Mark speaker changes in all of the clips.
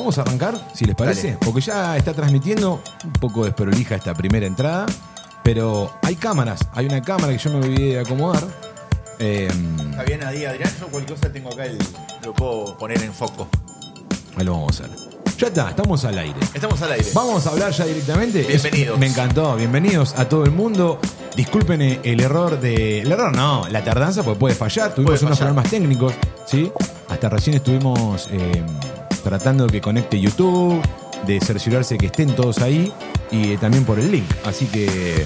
Speaker 1: Vamos a arrancar, si les parece,
Speaker 2: Dale.
Speaker 1: porque ya está transmitiendo un poco desprolija esta primera entrada, pero hay cámaras, hay una cámara que yo me olvidé de acomodar. Eh,
Speaker 2: Está bien ahí, Adrián. Yo cualquier cosa tengo acá, el, lo puedo poner en foco.
Speaker 1: ahí lo vamos a hacer. Ya está, estamos al aire.
Speaker 2: Estamos al aire.
Speaker 1: Vamos a hablar ya directamente. Es-
Speaker 2: Bienvenidos.
Speaker 1: me encantó, bienvenidos a todo el mundo. Disculpen eh, el error de. El error no, la tardanza, porque puede fallar. Tuvimos
Speaker 2: Puede
Speaker 1: unos
Speaker 2: fallar.
Speaker 1: problemas técnicos, ¿sí? Hasta recién estuvimos eh, tratando de que conecte YouTube, de cerciorarse que estén todos ahí y eh, también por el link. Así que.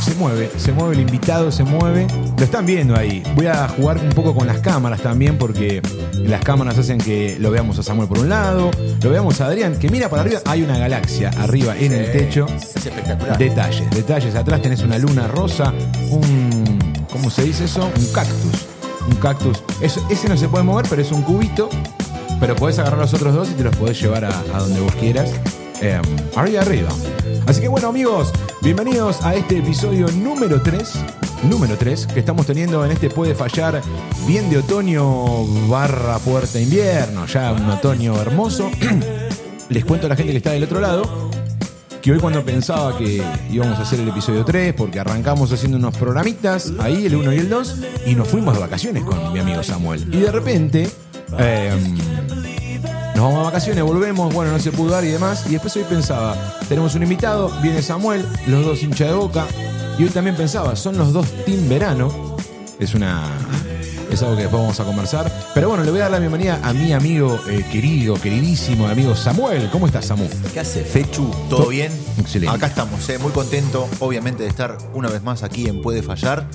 Speaker 1: Se mueve, se mueve el invitado, se mueve. Lo están viendo ahí. Voy a jugar un poco con las cámaras también porque las cámaras hacen que lo veamos a Samuel por un lado, lo veamos a Adrián, que mira para arriba, hay una galaxia arriba en el
Speaker 2: Sí,
Speaker 1: techo.
Speaker 2: Eh, Es espectacular.
Speaker 1: Detalles, detalles. Atrás tenés una luna rosa, un... ¿Cómo se dice eso? Un cactus. Un cactus. Es- ese no se puede mover, pero es un cubito. Pero podés agarrar los otros dos y te los podés llevar a, a donde vos quieras. Eh, arriba, arriba. Así que bueno, amigos, bienvenidos a este episodio número 3. Número 3 que estamos teniendo en este Puede Fallar bien de otoño barra puerta invierno. Ya un otoño hermoso. Les cuento a la gente que está del otro lado que hoy cuando pensaba que íbamos a hacer el episodio 3, porque arrancamos haciendo unos programitas, ahí el 1 y el 2, y nos fuimos de vacaciones con mi amigo Samuel. Y de repente, eh, nos vamos de vacaciones, volvemos, bueno, no se pudo dar y demás. Y después hoy pensaba, tenemos un invitado, viene Samuel, los dos hincha de boca. Y hoy también pensaba, son los dos Team Verano. Es una. Es algo que después vamos a conversar. Pero bueno, le voy a dar la bienvenida a mi amigo eh, querido, queridísimo amigo Samuel. ¿Cómo estás, Samu?
Speaker 2: ¿Qué hace Fechu? ¿Todo bien?
Speaker 1: Excelente.
Speaker 2: Acá estamos, eh, muy contento, obviamente, de estar una vez más aquí en Puede Fallar.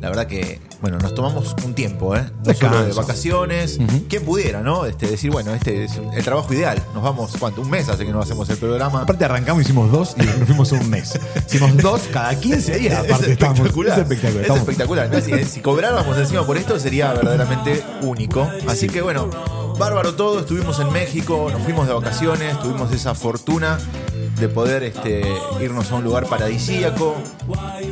Speaker 2: La verdad que, bueno, nos tomamos un tiempo, ¿eh? No solo de
Speaker 1: Descanso.
Speaker 2: vacaciones.
Speaker 1: Ujú.
Speaker 2: ¿Quién pudiera, no? Este, decir, bueno, este es el trabajo ideal. Nos vamos, ¿cuánto? Un mes hace que no hacemos el programa.
Speaker 1: Aparte arrancamos, hicimos dos y nos fuimos a un mes. Hicimos dos cada 15 días.
Speaker 2: Es
Speaker 1: Aparte, estamos-
Speaker 2: espectacular.
Speaker 1: es espectacular.
Speaker 2: Es
Speaker 1: estamos-
Speaker 2: espectacular. ¿no? Si, si cobráramos encima por esto sería verdaderamente único. Así que bueno, bárbaro todo. Estuvimos en México, nos fuimos de vacaciones, tuvimos esa fortuna de poder este, irnos a un lugar paradisíaco.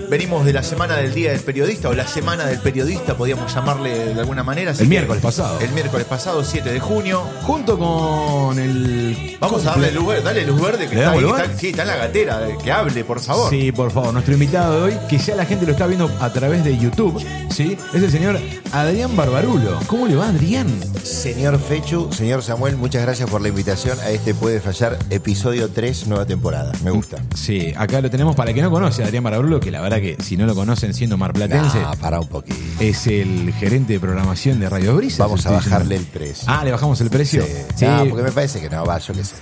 Speaker 2: Venimos de la semana del Día del Periodista o la semana del Periodista, podíamos llamarle de alguna manera. Así
Speaker 1: El
Speaker 2: que-
Speaker 1: miércoles pasado.
Speaker 2: El miércoles pasado, 7 de junio.
Speaker 1: Junto con el.
Speaker 2: Vamos a darle luz verde, dale luz verde que
Speaker 1: ¿Le
Speaker 2: está,
Speaker 1: damos
Speaker 2: ahí,
Speaker 1: luz
Speaker 2: está-
Speaker 1: verde?
Speaker 2: sí, está en la gatera, eh, que hable, por favor.
Speaker 1: Sí, por favor, nuestro invitado de hoy, que ya la gente lo está viendo a través de YouTube, ¿sí? Es el señor Adrián Barbarulo. ¿Cómo le va, Adrián?
Speaker 3: Señor Fechu, señor Samuel, muchas gracias por la invitación a este Puede Fallar, episodio 3, nueva temporada. Me gusta.
Speaker 1: Sí, acá lo tenemos para el que no conoce a Adrián Barbarulo, que la verdad que si no lo conocen siendo marplatense,
Speaker 3: Ah, para un poquito.
Speaker 1: es el gerente de programación de Radio Brisa.
Speaker 3: Vamos a
Speaker 1: Estoy diciendo.
Speaker 3: bajarle el precio.
Speaker 1: Ah, ¿le bajamos el
Speaker 3: Sí.
Speaker 1: precio?
Speaker 3: Ah, porque me parece que no, va, yo qué sé.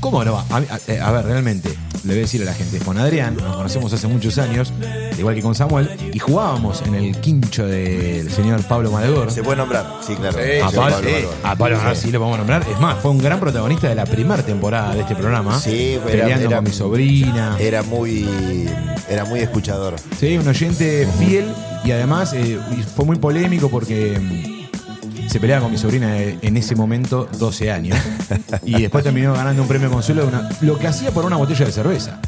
Speaker 1: ¿Cómo no va? A, mí- a- eh, a ver, realmente, le voy a decir a la gente, con Adrián, nos conocemos hace muchos años, al igual que con Samuel, y jugábamos en el quincho del señor Pablo Malagor.
Speaker 3: puede nombrar. Sí, claro.
Speaker 2: Sí,
Speaker 1: A
Speaker 2: sí,
Speaker 1: Pablo,
Speaker 2: Pablo,
Speaker 1: sí,
Speaker 2: Pablo.
Speaker 1: a Pablo, ahora sí lo vamos a nombrar. Es más, fue un gran protagonista de la primera temporada de este programa.
Speaker 3: Sí, era-
Speaker 1: peleando
Speaker 3: era-
Speaker 1: con mi sobrina.
Speaker 3: Era muy, era muy escuchador.
Speaker 1: Sí, un oyente fiel y además eh, y fue muy polémico porque mm, se peleaba con mi sobrina de- en ese momento 12 años y después terminó ganando un premio consuelo de una, lo que hacía por una botella de cerveza.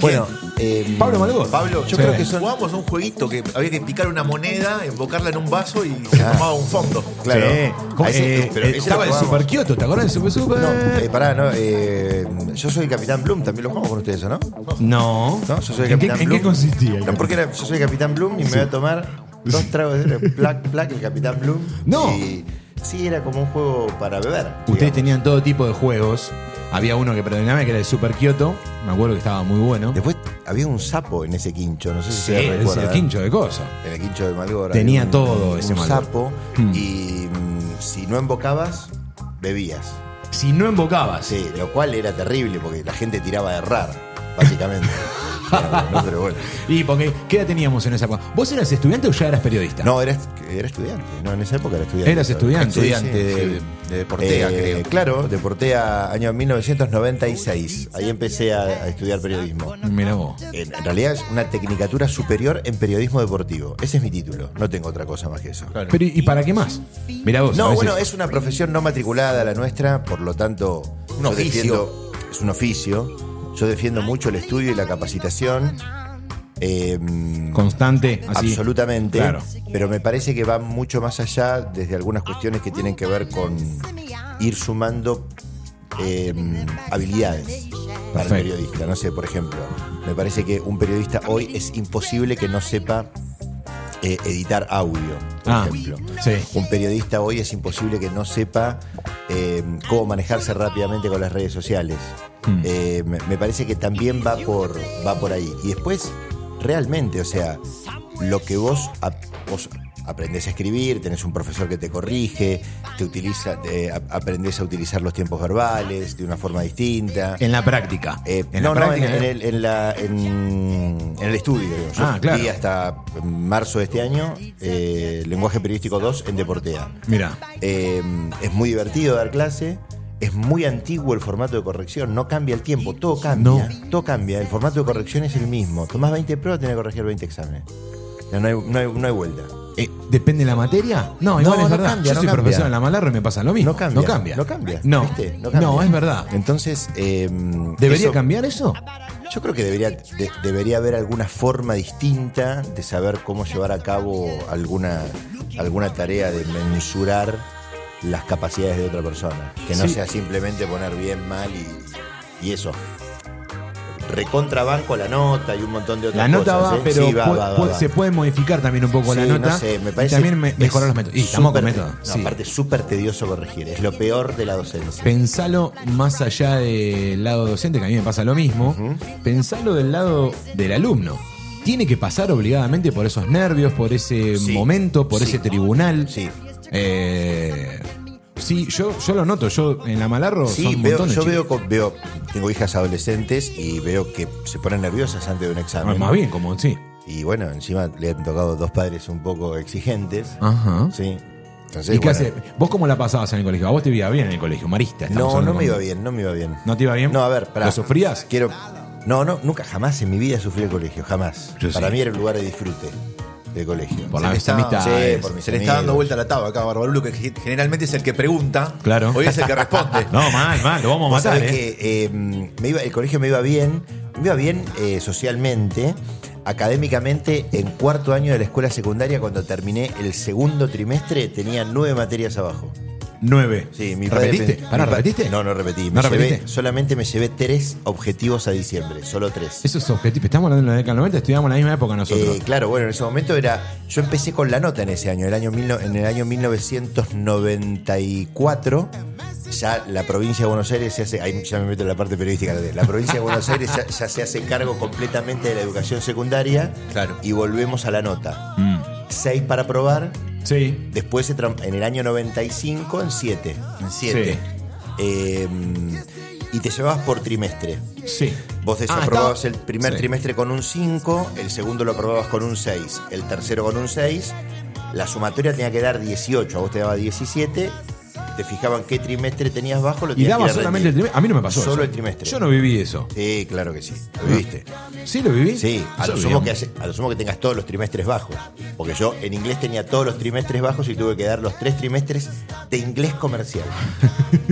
Speaker 3: Bueno, eh,
Speaker 1: Pablo Malgor.
Speaker 2: Pablo, yo
Speaker 1: Sí.
Speaker 2: creo que son... jugamos a un jueguito que había que picar una moneda, embocarla en un vaso y se tomaba un fondo.
Speaker 3: Claro.
Speaker 1: Sí. ¿Cómo-
Speaker 3: A ese-
Speaker 1: eh,
Speaker 3: pero
Speaker 1: eh,
Speaker 3: ese
Speaker 1: estaba
Speaker 3: lo
Speaker 1: el
Speaker 3: jugamos.
Speaker 1: Super Kioto, ¿te acuerdas del Super Super?
Speaker 3: No, eh, pará, no. eh, yo soy el Capitán Bloom, también lo jugamos con ustedes, ¿o ¿no?
Speaker 1: No.
Speaker 3: No, yo soy el
Speaker 1: ¿En qué,
Speaker 3: Capitán
Speaker 1: en
Speaker 3: Bloom.
Speaker 1: qué consistía? el
Speaker 3: No, porque era- yo soy el Capitán Bloom y me voy a tomar dos tragos de plac, plac, el Capitán Bloom.
Speaker 1: No.
Speaker 3: Y sí, era como un juego para beber.
Speaker 1: Ustedes
Speaker 3: digamos.
Speaker 1: tenían todo tipo de juegos. Había uno que predominaba que era el Super Kioto. Me acuerdo que estaba muy bueno.
Speaker 3: Después había un sapo en ese quincho, no sé si
Speaker 1: Sí,
Speaker 3: se
Speaker 1: ese
Speaker 3: recuerdan.
Speaker 1: quincho de cosas.
Speaker 3: En el quincho de Malgora.
Speaker 1: Tenía
Speaker 3: había un-
Speaker 1: todo ese
Speaker 3: un
Speaker 1: Malgora. Hmm.
Speaker 3: sapo y mm, si no embocabas, bebías.
Speaker 1: Si no embocabas.
Speaker 3: Sí, lo cual era terrible porque la gente tiraba a errar, básicamente. Era bueno, ¿no? pero bueno.
Speaker 1: Y porque, ¿qué edad teníamos en esa época? ¿Vos eras estudiante o ya eras periodista?
Speaker 3: No, era, era estudiante. No, en esa época era estudiante.
Speaker 1: Eras estudiante.
Speaker 2: Estudiante
Speaker 3: Sí, sí,
Speaker 2: de,
Speaker 3: sí.
Speaker 2: de Portea,
Speaker 3: Eh,
Speaker 2: creo.
Speaker 3: Claro, de Portea, año 1996. Ahí empecé a, a estudiar periodismo.
Speaker 1: Mira vos.
Speaker 3: En, en realidad es una tecnicatura superior en periodismo deportivo. Ese es mi título. No tengo otra cosa más que eso.
Speaker 2: Claro.
Speaker 1: Pero, ¿y y para qué más? Mira vos. a
Speaker 3: No,
Speaker 1: veces-
Speaker 3: bueno, es una profesión no matriculada la nuestra, por lo tanto,
Speaker 2: Un
Speaker 3: yo
Speaker 2: oficio.
Speaker 3: defiendo- es un oficio. Yo defiendo mucho el estudio y la capacitación. eh,
Speaker 1: Constante, así.
Speaker 3: absolutamente.
Speaker 1: Claro.
Speaker 3: Pero me parece que va mucho más allá desde algunas cuestiones que tienen que ver con ir sumando eh, habilidades para el
Speaker 1: Perfecto.
Speaker 3: periodista. No sé, por ejemplo, me parece que un periodista hoy es imposible que no sepa eh, editar audio, por
Speaker 1: Ah,
Speaker 3: ejemplo.
Speaker 1: sí.
Speaker 3: Un periodista hoy es imposible que no sepa eh, cómo manejarse rápidamente con las redes sociales.
Speaker 1: Hmm.
Speaker 3: Eh, me me parece que también va por, va por ahí. Y después, realmente, o sea, lo que vos, ap- vos aprendés a escribir, tenés un profesor que te corrige, te utiliza, eh, a- aprendés a utilizar los tiempos verbales de una forma distinta.
Speaker 1: En la práctica.
Speaker 3: Eh,
Speaker 1: en
Speaker 3: no,
Speaker 1: la
Speaker 3: no, en,
Speaker 1: práctica,
Speaker 3: en
Speaker 1: ¿eh?
Speaker 3: el, en la- en- en el estudio. digo. Yo
Speaker 1: Ah, claro.
Speaker 3: di hasta marzo de este año eh, Lenguaje Periodístico 2 en Deportea.
Speaker 1: Mira.
Speaker 3: Eh, es muy divertido dar clase. Es muy antiguo el formato de corrección, no cambia el tiempo, todo cambia. Todo cambia, el formato de corrección es el mismo. Tomás 20 pruebas, tenés que corregir 20 exámenes. No, no hay, no hay- no hay vuelta.
Speaker 1: Eh, ¿Depende de la materia? No,
Speaker 3: No,
Speaker 1: igual es
Speaker 3: no
Speaker 1: verdad.
Speaker 3: cambia,
Speaker 1: Yo
Speaker 3: no
Speaker 1: soy
Speaker 3: cambia.
Speaker 1: profesor en la Malarro y me pasa lo mismo.
Speaker 3: No cambia.
Speaker 1: No cambia.
Speaker 3: No cambia,
Speaker 1: No,
Speaker 3: ¿viste? No cambia.
Speaker 1: No, es verdad.
Speaker 3: Entonces, eh,
Speaker 1: ¿Debería
Speaker 3: eso-
Speaker 1: cambiar eso?
Speaker 3: Ah, Yo creo que debería, de- debería haber alguna forma distinta de saber cómo llevar a cabo alguna, alguna tarea de mensurar las capacidades de otra persona. Que no
Speaker 1: Sí.
Speaker 3: sea simplemente poner bien, mal y, y eso. Recontrabanco la nota y un montón de
Speaker 1: La
Speaker 3: otras
Speaker 1: nota
Speaker 3: cosas.
Speaker 1: va,
Speaker 3: ¿eh?
Speaker 1: pero
Speaker 3: Sí, va,
Speaker 1: pu-
Speaker 3: va, va,
Speaker 1: pu-
Speaker 3: va.
Speaker 1: se puede modificar también un poco la
Speaker 3: Sí, no
Speaker 1: nota.
Speaker 3: sé, me
Speaker 1: y
Speaker 3: parece
Speaker 1: también me-
Speaker 3: es
Speaker 1: mejorar los métodos. Y estamos con
Speaker 3: súper-
Speaker 1: métodos.
Speaker 3: no,
Speaker 1: sí.
Speaker 3: Aparte, es súper tedioso corregir. Es lo peor de la docencia.
Speaker 1: Pensalo más allá del lado docente, que a mí me pasa lo mismo. Pensalo del lado del alumno. Tiene que pasar obligadamente por esos nervios, por ese
Speaker 3: Sí,
Speaker 1: momento, por
Speaker 3: sí.
Speaker 1: ese tribunal.
Speaker 3: Sí.
Speaker 1: Eh, sí, yo, yo lo noto. Yo en la Malarro
Speaker 3: Sí,
Speaker 1: Oh, son un
Speaker 3: veo,
Speaker 1: montón de
Speaker 3: yo
Speaker 1: chicos.
Speaker 3: veo, co- veo, tengo hijas adolescentes y veo que se ponen nerviosas antes de un
Speaker 1: Ah,
Speaker 3: examen.
Speaker 1: Más bien, como sí.
Speaker 3: Y bueno, encima le han tocado dos padres un poco exigentes.
Speaker 1: Ajá.
Speaker 3: Sí. Entonces,
Speaker 1: Ah. ¿Y qué
Speaker 3: bueno,
Speaker 1: hace? ¿Vos cómo la pasabas en el colegio? ¿A vos te iba bien en el colegio? Marista. estamos
Speaker 3: No,
Speaker 1: hablando
Speaker 3: no me
Speaker 1: con-
Speaker 3: iba bien, no me iba bien.
Speaker 1: ¿No te iba bien?
Speaker 3: No, a ver, pará.
Speaker 1: ¿Lo sufrías?
Speaker 3: Quiero. No, no, nunca, jamás en mi vida sufrí el colegio, jamás.
Speaker 1: Yo
Speaker 3: Para
Speaker 1: sí.
Speaker 3: mí era un lugar de disfrute del colegio.
Speaker 1: Por
Speaker 2: Se
Speaker 1: la
Speaker 2: le, está,
Speaker 1: amistad.
Speaker 3: sí, por mis
Speaker 2: se le está dando
Speaker 3: amigos.
Speaker 2: vuelta la taba acá a Barbarulo, que ge- generalmente es el que pregunta.
Speaker 1: Claro.
Speaker 2: Hoy es el que responde.
Speaker 1: No, mal, mal. Lo vamos a
Speaker 3: Vos
Speaker 1: matar,
Speaker 3: sabés
Speaker 1: ¿eh?
Speaker 3: que eh, me iba, el colegio me iba bien, me iba bien eh, socialmente, académicamente, en cuarto año de la escuela secundaria, cuando terminé el segundo trimestre, tenía nueve materias abajo.
Speaker 1: Nueve.
Speaker 3: Sí, mi padre
Speaker 1: ¿Repetiste?
Speaker 3: me-
Speaker 1: Pará,
Speaker 3: mi pa-
Speaker 1: ¿repetiste?
Speaker 3: No, no repetí.
Speaker 1: ¿No
Speaker 3: Me llevé-
Speaker 1: repetiste?
Speaker 3: solamente me llevé tres objetivos a diciembre, solo tres.
Speaker 1: Eso es objetivo. Estamos hablando de la década del 90, estudiamos en la misma época nosotros.
Speaker 3: Eh, claro, bueno, en ese momento era. Yo empecé con la nota en ese año, el año mil no- en el año 1994. Ya la provincia de Buenos Aires se hace. Ahí ya me meto en la parte periodística. La provincia de Buenos Aires ya, ya se hace cargo completamente de la educación secundaria.
Speaker 2: Claro.
Speaker 3: Y volvemos a la nota.
Speaker 1: Mm.
Speaker 3: Seis para aprobar.
Speaker 1: Sí.
Speaker 3: Después se tram- en el año 95 en siete. En
Speaker 1: siete.
Speaker 3: Eh, y te llevabas por trimestre.
Speaker 1: Sí.
Speaker 3: Vos
Speaker 1: Ah,
Speaker 3: desaprobabas
Speaker 1: estaba-
Speaker 3: el primer
Speaker 1: Sí.
Speaker 3: trimestre con un 5, el segundo lo aprobabas con un 6, el tercero con un 6, la sumatoria tenía que dar 18, a vos te daba 17, te fijaban qué trimestre tenías bajo, lo
Speaker 1: Y
Speaker 3: tenías
Speaker 1: daba
Speaker 3: que ir a
Speaker 1: solamente el
Speaker 3: rendir.
Speaker 1: trimestre. A mí no me pasó.
Speaker 3: Solo
Speaker 1: eso.
Speaker 3: el trimestre.
Speaker 1: Yo no viví eso.
Speaker 3: Sí, claro que sí, lo viviste.
Speaker 1: ¿Sí lo viví?
Speaker 3: Sí, a
Speaker 1: Yo
Speaker 3: lo,
Speaker 1: viví
Speaker 3: sumo
Speaker 1: un-
Speaker 3: que, hace- a lo sumo que tengas todos los trimestres bajos. Porque yo en inglés tenía todos los trimestres bajos y tuve que dar los tres trimestres de inglés comercial.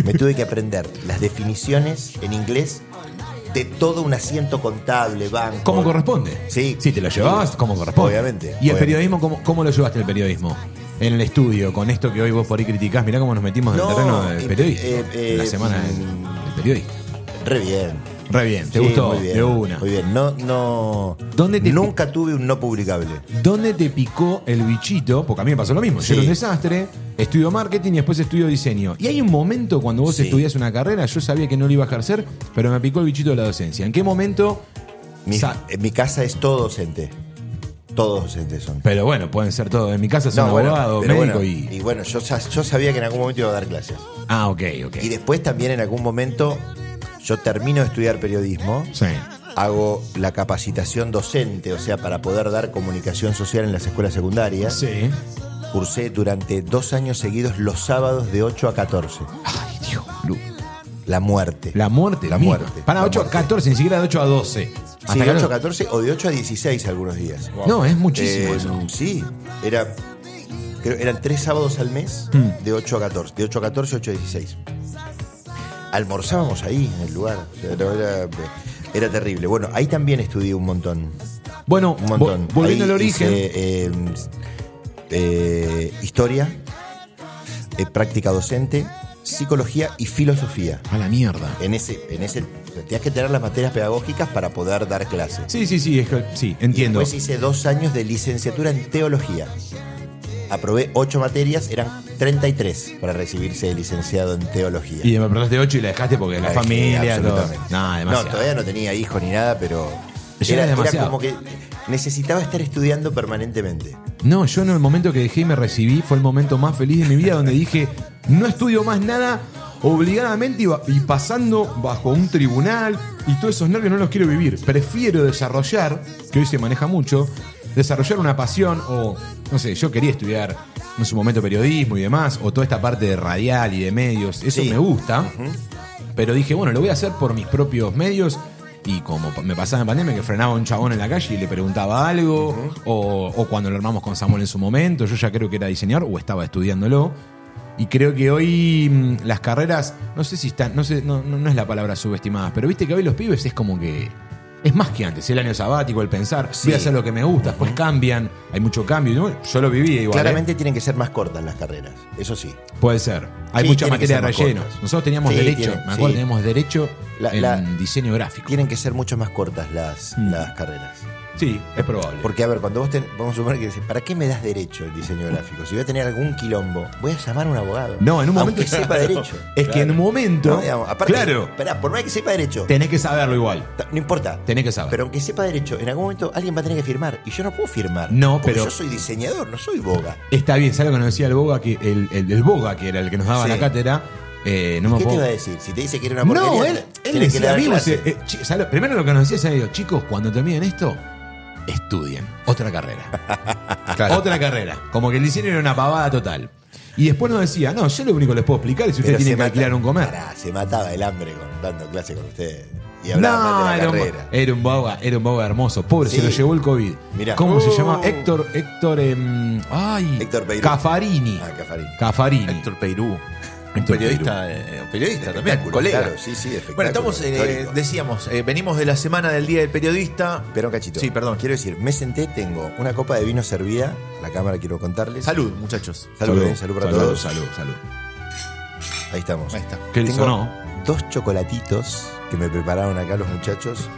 Speaker 3: Me tuve que aprender las definiciones en inglés de todo un asiento contable, banco.
Speaker 1: ¿Cómo corresponde?
Speaker 3: Sí.
Speaker 1: Si te lo llevabas, ¿cómo corresponde?
Speaker 3: Obviamente,
Speaker 1: ¿Y el
Speaker 3: obviamente.
Speaker 1: periodismo, cómo, cómo lo llevaste el periodismo? En el estudio, con esto que hoy vos por ahí criticás, mirá cómo nos metimos en el
Speaker 3: No,
Speaker 1: terreno del
Speaker 3: eh,
Speaker 1: periodista.
Speaker 3: eh, eh,
Speaker 1: la semana del,
Speaker 3: mm.
Speaker 1: del periodista.
Speaker 3: Re bien.
Speaker 1: Re bien, te
Speaker 3: Sí,
Speaker 1: gustó,
Speaker 3: muy bien,
Speaker 1: de una.
Speaker 3: Muy bien. No, no.
Speaker 1: ¿Dónde te-
Speaker 3: Nunca tuve un no publicable.
Speaker 1: ¿Dónde te picó el bichito? Porque a mí me pasó lo mismo. Yo
Speaker 3: Sí.
Speaker 1: era un desastre, estudio marketing y después estudio diseño. Y hay un momento cuando vos
Speaker 3: Sí.
Speaker 1: estudias una carrera, yo sabía que no lo iba a ejercer, pero me picó el bichito de la docencia. ¿En qué momento?
Speaker 3: Mi,
Speaker 1: Sa-
Speaker 3: en mi casa es todo docente. Todos docentes son.
Speaker 1: pero bueno, pueden ser todos. En mi casa son
Speaker 3: No, bueno,
Speaker 1: abogado,
Speaker 3: pero
Speaker 1: médico
Speaker 3: bueno,
Speaker 1: y.
Speaker 3: bueno, yo, sa- yo sabía que en algún momento iba a dar clases.
Speaker 1: Ah, ok, ok.
Speaker 3: Y después también en algún momento yo termino de estudiar periodismo,
Speaker 1: Sí.
Speaker 3: hago la capacitación docente, o sea, para poder dar comunicación social en las escuelas secundarias.
Speaker 1: Sí.
Speaker 3: Cursé durante dos años seguidos los sábados de 8 a 14.
Speaker 1: Ay, Dios, Lu.
Speaker 3: La muerte.
Speaker 1: La muerte.
Speaker 3: La
Speaker 1: mira.
Speaker 3: muerte.
Speaker 1: Para
Speaker 3: La
Speaker 1: 8 a
Speaker 3: muerte.
Speaker 1: 14, ni siquiera de 8 a 12. Hasta
Speaker 3: Sí, de
Speaker 1: que
Speaker 3: 8 a
Speaker 1: no-
Speaker 3: 14 o de 8 a 16 algunos días.
Speaker 1: No, es muchísimo
Speaker 3: Eh,
Speaker 1: eso.
Speaker 3: Sí, era, creo, eran tres sábados al mes
Speaker 1: Hmm.
Speaker 3: de 8 a 14. De 8 a 14, 8 a 16. Almorzábamos ahí, en el lugar. O sea, no, era, era terrible. Bueno, ahí también estudié un montón.
Speaker 1: Bueno,
Speaker 3: Un montón.
Speaker 1: vo- volviendo
Speaker 3: Ahí
Speaker 1: al origen.
Speaker 3: hice, eh, eh, historia, eh, práctica docente, psicología y filosofía.
Speaker 1: A la mierda.
Speaker 3: En ese, en ese, tenías que tener las materias pedagógicas para poder dar clases.
Speaker 1: Sí, sí, sí, es que- sí, entiendo.
Speaker 3: Después hice dos años de licenciatura en teología. Aprobé ocho materias, eran 33 para recibirse de licenciado en teología.
Speaker 1: Y me preguntaste 8 y la dejaste porque la,
Speaker 3: Ay,
Speaker 1: familia, todo.
Speaker 3: absolutamente.
Speaker 1: No, demasiado.
Speaker 3: No, todavía no tenía hijos ni nada, pero
Speaker 1: Ya era
Speaker 3: era, era
Speaker 1: demasiado.
Speaker 3: como que necesitaba estar estudiando permanentemente.
Speaker 1: No, yo en el momento que dejé y me recibí fue el momento más feliz de mi vida donde dije, no estudio más nada obligadamente y, ba- y pasando bajo un tribunal y todos esos nervios no los quiero vivir. Prefiero desarrollar, que hoy se maneja mucho, desarrollar una pasión o, no sé, yo quería estudiar en su momento periodismo y demás, o toda esta parte de radial y de medios, eso
Speaker 3: Sí.
Speaker 1: me gusta. Pero dije, bueno, lo voy a hacer por mis propios medios. Y como pa- me pasaba en pandemia, que frenaba un chabón en la calle y le preguntaba algo, o, o cuando lo armamos con Samuel en su momento, yo ya creo que era diseñador o estaba estudiándolo. Y creo que hoy mm, las carreras, no sé si están, no, sé, no, no- no es la palabra subestimadas, pero viste que hoy los pibes es como que. Es más que antes, el año sabático, el pensar, voy a hacer lo que me gusta, después cambian, hay mucho cambio. y no, Yo lo viví igual. ¿eh?
Speaker 3: Claramente tienen que ser más cortas las carreras, eso sí.
Speaker 1: Puede ser. Hay
Speaker 3: Sí,
Speaker 1: mucha
Speaker 3: tiene que
Speaker 1: materia de
Speaker 3: ser más
Speaker 1: relleno.
Speaker 3: cortas.
Speaker 1: Nosotros teníamos
Speaker 3: Sí,
Speaker 1: derecho,
Speaker 3: tiene-
Speaker 1: me acuerdo,
Speaker 3: sí.
Speaker 1: teníamos derecho
Speaker 3: La-
Speaker 1: en
Speaker 3: la-
Speaker 1: diseño gráfico.
Speaker 3: Tienen que ser mucho más cortas las,
Speaker 1: Mm.
Speaker 3: las carreras.
Speaker 1: Sí, es probable.
Speaker 3: Porque, a ver, cuando vos ten- vamos a suponer que decís, ¿para qué me das derecho el diseño gráfico? Si voy a tener algún quilombo, voy a llamar a un abogado.
Speaker 1: No, en un momento-
Speaker 3: Aunque sepa derecho.
Speaker 1: es que en un momento.
Speaker 3: No, digamos, aparte,
Speaker 1: claro,
Speaker 3: Pará, por más que sepa derecho,
Speaker 1: tenés que saberlo igual.
Speaker 3: ta- no importa.
Speaker 1: Tenés que saber.
Speaker 3: Pero aunque sepa derecho, en algún momento alguien va a tener que firmar. Y yo no puedo firmar.
Speaker 1: No,
Speaker 3: porque
Speaker 1: pero-
Speaker 3: Yo soy diseñador, no soy boga.
Speaker 1: Está bien, ¿sabes lo que nos decía el Boga? Que el, el, el Boga, que era el que nos daba
Speaker 3: Sí.
Speaker 1: la cátedra, eh, no me
Speaker 3: ¿Qué te
Speaker 1: acuerdo-
Speaker 3: va a decir? Si te dice que era una porquería.
Speaker 1: No, él,
Speaker 3: tenés
Speaker 1: él
Speaker 3: que
Speaker 1: decía
Speaker 3: dar
Speaker 1: a mí,
Speaker 3: clase.
Speaker 1: vos, eh, eh, chi- ¿sabes lo- primero lo que nos decía es digo, chicos, cuando terminen esto, estudien. Otra carrera.
Speaker 2: Claro.
Speaker 1: Otra carrera. Como que el diseño era una pavada total. Y después nos decía, no, yo lo único que les puedo explicar es si
Speaker 3: Pero
Speaker 1: ustedes tienen
Speaker 3: se
Speaker 1: que alquilar
Speaker 3: mata-
Speaker 1: un comer.
Speaker 3: Pará, se mataba el hambre con, dando clase con ustedes. Y hablaba
Speaker 1: No,
Speaker 3: mal de
Speaker 1: era
Speaker 3: la
Speaker 1: un, eh,
Speaker 3: carrera.
Speaker 1: era un boga, era un boga hermoso. Pobre,
Speaker 3: Sí.
Speaker 1: se lo llevó el COVID.
Speaker 3: Mirá.
Speaker 1: ¿Cómo se
Speaker 3: Oh.
Speaker 1: llama? Héctor, Héctor, em, ay,
Speaker 3: Héctor Peiró.
Speaker 1: Cafarini.
Speaker 3: Ah, Cafarín.
Speaker 1: Cafarini.
Speaker 2: Héctor Perú. Un
Speaker 1: Héctor
Speaker 2: periodista, eh, un periodista también,
Speaker 3: Espectáculo,
Speaker 2: colega.
Speaker 3: claro, sí, sí, espectáculo
Speaker 2: bueno, estamos, eh,
Speaker 3: histórico.
Speaker 2: decíamos, eh, venimos de la semana del Día del Periodista.
Speaker 3: Pero un cachito.
Speaker 2: Sí, perdón.
Speaker 3: Quiero decir, me senté, tengo una copa de vino servida. A la cámara quiero contarles.
Speaker 2: Salud, muchachos.
Speaker 3: Salud, eh, salud para todos.
Speaker 1: Salud, salud.
Speaker 3: Ahí estamos.
Speaker 2: Ahí está.
Speaker 1: Que
Speaker 3: Tengo
Speaker 1: sonó.
Speaker 3: dos chocolatitos que me prepararon acá los muchachos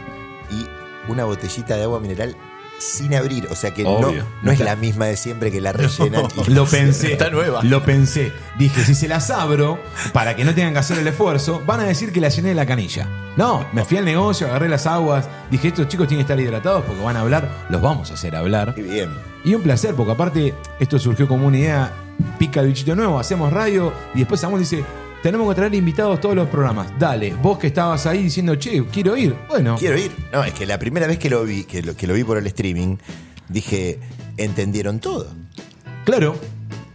Speaker 3: y una botellita de agua mineral sin abrir. O sea que no,
Speaker 1: Obvio.
Speaker 3: no es la misma de siempre que la rellenan. y-
Speaker 1: Lo pensé.
Speaker 2: Está nueva.
Speaker 1: Lo pensé. Dije, si se las abro, para que no tengan que hacer el esfuerzo, van a decir que la llené de la canilla. No, me fui al negocio, agarré las aguas. Dije, estos chicos tienen que estar hidratados porque van a hablar. Los vamos a hacer hablar.
Speaker 3: Qué bien.
Speaker 1: Y un placer, porque aparte esto surgió como una idea, pica el bichito nuevo, hacemos radio y después Samuel dice, tenemos que traer invitados todos los programas. Dale, vos que estabas ahí diciendo, che, quiero ir. Bueno,
Speaker 3: Quiero ir. No, es que la primera vez que lo vi, que lo, que lo vi por el streaming, dije, entendieron todo.
Speaker 1: claro.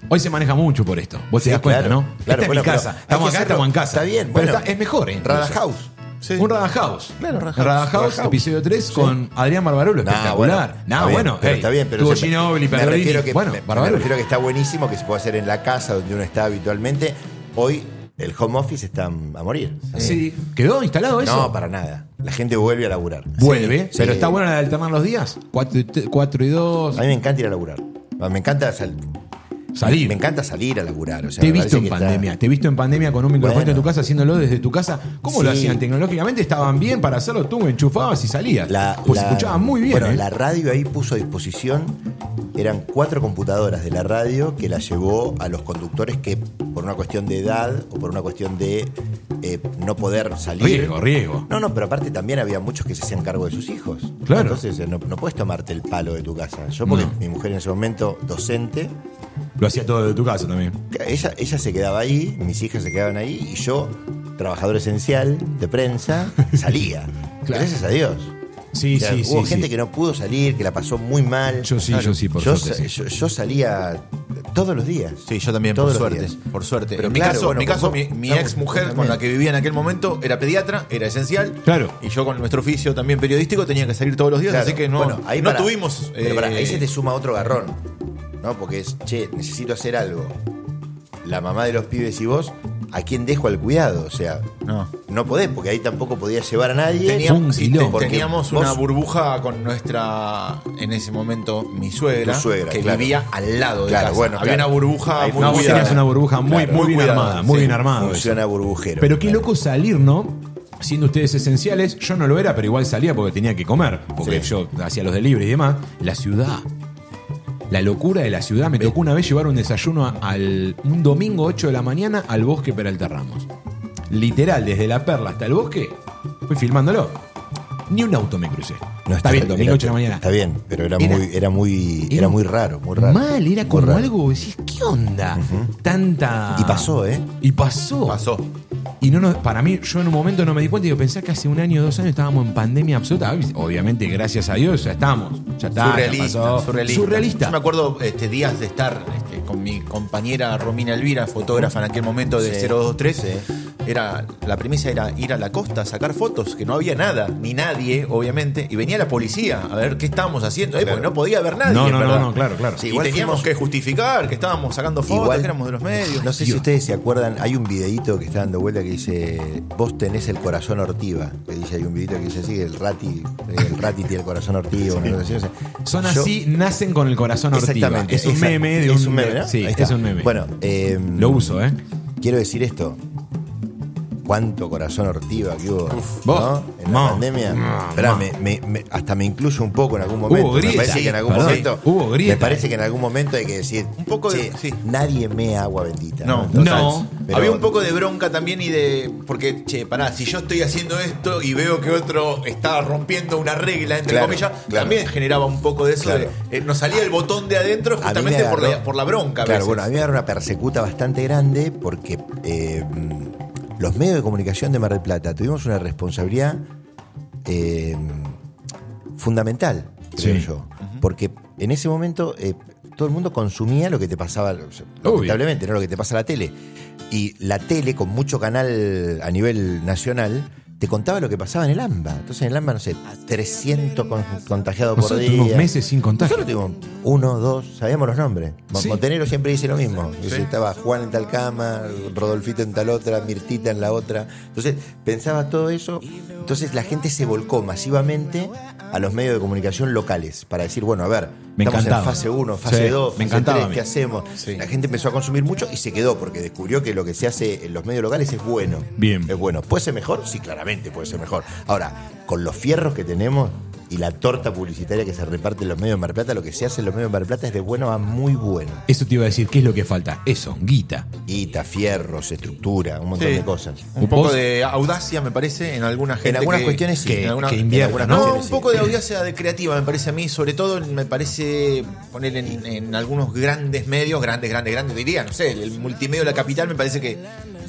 Speaker 1: Hoy se maneja mucho por esto. Vos
Speaker 3: Sí,
Speaker 1: te das cuenta, ¿no?
Speaker 3: claro, claro,
Speaker 1: Esta es
Speaker 3: bueno,
Speaker 1: mi
Speaker 3: pero
Speaker 1: casa.
Speaker 3: hay
Speaker 1: Estamos
Speaker 3: que
Speaker 1: acá,
Speaker 3: hacerlo.
Speaker 1: estamos en casa.
Speaker 3: Está bien,
Speaker 1: Pero
Speaker 3: bueno.
Speaker 1: está- es mejor, ¿eh?
Speaker 3: Rada House.
Speaker 2: Sí.
Speaker 1: Un Rada House.
Speaker 2: Claro, Rada House.
Speaker 1: Rada House,
Speaker 2: Rada House.
Speaker 1: episodio 3 con Adrián Barbarulo.
Speaker 3: Nah,
Speaker 1: espectacular.
Speaker 3: bueno,
Speaker 1: Nah,
Speaker 3: está bien,
Speaker 1: bueno,
Speaker 3: pero
Speaker 1: hey,
Speaker 3: está bien, pero
Speaker 1: tuvo
Speaker 3: se-
Speaker 1: Ginobili,
Speaker 3: me
Speaker 1: Pergolini.
Speaker 3: refiero que,
Speaker 1: Bueno,
Speaker 3: me- me
Speaker 1: Barbarulo.
Speaker 3: refiero que está buenísimo, que se puede hacer en la casa donde uno está habitualmente. Hoy el home office está a morir.
Speaker 1: Sí. ¿Quedó instalado eso?
Speaker 3: No, para nada. La gente vuelve a laburar.
Speaker 1: Vuelve,
Speaker 3: Sí,
Speaker 1: pero
Speaker 3: sí.
Speaker 1: está bueno la de alternar los días. 4 y, 2,
Speaker 3: A mí me encanta ir a laburar. Me encanta, sal-
Speaker 1: salir.
Speaker 3: me encanta salir a laburar. o sea,
Speaker 1: te he
Speaker 3: me
Speaker 1: visto
Speaker 3: parece
Speaker 1: en
Speaker 3: que está-
Speaker 1: pandemia, te he visto en pandemia con un micrófono
Speaker 3: Bueno.
Speaker 1: en tu casa haciéndolo desde tu casa. ¿Cómo lo
Speaker 3: Sí.
Speaker 1: hacían? Tecnológicamente estaban bien para hacerlo, tú enchufabas y salías.
Speaker 3: La,
Speaker 1: pues
Speaker 3: la-
Speaker 1: escuchabas muy bien.
Speaker 3: Bueno,
Speaker 1: ¿eh?
Speaker 3: la radio ahí puso a disposición. Eran cuatro computadoras de la radio que las llevó a los conductores que, por una cuestión de edad o por una cuestión de eh, no poder salir.
Speaker 1: riesgo, riesgo.
Speaker 3: No, no, pero aparte también había muchos que se hacían cargo de sus hijos.
Speaker 1: Claro.
Speaker 3: Entonces eh, no, no puedes tomarte el palo de tu casa. Yo, porque
Speaker 1: No.
Speaker 3: mi mujer en ese momento, docente,
Speaker 1: Lo hacía todo desde tu casa también.
Speaker 3: ella, ella se quedaba ahí, mis hijas se quedaban ahí y yo, trabajador esencial de prensa, salía.
Speaker 1: Claro.
Speaker 3: Gracias a Dios.
Speaker 1: Sí,
Speaker 3: O sea,
Speaker 1: sí, sí.
Speaker 3: hubo gente
Speaker 1: sí.
Speaker 3: que no pudo salir, que la pasó muy mal.
Speaker 1: Yo sí, yo sí, por
Speaker 3: yo,
Speaker 1: suerte, sí.
Speaker 3: sa- yo- yo salía todos los días.
Speaker 2: Sí, yo también,
Speaker 3: Todos
Speaker 2: por
Speaker 3: los
Speaker 2: suerte.
Speaker 3: días.
Speaker 2: Por suerte.
Speaker 3: Pero
Speaker 2: en mi
Speaker 3: claro,
Speaker 2: caso,
Speaker 3: bueno,
Speaker 2: mi, caso,
Speaker 3: vos-
Speaker 2: mi, mi
Speaker 3: estamos-
Speaker 2: ex mujer con
Speaker 3: justamente.
Speaker 2: la que vivía en aquel momento era pediatra, era esencial.
Speaker 1: Claro.
Speaker 2: Y yo con nuestro oficio también periodístico tenía que salir todos los días,
Speaker 3: Claro.
Speaker 2: así que no,
Speaker 3: Bueno, ahí
Speaker 2: no
Speaker 3: pará.
Speaker 2: tuvimos.
Speaker 3: Pero pará,
Speaker 2: eh,
Speaker 3: ahí se te suma otro garrón. ¿No? Porque es, che, necesito hacer algo. La mamá de los pibes y vos ¿a quién dejo al cuidado? O sea,
Speaker 2: No.
Speaker 3: no podés, porque ahí tampoco podías llevar a nadie.
Speaker 2: Teníamos,
Speaker 1: Fue un quilombo.
Speaker 2: te- teníamos
Speaker 3: Porque
Speaker 2: una
Speaker 3: vos-
Speaker 2: burbuja con nuestra, en ese momento, mi suegra,
Speaker 3: Tu suegra,
Speaker 2: que
Speaker 3: claro.
Speaker 2: vivía al lado de
Speaker 3: Claro,
Speaker 2: casa.
Speaker 3: bueno,
Speaker 2: Había
Speaker 3: claro.
Speaker 2: una burbuja
Speaker 3: Ahí
Speaker 2: muy
Speaker 1: No, vos
Speaker 2: cuidada.
Speaker 1: tenías una burbuja muy,
Speaker 2: Claro,
Speaker 1: muy bien
Speaker 2: cuidada,
Speaker 1: armada, muy
Speaker 2: sí.
Speaker 1: bien armada.
Speaker 3: Funciona burbujero.
Speaker 1: Pero qué loco salir, ¿no? Siendo ustedes esenciales, yo no lo era, pero igual salía porque tenía que comer, porque
Speaker 3: Sí.
Speaker 1: yo hacía los delivery y demás. La ciudad. La locura de la ciudad. Me tocó una vez llevar un desayuno a- al un domingo 8 de la mañana al bosque Peralta Ramos. Literal, desde la perla hasta el bosque, fui filmándolo. Ni un auto me crucé.
Speaker 3: No,
Speaker 1: está, bien, domingo
Speaker 3: era-
Speaker 1: 8 de la mañana.
Speaker 3: Está bien, pero era,
Speaker 1: Era-
Speaker 3: muy, era muy, era,
Speaker 1: era
Speaker 3: muy raro, muy raro.
Speaker 1: Mal, era
Speaker 3: Muy
Speaker 1: como
Speaker 3: raro.
Speaker 1: algo, decís, ¿qué onda? Tanta.
Speaker 3: Y pasó, ¿eh?
Speaker 1: Y pasó.
Speaker 2: Pasó.
Speaker 1: Y no, nos- para mí, yo en un momento no me di cuenta y yo pensé que hace un año o dos años estábamos en pandemia absoluta. Obviamente, gracias a Dios, ya estamos. Ya está, ya
Speaker 2: surrealista,
Speaker 1: pasó.
Speaker 2: surrealista.
Speaker 1: Surrealista.
Speaker 2: Yo me acuerdo este, días de estar este, con mi compañera Romina Elvira, fotógrafa en aquel momento de
Speaker 3: Sí,
Speaker 2: 023.
Speaker 3: sí.
Speaker 2: Era, la premisa era ir a la costa a sacar fotos, que no había nada, ni nadie, obviamente. Y venía la policía a ver qué estábamos haciendo. Eh, porque no podía haber nadie.
Speaker 1: No, no,
Speaker 2: ¿verdad?
Speaker 1: no, no, claro, claro.
Speaker 2: Sí,
Speaker 3: Y
Speaker 2: igual teníamos
Speaker 3: fuimos-
Speaker 2: que justificar que estábamos sacando fotos,
Speaker 3: Igual-
Speaker 2: que éramos de los medios.
Speaker 3: No sé si ustedes se acuerdan, hay un videíto que está dando vuelta que dice, vos tenés el corazón ortiva. Que dice, hay un videíto que dice así, el rati, eh, el rati tiene el corazón ortiva. una cosa así, o sea,
Speaker 1: Son
Speaker 3: yo-
Speaker 1: así, nacen con el corazón ortiva.
Speaker 3: Exactamente.
Speaker 1: Es un
Speaker 3: esa-
Speaker 1: meme de
Speaker 3: es un meme, ¿no?
Speaker 1: Sí,
Speaker 3: Ahí está.
Speaker 1: es un meme.
Speaker 3: Bueno, eh,
Speaker 1: lo uso, ¿eh?
Speaker 3: quiero decir esto. Cuánto corazón ortiva que hubo
Speaker 1: vos,
Speaker 3: ¿no? en
Speaker 1: ma,
Speaker 3: la pandemia.
Speaker 1: ma,
Speaker 3: Esperá,
Speaker 1: ma.
Speaker 3: me- me- me- hasta me incluyo un poco en algún momento.
Speaker 1: Hubo
Speaker 3: me
Speaker 1: grieta.
Speaker 3: parece que en algún
Speaker 1: Perdón.
Speaker 3: momento.
Speaker 1: Hubo grieta.
Speaker 3: Me parece que en algún momento hay que decir.
Speaker 2: Un poco de-
Speaker 3: "Che,
Speaker 2: sí.
Speaker 3: Nadie me agua bendita.
Speaker 2: No,
Speaker 3: Entonces,
Speaker 1: no.
Speaker 3: pero-
Speaker 2: Había un poco de bronca también y de. Porque, che, pará, si yo estoy haciendo esto y veo que otro está rompiendo una regla, entre
Speaker 3: Claro,
Speaker 2: comillas,
Speaker 3: claro.
Speaker 2: también generaba un poco de eso.
Speaker 3: Claro.
Speaker 2: de, eh, nos salía el botón de adentro
Speaker 3: A mí me
Speaker 2: justamente por,
Speaker 3: agarró-
Speaker 2: la, por la bronca. a
Speaker 3: Claro,
Speaker 2: veces.
Speaker 3: bueno, a mí me agarró una persecuta bastante grande porque eh, los medios de comunicación de Mar del Plata tuvimos una responsabilidad eh, fundamental, creo
Speaker 1: Sí.
Speaker 3: yo. Porque en ese momento eh, todo el mundo consumía lo que te pasaba, o sea,
Speaker 1: Obvio.
Speaker 3: lamentablemente, no lo que te pasa a la tele. Y la tele, con mucho canal a nivel nacional, te contaba lo que pasaba en el AMBA. Entonces en el AMBA, no sé, 300 con- contagiados por
Speaker 1: Nosotros
Speaker 3: día.
Speaker 1: tuvimos meses sin contagio.
Speaker 3: Nosotros tuvimos uno, dos, sabíamos los nombres. Mo-
Speaker 1: Sí.
Speaker 3: Montenegro siempre dice lo mismo. Dice, Estaba Juan en tal cama, Rodolfito en tal otra, Mirtita en la otra. Entonces pensaba todo eso. Entonces la gente se volcó masivamente a los medios de comunicación locales para decir, bueno, a ver,
Speaker 1: Me
Speaker 3: estamos
Speaker 1: encantaba.
Speaker 3: en fase 1, fase
Speaker 1: Sí,
Speaker 3: 2,
Speaker 1: me
Speaker 3: fase
Speaker 1: encantaba
Speaker 3: 3,
Speaker 1: a mí.
Speaker 3: ¿qué hacemos?
Speaker 2: Sí.
Speaker 3: La gente empezó a consumir mucho y se quedó porque descubrió que lo que se hace en los medios locales es bueno.
Speaker 1: Bien.
Speaker 3: Es bueno. ¿Puede ser mejor? Sí, claramente puede ser mejor. Ahora, con los fierros que tenemos y la torta publicitaria que se reparte en los medios de Mar del Plata, lo que se hace en los medios de Mar del Plata es de bueno a muy bueno.
Speaker 1: Eso te iba a decir, ¿qué es lo que falta? Eso, guita.
Speaker 3: Guita, fierros, estructura, un montón
Speaker 2: Sí.
Speaker 3: de cosas.
Speaker 2: Un poco
Speaker 1: Vos-
Speaker 2: de audacia, me parece, en algunas
Speaker 3: En algunas
Speaker 2: que-
Speaker 3: cuestiones sí.
Speaker 1: que-
Speaker 2: en alguna-
Speaker 1: que invierta,
Speaker 3: en algunas
Speaker 1: ¿no?
Speaker 2: No,
Speaker 3: cuestiones
Speaker 2: un
Speaker 3: sí.
Speaker 2: poco de audacia de creativa, me parece a mí, sobre todo en- me parece poner en, en algunos grandes medios, grandes, grandes, grandes, diría, no sé, el multimedio de la capital me parece que,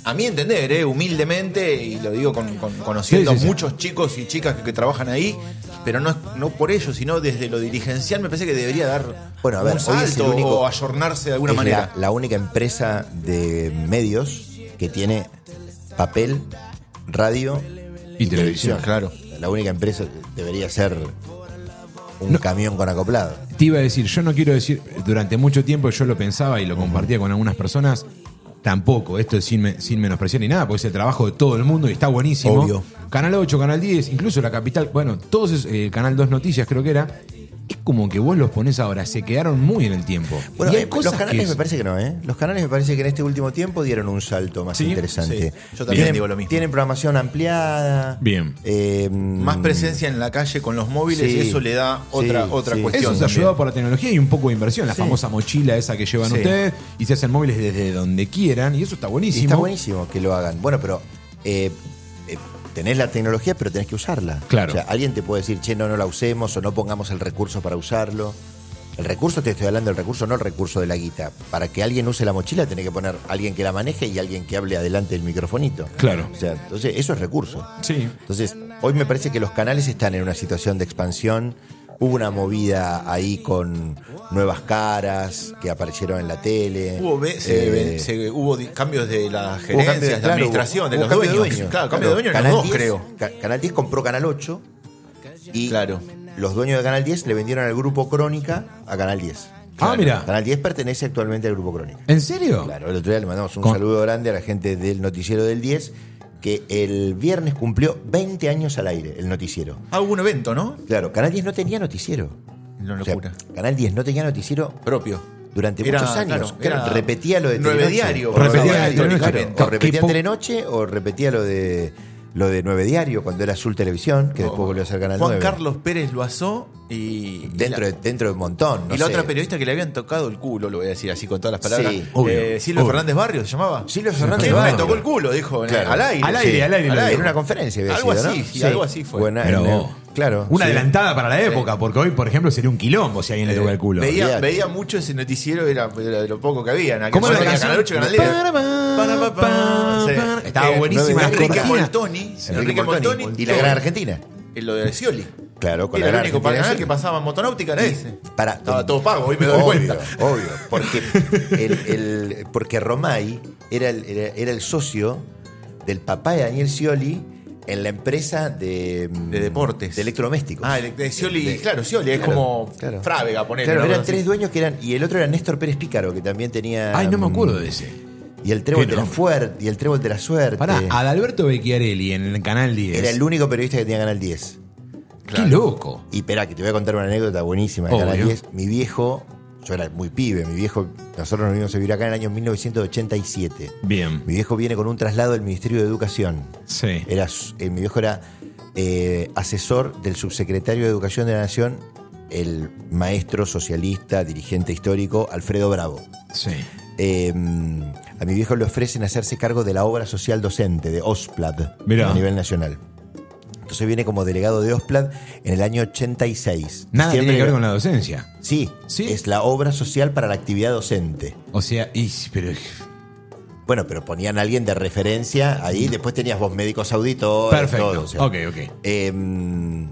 Speaker 2: a mi entender, eh, humildemente, y lo digo con, con- conociendo
Speaker 1: Sí, sí, sí.
Speaker 2: a muchos chicos y chicas que, que trabajan ahí, pero no, es- no por ello, sino desde lo dirigencial me parece que debería dar
Speaker 3: Bueno, a ver,
Speaker 2: un
Speaker 3: hoy es el
Speaker 2: salto
Speaker 3: único-
Speaker 2: o ayornarse de alguna
Speaker 3: es
Speaker 2: manera.
Speaker 3: La, la única empresa de medios que tiene papel, radio
Speaker 1: Y televisión.
Speaker 3: Claro. La única empresa debería ser un camión con acoplado.
Speaker 1: Te iba a decir, yo no quiero decir, durante mucho tiempo yo lo pensaba y lo compartía con algunas personas, tampoco, esto es sin, me- sin menospreciar ni nada, porque es el trabajo de todo el mundo y está buenísimo.
Speaker 3: Obvio.
Speaker 1: Canal 8, Canal 10, incluso la capital, bueno, todos, esos, eh, Canal 2 Noticias creo que era, es como que vos los ponés ahora, se quedaron muy en el tiempo.
Speaker 3: Bueno,
Speaker 1: y hay
Speaker 3: eh,
Speaker 1: cosas
Speaker 3: los canales
Speaker 1: que-
Speaker 3: me parece que no, ¿eh? Los canales me parece que en este último tiempo dieron un salto más
Speaker 1: Sí,
Speaker 3: interesante.
Speaker 2: sí. Yo también
Speaker 3: Tienen-
Speaker 2: digo lo mismo.
Speaker 3: Tienen programación ampliada.
Speaker 1: Bien.
Speaker 3: eh,
Speaker 2: Más presencia en la calle con los móviles,
Speaker 3: Sí.
Speaker 2: eso le da otra,
Speaker 3: Sí,
Speaker 2: otra
Speaker 3: sí.
Speaker 2: cuestión.
Speaker 1: Eso es
Speaker 2: también.
Speaker 1: ayudado por la tecnología y un poco de inversión, la famosa mochila esa que llevan
Speaker 2: Sí.
Speaker 1: ustedes y se hacen móviles desde donde quieran y eso está
Speaker 3: y
Speaker 1: buenísimo.
Speaker 3: está buenísimo que lo hagan. Bueno, pero eh, eh, tenés la tecnología, pero tenés que usarla.
Speaker 1: Claro.
Speaker 3: O sea, alguien te puede decir, che, no, no la usemos o no pongamos el recurso para usarlo. El recurso, te estoy hablando del recurso, no el recurso de la guita. Para que alguien use la mochila, tenés que poner alguien que la maneje y alguien que hable adelante del microfonito.
Speaker 1: Claro.
Speaker 3: O sea, entonces, eso es recurso.
Speaker 1: Sí.
Speaker 3: Entonces, hoy me parece que los canales están en una situación de expansión. Hubo una movida ahí con nuevas caras que aparecieron en la tele.
Speaker 2: Hubo, ve- se-
Speaker 3: Eh,
Speaker 2: ve- se- hubo di- cambios de las
Speaker 3: hubo
Speaker 2: gerencias,
Speaker 3: cambio-
Speaker 2: de la
Speaker 3: claro,
Speaker 2: administración, de
Speaker 3: hubo
Speaker 2: los
Speaker 3: cambio
Speaker 2: dueños. Claro, cambio de dueño en los
Speaker 3: Canal
Speaker 2: dos,
Speaker 3: 10,
Speaker 2: creo.
Speaker 3: Ca- Canal 10 compró Canal 8 y
Speaker 2: Claro.
Speaker 3: los dueños de Canal 10 le vendieron al grupo Crónica a Canal 10.
Speaker 1: Ah, mira.
Speaker 3: Canal 10 pertenece actualmente al Grupo Crónica.
Speaker 1: ¿En serio?
Speaker 3: Claro, el otro día le mandamos un
Speaker 1: Con-
Speaker 3: saludo grande a la gente del noticiero del 10, que el viernes cumplió 20 años al aire, el noticiero.
Speaker 2: Ah, hubo un evento, ¿no?
Speaker 3: Claro, Canal 10 no tenía noticiero.
Speaker 2: No
Speaker 3: O sea,
Speaker 2: locura.
Speaker 3: Canal 10 no tenía noticiero
Speaker 2: Propio.
Speaker 3: durante
Speaker 2: Era,
Speaker 3: muchos años.
Speaker 2: claro,
Speaker 3: Claro,
Speaker 2: era
Speaker 3: repetía lo de
Speaker 2: nueve
Speaker 3: Telenoche.
Speaker 2: diario,
Speaker 3: O
Speaker 1: Repetía
Speaker 3: nueve
Speaker 1: lo de
Speaker 3: diario,
Speaker 1: Telenoche.
Speaker 3: claro.
Speaker 1: Ca-
Speaker 3: O repetía
Speaker 1: qué po-
Speaker 3: Telenoche o repetía lo de lo de Nueve Diario cuando era Azul Televisión, que después volvió a ser Canal
Speaker 2: Juan
Speaker 3: 9.
Speaker 2: Carlos Pérez lo asó y.
Speaker 3: Dentro,
Speaker 2: y la,
Speaker 3: de, dentro de un montón. No
Speaker 2: y la
Speaker 3: sé.
Speaker 2: otra periodista que le habían tocado el culo, lo voy a decir así con todas las palabras.
Speaker 3: Sí,
Speaker 1: obvio,
Speaker 2: eh, Silvio
Speaker 1: obvio.
Speaker 2: Fernández Barrio se llamaba.
Speaker 3: Silvio Fernández
Speaker 2: Sí,
Speaker 3: Barrio.
Speaker 2: Me tocó el culo, dijo. en-
Speaker 3: Claro.
Speaker 2: Al aire.
Speaker 1: Al aire,
Speaker 2: sí.
Speaker 1: al aire,
Speaker 3: Al
Speaker 1: al
Speaker 3: aire, en una conferencia había
Speaker 2: Algo
Speaker 3: sido, ¿no?
Speaker 2: así, sí, algo así fue.
Speaker 3: Buena-
Speaker 1: Pero
Speaker 3: en el-
Speaker 1: vos.
Speaker 3: claro.
Speaker 1: Una
Speaker 3: sí.
Speaker 1: adelantada para la época, porque hoy, por ejemplo, sería un quilombo si alguien le toca el culo.
Speaker 2: Veía,
Speaker 3: olvidate.
Speaker 2: veía mucho ese noticiero, era, era de lo poco que había. En aquel
Speaker 1: ¿Cómo era la
Speaker 2: momento,
Speaker 1: canción?
Speaker 2: Canal 8, Canal 10.
Speaker 1: Para, para,
Speaker 2: Para, para,
Speaker 1: para,
Speaker 2: sí.
Speaker 1: para. Estaba
Speaker 3: Este,
Speaker 2: Eh,
Speaker 1: buenísima
Speaker 3: la
Speaker 2: Enrique
Speaker 3: cortina.
Speaker 2: Moltoni.
Speaker 3: Enrique Moltoni. Y la Gran Argentina.
Speaker 2: Y eh, lo de Scioli.
Speaker 3: Claro, con
Speaker 2: Era
Speaker 3: la
Speaker 2: el único
Speaker 3: Gran
Speaker 2: canal
Speaker 3: Argentina.
Speaker 2: que pasaba en motonáutica, era ese.
Speaker 3: Para,
Speaker 2: Estaba todo pago, hoy me doy
Speaker 3: obvio,
Speaker 2: cuenta.
Speaker 3: Obvio, porque, el, el- porque Romay era el, era, era el socio del papá de Daniel Scioli en la empresa de, mm,
Speaker 2: De deportes.
Speaker 3: De electrodomésticos.
Speaker 2: Ah, de, de Scioli,
Speaker 3: De-
Speaker 2: claro, Scioli es
Speaker 3: claro,
Speaker 2: como
Speaker 3: claro.
Speaker 2: Frávega, poner.
Speaker 3: Claro, eran tres dueños que eran. Y el otro era Néstor Pérez Pícaro, que también tenía.
Speaker 1: Ay, no me
Speaker 3: mm,
Speaker 1: acuerdo de ese.
Speaker 3: Y el trébol
Speaker 1: Qué
Speaker 3: de la
Speaker 1: nombre.
Speaker 3: fuerte, y el trébol de la suerte.
Speaker 1: Pará, ah, Adalberto Becchiarelli en el canal 10.
Speaker 3: era el único periodista que tenía Canal 10.
Speaker 1: Qué loco.
Speaker 3: Y espera, que te voy a contar una anécdota buenísima de
Speaker 1: Obvio.
Speaker 3: Canal 10. Mi viejo, yo era muy pibe, mi viejo, nosotros nos vinimos a vivir acá en el año 1987.
Speaker 1: Bien.
Speaker 3: Mi viejo viene con un traslado del Ministerio de Educación.
Speaker 1: Sí.
Speaker 3: Era, su- eh, mi viejo era eh, asesor del subsecretario de Educación de la Nación, el maestro socialista, dirigente histórico, Alfredo Bravo.
Speaker 1: Sí.
Speaker 3: Eh, a mi viejo le ofrecen hacerse cargo de la obra social docente de OSPLAD
Speaker 1: Mirá.
Speaker 3: a nivel nacional. Entonces viene como delegado de OSPLAD en el año 86.
Speaker 1: Nada
Speaker 3: Diciembre-
Speaker 1: tiene que ver con la docencia.
Speaker 3: Sí,
Speaker 1: Sí.
Speaker 3: es la obra social para la actividad docente.
Speaker 1: O sea, y, pero
Speaker 3: Bueno, pero ponían a alguien de referencia ahí, después tenías vos médicos auditores,
Speaker 1: Mm. perfecto.
Speaker 3: todo, o sea,
Speaker 1: ok, ok.
Speaker 3: em,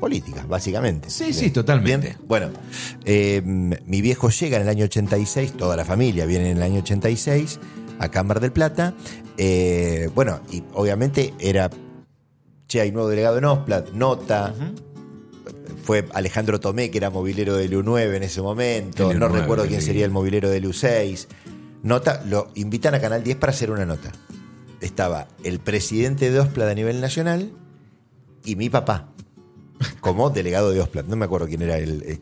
Speaker 3: política, básicamente.
Speaker 1: Sí, sí, totalmente.
Speaker 3: Bien, Bueno, em, mi viejo llega en el año 86, toda la familia viene en el año 86 a Cámara del Plata. Eh, bueno, y obviamente era, che, hay nuevo delegado en Osplat, nota. Fue Alejandro Tomé, que era movilero del U9 en ese momento.
Speaker 1: El
Speaker 3: no
Speaker 1: U9,
Speaker 3: recuerdo
Speaker 1: qué
Speaker 3: quién
Speaker 1: lindo.
Speaker 3: sería el movilero del U6. Nota, lo invitan a Canal 10 para hacer una nota. Estaba el presidente de Osplat a nivel nacional y mi papá como delegado de Osplat. No me acuerdo quién era el. eh,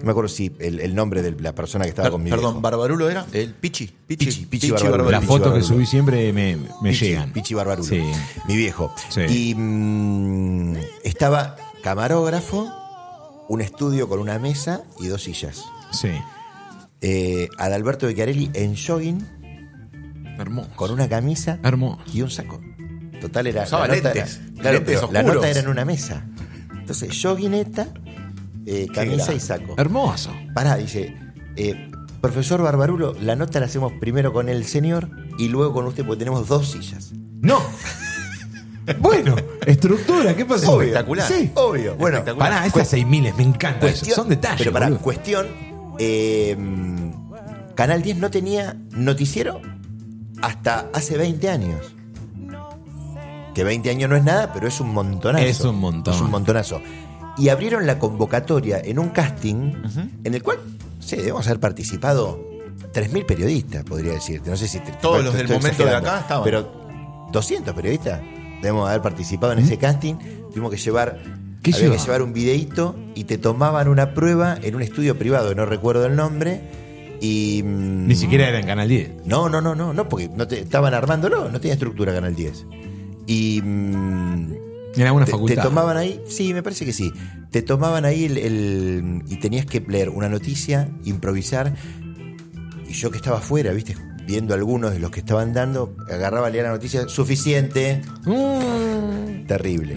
Speaker 3: no me acuerdo si el, el nombre de la persona que estaba
Speaker 2: Per-
Speaker 3: conmigo.
Speaker 2: perdón, Barbarulo era. El Pichi. Pichi,
Speaker 3: Pichi, Pichi Barbarulo.
Speaker 1: Las
Speaker 3: Pichi
Speaker 1: fotos que
Speaker 3: Barbarulo.
Speaker 1: subí siempre me, me llegan.
Speaker 3: Pichi Barbarulo.
Speaker 1: Sí.
Speaker 3: Mi viejo.
Speaker 1: Sí.
Speaker 3: Y mm, estaba camarógrafo, un estudio con una mesa y dos sillas.
Speaker 1: Sí.
Speaker 3: Eh, Adalberto Beccarelli en jogging,
Speaker 1: Hermoso.
Speaker 3: con una camisa
Speaker 1: Hermoso.
Speaker 3: y un saco. Total era.
Speaker 2: Usaba
Speaker 3: la nota
Speaker 2: lentes,
Speaker 3: era- claro,
Speaker 2: lentes
Speaker 3: pero la
Speaker 2: oscuros.
Speaker 3: nota era en una mesa. Entonces, joggineta, eh, camisa y saco.
Speaker 1: Hermoso.
Speaker 3: Pará, dice, eh, profesor Barbarulo, la nota la hacemos primero con el señor y luego con usted, porque tenemos dos sillas.
Speaker 1: No. bueno, estructura, ¿qué pasó?
Speaker 2: Obvio. Espectacular.
Speaker 1: Sí.
Speaker 3: Obvio. Bueno,
Speaker 2: Espectacular.
Speaker 1: Pará, esas 6000 me encanta eso.
Speaker 3: Oh, cuestión-
Speaker 1: Son detalles.
Speaker 3: Pero pará,
Speaker 1: boludo.
Speaker 3: cuestión, eh, Canal 10 no tenía noticiero hasta hace 20 años. Que 20 años no es nada, pero es un montonazo.
Speaker 1: Es un montón.
Speaker 3: Es un montonazo. Y abrieron la convocatoria en un casting en el cual, sí, debemos haber participado 3.000 periodistas, podría decirte. No sé si... te-
Speaker 2: Todos los del
Speaker 3: estoy
Speaker 2: momento de
Speaker 3: exagerando,
Speaker 2: acá estaban.
Speaker 3: Pero 200 periodistas debemos haber participado en ese casting. Tuvimos que llevar...
Speaker 1: ¿Qué
Speaker 3: había que
Speaker 1: llevaba?
Speaker 3: llevar un videíto y te tomaban una prueba en un estudio privado, no recuerdo el nombre. Y... mm,
Speaker 1: Ni siquiera era en Canal 10.
Speaker 3: no, no, no, no, no, porque no te, estaban armándolo, no tenía estructura Canal 10. Y mm,
Speaker 1: En alguna
Speaker 3: te,
Speaker 1: facultad.
Speaker 3: te tomaban ahí, sí, me parece que sí. Te tomaban ahí el, el- y tenías que leer una noticia, improvisar. Y yo que estaba afuera, viste, viendo algunos de los que estaban dando, agarraba, leía la noticia, suficiente,
Speaker 1: Mm.
Speaker 3: terrible.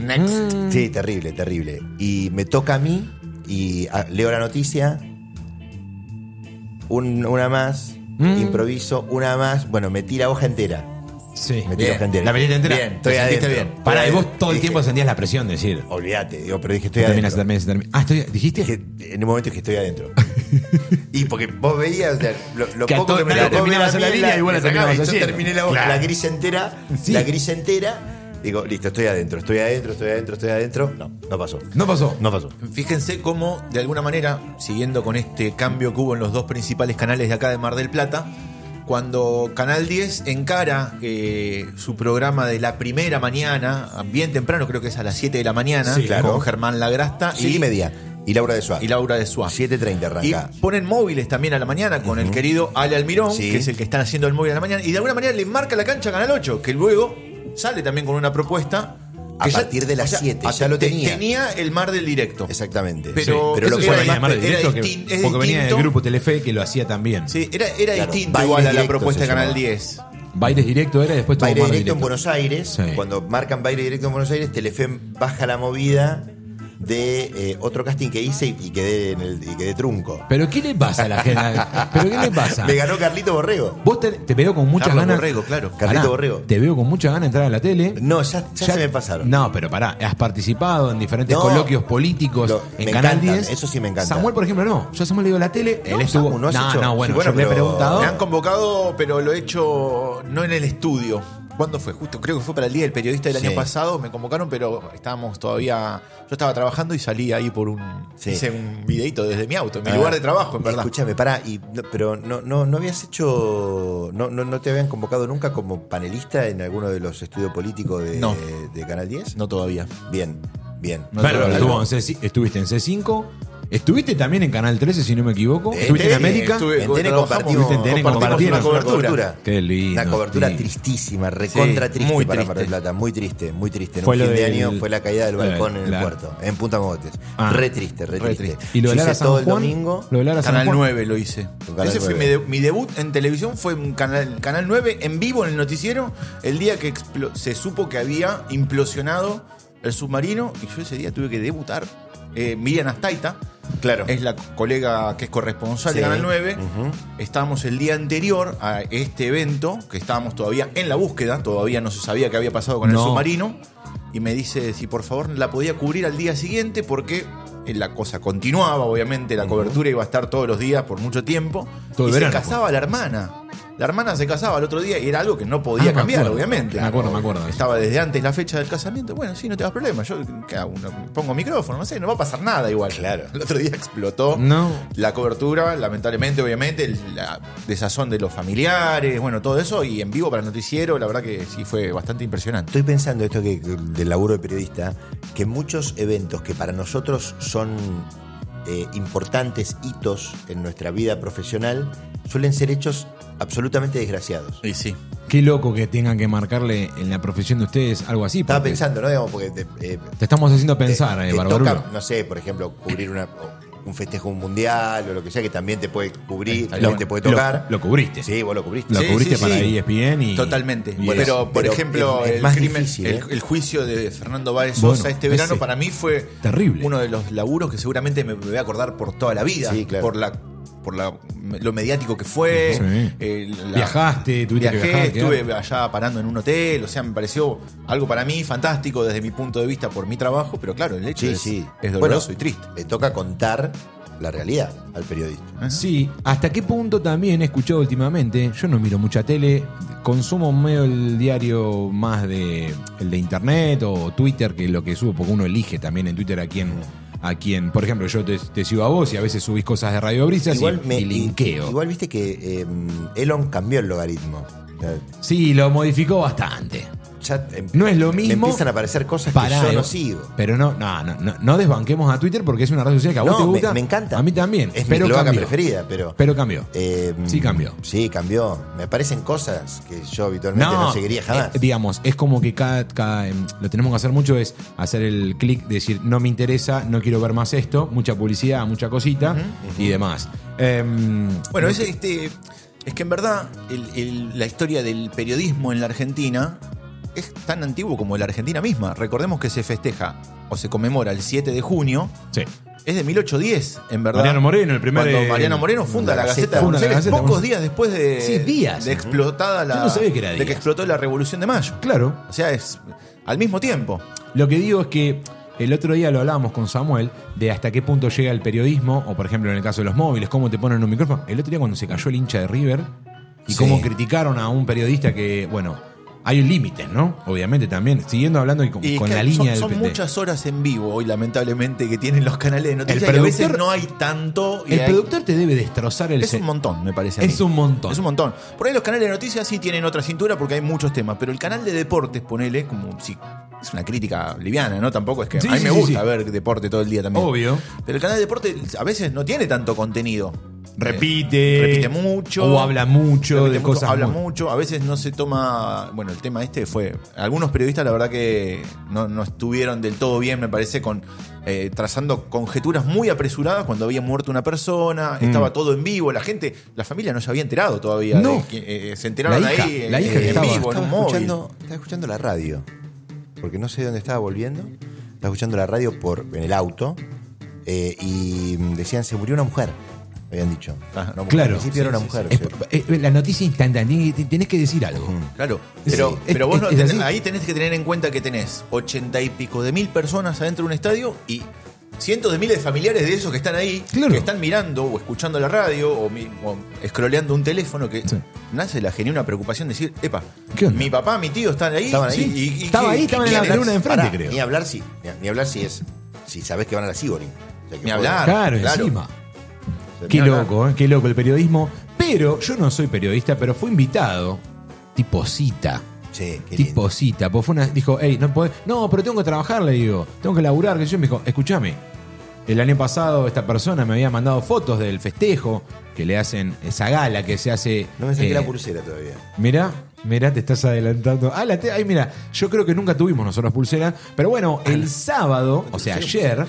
Speaker 3: Sí, terrible, terrible. Y me toca a mí y ah, leo la noticia. un- una más,
Speaker 1: Mm.
Speaker 3: improviso, una más. Bueno, me tira hoja entera.
Speaker 1: Sí.
Speaker 3: Me tiro hoja entera.
Speaker 1: La pelita entera.
Speaker 2: Bien,
Speaker 3: Estoy
Speaker 2: te sentiste
Speaker 3: adentro.
Speaker 2: bien.
Speaker 1: Pará, y
Speaker 3: Estoy
Speaker 1: vos
Speaker 3: adentro.
Speaker 1: todo el
Speaker 3: Dije,
Speaker 1: tiempo sentías la presión de decir.
Speaker 3: Olvídate, digo, pero dije, estoy
Speaker 1: Termina, se
Speaker 3: adentro.
Speaker 1: termina, se termina. Ah, estoy- ¿dijiste?
Speaker 3: Dije, en el momento que estoy adentro. y porque vos veías, o sea, lo, lo
Speaker 1: Que a
Speaker 3: poco
Speaker 1: todo-
Speaker 3: que me
Speaker 1: nadie
Speaker 3: tocó
Speaker 1: terminabas
Speaker 3: ver a
Speaker 1: la
Speaker 3: mí,
Speaker 1: línea y vos la
Speaker 3: me sacaba,
Speaker 1: terminabas
Speaker 3: y yo
Speaker 1: haciendo.
Speaker 3: terminé la,
Speaker 1: Claro.
Speaker 3: la gris entera,
Speaker 1: Sí.
Speaker 3: la gris entera, Digo, listo, estoy adentro, estoy adentro, estoy adentro, estoy adentro. No, no pasó.
Speaker 1: No pasó.
Speaker 3: No pasó.
Speaker 2: Fíjense cómo, de alguna manera, siguiendo con este cambio que hubo en los dos principales canales de acá de Mar del Plata, cuando Canal 10 encara eh, su programa de la primera mañana, bien temprano, creo que es a las 7 de la mañana,
Speaker 3: Sí, claro.
Speaker 2: con Germán Lagrasta
Speaker 3: Siete y media. Y Laura de Suárez.
Speaker 2: y Laura de Suárez.
Speaker 3: 7.30
Speaker 2: Y
Speaker 3: arranca.
Speaker 2: ponen móviles también a la mañana con el querido Ale Almirón,
Speaker 3: Sí.
Speaker 2: que es el que están haciendo el móvil a la mañana, y de alguna manera le marca la cancha a Canal 8, que luego sale también con una propuesta.
Speaker 3: A
Speaker 2: que
Speaker 3: partir de las siete,
Speaker 2: a-
Speaker 3: ya lo
Speaker 2: te-
Speaker 3: tenía.
Speaker 2: Tenía el mar del directo.
Speaker 3: Exactamente.
Speaker 2: Pero-
Speaker 3: Sí,
Speaker 2: eso fue
Speaker 3: lo cual-
Speaker 2: la
Speaker 1: pueden llamar
Speaker 2: era
Speaker 1: directo, que-
Speaker 2: distin- es
Speaker 1: porque venía del
Speaker 2: distinto.
Speaker 1: grupo Telefe que lo hacía también.
Speaker 2: Sí, era, era
Speaker 3: Claro,
Speaker 2: distinto
Speaker 3: bailes
Speaker 2: igual a la
Speaker 3: directos
Speaker 2: propuesta de
Speaker 3: se
Speaker 2: Canal
Speaker 3: llamaba.
Speaker 2: 10.
Speaker 1: Bailes directo era y después tuvo
Speaker 3: Baile
Speaker 1: Mar
Speaker 3: directo,
Speaker 1: Directo.
Speaker 3: en Buenos Aires.
Speaker 1: Sí.
Speaker 3: Cuando marcan baile directo en Buenos Aires, Telefe baja la movida de eh, otro casting que hice y, y quedé en el, y quedé trunco.
Speaker 1: Pero ¿qué le pasa a la gente? ¿Pero qué le pasa?
Speaker 3: Me ganó Carlito Borrego.
Speaker 1: Vos te, te veo con muchas
Speaker 2: Carlos
Speaker 1: ganas.
Speaker 2: Borrego, claro.
Speaker 3: Carlito
Speaker 1: Pará,
Speaker 3: Borrego.
Speaker 1: Te veo con muchas ganas de entrar a la tele.
Speaker 3: No, ya, ya se me pasaron.
Speaker 1: No, pero pará, has participado en diferentes
Speaker 3: No.
Speaker 1: coloquios políticos
Speaker 3: Lo-
Speaker 1: en
Speaker 3: me
Speaker 1: Canal
Speaker 3: encantan,
Speaker 1: 10.
Speaker 3: eso sí me encanta.
Speaker 1: Samuel, por ejemplo, no. Yo a Samuel le digo la tele, él
Speaker 3: No,
Speaker 1: estuvo.
Speaker 3: Samu, no has hecho-
Speaker 1: bueno,
Speaker 3: sí, bueno,
Speaker 1: yo le he
Speaker 3: pero-
Speaker 1: preguntado.
Speaker 2: Me han convocado, pero lo he hecho no en el estudio. ¿Cuándo fue? Justo, creo que fue para el Día del Periodista del
Speaker 3: Sí.
Speaker 2: año pasado. Me convocaron, pero estábamos todavía. Yo estaba trabajando y salí ahí por un.
Speaker 3: Sí.
Speaker 2: Hice un videito desde mi auto, en mi
Speaker 3: Ah,
Speaker 2: lugar de trabajo, en verdad.
Speaker 3: Escúchame, pará, y, no, pero no, no, no habías hecho. No, no, no te habían convocado nunca como panelista en alguno de los estudios políticos de,
Speaker 2: No.
Speaker 3: de Canal 10?
Speaker 2: No todavía.
Speaker 3: Bien, bien.
Speaker 2: No,
Speaker 1: Bárbaro,
Speaker 2: no,
Speaker 1: estuvo
Speaker 2: no.
Speaker 1: en C- estuviste en C5. Estuviste también en Canal 13, si no me equivoco.
Speaker 3: Eh,
Speaker 1: Estuviste en
Speaker 3: Tele,
Speaker 1: América.
Speaker 2: estuve-
Speaker 3: En Tene
Speaker 2: trabajamos,
Speaker 3: compartimos,
Speaker 1: viste, en Tene
Speaker 3: compartimos una
Speaker 2: compartieron.
Speaker 3: cobertura.
Speaker 1: Qué lindo,
Speaker 3: Una cobertura
Speaker 1: tío.
Speaker 3: tristísima, recontra
Speaker 2: Sí,
Speaker 3: triste
Speaker 2: muy
Speaker 3: para
Speaker 2: triste.
Speaker 3: Mar del Plata. Muy triste, muy triste. En
Speaker 1: Fue
Speaker 3: un
Speaker 1: lo
Speaker 3: fin de
Speaker 1: del-
Speaker 3: año fue la caída del
Speaker 1: Claro,
Speaker 3: balcón en el
Speaker 1: claro.
Speaker 3: puerto, en Punta Mogotes.
Speaker 1: Ah.
Speaker 3: re triste, re,
Speaker 2: Re
Speaker 3: triste.
Speaker 1: Y lo de
Speaker 3: Yo
Speaker 1: Lara
Speaker 3: hice todo
Speaker 1: San
Speaker 3: el
Speaker 1: Juan.
Speaker 3: domingo.
Speaker 1: Lo de Lara San
Speaker 2: Canal
Speaker 1: Juan.
Speaker 2: 9 lo hice.
Speaker 3: Canal
Speaker 2: Ese fue mi,
Speaker 3: 9.
Speaker 2: de- mi debut en televisión, fue en Canal, Canal 9 en vivo en el noticiero, el día que explo- se supo que había implosionado el submarino y yo ese día tuve que debutar. Eh, Miriam Astaita,
Speaker 3: Claro.
Speaker 2: es la colega que es corresponsal de
Speaker 3: Sí.
Speaker 2: Canal 9. Estábamos el día anterior a este evento, que estábamos todavía en la búsqueda, todavía no se sabía qué había pasado con
Speaker 1: No.
Speaker 2: el submarino. Y me dice si por favor la podía cubrir al día siguiente, porque eh, la cosa continuaba, obviamente, la cobertura iba a estar todos los días por mucho tiempo.
Speaker 1: Todo
Speaker 2: y
Speaker 1: el verano, pues.
Speaker 2: se casaba la hermana. La hermana se casaba el otro día y era algo que no
Speaker 1: Ah,
Speaker 2: podía
Speaker 1: me
Speaker 2: cambiar,
Speaker 1: acuerdo.
Speaker 2: obviamente.
Speaker 1: Me acuerdo, me acuerdo.
Speaker 2: Estaba desde antes la fecha del casamiento. Bueno, sí, no te das problema. Yo ¿qué hago? No- pongo micrófono, no sé, no va a pasar nada igual. Claro. El otro día explotó
Speaker 1: No.
Speaker 2: la cobertura, lamentablemente, obviamente, el- la desazón de los familiares, bueno, todo eso, y en vivo para el noticiero, la verdad que sí fue bastante impresionante.
Speaker 3: Estoy pensando esto que del laburo de periodista, que muchos eventos que para nosotros son eh, importantes hitos en nuestra vida profesional suelen ser hechos absolutamente desgraciados.
Speaker 2: Y sí.
Speaker 1: Qué loco que tengan que marcarle en la profesión de ustedes algo así.
Speaker 3: Estaba
Speaker 1: porque
Speaker 3: pensando, ¿no? Digamos, porque te, eh,
Speaker 1: Te estamos haciendo pensar,
Speaker 3: te-
Speaker 1: eh,
Speaker 3: te
Speaker 1: Barbarulo.
Speaker 3: toca, no sé, por ejemplo, cubrir una- un festejo, un mundial o lo que sea, que también te puede cubrir,
Speaker 2: Está
Speaker 3: también
Speaker 2: bien.
Speaker 3: te Este, puede
Speaker 1: Lo-
Speaker 3: tocar.
Speaker 1: Lo, cubriste.
Speaker 3: sí, vos lo cubriste.
Speaker 1: Lo
Speaker 2: Sí,
Speaker 1: cubriste
Speaker 2: sí,
Speaker 1: para E
Speaker 2: sí.
Speaker 1: ESPN y.
Speaker 2: Totalmente.
Speaker 1: y
Speaker 2: pero,
Speaker 1: eso.
Speaker 3: Bueno,
Speaker 2: por
Speaker 3: pero
Speaker 2: ejemplo,
Speaker 3: es- es
Speaker 2: el,
Speaker 3: más
Speaker 2: crimen-
Speaker 3: difícil,
Speaker 2: el,
Speaker 3: ¿eh?
Speaker 2: el juicio de Fernando Báez Sosa
Speaker 1: Bueno,
Speaker 2: este verano
Speaker 1: ese-
Speaker 2: para mí fue
Speaker 1: terrible.
Speaker 2: uno de los laburos que seguramente me voy a acordar por toda la vida.
Speaker 3: Sí, claro.
Speaker 2: Por la por la- lo mediático que fue.
Speaker 1: Sí.
Speaker 2: eh, la-
Speaker 1: Viajaste, tuviste que
Speaker 2: viajé,
Speaker 1: viajar, quedar.
Speaker 2: estuve allá parando en un hotel. O sea, me pareció algo para mí fantástico desde mi punto de vista por mi trabajo. Pero claro, el hecho
Speaker 3: Sí,
Speaker 2: es,
Speaker 3: sí.
Speaker 2: es doloroso
Speaker 3: Bueno,
Speaker 2: y triste.
Speaker 3: Le toca contar la realidad al periodista.
Speaker 2: ¿eh?
Speaker 1: Sí, hasta qué punto también he escuchado últimamente, yo no miro mucha tele, consumo medio el diario más de el de internet o Twitter que lo que subo, porque uno elige también en Twitter a quién, a quién, por ejemplo, yo te, te sigo a vos y a veces subís cosas de Radio Brisas
Speaker 3: Igual
Speaker 1: y,
Speaker 3: me-
Speaker 1: y linkeo.
Speaker 3: Igual viste que eh, Elon cambió el logaritmo. O sea,
Speaker 1: Sí, lo modificó bastante.
Speaker 3: Ya em-
Speaker 1: No es lo
Speaker 3: me
Speaker 1: mismo.
Speaker 3: empiezan a aparecer cosas
Speaker 1: Pará,
Speaker 3: que yo no
Speaker 1: digo,
Speaker 3: sigo.
Speaker 1: Pero no, no, no, no, no desbanquemos a Twitter porque es una red social que a vos
Speaker 3: No,
Speaker 1: te
Speaker 3: me-
Speaker 1: gusta.
Speaker 3: me, encanta.
Speaker 1: A mí también.
Speaker 3: Es
Speaker 1: pero
Speaker 3: mi cloaca
Speaker 1: cambió.
Speaker 3: preferida, pero.
Speaker 1: Pero cambió.
Speaker 3: eh,
Speaker 1: Sí, cambió.
Speaker 3: Sí, cambió. Me aparecen cosas que yo habitualmente no,
Speaker 1: No,
Speaker 3: seguiría jamás.
Speaker 1: eh, digamos, es como que cada, cada, em, lo tenemos que hacer mucho es hacer el clic, decir, no me interesa, no quiero ver más esto, mucha publicidad, mucha cosita y demás. Em,
Speaker 2: Bueno, es, este, es que en verdad el- el- la historia del periodismo en la Argentina es tan antiguo como la Argentina misma. Recordemos que se festeja o se conmemora el 7 de junio.
Speaker 1: sí.
Speaker 2: Es de 1810, en verdad.
Speaker 1: Mariano Moreno, el primer,
Speaker 2: Cuando
Speaker 1: eh,
Speaker 2: Mariano Moreno funda la, Gaceta, de
Speaker 1: Funda
Speaker 2: Buenos
Speaker 1: la
Speaker 2: Aires,
Speaker 1: Gaceta,
Speaker 2: pocos
Speaker 1: Buenos-
Speaker 2: días después de,
Speaker 1: Sí, días.
Speaker 2: de explotada la,
Speaker 1: Yo no sabía que era
Speaker 2: de
Speaker 1: días.
Speaker 2: que explotó la Revolución de Mayo.
Speaker 1: Claro.
Speaker 2: O sea, es al mismo tiempo.
Speaker 1: Lo que digo es que el otro día lo hablábamos con Samuel de hasta qué punto llega el periodismo, o por ejemplo en el caso de los móviles, cómo te ponen un micrófono. El otro día cuando se cayó el hincha de River y
Speaker 3: Sí.
Speaker 1: cómo criticaron a un periodista que, bueno, hay límites, ¿no? Obviamente también, siguiendo hablando y con,
Speaker 2: Y es
Speaker 1: con
Speaker 2: que
Speaker 1: la
Speaker 2: son-
Speaker 1: línea
Speaker 2: son,
Speaker 1: del PT.
Speaker 2: muchas horas en vivo hoy, lamentablemente, que tienen los canales de noticias.
Speaker 1: El
Speaker 2: y a veces
Speaker 1: productor-
Speaker 2: no hay tanto. y
Speaker 1: El
Speaker 2: hay-
Speaker 1: productor te debe destrozar el
Speaker 2: es un
Speaker 1: ce-
Speaker 2: montón, me parece. a
Speaker 1: Es
Speaker 2: mí.
Speaker 1: un montón.
Speaker 2: Es un montón. Por ahí los canales de noticias sí tienen otra cintura porque hay muchos temas, pero el canal de deportes, ponele, como si. Es una crítica liviana, ¿no? Tampoco es que.
Speaker 1: Sí,
Speaker 2: a mí
Speaker 1: sí,
Speaker 2: me
Speaker 1: sí,
Speaker 2: gusta
Speaker 1: sí.
Speaker 2: ver deporte todo el día también.
Speaker 1: Obvio.
Speaker 2: Pero el canal de deporte a veces no tiene tanto contenido.
Speaker 1: Repite.
Speaker 2: Eh, repite mucho.
Speaker 1: O habla mucho
Speaker 2: Repite
Speaker 1: de
Speaker 2: mucho,
Speaker 1: cosas.
Speaker 2: Habla
Speaker 1: muy-
Speaker 2: mucho, a veces no se toma. Bueno, el tema este fue. Algunos periodistas, la verdad, que no, no estuvieron del todo bien, me parece, con eh, trazando conjeturas muy apresuradas cuando había muerto una persona,
Speaker 1: Mm.
Speaker 2: estaba todo en vivo, la gente, la familia no se había enterado todavía. de
Speaker 1: No.
Speaker 2: que, eh, se enteraron
Speaker 1: La hija,
Speaker 2: ahí
Speaker 1: la
Speaker 2: eh,
Speaker 1: hija
Speaker 2: en
Speaker 1: que estaba-
Speaker 2: vivo, en
Speaker 3: estaba
Speaker 2: un móvil.
Speaker 3: escuchando, estaba escuchando la radio. Porque no sé de dónde estaba volviendo. Estaba escuchando la radio por, en el auto. eh, y decían, se murió una mujer. Habían dicho.
Speaker 2: Ah, no,
Speaker 1: Claro.
Speaker 3: Al principio era una mujer.
Speaker 1: Es-
Speaker 3: o sea.
Speaker 1: es- la noticia instantánea, te- tenés que decir algo.
Speaker 2: Claro,
Speaker 1: Sí,
Speaker 2: pero,
Speaker 1: es-
Speaker 2: pero vos
Speaker 1: es-
Speaker 2: no
Speaker 1: es
Speaker 2: tenés-
Speaker 1: así.
Speaker 2: ahí tenés que tener en cuenta que tenés ochenta y pico de mil personas adentro de un estadio y cientos de miles de familiares de esos que están ahí,
Speaker 1: Claro.
Speaker 2: que están mirando o escuchando la radio o, mi- o scrolleando un teléfono que
Speaker 1: Sí.
Speaker 2: nace la genuina preocupación de decir, epa,
Speaker 1: ¿Qué onda?
Speaker 2: mi papá, mi tío están ahí.
Speaker 3: Estaban ahí.
Speaker 2: y- y- y-
Speaker 1: Estaba ahí, estaban en la
Speaker 2: ¿quién es?
Speaker 1: tribuna de enfrente,
Speaker 3: Pará,
Speaker 1: creo.
Speaker 3: Ni hablar si, ni, ni hablar si es. Si sabés que van a la Sibori. O sea, que
Speaker 2: Ni
Speaker 3: joder,
Speaker 2: hablar.
Speaker 1: Claro,
Speaker 2: claro.
Speaker 1: encima.
Speaker 3: o sea,
Speaker 1: Qué
Speaker 3: ni hablar.
Speaker 1: loco, ¿eh? qué loco el periodismo. Pero yo no soy periodista, pero fue invitado, tipo cita.
Speaker 3: Sí, qué lindo.
Speaker 1: tipo cita. Porque fue una, dijo, hey, no podés. No, pero tengo que trabajar, le digo. Tengo que laburar. Que yo me dijo, escúchame. El año pasado esta persona me había mandado fotos del festejo que le hacen esa gala que se hace.
Speaker 3: No me saqué
Speaker 1: eh,
Speaker 3: la pulsera todavía.
Speaker 1: Mirá, mirá, te estás adelantando. Ah, la te- ay, mira, yo creo que nunca tuvimos nosotros pulseras. Pero bueno,
Speaker 3: Ah,
Speaker 1: el sábado, o sea, ayer,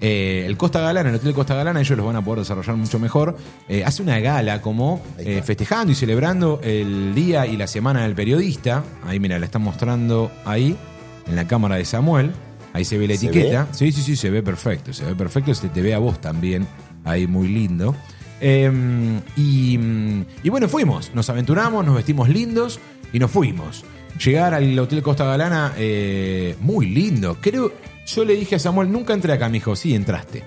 Speaker 1: eh, el Costa Galana, el Hotel Costa Galana, ellos los van a poder desarrollar mucho mejor. eh, hace una gala como
Speaker 3: Ahí
Speaker 1: eh,
Speaker 3: está.
Speaker 1: festejando y celebrando el día y la semana del periodista. Ahí, mira, la están mostrando ahí, en la cámara de Samuel. Ahí se ve la
Speaker 3: ¿Se
Speaker 1: etiqueta. Sí, sí, sí, se ve perfecto, se ve perfecto, se te ve a vos también, ahí muy lindo. Eh, y, y bueno, fuimos, nos aventuramos, nos vestimos lindos y nos fuimos. Llegar al Hotel Costa Galana, eh, muy lindo. Creo, yo le dije a Samuel, nunca entré acá, me dijo, sí, entraste.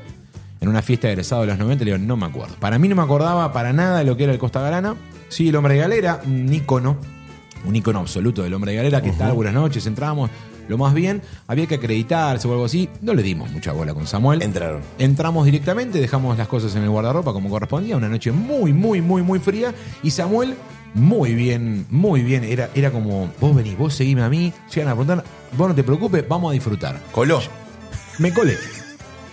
Speaker 1: En una fiesta de egresado de los 90, le digo, no me acuerdo. Para mí no me acordaba para nada de lo que era el Costa Galana. Sí, el hombre de galera, un ícono un icono absoluto del hombre de galera que está buenas noches, entramos, lo más bien, había que acreditarse o algo así, no le dimos mucha bola con Samuel.
Speaker 3: Entraron.
Speaker 1: Entramos directamente, dejamos las cosas en el guardarropa como correspondía, una noche muy, muy, muy, muy fría. Y Samuel, muy bien, muy bien. Era, era como, vos venís, vos seguime a mí, llegan a preguntar, vos no te preocupes, vamos a disfrutar.
Speaker 2: Coló.
Speaker 1: Me colé.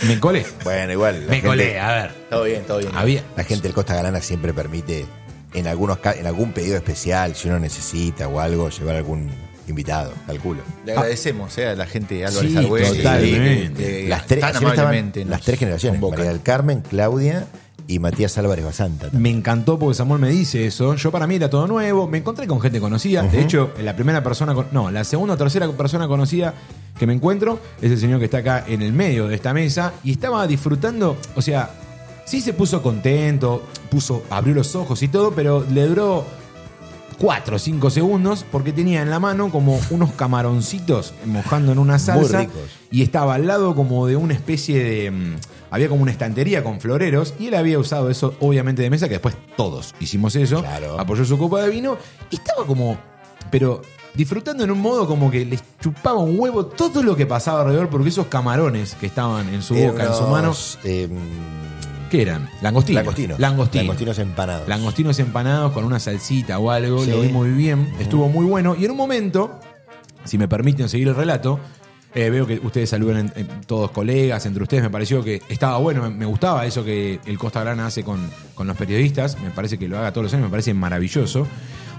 Speaker 1: Me colé.
Speaker 3: Bueno, igual. la
Speaker 1: Me
Speaker 3: gente-
Speaker 1: colé, a ver.
Speaker 2: Todo bien, todo bien.
Speaker 1: Había.
Speaker 3: La gente del Costa Galana siempre permite, en algunos ca- en algún pedido especial, si uno necesita o algo, llevar algún invitado, calculo.
Speaker 2: Le agradecemos eh, a la gente de Álvarez
Speaker 1: Ah. Sí,
Speaker 2: Argüello,
Speaker 1: totalmente.
Speaker 2: que, eh,
Speaker 3: las tres,
Speaker 2: tan
Speaker 3: ayer estaban
Speaker 2: amablemente
Speaker 3: las
Speaker 2: nos
Speaker 3: tres generaciones,
Speaker 2: convocan.
Speaker 3: María del Carmen, Claudia y Matías Álvarez Basanta. también.
Speaker 1: Me encantó porque Samuel me dice eso. Yo para mí era todo nuevo. Me encontré con gente conocida. De hecho, la primera persona, con- no, la segunda o tercera persona conocida que me encuentro es el señor que está acá en el medio de esta mesa y estaba disfrutando, o sea, sí se puso contento, puso, abrió los ojos y todo, pero le duró 4 o 5 segundos porque tenía en la mano como unos camaroncitos mojando en una salsa
Speaker 3: ricos.
Speaker 1: y estaba al lado como de una especie de... mm, había como una estantería con floreros y él había usado eso obviamente de mesa que después todos hicimos eso.
Speaker 3: Claro.
Speaker 1: Apoyó su copa de vino y estaba como... pero disfrutando en un modo como que les chupaba un huevo todo lo que pasaba alrededor porque esos camarones que estaban en su
Speaker 3: Eran
Speaker 1: boca, en su mano,
Speaker 3: unos, eh,
Speaker 1: ¿qué eran? Langostinos.
Speaker 3: langostinos.
Speaker 1: Langostinos.
Speaker 3: Langostinos empanados.
Speaker 1: Langostinos empanados con una salsita o algo,
Speaker 3: Sí.
Speaker 1: lo vi muy bien, estuvo muy bueno. Y en un momento, si me permiten seguir el relato, eh, veo que ustedes saludan en- en todos colegas, entre ustedes, me pareció que estaba bueno, me, me gustaba eso que el Costa Grana hace con, con los periodistas, me parece que lo haga todos los años, me parece maravilloso.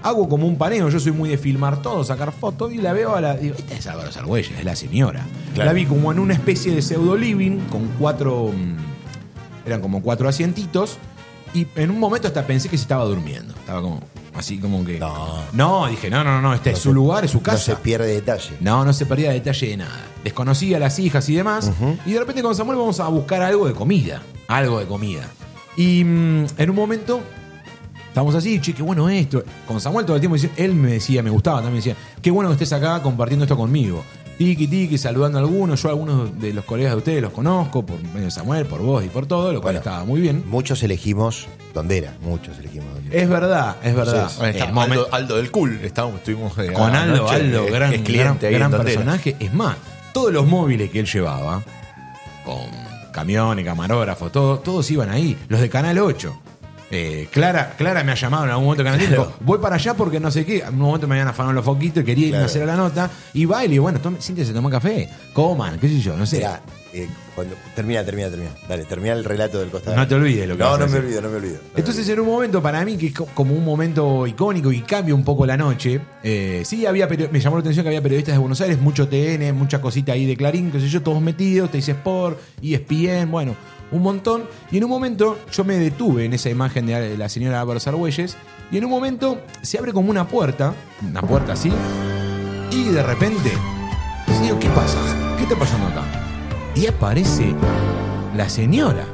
Speaker 1: Hago como un paneo, yo soy muy de filmar todo, sacar fotos y la veo a la... Digo, esta es Álvaro Sargüelles, es la señora.
Speaker 3: Claro.
Speaker 1: La vi como en una especie de pseudo living con cuatro... mm, eran como cuatro asientitos. Y en un momento hasta pensé que se estaba durmiendo. Estaba como, así como que.
Speaker 3: No.
Speaker 1: No, dije, no, no, no, este es
Speaker 3: No
Speaker 1: su
Speaker 3: se-
Speaker 1: lugar, es su
Speaker 3: No se
Speaker 1: casa.
Speaker 3: pierde detalle.
Speaker 1: No, no se perdía detalle de nada. Desconocía a las hijas y demás. Y de repente con Samuel vamos a buscar algo de comida. Algo de comida. Y mm, en un momento estamos así, che, qué bueno esto. Con Samuel todo el tiempo, dice- él me decía, me gustaba también, decía, qué bueno que estés acá compartiendo esto conmigo. Tiki, tiki, saludando a algunos. Yo a algunos de los colegas de ustedes los conozco, por medio de Samuel, por vos y por todo, lo cual
Speaker 3: Bueno.
Speaker 1: estaba muy bien.
Speaker 3: Muchos elegimos Dondera, muchos elegimos Dondera.
Speaker 1: Es verdad, es verdad.
Speaker 2: Bueno, está
Speaker 1: Eh,
Speaker 2: Aldo, Aldo del Cool, estábamos, estuvimos eh,
Speaker 1: Con Aldo,
Speaker 2: anoche,
Speaker 1: Aldo,
Speaker 2: eh,
Speaker 1: gran,
Speaker 2: es cliente
Speaker 1: gran-
Speaker 2: ahí en
Speaker 1: gran
Speaker 2: Tondera.
Speaker 1: personaje. Es más, todos los móviles que él llevaba, con camiones, camarógrafos, todo, todos iban ahí. Los de Canal 8. Eh, Clara, Clara me ha llamado en algún momento de Canal 8.
Speaker 2: Claro.
Speaker 1: dijo, Voy para allá porque no sé qué. En un momento me habían afanado los foquitos y quería irme a
Speaker 3: Claro.
Speaker 1: hacer la nota. Y va y le digo, bueno, tome, siéntese, toma café, coman, qué sé yo, no sé.
Speaker 3: Mirá, eh, cuando, termina, termina, termina. Dale, termina el relato del costado.
Speaker 1: No te olvides lo que
Speaker 3: No,
Speaker 1: vas a
Speaker 3: no me
Speaker 1: decir.
Speaker 3: olvido, no me olvido. No me
Speaker 1: Entonces en un momento para mí que es co- como un momento icónico y cambia un poco la noche, eh, sí había perio- me llamó la atención que había periodistas de Buenos Aires, mucho TN, mucha cosita ahí de Clarín, qué sé yo, todos metidos, te dice Sport, E ESPN, bueno, un montón. Y en un momento yo me detuve en esa imagen de la señora Álvaro Sargüelles y en un momento se abre como una puerta, una puerta así, y de repente, digo, ¿qué pasa? ¿Qué está pasando acá? Y aparece la señora.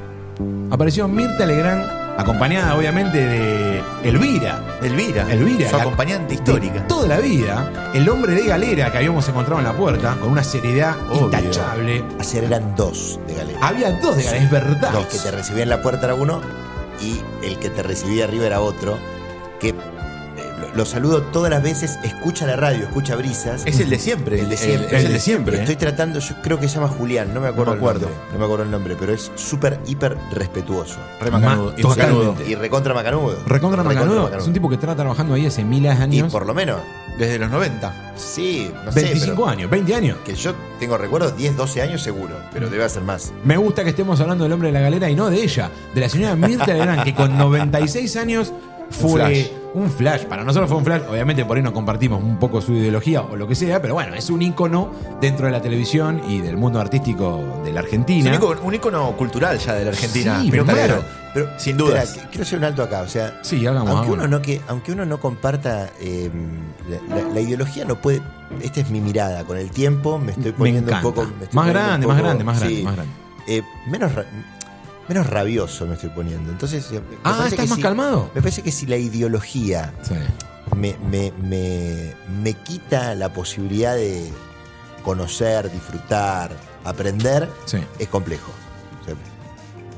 Speaker 1: Apareció Mirta Legrand, acompañada obviamente de Elvira.
Speaker 2: Elvira,
Speaker 1: Elvira,
Speaker 2: su
Speaker 1: la-
Speaker 2: acompañante
Speaker 1: De
Speaker 2: histórica.
Speaker 1: toda la vida, el hombre de galera que habíamos encontrado en la puerta, con una seriedad
Speaker 2: Obvio.
Speaker 1: intachable.
Speaker 3: olvido. Ayer eran dos de galera.
Speaker 1: Había dos de galera, es verdad.
Speaker 3: Los que te recibía en la puerta era uno y el que te recibía arriba era otro. Que eh, lo, lo saludo todas las veces, escucha la radio, escucha brisas.
Speaker 2: Es el de siempre.
Speaker 3: El de siempre.
Speaker 2: es el de
Speaker 1: ¿eh?
Speaker 2: siempre.
Speaker 3: Estoy tratando, yo creo que se llama Julián, no me acuerdo,
Speaker 2: No me acuerdo.
Speaker 3: el nombre. No me acuerdo el nombre, pero es súper, hiper respetuoso.
Speaker 2: Re macanudo,
Speaker 1: Ma-
Speaker 2: y macanudo.
Speaker 1: totalmente.
Speaker 3: Y recontra macanudo.
Speaker 1: Recontra Macanudo es un tipo que está trabajando ahí hace miles de
Speaker 3: Y
Speaker 1: años.
Speaker 3: por lo menos,
Speaker 2: Desde los 90.
Speaker 3: sí, no sé.
Speaker 1: 25
Speaker 3: pero
Speaker 1: años, 20 años.
Speaker 3: Que yo tengo recuerdos 10, 12 años seguro,
Speaker 1: Mm.
Speaker 3: pero debe hacer más.
Speaker 1: Me gusta que estemos hablando del hombre de la galera y no de ella, de la señora Mirta Legrand, que con 96 años fue un flash.
Speaker 2: flash.
Speaker 1: Para nosotros fue un flash. Obviamente por ahí no compartimos un poco su ideología o lo que sea, pero bueno, es un ícono dentro de la televisión y del mundo artístico de la
Speaker 2: Es
Speaker 1: Argentina.
Speaker 2: un icono, un icono cultural ya de la Argentina.
Speaker 1: Sí, pero
Speaker 2: Mirta
Speaker 1: claro,
Speaker 2: Legrand.
Speaker 3: Pero,
Speaker 2: Sin dudas.
Speaker 3: espera, que- quiero hacer un alto acá, o sea,
Speaker 1: Sí, hagamos.
Speaker 3: aunque
Speaker 1: hagamos.
Speaker 3: uno, no que, aunque uno no comparta eh, la, la- la ideología, no puede. Esta es mi mirada. Con el tiempo me
Speaker 1: Me
Speaker 3: estoy poniendo
Speaker 1: encanta.
Speaker 3: un poco. me estoy
Speaker 1: más,
Speaker 3: poniendo un
Speaker 1: grande, más
Speaker 3: poco-
Speaker 1: grande, más grande,
Speaker 3: sí,
Speaker 1: más grande.
Speaker 3: eh, menos, ra- menos rabioso me estoy poniendo. Entonces, eh, me
Speaker 1: Ah,
Speaker 3: parece
Speaker 1: ¿estás
Speaker 3: que
Speaker 1: más
Speaker 3: si-
Speaker 1: calmado?
Speaker 3: Me parece que si la ideología
Speaker 1: Sí.
Speaker 3: me, me- me- me quita la posibilidad de conocer, disfrutar, aprender,
Speaker 1: Sí.
Speaker 3: es complejo. O sea,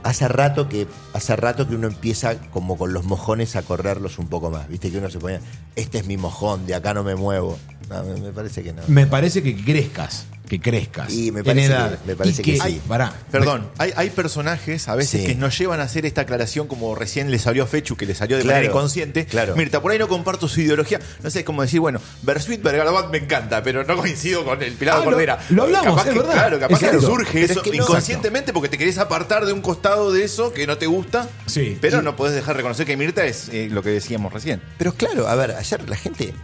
Speaker 3: hace rato que hace rato que uno empieza como con los mojones a correrlos un poco más. Viste que uno se ponía, este es mi mojón, de acá no me muevo. No, me, me parece que no.
Speaker 1: Me parece que crezcas, que crezcas.
Speaker 3: Y me
Speaker 1: en
Speaker 3: parece que-
Speaker 1: edad.
Speaker 3: me parece
Speaker 1: Y
Speaker 3: que sí.
Speaker 1: Pará.
Speaker 2: Perdón, hay, hay personajes a veces
Speaker 3: Sí.
Speaker 2: que nos llevan a hacer esta aclaración como recién le salió a Fechu, que le salió de
Speaker 3: Claro,
Speaker 2: manera inconsciente.
Speaker 3: claro.
Speaker 2: Mirta, por ahí no comparto su ideología. No sé, es como decir, bueno, Bersuit Bergarabat me encanta, pero no coincido con el Pilado
Speaker 1: Ah, lo-
Speaker 2: Cordera.
Speaker 1: lo hablamos,
Speaker 2: Capaz
Speaker 1: es
Speaker 2: que-
Speaker 1: verdad.
Speaker 2: Claro, capaz
Speaker 1: Es
Speaker 2: que
Speaker 1: cierto.
Speaker 2: surge
Speaker 3: Pero
Speaker 2: eso
Speaker 3: es que no-
Speaker 2: inconscientemente porque te querés apartar de un costado de eso que no te gusta.
Speaker 1: Sí.
Speaker 2: Pero
Speaker 1: Y-
Speaker 2: no podés dejar de reconocer que Mirta es eh, lo que decíamos recién.
Speaker 3: Pero claro, a ver, ayer la gente,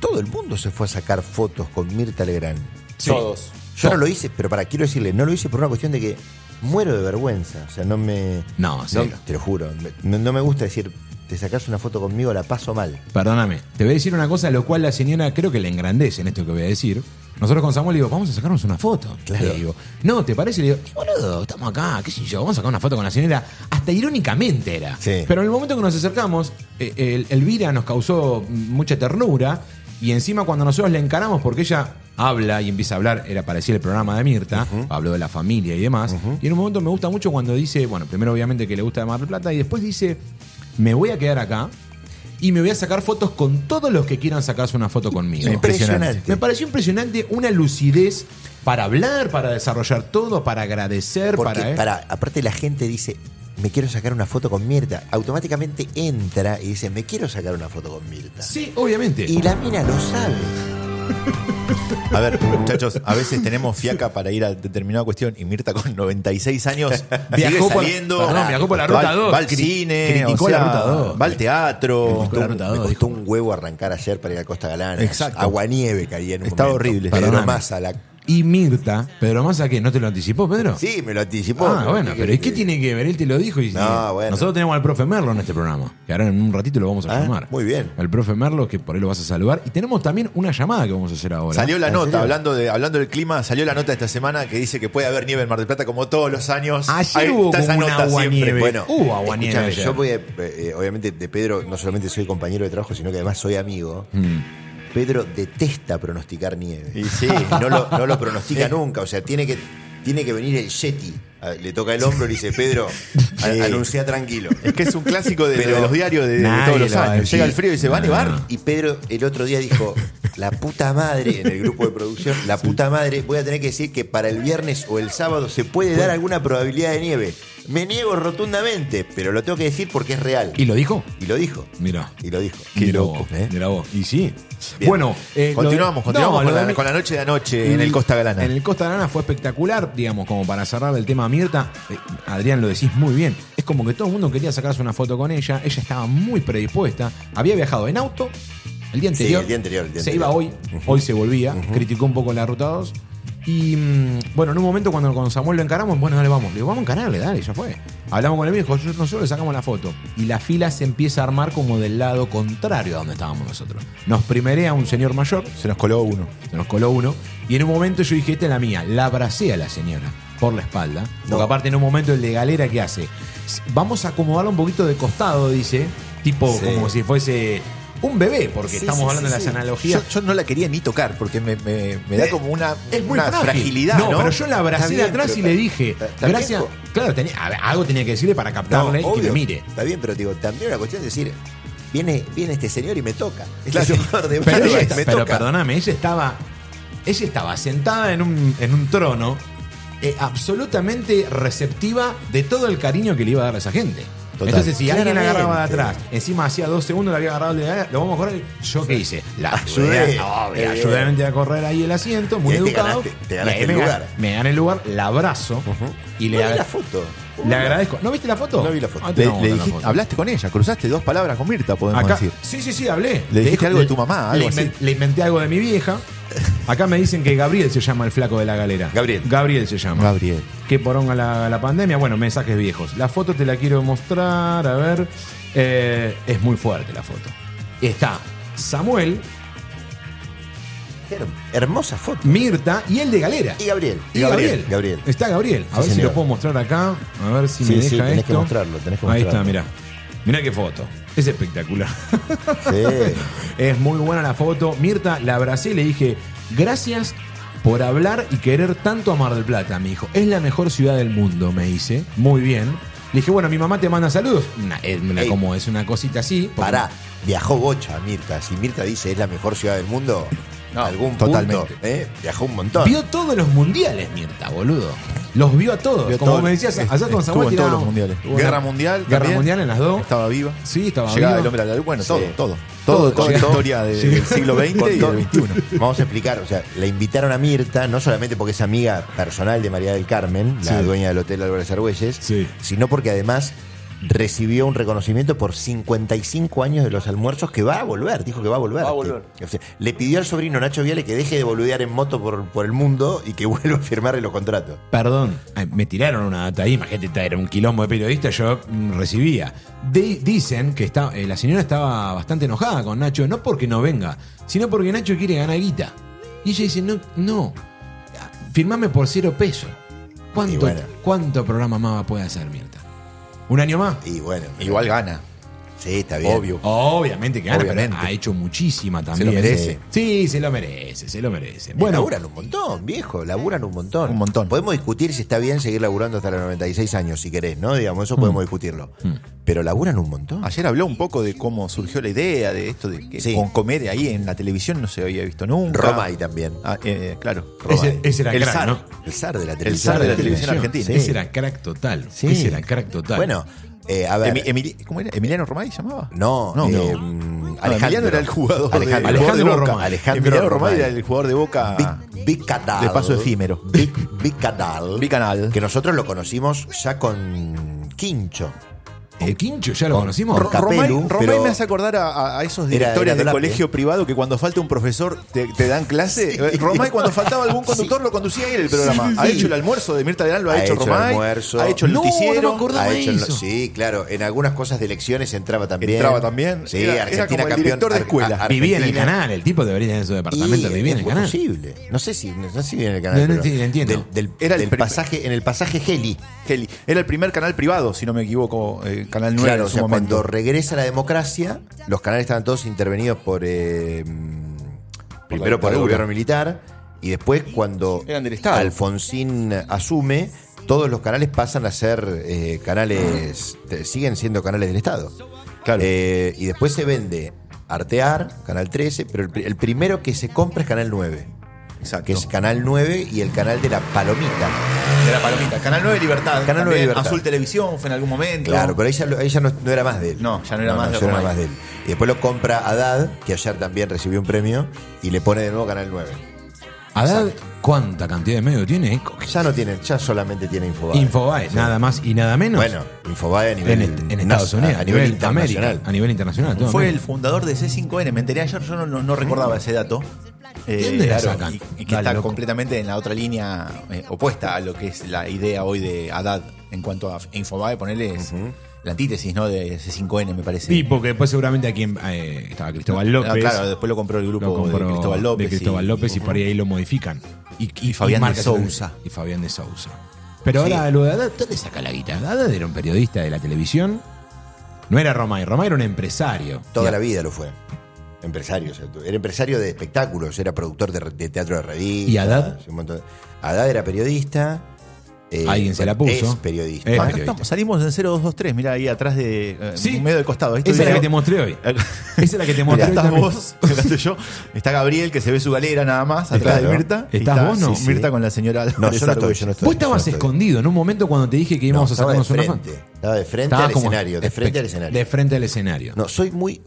Speaker 3: todo el mundo se fue a sacar fotos con Mirta Legrand.
Speaker 1: Sí.
Speaker 2: Todos.
Speaker 3: Yo no lo hice, pero para, quiero decirle, no lo hice por una cuestión de que muero de vergüenza. O sea, no me.
Speaker 1: No, sí.
Speaker 3: Te lo juro. me- no me gusta decir, te sacas una foto conmigo, la paso mal.
Speaker 1: Perdóname, te voy a decir una cosa, lo cual la señora creo que le engrandece en esto que voy a decir. Nosotros con Samuel le digo, vamos a sacarnos una foto.
Speaker 3: Claro.
Speaker 1: Le digo, no, ¿te parece? Le digo, "Eh, boludo, estamos acá, qué sé yo, vamos a sacar una foto con la señora. Hasta irónicamente era.
Speaker 3: Sí.
Speaker 1: Pero en el momento que nos acercamos, eh, el- Elvira nos causó mucha ternura. Y encima cuando nosotros le encaramos, porque ella habla y empieza a hablar, era parecía el programa de Mirta, habló de la familia y demás. Y en un momento me gusta mucho cuando dice, bueno, primero obviamente que le gusta de Mar del Plata, y después dice, me voy a quedar acá y me voy a sacar fotos con todos los que quieran sacarse una foto conmigo.
Speaker 3: Impresionante.
Speaker 1: Me pareció impresionante una lucidez para hablar, para desarrollar todo, para agradecer,
Speaker 3: Porque
Speaker 1: para...
Speaker 2: ¿eh?
Speaker 3: para, aparte la gente dice, me quiero sacar una foto con Mirta. Automáticamente entra y dice, me quiero sacar una foto con Mirta.
Speaker 1: Sí, obviamente.
Speaker 3: Y la mina lo sabe.
Speaker 2: A ver, muchachos, a veces tenemos fiaca para ir a determinada cuestión y Mirta con 96 años sigue
Speaker 1: Viajó por-
Speaker 2: saliendo.
Speaker 1: perdón, viajó por la
Speaker 2: Va-
Speaker 1: ruta dos.
Speaker 2: Va al
Speaker 1: Cri-
Speaker 2: cine,
Speaker 1: criticó
Speaker 2: o sea,
Speaker 1: la ruta dos.
Speaker 2: Va al teatro.
Speaker 1: Criticó la
Speaker 3: Me
Speaker 1: ruta dos,
Speaker 3: costó
Speaker 1: dijo.
Speaker 3: un huevo arrancar ayer para ir a Costa Galana.
Speaker 2: Exacto.
Speaker 3: Aguanieve caía en un
Speaker 2: Estaba
Speaker 3: momento.
Speaker 2: horrible.
Speaker 3: Pedro
Speaker 1: Perdóname.
Speaker 3: Massa, la...
Speaker 1: Y Mirta, Pedro Massa, que ¿No te lo anticipó, Pedro?
Speaker 3: Sí, me lo anticipó.
Speaker 1: Ah, bueno, pero ¿y qué
Speaker 3: te-
Speaker 1: tiene que ver? Él te lo dijo y
Speaker 3: No, bueno.
Speaker 1: nosotros tenemos al profe Merlo en este programa, que ahora en un ratito lo vamos a
Speaker 3: Ah,
Speaker 1: llamar.
Speaker 3: muy bien.
Speaker 1: Al profe Merlo, que por ahí lo vas a saludar. Y tenemos también una llamada que vamos a hacer ahora.
Speaker 2: Salió la
Speaker 3: ¿En
Speaker 2: nota,
Speaker 3: serio?
Speaker 2: hablando, de, hablando del clima, salió la nota esta semana que dice que puede haber nieve en Mar del Plata como todos los años.
Speaker 1: Ayer
Speaker 2: Ahí
Speaker 1: hubo
Speaker 2: está esa
Speaker 1: como un
Speaker 2: nota siempre.
Speaker 1: aguanieve.
Speaker 2: Bueno,
Speaker 3: Bueno,
Speaker 1: Hubo aguanieve
Speaker 3: escúchame,
Speaker 1: ayer.
Speaker 3: eh,
Speaker 1: Mm.
Speaker 3: yo voy a- eh, obviamente de Pedro no solamente soy compañero de trabajo, sino que además soy amigo. Pedro detesta pronosticar nieve.
Speaker 2: Y sí.
Speaker 3: No lo, no lo pronostica nunca. O sea, tiene que, tiene que venir el Yeti. A- Le toca el hombro y le dice, Pedro, a-
Speaker 2: Sí.
Speaker 3: anuncia tranquilo.
Speaker 2: Es que es un clásico de,
Speaker 3: Pero
Speaker 2: de los diarios de, de
Speaker 1: nadie
Speaker 2: todos los
Speaker 1: lo va a
Speaker 2: años.
Speaker 1: decir.
Speaker 2: Llega el frío y se va a nevar.
Speaker 3: Y Pedro el otro día dijo, la puta madre, en el grupo de producción, la puta madre, voy a tener que decir que para el viernes o el sábado se puede dar alguna probabilidad de nieve. Me niego rotundamente, pero lo tengo que decir porque es real.
Speaker 1: ¿Y lo dijo?
Speaker 3: Y lo dijo.
Speaker 1: Mira.
Speaker 3: Y lo dijo.
Speaker 1: Mira
Speaker 3: loco,
Speaker 1: vos,
Speaker 3: ¿eh?
Speaker 1: mira vos. Y sí.
Speaker 3: Bien.
Speaker 1: Bueno, eh, lo de-
Speaker 2: continuamos,
Speaker 1: No,
Speaker 2: continuamos
Speaker 1: lo
Speaker 2: con,
Speaker 1: de-
Speaker 2: la, con la noche de anoche en el Costa Galana.
Speaker 1: En el Costa Galana fue espectacular, digamos, como para cerrar el tema Mirta. eh, Adrián, lo decís muy bien. Es como que todo el mundo quería sacarse una foto con ella. Ella estaba muy predispuesta. Había viajado en auto el día
Speaker 3: Sí,
Speaker 1: anterior.
Speaker 3: el día anterior, el día
Speaker 1: se
Speaker 3: anterior.
Speaker 1: iba hoy, hoy se volvía. Criticó un poco la ruta 2. Y mm, bueno, en un momento cuando con Samuel lo encaramos, bueno, dale, vamos. Le digo, vamos a encararle, dale, ya fue. Hablamos con el viejo, yo- nosotros le sacamos la foto. Y la fila se empieza a armar como del lado contrario a donde estábamos nosotros. Nos primerea un señor mayor,
Speaker 2: Se nos coló uno.
Speaker 1: se nos coló uno. Y en un momento yo dije, esta es la mía. La abracé a la señora por la espalda. Porque aparte en un momento el de galera que hace. "S- Vamos a acomodarla un poquito de costado, dice. Tipo
Speaker 3: Sí.
Speaker 1: como si fuese un bebé, porque estamos hablando de las analogías.
Speaker 2: Yo, yo no la quería ni tocar porque me, me- me
Speaker 3: Eh,
Speaker 2: da como una,
Speaker 1: es muy
Speaker 2: una
Speaker 1: frágil.
Speaker 2: fragilidad. No,
Speaker 1: No, pero yo la abracé
Speaker 3: Está
Speaker 1: de
Speaker 3: bien,
Speaker 1: atrás y
Speaker 3: pero
Speaker 1: le
Speaker 3: está-
Speaker 1: dije,
Speaker 3: está- está
Speaker 1: gracias.
Speaker 3: bien,
Speaker 1: Claro, tenía- a ver, algo tenía que decirle para captarle y que me
Speaker 3: obvio.
Speaker 1: mire.
Speaker 3: Está bien, pero digo, también una cuestión de decir, viene, viene este señor y me toca. Este
Speaker 2: Claro.
Speaker 3: señor de
Speaker 1: Pero,
Speaker 3: barba
Speaker 1: ella
Speaker 3: y
Speaker 1: está-
Speaker 3: me
Speaker 1: pero
Speaker 3: toca.
Speaker 1: perdóname, ella estaba, ella estaba sentada en un, en un trono eh, absolutamente receptiva de todo el cariño que le iba a dar a esa gente.
Speaker 3: Total.
Speaker 1: Entonces, si alguien
Speaker 3: Claramente.
Speaker 1: agarraba de atrás, encima hacía dos segundos, la había agarrado, le había- lo vamos a correr. ¿Yo qué hice? La ayudé,
Speaker 3: Ayudé.
Speaker 1: obvio,
Speaker 3: Eh.
Speaker 1: ayudé obviamente a correr ahí el asiento, muy
Speaker 3: Y ahí te
Speaker 1: educado.
Speaker 3: ganaste- te
Speaker 1: Y ahí
Speaker 3: ganaste el
Speaker 1: me gan-
Speaker 3: lugar.
Speaker 1: Me gané el lugar, la abrazo y le,
Speaker 3: No vi
Speaker 1: aga-
Speaker 3: la foto.
Speaker 1: le agradezco. ¿No viste la foto?
Speaker 3: No vi la foto.
Speaker 1: Ah, te
Speaker 2: Le-
Speaker 1: vamos a
Speaker 2: le
Speaker 1: mandar la
Speaker 2: dijiste-
Speaker 1: foto.
Speaker 2: hablaste con ella, cruzaste dos palabras con Mirta, podemos
Speaker 1: Acá-
Speaker 2: decir.
Speaker 1: Sí, sí, sí, hablé.
Speaker 2: Le dijiste
Speaker 1: dejo-
Speaker 2: algo de tu mamá,
Speaker 1: le,
Speaker 2: algo así.
Speaker 1: inven- le inventé algo de mi vieja. Acá me dicen que Gabriel se llama el flaco de la galera.
Speaker 3: Gabriel.
Speaker 1: Gabriel se llama.
Speaker 2: Gabriel.
Speaker 1: Qué poronga la, la pandemia. Bueno, mensajes viejos. La foto te la quiero mostrar. A ver. Eh, es muy fuerte la foto. Está Samuel,
Speaker 3: Hermosa foto.
Speaker 1: Mirta y el de galera.
Speaker 3: Y Gabriel.
Speaker 1: Y Gabriel.
Speaker 3: Gabriel.
Speaker 1: Está Gabriel. A ver
Speaker 3: Sí,
Speaker 1: si
Speaker 3: señor.
Speaker 1: lo puedo mostrar acá. A ver si
Speaker 3: Sí,
Speaker 1: me deja
Speaker 3: sí, tenés
Speaker 1: esto.
Speaker 3: que mostrarlo, tenés que
Speaker 1: Ahí
Speaker 3: mostrarlo.
Speaker 1: está, mirá. Mirá qué foto. Es espectacular.
Speaker 3: Sí.
Speaker 1: Es muy buena la foto. Mirta, la abracé y le dije, gracias por hablar y querer tanto a Mar del Plata, me dijo. Es la mejor ciudad del mundo, me dice. Muy bien. Le dije, bueno, mi mamá te manda saludos. Una- eh, una-
Speaker 3: Ey.
Speaker 1: como es una cosita así. porque-
Speaker 3: Pará, viajó Bocha a Mirta. Si Mirta dice es la mejor ciudad del mundo,
Speaker 2: No,
Speaker 3: algún
Speaker 2: totalmente.
Speaker 3: punto, ¿eh? viajó un montón.
Speaker 1: Vio todos los mundiales, Mirta, boludo. Los vio a todos.
Speaker 2: Vio
Speaker 1: como
Speaker 2: todo-
Speaker 1: me decías,
Speaker 2: est-
Speaker 1: allá con
Speaker 2: estuvo
Speaker 1: Samuel
Speaker 2: en todos los
Speaker 1: tirábamos-
Speaker 2: mundiales.
Speaker 1: Bueno,
Speaker 2: Guerra mundial.
Speaker 1: Guerra
Speaker 2: también.
Speaker 1: mundial en las dos.
Speaker 2: Estaba viva.
Speaker 1: Sí, estaba
Speaker 2: Llegada
Speaker 1: viva.
Speaker 2: del hombre a la luna. Bueno, todo,
Speaker 3: Sí.
Speaker 2: todo.
Speaker 3: Todo,
Speaker 2: Todo,
Speaker 3: todo,
Speaker 2: toda la
Speaker 3: todo.
Speaker 2: historia de- del siglo XX
Speaker 3: Con
Speaker 2: y
Speaker 3: todo.
Speaker 2: del XXI.
Speaker 3: Vamos a explicar, o sea, la invitaron a Mirta, no solamente porque es amiga personal de María del Carmen, la
Speaker 1: Sí.
Speaker 3: dueña del Hotel Álvarez Argüelles,
Speaker 1: Sí.
Speaker 3: sino porque además recibió un reconocimiento por 55 años de los almuerzos que va a volver, dijo que va a volver.
Speaker 4: Va a volver.
Speaker 3: Que- o sea, le pidió al sobrino Nacho Viale que deje de boludear en moto por, por el mundo y que vuelva a firmarle los contratos.
Speaker 1: Perdón, ay, me tiraron una data ahí, imagínate, era un quilombo de periodistas, yo mm, recibía. Di- dicen que está, eh, la señora estaba bastante enojada con Nacho, no porque no venga, sino porque Nacho quiere ganar guita. Y ella dice, no, no, firmame por cero peso.
Speaker 3: Y
Speaker 1: ¿Cuánto,
Speaker 3: bueno.
Speaker 1: ¿Cuánto programa más puede hacer Mirta? ¿Un año más?
Speaker 3: Y bueno,
Speaker 2: Igual gana.
Speaker 3: sí, está bien.
Speaker 2: Obvio.
Speaker 1: Obviamente que gana,
Speaker 2: Obviamente.
Speaker 1: pero ha hecho muchísima también. eh.
Speaker 2: merece.
Speaker 1: Sí, se lo merece, se lo merece.
Speaker 3: Bueno,
Speaker 1: Bueno,
Speaker 3: laburan un montón, viejo, laburan un montón.
Speaker 2: Un montón.
Speaker 3: Podemos discutir si está bien seguir laburando hasta los 96 años, si querés, ¿no? Digamos, eso
Speaker 2: Mm.
Speaker 3: podemos discutirlo. Pero laburan un montón.
Speaker 2: Ayer habló un poco de cómo surgió la idea de esto de que
Speaker 3: Sí.
Speaker 2: con comedia ahí en la televisión no se había visto nunca.
Speaker 3: Romay también.
Speaker 2: Ah, eh, claro.
Speaker 1: ese, ese era
Speaker 2: El
Speaker 1: crack,
Speaker 2: zar.
Speaker 1: ¿no?
Speaker 3: El zar de la
Speaker 2: El
Speaker 3: televisión.
Speaker 2: zar de la televisión argentina.
Speaker 3: Sí.
Speaker 1: Ese era crack total.
Speaker 3: Sí.
Speaker 1: Ese era crack total.
Speaker 3: Bueno, eh, a ver.
Speaker 2: Emi- Emili- ¿Cómo era? ¿Emiliano Romay se llamaba?
Speaker 3: no,
Speaker 2: no.
Speaker 3: eh,
Speaker 2: no.
Speaker 3: mm,
Speaker 2: No,
Speaker 3: Alejandro
Speaker 2: Emiliano era el jugador. de-
Speaker 3: Alejandro,
Speaker 2: el jugador de
Speaker 1: Alejandro
Speaker 2: Boca.
Speaker 1: Romay.
Speaker 3: Alejandro
Speaker 2: Emiliano Romay
Speaker 3: Romay.
Speaker 2: era el jugador de boca.
Speaker 3: Big, Big Cadal.
Speaker 2: De paso efímero.
Speaker 3: Big, Big Cadal.
Speaker 2: Bicanal.
Speaker 3: Que nosotros lo conocimos ya con Quincho.
Speaker 1: ¿Con Eh, Quincho ya lo conocimos?
Speaker 3: Ro- Capelu,
Speaker 2: Romay, Romay
Speaker 3: pero-
Speaker 2: me hace acordar a- a, a esos
Speaker 3: Era-
Speaker 2: directores
Speaker 3: era
Speaker 2: de
Speaker 3: Dolapia.
Speaker 2: colegio privado que cuando falta un profesor te, te dan clase. Eh, Romay, cuando faltaba algún conductor, lo conducía él el programa. Ha hecho el almuerzo de Mirta Leal, lo ha,
Speaker 3: Ha
Speaker 2: hecho
Speaker 3: hecho el
Speaker 2: Romay.
Speaker 3: almuerzo.
Speaker 2: Ha hecho el
Speaker 1: No, no me
Speaker 2: noticiero.
Speaker 1: acuerdo.
Speaker 3: Ha
Speaker 1: Acordame
Speaker 3: hecho el-
Speaker 1: eso.
Speaker 3: sí, claro. En algunas cosas de elecciones entraba también.
Speaker 2: Entraba también.
Speaker 3: Sí,
Speaker 2: Era- era
Speaker 3: Argentina
Speaker 2: como el
Speaker 3: campeón.
Speaker 2: director de
Speaker 3: Ar-
Speaker 2: escuela.
Speaker 3: Ar-
Speaker 1: Vivía en el
Speaker 3: Argentina.
Speaker 1: canal, el tipo debería tener su departamento,
Speaker 3: Y
Speaker 1: vivía en
Speaker 3: es
Speaker 1: el canal.
Speaker 3: posible. No sé si, no sé si viene en el canal.
Speaker 1: No, no
Speaker 3: pero
Speaker 1: entiendo, entiendo.
Speaker 3: Del, del-
Speaker 2: Era el
Speaker 3: del
Speaker 2: prim-
Speaker 3: pasaje, en el pasaje Geli.
Speaker 2: Kelly. Era el primer canal privado, si no me equivoco, eh, Canal 9
Speaker 3: Claro,
Speaker 2: en
Speaker 3: o
Speaker 2: su
Speaker 3: sea,
Speaker 2: momento.
Speaker 3: cuando regresa la democracia, los canales estaban todos intervenidos por eh, primero por el
Speaker 4: dictadura.
Speaker 3: gobierno militar y después cuando
Speaker 4: Eran del Estado.
Speaker 3: Alfonsín asume, todos los canales pasan a ser eh, canales, te- siguen siendo canales del Estado.
Speaker 2: Claro.
Speaker 3: Eh, y después se vende Artear, Canal 13, pero el, pri- el primero que se compra es Canal 9,
Speaker 2: Exacto.
Speaker 3: que es Canal 9 y el canal de la Palomita.
Speaker 2: De la palomita. Canal 9 Libertad.
Speaker 3: Canal 9
Speaker 2: también.
Speaker 3: Libertad.
Speaker 2: Azul Televisión fue en algún momento.
Speaker 3: Claro, pero ella, ella no, no era más de él.
Speaker 2: No, ya no era más de
Speaker 3: ya no era
Speaker 2: Romay.
Speaker 3: más de él. Y después lo compra Haddad, que ayer también recibió un premio, y le pone de nuevo Canal 9.
Speaker 1: Haddad, ¿cuánta cantidad de medios tiene? eh? Co-
Speaker 3: Ya no tiene, ya solamente tiene Infobae.
Speaker 1: Infobae, nada más y nada menos.
Speaker 3: Bueno, Infobae a
Speaker 1: en,
Speaker 3: nivel
Speaker 1: est- en Estados
Speaker 3: na-
Speaker 1: Unidos,
Speaker 3: a, nivel internacional.
Speaker 1: América, a nivel internacional. todo
Speaker 2: Fue el
Speaker 1: América.
Speaker 2: fundador de C5N. Me enteré ayer, yo no, no- no recordaba ese dato. Eh,
Speaker 1: ¿Dónde la sacan?
Speaker 2: Y, y que
Speaker 1: Dale,
Speaker 2: está
Speaker 1: loco.
Speaker 2: completamente en la otra línea eh, opuesta a lo que es la idea hoy de Haddad en cuanto a Infobae, ponerle es la antítesis ¿no? de C5N, me parece.
Speaker 1: Sí, porque después seguramente aquí en- eh, estaba Cristóbal López.
Speaker 2: Ah, claro, después lo compró el grupo
Speaker 1: lo compró
Speaker 2: de Cristóbal López.
Speaker 1: de Cristóbal López y, por ahí lo modifican. Y, y-
Speaker 2: Fabián de
Speaker 1: marcas-
Speaker 2: Sousa.
Speaker 1: Y Fabián de Sousa. Pero ahora lo de Haddad, ¿dónde saca la guita? Haddad era un periodista de la televisión. No era Romay, Romay era un empresario.
Speaker 3: Toda la vida lo fue. Empresario, o sea, tú- era empresario de espectáculos, era productor de, re- de teatro de revistas.
Speaker 1: ¿Y Haddad?
Speaker 3: un montón de- Haddad era periodista. eh,
Speaker 1: Alguien se la puso. Eh,
Speaker 3: Es periodista.
Speaker 1: Es
Speaker 2: Ah, acá
Speaker 1: periodista.
Speaker 2: estamos, salimos en 0223, mira ahí atrás de. eh,
Speaker 1: Sí.
Speaker 2: medio de costado. ¿viste?
Speaker 1: Esa es la que
Speaker 2: Mira,
Speaker 1: te mostré hoy.
Speaker 2: acá-
Speaker 1: Esa es la que te
Speaker 2: Acá
Speaker 1: mostré hoy.
Speaker 2: estás
Speaker 1: también.
Speaker 2: vos, acá estoy yo. Está Gabriel, que se ve su galera nada más, atrás
Speaker 3: Claro.
Speaker 2: de Mirta. Y
Speaker 1: ¿Estás
Speaker 2: está-
Speaker 1: vos, no?
Speaker 2: sí, Mirta con la señora
Speaker 3: No,
Speaker 2: Álvarez
Speaker 3: yo no estoy,
Speaker 2: Argüello.
Speaker 3: yo no estoy.
Speaker 1: Vos estabas
Speaker 3: yo no estoy.
Speaker 1: escondido en un momento cuando te dije que íbamos
Speaker 3: No,
Speaker 1: a
Speaker 3: estaba de
Speaker 1: sacarnos una
Speaker 3: frente.
Speaker 1: foto.
Speaker 3: Estaba de frente
Speaker 1: Estaba
Speaker 3: al
Speaker 1: como-
Speaker 3: escenario, de frente al escenario.
Speaker 1: De frente al escenario.
Speaker 3: No, soy muy,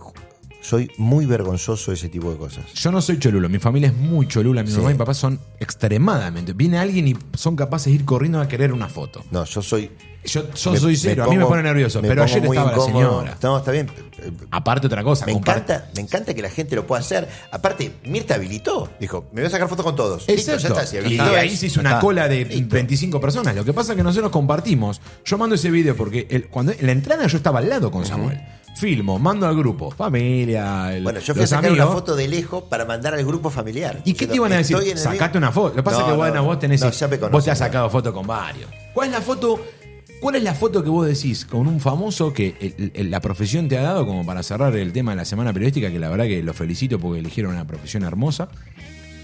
Speaker 3: soy muy vergonzoso de ese tipo de cosas.
Speaker 1: Yo no soy cholulo, mi familia es muy cholula, mi mamá y mi papá son extremadamente. Viene alguien y son capaces de ir corriendo a querer una foto.
Speaker 3: No, yo soy.
Speaker 1: Yo, yo
Speaker 3: me-
Speaker 1: soy cero, a mí me
Speaker 3: pongo-
Speaker 1: pone nervioso,
Speaker 3: me
Speaker 1: pero
Speaker 3: pongo
Speaker 1: ayer
Speaker 3: muy
Speaker 1: estaba
Speaker 3: incómodo.
Speaker 1: la señora.
Speaker 3: No, está bien. eh,
Speaker 1: Aparte otra cosa,
Speaker 3: Me
Speaker 1: comparte-
Speaker 3: encanta, me encanta que la gente lo pueda hacer. Aparte, Mirta habilitó. Dijo, me voy a sacar fotos con todos. Listo, ya
Speaker 1: Exacto.
Speaker 3: está, se
Speaker 1: y
Speaker 3: habilitó.
Speaker 1: ahí se hizo una
Speaker 2: Está.
Speaker 1: cola de
Speaker 3: Listo.
Speaker 1: 25 personas. Lo que pasa es que nosotros compartimos. Yo mando ese video porque el- cuando en la entrada yo estaba al lado con Samuel. Filmo, mando al grupo, familia, el-
Speaker 3: Bueno, yo fui a
Speaker 1: los
Speaker 3: sacar
Speaker 1: amigos.
Speaker 3: una foto de lejos para mandar al grupo familiar.
Speaker 1: ¿Y qué te
Speaker 3: Diciendo,
Speaker 1: iban a decir?
Speaker 3: "Estoy en el
Speaker 1: Sacate
Speaker 3: mismo".
Speaker 1: una foto. Lo que pasa es
Speaker 3: No,
Speaker 1: que
Speaker 3: no,
Speaker 1: bueno,
Speaker 3: no.
Speaker 1: vos tenés.
Speaker 3: No, ya me
Speaker 1: vos te
Speaker 3: conocen,
Speaker 1: has
Speaker 3: no.
Speaker 1: sacado foto con varios. ¿Cuál es la foto? ¿Cuál es la foto que vos decís con un famoso que el- el- la profesión te ha dado como para cerrar el tema de la semana periodística? Que la verdad que lo felicito porque eligieron una profesión hermosa.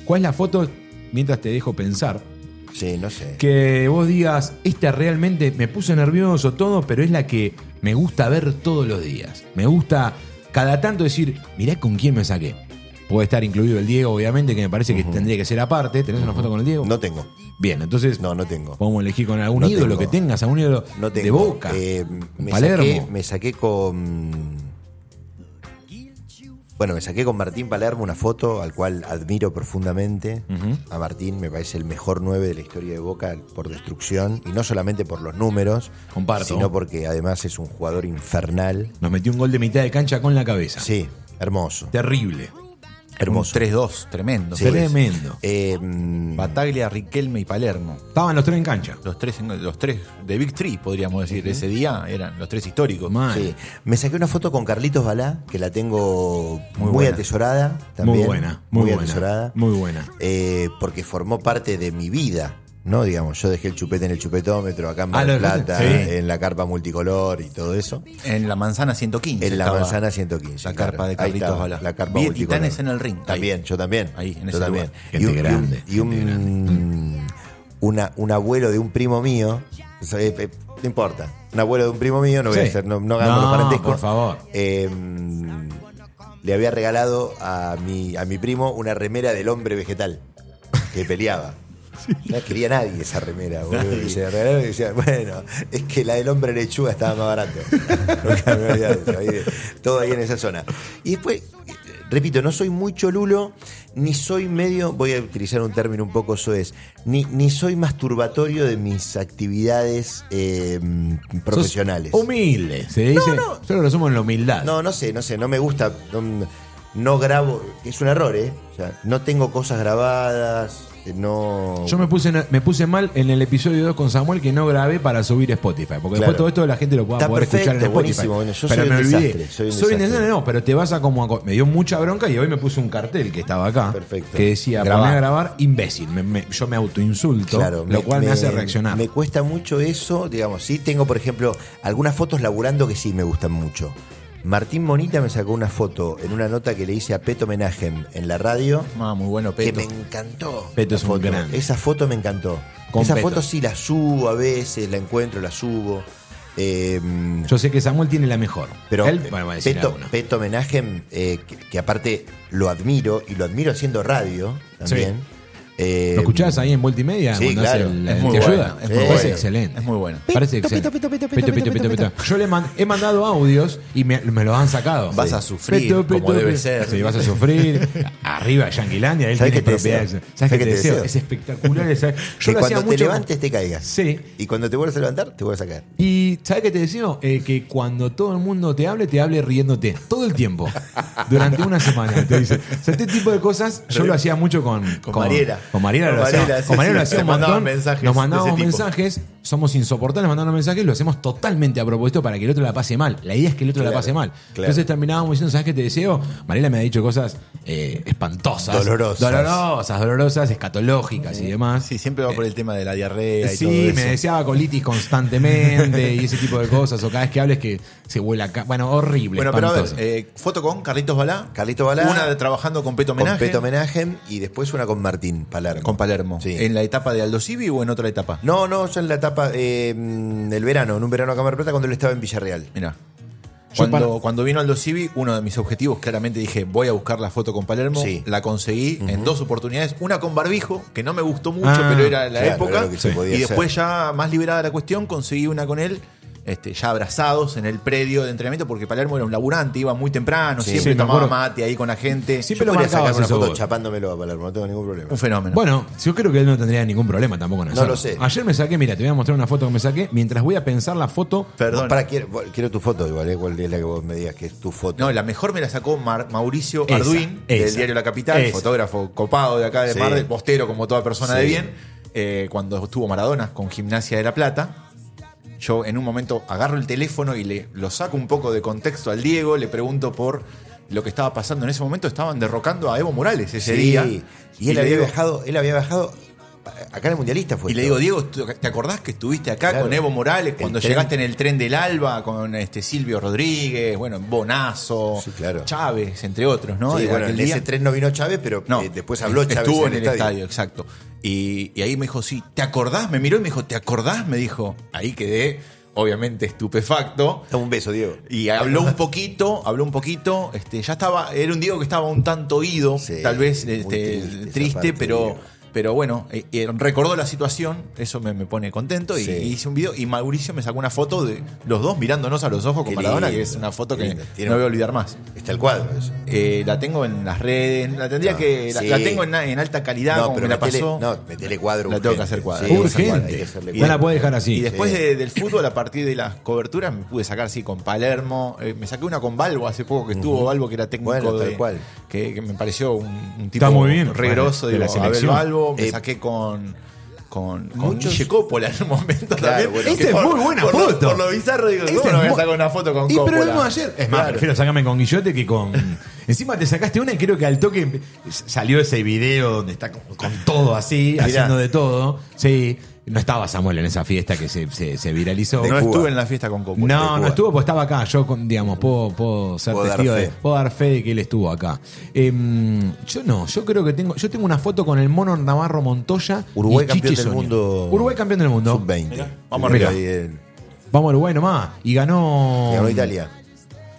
Speaker 1: ¿Cuál es la foto, mientras te dejo pensar,
Speaker 3: Sí, no sé.
Speaker 1: que vos digas, esta realmente me puso nervioso todo, pero es la que me gusta ver todos los días. Me gusta cada tanto decir, mirá con quién me saqué. Puede estar incluido el Diego, obviamente, que me parece que tendría que ser aparte. ¿Tenés una foto con el Diego?
Speaker 3: No tengo.
Speaker 1: Bien, entonces
Speaker 3: No, no tengo.
Speaker 1: podemos elegir con algún
Speaker 3: No
Speaker 1: ídolo
Speaker 3: tengo.
Speaker 1: que tengas, algún ídolo
Speaker 3: No tengo.
Speaker 1: de Boca,
Speaker 3: Eh, me
Speaker 1: Palermo.
Speaker 3: Saqué, me saqué con. Bueno, me saqué con Martín Palermo una foto al cual admiro profundamente. A Martín me parece el mejor 9 de la historia de Boca por destrucción. Y no solamente por los números,
Speaker 1: Comparto.
Speaker 3: sino porque además es un jugador infernal.
Speaker 1: Nos metió un gol de mitad de cancha con la cabeza.
Speaker 3: Sí, hermoso.
Speaker 1: Terrible.
Speaker 3: Hermoso.
Speaker 2: Un 3-2, tremendo.
Speaker 3: Sí.
Speaker 1: Tremendo.
Speaker 3: Eh, mm,
Speaker 2: Bataglia, Riquelme y Palermo.
Speaker 1: Estaban los tres en cancha.
Speaker 2: Los tres, en- los tres de Big Three, podríamos decir. Ese día eran los tres históricos.
Speaker 1: Mal.
Speaker 3: sí. Me saqué una foto con Carlitos Balá, que la tengo muy,
Speaker 2: buena.
Speaker 3: atesorada también.
Speaker 1: muy buena, muy, buena.
Speaker 3: atesorada.
Speaker 1: Muy buena.
Speaker 3: Eh, porque formó parte de mi vida, ¿no? Digamos, yo dejé el chupete en el chupetómetro, acá en Mar
Speaker 1: Ah, ¿lo
Speaker 3: del
Speaker 1: dejaste?
Speaker 3: Plata,
Speaker 1: Sí.
Speaker 3: en la carpa multicolor y todo eso.
Speaker 2: En la manzana 115.
Speaker 3: En la
Speaker 2: estaba
Speaker 3: manzana 115.
Speaker 2: La carpa de
Speaker 3: claro. Ahí
Speaker 2: Carlitos
Speaker 3: estaba,
Speaker 2: Balá.
Speaker 3: La carpa
Speaker 2: Vi
Speaker 3: multicolor.
Speaker 2: titanes en el ring. Ahí.
Speaker 3: También, yo también.
Speaker 2: Ahí, en
Speaker 3: yo
Speaker 2: ese
Speaker 3: también.
Speaker 2: lugar.
Speaker 1: Gente grande,
Speaker 3: Y un,
Speaker 1: gente
Speaker 3: una- un abuelo de un primo mío, o sea, eh, eh, no importa, un abuelo de un primo mío, no voy
Speaker 1: Sí.
Speaker 3: a hacer, no, no hagamos
Speaker 1: No,
Speaker 3: los parentescos.
Speaker 1: por favor.
Speaker 3: Eh, le había regalado a mi, a mi primo una remera del hombre vegetal que peleaba. No la quería nadie esa remera, boludo. Y se la regalaron y decía, bueno, es que la del hombre lechuga estaba más barato. Nunca me olvidé de eso, ahí de- todo ahí en esa zona. Y después, eh, repito, no soy muy cholulo, ni soy medio, voy a utilizar un término un poco soez, ni, ni soy masturbatorio de mis actividades eh, profesionales.
Speaker 1: Sos Humilde, se dice. Solo lo sumo en la humildad.
Speaker 3: No, no sé, no sé, no me gusta. No, no grabo, es un error, ¿eh? O sea, no tengo cosas grabadas, eh, no.
Speaker 1: Yo me puse, me puse mal en el episodio 2 con Samuel que no grabé para subir Spotify. Porque después
Speaker 3: Claro.
Speaker 1: todo esto la gente lo pueda
Speaker 3: Está
Speaker 1: poder escuchar en
Speaker 3: perfecto,
Speaker 1: Spotify.
Speaker 3: buenísimo. Bueno, yo
Speaker 1: pero
Speaker 3: soy
Speaker 1: me
Speaker 3: un
Speaker 1: olvidé.
Speaker 3: desastre, soy un
Speaker 1: un
Speaker 3: desastre.
Speaker 1: desastre, no, pero te vas a como. a co- me dio mucha bronca y hoy me puse un cartel que estaba acá.
Speaker 3: Perfecto.
Speaker 1: Que decía,
Speaker 2: Grabá.
Speaker 1: ponme a grabar, imbécil. Me- me- yo me autoinsulto.
Speaker 3: Claro,
Speaker 1: lo cual me, hace reaccionar.
Speaker 3: Me cuesta mucho eso, digamos, sí tengo, por ejemplo, algunas fotos laburando que sí me gustan mucho. Martín Monita me sacó una foto en una nota que le hice a Peto Menagem en la radio.
Speaker 2: Ah, muy bueno,
Speaker 3: Que
Speaker 2: Peto.
Speaker 3: me encantó.
Speaker 1: Peto
Speaker 3: la
Speaker 1: es un
Speaker 3: foto.
Speaker 1: grande.
Speaker 3: Esa foto me encantó.
Speaker 1: Con
Speaker 3: Esa
Speaker 1: Peto.
Speaker 3: foto sí la subo a veces, la encuentro, la subo. Eh,
Speaker 1: Yo sé que Samuel tiene la mejor.
Speaker 3: pero
Speaker 1: Él,
Speaker 3: eh,
Speaker 1: bueno, va a decir
Speaker 3: Peto,
Speaker 1: alguna.
Speaker 3: Peto Menagem, eh, que, que aparte lo admiro y lo admiro haciendo radio también. Eh,
Speaker 1: ¿Lo escuchás ahí en multimedia?
Speaker 3: sí,
Speaker 1: cuando hace
Speaker 3: claro.
Speaker 1: el-
Speaker 2: Es
Speaker 1: el-
Speaker 2: muy
Speaker 1: ¿Te
Speaker 2: bueno,
Speaker 1: ayuda?
Speaker 2: es
Speaker 1: Me
Speaker 3: muy
Speaker 1: parece
Speaker 3: bueno.
Speaker 1: excelente.
Speaker 2: Es muy bueno.
Speaker 1: Parece
Speaker 3: Pito,
Speaker 1: excelente.
Speaker 3: pito, pito, pito, pito, pito, pito, pito.
Speaker 1: Yo le man- he mandado audios y me, me los han sacado.
Speaker 2: Vas
Speaker 1: Sí.
Speaker 2: a sufrir, como debe ser.
Speaker 1: Sí, vas a sufrir. Arriba, Yanquilandia, él
Speaker 3: ¿Sabés
Speaker 1: tiene
Speaker 3: qué te
Speaker 1: propiedades.
Speaker 3: deseo?
Speaker 1: ¿Sabes qué te deseo? Es espectacular. esa- Yo
Speaker 3: que
Speaker 1: lo hacía
Speaker 3: cuando te
Speaker 1: mucho.
Speaker 3: levantes te caigas.
Speaker 1: Sí.
Speaker 3: Y cuando te vuelvas a levantar, te vuelvas a caer.
Speaker 1: Y ¿sabes qué te deseo? Eh, que cuando todo el mundo te hable, te hable riéndote. Todo el tiempo. Durante una semana. Te dice. O sea, este tipo de cosas yo lo hacía mucho con,
Speaker 2: Con Mariela.
Speaker 1: Con Mariela
Speaker 2: Con
Speaker 1: lo hacía.
Speaker 2: Mariela, sí,
Speaker 1: con Mariela
Speaker 2: sí.
Speaker 1: lo hacía
Speaker 2: Se
Speaker 1: un
Speaker 2: mandaban
Speaker 1: montón.
Speaker 2: mensajes
Speaker 1: Nos
Speaker 2: de ese
Speaker 1: mandábamos
Speaker 2: tipo.
Speaker 1: mensajes. Somos insoportables mandando mensajes. Lo hacemos totalmente a propósito para que el otro la pase mal. La idea es que el otro la
Speaker 3: Claro,
Speaker 1: pase mal.
Speaker 3: claro.
Speaker 1: Entonces terminábamos diciendo, ¿sabes qué te deseo? Mariela me ha dicho cosas eh, espantosas.
Speaker 3: Dolorosas.
Speaker 1: Dolorosas, dolorosas, escatológicas y demás.
Speaker 2: Sí, siempre va por el tema de la diarrea y todo
Speaker 1: Eh, Sí,
Speaker 2: eso.
Speaker 1: me deseaba colitis constantemente y ese tipo de cosas. O cada vez que hables que se vuela acá. Bueno, horrible.
Speaker 2: Bueno, pero a ver,
Speaker 1: espantoso.
Speaker 2: eh, foto con Carlitos Balá.
Speaker 3: Carlito Balá.
Speaker 2: Una de trabajando con Peto
Speaker 3: Con
Speaker 2: Homenaje.
Speaker 3: Peto Menagem y después una con Martín Palermo.
Speaker 2: Con Palermo.
Speaker 3: Sí.
Speaker 2: ¿En la etapa de Aldo Civi o en otra etapa?
Speaker 3: No, no, ya en la etapa eh, mm, del verano, en un verano a Cámara Plata cuando él estaba en Villarreal.
Speaker 2: Mira.
Speaker 1: Yo
Speaker 2: Cuando,
Speaker 1: para-
Speaker 2: cuando vino Aldo Civi, uno de mis objetivos, claramente dije, voy a buscar la foto con Palermo.
Speaker 3: Sí.
Speaker 2: La conseguí en dos oportunidades. Una con barbijo, que no me gustó mucho,
Speaker 1: Ah,
Speaker 2: pero era la
Speaker 3: claro,
Speaker 2: época.
Speaker 3: era lo que se
Speaker 2: Sí.
Speaker 3: podía
Speaker 2: Y después, ya más liberada la cuestión, conseguí una con él. Este, ya abrazados en el predio de entrenamiento, porque Palermo era un laburante, iba muy temprano,
Speaker 3: Sí.
Speaker 2: siempre
Speaker 1: Sí, me
Speaker 2: tomaba
Speaker 1: acuerdo.
Speaker 2: mate ahí con la gente.
Speaker 1: Siempre
Speaker 3: Yo
Speaker 1: lo
Speaker 3: podría sacar
Speaker 1: marcabas
Speaker 3: una
Speaker 1: eso
Speaker 3: foto
Speaker 1: vos.
Speaker 3: chapándomelo a Palermo, no tengo ningún problema.
Speaker 2: Un fenómeno.
Speaker 1: Bueno, yo creo que él no tendría ningún problema tampoco en
Speaker 3: No
Speaker 1: hacerlo.
Speaker 3: lo sé.
Speaker 1: Ayer me saqué, mira, te voy a mostrar una foto que me saqué. Mientras voy a pensar la foto,
Speaker 2: perdón.
Speaker 3: Para, quiero, quiero tu foto igual, ¿eh? ¿Cuál es la que vos me digas que es tu foto?
Speaker 2: No, la mejor me la sacó Mar- Mauricio
Speaker 1: Esa,
Speaker 2: Arduin, del
Speaker 1: esa,
Speaker 2: diario La Capital,
Speaker 1: esa.
Speaker 2: fotógrafo copado de acá de
Speaker 3: Sí.
Speaker 2: Mar del Postero, como toda persona de
Speaker 3: Sí.
Speaker 2: bien, eh, cuando estuvo Maradona con Gimnasia de la Plata. Yo en un momento agarro el teléfono y le, lo saco un poco de contexto al Diego, le pregunto por lo que estaba pasando. En ese momento estaban derrocando a Evo Morales ese
Speaker 3: Sí.
Speaker 2: día.
Speaker 3: Y él
Speaker 2: le
Speaker 3: había
Speaker 2: digo-
Speaker 3: viajado, él había viajado acá en el mundialista fue.
Speaker 2: y le
Speaker 3: esto.
Speaker 2: digo, Diego, ¿tú- ¿te acordás que estuviste acá
Speaker 3: Claro.
Speaker 2: con Evo Morales
Speaker 3: El
Speaker 2: cuando
Speaker 3: tren.
Speaker 2: llegaste en el tren del Alba con este Silvio Rodríguez, bueno, Bonazo,
Speaker 3: Sí, claro.
Speaker 2: Chávez, entre otros, ¿no?
Speaker 3: Sí,
Speaker 2: De
Speaker 3: bueno,
Speaker 2: aquel
Speaker 3: en
Speaker 2: día.
Speaker 3: ese tren no vino Chávez, pero
Speaker 2: No,
Speaker 3: eh, después habló
Speaker 2: est-
Speaker 3: Chávez.
Speaker 2: Estuvo en el estadio, exacto. Y, y ahí me dijo, sí, ¿te acordás? Me miró y me dijo, ¿te acordás? Me dijo, ahí quedé, obviamente estupefacto.
Speaker 3: Dame un beso, Diego.
Speaker 2: Y habló un poquito, habló un poquito, este, ya estaba, era un Diego que estaba un tanto oído,
Speaker 3: Sí,
Speaker 2: tal vez
Speaker 3: muy
Speaker 2: este,
Speaker 3: triste
Speaker 2: triste,
Speaker 3: esa parte,
Speaker 2: pero,
Speaker 3: Diego.
Speaker 2: pero bueno, eh, eh, recordó la situación, eso me, me pone contento, y,
Speaker 3: Sí.
Speaker 2: y hice un video, y Mauricio me sacó una foto de los dos mirándonos a los ojos con
Speaker 3: Qué
Speaker 2: Maradona,
Speaker 3: lindo,
Speaker 2: que es una foto
Speaker 3: qué
Speaker 2: que
Speaker 3: lindo. Tiene
Speaker 2: no
Speaker 3: un-
Speaker 2: voy a olvidar más.
Speaker 3: Está el cuadro eso.
Speaker 2: Eh, la tengo en las redes, la tendría
Speaker 3: Ah,
Speaker 2: que. La,
Speaker 3: sí.
Speaker 2: la tengo en, en alta calidad, como me la
Speaker 3: metele-
Speaker 2: pasó.
Speaker 3: No, metele cuadro.
Speaker 2: La tengo que
Speaker 3: urgente.
Speaker 2: hacer cuadro.
Speaker 3: Sí, hay que hacer cuadro, hay que
Speaker 1: urgente.
Speaker 3: hacerle
Speaker 1: No la
Speaker 3: cuadro.
Speaker 1: puedes dejar
Speaker 2: y
Speaker 1: así.
Speaker 2: después
Speaker 3: sí.
Speaker 2: de- del fútbol, a partir de las coberturas, me pude sacar, sí, con Palermo. Eh, me saqué una con Balbo hace poco que estuvo Balbo, que era técnico
Speaker 3: Bueno, tal
Speaker 2: de-
Speaker 3: cual.
Speaker 2: Que, que me pareció un, un tipo
Speaker 1: Está muy bien.
Speaker 2: re grosso,
Speaker 1: De la
Speaker 2: digo, Abel
Speaker 1: selección.
Speaker 2: Balbo. Me
Speaker 3: Eh,
Speaker 2: saqué con. Con, con
Speaker 3: muchos-
Speaker 2: Guille Coppola en un momento
Speaker 3: Claro,
Speaker 2: también.
Speaker 3: bueno,
Speaker 2: que
Speaker 1: Esta es
Speaker 2: por-
Speaker 1: muy buena
Speaker 2: por lo-
Speaker 1: foto.
Speaker 2: por lo bizarro, digo,
Speaker 1: Esta
Speaker 2: ¿cómo
Speaker 1: Este es
Speaker 2: no voy a
Speaker 1: muy-
Speaker 2: sacar una foto con
Speaker 1: Y
Speaker 2: Coppola?
Speaker 1: pero lo vimos ayer. Es más,
Speaker 2: Claro.
Speaker 1: prefiero sacarme con Guillote que con. Encima te sacaste una y creo que al toque empe- salió ese video donde está con, con todo así, haciendo de todo. Sí. No estaba Samuel en esa fiesta que se, se- se viralizó.
Speaker 3: De
Speaker 2: No
Speaker 3: Cuba.
Speaker 2: estuve en la fiesta con Coppola.
Speaker 3: de
Speaker 1: No,
Speaker 3: Cuba.
Speaker 1: no estuvo porque estaba acá. Yo, con- digamos, puedo, puedo ser
Speaker 3: Puedo dar
Speaker 1: testigo de.
Speaker 3: fe.
Speaker 1: Puedo dar fe de que él estuvo acá. Em, yo no, yo creo que tengo. Yo tengo una foto con el mono Navarro Montoya. y
Speaker 3: Uruguay campeón
Speaker 1: Chichi
Speaker 3: del
Speaker 1: Sonia.
Speaker 3: mundo.
Speaker 1: Uruguay campeón del mundo.
Speaker 3: Sub-20.
Speaker 2: vamos arriba.
Speaker 3: Primero ahí en-
Speaker 1: Vamos a Uruguay nomás. Y ganó.
Speaker 3: Le ganó Italia.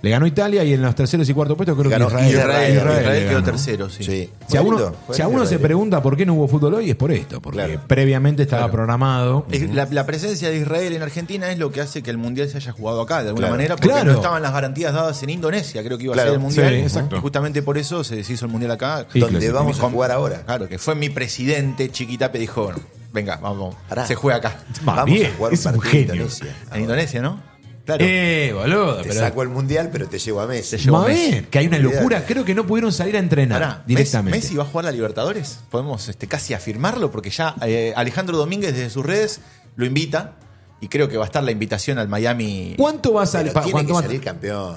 Speaker 1: Le ganó Italia y en los terceros y cuartos puestos creo
Speaker 3: Ganó
Speaker 1: que
Speaker 3: Israel.
Speaker 2: Israel, Israel,
Speaker 1: le
Speaker 2: quedó
Speaker 1: ganó.
Speaker 2: tercero, sí.
Speaker 3: Sí.
Speaker 1: Si a
Speaker 3: Fue
Speaker 1: uno,
Speaker 3: lindo, fue
Speaker 1: si a
Speaker 3: lindo,
Speaker 1: uno se
Speaker 3: Israel.
Speaker 1: pregunta por qué no hubo fútbol hoy, es por esto. Porque
Speaker 3: Claro.
Speaker 1: previamente estaba programado.
Speaker 2: Es- La, la presencia de Israel en Argentina es lo que hace que el Mundial se haya jugado acá, de alguna
Speaker 3: Claro.
Speaker 2: manera, porque
Speaker 1: Claro.
Speaker 2: no estaban las garantías dadas en Indonesia, creo que iba
Speaker 3: Claro.
Speaker 2: a ser el Mundial.
Speaker 1: Sí, exacto.
Speaker 2: Y justamente por eso se deshizo el Mundial acá.
Speaker 1: Sí,
Speaker 2: Donde-
Speaker 3: Donde
Speaker 1: clasificó.
Speaker 3: vamos a jugar ahora.
Speaker 1: Ah,
Speaker 2: Claro, que fue mi presidente, Chiquitape, dijo, bueno, venga, vamos,
Speaker 3: Pará.
Speaker 2: se juega acá.
Speaker 1: Va
Speaker 3: Vamos
Speaker 1: bien,
Speaker 3: a jugar
Speaker 1: es
Speaker 3: un
Speaker 1: un
Speaker 3: partido en
Speaker 1: genio.
Speaker 3: Indonesia.
Speaker 2: En Indonesia, ¿no? Claro.
Speaker 1: Eh, boludo.
Speaker 3: Te
Speaker 1: pero-
Speaker 3: saco el mundial, pero te llevo a Messi.
Speaker 2: Te llevo a
Speaker 1: Va
Speaker 2: Messi.
Speaker 1: bien, que hay una locura.
Speaker 3: Olvidate.
Speaker 1: Creo que no pudieron salir a entrenar
Speaker 2: Pará,
Speaker 1: directamente.
Speaker 2: Messi, Messi va a jugar la Libertadores. Podemos este, casi afirmarlo, porque ya eh, Alejandro Domínguez desde sus redes lo invita, y creo que va a estar la invitación al Miami,
Speaker 1: ¿Cuánto va a
Speaker 3: Pero
Speaker 1: salir? Pa-
Speaker 3: tiene
Speaker 1: cuánto
Speaker 3: que
Speaker 1: va-
Speaker 3: salir campeón.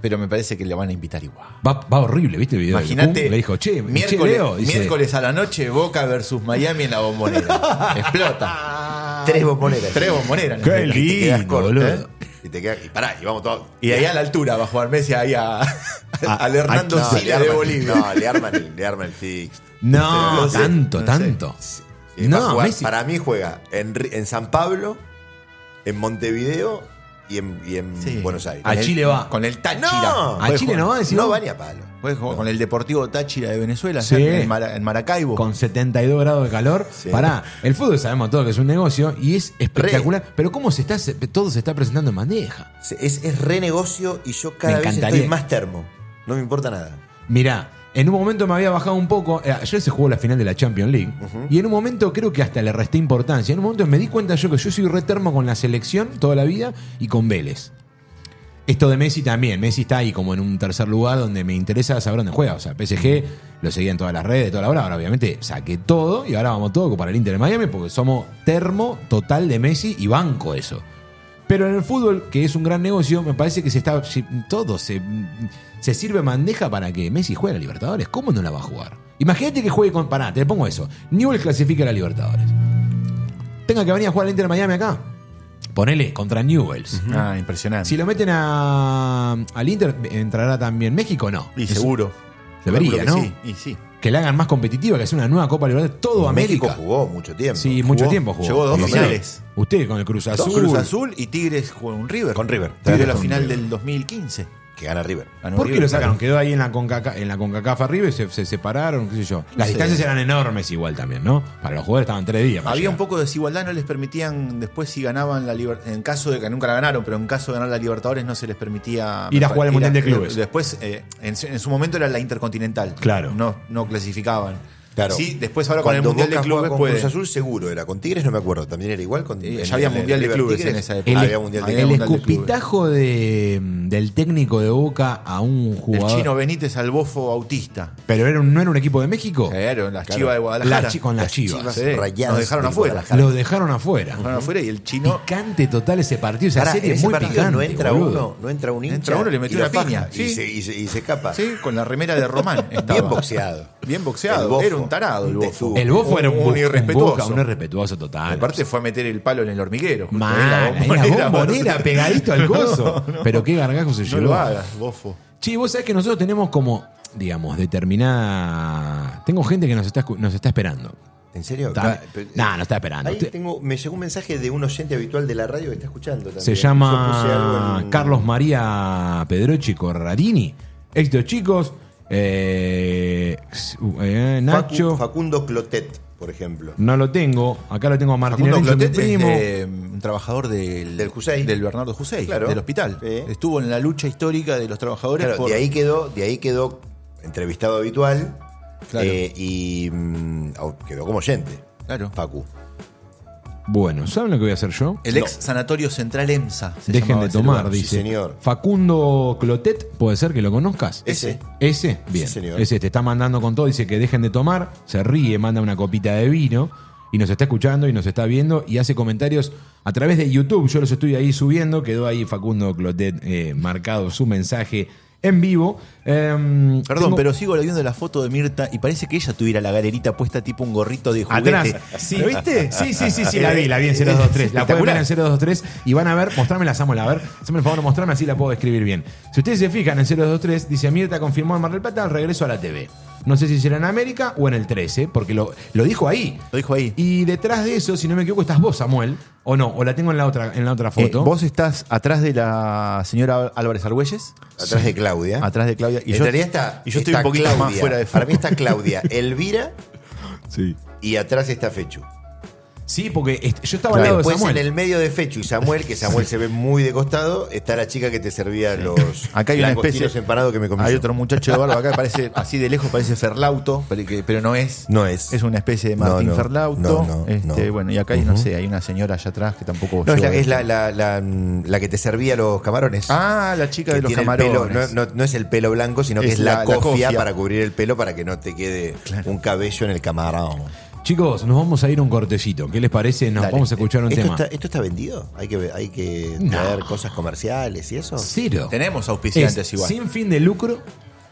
Speaker 2: pero me parece que le van a invitar igual.
Speaker 1: Va, va horrible, ¿viste el video? del
Speaker 2: Imagínate,
Speaker 1: Kun? Le dijo, che, che,
Speaker 2: miércoles,
Speaker 1: Leo", dice,
Speaker 2: miércoles a la noche, Boca versus Miami en la bombonera. Explota.
Speaker 3: Tres bomboneras.
Speaker 2: Tres bomboneras.
Speaker 1: Qué
Speaker 3: te quedás
Speaker 1: lindo,
Speaker 3: corto,
Speaker 1: boludo.
Speaker 3: ¿eh? Y te queda. Y pará, y vamos todos.
Speaker 2: Y ahí a la altura va a jugar Messi, ahí a,
Speaker 1: Ah,
Speaker 2: al Hernando
Speaker 3: No,
Speaker 2: Siles
Speaker 3: le
Speaker 2: de
Speaker 3: arman-
Speaker 2: Bolivia.
Speaker 3: No, le arman el, le arman el Este, fix.
Speaker 1: No,
Speaker 2: No sé,
Speaker 1: tanto,
Speaker 2: no sé.
Speaker 1: tanto.
Speaker 3: Eh, va a
Speaker 1: No,
Speaker 3: jugar-
Speaker 1: Messi.
Speaker 3: Para mí juega en, Ri- en San Pablo, en Montevideo y en, y en
Speaker 2: Sí.
Speaker 3: Buenos Aires.
Speaker 1: A
Speaker 2: el-
Speaker 1: Chile va.
Speaker 2: Con el Táchira.
Speaker 3: No,
Speaker 1: A Chile no va, decís
Speaker 3: no
Speaker 1: vos.
Speaker 3: va ni a palo.
Speaker 2: Puedes jugar con el Deportivo Táchira de Venezuela,
Speaker 1: Sí.
Speaker 2: allá en, Mara- en Maracaibo.
Speaker 1: Con 72 grados de calor. Pará, el fútbol sabemos todo que es un negocio y es espectacular. Pero cómo se está, se- todo se está presentando en bandeja.
Speaker 3: Se- Es, es re negocio y yo cada
Speaker 1: Me
Speaker 3: vez estoy
Speaker 1: encantaría.
Speaker 3: más termo. No me importa nada.
Speaker 1: Mirá, en un momento me había bajado un poco. eh, Ayer se jugó la final de la Champions League. Y en un momento creo que hasta le resté importancia. En un momento me di cuenta yo que yo soy retermo con la selección toda la vida y con Vélez. Esto de Messi también. Messi está ahí como en un tercer lugar donde me interesa saber dónde juega. O sea, PSG lo seguía en todas las redes, toda la hora. Ahora, obviamente, saqué todo y ahora vamos todo para el Inter de Miami porque somos termo total de Messi y banco eso. Pero en el fútbol, que es un gran negocio, me parece que se está. si- Todo se, se sirve bandeja para que Messi juegue a la Libertadores. ¿Cómo no la va a jugar? Imagínate que juegue con. Pará, te le pongo eso. Newell clasifica a la Libertadores. Tenga que venir a jugar al Inter de Miami acá. Ponele contra Newells.
Speaker 2: Ah, impresionante.
Speaker 1: Si lo meten a, al Inter, ¿entrará también México? No.
Speaker 2: y
Speaker 1: Es-
Speaker 2: seguro.
Speaker 1: Debería,
Speaker 2: Calculo que
Speaker 1: ¿no?
Speaker 2: Sí, y sí.
Speaker 1: Que la hagan más competitiva, que sea una nueva Copa Libertadores. Todo
Speaker 3: México
Speaker 1: América.
Speaker 3: jugó mucho tiempo.
Speaker 1: Sí, mucho
Speaker 2: Jugó.
Speaker 1: tiempo jugó.
Speaker 2: Llegó a dos
Speaker 1: Por lo menos.
Speaker 2: finales.
Speaker 1: Usted con el Cruz
Speaker 2: Dos
Speaker 1: Azul.
Speaker 2: Cruz Azul y Tigres con River.
Speaker 3: Con River.
Speaker 2: Tigres la
Speaker 3: Con
Speaker 2: final
Speaker 3: River.
Speaker 2: del 2015.
Speaker 3: Que gana River.
Speaker 2: Ganó
Speaker 1: ¿Por qué
Speaker 2: River,
Speaker 1: lo sacaron?
Speaker 2: claro.
Speaker 1: Quedó ahí en la CONCACAF, en la CONCACAF arriba y se, se separaron, qué sé yo. Las
Speaker 2: sé.
Speaker 1: distancias eran enormes igual también, ¿no? Para los jugadores estaban tres días. para
Speaker 2: Había un
Speaker 1: llegar.
Speaker 2: poco de desigualdad, no les permitían después si ganaban la Libertadores, en caso de que nunca la ganaron, pero en caso de ganar la Libertadores no se les permitía
Speaker 1: Ir a jugar el
Speaker 2: ir
Speaker 1: Mundial de Clubes.
Speaker 2: Después, eh, en, su- en su momento era la Intercontinental.
Speaker 1: Claro.
Speaker 2: No, no clasificaban.
Speaker 3: Claro.
Speaker 2: Sí, después ahora con el Mundial de
Speaker 3: Boca jugaba
Speaker 2: Clubes
Speaker 3: con
Speaker 2: puede.
Speaker 3: Cruz Azul seguro era. Con Tigres no me acuerdo. También era igual. Con,
Speaker 2: Eh,
Speaker 3: en-
Speaker 2: ya había
Speaker 3: en-
Speaker 2: Mundial de
Speaker 3: River
Speaker 2: Clubes
Speaker 3: Tigres.
Speaker 2: en esa época.
Speaker 1: el,
Speaker 3: había Mundial de
Speaker 1: el
Speaker 2: Mundial de
Speaker 1: escupitajo de- del técnico de Boca a un
Speaker 2: El
Speaker 1: jugador.
Speaker 2: chino Benítez al bofo autista.
Speaker 1: Pero era un- no era un equipo de México.
Speaker 2: Claro, las chivas de Guadalajara.
Speaker 1: La chi- con las chivas.
Speaker 2: sí.
Speaker 3: Rayadas
Speaker 2: Nos dejaron afuera.
Speaker 3: de
Speaker 2: Nos
Speaker 3: Guadalajara.
Speaker 1: Lo dejaron afuera.
Speaker 2: dejaron afuera y el chino.
Speaker 1: Picante total ese partido. Esa
Speaker 3: Pará,
Speaker 1: serie
Speaker 3: en
Speaker 1: es
Speaker 3: ese
Speaker 1: muy
Speaker 3: partido
Speaker 1: picante.
Speaker 3: no entra
Speaker 1: boludo.
Speaker 3: uno, no entra un hincha.
Speaker 2: Entra uno y le metió
Speaker 3: y lo
Speaker 2: una
Speaker 3: faja,
Speaker 2: piña,
Speaker 3: Y,
Speaker 2: sí.
Speaker 3: se, y se- y se escapa.
Speaker 2: Sí, con la remera de Román. estaba.
Speaker 3: Bien boxeado.
Speaker 2: Bien
Speaker 3: El
Speaker 2: boxeado.
Speaker 3: bofo.
Speaker 2: Era un tarado el
Speaker 3: Un
Speaker 2: bofo.
Speaker 3: tetudo.
Speaker 1: El Bofo era un,
Speaker 2: Un
Speaker 1: bo- un
Speaker 2: irrespetuoso.
Speaker 1: Boca, un irrespetuoso total.
Speaker 2: Aparte fue a meter el palo en el hormiguero. justo ahí, la
Speaker 1: Mal, ahí la
Speaker 2: bombonera,
Speaker 1: bombonera
Speaker 2: boludo.
Speaker 1: pegadito al coso. Pero qué gargajo se
Speaker 2: No
Speaker 1: llevó.
Speaker 2: lo hagas, bofo.
Speaker 1: Sí, vos sabés que nosotros tenemos como, digamos, determinada. Tengo gente que nos está, escu- nos está esperando.
Speaker 3: ¿En serio?
Speaker 1: Está-
Speaker 3: Ah, pero-
Speaker 1: Nah, no está esperando.
Speaker 3: Ahí
Speaker 1: Usted-
Speaker 3: tengo, me llegó un mensaje de un oyente habitual de la radio que está escuchando también.
Speaker 1: Se
Speaker 3: Yo puse algo
Speaker 1: llama
Speaker 3: en-
Speaker 1: Carlos María Pedrochi Corradini. Éxitos chicos. eh, s- uh, eh,
Speaker 3: Facu-
Speaker 1: Nacho.
Speaker 3: Facundo Clotet, por ejemplo.
Speaker 1: No lo tengo. Acá lo tengo a Martín
Speaker 2: Facundo
Speaker 1: Lorenzo, mi
Speaker 2: Clotet es
Speaker 1: primo.
Speaker 2: de, mm, un trabajador del,
Speaker 3: Del Jusey.
Speaker 2: del Bernardo Jusey,
Speaker 3: Claro.
Speaker 2: del hospital.
Speaker 3: Sí.
Speaker 2: Estuvo en la lucha histórica de los trabajadores
Speaker 3: Claro,
Speaker 2: por-
Speaker 3: de ahí quedó, de ahí quedó entrevistado habitual
Speaker 2: Claro.
Speaker 3: eh, y mm, au- quedó como oyente.
Speaker 2: Claro.
Speaker 3: Facu.
Speaker 1: Bueno, ¿saben lo que voy a hacer yo?
Speaker 2: el ex sanatorio central EMSA. se
Speaker 1: Dejen
Speaker 2: llamaba
Speaker 1: de
Speaker 2: ese
Speaker 1: tomar,
Speaker 2: lugar.
Speaker 1: dice.
Speaker 3: señor.
Speaker 1: Facundo Clotet, puede ser que lo conozcas.
Speaker 3: Ese.
Speaker 1: Ese, bien.
Speaker 3: Sí, señor.
Speaker 1: Ese te está mandando con todo, dice que dejen de tomar, se ríe, manda una copita de vino y nos está escuchando y nos está viendo y hace comentarios a través de YouTube. Yo los estoy ahí subiendo, quedó ahí Facundo Clotet eh, marcado su mensaje en vivo. Em,
Speaker 2: Perdón,
Speaker 1: tengo-
Speaker 2: pero sigo viendo la foto de Mirta y parece que ella tuviera la galerita puesta tipo un gorrito de juguete.
Speaker 1: Atrás. Sí.
Speaker 2: ¿Lo viste?
Speaker 1: Sí, sí, sí, sí, la vi, la vi en 023. La pueden ver en 023 y van a ver, mostrámela, Samuel, a ver. Samuel, por favor, mostrame, así la puedo describir bien. Si ustedes se fijan en 023, dice Mirta confirmó en Mar del Plata el regreso a la TV. No sé si será en América o en el 13, porque lo, lo dijo ahí.
Speaker 2: Lo dijo ahí.
Speaker 1: Y detrás de eso, si no me equivoco, estás vos, Samuel, o no, o la tengo en la otra, en la otra
Speaker 2: Eh,
Speaker 1: foto.
Speaker 2: vos estás atrás de la señora Álvarez Argüelles,
Speaker 3: Atrás de Claudia.
Speaker 2: atrás de Claudia.
Speaker 3: ¿Eh? en realidad está,
Speaker 2: y yo estoy
Speaker 3: está
Speaker 2: un poquito
Speaker 3: Claudia.
Speaker 2: más fuera de
Speaker 3: Para mí está Claudia, Elvira
Speaker 1: Sí.
Speaker 3: y atrás está Fechu.
Speaker 1: Sí, porque est- yo estaba al lado de
Speaker 3: Después
Speaker 1: Samuel.
Speaker 3: en el medio de Fechu y Samuel, que Samuel se ve muy de costado, está la chica que te servía los
Speaker 2: Acá hay una especie.
Speaker 3: langostinos empanados que me comí.
Speaker 2: Hay
Speaker 3: yo.
Speaker 2: otro muchacho de barba acá, parece así de lejos, parece Ferlauto, pero, que- pero no es.
Speaker 3: No es.
Speaker 2: Es una especie de Martín
Speaker 3: No, no.
Speaker 2: Ferlauto.
Speaker 3: No, no,
Speaker 2: Este,
Speaker 3: no.
Speaker 2: Bueno, y acá hay, no sé, hay una señora allá atrás que tampoco.
Speaker 3: No, es, la,
Speaker 2: llegó.
Speaker 3: es
Speaker 1: eh.
Speaker 3: la, la- la- la que te servía los camarones.
Speaker 2: Ah, la chica
Speaker 3: Que
Speaker 2: de los
Speaker 3: tiene el
Speaker 2: camarones.
Speaker 3: pelo- no, no- no es el pelo blanco, sino que
Speaker 2: Es
Speaker 3: es, la,
Speaker 2: la- la
Speaker 3: cofia,
Speaker 2: cofia.
Speaker 3: para cubrir el pelo para que no te quede un cabello en el camarón.
Speaker 1: Chicos, nos vamos a ir a un cortecito. ¿Qué les parece? Nos
Speaker 2: Dale.
Speaker 1: vamos a escuchar un
Speaker 3: ¿Esto
Speaker 1: tema.
Speaker 3: está, esto está vendido? ¿Hay que, hay que
Speaker 1: No.
Speaker 3: traer cosas comerciales y eso?
Speaker 1: Cero.
Speaker 2: Tenemos auspiciantes
Speaker 1: Es
Speaker 2: igual.
Speaker 1: Sin fin de lucro.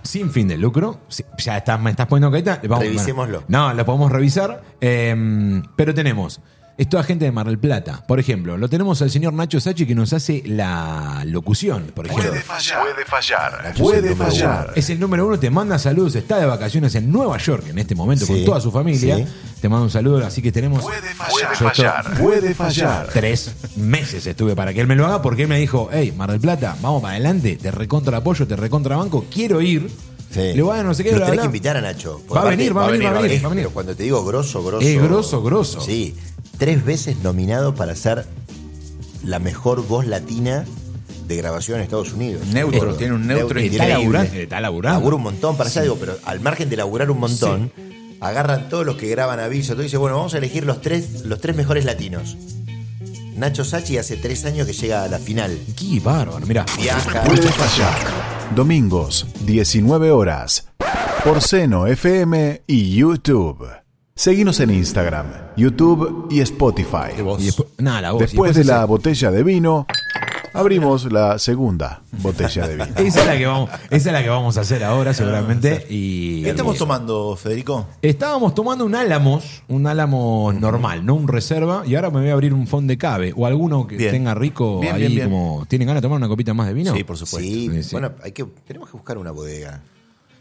Speaker 1: Sin fin de lucro. Si- Ya estás, me estás poniendo caeta. vamos-
Speaker 3: Revisémoslo.
Speaker 1: No, lo podemos revisar. eh, em, pero tenemos es toda gente de Mar del Plata. Por ejemplo, lo tenemos al señor Nacho Sachi que nos hace la locución, por ejemplo.
Speaker 4: Puede fallar.
Speaker 3: Nacho es el número uno.
Speaker 1: Es el número uno, te manda saludos, está de vacaciones en Nueva York en este momento
Speaker 3: Sí,
Speaker 1: con toda su familia.
Speaker 3: sí.
Speaker 1: Te manda un saludo, así que tenemos
Speaker 4: Puede fallar.
Speaker 1: Yo esto-
Speaker 4: Puede fallar.
Speaker 1: tres meses estuve para que él me lo haga porque él me dijo, hey, Mar del Plata, vamos para adelante, te recontra apoyo, te recontra banco, quiero ir.
Speaker 3: Sí.
Speaker 1: Le voy a no sé qué,
Speaker 3: Lo
Speaker 1: bla,
Speaker 3: tenés
Speaker 1: bla.
Speaker 3: que invitar a Nacho. porque
Speaker 1: Va a
Speaker 3: aparte-
Speaker 1: venir, va a venir, va a venir, va a venir.
Speaker 3: Pero cuando te digo grosso, grosso.
Speaker 1: Es grosso, grosso.
Speaker 3: Sí. Tres veces nominado para ser la mejor voz latina de grabación en Estados Unidos.
Speaker 2: Neutro, tiene un neutro
Speaker 1: Está
Speaker 2: Increíble.
Speaker 1: laburando, está
Speaker 3: Labura
Speaker 1: laburando.
Speaker 3: un montón para allá, digo, pero al margen de laburar un montón, agarran todos los que graban aviso, todo y dice, bueno, vamos a elegir los tres, los tres mejores latinos. Nacho Sachi hace tres años que llega a la final.
Speaker 1: Qué bárbaro, mirá.
Speaker 3: Viaja.
Speaker 4: Puede fallar. Domingos, 19 horas. Por Seno FM y YouTube. Seguimos en Instagram, YouTube y Spotify.
Speaker 1: Y después, nada, la voz.
Speaker 4: Después
Speaker 1: Y pues
Speaker 4: de la botella de vino, abrimos la segunda botella de vino.
Speaker 1: Esa es la que vamos, esa es la que vamos a hacer ahora seguramente. Y
Speaker 2: ¿Qué estamos tomando, Federico?
Speaker 1: Estábamos tomando un álamos, un álamos normal, no un reserva, y ahora me voy a abrir un fond de cabe o alguno que
Speaker 2: Bien.
Speaker 1: tenga rico
Speaker 2: Bien,
Speaker 1: ahí
Speaker 2: bien, bien.
Speaker 1: como tienen ganas de tomar una copita más de vino.
Speaker 2: Sí, por supuesto.
Speaker 3: Sí,
Speaker 1: Sí, sí.
Speaker 3: bueno, hay que, tenemos que buscar una bodega.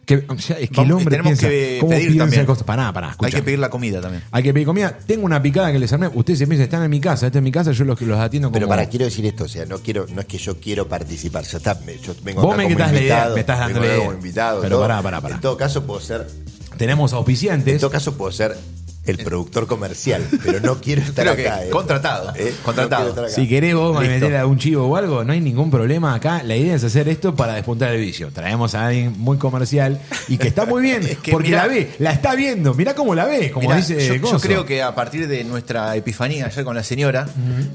Speaker 1: Que, o sea, es que el
Speaker 2: Vamos,
Speaker 1: hombre
Speaker 2: tenemos
Speaker 1: piensa,
Speaker 2: que
Speaker 1: ¿cómo
Speaker 2: pedir
Speaker 1: piensa
Speaker 2: también.
Speaker 1: cosas? Pará, pará, escucha.
Speaker 2: Hay que pedir la comida también.
Speaker 1: comida. Tengo una picada que les armé. Ustedes se piensan, están en mi casa, esta es mi casa, yo los, los atiendo como...
Speaker 3: Pero para, quiero decir esto, o sea, no quiero, no es que yo quiero participar, ya está, me- yo vengo
Speaker 1: Vos
Speaker 3: acá
Speaker 1: me
Speaker 3: como
Speaker 1: quitás la idea,
Speaker 3: invitado,
Speaker 1: me estás
Speaker 3: vengo
Speaker 1: dando la
Speaker 3: acá
Speaker 1: idea.
Speaker 3: como invitado,
Speaker 1: Pero
Speaker 3: todo.
Speaker 1: pará, pará, pará.
Speaker 3: En todo caso puedo ser,
Speaker 1: Tenemos
Speaker 3: en
Speaker 1: auspiciantes.
Speaker 3: todo caso puedo ser el productor comercial, pero no quiero estar
Speaker 2: Creo que
Speaker 3: acá. ¿eh?
Speaker 2: contratado,
Speaker 3: ¿Eh? No
Speaker 2: contratado.
Speaker 3: quiero estar acá.
Speaker 1: Si querés vos me
Speaker 2: Listo.
Speaker 1: meter a un chivo o algo, no hay ningún problema acá. La idea es hacer esto para despuntar el vicio. Traemos a alguien muy comercial y que está muy bien,
Speaker 2: Es que
Speaker 1: porque
Speaker 2: mirá-
Speaker 1: la ve, la está viendo, mirá cómo la ve, como
Speaker 2: Mirá,
Speaker 1: dice
Speaker 2: yo, yo
Speaker 1: Gonzo.
Speaker 2: creo que a partir de nuestra epifanía ayer con la señora,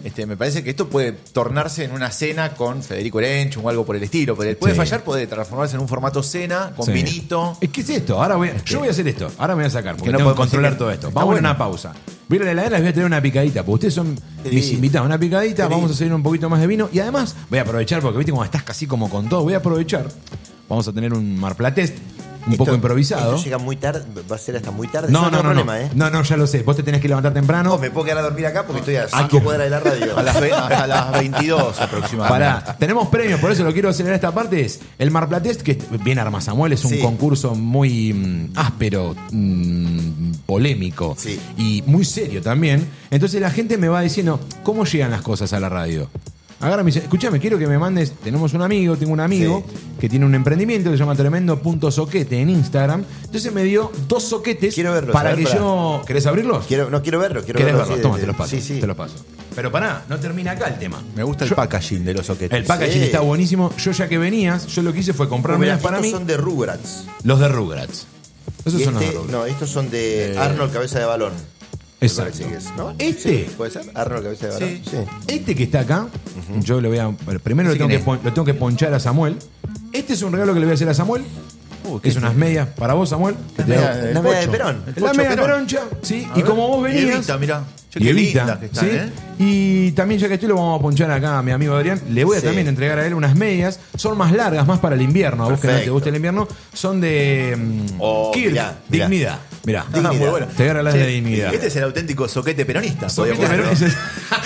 Speaker 2: este, me parece que esto puede tornarse en una cena con Federico Erenchu o algo por el estilo. Puede, puede
Speaker 1: Sí.
Speaker 2: fallar, puede transformarse en un formato cena, con
Speaker 1: Sí.
Speaker 2: vinito. Este,
Speaker 1: Es que es esto, ahora voy a- yo voy a hacer esto, ahora me voy a sacar, porque
Speaker 2: Que no
Speaker 1: tengo que
Speaker 2: podemos
Speaker 1: controlar
Speaker 2: decir que-
Speaker 1: todo esto.
Speaker 2: está
Speaker 1: Vamos
Speaker 2: bueno.
Speaker 1: a una pausa. Voy a ir a la heladera, les voy a tener una picadita, porque ustedes son mis
Speaker 3: lindo.
Speaker 1: invitados. Una picadita,
Speaker 3: Qué
Speaker 1: vamos a
Speaker 3: lindo.
Speaker 1: seguir un poquito más de vino. Y además, voy a aprovechar, porque viste como estás casi como con todo, voy a aprovechar. Vamos a tener un marplatés un
Speaker 3: Esto-
Speaker 1: poco improvisado.
Speaker 3: Esto llega muy tarde, va a ser hasta muy tarde.
Speaker 1: No,
Speaker 3: Yo
Speaker 1: no, no,
Speaker 3: problema,
Speaker 1: no.
Speaker 3: ¿eh?
Speaker 1: no, no, ya lo sé. Vos te tenés que levantar
Speaker 3: No,
Speaker 1: temprano.
Speaker 3: me puedo quedar a dormir acá porque estoy a
Speaker 1: que-
Speaker 3: 5 cuadras de la radio.
Speaker 2: A las, ve- a- a las 22 aproximadamente.
Speaker 1: Pará, tenemos premios, por eso lo quiero acelerar esta parte. Es el Marplatés, que viene Arma Samuel, es un
Speaker 3: Sí.
Speaker 1: concurso muy mm, áspero, mm, polémico
Speaker 3: Sí.
Speaker 1: y muy serio también. Entonces la gente me va diciendo, ¿cómo llegan las cosas a la radio? Agarra y me dice, escúchame, quiero que me mandes. Tenemos un amigo, tengo un amigo que tiene un emprendimiento que se llama tremendo.soquete en Instagram. Entonces me dio dos soquetes
Speaker 3: Quiero verlos,
Speaker 1: para
Speaker 3: a ver,
Speaker 1: que
Speaker 3: pará.
Speaker 1: yo. ¿Querés abrirlos?
Speaker 3: Quiero, no quiero verlo, quiero
Speaker 1: ¿Querés
Speaker 3: verlo.
Speaker 1: verlo?
Speaker 3: así de-
Speaker 1: Toma,
Speaker 3: de-
Speaker 1: te los paso.
Speaker 3: Sí, sí.
Speaker 1: Te los paso. Pero pará, no termina acá el tema.
Speaker 2: Me gusta el packaging de los soquetes.
Speaker 1: El packaging
Speaker 3: Sí.
Speaker 1: está buenísimo. Yo ya que venías, yo lo que hice fue comprar
Speaker 3: Mira,
Speaker 1: unas
Speaker 3: estos
Speaker 1: para mí.
Speaker 3: son de Rugrats.
Speaker 1: Los de Rugrats. Esos
Speaker 3: Y
Speaker 1: son los de
Speaker 3: este-
Speaker 1: Rugrats. Eh,
Speaker 3: no, estos son de Arnold Cabeza de Balón. me
Speaker 1: Exacto.
Speaker 3: parece que es, ¿no?
Speaker 1: Este.
Speaker 3: Sí, ¿Puede ser? Arnold Cabeza de Balón.
Speaker 2: Sí.
Speaker 1: Este que está acá, yo lo voy a. Primero lo
Speaker 2: Sí,
Speaker 1: tengo, que
Speaker 2: ¿quién
Speaker 1: pon- lo tengo que ponchar a Samuel. Este es un regalo que le voy a hacer a Samuel.
Speaker 2: ¿qué
Speaker 1: es unas medias para vos, Samuel. que te
Speaker 2: medias
Speaker 1: hago.
Speaker 2: El
Speaker 3: La media de
Speaker 2: pocho.
Speaker 3: Perón.
Speaker 2: El
Speaker 1: La
Speaker 2: pocho
Speaker 1: media
Speaker 2: Perón.
Speaker 1: peroncha, sí. y
Speaker 2: ver.
Speaker 1: como vos
Speaker 2: Y
Speaker 1: venías.
Speaker 2: Evita, mirá. Che,
Speaker 1: Y
Speaker 2: qué
Speaker 1: Evita,
Speaker 2: lindas que están,
Speaker 1: ¿sí?
Speaker 2: ¿eh?
Speaker 1: Y también, ya que estoy, lo vamos a ponchar acá a mi amigo Adrián. Le voy a
Speaker 3: Sí.
Speaker 1: también entregar a él unas medias. Son más largas, más para el invierno. A vos que no te
Speaker 3: Perfecto.
Speaker 1: gusta el invierno. Son de. mm,
Speaker 3: Oh,
Speaker 1: Kirk,
Speaker 3: mirá, mirá.
Speaker 1: Dignidad. Mirá.
Speaker 2: Ah, muy
Speaker 3: Dignidad.
Speaker 2: bueno.
Speaker 1: Te voy a regalar
Speaker 2: Che,
Speaker 1: de dignidad.
Speaker 2: Este es el auténtico soquete peronista.
Speaker 1: Soquete
Speaker 2: podríamos
Speaker 1: Perón-
Speaker 2: decirlo.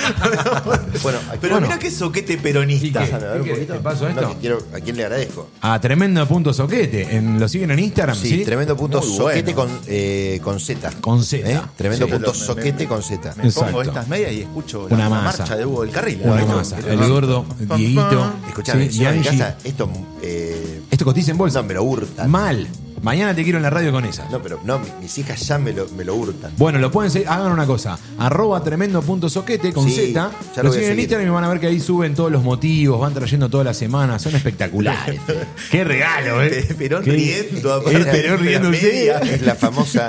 Speaker 3: Bueno,
Speaker 2: Pero
Speaker 1: Bueno.
Speaker 2: mira qué soquete
Speaker 1: ¿Y
Speaker 2: peronista.
Speaker 1: qué?
Speaker 3: Pásame, a ver un
Speaker 1: ¿Qué
Speaker 3: poquito.
Speaker 1: te paso
Speaker 3: No,
Speaker 1: esto?
Speaker 3: que quiero, ¿A quién le agradezco?
Speaker 1: A Ah, tremendo punto soquete. En- lo siguen en Instagram,
Speaker 3: Sí,
Speaker 1: ¿sí?
Speaker 3: tremendo punto
Speaker 2: Muy
Speaker 3: soquete
Speaker 2: bueno.
Speaker 3: con, eh, con Z. ¿Eh?
Speaker 1: Con Z.
Speaker 3: Tremendo
Speaker 2: Sí.
Speaker 3: punto
Speaker 2: Me- me-
Speaker 3: soquete con Z.
Speaker 2: Me
Speaker 1: Exacto.
Speaker 2: pongo estas medias y escucho
Speaker 1: Una
Speaker 2: la, la
Speaker 1: masa.
Speaker 2: marcha de Hugo del Carril.
Speaker 1: Una
Speaker 2: ¿no?
Speaker 1: masa.
Speaker 2: Que-
Speaker 1: El gordo, Dieguito.
Speaker 3: Escuchame,
Speaker 1: sí, y
Speaker 3: encima en
Speaker 1: Angie.
Speaker 3: casa esto... Eh,
Speaker 1: Esto cotiza en bolsa.
Speaker 3: no, me lo hurtan.
Speaker 1: Mal. Mañana te quiero en la radio con esa.
Speaker 3: No, pero no, mi- mis hijas ya me lo, me lo hurtan.
Speaker 1: Bueno, lo pueden seguir, hagan una cosa, arroba tremendo punto soquete con
Speaker 3: Sí,
Speaker 1: Z, lo
Speaker 3: ya lo voy a
Speaker 1: siguen en
Speaker 3: seguir.
Speaker 1: Instagram y van a ver que ahí suben todos los motivos, van trayendo todas las semanas, son espectaculares. Qué regalo, eh.
Speaker 2: Perón
Speaker 1: Qué-
Speaker 2: riendo, aparte.
Speaker 1: El Perón riendo,
Speaker 2: Las medias.
Speaker 1: sí.
Speaker 3: Es la famosa,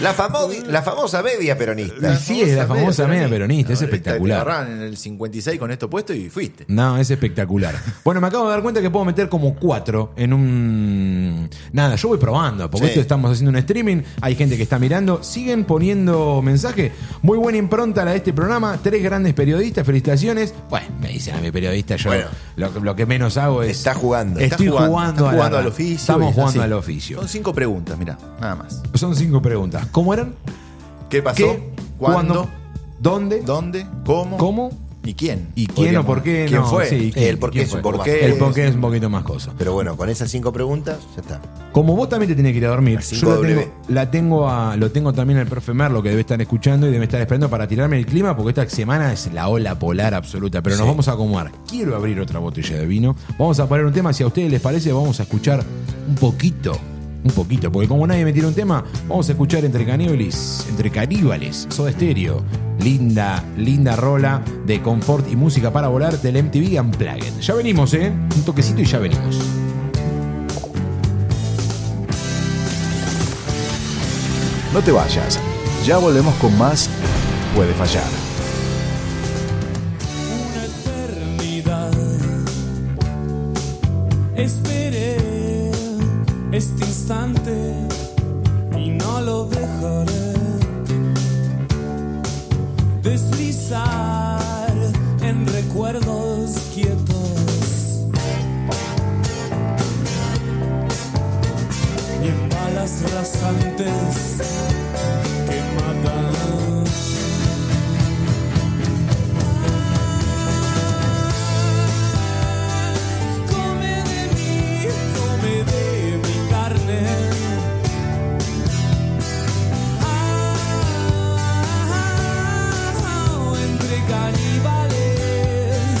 Speaker 3: la, famo- la famosa media peronista.
Speaker 1: Y sí, es la famosa media peronista, es
Speaker 2: Ahorita Te
Speaker 1: espectacular.
Speaker 2: agarraban en el 56 con esto puesto y fuiste.
Speaker 1: No, es espectacular. Bueno, me acabo de dar cuenta que puedo meter como cuatro en un... Nada, yo voy probando, porque
Speaker 3: Sí.
Speaker 1: esto estamos haciendo un streaming, hay gente que está mirando, siguen poniendo mensajes. Muy buena impronta la de este programa, tres grandes periodistas, felicitaciones. Bueno, me dicen a mi periodista, yo
Speaker 3: Bueno.
Speaker 1: lo, lo que menos hago es...
Speaker 3: Está jugando.
Speaker 1: Estoy
Speaker 3: Está
Speaker 1: jugando,
Speaker 2: estás
Speaker 1: a la-
Speaker 2: jugando al oficio. y
Speaker 1: Estamos
Speaker 2: es
Speaker 1: jugando
Speaker 2: así.
Speaker 1: al oficio.
Speaker 2: Son cinco preguntas, mira, nada más.
Speaker 1: Son cinco preguntas. ¿Cómo eran?
Speaker 2: ¿Qué pasó?
Speaker 1: ¿Qué?
Speaker 2: ¿Cuándo?
Speaker 1: ¿Cuándo? ¿Dónde?
Speaker 2: ¿Dónde? ¿Cómo?
Speaker 1: ¿Cómo?
Speaker 2: ¿Y quién?
Speaker 1: ¿Y quién o
Speaker 2: Podríamos-
Speaker 1: por qué?
Speaker 2: ¿Quién
Speaker 1: no,
Speaker 2: fue?
Speaker 1: sí, ¿quién-
Speaker 3: El por qué
Speaker 1: quién
Speaker 3: es un
Speaker 1: fue?
Speaker 3: poco más.
Speaker 1: El por qué es un poquito más cosa.
Speaker 3: Pero bueno, con esas cinco preguntas, ya está.
Speaker 1: Como vos también te tenés que ir a dormir,
Speaker 3: Las
Speaker 1: yo la
Speaker 3: 5W.
Speaker 1: tengo, la tengo a, lo tengo también al profe Merlo, que debe estar escuchando y debe estar esperando para tirarme el clima, porque esta semana es la ola polar absoluta. Pero nos vamos a acomodar. Quiero abrir otra botella de vino. Vamos a poner un tema. Si a ustedes les parece, vamos a escuchar un poquito. Un poquito, porque como nadie me tira un tema, vamos a escuchar entre caníbales, entre caníbales, Soda Stereo. Linda, linda rola de confort y música para volar del MTV Unplugged. Ya venimos, ¿eh? Un toquecito y ya venimos.
Speaker 4: No te vayas, ya volvemos con más Puede Fallar.
Speaker 5: una eternidad. Esperé este instante y no lo dejaré deslizar en recuerdos quietos y en balas rasantes que matan. Come de mí, come de mi carne. Ah, entre caníbales.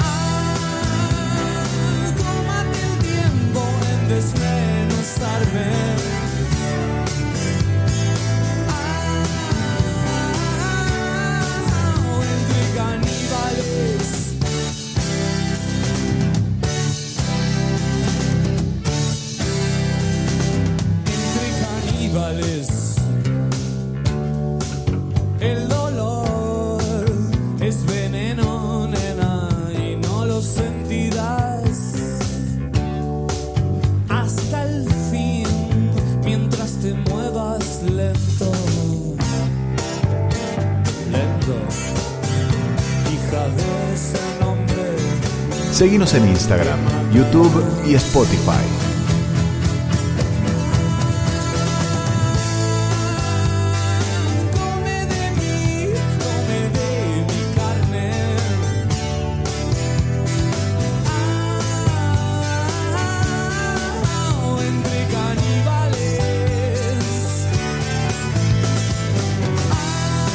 Speaker 5: Ah, tómate el tiempo en desmenuzarme. Ah, entre caníbales. entre caníbales. El dolor es veneno, nena, y no lo sentirás hasta el fin mientras te muevas lento. Lento, hija de ese nombre.
Speaker 4: Seguinos en Instagram, YouTube y Spotify.
Speaker 5: Come de mí, come de mi carne. Ah, entre caníbales. Ah,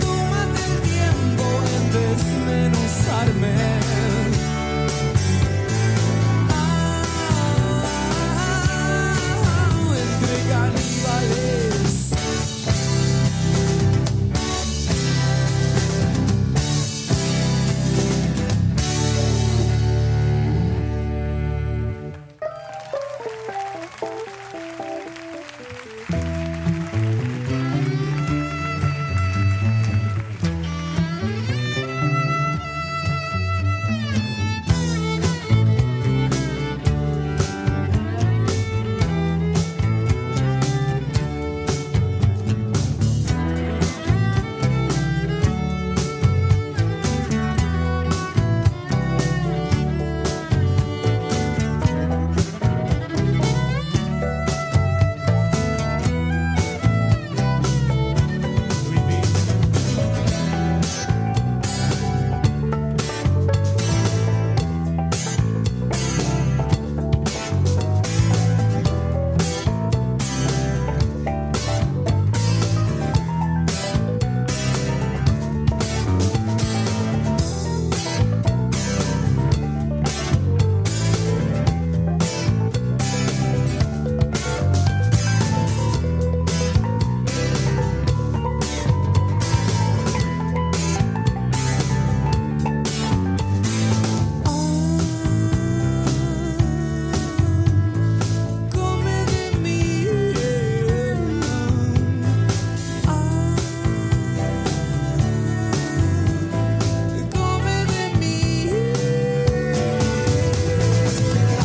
Speaker 5: tómate el tiempo en desmenuzarme. Ah, Ah,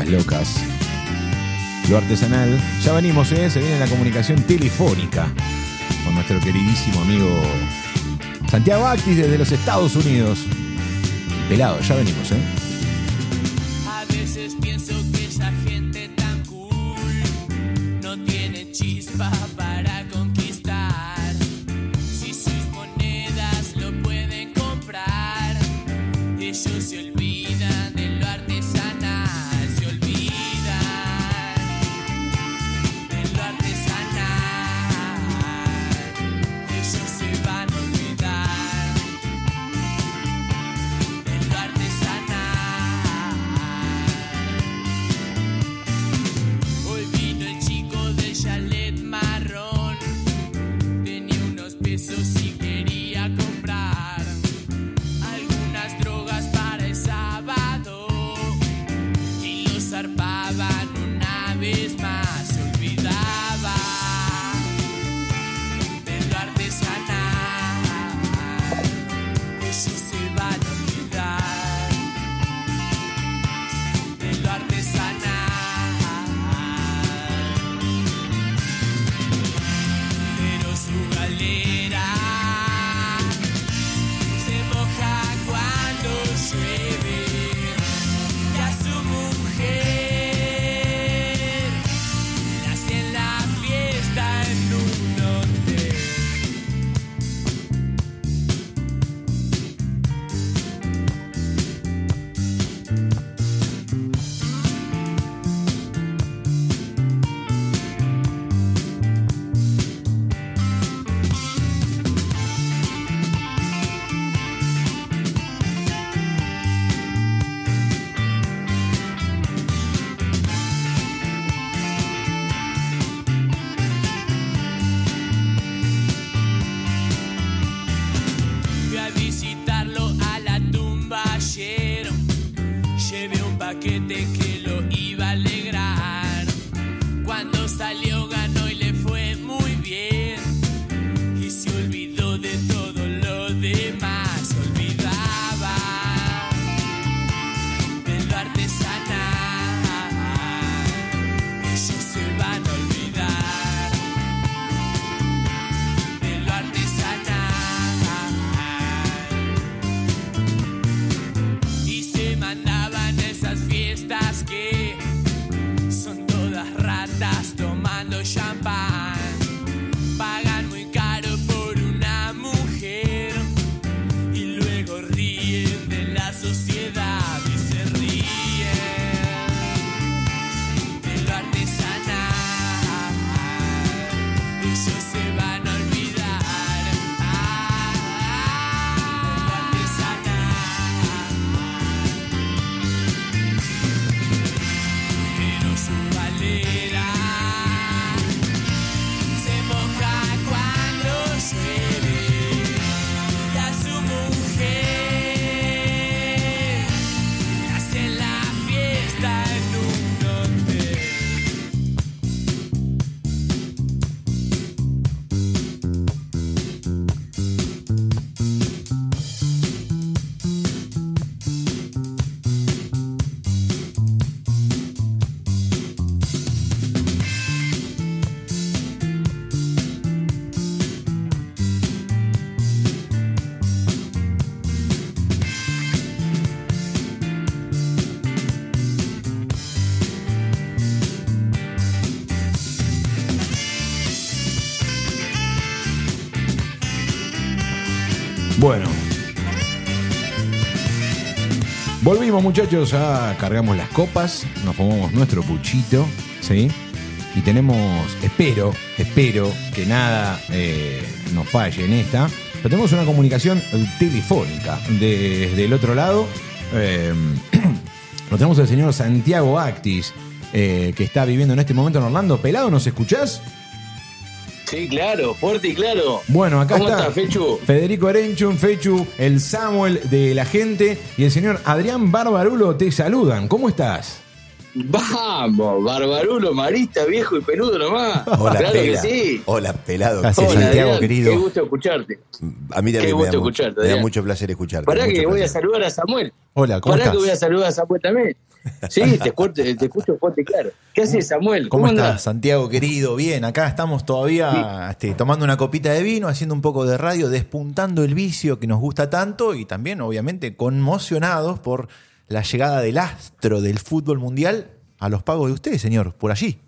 Speaker 1: Valijas Locas. Lo artesanal. Ya venimos, ¿eh? se viene la comunicación telefónica con nuestro queridísimo amigo Santiago Actis desde los Estados Unidos. Pelado, ya venimos, ¿eh?
Speaker 5: A veces pienso que esa gente tan cool no tiene chispa para conquistar. Si sus monedas lo pueden comprar, ellos se olvidan de lo artesanal, se olvidan de lo artesanal. Ellos se van a olvidar de lo artesanal. Hoy vino el chico de chalet marrón. Tenía unos pesos y quería comprar algunas drogas para el sábado. Y lo zarpaban una vez más. Se olvidaba de lo artesanal. Ellos se van a olvidar de lo artesanal. Pero su galera se moja cuando llueve. Y a su mujer la hacen la fiesta en un hotel. Fui a visitarlo a la tumba ayer. Llevé un paquete que lo iba a alegrar. Cuando salió ganó y le fue muy bien. Y se olvidó de todo lo demás. Se Olvidaba de lo artesanal. Ellos se van a olvidar de lo artesanal y se mandaban esas fiestas que son todas ratas tomando champán pagan muy caro por una mujer y luego ríen de la sociedad y se ríen de lo artesanal ellos se van a olvidar de lo artesanal. Pero su valera se moja cuando llueve y a su mujer hace la fiesta en un hotel.
Speaker 1: Bueno. Volvimos muchachos, ya cargamos las copas, nos fumamos nuestro puchito, ¿sí? Y tenemos, espero, espero que nada eh, nos falle en esta, pero tenemos una comunicación telefónica de- desde el otro lado. eh, lo tenemos al señor Santiago Actis, eh, que está viviendo en este momento en Orlando. Pelado, ¿nos escuchás?
Speaker 6: Sí, claro, fuerte y claro.
Speaker 1: Bueno, acá
Speaker 6: ¿Cómo
Speaker 1: está.
Speaker 6: estás, Fechu?
Speaker 1: Federico Arenchun, Fechu, el Samuel de la gente y el señor Adrián Barbarulo te saludan. ¿Cómo estás?
Speaker 6: Vamos, barbarulo, marista, viejo y peludo nomás.
Speaker 3: Hola,
Speaker 6: claro
Speaker 3: pela.
Speaker 6: que sí.
Speaker 3: Hola, pelado.
Speaker 1: Gracias,
Speaker 3: Hola,
Speaker 1: Santiago,
Speaker 6: Adrián,
Speaker 3: querido.
Speaker 6: Qué gusto escucharte.
Speaker 3: A mí también
Speaker 6: Qué
Speaker 3: me,
Speaker 6: gusto
Speaker 3: da, mu-
Speaker 6: escucharte,
Speaker 3: me da
Speaker 6: Adrián.
Speaker 3: mucho placer escucharte.
Speaker 6: Pará
Speaker 3: mucho
Speaker 6: que voy a
Speaker 3: placer.
Speaker 6: saludar a Samuel.
Speaker 1: Hola, ¿cómo
Speaker 6: Pará que
Speaker 1: estás?
Speaker 6: voy a saludar a Samuel también. Sí, te, escucho, te escucho fuerte y claro. ¿Qué haces, Samuel?
Speaker 2: ¿Cómo, estás,
Speaker 6: andás?
Speaker 2: Santiago querido? Bien, acá estamos todavía este, tomando una copita de vino, haciendo un poco de radio, despuntando el vicio que nos gusta tanto y también, obviamente, conmocionados por la llegada del astro del fútbol mundial a los pagos de ustedes, señor, por allí.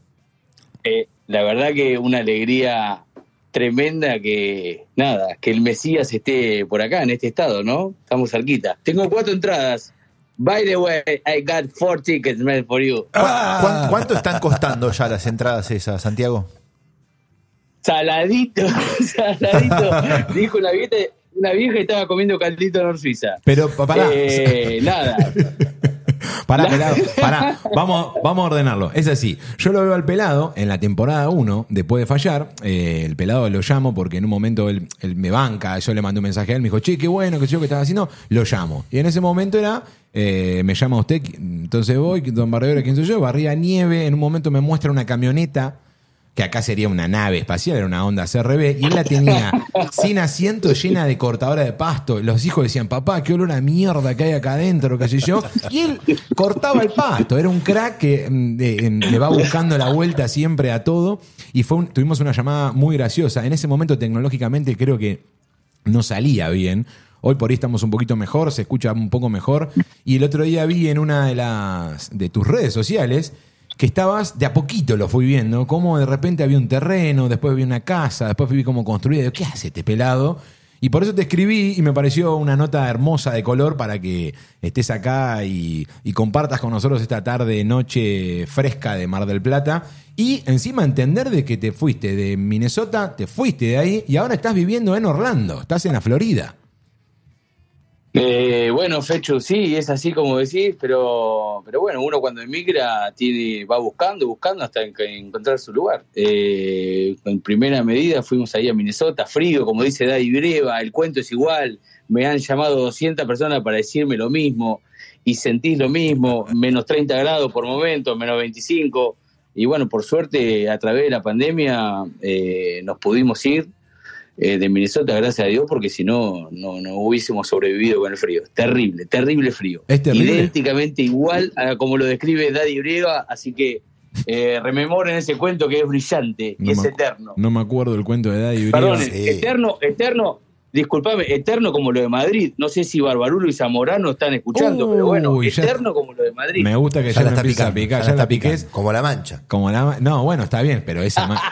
Speaker 6: Eh, la verdad que una alegría tremenda que, nada, que el Mesías esté por acá, en este estado, ¿no? Estamos cerquita. Tengo cuatro entradas. By the way, I got four tickets man, for you.
Speaker 2: ¿Cu- cuán- ¿Cuánto están costando ya las entradas esas, Santiago?
Speaker 6: Saladito, saladito. Dijo una vieja, una vieja que estaba comiendo caldito en Suiza.
Speaker 1: Pero pa- pará,
Speaker 6: Eh, nada.
Speaker 1: pará, pelado, pará. Vamos, vamos a ordenarlo. Es así. Yo lo veo al pelado en la temporada 1, después de fallar. eh, el pelado lo llamo porque en un momento él, él me banca. Yo le mandé un mensaje a él, me dijo, che, qué bueno, qué sé yo, qué estaba haciendo. Lo llamo. Y en ese momento era, eh, me llama usted, entonces voy, don Barredora, ¿quién soy yo? Barría nieve. En un momento me muestra una camioneta. que acá sería una nave espacial, era una onda CRB, y él la tenía sin asiento, llena de cortadora de pasto. Los hijos decían, papá, qué olor a mierda que hay acá adentro, qué sé yo. Y él cortaba el pasto, era un crack que mm, de- mm, le va buscando la vuelta siempre a todo. Y fue un- tuvimos una llamada muy graciosa. En ese momento, tecnológicamente, creo que no salía bien. Hoy por ahí estamos un poquito mejor, se escucha un poco mejor. Y el otro día vi en una de las de tus redes sociales que estabas, de a poquito lo fui viendo, como de repente había un terreno, después vi una casa, después vi cómo construida. Digo, ¿Qué hace este pelado? Y por eso te escribí y me pareció una nota hermosa de color para que estés acá y, y compartas con nosotros esta tarde, noche fresca de Mar del Plata. Y encima entender de que te fuiste de Minnesota, te fuiste de ahí y ahora estás viviendo en Orlando, estás en la Florida.
Speaker 6: Eh, bueno, Fechu, sí, es así como decís, pero, pero bueno, uno cuando emigra tiene, va buscando, buscando hasta en- encontrar su lugar. Eh, en primera medida fuimos ahí a Minnesota, frío, como dice Daddy Breva, el cuento es igual, me han llamado 200 personas para decirme lo mismo y sentís lo mismo, menos 30 grados por momento, menos 25, y bueno, por suerte a través de la pandemia eh, nos pudimos ir, eh, de Minnesota, gracias a Dios, porque si no, no, no hubiésemos sobrevivido con el frío. Terrible, terrible frío.
Speaker 1: ¿Es terrible?
Speaker 6: Idénticamente igual a como lo describe Daddy Brieva, así que eh, rememoren ese cuento que es brillante,
Speaker 1: No
Speaker 6: que es
Speaker 1: me-
Speaker 6: eterno.
Speaker 1: No me acuerdo el cuento de Daddy Brieva.
Speaker 6: Perdón,
Speaker 3: Sí.
Speaker 6: eterno, eterno, disculpame, eterno como lo de Madrid. No sé si Barbarulo y Zamorano están escuchando,
Speaker 1: Uy,
Speaker 6: pero bueno,
Speaker 1: ya-
Speaker 6: eterno como lo de Madrid.
Speaker 1: Me gusta que ya, me
Speaker 3: está
Speaker 1: empieza a
Speaker 3: picando,
Speaker 1: picar,
Speaker 3: ya
Speaker 1: ya,
Speaker 3: la
Speaker 1: la,
Speaker 3: está
Speaker 1: piqué.
Speaker 3: picando. Como la mancha.
Speaker 1: Como la ma- no, bueno, está bien, pero esa ma-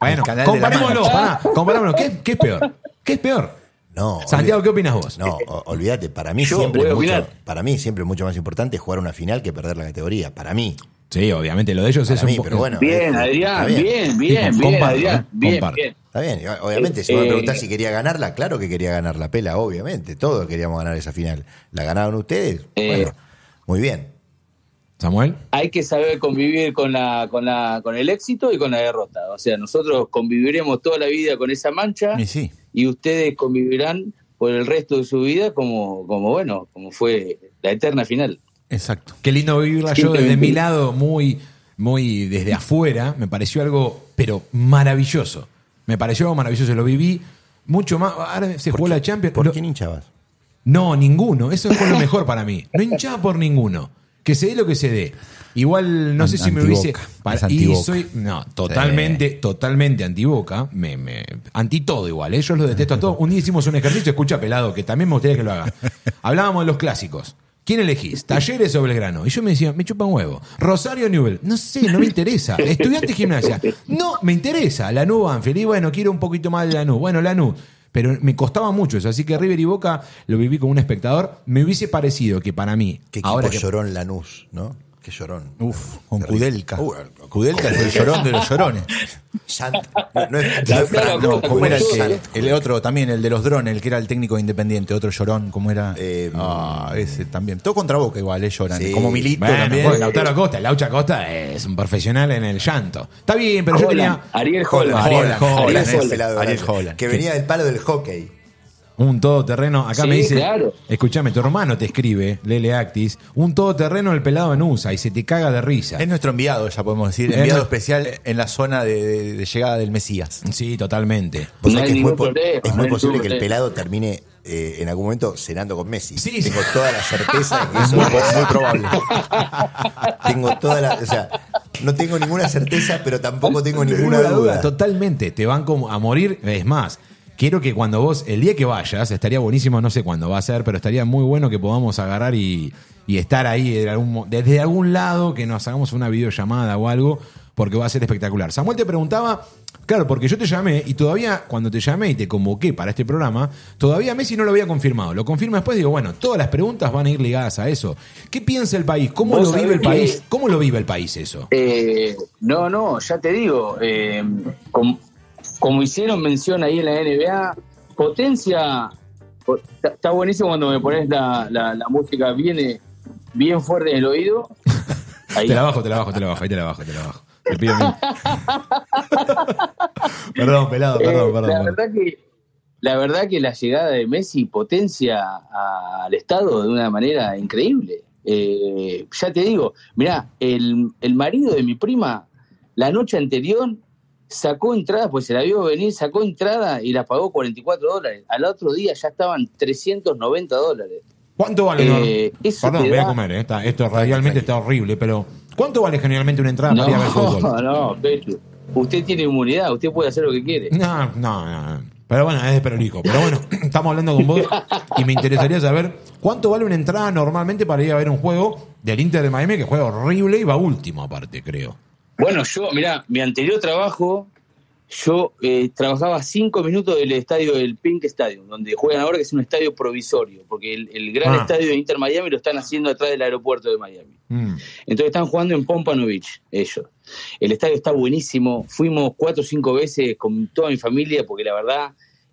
Speaker 1: bueno,
Speaker 2: El canal de la
Speaker 1: comparémoslo,
Speaker 2: Mancha.
Speaker 1: pará, comparémoslo. ¿Qué, qué es peor? ¿Qué es peor?
Speaker 3: No.
Speaker 1: Santiago,
Speaker 3: olvi-
Speaker 1: ¿qué opinas vos?
Speaker 3: No, o- olvídate, para mí,
Speaker 6: Yo
Speaker 3: siempre
Speaker 6: voy
Speaker 3: es
Speaker 6: a
Speaker 3: mucho,
Speaker 6: opinar.
Speaker 3: para mí siempre es mucho más importante jugar una final que perder la categoría. Para mí.
Speaker 1: Sí, obviamente, lo de ellos
Speaker 3: Para
Speaker 1: es un
Speaker 3: mí,
Speaker 1: po-
Speaker 3: pero bueno.
Speaker 6: Bien,
Speaker 3: eh,
Speaker 6: Adrián,
Speaker 3: está
Speaker 6: bien, bien,
Speaker 1: Sí,
Speaker 6: bien,
Speaker 1: com- comparto,
Speaker 6: Adrián,
Speaker 1: eh,
Speaker 6: bien,
Speaker 1: comparto.
Speaker 6: bien.
Speaker 3: Está bien, y o- obviamente, si vos me
Speaker 6: Eh,
Speaker 3: preguntás si quería ganarla, claro que quería ganar la pela, obviamente. Todos queríamos ganar esa final. ¿La ganaron ustedes?
Speaker 6: Eh,
Speaker 3: bueno, muy bien.
Speaker 1: Samuel.
Speaker 6: hay que saber convivir con la, con la, con el éxito y con la derrota. O sea, nosotros conviviremos toda la vida con esa mancha
Speaker 2: Y sí.
Speaker 6: y ustedes convivirán por el resto de su vida como, como bueno, como fue la eterna final.
Speaker 2: Exacto.
Speaker 1: Qué lindo vivirla yo
Speaker 6: Simplemente.
Speaker 1: desde mi lado, muy, muy desde afuera. Me pareció algo, pero maravilloso. Me pareció algo maravilloso. Lo viví mucho más. Ahora se jugó la Champions.
Speaker 3: ¿Por
Speaker 1: Lo-
Speaker 3: quién hinchabas?
Speaker 1: No, ninguno. Eso fue lo mejor para mí. No hinchaba por ninguno. Que se dé lo que se dé. Igual no
Speaker 2: An-
Speaker 1: sé si me
Speaker 2: antiboca.
Speaker 1: hubiese. para-
Speaker 2: Es
Speaker 1: y
Speaker 2: antiboca.
Speaker 1: soy. No, totalmente, totalmente antiboca. Me, me, anti todo igual. ¿eh? Yo los detesto a todos. Un día hicimos un ejercicio, escucha pelado, que también me gustaría que lo haga. Hablábamos de los clásicos. ¿Quién elegís? ¿Talleres o Belgrano? Y yo me decía, me chupa un huevo. Rosario Newell. No sé, no me interesa. Estudiante gimnasia. No, me interesa. Lanús Banfield. Y bueno, quiero un poquito más de Lanús. Bueno, Lanús. Pero me costaba mucho eso, así que River y Boca lo viví como un espectador. Me hubiese parecido que para mí,
Speaker 3: Qué equipo
Speaker 1: ahora que-
Speaker 3: llorón Lanús, ¿no? Qué llorón.
Speaker 2: Uf, con
Speaker 3: Terrible.
Speaker 2: Kudelka.
Speaker 3: Uh,
Speaker 2: Kudelka es el llorón de los llorones.
Speaker 3: Sant- no, no es,
Speaker 6: La
Speaker 3: no es
Speaker 6: cara
Speaker 3: Fran,
Speaker 6: como
Speaker 3: no,
Speaker 6: la
Speaker 3: ¿cómo era el
Speaker 6: cuchara.
Speaker 3: Sant?
Speaker 2: El, el otro también, el de los drones, el que era el técnico de independiente, otro llorón, como era.
Speaker 3: Eh,
Speaker 2: ah, ese también. Todo contra boca igual, eh, lloran.
Speaker 3: Sí.
Speaker 2: Como Milito
Speaker 1: Bueno,
Speaker 2: también.
Speaker 1: pues, Lautaro Costa, Laucha Costa es un profesional en el llanto. Está bien, pero yo
Speaker 6: Holland,
Speaker 1: tenía.
Speaker 6: Ariel
Speaker 3: Holland,
Speaker 6: Holland,
Speaker 2: Holland,
Speaker 3: Holland,
Speaker 2: Holland,
Speaker 3: ese
Speaker 2: Holland.
Speaker 3: pelado
Speaker 2: Ariel
Speaker 3: grande,
Speaker 2: Holland.
Speaker 3: Que venía del palo del hockey.
Speaker 1: Un todoterreno, acá
Speaker 6: Sí,
Speaker 1: me dice,
Speaker 6: claro.
Speaker 1: escúchame, tu hermano te escribe, Lele Actis, un todoterreno el pelado en USA y se te caga de risa.
Speaker 2: Es nuestro enviado, ya podemos decir,
Speaker 1: Es
Speaker 2: enviado
Speaker 1: nu-
Speaker 2: especial en la zona de, de- de llegada del Mesías.
Speaker 1: Sí, totalmente.
Speaker 3: Vos sabés
Speaker 6: No hay
Speaker 3: que es muy,
Speaker 6: ningún
Speaker 3: po-
Speaker 6: problema,
Speaker 3: es
Speaker 6: no
Speaker 3: muy
Speaker 6: hay
Speaker 3: posible
Speaker 6: ningún
Speaker 3: que el
Speaker 6: problema.
Speaker 3: pelado termine eh, en algún momento cenando con Messi.
Speaker 1: Sí,
Speaker 3: Tengo toda la certeza de que eso es muy probable. Tengo toda la. O sea, no tengo ninguna certeza, pero tampoco tengo ninguna
Speaker 1: Ninguna
Speaker 3: duda.
Speaker 1: Totalmente, te van como a morir. Es más, quiero que cuando vos, el día que vayas, estaría buenísimo, no sé cuándo va a ser, pero estaría muy bueno que podamos agarrar y, y estar ahí de algún mo- desde algún lado, que nos hagamos una videollamada o algo, porque va a ser espectacular. Samuel te preguntaba, claro, porque yo te llamé y todavía cuando te llamé y te convoqué para este programa, todavía Messi no lo había confirmado. Lo confirma después, digo, bueno, todas las preguntas van a ir ligadas a eso. ¿Qué piensa el país? ¿Cómo
Speaker 6: Vos
Speaker 1: lo vive
Speaker 6: sabés
Speaker 1: el país?
Speaker 6: que-
Speaker 1: ¿Cómo lo vive el país eso?
Speaker 6: Eh, no, no, ya te digo, eh, com- como hicieron mención ahí en la NBA, potencia, po- está está buenísimo cuando me pones la, la- la música viene bien fuerte en el oído. Ahí.
Speaker 1: Te la bajo, te la bajo, te la bajo, ahí te la bajo, te la bajo. Te pido mil. perdón, pelado,
Speaker 6: Eh,
Speaker 1: perdón, perdón.
Speaker 6: la
Speaker 1: perdón.
Speaker 6: verdad que la verdad que la llegada de Messi potencia a- al Estado de una manera increíble. Eh, ya te digo, mirá, el, el marido de mi prima, la noche anterior, sacó entrada, pues se la vio venir, sacó entrada y la pagó 44 dólares. Al otro día ya estaban 390 dólares.
Speaker 1: ¿Cuánto vale? Nor?
Speaker 6: Eh, eso
Speaker 1: perdón,
Speaker 6: te
Speaker 1: voy a
Speaker 6: da-
Speaker 1: comer, eh, está- esto radialmente está horrible, pero ¿cuánto vale generalmente una entrada para ir a ver
Speaker 6: No,
Speaker 1: fútbol?
Speaker 6: no, Pechu, usted tiene inmunidad, usted puede hacer lo que quiere.
Speaker 1: No, no, no. Pero bueno, es de perolijo. Pero bueno, estamos hablando con vos y me interesaría saber cuánto vale una entrada normalmente para ir a ver un juego del Inter de Miami que juega horrible y va último aparte, creo.
Speaker 6: Bueno, yo, mirá, mi anterior trabajo, yo eh, trabajaba cinco minutos del estadio del Pink Stadium, donde juegan ahora, que es un estadio provisorio, porque el, el gran
Speaker 1: Ah.
Speaker 6: estadio de Inter Miami lo están haciendo atrás del aeropuerto de Miami.
Speaker 1: Mm.
Speaker 6: Entonces están jugando en Pompano Beach, ellos. El estadio está buenísimo. Fuimos cuatro o cinco veces con toda mi familia, porque la verdad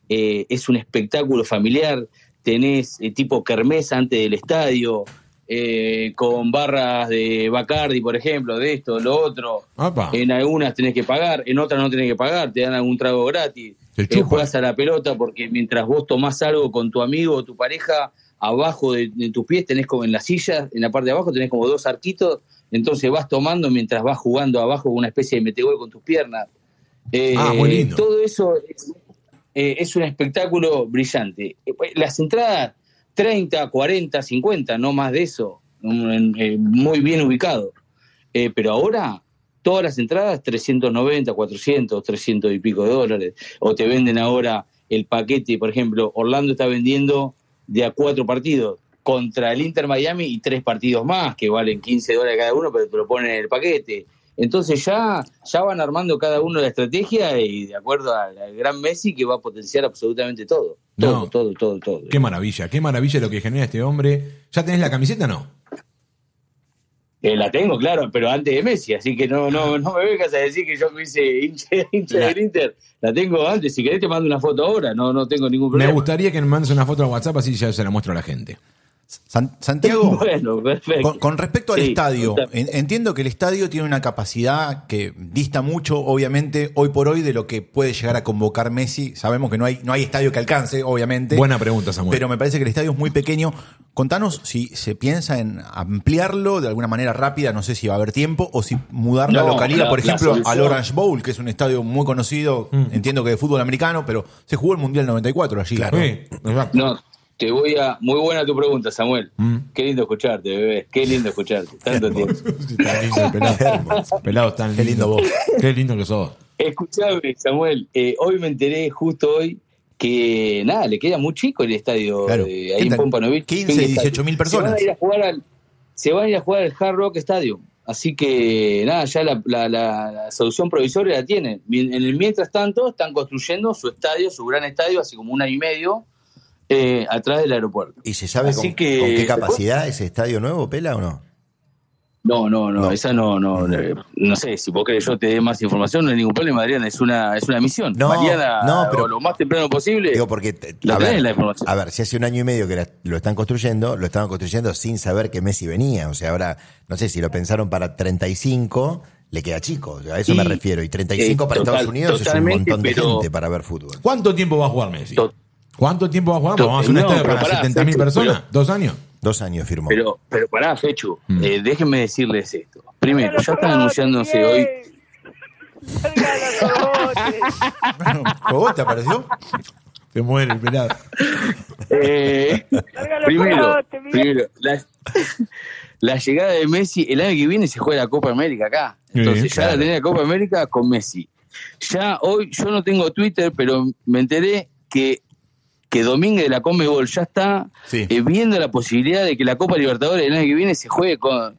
Speaker 6: eh, es un espectáculo familiar. Tenés eh, tipo kermés antes del estadio, eh, con barras de Bacardi, por ejemplo, de esto, lo otro.
Speaker 1: Apa.
Speaker 6: En algunas tenés que pagar, en otras no tenés que pagar, te dan algún trago gratis.
Speaker 1: Te
Speaker 6: Eh,
Speaker 1: chupan.
Speaker 6: jugás a la pelota porque mientras vos tomás algo con tu amigo o tu pareja, abajo de, de tus pies tenés como en la silla, en la parte de abajo tenés como dos arquitos, entonces vas tomando mientras vas jugando abajo una especie de metegol con tus piernas. Eh,
Speaker 1: Ah, muy lindo.
Speaker 6: Todo eso es, eh, es un espectáculo brillante. Eh, pues, Las entradas 30, 40, 50, no más de eso, Mm, en- eh, muy bien ubicado. Eh, pero ahora todas las entradas 390, 400, 300 y pico de dólares. O te venden ahora el paquete, por ejemplo, Orlando está vendiendo de a cuatro partidos contra el Inter Miami y tres partidos más que valen 15 dólares cada uno, pero te lo ponen en el paquete. Entonces ya, ya van armando cada uno la estrategia y de acuerdo al al gran Messi que va a potenciar absolutamente todo. Todo,
Speaker 1: No.
Speaker 6: todo, todo, todo.
Speaker 1: Qué maravilla, qué maravilla lo que genera este hombre. ¿Ya tenés la camiseta o no?
Speaker 6: Eh, la tengo, claro, pero antes de Messi, así que no, no, no me vengas a decir que yo me hice hincha, hincha del Inter. La tengo antes, si querés te mando una foto ahora, no, no tengo ningún
Speaker 1: Me
Speaker 6: problema.
Speaker 1: gustaría que me mandes una foto a WhatsApp así ya se la muestro a la gente.
Speaker 2: San- Santiago,
Speaker 6: Bueno, perfecto.
Speaker 2: con, con respecto al
Speaker 6: Eh, Sí,
Speaker 2: estadio,
Speaker 6: contame.
Speaker 2: en- entiendo que el estadio tiene una capacidad que dista mucho, obviamente, hoy por hoy, de lo que puede llegar a convocar Messi. Sabemos que no hay, no hay estadio que alcance, obviamente.
Speaker 1: Buena pregunta, Samuel.
Speaker 2: Pero me parece que el estadio es muy pequeño. Contanos si se piensa en ampliarlo de alguna manera rápida, no sé si va a haber tiempo, o si mudar la
Speaker 6: No,
Speaker 2: localidad,
Speaker 6: la-
Speaker 2: por
Speaker 6: la
Speaker 2: ejemplo, al
Speaker 6: solución-
Speaker 2: Orange Bowl, que es un estadio muy conocido,
Speaker 1: Mm.
Speaker 2: entiendo que de fútbol americano, pero se jugó el Mundial 94 allí. ¿no?
Speaker 1: Sí, exacto.
Speaker 6: No, te voy a. Muy buena tu pregunta, Samuel. Qué lindo escucharte, bebé. Qué lindo escucharte. Tanto tiempo.
Speaker 1: Sí, está lindo el pelado. Pelado tan lindo.
Speaker 2: Qué lindo vos.
Speaker 1: Qué lindo que sos.
Speaker 6: Escuchame, Samuel. eh, hoy me enteré, justo hoy, que nada, le queda muy chico el estadio
Speaker 2: Claro.
Speaker 6: eh, ahí en
Speaker 2: Entran
Speaker 6: Pompanovich.
Speaker 2: 15, 18.000
Speaker 6: Se van
Speaker 2: personas.
Speaker 6: a ir a jugar al, se van a ir a jugar al Hard Rock Stadium. Así que nada, ya la, la- la- la solución provisoria la tienen. Mien- En el mientras tanto, están construyendo su estadio, su gran estadio, hace como un año y medio, eh, atrás del aeropuerto.
Speaker 3: ¿Y se sabe
Speaker 6: Así
Speaker 3: con,
Speaker 6: que-
Speaker 3: con qué capacidad ese estadio nuevo, Pela, o no?
Speaker 6: No, no, no, esa no, no, eh, no sé, si vos querés yo te dé más información, no hay ningún problema, Adrián, es una, es una misión.
Speaker 3: No,
Speaker 6: Mañana,
Speaker 3: no, pero-
Speaker 6: o lo más temprano posible,
Speaker 3: Digo, porque. te-
Speaker 6: La tenés la información.
Speaker 3: a ver, si hace un año y medio que la- lo están construyendo, lo estaban construyendo sin saber que Messi venía. O sea, ahora, no sé si lo pensaron para 35, le queda chico. O sea, a eso
Speaker 6: Y-
Speaker 3: me refiero. Y 35 para
Speaker 6: eh,
Speaker 3: Estados
Speaker 6: total-
Speaker 3: Unidos es un
Speaker 6: totalmente,
Speaker 3: montón de
Speaker 6: pero-
Speaker 3: gente para ver fútbol.
Speaker 1: ¿Cuánto tiempo va a jugar Messi?
Speaker 6: To-
Speaker 1: ¿Cuánto tiempo va a jugar? Porque Vamos a hacer un
Speaker 6: No,
Speaker 1: estadio
Speaker 6: pero
Speaker 1: para
Speaker 6: pará,
Speaker 1: 70.000
Speaker 6: Fechu,
Speaker 1: personas. ¿Dos años?
Speaker 3: Dos años firmó.
Speaker 6: Pero, pero pará, Fechu, eh, déjenme decirles esto. Primero, pues ya están anunciándose hoy.
Speaker 2: ¿Vos te apareció?
Speaker 1: Se muere el pelado.
Speaker 6: Eh,
Speaker 7: Larga los
Speaker 6: primero,
Speaker 7: corotes, Miguel.
Speaker 6: primero la, la llegada de Messi, el año que viene se juega la Copa América acá. Entonces
Speaker 1: Sí,
Speaker 6: ya la tenés la Copa América con Messi. Ya hoy, yo no tengo Twitter, pero me enteré que, que Domínguez de la Comebol ya está
Speaker 2: Sí.
Speaker 6: eh, viendo la posibilidad de que la Copa Libertadores el año que viene se juegue con,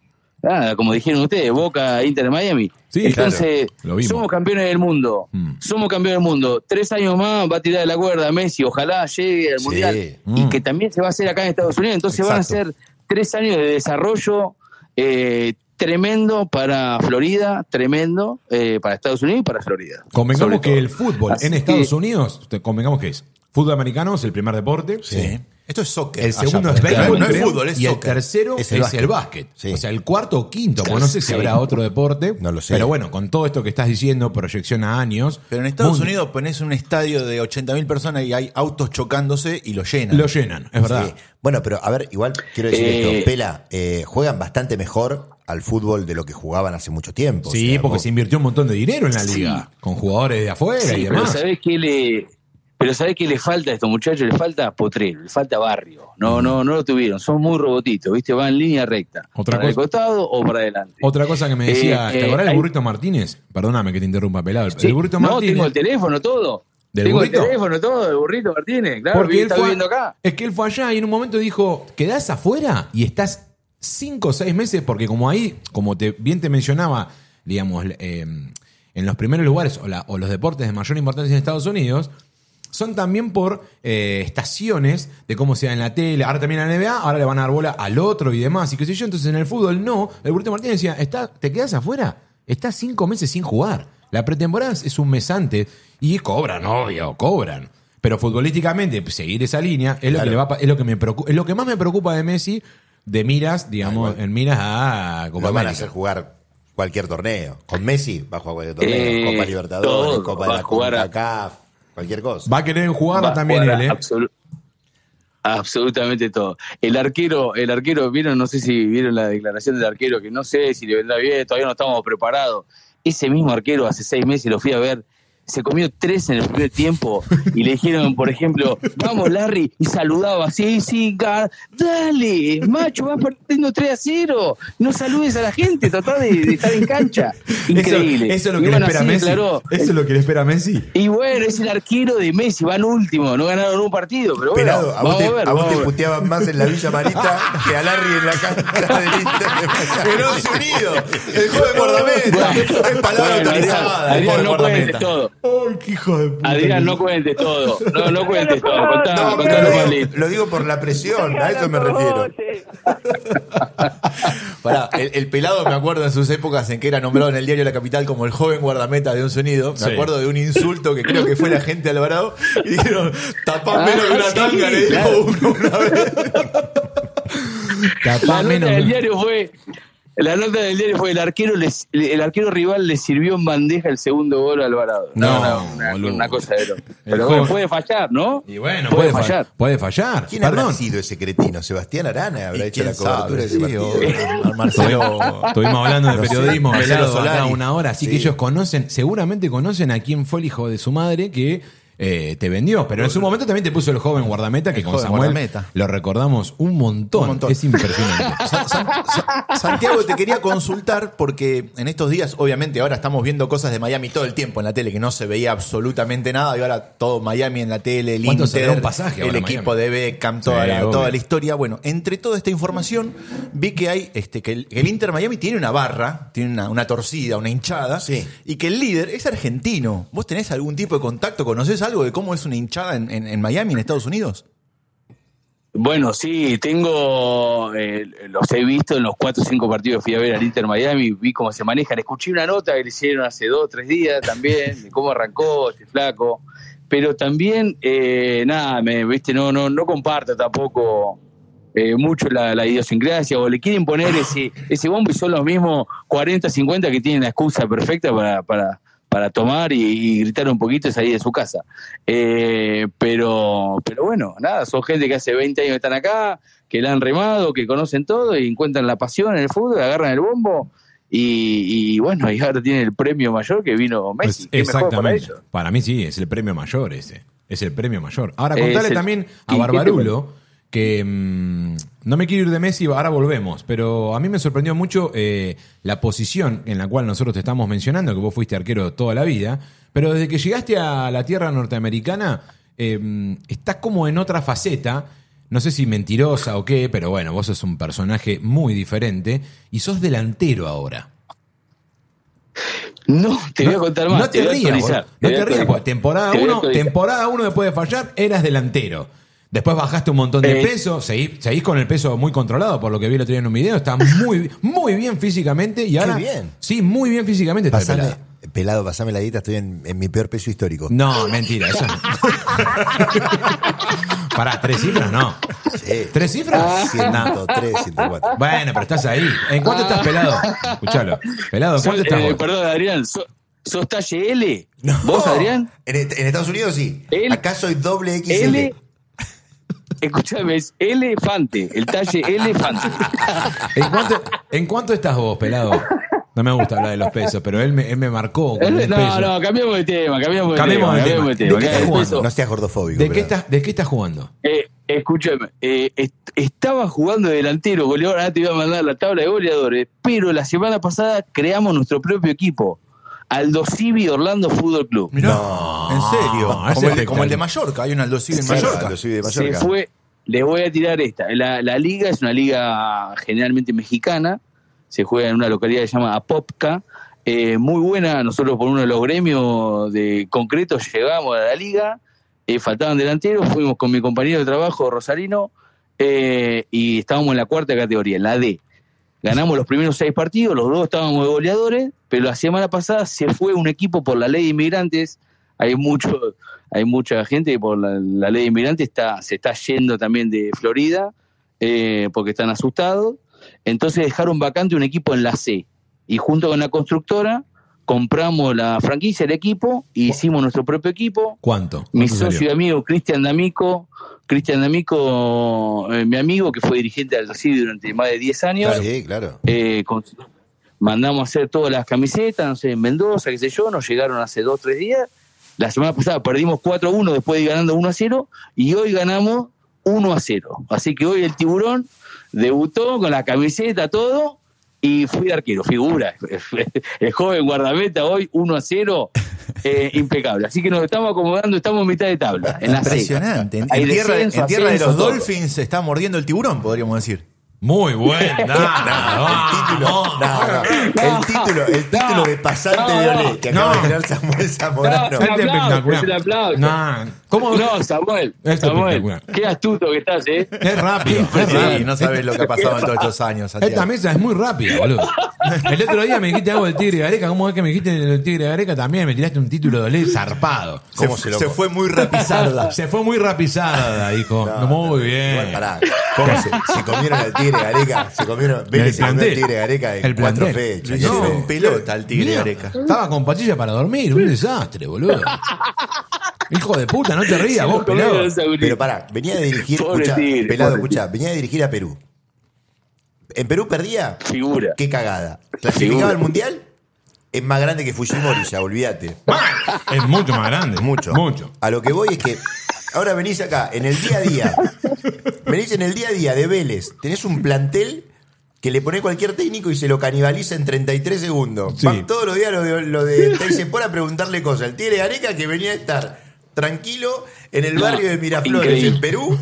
Speaker 6: ah, como dijeron ustedes, Boca, Inter, Miami.
Speaker 1: Sí,
Speaker 6: Entonces,
Speaker 1: claro, lo vimos.
Speaker 6: somos campeones del mundo.
Speaker 1: Mm.
Speaker 6: Somos campeones del mundo. Tres años más va a tirar de la cuerda Messi. Ojalá llegue al
Speaker 3: Sí.
Speaker 6: Mundial.
Speaker 1: Mm.
Speaker 6: Y que también se va a hacer acá en Estados Unidos. Entonces van a
Speaker 3: Exacto.
Speaker 6: ser tres años de desarrollo eh, tremendo para Florida, tremendo eh, para Estados Unidos y para Florida.
Speaker 1: Convengamos
Speaker 6: sobre
Speaker 1: que
Speaker 6: todo.
Speaker 1: el fútbol
Speaker 6: Así
Speaker 1: en Estados
Speaker 6: que-
Speaker 1: Unidos, te- convengamos que es fútbol americano, es el primer deporte.
Speaker 3: Sí.
Speaker 2: Esto es soccer. Ah,
Speaker 1: El
Speaker 2: allá,
Speaker 1: segundo
Speaker 2: por
Speaker 1: es
Speaker 2: ejemplo.
Speaker 1: béisbol,
Speaker 2: No es
Speaker 1: creo,
Speaker 2: fútbol, es
Speaker 1: y el
Speaker 2: soccer.
Speaker 1: tercero es
Speaker 3: Es
Speaker 1: el
Speaker 3: el
Speaker 1: básquet.
Speaker 3: Sí.
Speaker 1: O sea, el cuarto o quinto, porque no sé si
Speaker 6: Sí.
Speaker 1: habrá otro deporte.
Speaker 3: No lo sé.
Speaker 1: Pero bueno, con todo esto que estás diciendo, proyección a años.
Speaker 2: Pero en Estados
Speaker 1: mundo-
Speaker 2: Unidos ponés un estadio de 80.000 personas y hay autos chocándose y lo llenan.
Speaker 1: Lo llenan, es verdad.
Speaker 3: Sí. Bueno, pero a ver, igual quiero decir
Speaker 6: Eh.
Speaker 3: esto. Pela, eh, juegan bastante mejor al fútbol de lo que jugaban hace mucho tiempo.
Speaker 1: Sí,
Speaker 3: O sea,
Speaker 1: porque
Speaker 3: vos-
Speaker 1: se invirtió un montón de dinero en la
Speaker 6: Sí.
Speaker 1: liga, con jugadores de afuera y
Speaker 6: Sí, pero
Speaker 1: demás.
Speaker 6: ¿sabés qué le, pero ¿sabés qué le falta a estos muchachos? Le falta potrero, le falta barrio.
Speaker 1: Mm.
Speaker 6: No, no, no lo tuvieron. Son muy robotitos, ¿viste? Van en línea recta.
Speaker 1: Otra
Speaker 6: ¿Para el
Speaker 1: cosa-
Speaker 6: costado o para adelante?
Speaker 1: Otra cosa que me
Speaker 6: Eh,
Speaker 1: decía, ¿te
Speaker 6: eh,
Speaker 1: acordás del
Speaker 6: hay-
Speaker 1: burrito Martínez? Perdóname que te interrumpa, pelado. El-
Speaker 6: Sí.
Speaker 1: El burrito
Speaker 6: no,
Speaker 1: Martínez.
Speaker 6: tengo el teléfono, todo.
Speaker 1: ¿Del
Speaker 6: tengo
Speaker 1: burrito?
Speaker 6: el teléfono, todo, el burrito Martínez. Claro,
Speaker 1: Porque él
Speaker 6: está
Speaker 1: fue-
Speaker 6: viviendo acá.
Speaker 1: Es que él fue allá y en un momento dijo, quedás afuera y estás cinco o seis meses, porque como ahí, como te, bien te mencionaba, digamos, eh, en los primeros lugares o, la- o los deportes de mayor importancia en Estados Unidos, son también por eh, estaciones de cómo se da en la tele. Ahora también la NBA, ahora le van a dar bola al otro y demás. Y qué sé yo, entonces en el fútbol no. El Burrito Martínez decía, está, ¿te quedas afuera? Estás cinco meses sin jugar. La pretemporada es un mes antes y cobran, obvio, cobran. Pero futbolísticamente, pues, seguir esa línea es lo que le va a pa- es lo que me preocu- es lo que más me preocupa de Messi, de miras, digamos, en miras a Copa
Speaker 3: lo van a
Speaker 1: América.
Speaker 3: hacer jugar cualquier torneo. Con Messi va a jugar cualquier torneo.
Speaker 6: Eh,
Speaker 3: Copa Libertadores,
Speaker 6: todo,
Speaker 3: Copa
Speaker 6: va
Speaker 3: de
Speaker 6: a
Speaker 3: la
Speaker 6: jugar a-
Speaker 3: CONCACAF, cualquier cosa.
Speaker 1: Va a querer jugarla
Speaker 6: Va a
Speaker 1: también
Speaker 6: jugar
Speaker 1: él, ¿eh?
Speaker 6: absolu- absolutamente todo. El arquero, el arquero, vieron, no sé si vieron la declaración del arquero, que no sé si le vendrá bien, todavía no estamos preparados. Ese mismo arquero hace seis meses lo fui a ver, se comió tres en el primer tiempo y le dijeron, por ejemplo, vamos Larry, y saludaba, sí, sí, ga- dale, macho, vas partiendo 3 a 0, no saludes a la gente, tratá de, de estar en cancha. Increíble.
Speaker 1: Eso, eso es lo
Speaker 6: Y
Speaker 1: que le
Speaker 6: bueno,
Speaker 1: espera a
Speaker 6: así
Speaker 1: Messi.
Speaker 6: declaró.
Speaker 1: Eso es lo que le espera a Messi.
Speaker 6: Y bueno, es el arquero de Messi, van último, no ganaron un partido, pero bueno,
Speaker 3: Pelado, a vos,
Speaker 6: vamos
Speaker 3: te,
Speaker 6: a ver.
Speaker 3: a vos
Speaker 6: vamos
Speaker 3: te
Speaker 6: a ver.
Speaker 3: puteaban más en la Villa Marita que a Larry en la cancha del Inter.
Speaker 2: Pero es unido. El juego de guardameta. Es palabra
Speaker 6: Bueno,
Speaker 2: autorizada. el juego
Speaker 6: Adrián,
Speaker 2: de
Speaker 6: Adrián, no cuentes
Speaker 2: guardameta.
Speaker 6: todo.
Speaker 1: Ay, qué hijo de puta.
Speaker 6: Adrián, no cuentes todo. No, no cuentes todo. Contá,
Speaker 7: No,
Speaker 3: No,
Speaker 6: contá
Speaker 3: pero
Speaker 6: lo
Speaker 3: lo
Speaker 6: más
Speaker 3: digo,
Speaker 6: lindo.
Speaker 3: lo digo por la presión,
Speaker 7: Larga
Speaker 3: a eso me
Speaker 7: los
Speaker 3: refiero.
Speaker 7: corotes.
Speaker 2: Pará, el, el pelado me acuerdo en sus épocas en que era nombrado en el diario La Capital como el joven guardameta de un sonido. Me
Speaker 1: Sí.
Speaker 2: acuerdo de un insulto que creo que fue la gente de Alvarado. Y dijeron, tapá menos que
Speaker 6: Ah,
Speaker 2: una
Speaker 6: sí,
Speaker 2: tanga, le dijo
Speaker 6: claro.
Speaker 2: uno una vez.
Speaker 1: Capaz
Speaker 6: La nota
Speaker 1: menos.
Speaker 6: del diario fue. La nota del diario fue el arquero les- el arquero rival le sirvió en bandeja el segundo gol a Alvarado.
Speaker 1: No,
Speaker 6: una,
Speaker 1: boludo.
Speaker 6: una cosa de loco.
Speaker 1: El
Speaker 6: Pero bueno,
Speaker 1: joven-
Speaker 6: puede fallar, ¿no?
Speaker 1: Y bueno,
Speaker 6: puede,
Speaker 1: puede, fa-
Speaker 6: fallar.
Speaker 1: Puede fallar.
Speaker 3: ¿Quién habrá
Speaker 1: Perdón.
Speaker 3: sido ese cretino? ¿Sebastián Arana habrá
Speaker 2: ¿Y
Speaker 3: hecho la
Speaker 2: quién
Speaker 3: cobertura
Speaker 2: sabe,
Speaker 3: de ese partido? Eh,
Speaker 2: sí, o- Marcelo.
Speaker 1: Estuvimos hablando de periodismo,
Speaker 2: Marcelo
Speaker 1: velado acá
Speaker 2: Solari.
Speaker 1: una hora, así que ellos conocen, seguramente conocen a quién fue el hijo de su madre que eh, te vendió, pero en su momento también te puso el joven guardameta, que
Speaker 2: El
Speaker 1: con
Speaker 2: joven
Speaker 1: Samuel
Speaker 2: guardameta.
Speaker 1: lo recordamos un montón,
Speaker 2: Un montón.
Speaker 1: es impresionante.
Speaker 2: Sa- San- Sa- Santiago, te quería consultar porque en estos días, obviamente, ahora estamos viendo cosas de Miami todo el tiempo en la tele, que no se veía absolutamente nada, y ahora todo Miami en la tele, el
Speaker 1: ¿Cuánto
Speaker 2: Inter,
Speaker 1: saldrá un pasaje
Speaker 2: el
Speaker 1: ahora en
Speaker 2: equipo
Speaker 1: Miami?
Speaker 2: de Beckham, toda,
Speaker 1: Sí,
Speaker 2: la,
Speaker 1: obvio.
Speaker 2: toda la historia. Bueno, entre toda esta información, vi que hay este que el, el Inter Miami tiene una barra, tiene una, una torcida, una hinchada,
Speaker 3: Sí.
Speaker 2: y que el líder es argentino. ¿Vos tenés algún tipo de contacto? ¿Conocés algo de cómo es una hinchada en, en- en Miami, en Estados Unidos?
Speaker 6: Bueno, sí, tengo, eh, los he visto en los cuatro o cinco partidos que fui a ver al Inter Miami, vi cómo se manejan, escuché una nota que le hicieron hace dos o tres días también, de cómo arrancó este flaco, pero también, eh, nada, me, viste, no, no, no comparto tampoco eh, mucho la, la idiosincrasia, o le quieren poner ese, ese bombo y son los mismos 40, 50 que tienen la excusa perfecta para, para, para tomar y, y gritar un poquito y salir de su casa. Eh, pero, pero bueno, nada, son gente que hace 20 años que están acá, que la han remado, que conocen todo y encuentran la pasión en el fútbol, agarran el bombo y, y bueno, y ahora tienen el premio mayor que vino
Speaker 1: Pues,
Speaker 6: Messi. Qué mejor para
Speaker 1: exactamente.
Speaker 6: ellos.
Speaker 1: Para, mí sí, es el premio mayor ese. Es el premio mayor. Ahora,
Speaker 6: Es
Speaker 1: contale
Speaker 6: el-
Speaker 1: también a
Speaker 6: ¿Qué-
Speaker 1: Barbarulo que mm, no me quiero ir de Messi, ahora volvemos, pero a mí me sorprendió mucho eh, la posición en la cual nosotros te estamos mencionando, que vos fuiste arquero toda la vida, pero desde que llegaste a la tierra norteamericana, eh, estás como en otra faceta, no sé si mentirosa o qué, pero bueno, vos sos un personaje muy diferente y sos delantero ahora.
Speaker 6: No, te voy a contar más.
Speaker 1: No te,
Speaker 6: voy a
Speaker 1: rías,
Speaker 6: actualizar,
Speaker 1: boludo. no
Speaker 6: voy
Speaker 1: te
Speaker 6: a
Speaker 1: rías,
Speaker 6: actualizar.
Speaker 1: porque temporada
Speaker 6: Te voy a
Speaker 1: 1,
Speaker 6: actualizar.
Speaker 1: temporada uno después de fallar, eras delantero. Después bajaste un montón de
Speaker 6: Eh.
Speaker 1: peso, seguís, seguís con el peso muy controlado, por lo que vi el otro día en un video, estás muy, muy bien físicamente y ahora...
Speaker 3: bien.
Speaker 1: Sí, muy bien físicamente estás
Speaker 3: Pasame,
Speaker 1: pelado.
Speaker 3: pelado, pasame la dieta, estoy en, en mi peor peso histórico.
Speaker 1: No, mentira, eso no. Pará, tres cifras, no.
Speaker 3: Sí.
Speaker 1: ¿Tres
Speaker 3: Ah.
Speaker 1: cifras?
Speaker 3: 103, 104.
Speaker 1: Bueno, pero estás ahí. ¿En cuánto estás pelado? Escuchalo. Pelado, ¿en
Speaker 6: Sos-
Speaker 1: cuánto estás
Speaker 6: eh,
Speaker 1: vos?
Speaker 6: perdón, Adrián, so- ¿sos talle L? ¿Vos, Adrián?
Speaker 3: En, est- en Estados Unidos sí.
Speaker 6: El-
Speaker 3: Acá soy doble XL.
Speaker 6: L. Escuchame, es elefante, el talle elefante.
Speaker 1: ¿En cuánto, en cuánto estás vos, pelado? No me gusta hablar de los pesos, pero él me, él me marcó con un
Speaker 6: No,
Speaker 1: peso.
Speaker 6: no, cambiamos de tema, cambiamos de
Speaker 1: Cambiemos de
Speaker 6: tema.
Speaker 1: tema.
Speaker 6: cambiamos de
Speaker 1: ¿De
Speaker 6: tema.
Speaker 1: qué
Speaker 6: Acá
Speaker 1: estás
Speaker 6: el
Speaker 1: jugando?
Speaker 6: peso-
Speaker 3: No seas gordofóbico.
Speaker 1: ¿De qué,
Speaker 3: pero-
Speaker 1: estás, ¿De qué estás jugando?
Speaker 6: Eh, escúchame, eh, est- estaba jugando de delantero, goleador, ahora te iba a mandar la tabla de goleadores, pero la semana pasada creamos nuestro propio equipo, Aldo Civi Orlando Fútbol Club.
Speaker 2: No, en serio.
Speaker 1: No, es
Speaker 2: como, el de, como el de
Speaker 1: espectacular.
Speaker 2: Mallorca, hay un Aldo Civi en
Speaker 3: Sí,
Speaker 2: Mallorca.
Speaker 3: lo soy de
Speaker 6: Se
Speaker 3: Mallorca.
Speaker 6: fue, les voy a tirar esta. La, la liga es una liga generalmente mexicana, se juega en una localidad que se llama Apopka, eh, muy buena, nosotros por uno de los gremios de concreto llegamos a la liga, eh, faltaban delanteros, fuimos con mi compañero de trabajo, Rosarino, eh, y estábamos en la cuarta categoría, en la D. Ganamos los primeros seis partidos, los dos estábamos de goleadores, pero la semana pasada se fue un equipo por la ley de inmigrantes. Hay mucho, hay mucha gente que por la, la ley de inmigrantes está, se está yendo también de Florida eh, porque están asustados. Entonces dejaron vacante un equipo en la C. Y junto con la constructora compramos la franquicia, el equipo, y hicimos nuestro propio equipo.
Speaker 1: ¿Cuánto?
Speaker 6: Mi
Speaker 1: ¿Cuánto salió?
Speaker 6: socio y amigo Cristian D'Amico, Cristian D'Amico, eh, mi amigo que fue dirigente del CID durante más de 10 años,
Speaker 3: Sí, claro.
Speaker 6: eh, con- mandamos a hacer todas las camisetas, no sé, en Mendoza, qué sé yo, nos llegaron hace dos, tres días. La semana pasada perdimos 4-1 después de ir ganando 1-0 y hoy ganamos 1-0. Así que hoy el tiburón debutó con la camiseta, todo, y fui arquero, figura. El joven guardameta hoy 1-0, eh, impecable. Así que nos estamos acomodando, estamos en mitad de tabla. En la C.
Speaker 2: Impresionante. En,
Speaker 6: Hay
Speaker 2: en tierra,
Speaker 6: descenso,
Speaker 2: en tierra de
Speaker 6: ascenso,
Speaker 2: los
Speaker 6: todo.
Speaker 2: Dolphins se está mordiendo el tiburón, podríamos decir.
Speaker 1: Muy buen. No,
Speaker 3: No, no.
Speaker 6: No.
Speaker 3: El título, el título de pasante
Speaker 6: No,
Speaker 3: de
Speaker 6: no.
Speaker 3: Olé que acaba
Speaker 1: No.
Speaker 3: de ganar Samuel Zamorano.
Speaker 6: No, no. Un aplauso, un aplauso.
Speaker 1: ¿Cómo?
Speaker 6: No, Samuel,
Speaker 1: Es
Speaker 6: Samuel,
Speaker 1: espectacular.
Speaker 6: qué astuto que estás, ¿eh?
Speaker 1: Es rápido. es
Speaker 2: Sí,
Speaker 1: rápido.
Speaker 2: no sabes lo que ha pasado en todos estos años. Santiago.
Speaker 1: Esta mesa es muy rápida, boludo. El otro día me dijiste algo del Tigre Gareca. ¿Cómo es que me dijiste del Tigre Gareca? También me tiraste un título de ley zarpado.
Speaker 3: ¿Cómo
Speaker 2: se,
Speaker 3: se lo-
Speaker 2: se fue muy rapizarda.
Speaker 1: Se fue muy rapizada, dijo. muy bien.
Speaker 3: Igual, pará. ¿Cómo se, se comieron al tigre Gareca? Se comieron. Vélez
Speaker 1: El
Speaker 3: se comió al
Speaker 1: plantel.
Speaker 3: tigre Gareca en
Speaker 1: El
Speaker 3: cuatro
Speaker 1: plantel.
Speaker 3: fechas.
Speaker 1: No.
Speaker 3: Qué feo.
Speaker 2: pelota al tigre
Speaker 1: Mira,
Speaker 2: Gareca.
Speaker 1: Estaba con patilla para dormir, un desastre, boludo. Hijo de puta, no te rías, vos, pelado.
Speaker 3: Pero pará, venía de dirigir.
Speaker 6: Pobre
Speaker 3: escuchá,
Speaker 6: tigre,
Speaker 3: pelado,
Speaker 6: pobre
Speaker 3: escuchá, venía de dirigir a Perú. En Perú perdía.
Speaker 6: Figura.
Speaker 3: Qué cagada. Clasificaba
Speaker 6: Figura.
Speaker 3: al mundial. Es más grande que Fujimori, ya olvídate.
Speaker 1: Es mucho más grande.
Speaker 3: Mucho.
Speaker 1: Mucho.
Speaker 3: A lo que voy es que ahora venís acá, en el día a día. Venís en el día a día de Vélez. Tenés un plantel que le pone cualquier técnico y se lo canibaliza en 33 segundos.
Speaker 1: Sí.
Speaker 3: Van todos los días lo de, lo de Teise por a preguntarle cosas. El Tigre Gareca que venía a estar tranquilo en el
Speaker 6: No,
Speaker 3: barrio de Miraflores,
Speaker 6: increíble.
Speaker 3: en Perú.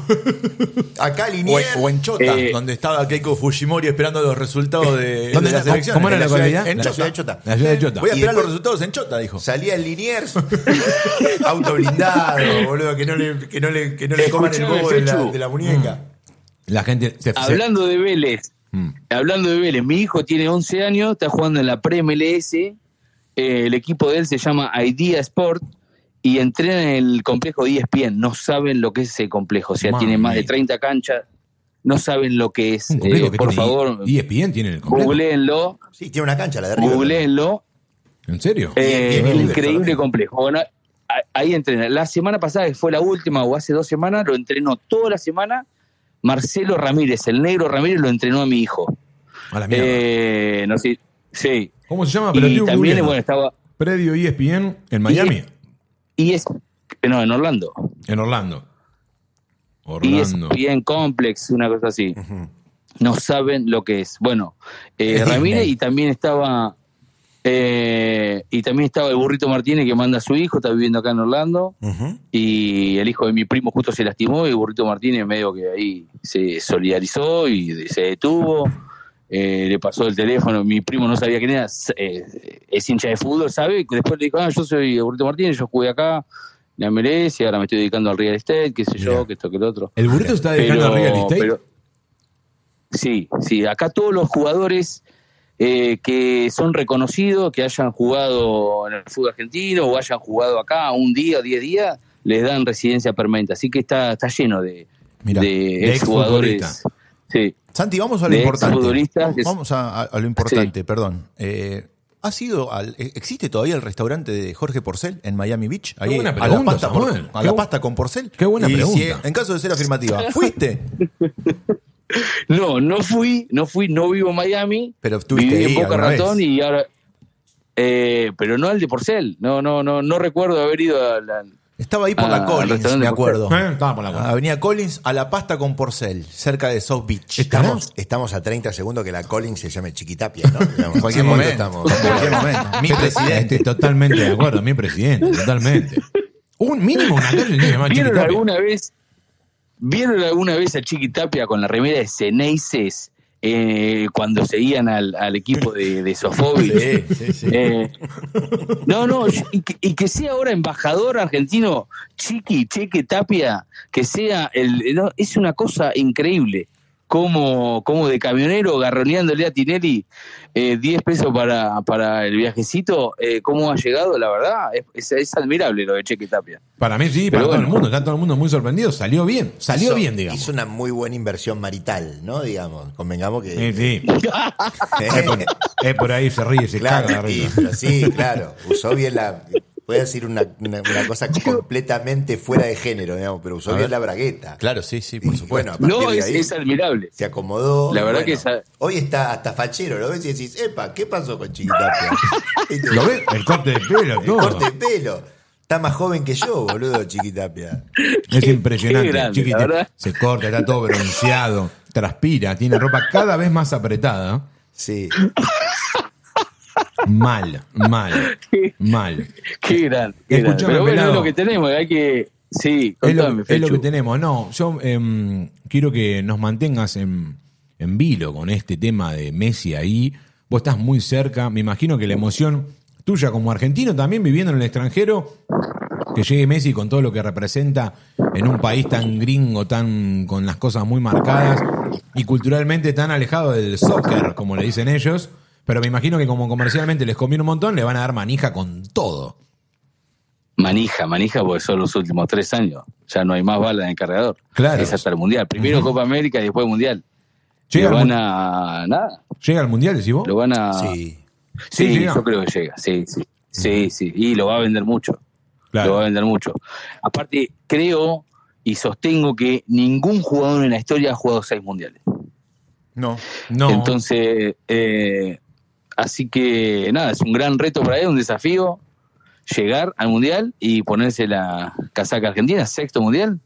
Speaker 3: Acá
Speaker 2: O,
Speaker 3: Linier.
Speaker 2: en- o en Chota,
Speaker 6: Eh.
Speaker 2: donde estaba Keiko Fujimori esperando los resultados de,
Speaker 3: Eh,
Speaker 1: ¿Dónde
Speaker 2: de
Speaker 1: era?
Speaker 2: las
Speaker 1: ¿Cómo-
Speaker 2: elecciones.
Speaker 1: cómo era
Speaker 2: En
Speaker 1: la
Speaker 2: ciudad-
Speaker 1: localidad?
Speaker 2: En
Speaker 3: La
Speaker 2: Chota.
Speaker 3: ciudad de Chota.
Speaker 1: La ciudad de Chota.
Speaker 2: Voy a
Speaker 3: Y
Speaker 2: esperar los
Speaker 3: después-
Speaker 2: resultados en Chota, dijo.
Speaker 3: Salía el Liniers, auto blindado, boludo, que no le, que no le, que no le coman el
Speaker 6: Escuchame,
Speaker 3: bobo de la,
Speaker 6: Fechu.
Speaker 3: de la muñeca.
Speaker 1: La gente se, Mm. se-
Speaker 6: Hablando de Vélez, hablando de Vélez, mi hijo tiene 11 años, está jugando en la Pre-MLS, eh, el equipo de él se llama Idea Sport y entrena en el complejo E ESPN, no saben lo que es ese complejo, o sea,
Speaker 1: Mami.
Speaker 6: tiene más de 30 canchas, no saben lo que es,
Speaker 1: un complejo
Speaker 6: eh,
Speaker 1: que
Speaker 6: por
Speaker 1: tiene- E
Speaker 6: favor,
Speaker 1: ESPN tiene el complejo.
Speaker 6: googleenlo,
Speaker 3: Sí, tiene una cancha la de arriba.
Speaker 6: googleenlo
Speaker 1: ¿En serio?
Speaker 6: Eh,
Speaker 3: bien, bien,
Speaker 6: increíble
Speaker 3: bien.
Speaker 6: complejo. Bueno, a- ahí entrena. La semana pasada, que fue la última, o hace dos semanas, lo entrenó toda la semana Marcelo Ramírez, el negro Ramírez lo entrenó a mi hijo.
Speaker 1: A la mierda.
Speaker 6: Eh, no sé, sí.
Speaker 1: ¿Cómo se llama? Pero
Speaker 6: Y
Speaker 1: estoy
Speaker 6: también,
Speaker 1: googleando.
Speaker 6: bueno, estaba.
Speaker 1: Predio E ESPN en Miami,
Speaker 6: Y es. No, en Orlando.
Speaker 1: en Orlando.
Speaker 6: Y es
Speaker 1: Orlando.
Speaker 6: bien complex, una cosa así. No saben lo que es. Bueno, eh,
Speaker 3: Es
Speaker 6: Ramírez
Speaker 3: Disney.
Speaker 6: y también estaba. eh, y también estaba el burrito Martínez que manda a su hijo, está viviendo acá en Orlando.
Speaker 3: Ujú.
Speaker 6: Y el hijo de mi primo justo se lastimó y el burrito Martínez medio que ahí se solidarizó y se detuvo. Eh, le pasó el teléfono, mi primo no sabía quién era, s- eh, es hincha de fútbol, ¿sabe? Y Después le dijo, ah, yo soy Burrito Martínez, yo jugué acá, la MLS, y ahora me estoy dedicando al real estate, qué sé yo, que esto, que lo otro.
Speaker 1: ¿El burrito se está dedicando
Speaker 6: Pero-
Speaker 1: al real estate?
Speaker 6: pero- sí, sí, acá todos los jugadores eh, que son reconocidos, que hayan jugado en el fútbol argentino o hayan jugado acá un día o diez días, les dan residencia permanente. Así que está, está lleno de,
Speaker 1: Mirá, de
Speaker 6: de exjugadores.
Speaker 1: exfutbolista.
Speaker 6: Sí.
Speaker 2: Santi, vamos a lo
Speaker 6: de
Speaker 2: importante.
Speaker 6: exfutbolistas que-
Speaker 2: Vamos a, a- a lo importante, perdón. Eh, ¿Ha sido al, eh, ¿Existe todavía el restaurante de Jorge Porcel en Miami Beach? Ahí,
Speaker 1: buena
Speaker 2: a la
Speaker 1: pregunta,
Speaker 2: pasta, por-
Speaker 1: Samuel.
Speaker 2: a
Speaker 1: Qué
Speaker 2: la
Speaker 1: bu-
Speaker 2: pasta con Porcel.
Speaker 1: qué buena
Speaker 2: Y si-
Speaker 1: pregunta.
Speaker 2: en caso de ser afirmativa, ¿fuiste?
Speaker 6: No, no fui, no fui, no vivo en Miami.
Speaker 2: Pero estuviste
Speaker 6: viví en
Speaker 2: ahí
Speaker 6: Boca
Speaker 2: alguna
Speaker 6: Ratón
Speaker 2: vez.
Speaker 6: y ahora. eh, pero no al de Porcel. No, no, no, no recuerdo haber ido a la.
Speaker 2: Estaba ahí por
Speaker 6: Ah,
Speaker 2: la
Speaker 6: al
Speaker 2: Collins,
Speaker 6: restaurante
Speaker 2: me
Speaker 6: de Porcel.
Speaker 2: acuerdo.
Speaker 1: Eh, estaba por la cuenta.
Speaker 2: Avenida Collins a la pasta con Porcel, cerca de South Beach.
Speaker 3: Estamos, estamos a 30 segundos que la Collins se llame Chiquitapia, ¿no? Digamos,
Speaker 2: En cualquier
Speaker 3: sí,
Speaker 2: momento
Speaker 3: estamos.
Speaker 2: estamos. En cualquier momento. Mi
Speaker 1: Estoy-
Speaker 2: presidente.
Speaker 1: estoy totalmente de acuerdo, mi presidente, totalmente. Un mínimo una calle tiene que llamar
Speaker 6: ¿Vieron
Speaker 1: Chiquitapia.
Speaker 6: alguna vez? ¿Vieron alguna vez a Chiqui Tapia con la remera de Ceneices eh, cuando seguían al, al equipo de, de Sofóbiles? Eh, no, no, y que, y que sea ahora embajador argentino, Chiqui, Cheque Tapia, que sea el. no, es una cosa increíble. Como, como de camionero garroneándole a Tinelli eh, 10 pesos para, para el viajecito, eh, cómo ha llegado, la verdad, es, es- es admirable lo de Cheque Tapia.
Speaker 1: Para mí sí,
Speaker 6: Pero
Speaker 1: para todo el
Speaker 6: bueno.
Speaker 1: mundo. Está todo el mundo muy sorprendido. Salió bien, salió
Speaker 3: Hizo-
Speaker 1: bien, digamos.
Speaker 3: Hizo una muy buena inversión marital, ¿no? Digamos, convengamos que...
Speaker 1: Sí, sí. Es por, es por ahí, se ríe, se caga la
Speaker 3: Claro, sí,
Speaker 1: risa.
Speaker 3: pero sí, claro. Usó bien la. Voy a decir una, una- una cosa completamente fuera de género, digamos, pero usó bien la bragueta.
Speaker 2: Claro, sí, sí,
Speaker 3: Y,
Speaker 2: por supuesto.
Speaker 3: Bueno, a partir
Speaker 6: No,
Speaker 3: de
Speaker 6: es,
Speaker 3: ahí
Speaker 6: es admirable.
Speaker 3: se acomodó.
Speaker 6: La
Speaker 3: y
Speaker 6: verdad
Speaker 3: bueno,
Speaker 6: que esa-
Speaker 3: Hoy está hasta fachero, lo ves y decís, epa, ¿qué pasó con Chiquitapia?
Speaker 1: ¿Lo ves? El corte de pelo,
Speaker 3: El
Speaker 1: todo.
Speaker 3: corte de pelo. Está más joven que yo, boludo, Chiquitapia.
Speaker 1: Es
Speaker 6: Qué-
Speaker 1: impresionante.
Speaker 6: qué grande,
Speaker 1: Chiqui
Speaker 6: la
Speaker 1: te-
Speaker 6: verdad.
Speaker 1: se corta, está todo bronceado, transpira, tiene ropa cada vez más apretada.
Speaker 3: Sí.
Speaker 1: Mal, mal, mal.
Speaker 6: Qué grande. qué grande.
Speaker 1: Escuchame,
Speaker 6: Pero bueno,
Speaker 1: pelado.
Speaker 6: es lo que tenemos, hay que. Sí,
Speaker 1: Es
Speaker 6: contame,
Speaker 1: lo, es lo
Speaker 6: Fechu.
Speaker 1: que tenemos. No, yo em, quiero que nos mantengas en, en vilo con este tema de Messi ahí. Vos estás muy cerca. Me imagino que la emoción tuya como argentino también viviendo en el extranjero, que llegue Messi con todo lo que representa en un país tan gringo, tan con las cosas muy marcadas y culturalmente tan alejado del soccer, como le dicen ellos. Pero me imagino que como comercialmente les conviene un montón, le van a dar manija con todo.
Speaker 6: Manija, manija, porque son los últimos tres años. Ya no hay más balas en el cargador.
Speaker 1: Claro.
Speaker 6: Es hasta el Mundial. Primero Copa América y después Mundial.
Speaker 1: Llega,
Speaker 6: lo
Speaker 1: al,
Speaker 6: van
Speaker 1: mu-
Speaker 6: a. Nada.
Speaker 1: llega al Mundial, decís vos.
Speaker 6: Lo van a. Sí,
Speaker 3: Sí.
Speaker 1: Sí, llega.
Speaker 6: yo creo que llega. Sí, sí. Sí, sí. Y lo va a vender mucho.
Speaker 1: Claro.
Speaker 6: Lo va a vender mucho. Aparte, creo y sostengo que ningún jugador en la historia ha jugado seis mundiales.
Speaker 2: No.
Speaker 1: No.
Speaker 6: Entonces, eh, así que nada, es un gran reto para él, un desafío llegar al mundial y ponerse la casaca argentina, sexto mundial.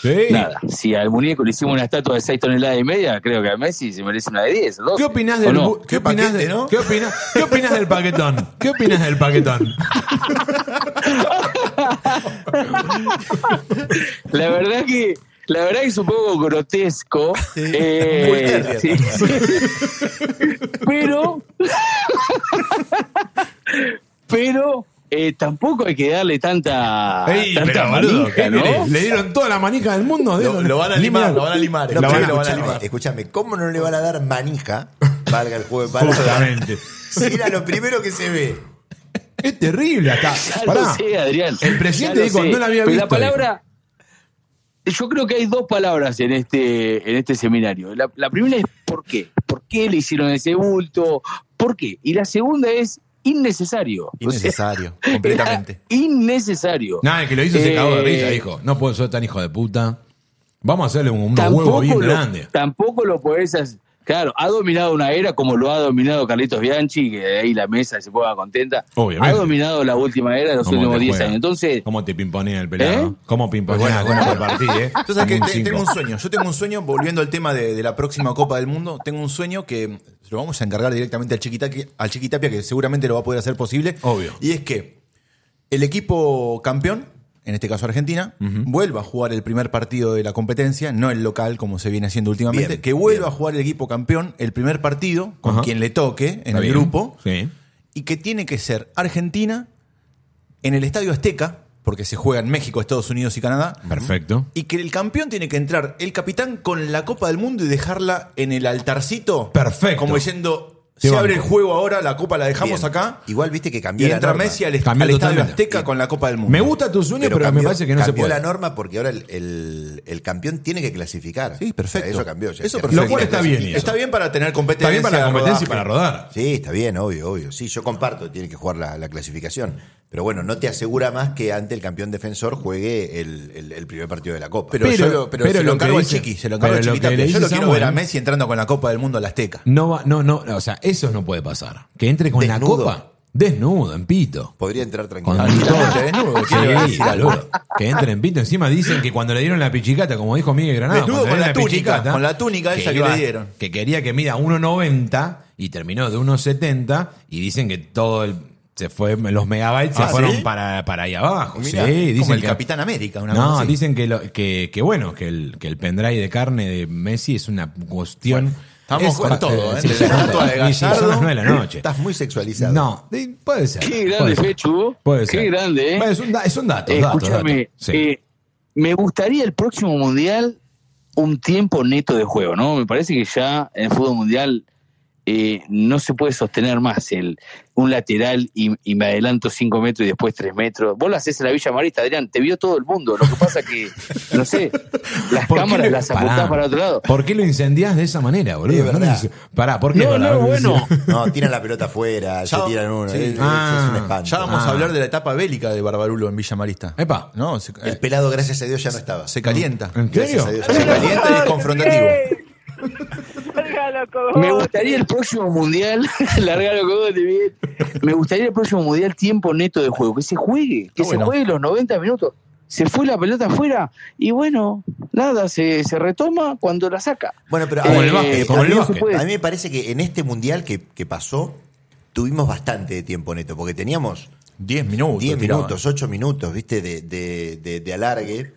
Speaker 1: Sí.
Speaker 6: Nada, si al muñeco le hicimos una estatua de 6 toneladas y media, creo que a Messi se merece una de 10. o 12,
Speaker 1: ¿Qué opinás
Speaker 6: ¿o
Speaker 1: del
Speaker 6: no?
Speaker 1: bu- ¿Qué
Speaker 2: Qué
Speaker 1: opinás
Speaker 2: paquete,
Speaker 1: de-
Speaker 2: ¿no?
Speaker 1: ¿Qué opinás, qué opinás del paquetón? ¿Qué opinás del paquetón?
Speaker 6: La verdad que la verdad que es un poco grotesco. eh,
Speaker 2: Muy terrier.
Speaker 6: sí, sí. Pero pero eh, tampoco hay que darle tanta
Speaker 1: Ey,
Speaker 6: tanta
Speaker 1: pero boludo, eh,
Speaker 6: manija,
Speaker 1: ¿qué
Speaker 6: ¿no?
Speaker 1: querés? Le dieron toda la manija del mundo.
Speaker 2: Lo,
Speaker 1: dieron-
Speaker 2: lo van a limar, lo van a limar. eh,
Speaker 3: No,
Speaker 2: Lo
Speaker 3: pero
Speaker 2: van a- lo van a
Speaker 3: escúchame,
Speaker 2: limar.
Speaker 3: escúchame, ¿cómo no le van a dar manija? Valga el juego de palabras.
Speaker 1: Justamente.
Speaker 3: Si era lo primero que se ve.
Speaker 1: Es terrible acá.
Speaker 6: Ya lo
Speaker 1: Pará.
Speaker 6: sé, Adrián.
Speaker 1: El presidente
Speaker 6: Ya lo
Speaker 1: dijo,
Speaker 6: sé.
Speaker 1: no la había
Speaker 6: Pero
Speaker 1: visto.
Speaker 6: La palabra. Yo creo que hay dos palabras en este, en este seminario. La, la primera es ¿por qué? ¿Por qué le hicieron ese bulto? ¿Por qué? Y la segunda es innecesario. O sea,
Speaker 2: Innecesario,
Speaker 6: era
Speaker 2: completamente.
Speaker 6: innecesario.
Speaker 1: Nada, el que lo hizo se
Speaker 6: Eh,
Speaker 1: cagó de risa, dijo. No puedo ser tan hijo de puta. Vamos a hacerle un, unos
Speaker 6: Tampoco
Speaker 1: huevos bien
Speaker 6: lo-
Speaker 1: grandes.
Speaker 6: Tampoco lo podés hacer. Claro, ha dominado una era como lo ha dominado Carlitos Bianchi, que ahí la mesa se ponga contenta.
Speaker 1: Obviamente.
Speaker 6: Ha dominado la última era de los
Speaker 1: ¿Cómo
Speaker 6: últimos
Speaker 1: te
Speaker 6: 10
Speaker 1: juega?
Speaker 6: años. Entonces,
Speaker 1: ¿Cómo te pimponea el pelado?
Speaker 6: ¿Eh?
Speaker 1: ¿Cómo pimponea?
Speaker 2: Pues bueno,
Speaker 1: Bueno, bueno, por partida, ¿eh?
Speaker 2: Yo sabes que
Speaker 1: Como
Speaker 2: te- tengo un
Speaker 1: cinco.
Speaker 2: sueño. Yo tengo un sueño, volviendo al tema de, de la próxima Copa del Mundo, tengo un sueño que lo vamos a encargar directamente al Chiquitapia, al Chiquitapia, que seguramente lo va a poder hacer posible.
Speaker 1: Obvio.
Speaker 2: Y es que el equipo campeón, en este caso Argentina, vuelva a jugar el primer partido de la competencia, no el local como se viene haciendo últimamente,
Speaker 3: Bien,
Speaker 2: que vuelva a jugar el equipo campeón el primer partido con
Speaker 1: Ajá.
Speaker 2: quien le toque en
Speaker 1: Está
Speaker 2: el
Speaker 1: bien.
Speaker 2: grupo
Speaker 1: Sí.
Speaker 2: y que tiene que ser Argentina en el Estadio Azteca, porque se juega en México, Estados Unidos y Canadá.
Speaker 1: Perfecto.
Speaker 2: Y que el campeón tiene que entrar, el capitán, con la Copa del Mundo y dejarla en el altarcito.
Speaker 1: Perfecto.
Speaker 2: Como diciendo,
Speaker 1: Te
Speaker 2: se
Speaker 1: banco.
Speaker 2: abre el juego ahora, la Copa la dejamos
Speaker 3: Bien.
Speaker 2: acá.
Speaker 3: Igual viste que cambió
Speaker 2: Y
Speaker 3: la
Speaker 2: entra
Speaker 3: norma.
Speaker 2: Messi al, est-
Speaker 1: Cambió
Speaker 2: al Estadio
Speaker 1: totalmente.
Speaker 2: Azteca con la Copa del Mundo.
Speaker 1: Me gusta tu sueño, pero, me
Speaker 3: cambió-
Speaker 1: parece que no se
Speaker 3: cambió
Speaker 1: puede.
Speaker 3: la norma porque ahora el, el- el campeón tiene que clasificar.
Speaker 2: Sí, perfecto.
Speaker 3: O sea, eso cambió. ya
Speaker 2: Eso
Speaker 3: que
Speaker 2: perfecto.
Speaker 1: Lo cual está
Speaker 3: Argentina
Speaker 1: bien, y eso.
Speaker 2: Está bien para tener competencia.
Speaker 1: Está bien para la competencia y
Speaker 2: rodaje.
Speaker 1: para rodar.
Speaker 3: Sí, está bien, obvio, obvio. Sí, yo comparto, tiene que jugar la, la clasificación. Pero bueno, no te asegura más que ante el campeón defensor juegue el, el- el primer partido de la Copa.
Speaker 2: Pero,
Speaker 1: Pero-
Speaker 2: yo lo, pero
Speaker 1: pero lo
Speaker 2: se lo
Speaker 1: que
Speaker 2: encargo al
Speaker 1: dice-
Speaker 2: Chiqui, se lo encargo al
Speaker 1: pero lo
Speaker 2: Chiqui
Speaker 1: que le
Speaker 2: Tapia. Yo lo
Speaker 1: dice
Speaker 2: quiero ver a
Speaker 1: Samuel-
Speaker 2: Messi entrando con la Copa del Mundo al Azteca.
Speaker 1: No va, no, no, no, o sea, eso no puede pasar. Que entre con la
Speaker 3: Desnudo.
Speaker 1: copa desnudo, en pito.
Speaker 3: Podría entrar
Speaker 1: Con
Speaker 2: Ah,
Speaker 3: tranquilamente.
Speaker 1: todo.
Speaker 2: desnudo,
Speaker 1: Sí,
Speaker 2: quiero decir algo.
Speaker 1: boludo. Que entre en pito. Encima dicen que cuando le dieron la pichicata, como dijo Miguel Granada,
Speaker 2: Desnudo
Speaker 1: cuando le
Speaker 2: con
Speaker 1: dieron
Speaker 2: la túnica,
Speaker 1: pichicata,
Speaker 2: con la túnica esa que
Speaker 1: iba-
Speaker 2: le dieron.
Speaker 1: Que quería que mida 1,90 y terminó de 1,70 y dicen que todo el- se fue, los megabytes se
Speaker 2: Ah,
Speaker 1: fueron
Speaker 2: ¿sí?
Speaker 1: para, para ahí abajo.
Speaker 2: Mirá,
Speaker 1: sí, dicen
Speaker 2: como el
Speaker 1: que-
Speaker 2: Capitán América, una
Speaker 1: no,
Speaker 2: cosa así.
Speaker 1: dicen que, lo- que, que bueno, que el, que el pendrive de carne de Messi es una cuestión.
Speaker 2: estamos
Speaker 1: es-
Speaker 2: con todo, ¿eh?
Speaker 1: sí,
Speaker 2: Desde
Speaker 1: sí,
Speaker 2: la estatua de
Speaker 1: sí, sí, son
Speaker 2: Gallardo.
Speaker 1: las 9 de la noche.
Speaker 3: Estás muy sexualizado.
Speaker 1: No, eh, puede ser.
Speaker 6: Qué grande,
Speaker 1: puede ser.
Speaker 6: Fechu.
Speaker 1: Puede
Speaker 6: Qué
Speaker 1: ser.
Speaker 6: grande, ¿eh?
Speaker 1: Bueno, es un, da- es un dato. dato,
Speaker 6: escúchame,
Speaker 1: dato. Sí.
Speaker 6: eh, me gustaría el próximo mundial un tiempo neto de juego, ¿no? Me parece que ya en el fútbol mundial eh, no se puede sostener más el un lateral y, y me adelanto 5 metros y después 3 metros. Vos lo haces en la Villa Marista, Adrián, te vio todo el mundo. Lo que pasa que, no sé, las
Speaker 1: ¿Por qué
Speaker 6: cámaras
Speaker 1: lo-
Speaker 6: las apuntás
Speaker 1: Pará.
Speaker 6: para otro lado.
Speaker 1: ¿Por qué lo incendiás de esa manera,
Speaker 3: Es
Speaker 1: boludo? No
Speaker 3: verdad.
Speaker 1: lo hice- Pará, ¿por qué?
Speaker 6: No,
Speaker 1: Pará,
Speaker 6: no,
Speaker 1: porque-
Speaker 6: bueno.
Speaker 3: No, tiran la pelota afuera, se
Speaker 2: Ya-
Speaker 3: tiran uno.
Speaker 2: sí.
Speaker 3: es- es-
Speaker 1: Ah,
Speaker 3: es un espanto.
Speaker 2: Ya vamos
Speaker 1: Ah.
Speaker 2: a hablar de la etapa bélica de Barbarulo en Villa Marista.
Speaker 1: Epa.
Speaker 2: No, se, eh,
Speaker 3: El pelado, gracias a Dios, ya no estaba.
Speaker 2: se calienta.
Speaker 1: ¿En serio?
Speaker 3: Gracias a Dios.
Speaker 2: Se calienta y es confrontativo.
Speaker 6: Me gustaría el próximo mundial, largar los cogotes bien. Me gustaría el próximo mundial tiempo neto de juego, que se juegue, que
Speaker 2: Ah, bueno.
Speaker 6: se juegue los 90 minutos. Se fue la pelota afuera y bueno, nada, se, se retoma cuando la saca.
Speaker 3: Bueno, pero
Speaker 1: Como el
Speaker 3: a ver,
Speaker 1: básquet,
Speaker 3: eh,
Speaker 1: como el
Speaker 3: también
Speaker 1: básquet.
Speaker 3: se puede- A mí me parece que en este mundial que, que pasó, tuvimos bastante de tiempo neto, porque teníamos
Speaker 2: 10 minutos.
Speaker 3: 10
Speaker 2: tiraban.
Speaker 3: minutos, 8 minutos, ¿viste? De, de, de, de alargue.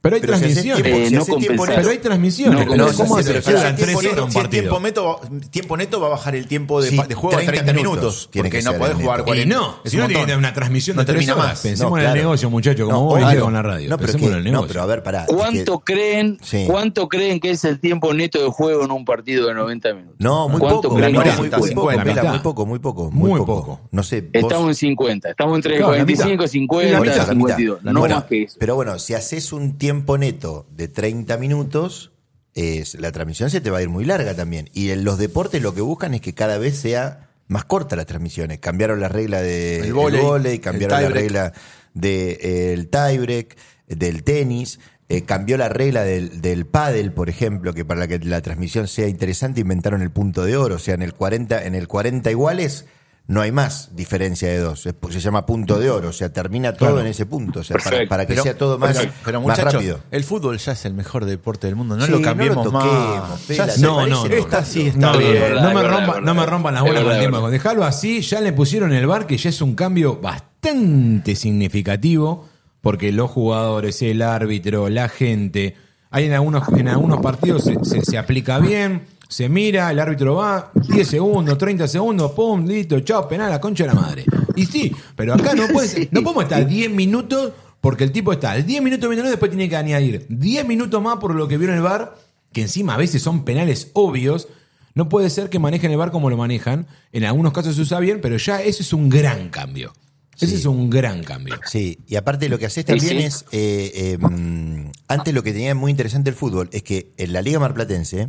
Speaker 1: Pero hay
Speaker 3: Pero si haces
Speaker 1: transmisiones.
Speaker 3: tiempo,
Speaker 6: Eh,
Speaker 3: si
Speaker 6: no
Speaker 3: haces tiempo
Speaker 6: compensás.
Speaker 3: neto,
Speaker 1: Pero hay transmisiones.
Speaker 6: No,
Speaker 1: ¿Cómo-
Speaker 3: no,
Speaker 1: ¿Cómo
Speaker 3: sí,
Speaker 1: se
Speaker 3: pero
Speaker 2: Si
Speaker 1: llegan
Speaker 2: es
Speaker 1: tres
Speaker 2: tiempo
Speaker 1: horas
Speaker 2: neto,
Speaker 1: un
Speaker 2: si es
Speaker 1: partido?
Speaker 2: tiempo, neto, tiempo neto va a bajar el tiempo de,
Speaker 3: Sí,
Speaker 2: pa- de juego a 30 minutos.
Speaker 3: tiene
Speaker 2: porque
Speaker 3: que
Speaker 2: no
Speaker 3: ser
Speaker 2: podés
Speaker 3: el
Speaker 2: jugar
Speaker 3: neto.
Speaker 1: Y
Speaker 2: 40.
Speaker 1: no,
Speaker 2: es
Speaker 1: si
Speaker 2: un
Speaker 1: no
Speaker 2: montón.
Speaker 1: tiene una transmisión de
Speaker 2: No
Speaker 1: tres
Speaker 2: termina
Speaker 1: horas.
Speaker 2: más.
Speaker 1: Pensemos
Speaker 3: No,
Speaker 1: en el
Speaker 3: claro.
Speaker 1: negocio, muchachos, como
Speaker 3: No,
Speaker 1: vos
Speaker 3: claro.
Speaker 1: viste con la radio.
Speaker 3: No, pero,
Speaker 1: Pensemos
Speaker 3: que-
Speaker 1: en el
Speaker 3: no,
Speaker 1: negocio.
Speaker 3: pero a ver, pará. es que-
Speaker 6: ¿Cuánto creen,
Speaker 3: Sí.
Speaker 6: cuánto creen que es el tiempo neto de juego en un partido de 90 minutos?
Speaker 3: No, muy
Speaker 6: ¿Cuánto
Speaker 3: poco.
Speaker 6: creen
Speaker 3: muy,
Speaker 6: que
Speaker 1: mitad,
Speaker 6: es?
Speaker 3: muy, muy poco,
Speaker 1: la
Speaker 3: Pela,
Speaker 1: mitad.
Speaker 3: muy poco, muy poco.
Speaker 1: Muy
Speaker 3: Muy poco.
Speaker 1: poco.
Speaker 3: No sé, vos-
Speaker 6: Estamos en 50, estamos entre
Speaker 1: Claro, la
Speaker 6: 45,
Speaker 1: mitad.
Speaker 6: 50,
Speaker 1: La mitad, la mitad,
Speaker 6: 52, no
Speaker 3: Bueno,
Speaker 6: más que eso.
Speaker 3: Pero bueno, si haces un tiempo neto de 30 minutos, es, la transmisión se te va a ir muy larga también. Y en los deportes lo que buscan es que cada vez sea más corta las transmisiones. Cambiaron la regla del
Speaker 2: El
Speaker 3: de,
Speaker 2: vóley,
Speaker 3: del vóley,
Speaker 2: el
Speaker 3: cambiaron la
Speaker 2: tiebreak.
Speaker 3: regla del eh, tiebreak, del tenis. eh, cambió la regla del, del pádel, por ejemplo, que para que la transmisión sea interesante inventaron el punto de oro. O sea, en el 40, en el 40 iguales no hay más diferencia de dos. Es- se llama punto de oro. O sea, termina todo en ese punto. O sea, para,
Speaker 6: Perfecto.
Speaker 3: para que
Speaker 2: Pero-
Speaker 3: sea todo más,
Speaker 2: pero- pero,
Speaker 3: más
Speaker 2: muchachos,
Speaker 3: rápido.
Speaker 2: El fútbol ya es el mejor deporte del mundo. No
Speaker 3: Sí,
Speaker 2: lo
Speaker 3: no
Speaker 2: cambiemos
Speaker 3: lo toquemos,
Speaker 2: más. Ya
Speaker 3: Pela, ¿te
Speaker 2: se-
Speaker 1: No, no, no.
Speaker 2: Esta sí está
Speaker 1: No, no,
Speaker 2: bien.
Speaker 1: no,
Speaker 6: verdad,
Speaker 1: no
Speaker 6: es
Speaker 1: me
Speaker 6: verdad,
Speaker 1: rompa-
Speaker 6: es
Speaker 1: no me
Speaker 6: verdad.
Speaker 1: rompan las
Speaker 6: Es
Speaker 1: bolas con el
Speaker 6: verdad,
Speaker 1: tema.
Speaker 6: es
Speaker 1: Dejalo así, ya le pusieron el bar, que ya es un cambio bastante significativo, porque los jugadores, el árbitro, la gente, hay en algunos, en algunos partidos se, se- se aplica bien, se mira, el árbitro va, 10 segundos, 30 segundos, pum, listo, chao, penal, la concha de la madre. Y sí, pero acá no, puedes, no podemos estar 10 minutos, porque el tipo está al 10 minutos, 20 minutos, después tiene que añadir 10 minutos más por lo que vieron el bar, que encima a veces son penales obvios. No puede ser que manejen el bar como lo manejan. En algunos casos se usa bien, pero ya ese es un gran cambio. Ese es un gran cambio.
Speaker 3: Sí, y aparte lo que haces
Speaker 6: Sí,
Speaker 3: también
Speaker 6: sí.
Speaker 3: es. eh, eh, mm, antes lo que tenía muy interesante el fútbol es que en la Liga Marplatense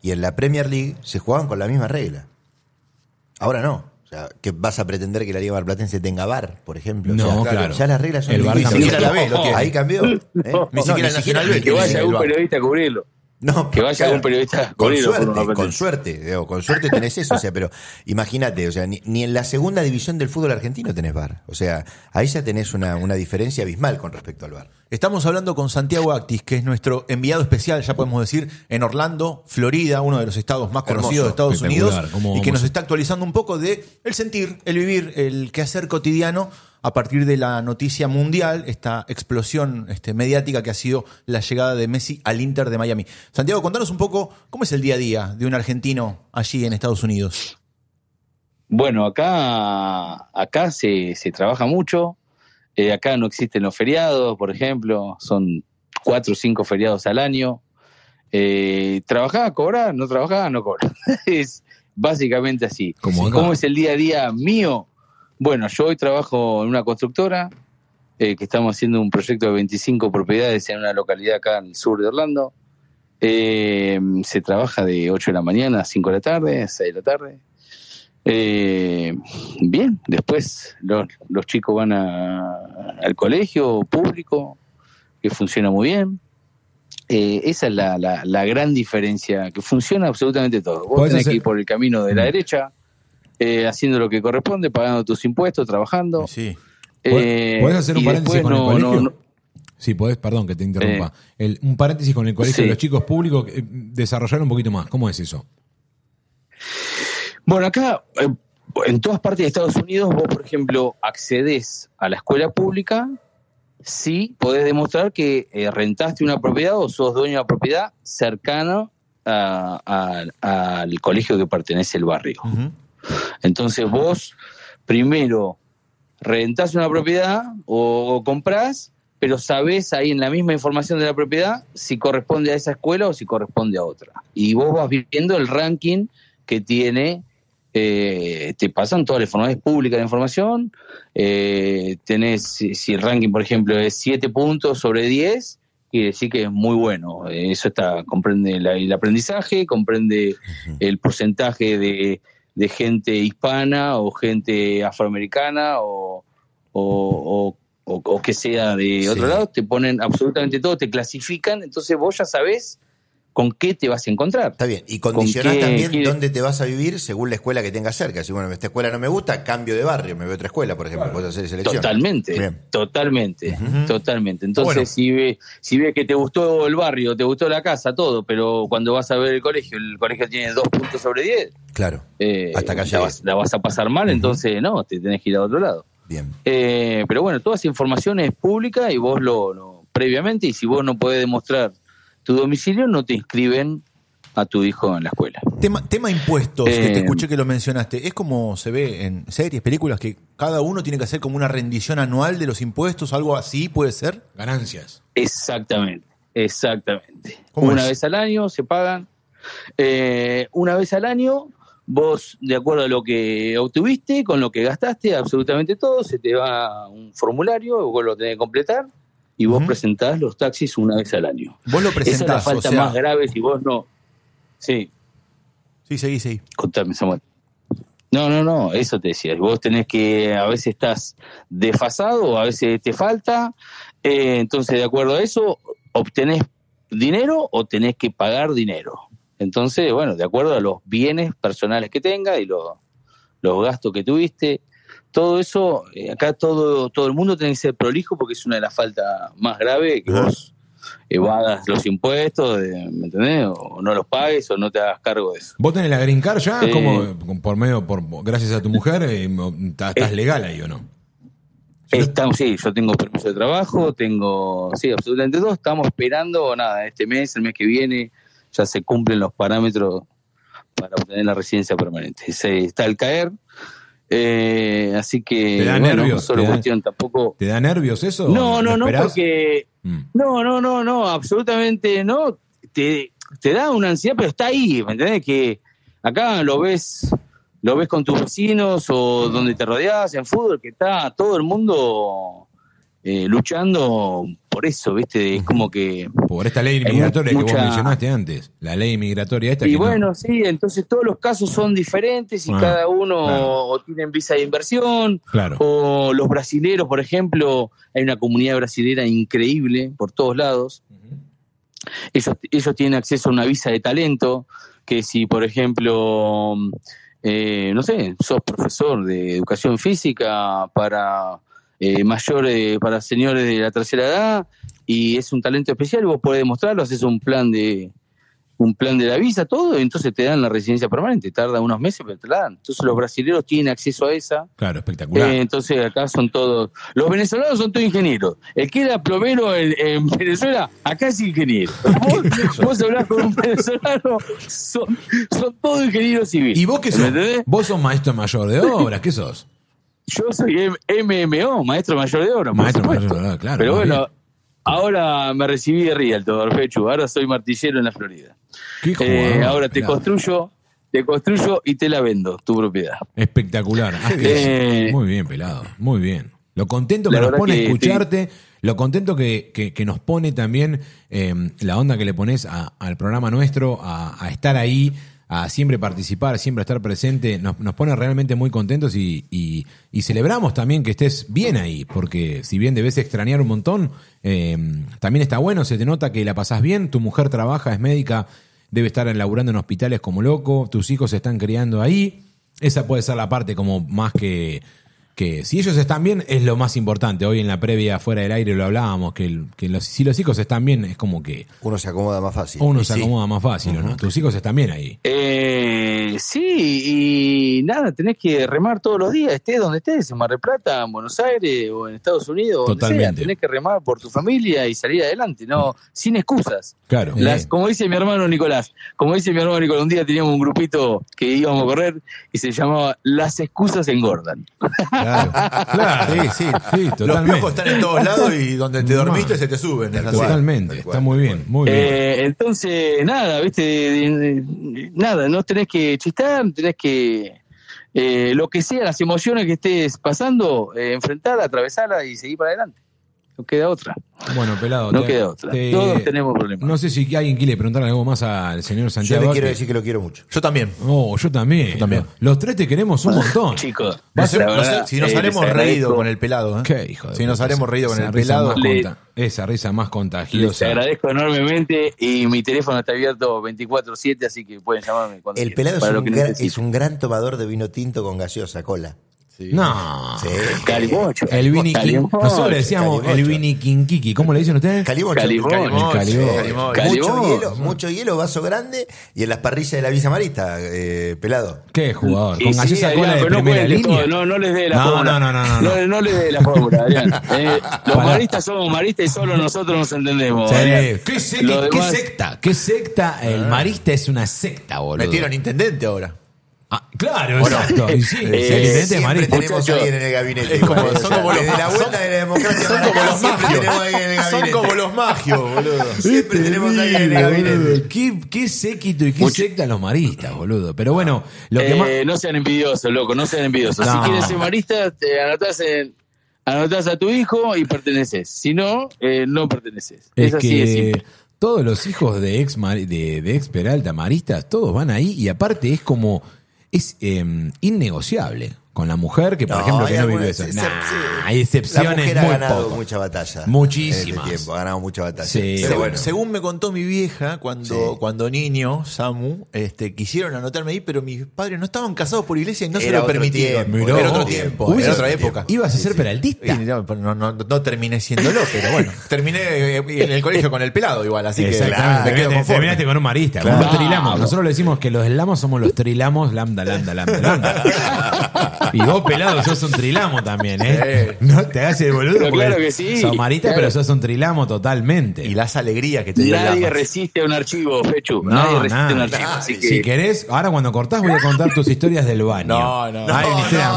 Speaker 3: y en la Premier League se jugaban con la misma regla. Ahora no. sea, que vas a pretender que la Liga Marplatense tenga bar, por ejemplo. O
Speaker 1: No,
Speaker 3: sea,
Speaker 1: claro.
Speaker 3: Ya las reglas son
Speaker 1: El VAR
Speaker 3: difíciles.
Speaker 1: cambió.
Speaker 3: Ni siquiera la B lo tiene. Ahí cambió. ¿eh? Ni
Speaker 2: No,
Speaker 3: siquiera
Speaker 2: ni siquiera
Speaker 3: el Nacional
Speaker 2: el
Speaker 3: B.
Speaker 2: que
Speaker 6: Que
Speaker 3: tiene
Speaker 2: Sí,
Speaker 6: vaya
Speaker 3: el
Speaker 6: un
Speaker 3: VAR.
Speaker 6: periodista a cubrirlo.
Speaker 3: No,
Speaker 6: Que vaya algún periodista a
Speaker 3: Con
Speaker 6: cubrirlo por una
Speaker 3: suerte,
Speaker 6: plata.
Speaker 3: con suerte, digo, con suerte tenés eso. O sea, pero imagínate, o sea, ni, ni en la segunda división del fútbol argentino tenés bar. O sea, ahí ya tenés una, una diferencia abismal con respecto al bar.
Speaker 2: Estamos hablando con Santiago Actis, que es nuestro enviado especial, ya podemos decir, en Orlando, Florida, uno de los estados más
Speaker 3: Hermoso,
Speaker 2: conocidos de Estados
Speaker 1: espectacular,
Speaker 2: Unidos,
Speaker 1: cómo
Speaker 2: y que
Speaker 1: vamos.
Speaker 2: nos está actualizando un poco de el sentir, el vivir, el quehacer cotidiano a partir de la noticia mundial, esta explosión este, mediática que ha sido la llegada de Messi al Inter de Miami. Santiago, contanos un poco cómo es el día a día de un argentino allí en Estados Unidos.
Speaker 6: Bueno, acá, acá se, se trabaja mucho. Eh, acá no existen los feriados, por ejemplo. Son cuatro o cinco feriados al año. Eh, trabajás, cobrás, no trabajás, no cobras. es básicamente así.
Speaker 1: Como acá.
Speaker 6: ¿Cómo es el día a día mío? Bueno, yo hoy trabajo en una constructora eh, que estamos haciendo un proyecto de 25 propiedades en una localidad acá en el sur de Orlando. Eh, se trabaja de 8 de la mañana a 5 de la tarde, 6 de la tarde. Eh, bien, después los, los chicos van a- al colegio público, que funciona muy bien. Eh, esa es la, la- la gran diferencia, que funciona absolutamente todo. Vos
Speaker 1: Podés
Speaker 6: tenés
Speaker 1: hacer-
Speaker 6: que ir por el camino
Speaker 1: Mm.
Speaker 6: de la derecha, eh, haciendo lo que corresponde, pagando tus impuestos, trabajando.
Speaker 2: Sí.
Speaker 6: Eh,
Speaker 1: ¿Podés hacer un
Speaker 6: y
Speaker 1: paréntesis
Speaker 6: después
Speaker 1: con el
Speaker 6: no-
Speaker 1: colegio?
Speaker 6: no- no- Eh.
Speaker 1: Sí, podés, perdón que te interrumpa. El- un paréntesis con el colegio
Speaker 6: Sí.
Speaker 1: de los chicos públicos, eh, desarrollar un poquito más. ¿Cómo es eso?
Speaker 6: Bueno, acá eh, en todas partes de Estados Unidos vos, por ejemplo, accedes a la escuela pública si podés demostrar que eh, rentaste una propiedad o sos dueño de una propiedad cercana a- a- al colegio que pertenece el barrio.
Speaker 2: Ujú.
Speaker 6: Entonces vos primero rentás una propiedad o, o comprás, pero sabés ahí en la misma información de la propiedad si corresponde a esa escuela o si corresponde a otra. Y vos vas viendo el ranking que tiene, eh, te pasan todas las informaciones públicas de información, eh, tenés, si si el ranking por ejemplo es 7 puntos sobre 10, quiere decir que es muy bueno. Eh, Eso está, comprende la- el aprendizaje, comprende el porcentaje de, de gente hispana o gente afroamericana o, o- o- o- o que sea de otro lado, te ponen absolutamente todo, te clasifican, entonces vos ya sabés con qué te vas a encontrar.
Speaker 3: Está bien. Y condicionás
Speaker 6: qué
Speaker 3: también
Speaker 6: quiere-
Speaker 3: dónde te vas a vivir según la escuela que tengas cerca. Si, bueno, esta escuela no me gusta, cambio de barrio, me voy a otra escuela, por ejemplo. Puedes hacer selección.
Speaker 6: Totalmente,
Speaker 3: Bien.
Speaker 6: totalmente, totalmente. Entonces,
Speaker 2: Bueno.
Speaker 6: si ves si ve que te gustó el barrio, te gustó la casa, todo, pero cuando vas a ver el colegio, el colegio tiene dos puntos sobre diez,
Speaker 3: Claro.
Speaker 6: eh,
Speaker 3: Hasta acá
Speaker 6: la,
Speaker 3: llegué.
Speaker 6: vas, la vas a pasar mal, entonces no, te tenés que ir a otro lado.
Speaker 3: Bien.
Speaker 6: Eh, pero bueno, toda esa información es pública y vos lo, lo- previamente, y si vos no podés demostrar tu domicilio, no te inscriben a tu hijo en la escuela.
Speaker 2: Tema, tema impuestos, que te
Speaker 6: Eh,
Speaker 2: escuché que lo mencionaste. Es como se ve en series, películas, que cada uno tiene que hacer como una rendición anual de los impuestos, algo así, puede ser.
Speaker 1: Ganancias.
Speaker 6: Exactamente, exactamente.
Speaker 2: ¿Cómo
Speaker 6: Una
Speaker 2: es?
Speaker 6: vez al año se pagan. Eh, una vez al año, vos, de acuerdo a lo que obtuviste, con lo que gastaste, absolutamente todo, se te va un formulario, vos lo tenés que completar y vos
Speaker 2: Ujú.
Speaker 6: presentás los taxis una vez al año.
Speaker 2: Vos lo
Speaker 6: Esa es la
Speaker 2: presentás.
Speaker 6: falta
Speaker 2: o sea,
Speaker 6: más grave si vos no. Sí.
Speaker 2: Sí, seguí, seguí.
Speaker 6: Contame, Samuel. No, no, no, eso te decía. Vos tenés que, a veces estás desfasado, a veces te falta. Eh, entonces, de acuerdo a eso, obtenés dinero o tenés que pagar dinero. Entonces, bueno, de acuerdo a los bienes personales que tengas y los, los gastos que tuviste, todo eso, eh, acá todo, todo el mundo tiene que ser prolijo porque es una de las faltas más graves que vos evadas los impuestos, eh, ¿me entendés? O no los pagues o no te hagas cargo de eso.
Speaker 1: ¿Vos tenés la green card ya?
Speaker 6: Eh,
Speaker 1: ¿Cómo, por medio, por, gracias a tu mujer, eh, mo- ta- estás
Speaker 6: Eh,
Speaker 1: legal ahí o no?
Speaker 6: Estamos, sí, yo tengo permiso de trabajo, tengo, sí, absolutamente todo. Estamos esperando, nada, este mes, el mes que viene, ya se cumplen los parámetros para obtener la residencia permanente. Se está al caer, eh, así que,
Speaker 1: ¿Te da
Speaker 6: bueno, no
Speaker 1: nervios?
Speaker 6: es
Speaker 1: ¿Te
Speaker 6: solo
Speaker 1: da-
Speaker 6: cuestión tampoco.
Speaker 1: ¿Te da nervios eso?
Speaker 6: No, no,
Speaker 1: ¿Lo
Speaker 6: no,
Speaker 1: esperás?
Speaker 6: porque
Speaker 1: Mm.
Speaker 6: no, no, no, no, absolutamente no. Te, te da una ansiedad, pero está ahí, ¿me entendés? Que acá lo ves, lo ves con tus vecinos o donde te rodeas en fútbol, que está todo el mundo eh, luchando por eso, ¿viste? Es como que
Speaker 1: Por esta ley
Speaker 6: Hay
Speaker 1: migratoria que vos
Speaker 6: mucha-
Speaker 1: mencionaste antes. La ley migratoria esta
Speaker 6: Y
Speaker 1: que no-
Speaker 6: bueno, sí, entonces todos los casos son diferentes y
Speaker 1: Ah,
Speaker 6: cada uno
Speaker 1: claro.
Speaker 6: o tienen visa de inversión,
Speaker 1: Claro.
Speaker 6: o los brasileros, por ejemplo, hay una comunidad brasilera increíble por todos lados. Ellos, ellos tienen acceso a una visa de talento, que si, por ejemplo, eh, no sé, sos profesor de educación física para eh, mayores, para señores de la tercera edad, y es un talento especial, vos podés demostrarlo, haces un plan de un plan de la visa, todo, y entonces te dan la residencia permanente, tarda unos meses, pero te la dan. Entonces los brasileños tienen acceso a esa,
Speaker 1: Claro, espectacular.
Speaker 6: eh, entonces acá son todos, los venezolanos son todos ingenieros, el que era plomero en, en Venezuela, acá es ingeniero. Vos, vos hablás con un venezolano, son, son todos ingenieros civiles.
Speaker 1: ¿Y vos qué sos?
Speaker 6: ¿Entendés?
Speaker 1: Vos sos maestro mayor de obras, ¿qué sos?
Speaker 6: Yo soy M- MMO, maestro mayor de obra. por
Speaker 1: Maestro
Speaker 6: supuesto.
Speaker 1: mayor de obra, claro,
Speaker 6: Pero
Speaker 1: muy
Speaker 6: bueno, ahora me recibí de Rialto, Arfechu. Ahora soy martillero en la Florida.
Speaker 1: Qué
Speaker 6: Eh,
Speaker 1: jugador,
Speaker 6: ahora te
Speaker 1: mirá.
Speaker 6: construyo, te construyo y te la vendo, tu propiedad.
Speaker 1: Espectacular. Asqueroso.
Speaker 6: Eh,
Speaker 1: muy bien, pelado. Muy bien. Lo contento que
Speaker 6: la
Speaker 1: nos
Speaker 6: verdad
Speaker 1: pone
Speaker 6: que
Speaker 1: escucharte, lo contento que, que- que nos pone también eh, la onda que le pones a- al programa nuestro, a, a estar ahí, a siempre participar, siempre estar presente, nos, nos pone realmente muy contentos y, y- y celebramos también que estés bien ahí, porque si bien debes extrañar un montón, eh, también está bueno, se te nota que la pasás bien, tu mujer trabaja, es médica, debe estar laburando en hospitales como loco, tus hijos se están criando ahí, esa puede ser la parte como más que que si ellos están bien es lo más importante. Hoy en la previa fuera del aire lo hablábamos, que, el- que los, si los hijos están bien es como que
Speaker 3: Uno se acomoda más fácil.
Speaker 1: uno
Speaker 3: Y
Speaker 1: se
Speaker 3: sí,
Speaker 1: acomoda más fácil, ¿o ¿no? Tus hijos están bien ahí.
Speaker 6: Eh, sí, y nada, tenés que remar todos los días, estés donde estés, en Mar del Plata, en Buenos Aires o en Estados Unidos, donde sea.
Speaker 1: Totalmente.
Speaker 6: Tenés que remar por tu familia y salir adelante, no, sin excusas.
Speaker 1: Claro.
Speaker 6: Las- como dice mi hermano Nicolás, como dice mi hermano Nicolás, un día teníamos un grupito que íbamos a correr y se llamaba Las excusas engordan.
Speaker 1: Claro. Claro. Sí, sí, sí,
Speaker 2: Los
Speaker 1: totalmente.
Speaker 2: piojos están en todos lados y donde te dormiste se te suben. es así.
Speaker 1: Totalmente.
Speaker 2: Tal cual.
Speaker 1: Está muy bien, muy bien.
Speaker 6: Eh, entonces, nada, viste, de- de- de- nada, no tenés que chistar, tenés que eh, lo que sea, las emociones que estés pasando, eh, enfrentarla, atravesarla y seguir para adelante. No queda otra.
Speaker 1: Bueno, pelado.
Speaker 6: No queda otra. Todos tenemos problemas.
Speaker 1: No sé si alguien quiere preguntarle algo más al señor
Speaker 3: Yo
Speaker 1: Santiago.
Speaker 3: le quiero
Speaker 1: que-
Speaker 3: decir que lo quiero mucho.
Speaker 2: Yo también.
Speaker 1: Oh, yo también.
Speaker 2: también.
Speaker 1: Los tres te queremos un montón.
Speaker 6: Chicos,
Speaker 2: No
Speaker 6: la
Speaker 2: sé- no sé
Speaker 6: verdad,
Speaker 2: si nos
Speaker 6: eh, les
Speaker 2: haremos
Speaker 6: agradezco-
Speaker 2: reído con el pelado. ¿eh?
Speaker 1: Qué hijo de
Speaker 2: Si nos
Speaker 1: puta,
Speaker 2: haremos
Speaker 1: esa-
Speaker 2: reído con
Speaker 1: esa
Speaker 2: el
Speaker 1: risa
Speaker 2: pelado.
Speaker 1: más
Speaker 6: Le-
Speaker 1: conta- esa risa más
Speaker 6: Les
Speaker 1: contagiosa.
Speaker 6: agradezco enormemente y mi teléfono está abierto 24-7, así que pueden llamarme cuando
Speaker 3: El
Speaker 6: quieran,
Speaker 3: pelado es
Speaker 6: para lo
Speaker 3: un,
Speaker 6: que
Speaker 3: gran,
Speaker 6: necesiten.
Speaker 3: es un gran tomador de vino tinto con gaseosa cola.
Speaker 1: No.
Speaker 6: Ah,
Speaker 3: Sí.
Speaker 6: Calimocho.
Speaker 1: El Vini Kin-
Speaker 6: Calimocho.
Speaker 1: Nosotros le decíamos
Speaker 3: Calimocho.
Speaker 1: el Vini Kinkiki. ¿Cómo le dicen ustedes?
Speaker 3: Calimocho.
Speaker 6: Calimocho.
Speaker 1: El Calimocho.
Speaker 2: Calimocho.
Speaker 3: Mucho
Speaker 6: Calimocho.
Speaker 3: hielo, mucho hielo, vaso grande y en las parrillas de la Villa Marista, eh, pelado.
Speaker 1: Qué jugador.
Speaker 6: Y
Speaker 1: Con
Speaker 6: sí,
Speaker 1: gaseosa
Speaker 6: Adrián,
Speaker 1: cola de
Speaker 6: pero no
Speaker 1: primera
Speaker 6: cuente
Speaker 1: línea.
Speaker 6: todo, No, no les dé la
Speaker 1: No,
Speaker 6: fórmula.
Speaker 1: no, no, no, no.
Speaker 6: No, no les dé la fórmula, Adrián. Eh,
Speaker 1: Pará.
Speaker 6: los maristas somos maristas y solo nosotros nos entendemos.
Speaker 1: Sí.
Speaker 6: Adrián.
Speaker 1: ¿Qué, se-
Speaker 6: Lo
Speaker 1: qué- qué
Speaker 6: demás- Ah.
Speaker 1: secta? ¿Qué secta? El marista es una secta, boludo.
Speaker 2: Metieron intendente ahora.
Speaker 1: Ah, claro, exacto. Y sí,
Speaker 6: eh,
Speaker 1: el intendente
Speaker 3: Siempre
Speaker 1: es marista.
Speaker 3: tenemos
Speaker 6: Muchachos.
Speaker 3: alguien en el gabinete.
Speaker 2: Es como-
Speaker 3: igual,
Speaker 2: son
Speaker 3: o sea,
Speaker 2: como los-
Speaker 3: desde la vuelta
Speaker 2: son-
Speaker 3: de la democracia
Speaker 2: Son
Speaker 3: para
Speaker 2: como
Speaker 3: acá,
Speaker 2: los
Speaker 3: siempre
Speaker 2: magios.
Speaker 3: tenemos alguien en el
Speaker 2: Son
Speaker 3: gabinete.
Speaker 2: como los magios, boludo.
Speaker 3: Siempre tenemos alguien en el gabinete.
Speaker 1: ¿Qué, qué séquito y qué secta los maristas, boludo. Pero bueno, lo que
Speaker 6: Eh,
Speaker 1: más.
Speaker 6: No sean envidiosos, loco, no sean envidiosos. Si
Speaker 1: No.
Speaker 6: quieres ser marista, te anotás, en- anotás a tu hijo y perteneces. Si no, eh, no perteneces.
Speaker 1: Es,
Speaker 6: Es, así de simple.
Speaker 1: que todos los hijos de ex, mari- de, de ex Peralta Maristas, todos van ahí y aparte es como, es eh, innegociable con la mujer que, por
Speaker 3: No,
Speaker 1: ejemplo,
Speaker 3: hay
Speaker 1: que no vivió
Speaker 3: algunas
Speaker 1: eso.
Speaker 3: excep-
Speaker 1: Nah,
Speaker 3: sí.
Speaker 1: hay
Speaker 3: La
Speaker 1: excepciones
Speaker 3: mujer ha
Speaker 1: muy
Speaker 3: ganado
Speaker 1: pocas.
Speaker 3: mucha batalla. En
Speaker 1: Muchísimas.
Speaker 3: este tiempo, ha ganado mucha batalla.
Speaker 1: Sí.
Speaker 3: Pero
Speaker 1: Pero
Speaker 2: Según,
Speaker 3: bueno,
Speaker 2: según me contó mi vieja, cuando,
Speaker 3: Sí.
Speaker 2: cuando niño, Samu, este, quisieron anotarme ahí, pero mis padres no estaban casados por iglesia y no se
Speaker 3: Era
Speaker 2: lo
Speaker 3: otro
Speaker 2: permitieron.
Speaker 3: tiempo,
Speaker 2: era
Speaker 3: Mirá
Speaker 2: otro
Speaker 3: vos.
Speaker 2: tiempo,
Speaker 1: Hubiese-
Speaker 2: era otra época.
Speaker 1: Ibas a ser
Speaker 2: Y
Speaker 1: peraltista.
Speaker 2: no, no, no- no terminé siéndolo, pero bueno, terminé eh, en el colegio con el pelado igual, así que
Speaker 1: Exactamente,
Speaker 2: me quedo
Speaker 1: te-
Speaker 2: conforme.
Speaker 1: terminaste con un marista,
Speaker 2: Claro.
Speaker 1: con los trilamos.
Speaker 6: Vamos.
Speaker 1: Nosotros le decimos que los lamos somos los trilamos, lambda, lambda, lambda, lambda. Y vos, pelado, sos un trilamo también, ¿eh? No te hagas el boludo.
Speaker 6: Pero
Speaker 1: porque
Speaker 6: claro que sí,
Speaker 1: Sos marista,
Speaker 6: claro.
Speaker 1: pero sos un trilamo totalmente.
Speaker 2: Y las alegrías que te dio el
Speaker 6: Nadie
Speaker 2: Lamas.
Speaker 6: resiste a un archivo, Fechu.
Speaker 1: No,
Speaker 6: nadie resiste
Speaker 1: nada.
Speaker 6: un archivo. así que...
Speaker 1: Si querés, ahora cuando cortás voy a contar tus historias del baño.
Speaker 2: No, no.
Speaker 1: Hay una historia
Speaker 2: No,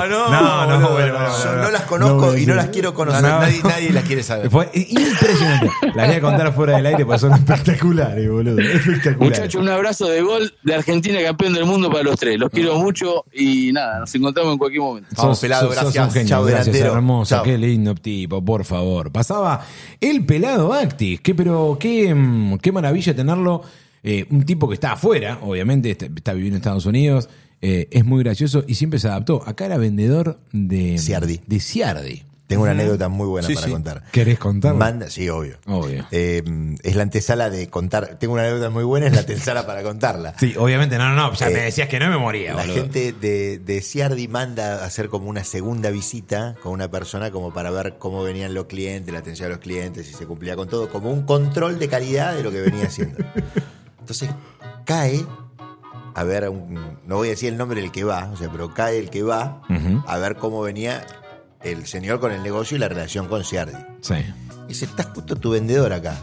Speaker 1: muy-
Speaker 2: no,
Speaker 1: no,
Speaker 2: no,
Speaker 1: no,
Speaker 2: boludo,
Speaker 1: bueno,
Speaker 2: no,
Speaker 1: bueno,
Speaker 3: yo
Speaker 1: bueno.
Speaker 3: no las conozco
Speaker 1: voy a
Speaker 3: y no
Speaker 1: decir.
Speaker 3: las quiero conocer.
Speaker 1: No, no.
Speaker 2: Nadie, nadie las quiere saber.
Speaker 1: Fue impresionante. Las voy a contar fuera del aire porque son espectaculares, boludo. Espectaculares.
Speaker 6: Muchachos, un abrazo de gol de Argentina, campeón del mundo para los tres. Los quiero mucho y nada, nos encontramos en cualquier momento.
Speaker 2: Vamos, pelado, gracias.
Speaker 1: un genio,
Speaker 3: Chao,
Speaker 1: gracias,
Speaker 3: delantero.
Speaker 1: hermoso.
Speaker 3: Chao.
Speaker 1: Qué lindo tipo, por favor. Pasaba el pelado Actis. Qué, pero qué, mm, qué maravilla tenerlo. eh, un tipo que está afuera, obviamente, está, está viviendo en Estados Unidos. eh, es muy gracioso y siempre se adaptó. Acá era vendedor de
Speaker 3: Ciardi.
Speaker 1: De Ciardi.
Speaker 3: Tengo una anécdota muy buena
Speaker 2: Sí,
Speaker 3: para
Speaker 2: sí.
Speaker 3: contar.
Speaker 1: ¿Querés contarla?
Speaker 3: Manda, sí, obvio.
Speaker 1: Obvio.
Speaker 3: Eh, es la antesala de contar. Tengo una anécdota muy buena, es la antesala para contarla.
Speaker 1: Sí, obviamente, no, no, no. Ya
Speaker 3: Eh,
Speaker 1: me decías que no me moría,
Speaker 3: La
Speaker 1: boludo.
Speaker 3: gente de, de Ciardi manda a hacer como una segunda visita con una persona como para ver cómo venían los clientes, la atención a los clientes, si se cumplía con todo, como un control de calidad de lo que venía haciendo. Entonces cae, a ver, a un- no voy a decir el nombre del que va, o sea, pero cae el que va
Speaker 1: Ujú.
Speaker 3: a ver cómo venía el señor con el negocio y la relación con Ciardi.
Speaker 1: Sí.
Speaker 3: Y dice, está justo tu vendedor acá.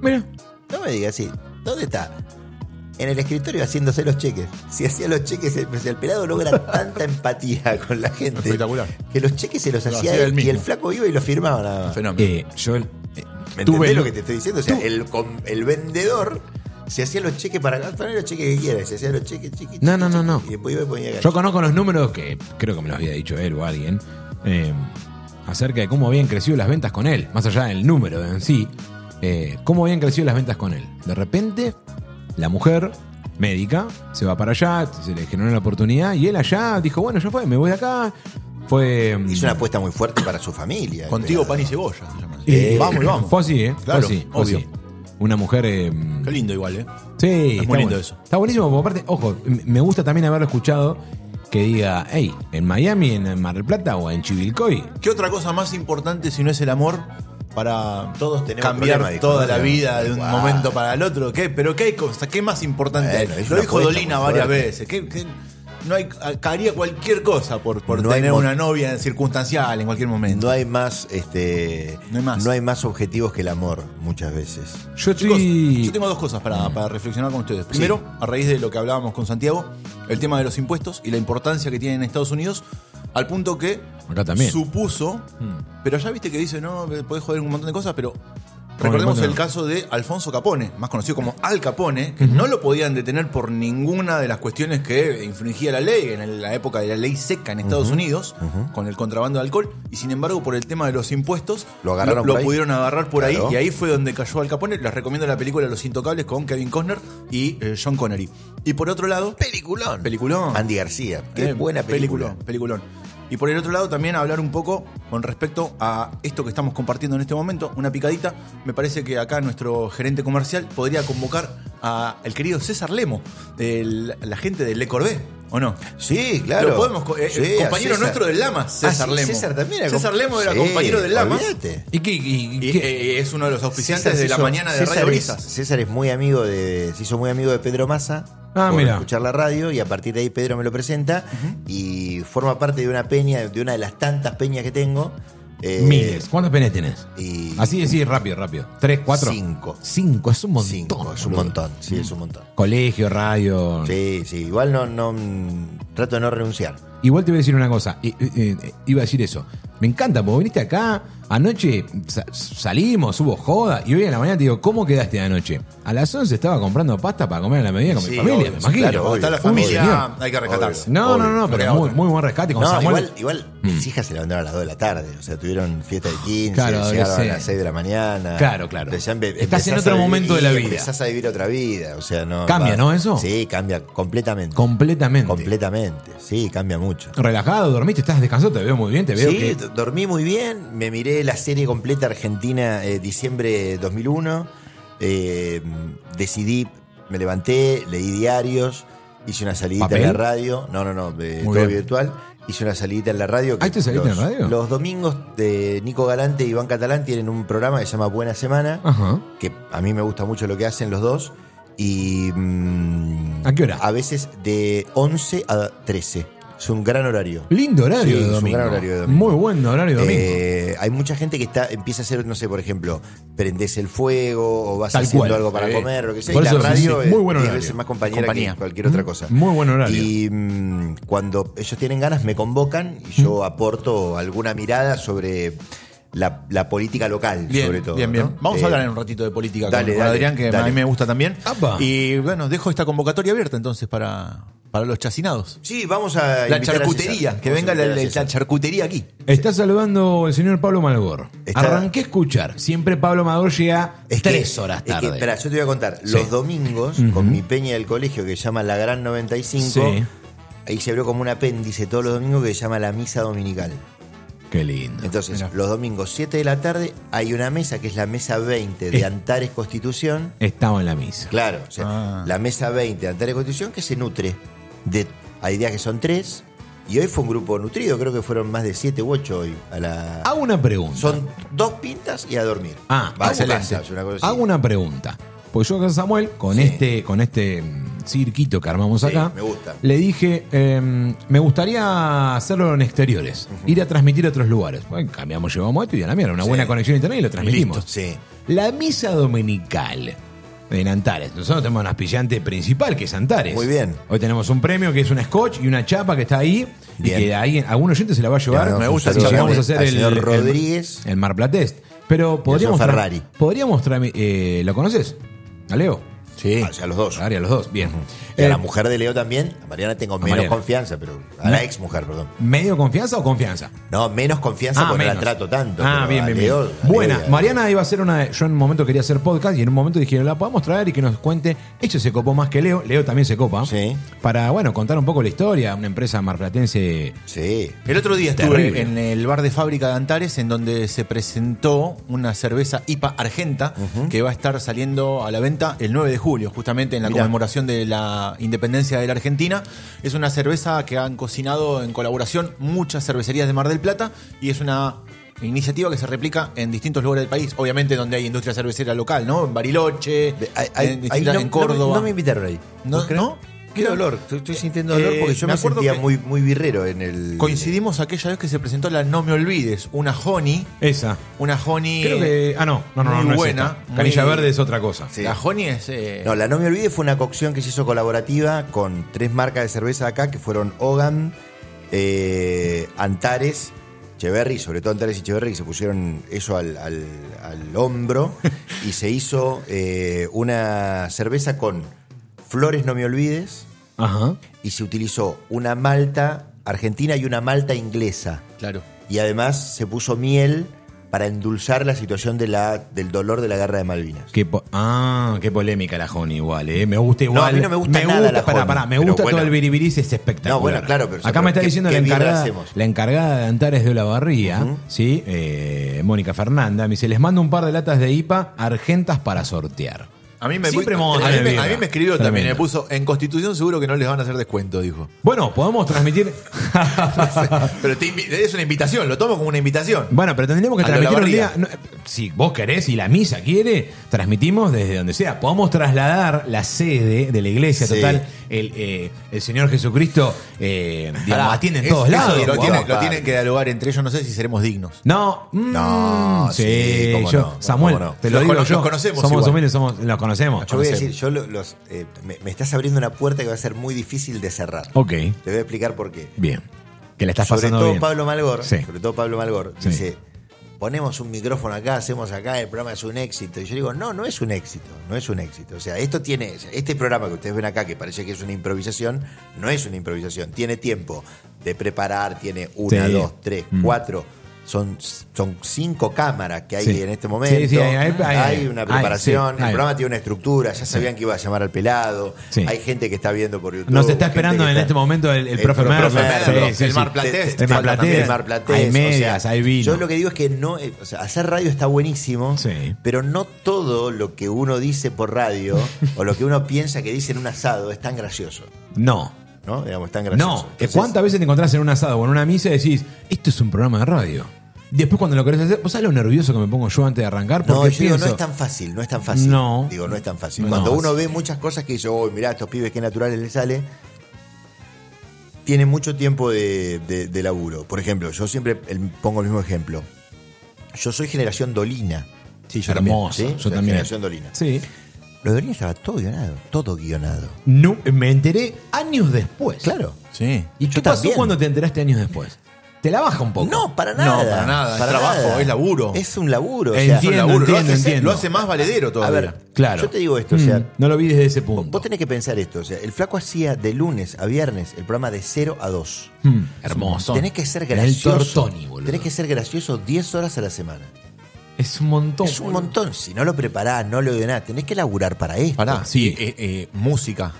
Speaker 1: Mira.
Speaker 3: No me digas así. ¿Dónde está? En el escritorio haciéndose los cheques. Si hacía los cheques, el, pues, el pelado logra tanta empatía con la gente.
Speaker 2: Espectacular.
Speaker 3: Que los cheques se los
Speaker 2: Lo
Speaker 3: hacía
Speaker 2: hacía
Speaker 3: él
Speaker 2: él
Speaker 3: y el
Speaker 2: mismo.
Speaker 3: flaco iba y los firmaba nada más.
Speaker 2: Fenómeno.
Speaker 1: Eh, yo eh,
Speaker 3: ¿Me
Speaker 1: tuve
Speaker 3: entendés
Speaker 1: el-
Speaker 3: lo que te estoy diciendo? O sea, el, com- el vendedor se hacía los cheques para poner los cheques que quiera. y Se hacía los cheques, cheques,
Speaker 1: No,
Speaker 3: cheques,
Speaker 1: no, no,
Speaker 3: cheques,
Speaker 1: no.
Speaker 3: Y después iba y ponía
Speaker 1: Yo
Speaker 3: gacho.
Speaker 1: conozco los números que creo que me los había dicho él o alguien eh, acerca de cómo habían crecido las ventas con él, más allá del número en sí, eh, cómo habían crecido las ventas con él. De repente, la mujer médica se va para allá, se le generó la oportunidad y él allá dijo, bueno, ya fue, me voy de acá. Fue... mm,
Speaker 3: Hizo una apuesta muy fuerte para su familia. el
Speaker 2: Contigo,
Speaker 3: pelado.
Speaker 2: pan y cebolla. se llama.
Speaker 1: eh,
Speaker 2: vamos y vamos.
Speaker 1: Fue así, ¿eh? Fue
Speaker 2: Claro,
Speaker 1: así, fue
Speaker 2: obvio.
Speaker 1: así. Una mujer... eh,
Speaker 2: Qué lindo igual, ¿eh?
Speaker 1: Sí, está
Speaker 2: muy lindo eso.
Speaker 1: Está buenísimo, porque aparte, ojo, m- me gusta también haberlo escuchado que diga, hey, en Miami, en Mar del Plata o en Chivilcoy.
Speaker 2: ¿Qué otra cosa más importante si no es el amor para
Speaker 3: Todos tenemos
Speaker 2: cambiar
Speaker 3: problemas, dijo,
Speaker 2: toda
Speaker 3: todos
Speaker 2: la
Speaker 3: tenemos
Speaker 2: vida de un
Speaker 3: problemas.
Speaker 2: momento para el otro? ¿Qué? ¿Pero qué hay cosa? ¿Qué más importante
Speaker 3: Bueno,
Speaker 2: hay?
Speaker 3: es
Speaker 2: Lo
Speaker 3: una
Speaker 2: dijo
Speaker 3: apuesta
Speaker 2: Dolina
Speaker 3: muy
Speaker 2: varias
Speaker 3: fuerte.
Speaker 2: veces. ¿Qué- qué- no hay, haría cualquier cosa por, por
Speaker 3: No hay
Speaker 2: tener
Speaker 3: mo-
Speaker 2: una novia circunstancial en cualquier momento.
Speaker 3: No hay más, este,
Speaker 2: No hay más.
Speaker 3: no hay más objetivos que el amor, muchas veces.
Speaker 1: Yo
Speaker 2: Chicos,
Speaker 1: estoy.
Speaker 2: yo tengo dos cosas para, para reflexionar con ustedes. Primero, a raíz de lo que hablábamos con Santiago, el tema de los impuestos y la importancia que tienen en Estados Unidos, al punto que
Speaker 1: Acá también.
Speaker 2: supuso,
Speaker 3: Hmm.
Speaker 2: pero ya viste que dice, no, podés joder un montón de cosas, pero recordemos
Speaker 1: bueno.
Speaker 2: el caso de Alfonso Capone, más conocido como Al Capone, que no lo podían detener por ninguna de las cuestiones que infringía la ley en la época de la ley seca en Estados Unidos, con el contrabando de alcohol, y sin embargo por el tema de los impuestos,
Speaker 3: Lo agarraron por ahí.
Speaker 2: pudieron agarrar por
Speaker 3: Claro.
Speaker 2: ahí y ahí fue donde cayó Al Capone. Les recomiendo la película Los Intocables con Kevin Costner y eh, John Connery. Y por otro lado,
Speaker 3: Peliculón.
Speaker 2: Peliculón.
Speaker 3: Andy García. Qué
Speaker 2: eh,
Speaker 3: buena película.
Speaker 2: Peliculón. Y por el otro lado también hablar un poco con respecto a esto que estamos compartiendo en este momento, una picadita. Me parece que acá nuestro gerente comercial podría convocar a el querido César Lemo, el- la gente del Le Corbet, ¿o no?
Speaker 3: Sí, claro.
Speaker 2: Lo podemos co- eh,
Speaker 3: Sí, a
Speaker 2: compañero
Speaker 3: César.
Speaker 2: nuestro del Lama, César
Speaker 3: Ah, sí,
Speaker 2: Lemo.
Speaker 3: César también era
Speaker 2: César
Speaker 3: com-
Speaker 2: Lemo era
Speaker 3: Sí,
Speaker 2: compañero del Lama.
Speaker 3: olvídate.
Speaker 1: ¿Y qué? y- y
Speaker 2: Y,
Speaker 1: qué?
Speaker 2: eh, es uno de los auspiciantes
Speaker 3: César
Speaker 2: de
Speaker 3: se
Speaker 2: la
Speaker 3: hizo-
Speaker 2: mañana de Radio
Speaker 3: es,
Speaker 2: Brisas.
Speaker 3: César es muy amigo de. Se hizo muy amigo de Pedro Massa.
Speaker 1: Ah,
Speaker 3: por
Speaker 1: mira.
Speaker 3: escuchar la radio y a partir de ahí Pedro me lo presenta y forma parte de una peña, de una de las tantas peñas que tengo. eh,
Speaker 1: Miles. ¿Cuántas penes tenés?
Speaker 2: eh,
Speaker 3: Y
Speaker 1: Así decís, rápido, rápido. ¿Tres, cuatro?
Speaker 3: Cinco.
Speaker 1: Cinco, es un montón.
Speaker 3: Cinco, es un
Speaker 1: boludo.
Speaker 3: montón. Sí, es un montón.
Speaker 1: Colegio, radio.
Speaker 3: Sí, sí. Igual no, no mm, trato de no renunciar.
Speaker 1: Igual te voy a decir una cosa. i- i- i- Iba a decir eso. Me encanta, porque viniste acá, anoche sa- salimos, hubo joda, y hoy en la mañana te digo, ¿cómo quedaste anoche? A las 11 estaba comprando pasta para comer a la medida con mi
Speaker 3: Sí,
Speaker 1: familia,
Speaker 3: obvio,
Speaker 1: me
Speaker 3: sí,
Speaker 1: imagino.
Speaker 3: claro,
Speaker 2: Cuando está la
Speaker 1: Un
Speaker 2: familia,
Speaker 1: señor.
Speaker 2: hay que rescatarse.
Speaker 1: No,
Speaker 3: Obvio,
Speaker 1: no, no,
Speaker 2: no
Speaker 1: pero
Speaker 2: queda
Speaker 1: muy,
Speaker 2: otra.
Speaker 1: muy buen rescate con
Speaker 3: No,
Speaker 1: Samuel. Mm.
Speaker 3: igual, igual mis hijas se levantaron a las 2 de la tarde, o sea, tuvieron fiesta de 15,
Speaker 1: Claro,
Speaker 3: llegaron a
Speaker 1: adolescente.
Speaker 3: las 6 de la mañana.
Speaker 1: Claro, claro.
Speaker 3: Empezá- empe-
Speaker 1: Estás
Speaker 3: empezás
Speaker 1: en otro
Speaker 3: a vivir-
Speaker 1: momento de la vida.
Speaker 3: Empezás a vivir otra vida, o sea, no.
Speaker 1: Cambia, ¿no, eso?
Speaker 3: Sí, cambia completamente.
Speaker 1: Completamente.
Speaker 3: completamente, sí, cambia mucho.
Speaker 1: Relajado, dormiste, estás descansado, te veo muy bien, te veo
Speaker 3: Sí,
Speaker 1: que...
Speaker 3: d- dormí muy bien, me miré la serie completa argentina eh, diciembre 2001, eh, decidí, me levanté, leí diarios, hice una salidita
Speaker 1: ¿Papel?
Speaker 3: en la radio, no, no, no, eh,
Speaker 1: Muy
Speaker 3: todo
Speaker 1: bien.
Speaker 3: virtual, hice una salidita en la radio.
Speaker 1: ¿Ah, hiciste salidita
Speaker 3: los,
Speaker 1: en la radio?
Speaker 3: Los domingos de Nico Galante y Iván Catalán tienen un programa que se llama Buena Semana,
Speaker 1: Ajá.
Speaker 3: que a mí me gusta mucho lo que hacen los dos. Y. mm,
Speaker 1: ¿A qué hora?
Speaker 3: A veces de 11 a 13. Es un gran horario.
Speaker 1: Lindo horario
Speaker 3: Sí,
Speaker 1: de
Speaker 3: es un
Speaker 1: domingo.
Speaker 3: gran horario de domingo.
Speaker 1: Muy buen horario de domingo.
Speaker 3: Eh, hay mucha gente que está empieza a hacer, no sé, por ejemplo, prendes el fuego o vas
Speaker 1: Tal
Speaker 3: haciendo
Speaker 1: cual.
Speaker 3: algo para
Speaker 1: Sí.
Speaker 3: comer, lo que sea.
Speaker 1: Por
Speaker 3: y la
Speaker 1: eso, sí,
Speaker 3: radio
Speaker 1: sí. Muy buen
Speaker 3: es diez
Speaker 1: horario.
Speaker 3: veces más compañera
Speaker 2: Compañía.
Speaker 3: que cualquier otra cosa.
Speaker 1: Muy buen horario.
Speaker 3: Y mm, cuando ellos tienen ganas, me convocan y yo
Speaker 1: Mm.
Speaker 3: aporto alguna mirada sobre la, la política local,
Speaker 2: Bien,
Speaker 3: sobre todo.
Speaker 2: bien, bien.
Speaker 3: ¿no?
Speaker 2: Vamos
Speaker 3: Eh,
Speaker 2: a hablar en un ratito de política con-
Speaker 3: dale,
Speaker 2: con,
Speaker 3: dale,
Speaker 2: Adrián, que
Speaker 3: dale.
Speaker 2: a mí me gusta también.
Speaker 1: Apa.
Speaker 2: Y bueno, dejo esta convocatoria abierta entonces para, Para los chacinados.
Speaker 3: Sí, vamos a.
Speaker 2: La
Speaker 3: invitar a
Speaker 2: charcutería,
Speaker 3: César.
Speaker 2: que
Speaker 3: Vamos a
Speaker 2: venga la,
Speaker 3: invitar a
Speaker 2: la- la
Speaker 3: César.
Speaker 2: charcutería aquí.
Speaker 1: Está saludando el señor Pablo Malgor.
Speaker 3: Está-
Speaker 1: Arranqué a escuchar. Siempre Pablo Malgor llega
Speaker 3: Es que-
Speaker 1: tres horas
Speaker 3: es que,
Speaker 1: tarde.
Speaker 3: esperá, yo te voy a contar. Los domingos, con mi peña del colegio que se llama La Gran 95,
Speaker 1: Sí.
Speaker 3: ahí se abrió como un apéndice todos los domingos que se llama la misa dominical.
Speaker 1: Qué lindo.
Speaker 3: Entonces,
Speaker 2: Mirá.
Speaker 3: los domingos 7 de la tarde hay una mesa que es la mesa 20 de
Speaker 1: Eh.
Speaker 3: Antares Constitución.
Speaker 1: Estaba en la misa.
Speaker 3: Claro, o sea,
Speaker 2: Ah.
Speaker 3: la mesa 20 de Antares Constitución que se nutre de. Hay días que son tres. Y hoy fue un grupo nutrido, creo que fueron más de 7 u 8 hoy. A la...
Speaker 1: Hago una pregunta.
Speaker 3: Son dos pintas y a dormir.
Speaker 1: Ah,
Speaker 3: Va a
Speaker 1: hago-
Speaker 3: casa, una cosa así.
Speaker 1: Hago una pregunta. Pues yo con Samuel, con
Speaker 3: Sí.
Speaker 1: este, con este mm, cirquito que armamos
Speaker 3: Sí,
Speaker 1: acá,
Speaker 3: me gusta.
Speaker 1: le dije, em, me gustaría hacerlo en exteriores, ir a transmitir a otros lugares. Bueno, cambiamos, llevamos esto y a la mierda, una
Speaker 3: Sí.
Speaker 1: buena conexión a internet y lo transmitimos.
Speaker 3: Listo, sí.
Speaker 1: La misa dominical en Antares. Nosotros tenemos un aspillante principal que es Antares.
Speaker 3: Muy bien.
Speaker 1: Hoy tenemos un premio que es una scotch y una chapa que está ahí.
Speaker 3: Bien.
Speaker 1: Y que alguien, algún oyente se la va a llevar.
Speaker 3: Le
Speaker 2: Me gusta
Speaker 1: Si
Speaker 2: esa
Speaker 1: llegamos
Speaker 2: chapa.
Speaker 1: a hacer
Speaker 3: Al
Speaker 1: el,
Speaker 3: señor
Speaker 1: el-
Speaker 3: Rodríguez.
Speaker 1: El, Mar Platest. Pero podríamos.
Speaker 3: señor
Speaker 1: tra-
Speaker 3: Ferrari.
Speaker 1: Podríamos. tra- eh, ¿Lo conoces? ¿A Leo?
Speaker 2: Sí.
Speaker 3: O sea, los dos.
Speaker 1: Ferrari, a los dos. Bien.
Speaker 3: Y a
Speaker 1: Eh,
Speaker 3: la mujer de Leo también. A Mariana tengo menos
Speaker 1: Mariana.
Speaker 3: confianza, pero. A
Speaker 1: No.
Speaker 3: la ex mujer, perdón.
Speaker 1: ¿Medio confianza o confianza?
Speaker 3: No, menos confianza porque no
Speaker 1: Ah, menos.
Speaker 3: la trato tanto.
Speaker 1: Ah,
Speaker 3: pero
Speaker 1: bien,
Speaker 3: a
Speaker 1: bien,
Speaker 3: Leo- eh,
Speaker 1: bien.
Speaker 3: a Leo
Speaker 1: Buena.
Speaker 3: y a-
Speaker 1: Mariana iba a hacer una. Yo en un momento quería hacer podcast y en un momento dijeron, la podemos traer y que nos cuente. Ella se copó más que Leo. Leo también se copa.
Speaker 3: Sí.
Speaker 1: Para, bueno, contar un poco la historia. Una empresa marplatense.
Speaker 3: Sí.
Speaker 2: El otro día estuve
Speaker 1: Terrible.
Speaker 2: en el bar de fábrica de Antares, en donde se presentó una cerveza IPA Argenta, que va a estar saliendo a la venta el 9 de julio, justamente en la
Speaker 3: Mirá.
Speaker 2: conmemoración de la independencia de la Argentina. Es una cerveza que han cocinado en colaboración muchas cervecerías de Mar del Plata y es una iniciativa que se replica en distintos lugares del país, obviamente donde hay industria cervecera local, ¿no? En Bariloche,
Speaker 3: De- hay- hay-
Speaker 2: Eh, en, distintas-
Speaker 3: hay- no-
Speaker 2: en
Speaker 3: no me-
Speaker 2: Córdoba.
Speaker 3: No me invitaron ahí.
Speaker 2: ¿No?
Speaker 3: ¿Vos creés?
Speaker 2: ¿No?
Speaker 3: Qué
Speaker 2: No.
Speaker 3: dolor. Estoy, estoy sintiendo dolor
Speaker 2: Eh,
Speaker 3: porque yo
Speaker 2: me
Speaker 3: me,
Speaker 2: acuerdo
Speaker 3: sentía
Speaker 2: que-
Speaker 3: muy, muy birrero en el.
Speaker 2: Coincidimos aquella vez que se presentó la No Me Olvides, una honey.
Speaker 1: Esa.
Speaker 2: Una honey.
Speaker 1: Creo que. Ah, no, no, no, no,
Speaker 2: muy
Speaker 1: no es
Speaker 2: buena,
Speaker 1: esta.
Speaker 2: muy-
Speaker 1: Canilla Verde es otra cosa.
Speaker 3: Sí.
Speaker 2: La honey es. eh,
Speaker 3: No, la No Me Olvide fue una cocción que se hizo colaborativa con tres marcas de cerveza acá, que fueron Hogan, eh, Antares, Cheverry, sobre todo Antares y Cheverry, que se pusieron eso al, al- al hombro, y se hizo eh, una cerveza con flores No Me Olvides,
Speaker 1: Ajá.
Speaker 3: y se utilizó una malta argentina y una malta inglesa.
Speaker 2: Claro.
Speaker 3: Y además se puso miel para endulzar la situación de la, del dolor de la guerra de Malvinas.
Speaker 1: Qué po- ah, qué polémica la Joni igual, ¿eh? Me gusta igual.
Speaker 3: No, a mí no me gusta nada la
Speaker 1: pará,
Speaker 3: Joni,
Speaker 1: pará, me
Speaker 3: pero
Speaker 1: gusta
Speaker 3: bueno.
Speaker 1: todo el biribiris, es espectacular.
Speaker 3: No, bueno, claro, pero-
Speaker 1: Acá
Speaker 3: pero
Speaker 1: me está
Speaker 3: ¿qué-
Speaker 1: diciendo
Speaker 3: qué
Speaker 1: la
Speaker 3: birra
Speaker 1: encargada,
Speaker 3: hacemos?
Speaker 1: la encargada de Antares de Olavarría,
Speaker 3: Ujú.
Speaker 1: ¿sí? Eh, Mónica Fernanda, me dice, les mando un par de latas de IPA argentas para sortear.
Speaker 2: A mí me,
Speaker 1: Siempre
Speaker 2: a
Speaker 1: me,
Speaker 2: mí me- a mí me escribió también, me puso, en Constitución seguro que no les van a hacer descuento, dijo.
Speaker 1: Bueno, podemos transmitir...
Speaker 2: Pero te invi- es una invitación, lo tomo como una invitación.
Speaker 1: Bueno, pero tendríamos que
Speaker 2: A lo
Speaker 1: transmitir un día.
Speaker 2: Olavarría.
Speaker 1: no, eh, si vos querés y la misa quiere, transmitimos desde donde sea. Podemos trasladar la sede de la iglesia
Speaker 3: Sí.
Speaker 1: total. El, eh, el Señor Jesucristo eh, digamos,
Speaker 2: Pará,
Speaker 1: atiende en
Speaker 2: es-
Speaker 1: todos
Speaker 2: eso
Speaker 1: lados.
Speaker 2: Lo,
Speaker 1: ¿no?
Speaker 2: tiene- lo
Speaker 3: Vamos,
Speaker 2: tienen que dialogar entre ellos, no sé si seremos dignos.
Speaker 1: No, mm,
Speaker 3: No,
Speaker 1: sí,
Speaker 3: sí, cómo
Speaker 1: yo,
Speaker 3: no,
Speaker 1: Samuel,
Speaker 3: cómo no.
Speaker 1: te lo
Speaker 2: Los
Speaker 1: digo
Speaker 2: cono-
Speaker 1: yo.
Speaker 2: los conocemos
Speaker 1: somos
Speaker 2: igual.
Speaker 1: humildes, somos, los conocemos.
Speaker 3: Yo voy
Speaker 1: conocemos.
Speaker 3: a decir, yo lo- los, eh, me, me estás abriendo una puerta que va a ser muy difícil de cerrar.
Speaker 1: Ok,
Speaker 3: Te voy a explicar por qué.
Speaker 1: bien. Que la estás
Speaker 3: sobre
Speaker 1: pasando
Speaker 3: todo
Speaker 1: bien.
Speaker 3: Pablo Malgor,
Speaker 1: Sí.
Speaker 3: sobre todo Pablo Malgor,
Speaker 1: Sí.
Speaker 3: dice, ponemos un micrófono acá, hacemos acá, el programa es un éxito. Y yo digo, no, no es un éxito, no es un éxito. O sea, esto tiene, este programa que ustedes ven acá, que parece que es una improvisación, no es una improvisación. Tiene tiempo de preparar, tiene una,
Speaker 1: Sí.
Speaker 3: dos, tres,
Speaker 1: Mm.
Speaker 3: cuatro. Son, son cinco cámaras que hay
Speaker 1: Sí.
Speaker 3: en este momento.
Speaker 1: Sí, sí, hay- hay- hay-
Speaker 3: una
Speaker 1: hay,
Speaker 3: preparación.
Speaker 1: sí,
Speaker 3: el
Speaker 1: hay.
Speaker 3: programa tiene una estructura. Ya sabían que iba a llamar al pelado.
Speaker 1: Sí.
Speaker 3: Hay gente que está viendo por YouTube.
Speaker 1: Nos está
Speaker 3: gente
Speaker 1: esperando
Speaker 3: que
Speaker 1: en
Speaker 3: está-
Speaker 1: este momento el, el
Speaker 3: Eh,
Speaker 1: profe Merlo.
Speaker 2: Merlo,
Speaker 1: Sí,
Speaker 2: el
Speaker 1: sí, sí.
Speaker 2: Mar Platense.
Speaker 1: El Mar Platense.
Speaker 3: El Mar Platense,
Speaker 1: Hay
Speaker 3: o sea,
Speaker 1: medias, hay vino.
Speaker 3: Yo lo que digo es que no, eh, o sea, hacer radio está buenísimo,
Speaker 1: Sí.
Speaker 3: pero no todo lo que uno dice por radio o lo que uno piensa que dice en un asado es tan gracioso,
Speaker 1: No.
Speaker 3: ¿no? Digamos, tan
Speaker 1: No,
Speaker 3: gracioso. Entonces,
Speaker 1: ¿cuántas veces te encontrás en un asado o en una misa y decís, esto es un programa de radio? Después cuando lo querés hacer, ¿vos sabés lo nervioso que me pongo yo antes de arrancar?
Speaker 3: No,
Speaker 1: Porque
Speaker 3: yo digo, no
Speaker 1: pienso,
Speaker 3: es tan fácil, no es tan fácil.
Speaker 1: No.
Speaker 3: Digo, no es tan fácil.
Speaker 1: No.
Speaker 3: Cuando uno ve muchas cosas que dice, oh, mirá, estos pibes qué naturales les sale, tiene mucho tiempo de, de- de laburo. Por ejemplo, yo siempre eh, pongo el mismo ejemplo. Yo soy generación Dolina. Sí,
Speaker 1: hermoso,
Speaker 3: ¿sí?
Speaker 1: yo
Speaker 3: Soy
Speaker 1: también.
Speaker 3: Generación Dolina.
Speaker 1: Sí.
Speaker 3: Lo de Dolina estaba todo guionado, todo guionado.
Speaker 1: No, me enteré años después.
Speaker 3: Claro.
Speaker 2: Sí.
Speaker 1: ¿Y
Speaker 3: Yo
Speaker 1: qué pasó
Speaker 3: también.
Speaker 1: cuando te enteraste años después? Te la baja un poco.
Speaker 3: No, para
Speaker 2: No,
Speaker 3: nada.
Speaker 2: para nada. Es trabajo, es laburo.
Speaker 3: Es un laburo. o sea,
Speaker 2: Es un
Speaker 1: Entiendo,
Speaker 2: laburo. lo,
Speaker 1: entiendo,
Speaker 2: hace,
Speaker 1: entiendo.
Speaker 2: lo hace más valedero
Speaker 3: a
Speaker 2: todavía.
Speaker 3: ver,
Speaker 1: Claro.
Speaker 3: yo te digo esto, o sea,
Speaker 1: Mm, no lo vi desde ese punto.
Speaker 3: vos tenés que pensar esto, o sea, el flaco hacía de lunes a viernes el programa de 0 a 2.
Speaker 1: Mm, hermoso.
Speaker 3: Tenés que ser
Speaker 1: En
Speaker 3: gracioso.
Speaker 1: El Tortoni, boludo.
Speaker 3: Tenés que ser gracioso 10 horas a la semana.
Speaker 1: Es un montón.
Speaker 3: Es un
Speaker 1: boludo.
Speaker 3: montón. Si no lo preparás, no lo ordenás, tenés que laburar para esto.
Speaker 2: Pará,
Speaker 1: Sí.
Speaker 2: eh, eh, música,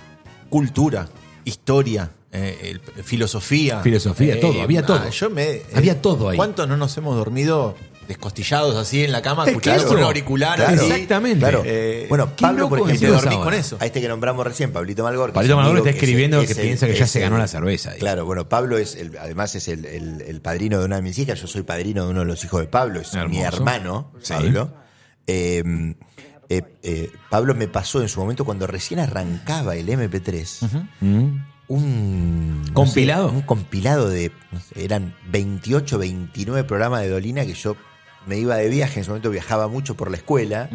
Speaker 2: cultura, historia, eh, el- filosofía. Eh, ah,
Speaker 1: Filosofía, todo, había todo.
Speaker 2: yo me-
Speaker 1: Había todo ahí.
Speaker 2: ¿Cuántos no nos hemos dormido descostillados así en la cama,
Speaker 1: Es
Speaker 2: escuchando
Speaker 1: claro.
Speaker 2: un auricular?
Speaker 1: Claro.
Speaker 2: así?
Speaker 1: Exactamente.
Speaker 3: Claro.
Speaker 2: Eh,
Speaker 3: bueno,
Speaker 1: qué
Speaker 3: Pablo, por
Speaker 1: loco
Speaker 2: Y te
Speaker 1: Sí,
Speaker 3: ejemplo,
Speaker 1: lo
Speaker 2: dormís
Speaker 1: saben.
Speaker 2: con eso.
Speaker 3: a este que nombramos recién, Pablito Malgor. que
Speaker 1: Pablito
Speaker 3: es un
Speaker 1: Malgor
Speaker 3: amigo
Speaker 1: está
Speaker 3: es el-
Speaker 1: escribiendo que
Speaker 3: es el-
Speaker 1: piensa que ya
Speaker 3: es
Speaker 1: se ganó
Speaker 3: el-
Speaker 1: la cerveza ahí.
Speaker 3: Claro, bueno, Pablo es, el- además es el, el- el padrino de una de mis hijas. Yo soy padrino de uno de los hijos de Pablo. Es mi
Speaker 1: Hermoso.
Speaker 3: hermano,
Speaker 1: Sí.
Speaker 3: Pablo. Eh, eh, eh, Pablo me pasó en su momento cuando recién arrancaba el MP3
Speaker 1: Mm.
Speaker 3: un no
Speaker 1: ¿Compilado?
Speaker 3: sé, un compilado de no sé, eran 28, 29 programas de Dolina que yo me iba de viaje, en ese momento viajaba mucho por la escuela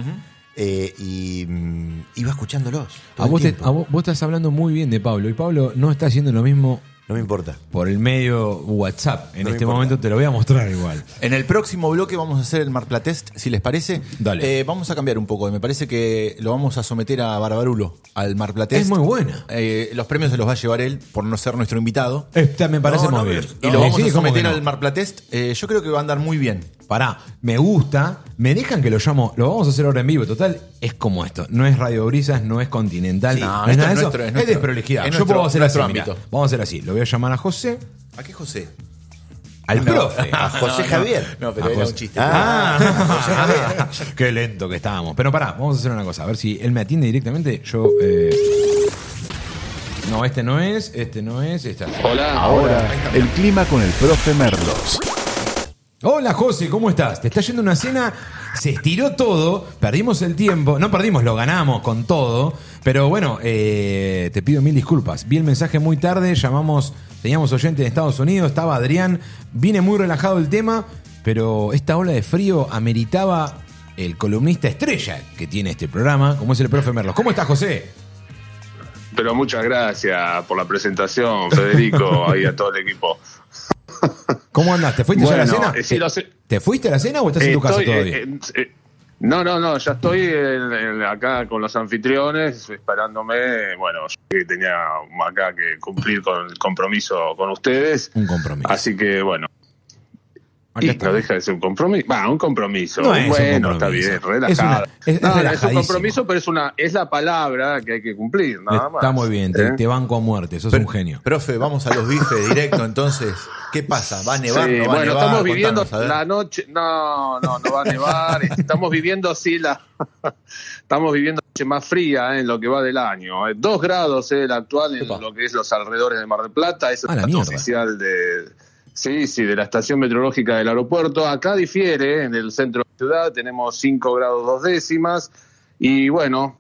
Speaker 3: eh, y mm, iba escuchándolos. todo
Speaker 1: A
Speaker 3: el
Speaker 1: vos, te-
Speaker 3: tiempo.
Speaker 1: a vos- vos estás hablando muy bien de Pablo y Pablo no está haciendo lo mismo
Speaker 3: No me importa.
Speaker 1: por el medio WhatsApp. En
Speaker 3: No me
Speaker 1: este
Speaker 3: importa.
Speaker 1: momento te lo voy a mostrar igual.
Speaker 2: En el próximo bloque vamos a hacer el Marpla Test, si les parece.
Speaker 1: Dale.
Speaker 2: Eh, vamos a cambiar un poco. Me parece que lo vamos a someter a Barbarulo al Marpla Test.
Speaker 1: Es muy buena.
Speaker 2: Eh, los premios se los va a llevar él por no ser nuestro invitado.
Speaker 1: Esta me Eh, parece
Speaker 2: No,
Speaker 1: muy
Speaker 2: no,
Speaker 1: bien.
Speaker 2: pero- Y lo
Speaker 1: Sí,
Speaker 2: vamos
Speaker 1: sí, ¿cómo
Speaker 2: a
Speaker 1: que
Speaker 2: someter
Speaker 1: no?
Speaker 2: al Marpla Test. Eh, yo creo que va a andar muy bien.
Speaker 1: Pará, me gusta, me dejan que lo llamo, lo vamos a hacer ahora en vivo, total, es como esto, no es Radio Brisas, no es Continental,
Speaker 2: Sí,
Speaker 1: no,
Speaker 2: no,
Speaker 1: es
Speaker 2: esto
Speaker 1: nada
Speaker 2: es
Speaker 1: de eso,
Speaker 2: nuestro, es
Speaker 1: es,
Speaker 2: nuestro.
Speaker 1: desprolijidad.
Speaker 2: Es
Speaker 1: Yo
Speaker 2: nuestro-
Speaker 1: puedo hacer así,
Speaker 2: nuestro
Speaker 1: mirá.
Speaker 2: ámbito.
Speaker 1: vamos a hacer así, lo voy a llamar a José,
Speaker 2: ¿A qué José?
Speaker 1: al profe.
Speaker 3: A José Javier.
Speaker 2: No, pero
Speaker 1: A
Speaker 2: era
Speaker 1: José.
Speaker 2: un chiste.
Speaker 1: Ah, qué lento que estábamos. Pero pará, vamos a hacer una cosa, a ver si él me atiende directamente, yo... eh, No, este no es, este no es, esta.
Speaker 6: Hola.
Speaker 4: Ahora, el clima con el profe Merlos.
Speaker 1: Hola José, ¿cómo estás? Te está yendo una cena, se estiró todo, perdimos el tiempo, no perdimos, lo ganamos con todo, pero bueno, eh, te pido mil disculpas. Vi el mensaje muy tarde, llamamos, teníamos oyente en Estados Unidos, estaba Adrián, vine muy relajado el tema, pero esta ola de frío ameritaba el columnista estrella que tiene este programa, como es el profe Merlos. ¿Cómo estás José?
Speaker 7: Pero muchas gracias por la presentación, Federico, ahí a todo el equipo.
Speaker 1: ¿Cómo andás? ¿Te fuiste ya a la
Speaker 7: Bueno,
Speaker 1: cena?
Speaker 7: eh, sí, lo sé.
Speaker 1: ¿Te fuiste a la cena o estás en tu casa
Speaker 7: Estoy,
Speaker 1: todavía?
Speaker 7: eh, eh, eh, no, no, no, ya estoy en- en- acá con los anfitriones, esperándome, bueno, yo que tenía acá que cumplir con el compromiso con ustedes,
Speaker 1: Un compromiso.
Speaker 7: así que bueno,
Speaker 1: Acá
Speaker 7: y no
Speaker 1: estamos.
Speaker 7: deja de ser un compromiso, va, un compromiso,
Speaker 1: No es un
Speaker 7: bueno,
Speaker 1: compromiso.
Speaker 7: está bien,
Speaker 1: Es
Speaker 7: relajado.
Speaker 1: una- es- es
Speaker 7: No, no, un
Speaker 1: relajadísimo.
Speaker 7: compromiso, pero es una es la palabra que hay que cumplir, nada más.
Speaker 1: Está muy bien, te,
Speaker 7: ¿Eh?
Speaker 1: te banco a muerte, sos un genio.
Speaker 2: Profe, vamos a los bifes directo entonces. ¿Qué pasa? ¿Va a nevar?
Speaker 7: Sí,
Speaker 2: ¿No va a
Speaker 7: bueno,
Speaker 2: nevar?
Speaker 7: estamos viviendo
Speaker 2: Contanos, a ver.
Speaker 7: la noche. No, no, no va a nevar. estamos viviendo así la. estamos viviendo la noche más fría eh, en lo que va del año. eh. Dos grados eh, el actual en lo que es los alrededores de Mar del Plata. Es
Speaker 1: Ah,
Speaker 7: el
Speaker 1: la
Speaker 7: dato
Speaker 1: mierda.
Speaker 7: oficial de. Sí, sí, de la estación meteorológica del aeropuerto. Acá difiere, eh, en el centro de la ciudad tenemos 5 grados dos décimas. Y bueno,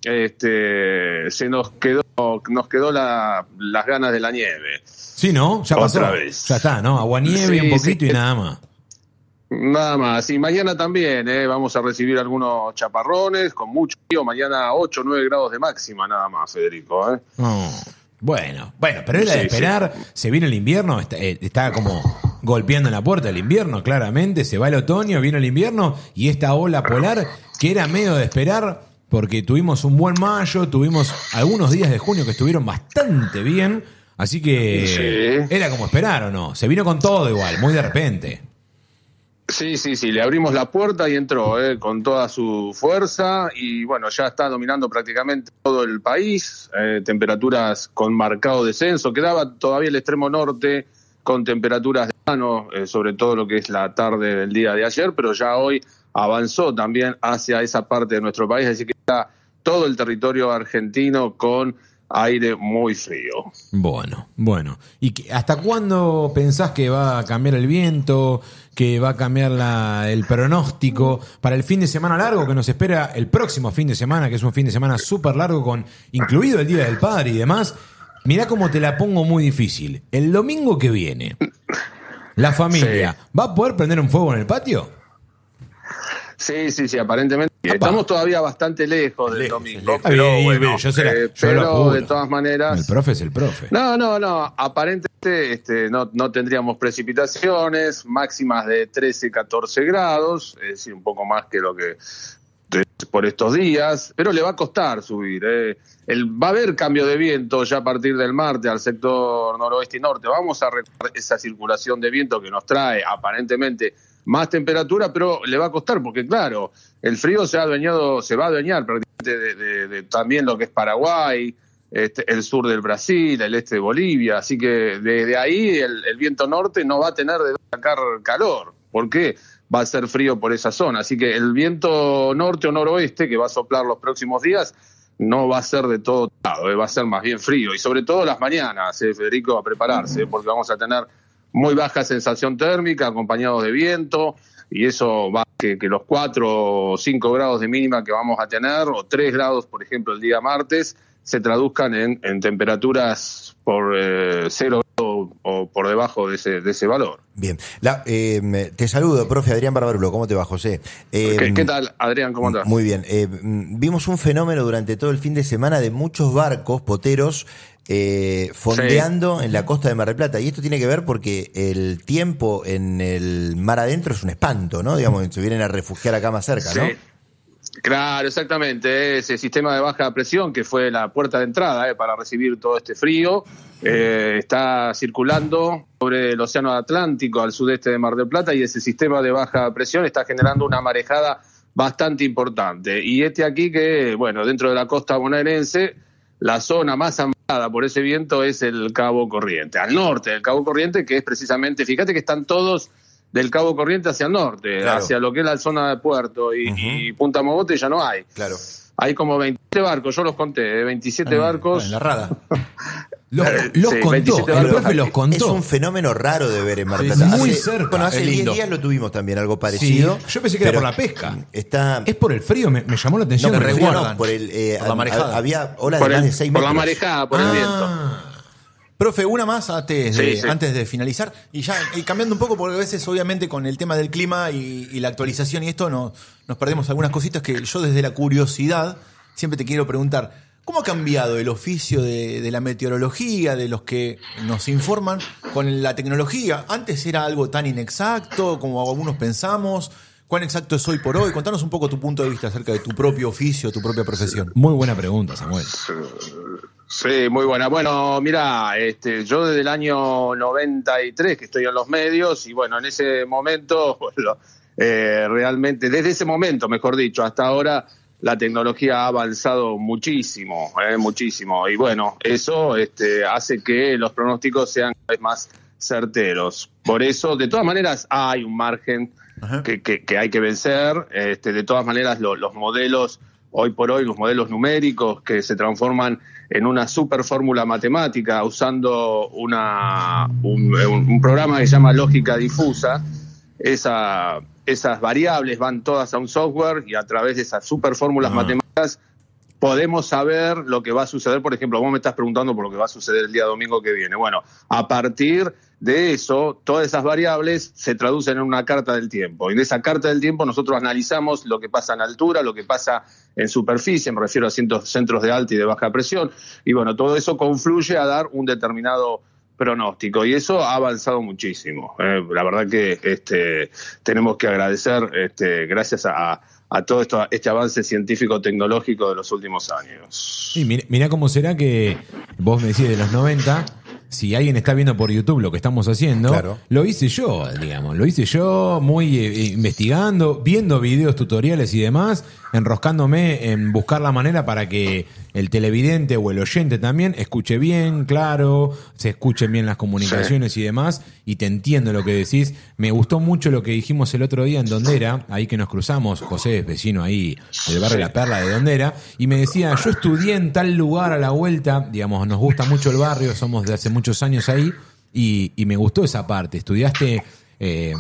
Speaker 7: este, se nos quedó, nos quedó la- las ganas de la nieve.
Speaker 1: Sí, ¿no? Ya pasó.
Speaker 7: Otra vez.
Speaker 1: Ya está, ¿no? Aguanieve
Speaker 7: Sí,
Speaker 1: un poquito
Speaker 7: sí.
Speaker 1: y nada más.
Speaker 7: Nada más. Y mañana también ¿eh? vamos a recibir algunos chaparrones con mucho frío. Mañana 8 o 9 grados de máxima, nada más, Federico. ¿eh?
Speaker 1: No. Bueno, bueno, pero era de
Speaker 7: Sí, sí.
Speaker 1: esperar. Se viene el invierno, está, eh, está como golpeando en la puerta el invierno, claramente. Se va el otoño, viene el invierno y esta ola polar que era medio de esperar porque tuvimos un buen mayo, tuvimos algunos días de junio que estuvieron bastante bien. Así que
Speaker 7: Sí.
Speaker 1: era como esperar o no. Se vino con todo igual, muy de repente.
Speaker 7: Sí, sí, sí. Le abrimos la puerta y entró ¿eh? con toda su fuerza. Y bueno, ya está dominando prácticamente todo el país. eh, temperaturas con marcado descenso. Quedaba todavía el extremo norte con temperaturas de verano, eh, sobre todo lo que es la tarde del día de ayer. Pero ya hoy avanzó también hacia esa parte de nuestro país. Así que está todo el territorio argentino con aire muy frío.
Speaker 1: Bueno, bueno. ¿Y qué- hasta cuándo pensás que va a cambiar el viento, que va a cambiar la- el pronóstico para el fin de semana largo que nos espera el próximo fin de semana, que es un fin de semana súper largo, con incluido el Día del Padre y demás? Mirá cómo te la pongo muy difícil. El domingo que viene, la familia, ¿va a poder prender un fuego en el patio?
Speaker 7: Sí, sí, sí, aparentemente. Estamos todavía bastante lejos del
Speaker 2: Lejos,
Speaker 7: domingo.
Speaker 2: lejos.
Speaker 7: Pero,
Speaker 1: Está bien,
Speaker 7: bueno,
Speaker 1: bien, yo se la-
Speaker 7: eh,
Speaker 1: yo lo
Speaker 7: pero,
Speaker 1: apuro.
Speaker 7: de todas
Speaker 1: El
Speaker 7: maneras.
Speaker 1: profe es el profe.
Speaker 7: No, no, no. Aparentemente este, no, no tendríamos precipitaciones, máximas de 13, 14 grados, es decir, un poco más que lo que es por estos días, pero le va a costar subir. eh. El, va a haber cambio de viento ya a partir del martes al sector noroeste y norte. Vamos a recuperar esa circulación de viento que nos trae aparentemente más temperatura, pero le va a costar porque, claro, el frío se ha adueñado, se va a adueñar prácticamente de, de- de también lo que es Paraguay, este, el sur del Brasil, el este de Bolivia. Así que desde ahí el, el viento norte no va a tener de dónde sacar calor. ¿Por qué? Va a ser frío por esa zona. Así que el viento norte o noroeste que va a soplar los próximos días no va a ser de todo lado, eh, va a ser más bien frío. Y sobre todo las mañanas, eh, Federico, a prepararse, eh, porque vamos a tener muy baja sensación térmica acompañado de viento. Y eso va que, que los 4 o 5 grados de mínima que vamos a tener, o 3 grados, por ejemplo, el día martes, se traduzcan en, en temperaturas por eh, cero o, o por debajo de ese, de ese valor.
Speaker 3: Bien. La- eh, me- te saludo, profe Adrián Barbarulo. ¿Cómo te va, José? Eh,
Speaker 7: ¿Qué, qué tal, Adrián? ¿Cómo andás?
Speaker 3: Muy bien. Eh, mm, vimos un fenómeno durante todo el fin de semana de muchos barcos poteros eh, fondeando en la costa de Mar del Plata. Y esto tiene que ver porque el tiempo en el mar adentro es un espanto, ¿no? Digamos, se vienen a refugiar acá más cerca, ¿no?
Speaker 7: Sí. Claro, exactamente. Ese sistema de baja presión que fue la puerta de entrada eh, para recibir todo este frío eh, está circulando sobre el Océano Atlántico al sudeste de Mar del Plata y ese sistema de baja presión está generando una marejada bastante importante. Y este aquí que, bueno, dentro de la costa bonaerense, la zona más ampliada por ese viento es el Cabo Corriente. Al norte del Cabo Corriente, que es precisamente, fíjate que están todos del Cabo Corriente hacia el norte,
Speaker 3: Claro.
Speaker 7: hacia lo que es la zona de puerto y, y Punta Mogote ya no hay.
Speaker 3: Claro.
Speaker 7: Hay como 27 barcos, yo los conté, eh, 27 barcos.
Speaker 3: En la rada.
Speaker 1: Los,
Speaker 7: Eh,
Speaker 1: los
Speaker 7: sí,
Speaker 1: contó,
Speaker 7: 27
Speaker 1: el
Speaker 7: barcos
Speaker 1: profe
Speaker 7: aquí.
Speaker 1: los
Speaker 3: Es
Speaker 1: contó.
Speaker 3: un fenómeno raro de ver en Mar del
Speaker 1: Sí,
Speaker 3: Plata.
Speaker 1: sí, muy
Speaker 3: Hace-
Speaker 1: cerca,
Speaker 3: Bueno, hace
Speaker 1: es
Speaker 3: 10
Speaker 1: lindo.
Speaker 3: días lo tuvimos también, algo parecido.
Speaker 1: yo pensé que era
Speaker 3: pero
Speaker 1: por la pesca.
Speaker 3: Está,
Speaker 1: Es por el frío, me, me llamó la atención.
Speaker 3: No,
Speaker 1: el
Speaker 3: pero
Speaker 1: frío.
Speaker 3: no, por el, eh,
Speaker 2: Por la
Speaker 3: ha-
Speaker 2: marejada.
Speaker 3: Había olas de
Speaker 7: Por,
Speaker 3: más
Speaker 7: el-
Speaker 3: de 6
Speaker 7: por
Speaker 3: metros. Ah,
Speaker 7: la marejada, por el viento.
Speaker 2: Profe, una más antes de,
Speaker 7: Sí, sí.
Speaker 2: antes de finalizar. Y ya y cambiando un poco, porque a veces, obviamente, con el tema del clima y, y la actualización y esto, no- nos perdemos algunas cositas que yo, desde la curiosidad, siempre te quiero preguntar: ¿cómo ha cambiado el oficio de, de la meteorología, de los que nos informan, con la tecnología? Antes era algo tan inexacto como algunos pensamos. ¿Cuán exacto es hoy por hoy? Contanos un poco tu punto de vista acerca de tu propio oficio, tu propia profesión.
Speaker 1: Muy buena pregunta, Samuel.
Speaker 7: Sí, muy buena. Bueno, mira, este, yo desde el año 93 que estoy en los medios y bueno, en ese momento, bueno, eh, realmente, desde ese momento, mejor dicho, hasta ahora la tecnología ha avanzado muchísimo, eh, muchísimo. Y bueno, eso este, hace que los pronósticos sean cada vez más certeros. Por eso, de todas maneras, hay un margen que, que- que hay que vencer. Este, de todas maneras, lo- los modelos, hoy por hoy, los modelos numéricos que se transforman en una super fórmula matemática usando una, un, un programa que se llama lógica difusa. Esa, esas variables van todas a un software y a través de esas super fórmulas matemáticas podemos saber lo que va a suceder. Por ejemplo, vos me estás preguntando por lo que va a suceder el día domingo que viene. Bueno, a partir de eso, todas esas variables se traducen en una carta del tiempo. Y en esa carta del tiempo nosotros analizamos lo que pasa en altura, lo que pasa en superficie, me refiero a cientos- centros de alta y de baja presión. Y bueno, todo eso confluye a dar un determinado pronóstico y eso ha avanzado muchísimo. Eh, la verdad que este, tenemos que agradecer, este, gracias a, a todo esto, este avance científico-tecnológico de los últimos años.
Speaker 1: Y mirá, mirá cómo será que vos me decís de los 90, si alguien está viendo por YouTube lo que estamos haciendo,
Speaker 3: Claro.
Speaker 1: lo hice yo, digamos, lo hice yo muy eh, investigando, viendo videos, tutoriales y demás, enroscándome en buscar la manera para que el televidente o el oyente también escuche bien, claro, se escuchen bien las comunicaciones y demás, y te entiendo lo que decís. Me gustó mucho lo que dijimos el otro día en Dondera, ahí que nos cruzamos, José es vecino ahí del barrio La Perla de Dondera, y me decía, yo estudié en tal lugar a la vuelta, digamos, nos gusta mucho el barrio, somos de hace muchos años ahí, y, y me gustó esa parte, estudiaste... eh,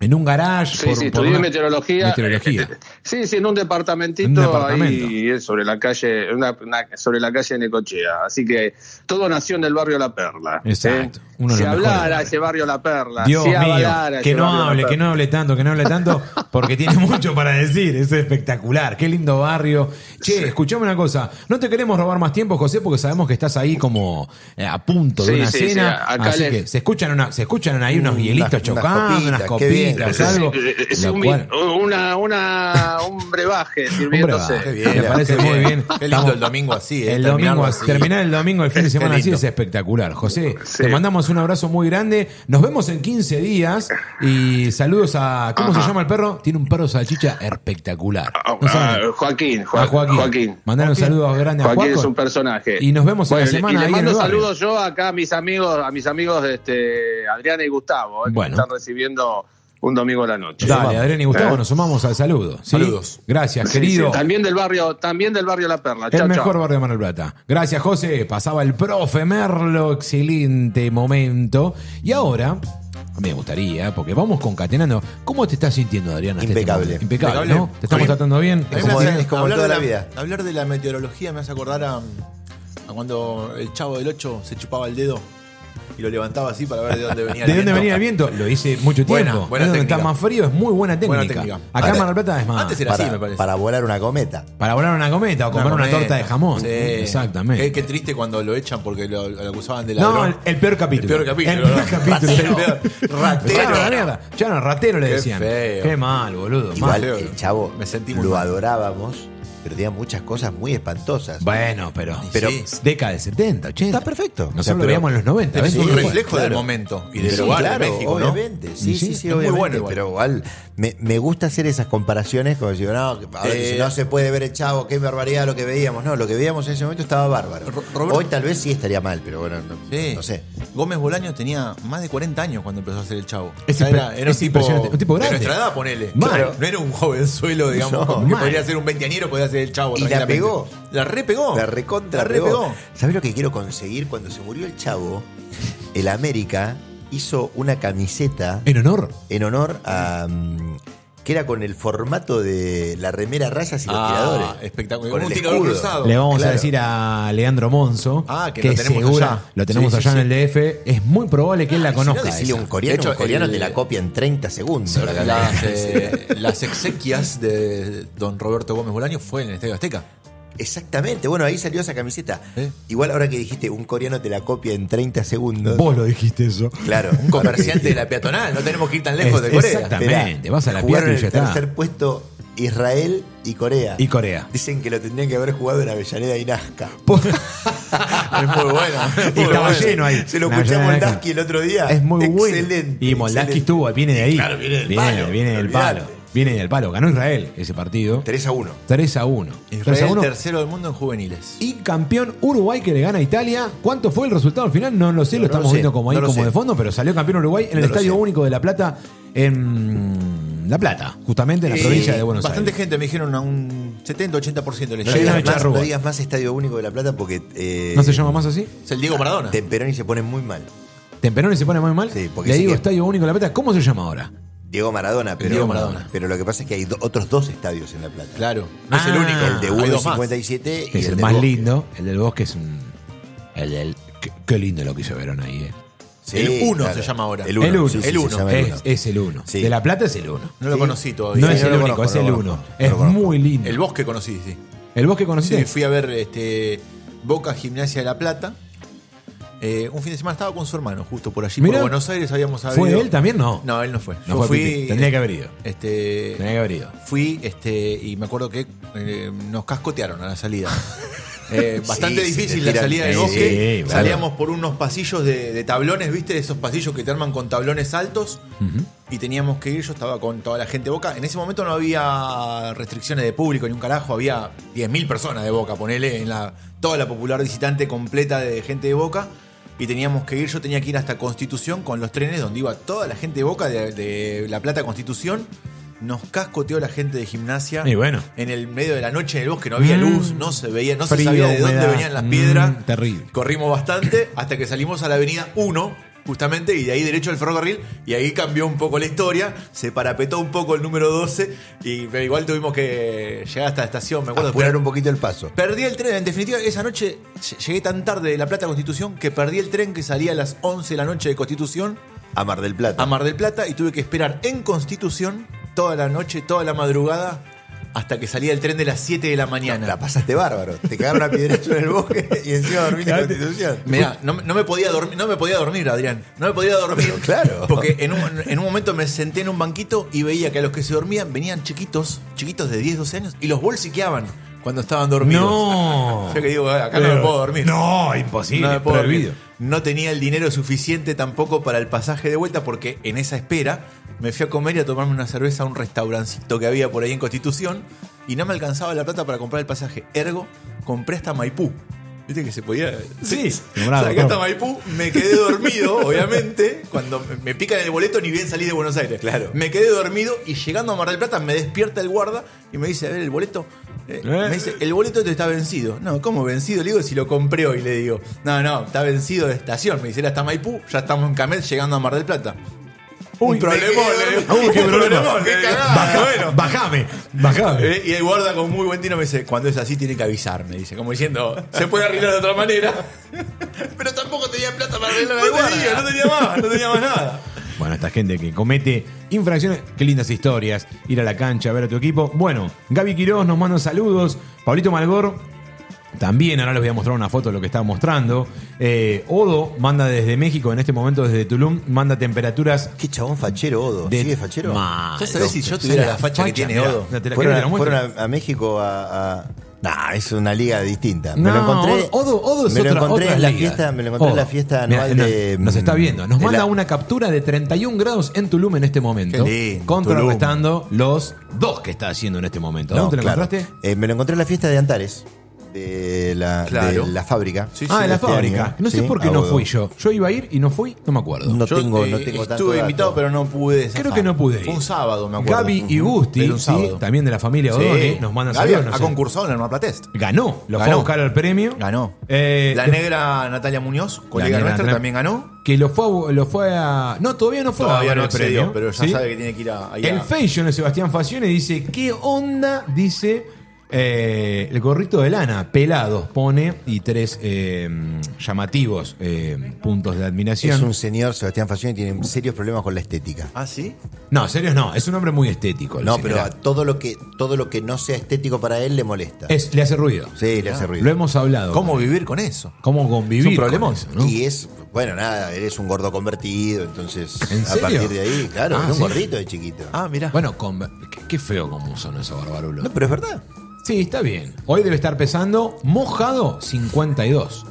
Speaker 1: En un garage.
Speaker 7: Sí,
Speaker 1: por-
Speaker 7: sí,
Speaker 1: por
Speaker 7: estudié
Speaker 1: una-
Speaker 7: meteorología. eh, este,
Speaker 1: Meteorología. eh,
Speaker 7: Sí, sí, en un departamentito
Speaker 1: En un departamento.
Speaker 7: ahí sobre la calle, una- una- sobre la calle Necochea. Así que todo nació en el barrio La Perla.
Speaker 1: Exacto,
Speaker 7: ¿eh?
Speaker 1: uno de los
Speaker 7: si
Speaker 1: mejores
Speaker 7: hablara
Speaker 1: barrios.
Speaker 7: ese barrio La Perla,
Speaker 1: Dios
Speaker 7: si
Speaker 1: mío,
Speaker 7: hablara
Speaker 1: que
Speaker 7: ese
Speaker 1: no
Speaker 7: barrio La
Speaker 1: hable, que
Speaker 7: Perla.
Speaker 1: no hable tanto, que no hable tanto, porque tiene mucho para decir, es espectacular, qué lindo barrio. Che, escuchame una cosa, no te queremos robar más tiempo, José, porque sabemos que estás ahí como eh, a punto de
Speaker 7: Sí,
Speaker 1: una
Speaker 7: sí,
Speaker 1: cena,
Speaker 7: sí, acá
Speaker 1: así
Speaker 7: les-
Speaker 1: que se escuchan, una- se escuchan ahí unos
Speaker 3: Mm,
Speaker 1: hielitos
Speaker 3: unas-
Speaker 1: chocando, unas
Speaker 3: unas copitas, qué bien,
Speaker 1: copitas,
Speaker 3: José.
Speaker 1: algo.
Speaker 7: Eh, Es
Speaker 1: lo
Speaker 7: un,
Speaker 1: cual-
Speaker 7: una, una, un brebaje
Speaker 1: Hombre, va,
Speaker 7: sirviéndose.
Speaker 1: me parece
Speaker 2: qué
Speaker 1: muy
Speaker 2: bien.
Speaker 1: bien.
Speaker 2: Qué lindo
Speaker 1: Estamos-
Speaker 2: el domingo así, eh,
Speaker 1: el
Speaker 2: terminarlo
Speaker 1: domingo,
Speaker 2: así.
Speaker 1: Terminar el domingo, el fin de semana
Speaker 2: Qué
Speaker 1: así
Speaker 2: lindo.
Speaker 1: es espectacular. José,
Speaker 7: Sí.
Speaker 1: te mandamos un abrazo muy grande. Nos vemos en 15 días. Y saludos a. ¿Cómo se
Speaker 7: Ajá.
Speaker 1: llama el perro? Tiene un perro salchicha espectacular.
Speaker 7: Ah,
Speaker 1: No saben.
Speaker 7: ah, Joaquín, Joa-
Speaker 1: A Joaquín.
Speaker 7: Joaquín.
Speaker 1: Mandar un saludo grande a
Speaker 7: Joaquín
Speaker 1: Joaco.
Speaker 7: es un personaje.
Speaker 1: Y nos vemos en la
Speaker 7: Bueno,
Speaker 1: semana
Speaker 7: Y
Speaker 1: ahí
Speaker 7: le
Speaker 1: en
Speaker 7: mando
Speaker 1: el barrio.
Speaker 7: saludos yo acá a mis amigos, a mis amigos este, Adriana y Gustavo, eh, que
Speaker 1: Bueno.
Speaker 7: me están recibiendo un domingo a la noche.
Speaker 1: Dale, Adrián y Gustavo,
Speaker 7: Eh.
Speaker 1: nos sumamos al saludo. ¿sí?
Speaker 2: Saludos.
Speaker 1: Gracias,
Speaker 7: Sí,
Speaker 1: querido.
Speaker 7: sí, También del barrio, también del barrio La Perla.
Speaker 1: El
Speaker 7: Chao,
Speaker 1: mejor
Speaker 7: chao.
Speaker 1: barrio de Mar del Plata. Gracias, José. Pasaba el profe Merlo. Excelente momento. Y ahora, me gustaría, porque vamos concatenando. ¿Cómo te estás sintiendo, Adriana? hasta este
Speaker 3: Impecable.
Speaker 1: momento? Impecable,
Speaker 2: Impecable.
Speaker 1: ¿no? ¿Te estamos
Speaker 2: Bien.
Speaker 1: tratando bien?
Speaker 2: A mí me
Speaker 3: como-
Speaker 2: hace-
Speaker 3: es como
Speaker 2: hablar
Speaker 3: toda
Speaker 2: de
Speaker 3: la vida.
Speaker 2: Hablar de la meteorología me hace acordar a, a cuando el chavo del 8 se chupaba el dedo y lo levantaba así para ver de dónde venía el
Speaker 1: ¿De dónde
Speaker 2: viento.
Speaker 1: venía el viento? Lo hice mucho
Speaker 2: Buena,
Speaker 1: tiempo.
Speaker 2: buena
Speaker 1: Es donde está
Speaker 2: técnica.
Speaker 1: más frío, es muy buena técnica.
Speaker 2: Buena técnica.
Speaker 1: Acá en
Speaker 2: Antes-
Speaker 1: Mar del Plata es más.
Speaker 2: antes era- así, me
Speaker 3: Para,
Speaker 2: parece.
Speaker 3: para volar una cometa.
Speaker 1: Para volar una cometa o comer una,
Speaker 2: cometa.
Speaker 1: torta de jamón.
Speaker 2: Sí.
Speaker 1: Exactamente.
Speaker 2: Qué, qué triste cuando lo echan porque lo, lo acusaban de
Speaker 1: No,
Speaker 2: ladrón.
Speaker 1: el, el peor capítulo.
Speaker 2: El peor capítulo,
Speaker 1: El peor
Speaker 2: ¿no?
Speaker 1: capítulo.
Speaker 2: Ratero. Ratero.
Speaker 1: Chano, la mierda. Chano, ratero le
Speaker 2: Qué
Speaker 1: decían.
Speaker 2: feo.
Speaker 1: Qué mal, boludo. mal.
Speaker 3: Igual
Speaker 2: feo.
Speaker 3: el chavo
Speaker 2: Me sentí muy
Speaker 3: lo
Speaker 2: mal.
Speaker 3: adorábamos, pero tenía muchas cosas muy espantosas.
Speaker 1: Bueno, pero, pero
Speaker 2: Pero-
Speaker 1: década de 70, 80.
Speaker 3: Está perfecto.
Speaker 1: Nosotros
Speaker 3: O sea,
Speaker 1: lo
Speaker 3: pero-
Speaker 1: veíamos en los 90.
Speaker 2: Es
Speaker 1: ¿ves?
Speaker 2: un
Speaker 1: Sí,
Speaker 2: reflejo
Speaker 1: bueno,
Speaker 2: del
Speaker 1: claro.
Speaker 2: momento y del
Speaker 3: Sí,
Speaker 2: lugar
Speaker 3: claro,
Speaker 2: de México, ¿no?
Speaker 3: obviamente.
Speaker 1: Sí,
Speaker 3: Sí, sí, sí,
Speaker 1: es muy
Speaker 3: obviamente,
Speaker 2: bueno igual.
Speaker 3: Pero igual, me, me gusta hacer esas comparaciones como si, no, que- a ver,
Speaker 2: Eh.
Speaker 3: si no se puede ver el chavo, qué barbaridad lo que veíamos. No, lo que veíamos en ese momento estaba bárbaro.
Speaker 2: Ro- Roberto-
Speaker 3: Hoy tal vez sí estaría mal, pero bueno, no,
Speaker 2: Sí.
Speaker 3: no sé.
Speaker 2: Gómez Bolaños tenía más de 40 años cuando empezó a hacer el chavo.
Speaker 1: Es
Speaker 2: O sea,
Speaker 1: impre- es impresionante. Un tipo grande.
Speaker 2: De nuestra edad, ponele.
Speaker 1: Mal.
Speaker 2: Claro, No era un jovenzuelo, digamos.
Speaker 3: No,
Speaker 2: que
Speaker 1: mal.
Speaker 2: podría ser un veinteañero, podía ser el chavo.
Speaker 3: Y la
Speaker 2: tranquilamente.
Speaker 3: pegó.
Speaker 2: La repegó.
Speaker 3: La recontra.
Speaker 2: La repegó.
Speaker 3: ¿Sabes lo que quiero conseguir? Cuando se murió el chavo, el América hizo una camiseta
Speaker 1: En honor.
Speaker 3: en honor a. mm, que era con el formato de la remera rayas y los
Speaker 2: Ah,
Speaker 3: tiradores.
Speaker 2: espectacular.
Speaker 3: Con
Speaker 2: un
Speaker 3: el
Speaker 2: tirador
Speaker 3: escudo.
Speaker 2: cruzado.
Speaker 1: Le vamos a
Speaker 2: Claro.
Speaker 1: decir a Leandro Monzo,
Speaker 2: Ah, que lo tenemos allá.
Speaker 1: lo tenemos
Speaker 2: Sí, sí,
Speaker 1: allá en
Speaker 2: sí.
Speaker 1: el DF, es muy probable que él la
Speaker 2: si no,
Speaker 1: conozca.
Speaker 2: decile
Speaker 3: Decirle a
Speaker 1: esa.
Speaker 3: un coreano,
Speaker 2: De hecho,
Speaker 3: un coreano
Speaker 2: el-
Speaker 3: te la copia en 30 segundos. la remera.
Speaker 2: Las, eh, las exequias de don Roberto Gómez Bolaños fue en el Estadio Azteca.
Speaker 3: Exactamente, bueno, ahí salió esa camiseta.
Speaker 2: ¿Eh?
Speaker 3: Igual ahora que dijiste, un coreano te la copia en 30 segundos.
Speaker 1: Vos lo dijiste eso.
Speaker 3: Claro,
Speaker 2: Un comerciante de la peatonal. No tenemos que ir tan lejos
Speaker 1: Es-
Speaker 2: de Corea.
Speaker 1: Exactamente, vas a la
Speaker 3: Jugaron
Speaker 1: piedra y
Speaker 3: en
Speaker 1: ya
Speaker 3: el
Speaker 1: está.
Speaker 3: tercer puesto Israel y Corea.
Speaker 1: Y Corea.
Speaker 3: Dicen que lo tendrían que haber jugado en Avellaneda y Nazca.
Speaker 2: Es muy bueno.
Speaker 1: Y estaba lleno ahí.
Speaker 3: Se lo
Speaker 1: No,
Speaker 3: escuché
Speaker 1: ya
Speaker 3: a
Speaker 1: no, no,
Speaker 3: Moldaski el otro día.
Speaker 1: Es muy bueno.
Speaker 3: Excelente.
Speaker 1: Y Moldaski
Speaker 3: excelente.
Speaker 1: estuvo, viene de ahí.
Speaker 3: Claro, viene del palo.
Speaker 1: Viene del palo.
Speaker 3: Olvidate.
Speaker 1: Viene del palo. Ganó Israel ese partido.
Speaker 3: 3 a 1.
Speaker 1: 3 a 1. 3 a
Speaker 2: Israel
Speaker 1: 1.
Speaker 2: tercero del mundo en juveniles.
Speaker 1: Y campeón Uruguay que le gana a Italia. ¿Cuánto fue el resultado al final? No lo sé, lo
Speaker 3: No
Speaker 1: estamos
Speaker 3: lo sé,
Speaker 1: viendo como ahí,
Speaker 3: no lo
Speaker 1: como
Speaker 3: sé.
Speaker 1: de fondo, pero salió campeón Uruguay en el
Speaker 3: No lo
Speaker 1: Estadio
Speaker 3: sé.
Speaker 1: Único de La Plata, en La Plata, justamente en la
Speaker 2: Eh,
Speaker 1: provincia de Buenos
Speaker 2: Bastante
Speaker 1: Aires.
Speaker 2: gente me dijeron a un 70-80% le
Speaker 1: Lleno
Speaker 3: No,
Speaker 2: llega.
Speaker 1: de
Speaker 3: digas más,
Speaker 1: charrúa.
Speaker 3: no digas más Estadio Único de La Plata porque. eh,
Speaker 1: ¿No se llama más así?
Speaker 2: Es el Diego Maradona.
Speaker 3: Temperoni se pone muy mal.
Speaker 1: Temperoni se pone muy mal.
Speaker 3: Sí, porque
Speaker 1: le
Speaker 3: sí
Speaker 1: digo
Speaker 3: que-
Speaker 1: Estadio Único de La Plata. ¿Cómo se llama ahora?
Speaker 3: Diego Maradona, pero,
Speaker 2: Diego Maradona.
Speaker 3: pero lo que pasa es que hay do- otros dos estadios en La Plata.
Speaker 2: Claro. No es el
Speaker 1: Ah.
Speaker 2: único.
Speaker 3: El de
Speaker 2: Hay
Speaker 3: Uno
Speaker 2: dos más.
Speaker 3: 57 y
Speaker 1: Que es el
Speaker 3: del
Speaker 1: más
Speaker 3: Bosque.
Speaker 1: lindo. El del bosque es un. El del. Qué, qué lindo lo que hizo Verón ahí, eh.
Speaker 3: Sí,
Speaker 2: El uno
Speaker 3: claro.
Speaker 2: se llama ahora.
Speaker 3: El uno.
Speaker 1: el 1.
Speaker 3: sí, sí, se llama el uno.
Speaker 1: es, es el 1.
Speaker 3: Sí.
Speaker 1: De La Plata es el 1.
Speaker 2: No lo conocí todavía.
Speaker 1: No
Speaker 2: Sí,
Speaker 1: es
Speaker 3: no
Speaker 1: el
Speaker 3: lo
Speaker 1: único,
Speaker 3: conozco,
Speaker 1: es el
Speaker 3: no lo conozco,
Speaker 1: 1.
Speaker 3: no lo
Speaker 1: Es
Speaker 3: conozco.
Speaker 1: muy lindo.
Speaker 2: El bosque conocí, sí.
Speaker 1: ¿El bosque conociste?
Speaker 2: Sí, fui a ver este, Boca Gimnasia de La Plata. Eh, un fin de semana estaba con su hermano, justo por allí,
Speaker 1: Mirá.
Speaker 2: por Buenos Aires habíamos
Speaker 1: ¿Fue
Speaker 2: habido-
Speaker 1: él también? No.
Speaker 2: No, él no fue.
Speaker 1: No
Speaker 2: Yo
Speaker 1: fue
Speaker 2: fui.
Speaker 1: Pipi. Tendría que haber ido.
Speaker 2: Este,
Speaker 1: Tendría que haber ido.
Speaker 2: Fui este, y me acuerdo que eh, nos cascotearon a la salida. Eh, bastante
Speaker 3: Sí, sí,
Speaker 2: difícil
Speaker 3: te
Speaker 2: la
Speaker 3: tiran-
Speaker 2: salida del
Speaker 1: Sí,
Speaker 2: bosque.
Speaker 1: claro.
Speaker 2: Salíamos por unos pasillos de, de tablones, ¿viste? Esos pasillos que te arman con tablones altos. Y teníamos que ir. Yo estaba con toda la gente de boca. En ese momento no había restricciones de público ni un carajo. Había 10.000 personas de boca, ponele, en la, toda la popular visitante completa de gente de boca. Y teníamos que ir, yo tenía que ir hasta Constitución con los trenes donde iba toda la gente de Boca de, de La Plata a Constitución. Nos cascoteó la gente de gimnasia
Speaker 1: Y bueno. Mm.
Speaker 2: en el medio de la noche en el bosque no había luz, no se veía, no
Speaker 1: Frío,
Speaker 2: se sabía de dónde
Speaker 1: humedad.
Speaker 2: venían las
Speaker 1: Mm,
Speaker 2: piedras.
Speaker 1: terrible.
Speaker 2: Corrimos bastante hasta que salimos a la avenida 1 justamente, y de ahí derecho al ferrocarril, y ahí cambió un poco la historia, se parapetó un poco el número 12, y pero igual tuvimos que llegar hasta la estación, me acuerdo.
Speaker 3: Apurar
Speaker 2: pero-
Speaker 3: un poquito el paso.
Speaker 2: Perdí el tren, en definitiva, esa noche ll- llegué tan tarde de La Plata a Constitución que perdí el tren que salía a las 11 de la noche de Constitución
Speaker 3: A Mar del
Speaker 2: a
Speaker 3: Plata.
Speaker 2: Mar del Plata y tuve que esperar en Constitución toda la noche, toda la madrugada, hasta que salía el tren de las 7 de la mañana.
Speaker 3: La pasaste bárbaro. Te cagaron a piedrazo en el bosque y encima dormiste en Constitución.
Speaker 2: Mirá, no, me- no me podía dormir, no me podía dormir, Adrián. No me podía dormir.
Speaker 3: Pero claro.
Speaker 2: Porque en un, en un momento me senté en un banquito y veía que a los que se dormían venían chiquitos, chiquitos de 10, 12 años, y los bolsiqueaban cuando estaban dormidos.
Speaker 1: No.
Speaker 2: Yo que digo, "Ah, acá no me
Speaker 1: Pero-
Speaker 2: puedo dormir.
Speaker 1: No, imposible.
Speaker 2: No me puedo
Speaker 1: prohibido.
Speaker 2: dormir. No tenía el dinero suficiente tampoco para el pasaje de vuelta porque en esa espera me fui a comer y a tomarme una cerveza a un restaurancito que había por ahí en Constitución y no me alcanzaba la plata para comprar el pasaje. Ergo, compré hasta Maipú. ¿Viste que se podía...?
Speaker 1: Sí.
Speaker 2: Saqué hasta Maipú, me quedé dormido, obviamente. Cuando me- me pican el boleto, ni bien salí de Buenos Aires.
Speaker 3: Claro.
Speaker 2: Me quedé dormido y llegando a Mar del Plata me despierta el guarda y me dice: A ver, el boleto. eh,
Speaker 1: ¿Eh?
Speaker 2: Me dice: El boleto te está vencido. No, ¿cómo vencido? Le digo: Si lo compré hoy, le digo. No, no, está vencido de estación. Me dice: Era hasta Maipú, ya estamos en Camel llegando a Mar del Plata.
Speaker 1: Uy,
Speaker 2: un problemón, le digo.
Speaker 1: Uy, qué
Speaker 2: Un
Speaker 1: problema. Eh,
Speaker 2: problemón, qué cagada, bueno.
Speaker 1: Bajame, bajame.
Speaker 2: Eh, Y el guarda con muy buen tino me dice, cuando es así tiene que avisarme, dice, como diciendo, se puede arreglar de otra manera. Pero tampoco tenía plata para arreglar
Speaker 3: al
Speaker 2: no
Speaker 3: guarda.
Speaker 2: tenía, no tenía más, no tenía más nada.
Speaker 1: Bueno, esta gente que comete infracciones. Qué lindas historias. Ir a la cancha, ver a tu equipo. Bueno, Gaby Quiroz nos manda saludos. Pablito Malgor. También, ahora les voy a mostrar una foto de lo que estaba mostrando. Eh, Odo manda desde México, en este momento desde Tulum, manda temperaturas
Speaker 3: Qué chabón fachero, Odo.
Speaker 1: de.
Speaker 3: ¿Sigue fachero?
Speaker 1: Ma-
Speaker 2: Ya sabés si yo tuviera la facha que tiene
Speaker 1: mirá,
Speaker 2: Odo.
Speaker 1: la tele-
Speaker 3: Fueron,
Speaker 1: ¿querés que te la
Speaker 3: a,
Speaker 1: muestre?
Speaker 3: fueron a- a México a... a- Nah, es una liga distinta. me
Speaker 1: No,
Speaker 3: lo encontré.
Speaker 1: Odo- Odo es
Speaker 3: me lo
Speaker 1: otra-
Speaker 3: encontré
Speaker 1: otra
Speaker 3: en la
Speaker 1: liga.
Speaker 3: fiesta, me lo encontré en la
Speaker 1: Odo.
Speaker 3: fiesta
Speaker 1: Mirá,
Speaker 3: anual
Speaker 1: nos,
Speaker 3: de.
Speaker 1: Nos está viendo. Nos
Speaker 3: de
Speaker 1: manda
Speaker 3: la-
Speaker 1: una captura de 31 grados en Tulum en este momento.
Speaker 3: Qué lindo,
Speaker 1: contrarrestando los dos que está haciendo en este momento.
Speaker 3: No,
Speaker 1: ¿Dónde te lo
Speaker 3: claro.
Speaker 1: encontraste?
Speaker 3: Eh, me lo encontré en la fiesta de Antares, de la,
Speaker 2: Claro.
Speaker 3: de la fábrica.
Speaker 2: Sí,
Speaker 1: ah, en la
Speaker 3: este
Speaker 1: fábrica.
Speaker 3: año,
Speaker 1: No sé
Speaker 3: sí,
Speaker 1: por qué
Speaker 3: a
Speaker 1: no
Speaker 3: Odo.
Speaker 1: fui yo. Yo iba a ir y no fui, no me acuerdo.
Speaker 3: No tengo, no
Speaker 2: eh,
Speaker 3: tengo tanto
Speaker 2: Estuve
Speaker 3: dato.
Speaker 2: invitado, pero no pude. zafar.
Speaker 1: Creo que no pude ir.
Speaker 2: Fue un sábado, me acuerdo.
Speaker 1: Gaby y
Speaker 2: Ujú.
Speaker 1: Gusti,
Speaker 2: Era un
Speaker 1: sí,
Speaker 2: sábado.
Speaker 1: también de la familia Odone, nos mandan
Speaker 2: Gaby
Speaker 1: saludos. no
Speaker 2: ha
Speaker 1: sé.
Speaker 2: concursado en el Marpla Test.
Speaker 1: Ganó, lo fue a
Speaker 2: Ganó.
Speaker 1: buscar al premio.
Speaker 2: Ganó.
Speaker 1: Eh,
Speaker 2: la
Speaker 1: de-
Speaker 2: negra Natalia Muñoz, colega
Speaker 1: negra
Speaker 2: nuestra,
Speaker 1: Natalia-
Speaker 2: también ganó.
Speaker 1: Que lo fue, a bu- lo fue a. No, todavía no fue a
Speaker 2: Todavía
Speaker 1: ganar el
Speaker 2: no
Speaker 1: premio.
Speaker 2: accedió, pero ya
Speaker 1: ¿sí?
Speaker 2: sabe que tiene que ir a... ahí
Speaker 1: El
Speaker 2: a-
Speaker 1: fashion de Sebastián Facione dice: ¿Qué onda? Dice. eh, el gorrito de lana, pelados, pone, y tres eh, llamativos eh, puntos de admiración.
Speaker 3: Es un señor, Sebastián Facione, y tiene serios problemas con la estética.
Speaker 2: ¿Ah, sí?
Speaker 1: No, serios no, es un hombre muy estético. el
Speaker 3: No,
Speaker 1: señor.
Speaker 3: pero a todo lo que todo lo que no sea estético para él le molesta.
Speaker 1: Es- le hace ruido.
Speaker 3: sí, le hace
Speaker 1: Lo
Speaker 3: ruido.
Speaker 1: hemos hablado.
Speaker 2: ¿Cómo vivir con eso?
Speaker 1: ¿Cómo convivir?
Speaker 2: Es un problemón.
Speaker 1: con eso, ¿no?
Speaker 3: Y es, bueno, nada, eres un gordo convertido, entonces
Speaker 1: ¿En
Speaker 3: a
Speaker 1: serio?
Speaker 3: partir de ahí, claro,
Speaker 1: Ah,
Speaker 3: era un
Speaker 1: sí.
Speaker 3: gordito de chiquito.
Speaker 2: Ah, mirá.
Speaker 1: Bueno, con- qué, qué feo como son esos barbarulos.
Speaker 3: No, pero es verdad.
Speaker 1: Sí, está bien. Hoy debe estar pesando mojado 52.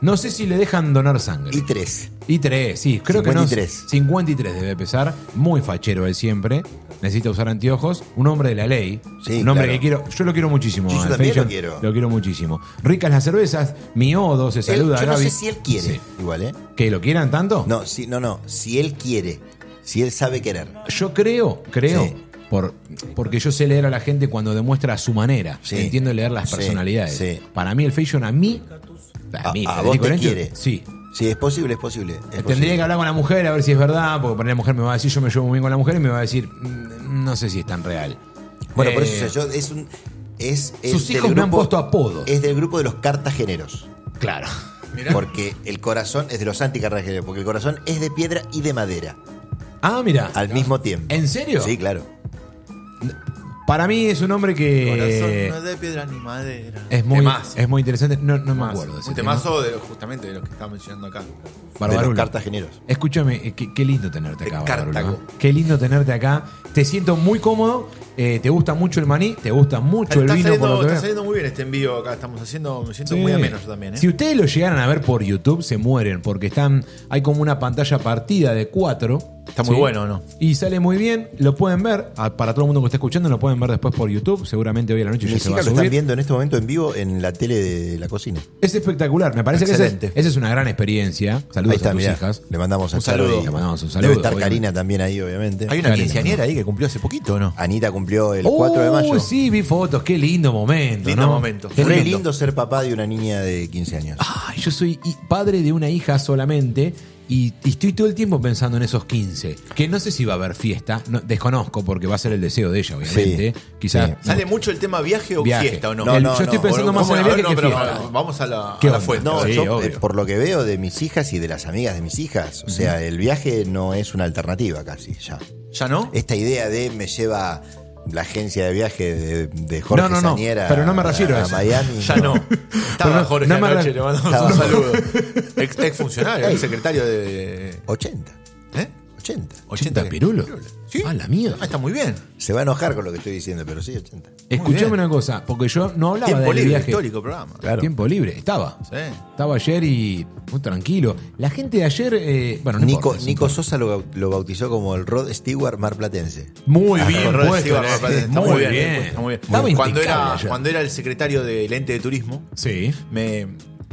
Speaker 1: No sé si le dejan donar sangre.
Speaker 3: Y tres.
Speaker 1: Y 3, sí, creo que
Speaker 3: 53.
Speaker 1: no. 53 debe pesar. Muy fachero él siempre. Necesita usar anteojos. Un hombre de la ley.
Speaker 3: Sí,
Speaker 1: un hombre
Speaker 3: claro.
Speaker 1: que quiero. Yo lo quiero muchísimo.
Speaker 3: Sí, yo
Speaker 1: al
Speaker 3: también lo
Speaker 1: Fashion.
Speaker 3: quiero.
Speaker 1: Lo quiero muchísimo. Ricas las cervezas. Mi Odo se
Speaker 3: Él-
Speaker 1: saluda
Speaker 3: yo no
Speaker 1: Gaby.
Speaker 3: sé si él quiere,
Speaker 1: Sí.
Speaker 3: igual, ¿eh?
Speaker 1: ¿Que lo quieran tanto?
Speaker 3: No, si, no, no, si él quiere, si él sabe querer.
Speaker 1: Yo creo, creo,
Speaker 3: Sí.
Speaker 1: por, porque yo sé leer a la gente cuando demuestra a su manera.
Speaker 3: Sí.
Speaker 1: Entiendo leer las
Speaker 3: Sí,
Speaker 1: personalidades.
Speaker 3: sí.
Speaker 1: Para mí el fashion a mí...
Speaker 3: A- a
Speaker 1: Federico
Speaker 3: vos te
Speaker 1: Lencho,
Speaker 3: quiere.
Speaker 1: Sí.
Speaker 3: Sí, es posible, es posible. es
Speaker 1: Eh, Tendría
Speaker 3: posible.
Speaker 1: que hablar con la mujer a ver si es verdad, porque por ahí la mujer me va a decir yo me llevo muy bien con la mujer y me va a decir "Mm, no sé si es tan real.
Speaker 3: Bueno, por
Speaker 1: Eh,
Speaker 3: eso o sea, yo es un es, es
Speaker 1: Sus
Speaker 3: del
Speaker 1: hijos me han puesto apodos.
Speaker 3: Es del grupo de los cartageneros.
Speaker 1: Claro.
Speaker 3: Porque el corazón es de los anticartageneros, porque el corazón es de piedra y de madera
Speaker 1: Ah, mira.
Speaker 3: al mismo tiempo.
Speaker 1: ¿En serio?
Speaker 3: Sí, claro.
Speaker 1: Para mí es un hombre que...
Speaker 2: Corazón no es de piedra ni madera.
Speaker 1: Eh, Es muy,
Speaker 2: Temazo.
Speaker 1: es muy interesante. No, no me
Speaker 2: Temazo.
Speaker 1: acuerdo. de ese
Speaker 2: Un
Speaker 1: tema.
Speaker 2: temazo de, lo- justamente de los que estaba mencionando acá.
Speaker 3: De
Speaker 1: Barbarulo.
Speaker 3: los cartageneros.
Speaker 1: Escúchame, eh, qué, qué lindo tenerte acá,
Speaker 2: De
Speaker 1: Barbarulo,
Speaker 2: Cartago.
Speaker 1: ¿eh? Qué lindo tenerte acá. Te siento muy cómodo. eh, te gusta mucho el maní, te gusta mucho el
Speaker 2: Está,
Speaker 1: vino. por lo
Speaker 2: saliendo,
Speaker 1: que
Speaker 2: está
Speaker 1: veo.
Speaker 2: saliendo muy bien este envío acá. Estamos haciendo, me siento
Speaker 1: Sí.
Speaker 2: muy ameno yo también. ¿eh?
Speaker 1: Si ustedes lo llegaran a ver por YouTube, se mueren, porque están. Hay como una pantalla partida de cuatro.
Speaker 2: Está muy bueno, ¿no?
Speaker 1: Y sale muy bien, lo pueden ver. Ah, Para todo el mundo que esté escuchando, lo pueden ver después por YouTube. Seguramente hoy a la noche ya
Speaker 3: Mis
Speaker 1: se va a
Speaker 3: hijas lo están
Speaker 1: subir.
Speaker 3: viendo en este momento en vivo en la tele de la cocina.
Speaker 1: Es espectacular, me parece que
Speaker 2: Excelente.
Speaker 1: esa es, esa es una gran experiencia. Saludos
Speaker 3: Ahí está,
Speaker 1: a tus
Speaker 3: mirá.
Speaker 1: hijas.
Speaker 3: Le mandamos
Speaker 1: Un
Speaker 3: a Charo
Speaker 1: saludo.
Speaker 3: y-
Speaker 1: Le mandamos un saludo,
Speaker 3: Debe estar
Speaker 1: obviamente.
Speaker 3: Karina también ahí, obviamente.
Speaker 2: Hay una
Speaker 1: Karina,
Speaker 2: quinceañera ahí que cumplió hace poquito, ¿o no?
Speaker 3: Anita cumplió el 4 de mayo.
Speaker 1: Uy, Oh, sí, vi fotos, qué lindo momento.
Speaker 2: Lindo
Speaker 1: ¿no?
Speaker 2: momento.
Speaker 1: Qué
Speaker 3: Re
Speaker 1: lindo. Ah,
Speaker 3: lindo. ser papá de una niña de 15 años.
Speaker 1: Ay, yo soy hi- padre de una hija solamente Y, y estoy todo el tiempo pensando en esos 15, que no sé si va a haber fiesta, no- desconozco porque va a ser el deseo de ella, obviamente. Quizás.
Speaker 2: ¿Sale mucho el tema viaje o
Speaker 1: Viaje.
Speaker 2: fiesta o no?
Speaker 1: No,
Speaker 3: El- no, yo estoy
Speaker 1: pensando más en el
Speaker 2: a ver,
Speaker 1: viaje que
Speaker 2: pero
Speaker 1: fiesta.
Speaker 2: va- Vamos a la, a
Speaker 1: ¿Qué
Speaker 2: la
Speaker 1: onda?
Speaker 2: fuente.
Speaker 3: No,
Speaker 1: Sí,
Speaker 3: yo,
Speaker 1: obvio.
Speaker 3: eh, por lo que veo de mis hijas y de las amigas de mis hijas, o sea, el viaje no es una alternativa casi ya.
Speaker 2: ¿Ya no?
Speaker 1: Eh,
Speaker 3: Esta idea de me lleva la agencia de viaje de, de Jorge
Speaker 1: No, no, no,
Speaker 3: Saniera
Speaker 1: pero no me refiero a eso.
Speaker 3: Miami.
Speaker 2: Ya no. Estaba
Speaker 1: Pero no-
Speaker 2: Jorge
Speaker 1: no me
Speaker 2: anoche,
Speaker 1: arran-
Speaker 2: le mandamos
Speaker 3: Estaba-
Speaker 2: un saludo. Ex, ex funcionario,
Speaker 3: Ey.
Speaker 2: ex secretario de.
Speaker 3: 80,
Speaker 2: ¿Eh?
Speaker 3: 80.
Speaker 1: 80 pirulo.
Speaker 2: Sí.
Speaker 1: Ah, la mierda.
Speaker 2: Ah, está muy bien.
Speaker 3: Se va a enojar con lo que estoy diciendo, pero sí, 80.
Speaker 1: Escuchame
Speaker 2: bien.
Speaker 1: una cosa, porque yo no hablaba
Speaker 2: Tiempo
Speaker 1: del
Speaker 2: libre,
Speaker 1: viaje.
Speaker 2: histórico programa.
Speaker 1: Tiempo libre, estaba.
Speaker 2: Sí.
Speaker 1: Estaba ayer y muy tranquilo. La gente de ayer, eh, bueno, no
Speaker 3: Nico,
Speaker 1: importa,
Speaker 3: Nico
Speaker 1: sí.
Speaker 3: Sosa lo, bau- lo bautizó como el Rod Stewart marplatense.
Speaker 1: muy
Speaker 2: Ah,
Speaker 1: bien,
Speaker 2: con Rod
Speaker 1: puesto,
Speaker 2: Stewart,
Speaker 1: eh.
Speaker 2: me parece, está
Speaker 1: muy, bien,
Speaker 2: está muy bien.
Speaker 1: Estaba
Speaker 2: Cuando
Speaker 1: impecable
Speaker 2: era,
Speaker 1: ayer.
Speaker 2: cuando era el secretario del ente de turismo,
Speaker 1: Sí.
Speaker 2: me,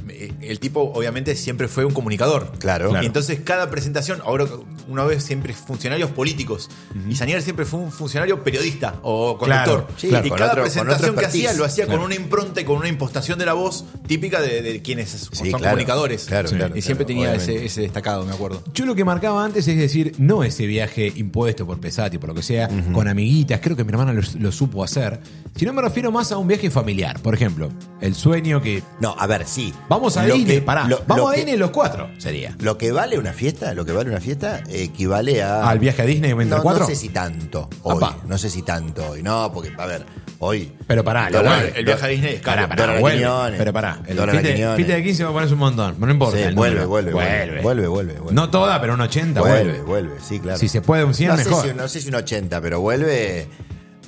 Speaker 2: me- el tipo obviamente siempre fue un comunicador.
Speaker 3: Claro.
Speaker 2: Y entonces cada presentación, ahora una vez siempre funcionarios políticos. Y Sanier siempre fue un funcionario periodista o conductor.
Speaker 1: Claro,
Speaker 3: sí,
Speaker 2: y
Speaker 3: con
Speaker 2: cada
Speaker 3: otro- con
Speaker 2: presentación
Speaker 3: otro
Speaker 2: que hacía
Speaker 3: expertise.
Speaker 2: lo hacía
Speaker 1: Claro.
Speaker 2: con una impronta y con una impostación de la voz típica de, de quienes son
Speaker 3: Sí, claro.
Speaker 2: comunicadores.
Speaker 3: Claro,
Speaker 2: Sí.
Speaker 3: claro,
Speaker 2: y siempre
Speaker 3: claro,
Speaker 2: tenía
Speaker 3: obviamente.
Speaker 2: ese, ese destacado, me acuerdo.
Speaker 1: Yo lo que marcaba antes es decir, no ese viaje impuesto por Pesati, por lo que sea, con amiguitas, creo que mi hermana lo, lo supo hacer, sino me refiero más a un viaje familiar. Por ejemplo, el sueño que.
Speaker 3: No, a ver, sí.
Speaker 1: Vamos a
Speaker 3: Lo
Speaker 1: Disney,
Speaker 3: que-
Speaker 1: pará.
Speaker 3: lo-
Speaker 1: vamos
Speaker 3: lo
Speaker 1: a
Speaker 3: que-
Speaker 1: Disney los cuatro, sería.
Speaker 3: Lo que vale una fiesta, lo que vale una fiesta equivale a.
Speaker 1: ¿Al viaje a Disney entre
Speaker 3: Ah. no,
Speaker 1: cuatro?
Speaker 3: No sé si tanto hoy.
Speaker 1: Apa.
Speaker 3: No sé si tanto hoy. No, porque, a ver, hoy.
Speaker 1: Pero pará, la
Speaker 3: Dólar-
Speaker 1: vuelve.
Speaker 2: el viaje a Disney es caro.
Speaker 1: Pará, pará,
Speaker 3: Dólar a
Speaker 1: vuelve.
Speaker 3: Quiñones.
Speaker 1: Pero pará, el
Speaker 3: Dólar a
Speaker 1: fin de-
Speaker 3: Quiñones.
Speaker 1: fin de 15 me parece un montón, pero no importa.
Speaker 3: Sí,
Speaker 1: el
Speaker 3: vuelve,
Speaker 1: número.
Speaker 3: vuelve, vuelve,
Speaker 1: Vuelve.
Speaker 3: vuelve, vuelve, vuelve.
Speaker 1: No toda, pero un 80 vuelve.
Speaker 3: vuelve, vuelve, sí, claro.
Speaker 1: Si se puede un 100,
Speaker 3: no
Speaker 1: mejor.
Speaker 3: Sé si, no sé si un 80, pero vuelve.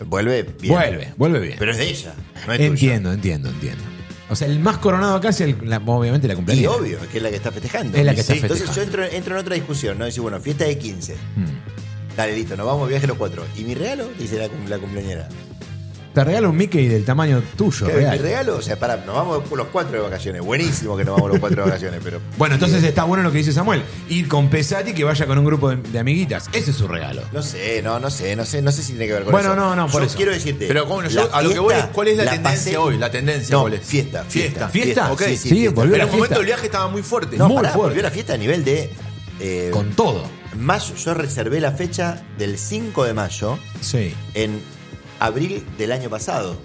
Speaker 3: Vuelve bien.
Speaker 1: Vuelve, vuelve bien.
Speaker 3: Pero es de ella. No es tuyo.
Speaker 1: entiendo, entiendo, entiendo. O sea, el más coronado acá es el- la- obviamente la
Speaker 3: Y
Speaker 1: cumpleaños.
Speaker 3: obvio, es que es la que está festejando.
Speaker 1: Es la que
Speaker 3: Y
Speaker 1: está
Speaker 3: Entonces yo entro, entro en otra discusión, ¿no? Decir, bueno, fiesta de 15.
Speaker 1: Hmm.
Speaker 3: Dale, listo, nos vamos, viaje los cuatro. ¿Y mi regalo? Dice la, cum- la cumpleañera.
Speaker 1: Te regalo un Mickey del tamaño tuyo,
Speaker 3: ¿Qué, ¿Mi
Speaker 1: real.
Speaker 3: regalo? O sea, pará, nos vamos los cuatro de vacaciones. Buenísimo que nos vamos los cuatro de vacaciones, pero.
Speaker 1: Bueno, entonces está bueno lo que dice Samuel. Ir con Pesati que vaya con un grupo de, de amiguitas. Ese es su regalo.
Speaker 3: No sé, no, no sé, no sé, no sé si tiene que ver con
Speaker 1: Bueno,
Speaker 3: eso.
Speaker 1: no, no, por
Speaker 3: yo
Speaker 1: eso.
Speaker 3: quiero decirte.
Speaker 2: Pero bueno,
Speaker 3: la
Speaker 2: yo a lo que voy es, ¿cuál es la, tendencia
Speaker 3: pasé-
Speaker 2: hoy? La tendencia,
Speaker 3: No,
Speaker 2: ¿cuál es?
Speaker 3: fiesta, fiesta.
Speaker 1: ¿Fiesta?
Speaker 2: ok.
Speaker 1: Sí,
Speaker 3: sí,
Speaker 1: sí,
Speaker 3: fiesta.
Speaker 1: volvió
Speaker 2: Pero
Speaker 1: la
Speaker 2: en un momento
Speaker 1: fiesta.
Speaker 2: el viaje estaba muy fuerte.
Speaker 3: No,
Speaker 1: Muy
Speaker 3: pará,
Speaker 1: fuerte.
Speaker 3: volvió la fiesta a nivel de. eh,
Speaker 1: Con todo.
Speaker 3: Más yo reservé la fecha del 5 de mayo
Speaker 1: Sí.
Speaker 3: en abril del año pasado.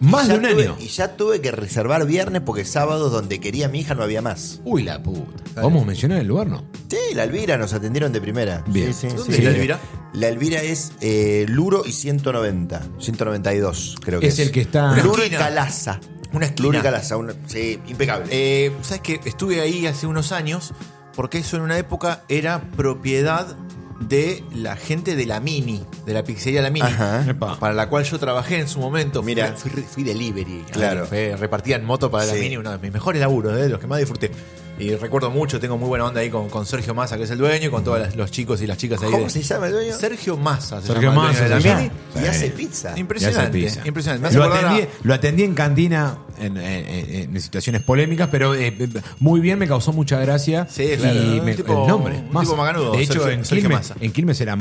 Speaker 1: Más
Speaker 3: Y
Speaker 1: de
Speaker 3: ya
Speaker 1: un
Speaker 3: tuve-
Speaker 1: año.
Speaker 3: Y ya tuve que reservar viernes porque sábados donde quería mi hija no había más.
Speaker 1: Uy, la puta. ¿Vamos a mencionar el lugar, no?
Speaker 3: Sí, la Elvira nos atendieron de primera.
Speaker 1: Bien.
Speaker 3: Sí, sí,
Speaker 2: ¿Dónde
Speaker 3: sí.
Speaker 2: es la Elvira?
Speaker 3: La Elvira es eh, Luro y 190, 192 creo que
Speaker 1: Es
Speaker 3: es.
Speaker 1: el que está-
Speaker 3: Luro y
Speaker 2: Una esquina.
Speaker 3: Calaza.
Speaker 2: Una esquina.
Speaker 3: Luro y Calaza, una- sí, impecable.
Speaker 2: Eh, Sabes que estuve ahí hace unos años porque eso en una época era propiedad de la gente de la Mini, de la pizzería La Mini,
Speaker 3: Ajá.
Speaker 1: Epa.
Speaker 2: para la cual yo trabajé en su momento. Fui-
Speaker 3: Mira.
Speaker 2: fui, fui delivery.
Speaker 3: Claro.
Speaker 2: Fui- repartían moto para La
Speaker 3: Sí.
Speaker 2: Mini, uno de mis mejores laburos, eh, de los que más disfruté. Y recuerdo mucho, tengo muy buena onda ahí con, con Sergio Massa, que es el dueño, y con todos los chicos y las chicas ahí.
Speaker 3: ¿Cómo
Speaker 2: de-
Speaker 3: se llama el dueño?
Speaker 2: Sergio Massa. se
Speaker 1: Sergio
Speaker 2: llama el dueño
Speaker 1: Massa,
Speaker 2: de
Speaker 1: se
Speaker 2: La
Speaker 1: llama.
Speaker 2: Mini.
Speaker 3: Y
Speaker 1: Sí.
Speaker 3: hace pizza.
Speaker 2: Impresionante,
Speaker 1: Ya se pisa.
Speaker 2: impresionante. Me hace
Speaker 1: Lo
Speaker 2: acordar a-
Speaker 1: atendí, lo atendí en cantina en, en- en- en situaciones polémicas, pero eh, eh, muy bien, me causó mucha gracia.
Speaker 2: Sí, claro,
Speaker 1: y
Speaker 2: un
Speaker 1: me-
Speaker 2: tipo-
Speaker 1: el nombre,
Speaker 2: un
Speaker 1: Massa.
Speaker 2: tipo macanudo,
Speaker 1: De hecho,
Speaker 2: Sergio-
Speaker 1: en,
Speaker 2: Sergio
Speaker 1: Quilmes,
Speaker 2: Massa.
Speaker 1: en Quilmes era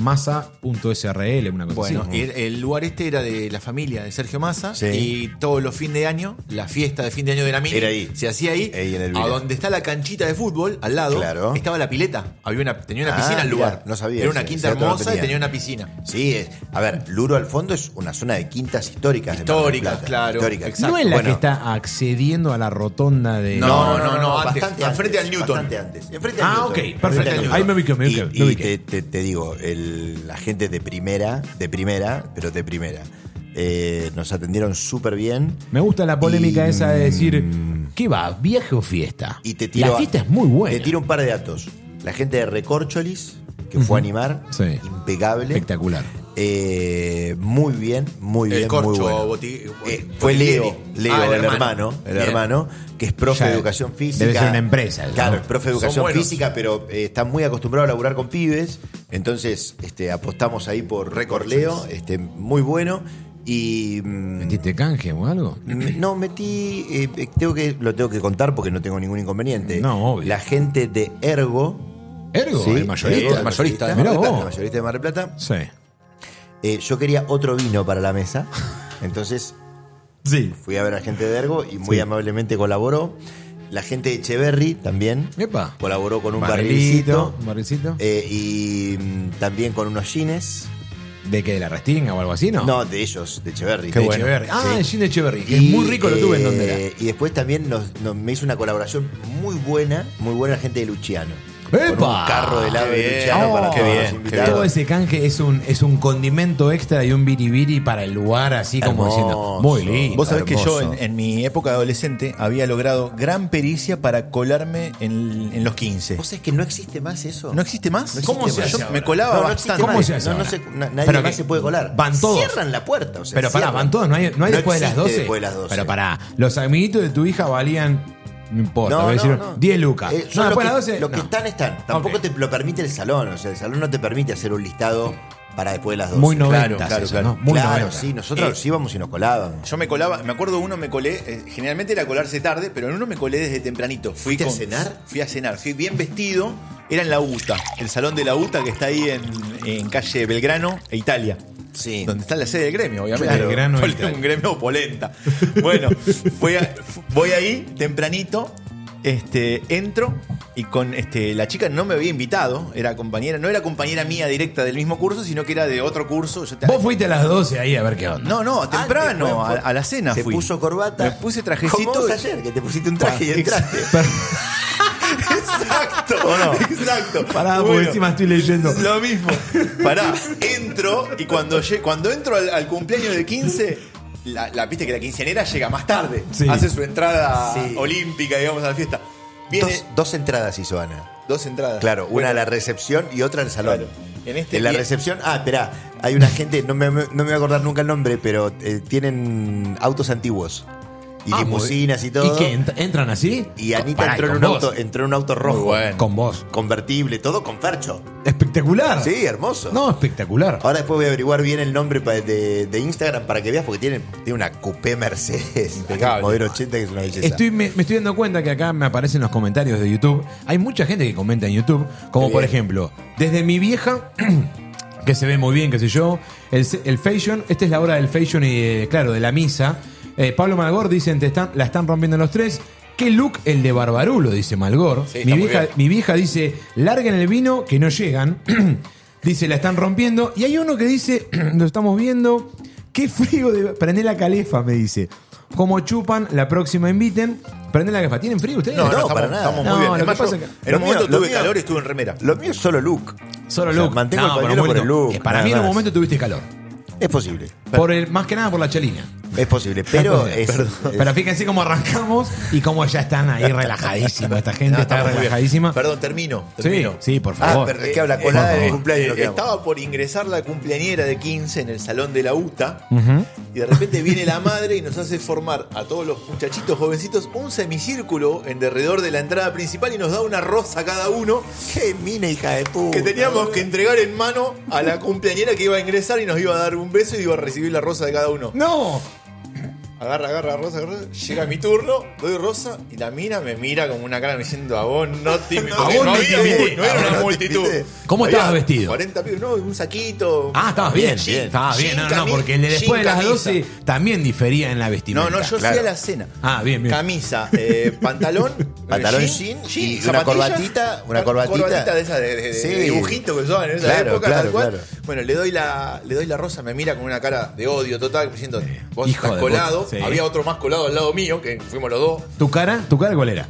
Speaker 1: masa.srl, una cosa
Speaker 2: Bueno,
Speaker 1: así.
Speaker 2: y el, el lugar este era de la familia de Sergio Massa
Speaker 3: Sí.
Speaker 2: y todos los fin de año, la fiesta de fin de año de la mini
Speaker 3: Era ahí.
Speaker 2: se hacía ahí,
Speaker 3: Ahí en el
Speaker 2: a
Speaker 3: Vila.
Speaker 2: donde está la canchita de fútbol, al lado,
Speaker 3: Claro.
Speaker 2: estaba la pileta, había una, tenía una
Speaker 3: Ah,
Speaker 2: piscina al
Speaker 3: mirá,
Speaker 2: lugar,
Speaker 3: no sabía
Speaker 2: era
Speaker 3: ese,
Speaker 2: una quinta
Speaker 3: ese dato no
Speaker 2: hermosa y
Speaker 3: tenía.
Speaker 2: tenía una piscina.
Speaker 3: Sí, es- a ver, Luro al fondo es una zona de quintas históricas. de Mar del
Speaker 2: Históricas,
Speaker 3: Plata.
Speaker 2: claro,
Speaker 3: Históricas.
Speaker 2: exacto.
Speaker 1: no es la
Speaker 3: Bueno,
Speaker 1: que está accediendo a la rotonda de.
Speaker 2: No, antes,
Speaker 3: bastante
Speaker 2: enfrente
Speaker 3: antes,
Speaker 2: al Newton.
Speaker 3: Bastante antes. Enfrente
Speaker 1: Ah,
Speaker 3: al Newton.
Speaker 1: ok,
Speaker 3: Enfrente
Speaker 1: perfecto.
Speaker 3: al Newton.
Speaker 1: Ahí me ubiqué, me ubiqué, me
Speaker 3: Y- y
Speaker 1: ubiqué.
Speaker 3: te, te- te digo, el- la gente de primera, de primera, pero de primera, eh, nos atendieron súper bien.
Speaker 1: Me gusta la polémica
Speaker 3: Y-
Speaker 1: esa de decir, ¿qué va? ¿Viaje o fiesta?
Speaker 3: Y te tiro
Speaker 1: la
Speaker 3: a-
Speaker 1: fiesta es muy buena.
Speaker 3: Te tiro un par de datos. La gente de Recorcholis, que fue a animar,
Speaker 1: Sí.
Speaker 3: impecable.
Speaker 1: Espectacular.
Speaker 3: Eh, muy bien, muy
Speaker 2: El
Speaker 3: bien, muy
Speaker 2: corcho,
Speaker 3: bueno.
Speaker 2: Boti-
Speaker 3: Eh,
Speaker 2: Boti-
Speaker 3: fue Leo,
Speaker 2: Botiglieri.
Speaker 3: Leo,
Speaker 2: Ah,
Speaker 3: el, hermano, el
Speaker 2: Bien.
Speaker 3: hermano, que es profe
Speaker 1: Ya
Speaker 3: de educación
Speaker 1: debe
Speaker 3: física.
Speaker 1: ser una empresa, eso,
Speaker 3: Claro,
Speaker 1: ¿no?
Speaker 3: es profe de
Speaker 2: Son
Speaker 3: educación
Speaker 2: buenos.
Speaker 3: física, pero eh, está muy acostumbrado a laburar con pibes. Entonces, este, apostamos ahí por récord Leo, este, muy bueno. Y mm,
Speaker 1: ¿Metiste canje o algo?
Speaker 2: Mm.
Speaker 3: me- No, metí. eh, eh, tengo que, lo tengo que contar porque no tengo ningún inconveniente.
Speaker 1: No, obvio.
Speaker 3: La gente de Ergo.
Speaker 1: Ergo,
Speaker 3: ¿sí, Eh,
Speaker 1: el mayorista.
Speaker 3: Ergo,
Speaker 2: el mayorista.
Speaker 3: de Mar
Speaker 1: Mirá
Speaker 3: del Plata,
Speaker 1: vos.
Speaker 3: el mayorista de Mar del Plata.
Speaker 1: Sí.
Speaker 3: eh, yo quería otro vino para la mesa. Entonces
Speaker 1: Sí.
Speaker 3: fui a ver a gente de Ergo y muy amablemente colaboró. La gente de Echeverry también
Speaker 1: Epa.
Speaker 3: colaboró con un
Speaker 1: Barrilito,
Speaker 3: barrilcito
Speaker 1: un barrilcito.
Speaker 3: eh, y mm, también con unos jeans.
Speaker 1: ¿De qué? ¿De la Restinga o algo así, no?
Speaker 3: No, de ellos, de Echeverry.
Speaker 1: Qué
Speaker 3: De
Speaker 1: bueno.
Speaker 3: Echeverry,
Speaker 1: Ah,
Speaker 3: sí.
Speaker 1: el jean de Echeverry, que es muy rico, lo tuve en Donde
Speaker 3: eh, Y después también nos, nos- me hizo una colaboración muy buena, muy buena la gente de Luciano. Con
Speaker 1: ¡Epa!
Speaker 3: un carro de helado
Speaker 2: Qué
Speaker 3: de
Speaker 2: bien.
Speaker 3: Luciano para
Speaker 1: Oh,
Speaker 3: todos
Speaker 2: qué bien,
Speaker 3: los
Speaker 2: qué
Speaker 3: invitados.
Speaker 1: Todo ese canje es un, es un condimento extra y un biribiri para el lugar, así como
Speaker 3: Hermoso.
Speaker 1: diciendo. Muy lindo.
Speaker 2: Vos sabés que yo
Speaker 3: Hermoso.
Speaker 2: en, en mi época adolescente había logrado gran pericia para colarme en, en los 15.
Speaker 3: ¿Vos sabés que no existe más eso?
Speaker 2: ¿No existe más?
Speaker 1: ¿Cómo se hace
Speaker 2: Yo
Speaker 1: ahora?
Speaker 2: me colaba
Speaker 3: No, no existe
Speaker 2: bastante.
Speaker 1: ¿Cómo
Speaker 3: más.
Speaker 1: se hace
Speaker 3: No, no
Speaker 1: ahora?
Speaker 3: se- na- nadie
Speaker 1: Pero
Speaker 3: más
Speaker 1: que-
Speaker 3: se puede colar.
Speaker 1: van todos.
Speaker 3: Cierran la puerta. o sea,
Speaker 1: Pero pará,
Speaker 3: cierran.
Speaker 1: van todos, no hay, no hay
Speaker 3: No
Speaker 1: después, de las
Speaker 3: existe
Speaker 1: 12?
Speaker 3: después de las 12.
Speaker 1: Pero pará, los amiguitos de tu hija valían, no importa, voy a decir, 10 lucas.
Speaker 3: Eh,
Speaker 1: no,
Speaker 3: son los
Speaker 1: después de
Speaker 3: que-
Speaker 1: las 12.
Speaker 3: Los que
Speaker 1: no.
Speaker 3: están, están. Tampoco
Speaker 1: Ok.
Speaker 3: te lo permite el salón. O sea, el salón no te permite hacer un listado para después de las 12.
Speaker 1: Muy
Speaker 3: Claro,
Speaker 1: noventas
Speaker 3: claro,
Speaker 1: eso,
Speaker 3: claro.
Speaker 1: ¿no? Muy Eh,
Speaker 3: Claro,
Speaker 1: noventas.
Speaker 3: sí. Nosotros nos íbamos y nos colábamos.
Speaker 2: Yo me colaba, me acuerdo uno me colé, eh, generalmente era colarse tarde, pero en uno me colé desde tempranito. Fui
Speaker 3: ¿Fuiste a
Speaker 2: con-
Speaker 3: cenar?
Speaker 2: Fui a cenar, fui bien vestido. Era en la UTA, el salón de la UTA que está ahí en, en calle Belgrano e Italia.
Speaker 3: Sí.
Speaker 2: Donde está la sede del gremio, obviamente.
Speaker 1: Claro. Belgrano e
Speaker 2: Pol-
Speaker 1: Italia.
Speaker 2: un gremio polenta. Bueno, voy, a- fu- voy ahí tempranito, este, entro y con este, la chica no me había invitado, era compañera, no era compañera mía directa del mismo curso, sino que era de otro curso. Yo te-
Speaker 1: Vos fuiste a las 12 ahí a ver qué onda.
Speaker 2: no, no, temprano,
Speaker 3: Antes,
Speaker 2: a, a la cena
Speaker 3: Se
Speaker 2: fui.
Speaker 3: puso corbata.
Speaker 2: Me puse trajecito.
Speaker 3: Como vos ayer, que te pusiste un traje y
Speaker 2: Ah,
Speaker 3: entraste.
Speaker 2: Exacto, exacto.
Speaker 1: Pará, porque
Speaker 2: Bueno,
Speaker 1: encima estoy leyendo.
Speaker 2: Lo mismo. Pará, entro y cuando, lle- cuando entro al, al cumpleaños de 15, la, la- viste que la quinceanera llega más tarde.
Speaker 1: Sí.
Speaker 2: Hace su entrada
Speaker 3: Sí.
Speaker 2: olímpica, digamos, a la fiesta. Viene
Speaker 3: Dos, dos entradas hizo Ana.
Speaker 2: dos entradas.
Speaker 3: Claro, una
Speaker 2: Bueno,
Speaker 3: a la recepción y otra al salón.
Speaker 2: Claro. En este-
Speaker 3: la
Speaker 2: y-
Speaker 3: recepción, ah, espera, hay una gente, no me, me- no me voy a acordar nunca el nombre, pero eh, tienen autos antiguos y
Speaker 1: Ah,
Speaker 3: limusinas
Speaker 1: muy-
Speaker 3: y todo.
Speaker 1: ¿Y qué? ent- ¿Entran así?
Speaker 3: Y Anita
Speaker 1: Pará,
Speaker 3: entró, en
Speaker 1: con
Speaker 3: un
Speaker 1: vos.
Speaker 3: auto, entró en un auto rojo,
Speaker 1: Con vos.
Speaker 3: convertible, todo con percho.
Speaker 2: Ah.
Speaker 1: Espectacular.
Speaker 3: Sí, Ah, hermoso.
Speaker 1: No, espectacular.
Speaker 3: Ahora después voy a averiguar bien el nombre pa- de, de Instagram para que veas, porque tiene, tiene una coupé Mercedes,
Speaker 2: Impecable.
Speaker 3: modelo 80, que es una belleza.
Speaker 1: Estoy, me, me estoy dando cuenta que acá me aparecen los comentarios de YouTube. Hay mucha gente que comenta en YouTube, como por ejemplo, desde mi vieja, que se ve muy bien, qué sé yo, el, se- el fashion, esta es la hora del fashion y, eh, claro, de la misa. Eh, Pablo Malgor dicen, te están, la están rompiendo los tres. ¿Qué look el de Barbarulo? Dice Malgor.
Speaker 2: Sí, está
Speaker 1: mi,
Speaker 2: muy
Speaker 1: vieja,
Speaker 2: bien.
Speaker 1: mi vieja dice, larguen el vino, que no llegan. dice, la están rompiendo. Y hay uno que dice, lo estamos viendo, qué frío de... Prende la calefa, me dice. Como chupan, la próxima inviten. Prende la calefa. ¿Tienen frío ustedes?
Speaker 2: No, no,
Speaker 3: No,
Speaker 2: estamos,
Speaker 3: para nada.
Speaker 2: estamos muy
Speaker 1: No,
Speaker 2: bien.
Speaker 1: lo
Speaker 2: Es
Speaker 1: que
Speaker 2: más, yo
Speaker 1: pasa es que-
Speaker 2: en
Speaker 3: lo
Speaker 2: un momento
Speaker 3: mío- lo
Speaker 2: tuve
Speaker 3: mío-
Speaker 2: calor y estuve en remera.
Speaker 3: Lo mío es solo look.
Speaker 1: Solo
Speaker 3: O sea,
Speaker 1: look.
Speaker 3: mantengo
Speaker 1: No,
Speaker 3: el
Speaker 1: pero
Speaker 3: pañuelo por
Speaker 1: bueno,
Speaker 3: el look.
Speaker 1: eh, Para
Speaker 3: nada
Speaker 1: mí en un
Speaker 3: más.
Speaker 1: momento tuviste calor.
Speaker 3: Es posible,
Speaker 1: Por el, más que nada por la chalina.
Speaker 3: es posible, pero es- es-
Speaker 1: Ah, Pero fíjense cómo arrancamos y cómo ya están ahí relajadísimos. Esta gente está
Speaker 2: No, estamos muy bien.
Speaker 1: relajadísima.
Speaker 2: Perdón, termino.
Speaker 1: Sí,
Speaker 2: termino.
Speaker 1: sí, por
Speaker 3: Ah,
Speaker 1: favor.
Speaker 3: pero es que habla
Speaker 2: Eh,
Speaker 3: colada
Speaker 2: eh,
Speaker 3: del cumpleaños.
Speaker 2: eh,
Speaker 3: lo que hago.
Speaker 2: estaba por ingresar la cumpleañera de 15 en el salón de la UTA
Speaker 1: Ujú.
Speaker 2: y de repente viene la madre y nos hace formar a todos los muchachitos jovencitos un semicírculo en derredor de la entrada principal y nos da una rosa a cada uno
Speaker 3: Qué mina hija de puta.
Speaker 2: que teníamos que entregar en mano a la cumpleañera que iba a ingresar y nos iba a dar un beso y iba a recibir la rosa de cada uno.
Speaker 1: ¡No!
Speaker 2: Agarra, agarra, rosa, agarra. Llega mi turno, doy rosa y la mina me mira como una cara diciendo a vos no te invité.
Speaker 1: A vos
Speaker 2: no,
Speaker 1: no
Speaker 2: había
Speaker 1: te invité.
Speaker 2: mu- no era
Speaker 3: A vos no
Speaker 2: una
Speaker 3: te
Speaker 2: multitud.
Speaker 3: invité.
Speaker 1: ¿Cómo
Speaker 2: Había
Speaker 1: estabas vestido?
Speaker 2: 40 pibes, no, un saquito.
Speaker 1: Ah, estabas bien,
Speaker 2: Jean,
Speaker 1: bien. Estabas bien,
Speaker 2: jean,
Speaker 1: no, no,
Speaker 2: cami-
Speaker 1: porque el de
Speaker 2: jean,
Speaker 1: después de las
Speaker 2: camisa.
Speaker 1: 12 también difería en la vestimenta.
Speaker 2: No, no, yo
Speaker 1: claro.
Speaker 2: fui a la cena.
Speaker 1: Ah, bien, bien.
Speaker 2: Camisa, eh, pantalón,
Speaker 3: Pantalón
Speaker 2: eh,
Speaker 3: jean, y una
Speaker 2: zapatillas,
Speaker 3: corbatita, una
Speaker 2: cor-
Speaker 3: corbatita.
Speaker 2: corbatita de esa de, de- de
Speaker 3: Sí.
Speaker 2: dibujito que usaban en esa
Speaker 3: Claro,
Speaker 2: época,
Speaker 3: claro,
Speaker 2: tal cual.
Speaker 3: claro.
Speaker 2: Bueno, le doy la le doy la rosa, me mira con una cara de odio total, como diciendo, vos
Speaker 1: Eh, Hijo
Speaker 2: estás
Speaker 1: de
Speaker 2: colado,
Speaker 1: puta, sí.
Speaker 2: había otro más colado al lado mío, que fuimos los dos.
Speaker 1: ¿Tu cara? ¿Tu cara cuál era?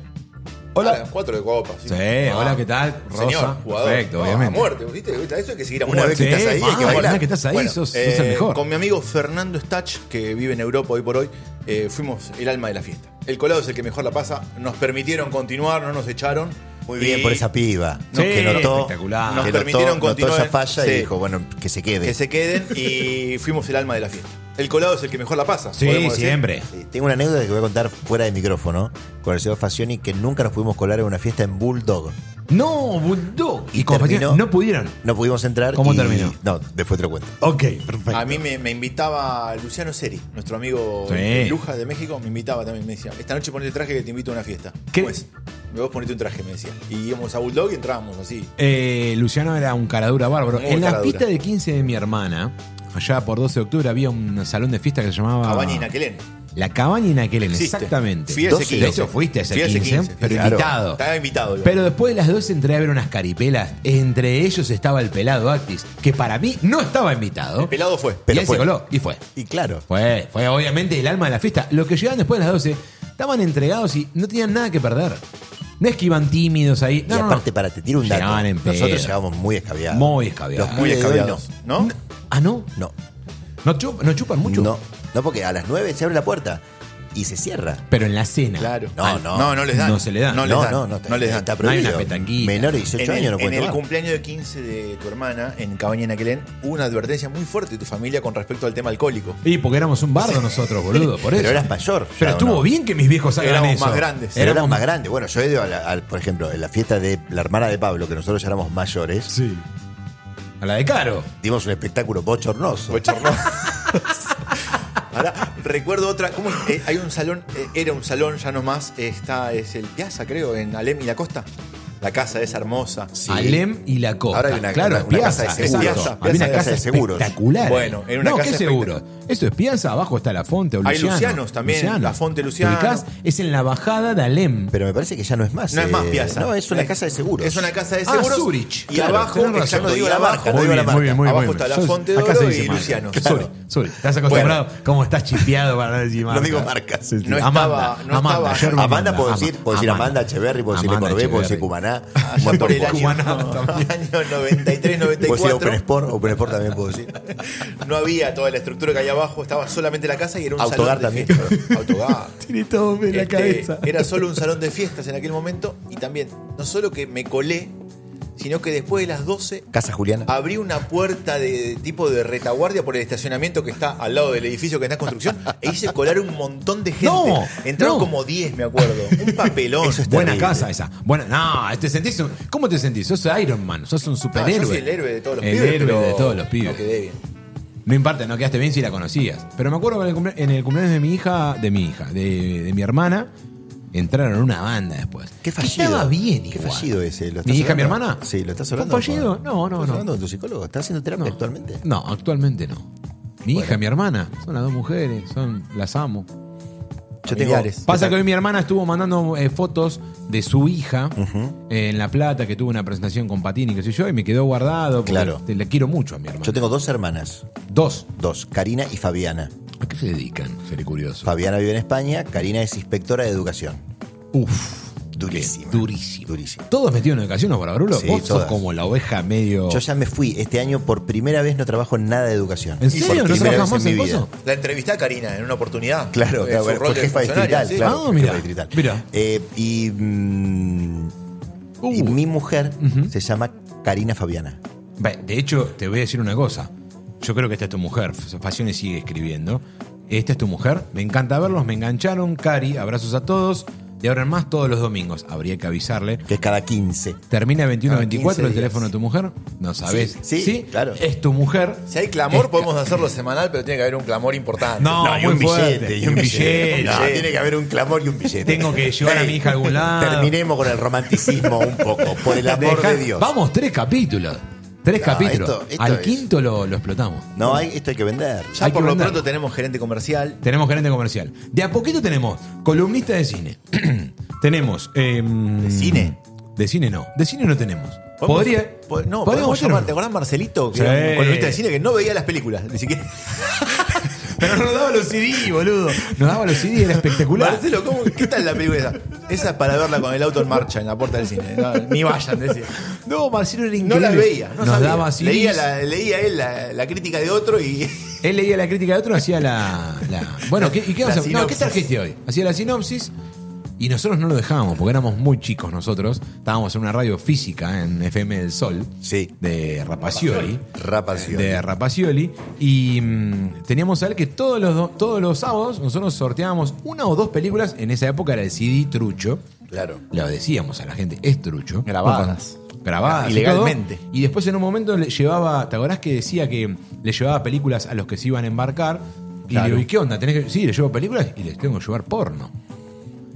Speaker 2: Ah, las cuatro de copas.
Speaker 1: Sí, hola, ¿qué tal? Rosa.
Speaker 2: Señor, jugador.
Speaker 1: Perfecto,
Speaker 2: No,
Speaker 1: obviamente.
Speaker 2: A muerte, ¿viste? Eso hay que seguir a
Speaker 3: Una
Speaker 2: muerte.
Speaker 3: vez que estás ahí, hay que
Speaker 1: mal,
Speaker 3: bailar.
Speaker 1: una vez que estás ahí,
Speaker 2: Bueno,
Speaker 1: sos, sos
Speaker 2: eh,
Speaker 1: el mejor.
Speaker 2: Con mi amigo Fernando Stach, que vive en Europa hoy por hoy, eh, fuimos el alma de la fiesta. El colado es el que mejor la pasa. Nos permitieron continuar, no nos echaron.
Speaker 3: Muy bien por esa piba.
Speaker 1: Sí,
Speaker 3: que notó,
Speaker 1: espectacular.
Speaker 3: que
Speaker 1: Nos
Speaker 3: notó-
Speaker 2: permitieron
Speaker 3: notó
Speaker 2: continuar
Speaker 3: esa
Speaker 2: en-
Speaker 3: falla
Speaker 2: sí.
Speaker 3: y dijo, bueno, que se quede.
Speaker 2: Que se queden y fuimos el alma de la fiesta. El colado es el que mejor la pasa.
Speaker 1: Sí,
Speaker 2: podemos decir.
Speaker 1: siempre.
Speaker 3: Sí, Eh, Tengo una anécdota que voy a contar fuera de micrófono con el señor Facioni que nunca nos pudimos colar en una fiesta en Bulldog.
Speaker 1: No, Bulldog. Y
Speaker 3: Y
Speaker 1: compañeros,
Speaker 3: terminó-
Speaker 1: no pudieron.
Speaker 3: No pudimos entrar.
Speaker 1: ¿Cómo
Speaker 3: y-
Speaker 1: terminó?
Speaker 3: No, después te lo cuento.
Speaker 1: Ok, perfecto.
Speaker 2: A mí me, me invitaba Luciano Seri, nuestro amigo
Speaker 1: Sí.
Speaker 2: de Lujas de México, me invitaba también, me decía, esta noche ponete traje que te invito a una fiesta.
Speaker 1: ¿Qué?
Speaker 2: Pues, vos ponete un traje, me decía. Y íbamos a Bulldog y entrábamos así.
Speaker 1: Eh, Luciano era un caradura bárbaro.
Speaker 2: Muy
Speaker 1: en la
Speaker 2: caradura.
Speaker 1: fiesta de 15 de mi hermana, allá por 12 de octubre, había un salón de fiesta que se llamaba.
Speaker 2: Cabaña y Naquelén.
Speaker 1: La cabaña inaquelena,
Speaker 2: Existe.
Speaker 1: exactamente.
Speaker 2: Fui a ese
Speaker 1: 12,
Speaker 2: 15.
Speaker 1: De hecho, fuiste a ese
Speaker 2: Fui a ese
Speaker 1: 15,
Speaker 2: 15,
Speaker 1: pero
Speaker 2: claro.
Speaker 1: invitado.
Speaker 2: Estaba invitado yo.
Speaker 1: Pero después de las 12 entré a ver unas caripelas. Entre ellos estaba el pelado Actis, que para mí no estaba invitado.
Speaker 2: El pelado fue.
Speaker 1: y
Speaker 3: pero
Speaker 1: él
Speaker 3: fue.
Speaker 1: se coló y fue.
Speaker 3: Y claro,
Speaker 1: Fue, fue obviamente el alma de la fiesta. Los que llegaban después de las 12 estaban entregados y no tenían nada que perder. No es que iban tímidos ahí. No,
Speaker 3: y
Speaker 1: no,
Speaker 3: aparte
Speaker 1: no.
Speaker 3: para te tiro un dato,
Speaker 1: Llegaban en pedo.
Speaker 3: nosotros llegamos muy escabeados.
Speaker 1: Muy escabeados.
Speaker 3: Los
Speaker 1: Muy
Speaker 3: pibes de hoy
Speaker 2: escabeados. ¿No?
Speaker 1: Ah, no.
Speaker 3: No,
Speaker 1: No, chup- no chupan mucho.
Speaker 3: no, no, no, porque a las 9 se abre la puerta y se cierra.
Speaker 1: Pero en la cena.
Speaker 3: No,
Speaker 2: Ah,
Speaker 3: no.
Speaker 2: No, no les dan.
Speaker 1: No se le dan.
Speaker 2: No les
Speaker 3: no,
Speaker 2: dan.
Speaker 3: no, no,
Speaker 2: les dan.
Speaker 3: está
Speaker 1: No hay una
Speaker 3: prohibido.
Speaker 1: petanquita.
Speaker 3: Menores de 18
Speaker 2: En el,
Speaker 3: años no
Speaker 2: en
Speaker 3: pueden
Speaker 2: el
Speaker 3: tomar.
Speaker 2: cumpleaños de 15 de tu hermana, en Cabaña en Aquelén, hubo una advertencia muy fuerte de tu familia con respecto al tema alcohólico.
Speaker 1: Y porque éramos un bardo nosotros, boludo, por eso.
Speaker 3: Pero eras mayor. ya,
Speaker 1: Pero
Speaker 3: ¿o
Speaker 1: estuvo
Speaker 3: no?
Speaker 1: bien que mis viejos hagan
Speaker 2: Éramos
Speaker 1: eso.
Speaker 2: más grandes.
Speaker 3: Pero éramos
Speaker 1: Éramos
Speaker 3: más grandes. Bueno, yo he ido, a la- al- por ejemplo, en la fiesta de la hermana de Pablo, que nosotros ya éramos mayores,
Speaker 1: Sí. A la de Caro.
Speaker 3: dimos un espectáculo bochornoso.
Speaker 2: Bochornoso. Ahora, recuerdo otra. ¿cómo es? Eh, hay un salón, eh, era un salón ya nomás, está, es el Piazza, creo, en Alem y la Costa. La casa esa hermosa. Ah,
Speaker 1: Alem y la Costa.
Speaker 3: Ahora hay una-
Speaker 1: claro,
Speaker 3: una- una
Speaker 1: Piazza,
Speaker 3: casa de seguros.
Speaker 1: exacto.
Speaker 2: Piazza,
Speaker 1: Había una
Speaker 2: Piazza
Speaker 1: casa
Speaker 3: de seguros.
Speaker 1: espectacular.
Speaker 2: Bueno, era una
Speaker 1: no,
Speaker 2: casa
Speaker 1: ¿qué seguro? Eso es Piazza, abajo está la Fonte o
Speaker 2: Hay
Speaker 1: Luciano.
Speaker 2: Lucianos también, la Fonte Luciano.
Speaker 1: ¿Te ubicás? Es en la bajada de Alem.
Speaker 3: Pero me parece que ya no es más.
Speaker 2: No es más
Speaker 3: eh,
Speaker 2: Piazza.
Speaker 3: No, es una casa de seguros.
Speaker 2: Es una casa de
Speaker 1: Ah,
Speaker 2: seguros.
Speaker 1: Zurich.
Speaker 2: Y
Speaker 1: Claro,
Speaker 2: abajo,
Speaker 1: tenés razón.
Speaker 2: exacto,
Speaker 3: No
Speaker 2: digo
Speaker 3: digo
Speaker 2: la
Speaker 3: la
Speaker 2: marca,
Speaker 3: marca,
Speaker 2: no
Speaker 1: muy
Speaker 2: digo
Speaker 1: bien,
Speaker 2: la marca.
Speaker 1: muy bien, muy bien,
Speaker 2: abajo
Speaker 1: muy
Speaker 2: está
Speaker 1: bien.
Speaker 2: la
Speaker 1: Sos-
Speaker 2: Fonte
Speaker 1: acá se
Speaker 2: Doro
Speaker 1: dice
Speaker 2: y
Speaker 1: marca.
Speaker 2: Luciano.
Speaker 1: Sorry, sorry. Estás acostumbrado cómo estás chipeado para decir marca.
Speaker 3: digo marcas.
Speaker 1: Sí, sí.
Speaker 2: No
Speaker 1: Amanda,
Speaker 2: estaba-
Speaker 1: Amanda,
Speaker 2: no estaba-
Speaker 1: yerba
Speaker 3: Amanda,
Speaker 1: Amanda,
Speaker 3: puedo
Speaker 1: Ama-
Speaker 3: decir, puedo decir Amanda Echeverry, puedo decir
Speaker 1: Amanda
Speaker 3: Corbé, puedo decir
Speaker 1: Echeverry.
Speaker 3: Cumaná.
Speaker 2: Allá
Speaker 3: Muy
Speaker 2: por el
Speaker 3: poco.
Speaker 2: año,
Speaker 1: Cubanazo también.
Speaker 2: año 93,
Speaker 3: Puedo decir Open
Speaker 2: 94.
Speaker 3: Sport, Open Sport también puedo decir.
Speaker 2: No había toda la estructura que hay abajo, estaba solamente la casa y era un
Speaker 3: Autogar
Speaker 2: salón de
Speaker 3: también.
Speaker 2: fiestas. Autogar.
Speaker 1: Tiene todo en la
Speaker 2: Este,
Speaker 1: cabeza.
Speaker 2: Era solo un salón de fiestas en aquel momento y también, no solo que me colé, sino que después de las 12
Speaker 3: Casa Juliana.
Speaker 2: abrí una puerta de tipo de retaguardia por el estacionamiento que está al lado del edificio que está en construcción e hice colar un montón de gente.
Speaker 1: No,
Speaker 2: Entraron
Speaker 1: no.
Speaker 2: como 10, me acuerdo. Un papelón.
Speaker 3: Eso es
Speaker 1: Buena
Speaker 3: terrible.
Speaker 1: casa esa. Bueno, no, te sentís un- ¿cómo te sentís? Sos Iron Man, sos un
Speaker 2: Ah,
Speaker 1: superhéroe.
Speaker 2: yo soy el héroe de todos los
Speaker 1: El
Speaker 2: pibes.
Speaker 1: héroe
Speaker 2: pero
Speaker 1: de todos los
Speaker 2: No
Speaker 1: pibes.
Speaker 2: quedé bien.
Speaker 1: No importa, no quedaste bien si la conocías. Pero me acuerdo que en el, cumple- en el cumpleaños de mi hija, de mi hija, de, de mi hermana, entraron en una banda después.
Speaker 3: Qué
Speaker 1: Que
Speaker 3: fallido.
Speaker 1: Estaba bien
Speaker 3: Qué
Speaker 1: igual.
Speaker 3: fallido ese. ¿Lo estás
Speaker 1: ¿Mi hija, mi
Speaker 3: hablando?
Speaker 1: hermana?
Speaker 3: Sí, ¿lo estás
Speaker 1: ¿Fue
Speaker 3: hablando?
Speaker 1: fallido?
Speaker 3: con-
Speaker 1: No, no,
Speaker 3: ¿Estás
Speaker 1: no.
Speaker 3: hablando de tu psicólogo? ¿Estás haciendo terapia actualmente?
Speaker 1: No, actualmente no. Mi hija, mi hermana, son las dos mujeres, son, las amo.
Speaker 3: Yo
Speaker 2: Familiares.
Speaker 1: Pasa que hoy mi hermana estuvo mandando eh, fotos de su hija eh, en La Plata, que tuvo una presentación con Patini, que sé yo, y me quedó guardado. porque
Speaker 3: Claro.
Speaker 1: te- le quiero mucho a mi hermana.
Speaker 3: Yo tengo dos hermanas,
Speaker 1: Dos.
Speaker 3: dos, Karina y Fabiana.
Speaker 1: ¿A qué se dedican? Seré curioso.
Speaker 3: Fabiana vive en España, Karina es inspectora de educación.
Speaker 1: Uf.
Speaker 3: Durísima.
Speaker 1: Durísimo.
Speaker 3: Durísima.
Speaker 1: ¿Todos metidos en educación, ¿no, Barabarulo?
Speaker 3: Sí,
Speaker 1: Vos sos
Speaker 3: todas.
Speaker 1: como la oveja medio...
Speaker 3: Yo ya me fui. Este año por primera vez no trabajo en nada de educación.
Speaker 1: ¿En serio?
Speaker 3: Por
Speaker 1: ¿No
Speaker 3: primera
Speaker 1: trabajas
Speaker 3: vez
Speaker 1: más en
Speaker 3: mi vida.
Speaker 1: coso?
Speaker 2: La entrevisté a Karina en una oportunidad.
Speaker 3: Claro,
Speaker 2: Eh,
Speaker 3: claro,
Speaker 2: su
Speaker 3: bueno,
Speaker 2: rol
Speaker 3: fue
Speaker 2: de
Speaker 3: jefa
Speaker 2: funcionaria,
Speaker 3: distrital.
Speaker 2: sí.
Speaker 3: Claro,
Speaker 1: Ah,
Speaker 3: fue
Speaker 1: mirá,
Speaker 3: jefa distrital.
Speaker 1: mirá.
Speaker 3: Eh, y, mm, y
Speaker 1: Uh.
Speaker 3: mi mujer se llama Karina Fabiana.
Speaker 1: Ve, De hecho, te voy a decir una cosa. Yo creo que esta es tu mujer. F- Fasiones sigue escribiendo. Esta es tu mujer. Me encanta verlos. Me engancharon. Cari, abrazos a todos. De ahora en más, todos los domingos. Habría que avisarle.
Speaker 3: Que es cada 15.
Speaker 1: Termina 21
Speaker 3: Ah,
Speaker 1: 24 el
Speaker 3: 15 días.
Speaker 1: teléfono de tu mujer. No sabes.
Speaker 3: sí, claro.
Speaker 1: Es tu mujer.
Speaker 2: Si hay clamor, podemos hacerlo semanal, pero tiene que haber un clamor importante.
Speaker 1: No,
Speaker 3: y
Speaker 1: muy
Speaker 3: un
Speaker 1: fuerte.
Speaker 3: billete. Y un billete. No, tiene que haber un clamor y un billete.
Speaker 1: Tengo que llevar a mi hija a algún lado.
Speaker 3: Terminemos con el romanticismo un poco, por el amor
Speaker 1: Dejá-
Speaker 3: de Dios.
Speaker 1: Vamos, tres capítulos. Tres
Speaker 3: No,
Speaker 1: capítulos.
Speaker 3: esto- esto
Speaker 1: Al
Speaker 3: es-
Speaker 1: quinto lo, lo explotamos.
Speaker 3: No, hay, esto hay que vender.
Speaker 2: Ya
Speaker 1: Hay
Speaker 2: por
Speaker 1: que
Speaker 2: lo
Speaker 1: mandar.
Speaker 2: pronto tenemos gerente comercial.
Speaker 1: Tenemos gerente comercial. De a poquito tenemos columnista de cine. tenemos. em,
Speaker 2: ¿De cine?
Speaker 1: De cine no. De cine no tenemos.
Speaker 2: ¿Podemos-
Speaker 1: Podría.
Speaker 2: po- no,
Speaker 1: podríamos
Speaker 2: podemos
Speaker 1: hacer-
Speaker 2: llamar. ¿Te acordás Marcelito? Que
Speaker 1: Sí.
Speaker 2: era un columnista de cine que no veía las películas. Ni siquiera.
Speaker 1: Pero no nos daba los CD, boludo. Nos daba los CD, era espectacular.
Speaker 2: Marcelo, ¿cómo- ¿qué tal la película esa? Esa es para verla con el auto en marcha en la puerta del cine. No, ni vayan, decía.
Speaker 1: No, Marcelo era
Speaker 2: No
Speaker 1: increíble.
Speaker 2: la veía, no
Speaker 1: nos
Speaker 2: sabía.
Speaker 1: daba CDs.
Speaker 2: leía, la- leía él la, la crítica de otro y.
Speaker 1: Él leía la crítica de otro, hacía la. la- Bueno, ¿qué, ¿y qué
Speaker 2: La
Speaker 1: vas a hacer? No, ¿qué
Speaker 2: sinopsis.
Speaker 1: trajiste hoy? Hacía la sinopsis y nosotros no lo dejábamos porque éramos muy chicos nosotros. Estábamos en una radio física en FM del Sol
Speaker 3: Sí.
Speaker 1: de Rapacioli.
Speaker 3: Rapación.
Speaker 1: de Rapacioli y mm, teníamos a él que todos los, do- todos los sábados nosotros sorteábamos una o dos películas, en esa época era el CD trucho,
Speaker 3: Claro.
Speaker 1: lo decíamos a la gente, es trucho.
Speaker 2: Grabadas.
Speaker 1: Grabadas. y
Speaker 2: Ilegalmente.
Speaker 1: todo. Y, después en un momento le llevaba, ¿te acordás que decía que le llevaba películas a los que se iban a embarcar? Y
Speaker 2: Claro.
Speaker 1: le digo, ¿y qué onda? ¿Tenés que-?" Sí, le llevo películas y les tengo que llevar porno.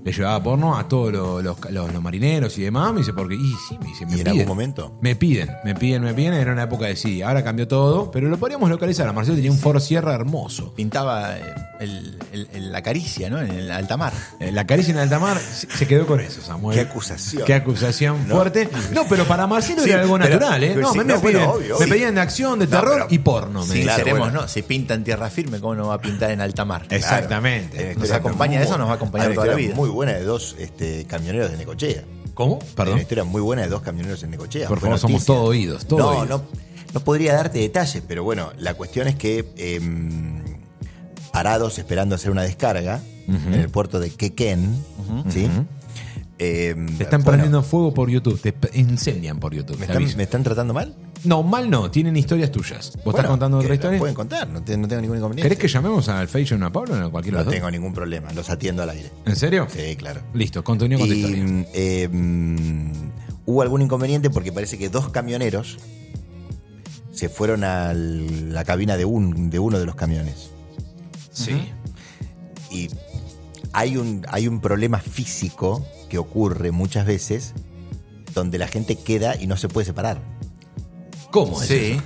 Speaker 1: le llevaba porno a todos los, los- los- los marineros y demás. Me dice, porque, y sí, me dice, me
Speaker 3: ¿Y en
Speaker 1: piden.
Speaker 3: algún momento?
Speaker 1: Me piden, me piden, me piden. Era una época de sí. Ahora cambió todo, pero lo podríamos localizar. Marcelo tenía un Ford Sierra hermoso.
Speaker 2: Pintaba eh, el- el- el- la caricia, ¿no? En el alta mar.
Speaker 1: Eh, La caricia en alta mar se se quedó con eso, Samuel.
Speaker 3: Qué acusación.
Speaker 1: Qué acusación fuerte. No, pero para Marcelo
Speaker 3: Sí,
Speaker 1: era algo
Speaker 3: pero-
Speaker 1: natural, ¿eh?
Speaker 3: pero
Speaker 1: No,
Speaker 3: sí,
Speaker 1: me, me
Speaker 3: no, bueno,
Speaker 1: piden-
Speaker 3: obvio,
Speaker 1: me
Speaker 3: obvio.
Speaker 1: pedían de acción, de terror
Speaker 3: pero-
Speaker 1: y porno. Me
Speaker 2: Sí,
Speaker 1: dicen.
Speaker 3: claro,
Speaker 2: seremos,
Speaker 3: bueno.
Speaker 2: ¿no? Se pinta en tierra firme, ¿cómo no va a pintar en alta mar?
Speaker 1: Exactamente.
Speaker 3: Hay una
Speaker 2: Nos
Speaker 3: historia
Speaker 2: acompaña,
Speaker 3: muy-
Speaker 2: eso nos va a
Speaker 3: hay
Speaker 2: acompañar
Speaker 3: una
Speaker 2: toda la
Speaker 3: historia
Speaker 2: vida.
Speaker 3: muy buena de dos este, camioneros de Necochea.
Speaker 1: ¿Cómo?
Speaker 3: Hay una
Speaker 1: Perdón.
Speaker 3: historia muy buena de dos camioneros en Necochea.
Speaker 1: Por
Speaker 3: Fue
Speaker 1: favor, somos
Speaker 3: noticia.
Speaker 1: todo oídos, todo
Speaker 3: no,
Speaker 1: oídos.
Speaker 3: no, no podría darte detalles, pero bueno, la cuestión es que em, parados esperando hacer una descarga
Speaker 1: Ujú.
Speaker 3: en el puerto de Quequén, ¿sí? Em,
Speaker 1: Te están
Speaker 3: bueno,
Speaker 1: prendiendo fuego por YouTube, te p- incendian por YouTube.
Speaker 3: ¿me
Speaker 1: te
Speaker 3: están,
Speaker 1: aviso.
Speaker 3: me están tratando mal? ¿Vos
Speaker 1: No, mal no, tienen historias tuyas. ¿Vos estás contando otra historia?
Speaker 3: Pueden este. contar, no, te- no tengo ningún inconveniente.
Speaker 1: ¿Querés que llamemos al Fation o a Pablo o a cualquiera de los
Speaker 3: No
Speaker 1: dos?
Speaker 3: tengo ningún problema, los atiendo al aire.
Speaker 1: ¿En serio?
Speaker 3: Sí, claro.
Speaker 1: Listo, continúo con tu
Speaker 3: Y
Speaker 1: historia.
Speaker 3: mm, eh, mm, hubo algún inconveniente porque parece que dos camioneros se fueron a la cabina de, un, de uno de los camiones.
Speaker 1: Sí.
Speaker 3: Y hay un, hay un problema físico que ocurre muchas veces donde la gente queda y no se puede separar.
Speaker 1: ¿Cómo es
Speaker 2: Sí.
Speaker 1: eso?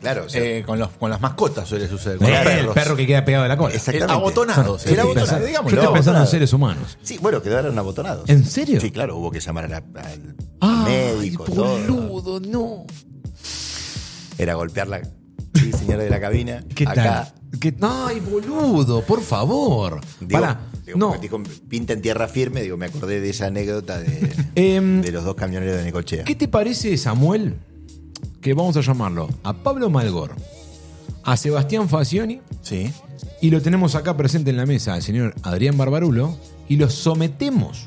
Speaker 3: Claro, o sea,
Speaker 2: Eh, con, los- con las mascotas suele suceder. Con
Speaker 1: Bueno,
Speaker 3: Eh,
Speaker 2: los
Speaker 1: el
Speaker 2: perros.
Speaker 1: perro que queda pegado de la cola.
Speaker 3: Exacto.
Speaker 2: El
Speaker 3: Exactamente.
Speaker 2: abotonado.
Speaker 1: Yo
Speaker 2: El
Speaker 1: estoy
Speaker 2: abotonado,
Speaker 1: pensando-
Speaker 2: digamos.
Speaker 1: yo estoy
Speaker 2: no,
Speaker 1: pensando en
Speaker 2: abotonado.
Speaker 1: seres humanos.
Speaker 3: Sí, bueno, quedaron abotonados.
Speaker 1: ¿En serio?
Speaker 3: Sí, claro, hubo que llamar a la- al
Speaker 1: Ah,
Speaker 3: médico, todo.
Speaker 1: boludo, no.
Speaker 3: Era golpear la sí, señora de la cabina.
Speaker 1: ¿Qué
Speaker 3: acá.
Speaker 1: tal? ¿Qué- Ay, boludo, por favor.
Speaker 3: Digo,
Speaker 1: Pará,
Speaker 3: digo,
Speaker 1: no.
Speaker 3: porque dijo, pinta en tierra firme, digo, me acordé de esa anécdota de,
Speaker 1: Em,
Speaker 3: de los dos camioneros de Necochea.
Speaker 1: ¿Qué te parece, Samuel? Que vamos a llamarlo a Pablo Malgor, a Sebastián Facioni,
Speaker 2: Sí.
Speaker 1: y lo tenemos acá presente en la mesa al señor Adrián Barbarulo, y los sometemos.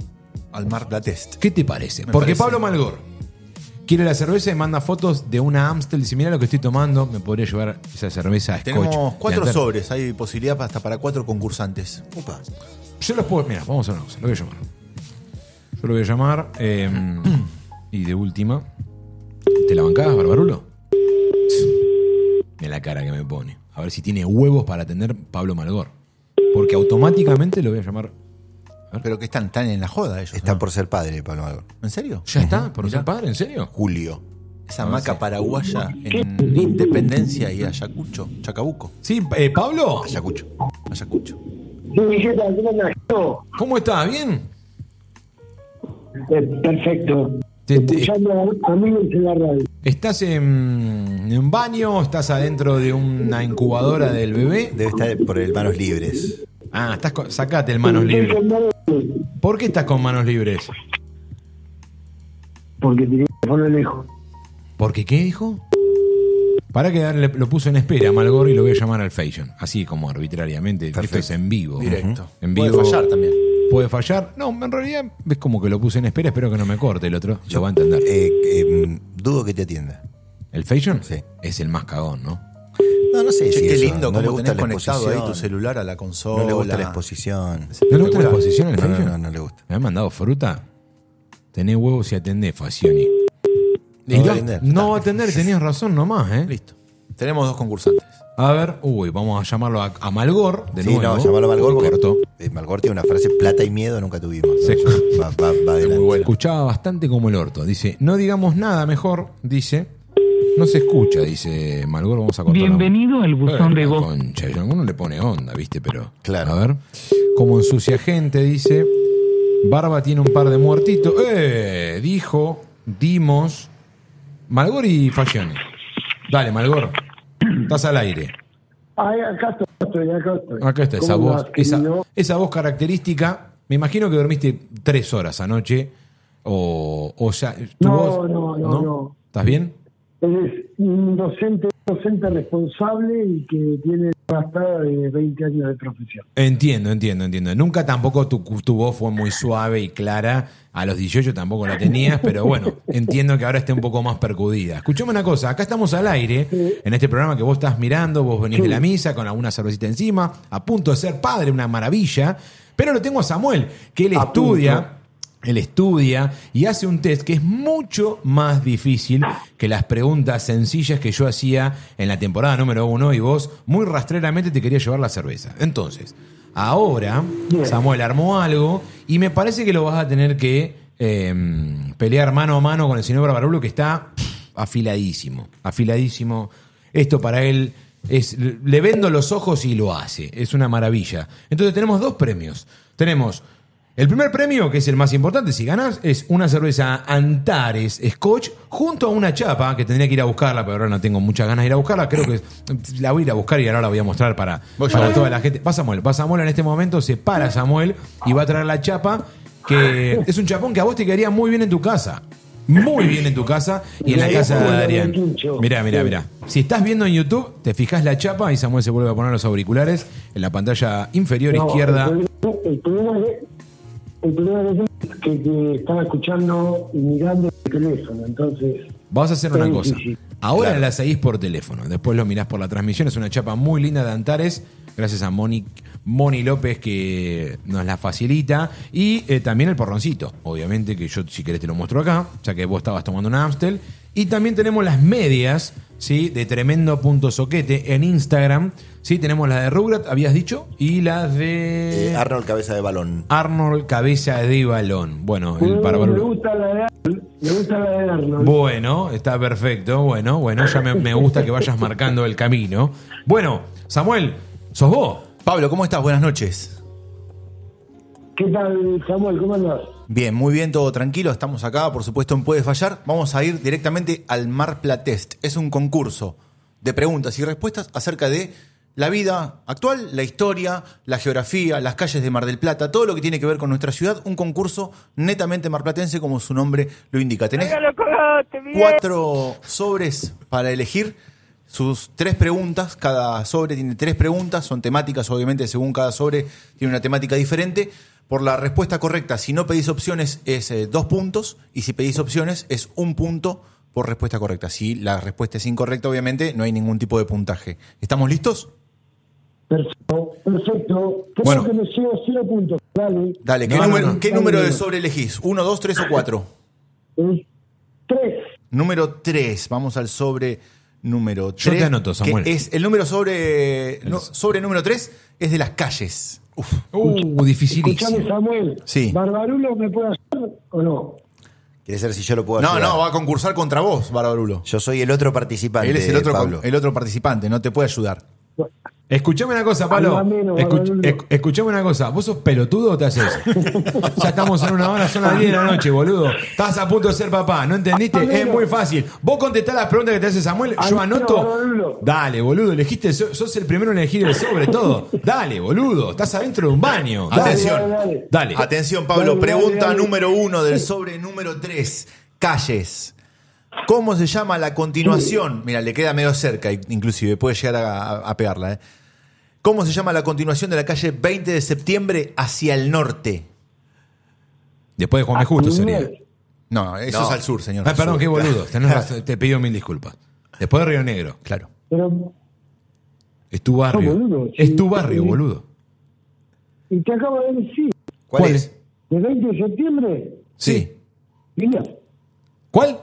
Speaker 2: Al mar la test.
Speaker 1: ¿Qué te parece?
Speaker 2: Me
Speaker 1: Porque
Speaker 2: parece.
Speaker 1: Pablo Malgor quiere la cerveza y manda fotos de una Amstel. Dice, mira lo que estoy tomando, me podría llevar esa cerveza a
Speaker 2: Tenemos
Speaker 1: Scotch".
Speaker 2: cuatro
Speaker 1: Leandro.
Speaker 2: sobres, hay posibilidad pa- hasta para cuatro concursantes.
Speaker 3: Upa.
Speaker 1: Yo los puedo. Mira, vamos a hacer una cosa. Lo voy a llamar. Yo lo voy a llamar. eh, y de última. ¿Te la bancás, Barbarulo? Mira la cara que me pone. A ver si tiene huevos para atender Pablo Malgor. Porque automáticamente lo voy a llamar.
Speaker 2: Pero que están tan en la joda ellos.
Speaker 3: Está
Speaker 2: ¿no?
Speaker 3: por ser padre, Pablo Magro.
Speaker 2: ¿En serio?
Speaker 1: ¿Ya está? ¿Por
Speaker 2: Mirá.
Speaker 1: ser padre? ¿En serio?
Speaker 3: Julio.
Speaker 2: Esa maca paraguaya en Independencia y Ayacucho, Chacabuco.
Speaker 1: Sí, eh, Pablo.
Speaker 3: Ayacucho.
Speaker 2: Ayacucho.
Speaker 1: ¿Cómo estás? ¿Bien?
Speaker 8: Perfecto.
Speaker 1: Te- te-
Speaker 8: Escuchando a, a mí en la radio.
Speaker 1: ¿Estás en, en un baño? ¿Estás adentro de una incubadora del bebé?
Speaker 3: Debe estar por el manos libres.
Speaker 1: Ah, estás con- sacate el manos
Speaker 8: Estoy
Speaker 1: libres.
Speaker 8: con Mario
Speaker 1: ¿Por qué estás con manos libres?
Speaker 8: Porque tenía el teléfono lejos.
Speaker 1: ¿Porque qué dijo? Para que darle- lo puso en espera a Malgor y lo voy a llamar al Fashion. Así como arbitrariamente. Esto es en vivo.
Speaker 2: Directo.
Speaker 3: ¿Mm?
Speaker 1: En vivo.
Speaker 2: Puede fallar también.
Speaker 1: Puede fallar. No, en realidad es como que lo puse en espera. Espero que no me corte el otro. Lo va a entender.
Speaker 3: Eh, eh, dudo que te atienda.
Speaker 1: ¿El Fashion?
Speaker 3: Sí.
Speaker 1: Es el más cagón, ¿no?
Speaker 3: No, no sé.
Speaker 2: Che,
Speaker 3: si
Speaker 2: qué
Speaker 3: eso.
Speaker 2: lindo
Speaker 3: no le
Speaker 2: cómo
Speaker 3: gusta
Speaker 2: tenés
Speaker 3: la
Speaker 2: conectado ahí
Speaker 3: exposición.
Speaker 2: tu celular a la consola.
Speaker 3: No le gusta la exposición.
Speaker 1: ¿No le gusta la exposición al
Speaker 3: No, no,
Speaker 1: Fashion?
Speaker 3: no, no le gusta.
Speaker 1: ¿Me han mandado fruta? Tenés huevos y atendés, Facioni.
Speaker 3: No va a
Speaker 1: Mirá,
Speaker 3: atender.
Speaker 1: No va a atender, tenías razón nomás, ¿eh?
Speaker 2: Listo. Tenemos dos concursantes.
Speaker 1: A ver, uy, vamos a llamarlo a, a Malgor de
Speaker 3: sí,
Speaker 1: nuevo.
Speaker 3: no, llamalo a Malgor porque
Speaker 1: Cortó.
Speaker 3: eh, Malgor tiene una frase plata y miedo nunca tuvimos.
Speaker 1: Sí.
Speaker 3: Entonces, Va, va, va adelante.
Speaker 1: Se escuchaba bastante como el orto. Dice, no digamos nada mejor, dice. No se escucha, dice Malgor, vamos a cortar.
Speaker 9: Bienvenido al buzón de voz.
Speaker 1: Concha, y alguno le pone onda, ¿viste? Pero.
Speaker 3: Claro.
Speaker 1: A ver. Como ensucia gente, dice. Barba tiene un par de muertitos. ¡Eh! Dijo, dimos. Malgor y Fashion. Dale, Malgor. Estás al aire.
Speaker 8: Ay, acá estoy, acá estoy.
Speaker 1: Acá está esa
Speaker 8: ¿Cómo
Speaker 1: voz,
Speaker 8: vas,
Speaker 1: esa,
Speaker 8: querido?
Speaker 1: esa voz característica. Me imagino que dormiste tres horas anoche. O, o ya. tu
Speaker 8: No,
Speaker 1: voz-
Speaker 8: no, no, no.
Speaker 1: ¿Estás bien?
Speaker 8: Eres un docente, docente responsable y que tiene bastada de 20 años de profesión.
Speaker 1: Entiendo, entiendo, entiendo. Nunca tampoco tu, tu voz fue muy suave y clara. A los 18 tampoco la tenías, pero bueno, entiendo que ahora esté un poco más percudida. Escuchame una cosa, acá estamos al aire, en este programa que vos estás mirando, vos venís de la misa con alguna cervecita encima, a punto de ser padre, una maravilla. Pero lo tengo a Samuel, que él
Speaker 8: A
Speaker 1: estudia.
Speaker 8: punto.
Speaker 1: Él estudia y hace un test que es mucho más difícil que las preguntas sencillas que yo hacía en la temporada número uno y vos muy rastreramente te querías llevar la cerveza. Entonces, Ahora,
Speaker 8: Bien.
Speaker 1: Samuel armó algo y me parece que lo vas a tener que eh, pelear mano a mano con el señor Barbarolo, que está pff, afiladísimo. Afiladísimo. Esto para él es. Le vendo los ojos y lo hace. Es una maravilla. Entonces, tenemos dos premios. Tenemos. El primer premio, que es el más importante, si ganas, es una cerveza Antares Scotch junto a una chapa, que tendría que ir a buscarla, pero ahora no tengo muchas ganas de ir a buscarla. Creo que la voy a ir a buscar y ahora la voy a mostrar para, para toda la gente. Va Samuel, va Samuel en este momento, se para Samuel y va a traer la chapa, que es un chapón que a vos te quedaría muy bien en tu casa. Muy bien en tu casa y en la casa de Adrián. Mirá, mirá, mirá. Si estás viendo en YouTube, te fijas la chapa y Samuel se vuelve a poner los auriculares en la pantalla inferior
Speaker 8: No,
Speaker 1: izquierda.
Speaker 8: El problema, el problema es, el problema es que, que estaba escuchando y mirando el teléfono, entonces.
Speaker 1: Vamos a hacer una
Speaker 8: Sí,
Speaker 1: cosa.
Speaker 8: sí, sí.
Speaker 1: Ahora
Speaker 3: Claro.
Speaker 1: la seguís por teléfono, después lo mirás por la transmisión. Es una chapa muy linda de Antares, gracias a Moni, Moni López que nos la facilita. Y eh, también el porroncito, obviamente, que yo si querés te lo muestro acá, ya que vos estabas tomando una Amstel. Y también tenemos las medias, ¿sí? De tremendo.soquete en Instagram. Sí, tenemos la de Rugrat, habías dicho, y la de
Speaker 2: Eh, Arnold Cabeza de Balón.
Speaker 1: Arnold Cabeza de Balón. Bueno, el
Speaker 8: Mm,
Speaker 1: bárbaro.
Speaker 8: me gusta la de Arnold. Me gusta la de Arnold.
Speaker 1: Bueno, está perfecto. Bueno, bueno, ya me, me gusta que vayas marcando el camino. Bueno, Samuel, sos vos.
Speaker 3: Pablo, ¿cómo estás? Buenas noches.
Speaker 8: ¿Qué tal, Samuel? ¿Cómo andás?
Speaker 3: Bien, muy bien, todo tranquilo. Estamos acá, por supuesto, en Puedes Fallar. Vamos a ir directamente al Mar Platest. Es un concurso de preguntas y respuestas acerca de la vida actual, la historia, la geografía, las calles de Mar del Plata, todo lo que tiene que ver con nuestra ciudad. Un concurso netamente marplatense, como su nombre lo indica. Tenés cuatro sobres para elegir sus tres preguntas. Cada sobre tiene tres preguntas, son temáticas, obviamente, según cada sobre tiene una temática diferente. Por la respuesta correcta, si no pedís opciones, es eh, dos puntos, y si pedís opciones, es un punto por respuesta correcta. Si la respuesta es incorrecta, obviamente, no hay ningún tipo de puntaje. ¿Estamos listos?
Speaker 8: Perfecto. perfecto. Creo
Speaker 1: Bueno.
Speaker 8: que me llevo cero puntos. Dale.
Speaker 3: Dale, ¿qué,
Speaker 1: No, no,
Speaker 3: número,
Speaker 1: no.
Speaker 3: qué número de sobre elegís? ¿Uno, dos, tres o cuatro?
Speaker 8: Eh, tres.
Speaker 3: Número 3, vamos al sobre número 3.
Speaker 1: Yo te anoto, Samuel.
Speaker 3: Que es el número sobre, no, sobre número 3 es de las calles. Uf.
Speaker 1: Uh,
Speaker 8: Escuchame,
Speaker 1: dificilísimo.
Speaker 8: Samuel.
Speaker 3: Sí.
Speaker 8: ¿Barbarulo me puede hacer o no?
Speaker 2: ¿Quieres saber si yo lo puedo
Speaker 3: No,
Speaker 2: ayudar?
Speaker 3: no, va a concursar contra vos, Barbarulo.
Speaker 2: Yo soy el otro participante.
Speaker 3: Él es el otro,
Speaker 2: Pablo.
Speaker 3: el otro participante, no te puede ayudar.
Speaker 1: Escuchame una cosa, Pablo.
Speaker 8: Háblame, no,
Speaker 1: Escuch-
Speaker 8: háblame.
Speaker 1: esc- escuchame una cosa. ¿Vos sos pelotudo o te haces? ya estamos en una hora, son las 10 de la noche, boludo. Estás a punto de ser papá, ¿no entendiste? Es muy fácil. Vos contestás las preguntas que te hace Samuel, yo
Speaker 8: Al
Speaker 1: anoto.
Speaker 8: boludo.
Speaker 1: Dale, boludo, elegiste, so- sos el primero en elegir el sobre todo. Dale, boludo, estás adentro de un baño. Dale,
Speaker 3: Atención.
Speaker 8: dale, dale.
Speaker 1: Dale.
Speaker 3: Atención, Pablo.
Speaker 8: Dale, dale,
Speaker 3: pregunta
Speaker 8: dale.
Speaker 3: número uno del sobre número tres. Calles. ¿Cómo se llama la continuación? Mira, le queda medio cerca, inclusive. Puede llegar a, a- a pegarla. ¿eh? ¿Cómo se llama la continuación de la calle 20 de septiembre hacia el norte?
Speaker 1: Después de Juan B. Justo sería.
Speaker 8: Primero.
Speaker 3: No, no, eso es al sur, señor.
Speaker 1: Ay, Ah, perdón,
Speaker 3: Sur.
Speaker 1: qué boludo. Tenés razón, te pido mil disculpas. Después de Río Negro.
Speaker 3: Claro.
Speaker 8: Pero,
Speaker 1: Es tu barrio.
Speaker 8: No, boludo,
Speaker 1: es
Speaker 8: sí,
Speaker 1: tu barrio,
Speaker 8: sí.
Speaker 1: boludo.
Speaker 8: y te acabo de decir,
Speaker 2: ¿Cuál,
Speaker 1: ¿Cuál?
Speaker 2: es?
Speaker 8: el 20 de septiembre,
Speaker 1: Sí.
Speaker 8: mira,
Speaker 1: ¿Cuál?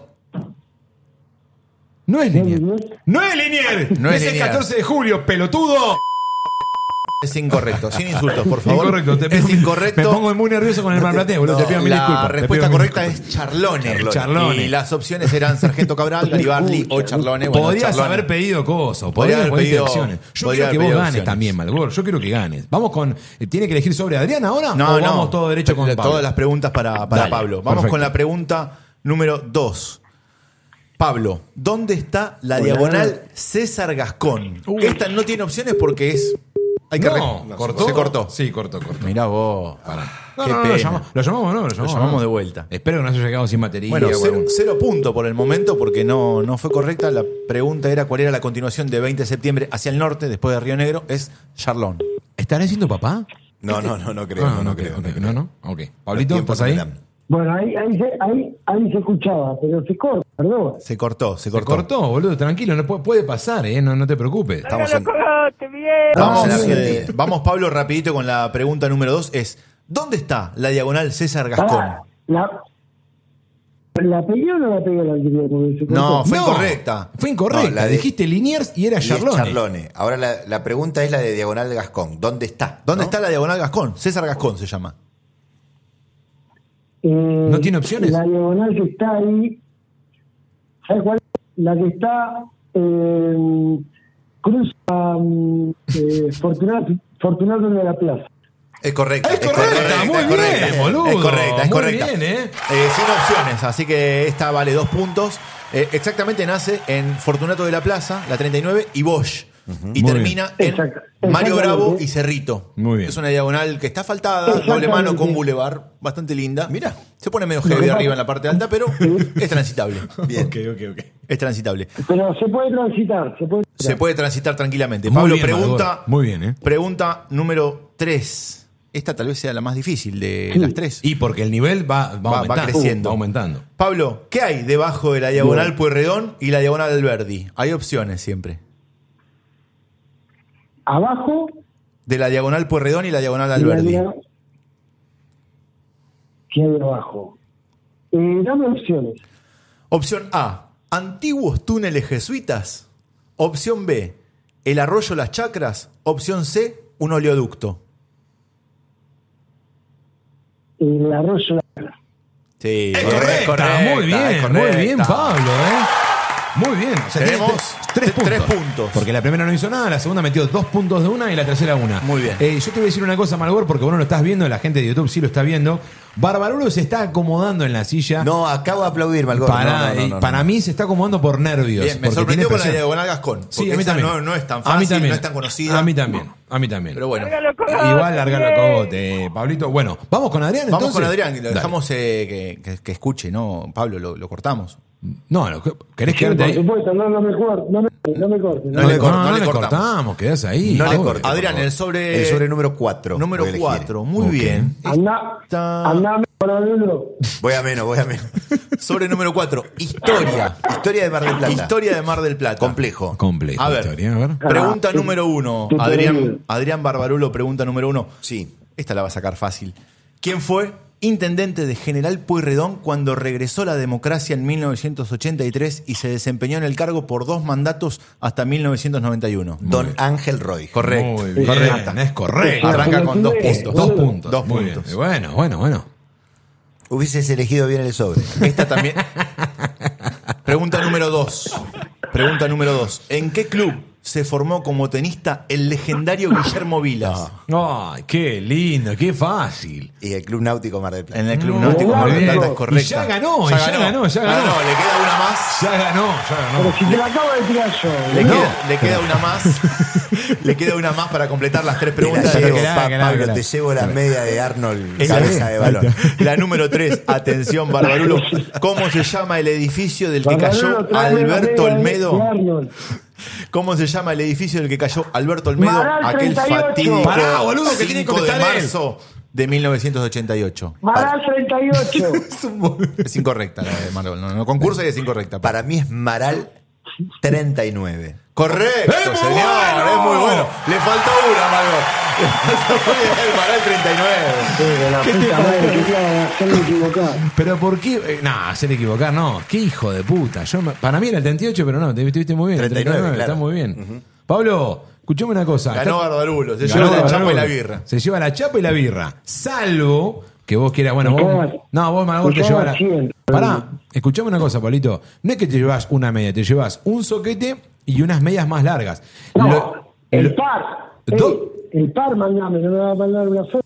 Speaker 1: No es Linier.
Speaker 8: no,
Speaker 1: No es Linier.
Speaker 3: No es
Speaker 1: Ese
Speaker 3: Linier.
Speaker 1: 14 de julio, pelotudo.
Speaker 3: Es incorrecto, sin insultos, por favor.
Speaker 1: Incorrecto, te pido
Speaker 3: es
Speaker 1: mil-
Speaker 3: incorrecto.
Speaker 1: Me pongo muy nervioso con el malplateo, boludo. te pido mil
Speaker 3: la
Speaker 1: disculpas. te
Speaker 3: respuesta
Speaker 1: pido mil
Speaker 3: correcta
Speaker 1: disculpas.
Speaker 3: es Charlone.
Speaker 1: Charlone.
Speaker 3: Y las opciones eran Sargento Cabral, Garibaldi o Charlone. Eh, Bueno,
Speaker 1: podrías
Speaker 3: Charlone.
Speaker 1: haber pedido cosas,
Speaker 3: Podría
Speaker 1: podrías
Speaker 3: haber
Speaker 1: haber pedido
Speaker 3: pedido-
Speaker 1: opciones. Yo quiero
Speaker 3: podría
Speaker 1: que
Speaker 3: haber
Speaker 1: vos
Speaker 3: pedido
Speaker 1: ganes
Speaker 3: opciones.
Speaker 1: también, Malgor. Yo quiero que ganes. Vamos con. eh, ¿Tiene que elegir sobre Adrián ahora? o vamos todo derecho con
Speaker 3: Pero
Speaker 1: Pablo?
Speaker 3: Todas las preguntas para, para
Speaker 1: Dale,
Speaker 3: Pablo. Vamos
Speaker 1: perfecto.
Speaker 3: con la pregunta número 2. Pablo, ¿dónde está la diagonal César Gascón? Esta no tiene opciones porque es. Hay que
Speaker 1: Uh. No,
Speaker 3: re-
Speaker 1: cortó.
Speaker 3: Se cortó.
Speaker 1: Sí, cortó, cortó.
Speaker 3: Mirá vos.
Speaker 1: No,
Speaker 3: Qué
Speaker 1: no, no,
Speaker 3: pena.
Speaker 1: lo, llamamos, lo llamamos, no, lo llamamos,
Speaker 3: llamamos
Speaker 1: no.
Speaker 3: de vuelta.
Speaker 1: Espero que no se haya quedado sin batería.
Speaker 3: Bueno,
Speaker 1: o
Speaker 3: cero,
Speaker 1: algo.
Speaker 3: cero punto por el momento porque no, no fue correcta. La pregunta era cuál era la continuación de 20 de septiembre hacia el norte, después de Río Negro, es Charlón. Ah,
Speaker 1: ¿Estaré siendo papá?
Speaker 2: No, no, no, no creo.
Speaker 1: No, no, no creo.
Speaker 2: no
Speaker 1: ok,
Speaker 2: creo.
Speaker 1: No, no. Ok.
Speaker 2: Los
Speaker 1: Pablito,
Speaker 2: tiempos
Speaker 1: ¿estás ahí?
Speaker 2: no me dan.
Speaker 8: bueno, ahí, ahí, se, ahí, ahí se escuchaba, pero se corta, perdón.
Speaker 3: Se cortó, se
Speaker 1: Te
Speaker 3: cortó.
Speaker 1: cortó, boludo. Tranquilo, no, pu- puede pasar, ¿eh? No, no te preocupes.
Speaker 2: Estamos en-
Speaker 3: Vamos,
Speaker 2: Ah, sí.
Speaker 3: eh, vamos, Pablo, rapidito con la Ah, pregunta número dos. Es, ¿dónde está la diagonal César Gascón?
Speaker 8: Pará, la,
Speaker 5: ¿La pegué o no la pegué la anterior? Porque se
Speaker 3: No,
Speaker 5: cortó.
Speaker 3: fue
Speaker 1: No.
Speaker 3: incorrecta.
Speaker 1: Fue incorrecta.
Speaker 2: No, la de-
Speaker 1: Dijiste Liniers y era
Speaker 2: Y es
Speaker 1: Charlone.
Speaker 2: Charlone. Ahora la, la pregunta es la de Diagonal de Gascón. ¿Dónde está? no?
Speaker 3: ¿Dónde está la diagonal Gascón? César Gascón se llama.
Speaker 5: Eh,
Speaker 1: ¿No tiene opciones?
Speaker 5: La diagonal que está ahí. ¿Sabes cuál? es? La que está. Eh, cruza. mm, eh, Fortunato, Fortunato de la Plaza.
Speaker 3: Es correcta.
Speaker 1: Es correcta, muy
Speaker 3: es
Speaker 1: bien,
Speaker 3: correcta,
Speaker 1: boludo.
Speaker 3: Es correcta, es
Speaker 1: Muy
Speaker 3: correcta.
Speaker 1: bien, ¿eh?
Speaker 3: Eh, sin opciones, así que esta vale dos puntos. Eh, exactamente nace en Fortunato de la Plaza, la 39, y Bosch. Y
Speaker 1: Muy
Speaker 3: termina en
Speaker 5: Exacto,
Speaker 3: Mario
Speaker 5: exactamente.
Speaker 3: Bravo y Cerrito.
Speaker 1: Muy bien.
Speaker 3: Es una diagonal que está faltada, doble
Speaker 5: Exactamente.
Speaker 3: mano con boulevard, bastante linda. Mira, se pone medio heavy
Speaker 5: que pasa-
Speaker 3: arriba en la parte alta, pero es transitable. Bien,
Speaker 1: Ok, ok, ok.
Speaker 3: es transitable.
Speaker 5: Pero se puede transitar, se puede.
Speaker 3: Se puede transitar tranquilamente.
Speaker 1: Muy
Speaker 3: Pablo
Speaker 1: bien,
Speaker 3: pregunta.
Speaker 1: Maradona. Muy bien, ¿eh?
Speaker 3: Pregunta número 3. Esta tal vez sea la más difícil de las tres.
Speaker 1: Y porque el nivel va, va,
Speaker 3: Va- va
Speaker 1: aumentando,
Speaker 3: creciendo.
Speaker 1: va aumentando.
Speaker 3: Pablo, ¿qué hay debajo de la diagonal Pueyrredón y la diagonal Alberdi? Hay opciones siempre.
Speaker 5: Abajo.
Speaker 3: De la diagonal Pueyrredón y la diagonal
Speaker 5: y la
Speaker 3: Alberdi.
Speaker 5: diagonal- ¿Qué hay abajo? Eh, dame opciones.
Speaker 3: Opción A, antiguos túneles jesuitas. Opción B, el arroyo Las Chacras. Opción C, un oleoducto.
Speaker 5: El arroyo.
Speaker 3: Sí,
Speaker 1: Es correcta, muy bien,
Speaker 3: es
Speaker 1: muy bien,
Speaker 3: correcta.
Speaker 1: Pablo, ¿eh? Muy bien. O sea, tiene
Speaker 3: Tenemos
Speaker 1: tre- tres,
Speaker 3: tre-
Speaker 1: puntos.
Speaker 3: tres puntos.
Speaker 1: Porque la primera no hizo nada, la segunda metió dos puntos de una y la tercera una.
Speaker 3: Muy bien.
Speaker 1: Eh, yo te voy a decir una cosa, Malgor, porque vos no lo estás viendo, la gente de YouTube sí lo está viendo. Barbarolo se está acomodando en la silla.
Speaker 2: No, acabo de aplaudir, Malgor.
Speaker 1: Para,
Speaker 2: No, no, no,
Speaker 1: eh,
Speaker 2: no,
Speaker 1: para
Speaker 2: no.
Speaker 1: mí se está acomodando por nervios.
Speaker 3: Bien, me
Speaker 1: porque tiene
Speaker 3: sorprendió con la
Speaker 1: presión.
Speaker 3: diagonal Gascón. porque
Speaker 1: Sí, a mí
Speaker 3: esa
Speaker 1: también.
Speaker 3: No, no es tan
Speaker 1: a mí
Speaker 3: fácil,
Speaker 1: también.
Speaker 3: no es tan conocida.
Speaker 1: A mí también, a mí también.
Speaker 3: Pero bueno,
Speaker 1: Igual largarlo a cogote, eh, Pablito. Bueno, vamos con Adrián
Speaker 3: vamos
Speaker 1: entonces.
Speaker 3: con Adrián, lo
Speaker 1: Dale.
Speaker 3: dejamos eh, que, que- que escuche, ¿no? Pablo, lo, lo cortamos.
Speaker 1: No, lo que- ¿querés
Speaker 5: Sí,
Speaker 1: quedarte
Speaker 5: por
Speaker 1: ahí?
Speaker 5: supuesto, no, no me cortes, no me, no me cortes.
Speaker 3: No le corto, no le
Speaker 1: cortamos.
Speaker 3: cortamos.
Speaker 1: quedás ahí.
Speaker 3: No le
Speaker 1: Pobre.
Speaker 3: corto. Adrián, el sobre.
Speaker 2: El sobre número 4.
Speaker 3: número 4. Muy
Speaker 1: Ok.
Speaker 3: bien.
Speaker 5: Andá,
Speaker 3: Está-
Speaker 5: andá, Barbarolo.
Speaker 2: Voy a menos, voy a menos.
Speaker 3: Sobre número 4. Historia.
Speaker 2: Historia de Mar del Plata.
Speaker 3: Historia de Mar del Plata.
Speaker 2: Complejo.
Speaker 1: Complejo.
Speaker 3: A ver.
Speaker 1: historia, a ver.
Speaker 3: Pregunta
Speaker 5: Ah, sí.
Speaker 3: número 1.
Speaker 5: Sí,
Speaker 3: Adrián,
Speaker 5: terrible.
Speaker 3: Adrián Barbarulo, pregunta número 1.
Speaker 2: Sí.
Speaker 3: Esta la va a sacar fácil. ¿Quién fue intendente de General Pueyrredón cuando regresó la democracia en 1983 y se desempeñó en el cargo por dos mandatos hasta 1991?
Speaker 2: Don Ángel Roy.
Speaker 3: Correcto.
Speaker 1: Muy bien.
Speaker 3: Correcta.
Speaker 1: Es correcto.
Speaker 3: Arranca con dos
Speaker 5: Eh,
Speaker 3: puntos.
Speaker 1: Dos puntos.
Speaker 3: Dos
Speaker 1: Muy
Speaker 3: puntos.
Speaker 1: bien. Bueno, bueno, bueno.
Speaker 2: Hubieses elegido bien el sobre.
Speaker 3: Esta también. Pregunta número dos. Pregunta número dos. ¿En qué club se formó como tenista el legendario Guillermo Vilas?
Speaker 1: Ay, qué lindo, qué fácil.
Speaker 2: Y el Club Náutico Mar del Plata.
Speaker 3: En el Club Náutico
Speaker 5: muy
Speaker 3: Mar del
Speaker 5: bien.
Speaker 3: Plata es correcta.
Speaker 1: Y ya ganó, y ya ganó, ya ganó.
Speaker 3: Ah, no, le queda una más.
Speaker 1: Ya ganó, ya
Speaker 5: Pero
Speaker 1: ganó.
Speaker 5: si te la acabo de tirar yo.
Speaker 3: Le,
Speaker 5: ¿no?
Speaker 3: queda, le queda una más. le queda una más para completar las tres preguntas.
Speaker 2: Te
Speaker 1: Pero
Speaker 2: la
Speaker 3: de
Speaker 1: que
Speaker 2: llevo,
Speaker 1: la-
Speaker 2: Pa-
Speaker 1: que la- que
Speaker 2: Pablo,
Speaker 1: la-
Speaker 2: te llevo la media de Arnold
Speaker 3: Es la-
Speaker 2: cabeza de
Speaker 3: Ahí
Speaker 2: balón.
Speaker 3: está. La número 3, atención Barbarulo, ¿cómo se llama el edificio del que
Speaker 5: Barbarolo,
Speaker 3: cayó
Speaker 5: tráeme la
Speaker 3: Alberto
Speaker 5: media de
Speaker 3: Olmedo?
Speaker 5: Arnold.
Speaker 3: ¿Cómo se llama el edificio del que cayó Alberto Olmedo
Speaker 5: Maral
Speaker 3: aquel
Speaker 5: 38?
Speaker 3: fatídico
Speaker 1: Pará, boludo, que tiene que
Speaker 3: 5 de
Speaker 1: contestar él.
Speaker 3: marzo de 1988?
Speaker 5: Maral 38.
Speaker 3: Es incorrecta la de Marvel. No, no, concurso y es incorrecta.
Speaker 2: Para mí es Maral 39.
Speaker 3: Correcto,
Speaker 1: ¡Es muy
Speaker 3: señor.
Speaker 1: bueno!
Speaker 3: Es muy bueno. Le faltó una, Margot. Le faltó una del Maral 39.
Speaker 5: Pero la puta madre, quería hacerme equivocar.
Speaker 1: Pero ¿por qué? Eh, nah, hacer equivocar, no. Qué hijo de puta. Yo me- para mí era el 38, pero no, te viste muy bien. el
Speaker 2: 39,
Speaker 1: 39, está
Speaker 2: claro.
Speaker 1: muy bien. Pablo, escuchame una cosa.
Speaker 3: Ganó
Speaker 1: Está-
Speaker 3: Barbarulo. Se
Speaker 1: Ganó
Speaker 3: llevó la
Speaker 1: Barbarola.
Speaker 3: chapa y la birra.
Speaker 1: Se lleva la chapa y la birra. Salvo que vos quieras, bueno,
Speaker 5: Me
Speaker 1: vos.
Speaker 5: cago-
Speaker 1: No, vos, Magor,
Speaker 5: me
Speaker 1: te
Speaker 5: cago
Speaker 1: llevas la.
Speaker 5: siempre.
Speaker 1: Pará, escuchame una cosa, Pablito. No es que te llevas una media, te llevas un soquete y unas medias más largas.
Speaker 5: No,
Speaker 1: Lo-
Speaker 5: el
Speaker 1: lo-
Speaker 5: par. Ey,
Speaker 1: Do-
Speaker 5: el par, mandame, no me va a mandar una foto.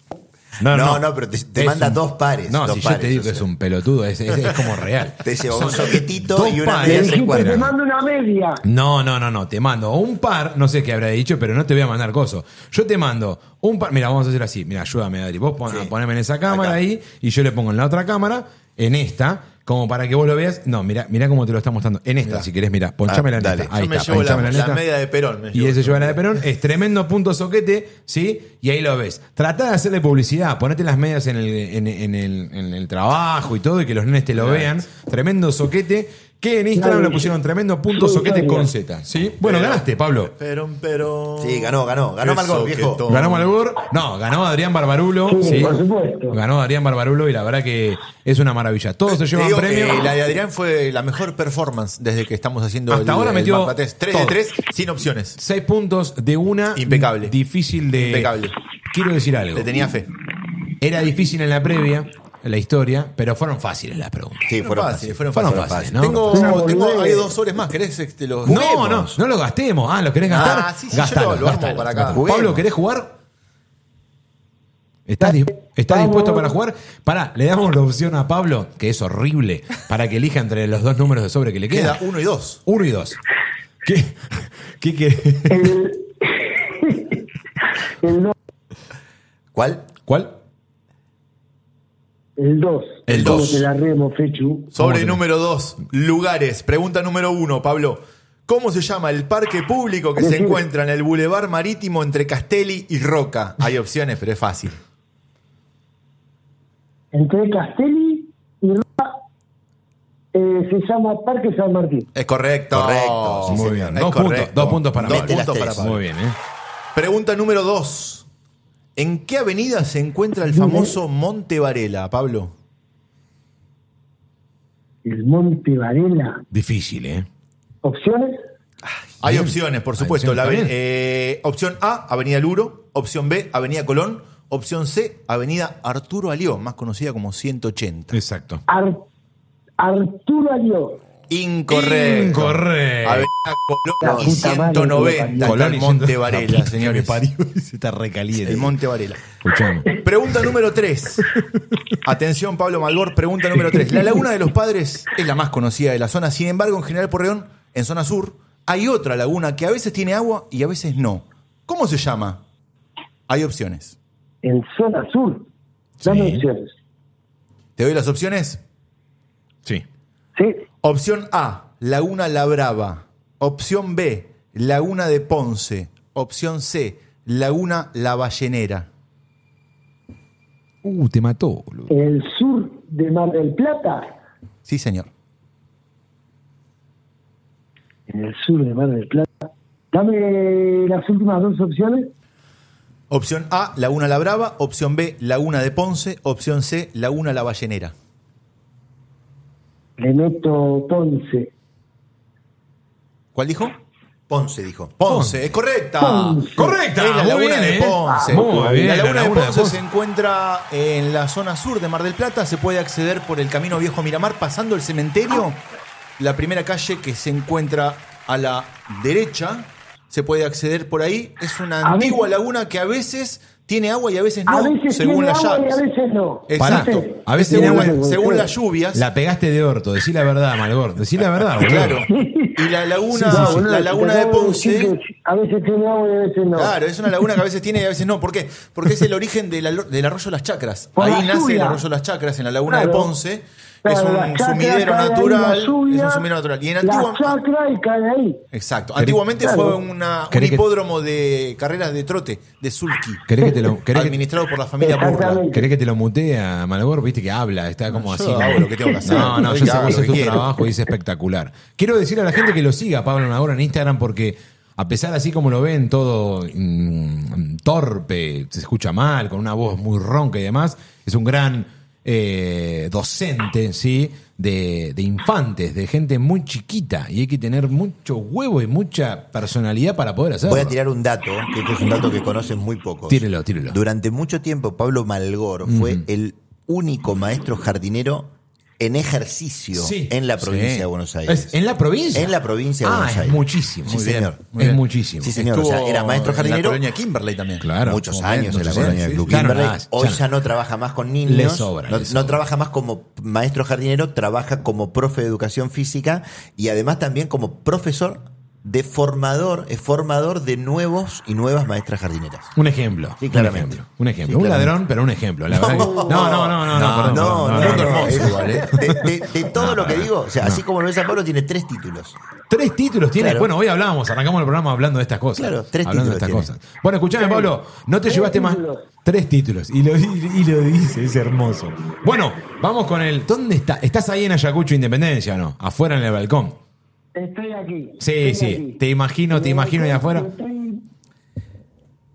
Speaker 2: No, no, pero te, te
Speaker 1: Es
Speaker 2: manda
Speaker 1: un-
Speaker 2: dos pares.
Speaker 1: No,
Speaker 2: dos
Speaker 1: si
Speaker 2: pares,
Speaker 1: yo te digo
Speaker 2: o
Speaker 1: que
Speaker 2: sea.
Speaker 1: es un pelotudo, es, es- es como real.
Speaker 2: Te lleva un
Speaker 1: Son
Speaker 2: soquetito
Speaker 1: dos
Speaker 2: y una
Speaker 1: pares.
Speaker 2: media
Speaker 5: Le
Speaker 2: tres
Speaker 5: dijiste,
Speaker 2: cuadras.
Speaker 5: te mando una media.
Speaker 1: No, no, no, no. Te mando un par, no sé qué habrá dicho, pero no te voy a mandar coso. Yo te mando un par. Mira, vamos a hacer así. Mira, ayúdame, Adri. Vos pon- poneme en esa cámara ahí y yo le pongo en la otra cámara, en esta, como para que vos lo veas. No, mira, mira cómo te lo está mostrando. En esta, si querés, mira, ponchame la
Speaker 2: Ah,
Speaker 1: neta.
Speaker 2: dale.
Speaker 1: Ahí
Speaker 3: Yo me
Speaker 1: está,
Speaker 3: llevo la-
Speaker 1: ponchame
Speaker 3: la
Speaker 1: neta.
Speaker 3: media de Perón, me
Speaker 1: Y
Speaker 3: llevo.
Speaker 1: ese lleva la de Perón. Es tremendo punto soquete, ¿sí? Y ahí lo ves. Tratá de hacerle publicidad. Ponete las medias en el, en, en el, en el trabajo y todo y que los nenes te lo vean. Tremendo soquete Que en Instagram
Speaker 5: Claro.
Speaker 1: le pusieron tremendo punto
Speaker 5: Sí,
Speaker 1: soquete
Speaker 5: claro.
Speaker 1: con Z. ¿sí? Bueno, ganaste, Pablo.
Speaker 3: Pero, pero.
Speaker 2: Sí, ganó, ganó. Ganó
Speaker 3: Qué
Speaker 2: Malgol, viejo.
Speaker 3: soquetón.
Speaker 1: Ganó Malbur. No, ganó Adrián Barbarulo.
Speaker 5: Sí,
Speaker 1: ¿sí?
Speaker 5: por supuesto.
Speaker 1: Ganó Adrián Barbarulo y la verdad que es una maravilla. Todos se
Speaker 3: Te
Speaker 1: llevan
Speaker 3: digo
Speaker 1: premio.
Speaker 3: que la de Adrián fue la mejor performance desde que estamos haciendo
Speaker 1: Hasta
Speaker 3: el-
Speaker 1: ahora
Speaker 3: el
Speaker 1: metió
Speaker 3: Mapa Test. Tres
Speaker 1: todo.
Speaker 3: de tres, sin opciones.
Speaker 1: Seis puntos de una.
Speaker 3: Impecable.
Speaker 1: Difícil de.
Speaker 3: Impecable.
Speaker 1: Quiero decir algo.
Speaker 3: Le tenía fe.
Speaker 1: Era difícil en la previa, en la historia, pero fueron fáciles las preguntas.
Speaker 2: Sí, fueron fáciles.
Speaker 3: fueron
Speaker 1: Fueron
Speaker 3: fáciles.
Speaker 1: fáciles, ¿no?
Speaker 3: Tengo,
Speaker 5: Fueron
Speaker 3: tengo-
Speaker 5: fáciles.
Speaker 3: hay dos sobres más, ¿querés? Este, los
Speaker 1: No, no, no lo gastemos. Ah, ¿lo querés gastar?
Speaker 3: Ah, sí, sí, yo
Speaker 1: Gastalo,
Speaker 3: lo- lo armo
Speaker 1: gastalo.
Speaker 3: para acá.
Speaker 1: Pablo,
Speaker 2: Juguemos.
Speaker 1: ¿querés jugar? ¿Estás, dis- estás
Speaker 5: Vamos.
Speaker 1: dispuesto para jugar? Pará, le damos la opción a Pablo, que es horrible, para que elija entre los dos números de sobre que le queda.
Speaker 3: Queda uno y dos.
Speaker 1: Uno y dos. ¿Qué, qué, qué?
Speaker 5: El, el, do-
Speaker 2: ¿Cuál?
Speaker 1: cuál
Speaker 5: el 2.
Speaker 3: El dos.
Speaker 5: te la remo, Fechu?
Speaker 3: Sobre número dos, lugares. Pregunta número uno, Pablo. ¿Cómo se llama el parque público que se
Speaker 5: Decime.
Speaker 3: encuentra en el Boulevard Marítimo entre Castelli y Roca? Hay opciones, pero es fácil.
Speaker 5: Entre Castelli y Roca eh, se llama Parque San Martín.
Speaker 3: Es correcto.
Speaker 2: Correcto, sí,
Speaker 1: Muy bien. Dos puntos, dos puntos para
Speaker 3: Dos
Speaker 1: Pablo.
Speaker 3: puntos
Speaker 2: Mete
Speaker 3: para
Speaker 2: las
Speaker 3: Pablo.
Speaker 1: Muy bien, ¿eh?
Speaker 3: Pregunta número dos. ¿En qué avenida se encuentra el famoso Monte Varela, Pablo?
Speaker 5: El Monte Varela.
Speaker 1: Difícil, ¿eh?
Speaker 5: ¿Opciones?
Speaker 3: Hay
Speaker 1: Bien.
Speaker 3: opciones, por
Speaker 1: Hay
Speaker 3: supuesto. La
Speaker 1: opciones
Speaker 3: ave-
Speaker 1: también.
Speaker 3: eh, opción A, Avenida Luro. Opción B, Avenida Colón. Opción C, Avenida Arturo Alió, más conocida como 180.
Speaker 1: Exacto.
Speaker 5: Ar- Arturo Alió.
Speaker 3: Incorrecto.
Speaker 1: Incorrecto.
Speaker 3: Avenida
Speaker 5: La
Speaker 3: Colón y
Speaker 5: puta madre que lo
Speaker 3: 190.
Speaker 5: parió.
Speaker 3: está el Monte Varela,
Speaker 1: señores.
Speaker 3: señores.
Speaker 1: se está recaliente.
Speaker 3: El Monte Varela.
Speaker 1: Escuchame.
Speaker 3: Pregunta número 3. Atención, Pablo Malgor, pregunta número 3. La Laguna de los Padres es la más conocida de la zona. Sin embargo, en General Porreón, en zona sur, hay otra laguna que a veces tiene agua y a veces no. ¿Cómo se llama? Hay opciones.
Speaker 5: En zona sur. Dame
Speaker 1: Sí.
Speaker 5: opciones.
Speaker 3: ¿Te doy las opciones?
Speaker 1: Sí.
Speaker 5: Sí.
Speaker 3: Opción A, Laguna La Brava. Opción B, Laguna de Ponce. Opción C, Laguna La Ballenera.
Speaker 1: Uh, te mató, boludo.
Speaker 5: El sur de Mar del Plata.
Speaker 3: Sí, señor.
Speaker 5: En el sur de Mar del Plata. Dame las últimas dos opciones.
Speaker 3: Opción A, Laguna La Brava. Opción B, Laguna de Ponce. Opción C, Laguna La Ballenera.
Speaker 5: Le meto Ponce.
Speaker 3: ¿Cuál dijo?
Speaker 2: Ponce, dijo.
Speaker 3: Ponce, es correcta.
Speaker 5: Ponce.
Speaker 1: Correcta,
Speaker 3: Es la
Speaker 1: muy
Speaker 3: laguna
Speaker 1: bien,
Speaker 3: de
Speaker 1: ¿eh?
Speaker 3: Ponce.
Speaker 1: Muy bien,
Speaker 3: la
Speaker 1: la
Speaker 3: laguna de
Speaker 1: laguna de
Speaker 3: Ponce
Speaker 1: Ponce.
Speaker 3: se encuentra en la zona sur de Mar del Plata. Se puede acceder por el camino Viejo Miramar, pasando el cementerio. La primera calle que se encuentra a la derecha, se puede acceder por ahí. Es una
Speaker 5: A
Speaker 3: antigua
Speaker 5: veces-
Speaker 3: laguna que a veces tiene agua y a veces no,
Speaker 5: a veces
Speaker 3: según
Speaker 5: tiene
Speaker 3: las
Speaker 5: agua y
Speaker 3: llaves.
Speaker 5: a veces no.
Speaker 3: Exacto.
Speaker 5: ¿Viste?
Speaker 1: A veces
Speaker 3: según,
Speaker 1: tiene
Speaker 3: la-
Speaker 5: agua y-
Speaker 3: según las lluvias.
Speaker 1: La pegaste de orto, decí la verdad, Malgor. Decí la verdad, boludo.
Speaker 3: Claro. Y la laguna,
Speaker 5: No, boludo,
Speaker 3: la
Speaker 5: te
Speaker 3: laguna de
Speaker 5: acabo
Speaker 3: Ponce.
Speaker 5: decir que A veces tiene agua y a veces no.
Speaker 3: Claro, es una laguna que a veces tiene y a veces no. ¿Por qué? Porque es el origen del, alo- del arroyo Las Chacras.
Speaker 5: Por
Speaker 3: ahí
Speaker 5: la
Speaker 3: nace el
Speaker 5: lluvia.
Speaker 3: arroyo Las Chacras, en la laguna de
Speaker 5: Claro.
Speaker 3: Ponce.
Speaker 5: Claro,
Speaker 3: es
Speaker 5: las
Speaker 3: un
Speaker 5: chacras,
Speaker 3: sumidero
Speaker 5: cae ahí la
Speaker 3: natural.
Speaker 5: lluvia,
Speaker 3: es un sumidero natural. Y en
Speaker 5: La
Speaker 3: antigua.
Speaker 5: chacra y cae ahí.
Speaker 3: Exacto. Antiguamente
Speaker 5: Claro.
Speaker 3: fue una, un
Speaker 1: ¿Querés que-
Speaker 3: hipódromo de carreras de trote, de sulky.
Speaker 1: ¿Querés que te lo- querés que-
Speaker 3: administrado por la familia Burla.
Speaker 5: Exactamente.
Speaker 1: ¿Querés que te lo mutee a Malgor? Viste que habla, está como así.
Speaker 3: hago
Speaker 1: como-
Speaker 3: lo que tengo que hacer.
Speaker 1: No, no,
Speaker 3: Yo
Speaker 1: yo sé
Speaker 3: hago
Speaker 1: que
Speaker 3: lo
Speaker 1: ese es
Speaker 3: que
Speaker 1: tu
Speaker 3: quiero.
Speaker 1: trabajo y es espectacular. Quiero decir a la gente que lo siga, Pablo Malgor, en Instagram, porque a pesar así como lo ven, todo mm, torpe, se escucha mal, con una voz muy ronca y demás, es un gran eh, docente, ¿sí? De, de infantes, de gente muy chiquita, y hay que tener mucho huevo y mucha personalidad para poder hacerlo.
Speaker 2: Voy a tirar un dato, que este es un dato que conocen muy pocos.
Speaker 1: Tírelo, tírelo.
Speaker 2: Durante mucho tiempo, Pablo Malgor fue el único maestro jardinero en ejercicio
Speaker 1: Sí.
Speaker 2: en la
Speaker 1: Sí.
Speaker 2: provincia de Buenos Aires.
Speaker 1: ¿Es ¿En la provincia?
Speaker 2: En la provincia de
Speaker 1: ah,
Speaker 2: Buenos
Speaker 1: es
Speaker 2: Aires.
Speaker 1: muchísimo.
Speaker 2: Sí,
Speaker 1: Muy bien,
Speaker 2: señor.
Speaker 1: muy Es bien. muchísimo.
Speaker 2: Sí, señor. O sea, era maestro
Speaker 3: En la
Speaker 2: jardinero
Speaker 3: colonia Kimberley también.
Speaker 1: Claro.
Speaker 2: muchos
Speaker 3: Momentos,
Speaker 2: años en la
Speaker 3: sí,
Speaker 2: colonia
Speaker 3: sí,
Speaker 2: del Club
Speaker 1: sí. Claro,
Speaker 2: Kimberley.
Speaker 1: nada,
Speaker 2: Hoy
Speaker 1: ya.
Speaker 2: ya no trabaja más con niños.
Speaker 1: Le sobra,
Speaker 2: no,
Speaker 1: le
Speaker 2: no
Speaker 1: sobra.
Speaker 2: trabaja más como maestro jardinero, trabaja como profe de educación física y además también como profesor
Speaker 3: de formador, es formador de nuevos y nuevas maestras jardineras.
Speaker 1: Un ejemplo.
Speaker 3: Sí, claramente.
Speaker 1: Un ejemplo. Un, ejemplo.
Speaker 3: Sí,
Speaker 1: un
Speaker 3: claramente.
Speaker 1: ladrón, pero un ejemplo. La verdad que- no, no, no, no, no, ¿eh? perdón,
Speaker 3: no,
Speaker 1: perdón,
Speaker 3: no,
Speaker 1: perdón,
Speaker 3: no,
Speaker 1: perdón.
Speaker 3: es- ¿eh? De, de- de todo
Speaker 1: No,
Speaker 3: lo que
Speaker 1: no,
Speaker 3: digo, o sea,
Speaker 1: no.
Speaker 3: así como lo ves a Pablo, tiene tres títulos.
Speaker 1: Tres títulos tiene.
Speaker 3: Claro.
Speaker 1: Bueno, hoy hablábamos, arrancamos el programa hablando de estas cosas.
Speaker 3: Claro, tres
Speaker 1: hablando de
Speaker 3: títulos
Speaker 1: estas cosas. Bueno, escuchame, Pablo, no te
Speaker 8: Tres
Speaker 1: llevaste más.
Speaker 8: títulos.
Speaker 1: Tres títulos. Y lo, y, y lo dice, es hermoso. Bueno, vamos con el. ¿Dónde está? ¿Estás ahí en Ayacucho Independencia o no? Afuera en el balcón.
Speaker 8: Estoy aquí.
Speaker 1: Sí,
Speaker 8: estoy
Speaker 1: sí.
Speaker 8: aquí.
Speaker 1: Te imagino, te imagino ahí afuera.
Speaker 8: Estoy-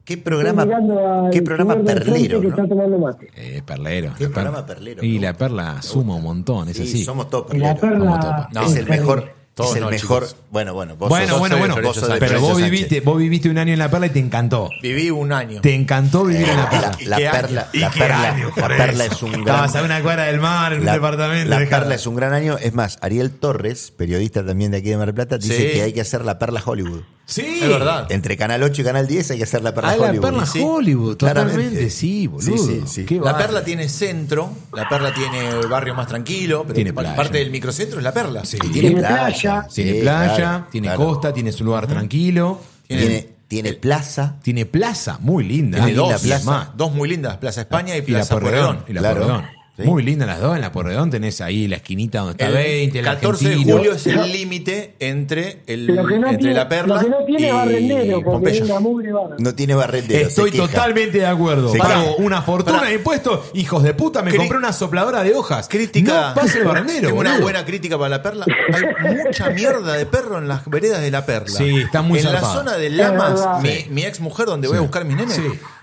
Speaker 3: Qué
Speaker 8: estoy
Speaker 3: programa,
Speaker 8: mirando al
Speaker 3: qué programa
Speaker 8: señor del frente
Speaker 3: perlero,
Speaker 8: Que está
Speaker 3: ¿no?
Speaker 8: tomando mate.
Speaker 1: Eh, perlero.
Speaker 3: Qué
Speaker 1: la perla.
Speaker 3: programa perlero,
Speaker 1: Y
Speaker 3: me
Speaker 1: la
Speaker 3: gusta,
Speaker 1: perla suma un montón, es
Speaker 3: Sí,
Speaker 1: así.
Speaker 3: somos todos
Speaker 8: Y la
Speaker 3: perleros.
Speaker 1: Como
Speaker 8: perla.
Speaker 1: todo.
Speaker 3: es el mejor,
Speaker 2: todos
Speaker 3: es el
Speaker 2: no,
Speaker 3: mejor.
Speaker 2: chicos.
Speaker 3: Bueno, bueno, vos
Speaker 1: Bueno,
Speaker 3: sos-
Speaker 1: bueno,
Speaker 2: de
Speaker 1: bueno.
Speaker 2: Florencio
Speaker 1: Pero
Speaker 2: Sánchez.
Speaker 1: vos
Speaker 3: Florencio
Speaker 1: viviste,
Speaker 3: Sánchez.
Speaker 1: vos viviste un año en la perla y te encantó.
Speaker 2: Viví un año.
Speaker 1: Te encantó vivir en la perla.
Speaker 3: Eh, La,
Speaker 2: ¿Y
Speaker 3: la
Speaker 2: qué
Speaker 3: perla,
Speaker 2: año?
Speaker 3: la
Speaker 1: qué
Speaker 3: perla,
Speaker 1: año,
Speaker 3: la
Speaker 1: por
Speaker 3: perla
Speaker 1: eso?
Speaker 3: es un gran
Speaker 1: Estabas a una cuadra del mar, en un
Speaker 3: La,
Speaker 1: departamento.
Speaker 3: la
Speaker 1: dejala.
Speaker 3: perla es un gran año. Es más, Ariel Torres, periodista también de aquí de Mar del Plata, dice
Speaker 2: Sí.
Speaker 3: que hay que hacer la perla Hollywood.
Speaker 1: Sí,
Speaker 2: Es verdad.
Speaker 3: Entre Canal 8 y Canal 10 hay que hacer la perla
Speaker 1: Ah, la
Speaker 3: Hollywood.
Speaker 1: perla
Speaker 3: Sí,
Speaker 1: Hollywood,
Speaker 3: claramente.
Speaker 1: totalmente, sí, boludo.
Speaker 3: Sí, sí, sí.
Speaker 1: Qué
Speaker 2: La
Speaker 1: bárbaro.
Speaker 2: perla tiene centro, la perla tiene barrio más tranquilo, pero
Speaker 1: Tiene
Speaker 2: pa-
Speaker 1: playa.
Speaker 2: parte del microcentro es la perla.
Speaker 1: Sí.
Speaker 3: Y tiene,
Speaker 8: Tiene
Speaker 3: playa.
Speaker 8: playa.
Speaker 1: Tiene
Speaker 3: Sí,
Speaker 1: playa,
Speaker 3: claro,
Speaker 1: tiene
Speaker 3: claro.
Speaker 1: costa, eh, tiene su lugar tranquilo.
Speaker 3: Tiene, tiene plaza.
Speaker 1: Tiene plaza, muy linda.
Speaker 2: Tiene
Speaker 1: Muy
Speaker 2: dos,
Speaker 1: linda Ah, plaza.
Speaker 2: más, dos muy lindas, Plaza España y
Speaker 1: Y la
Speaker 2: Plaza
Speaker 1: Porredón.
Speaker 2: Porredón.
Speaker 1: Y la
Speaker 3: Claro.
Speaker 1: Porredón.
Speaker 3: Sí.
Speaker 1: Muy linda las dos. En la Porredón tenés ahí la esquinita donde está
Speaker 2: El
Speaker 1: 20, el
Speaker 2: 14 de
Speaker 1: argentino.
Speaker 2: julio es el límite entre, el,
Speaker 8: Lo que no
Speaker 2: entre
Speaker 8: tiene,
Speaker 2: la perla
Speaker 8: lo que no tiene
Speaker 2: y
Speaker 8: es barrendero, porque
Speaker 2: Pompeya.
Speaker 8: es una mugre barra.
Speaker 3: No tiene barrendero.
Speaker 1: Estoy
Speaker 3: se queja.
Speaker 1: totalmente de acuerdo.
Speaker 3: Se
Speaker 1: Pago
Speaker 3: queja.
Speaker 1: una fortuna
Speaker 2: Pará.
Speaker 1: de impuestos. Hijos de puta, me
Speaker 2: Cri-
Speaker 1: compré una sopladora de hojas.
Speaker 2: Crítica.
Speaker 1: No pase el barrendero,
Speaker 2: Tengo una
Speaker 1: boludo.
Speaker 2: buena crítica para la perla. Hay mucha mierda de perro en las veredas de la perla.
Speaker 1: Sí, está muy
Speaker 2: En
Speaker 1: zarpado.
Speaker 2: la zona de
Speaker 8: Es
Speaker 2: Lamas,
Speaker 8: verdad.
Speaker 2: mi, mi ex mujer, donde voy a buscar mis nenes,
Speaker 1: Sí.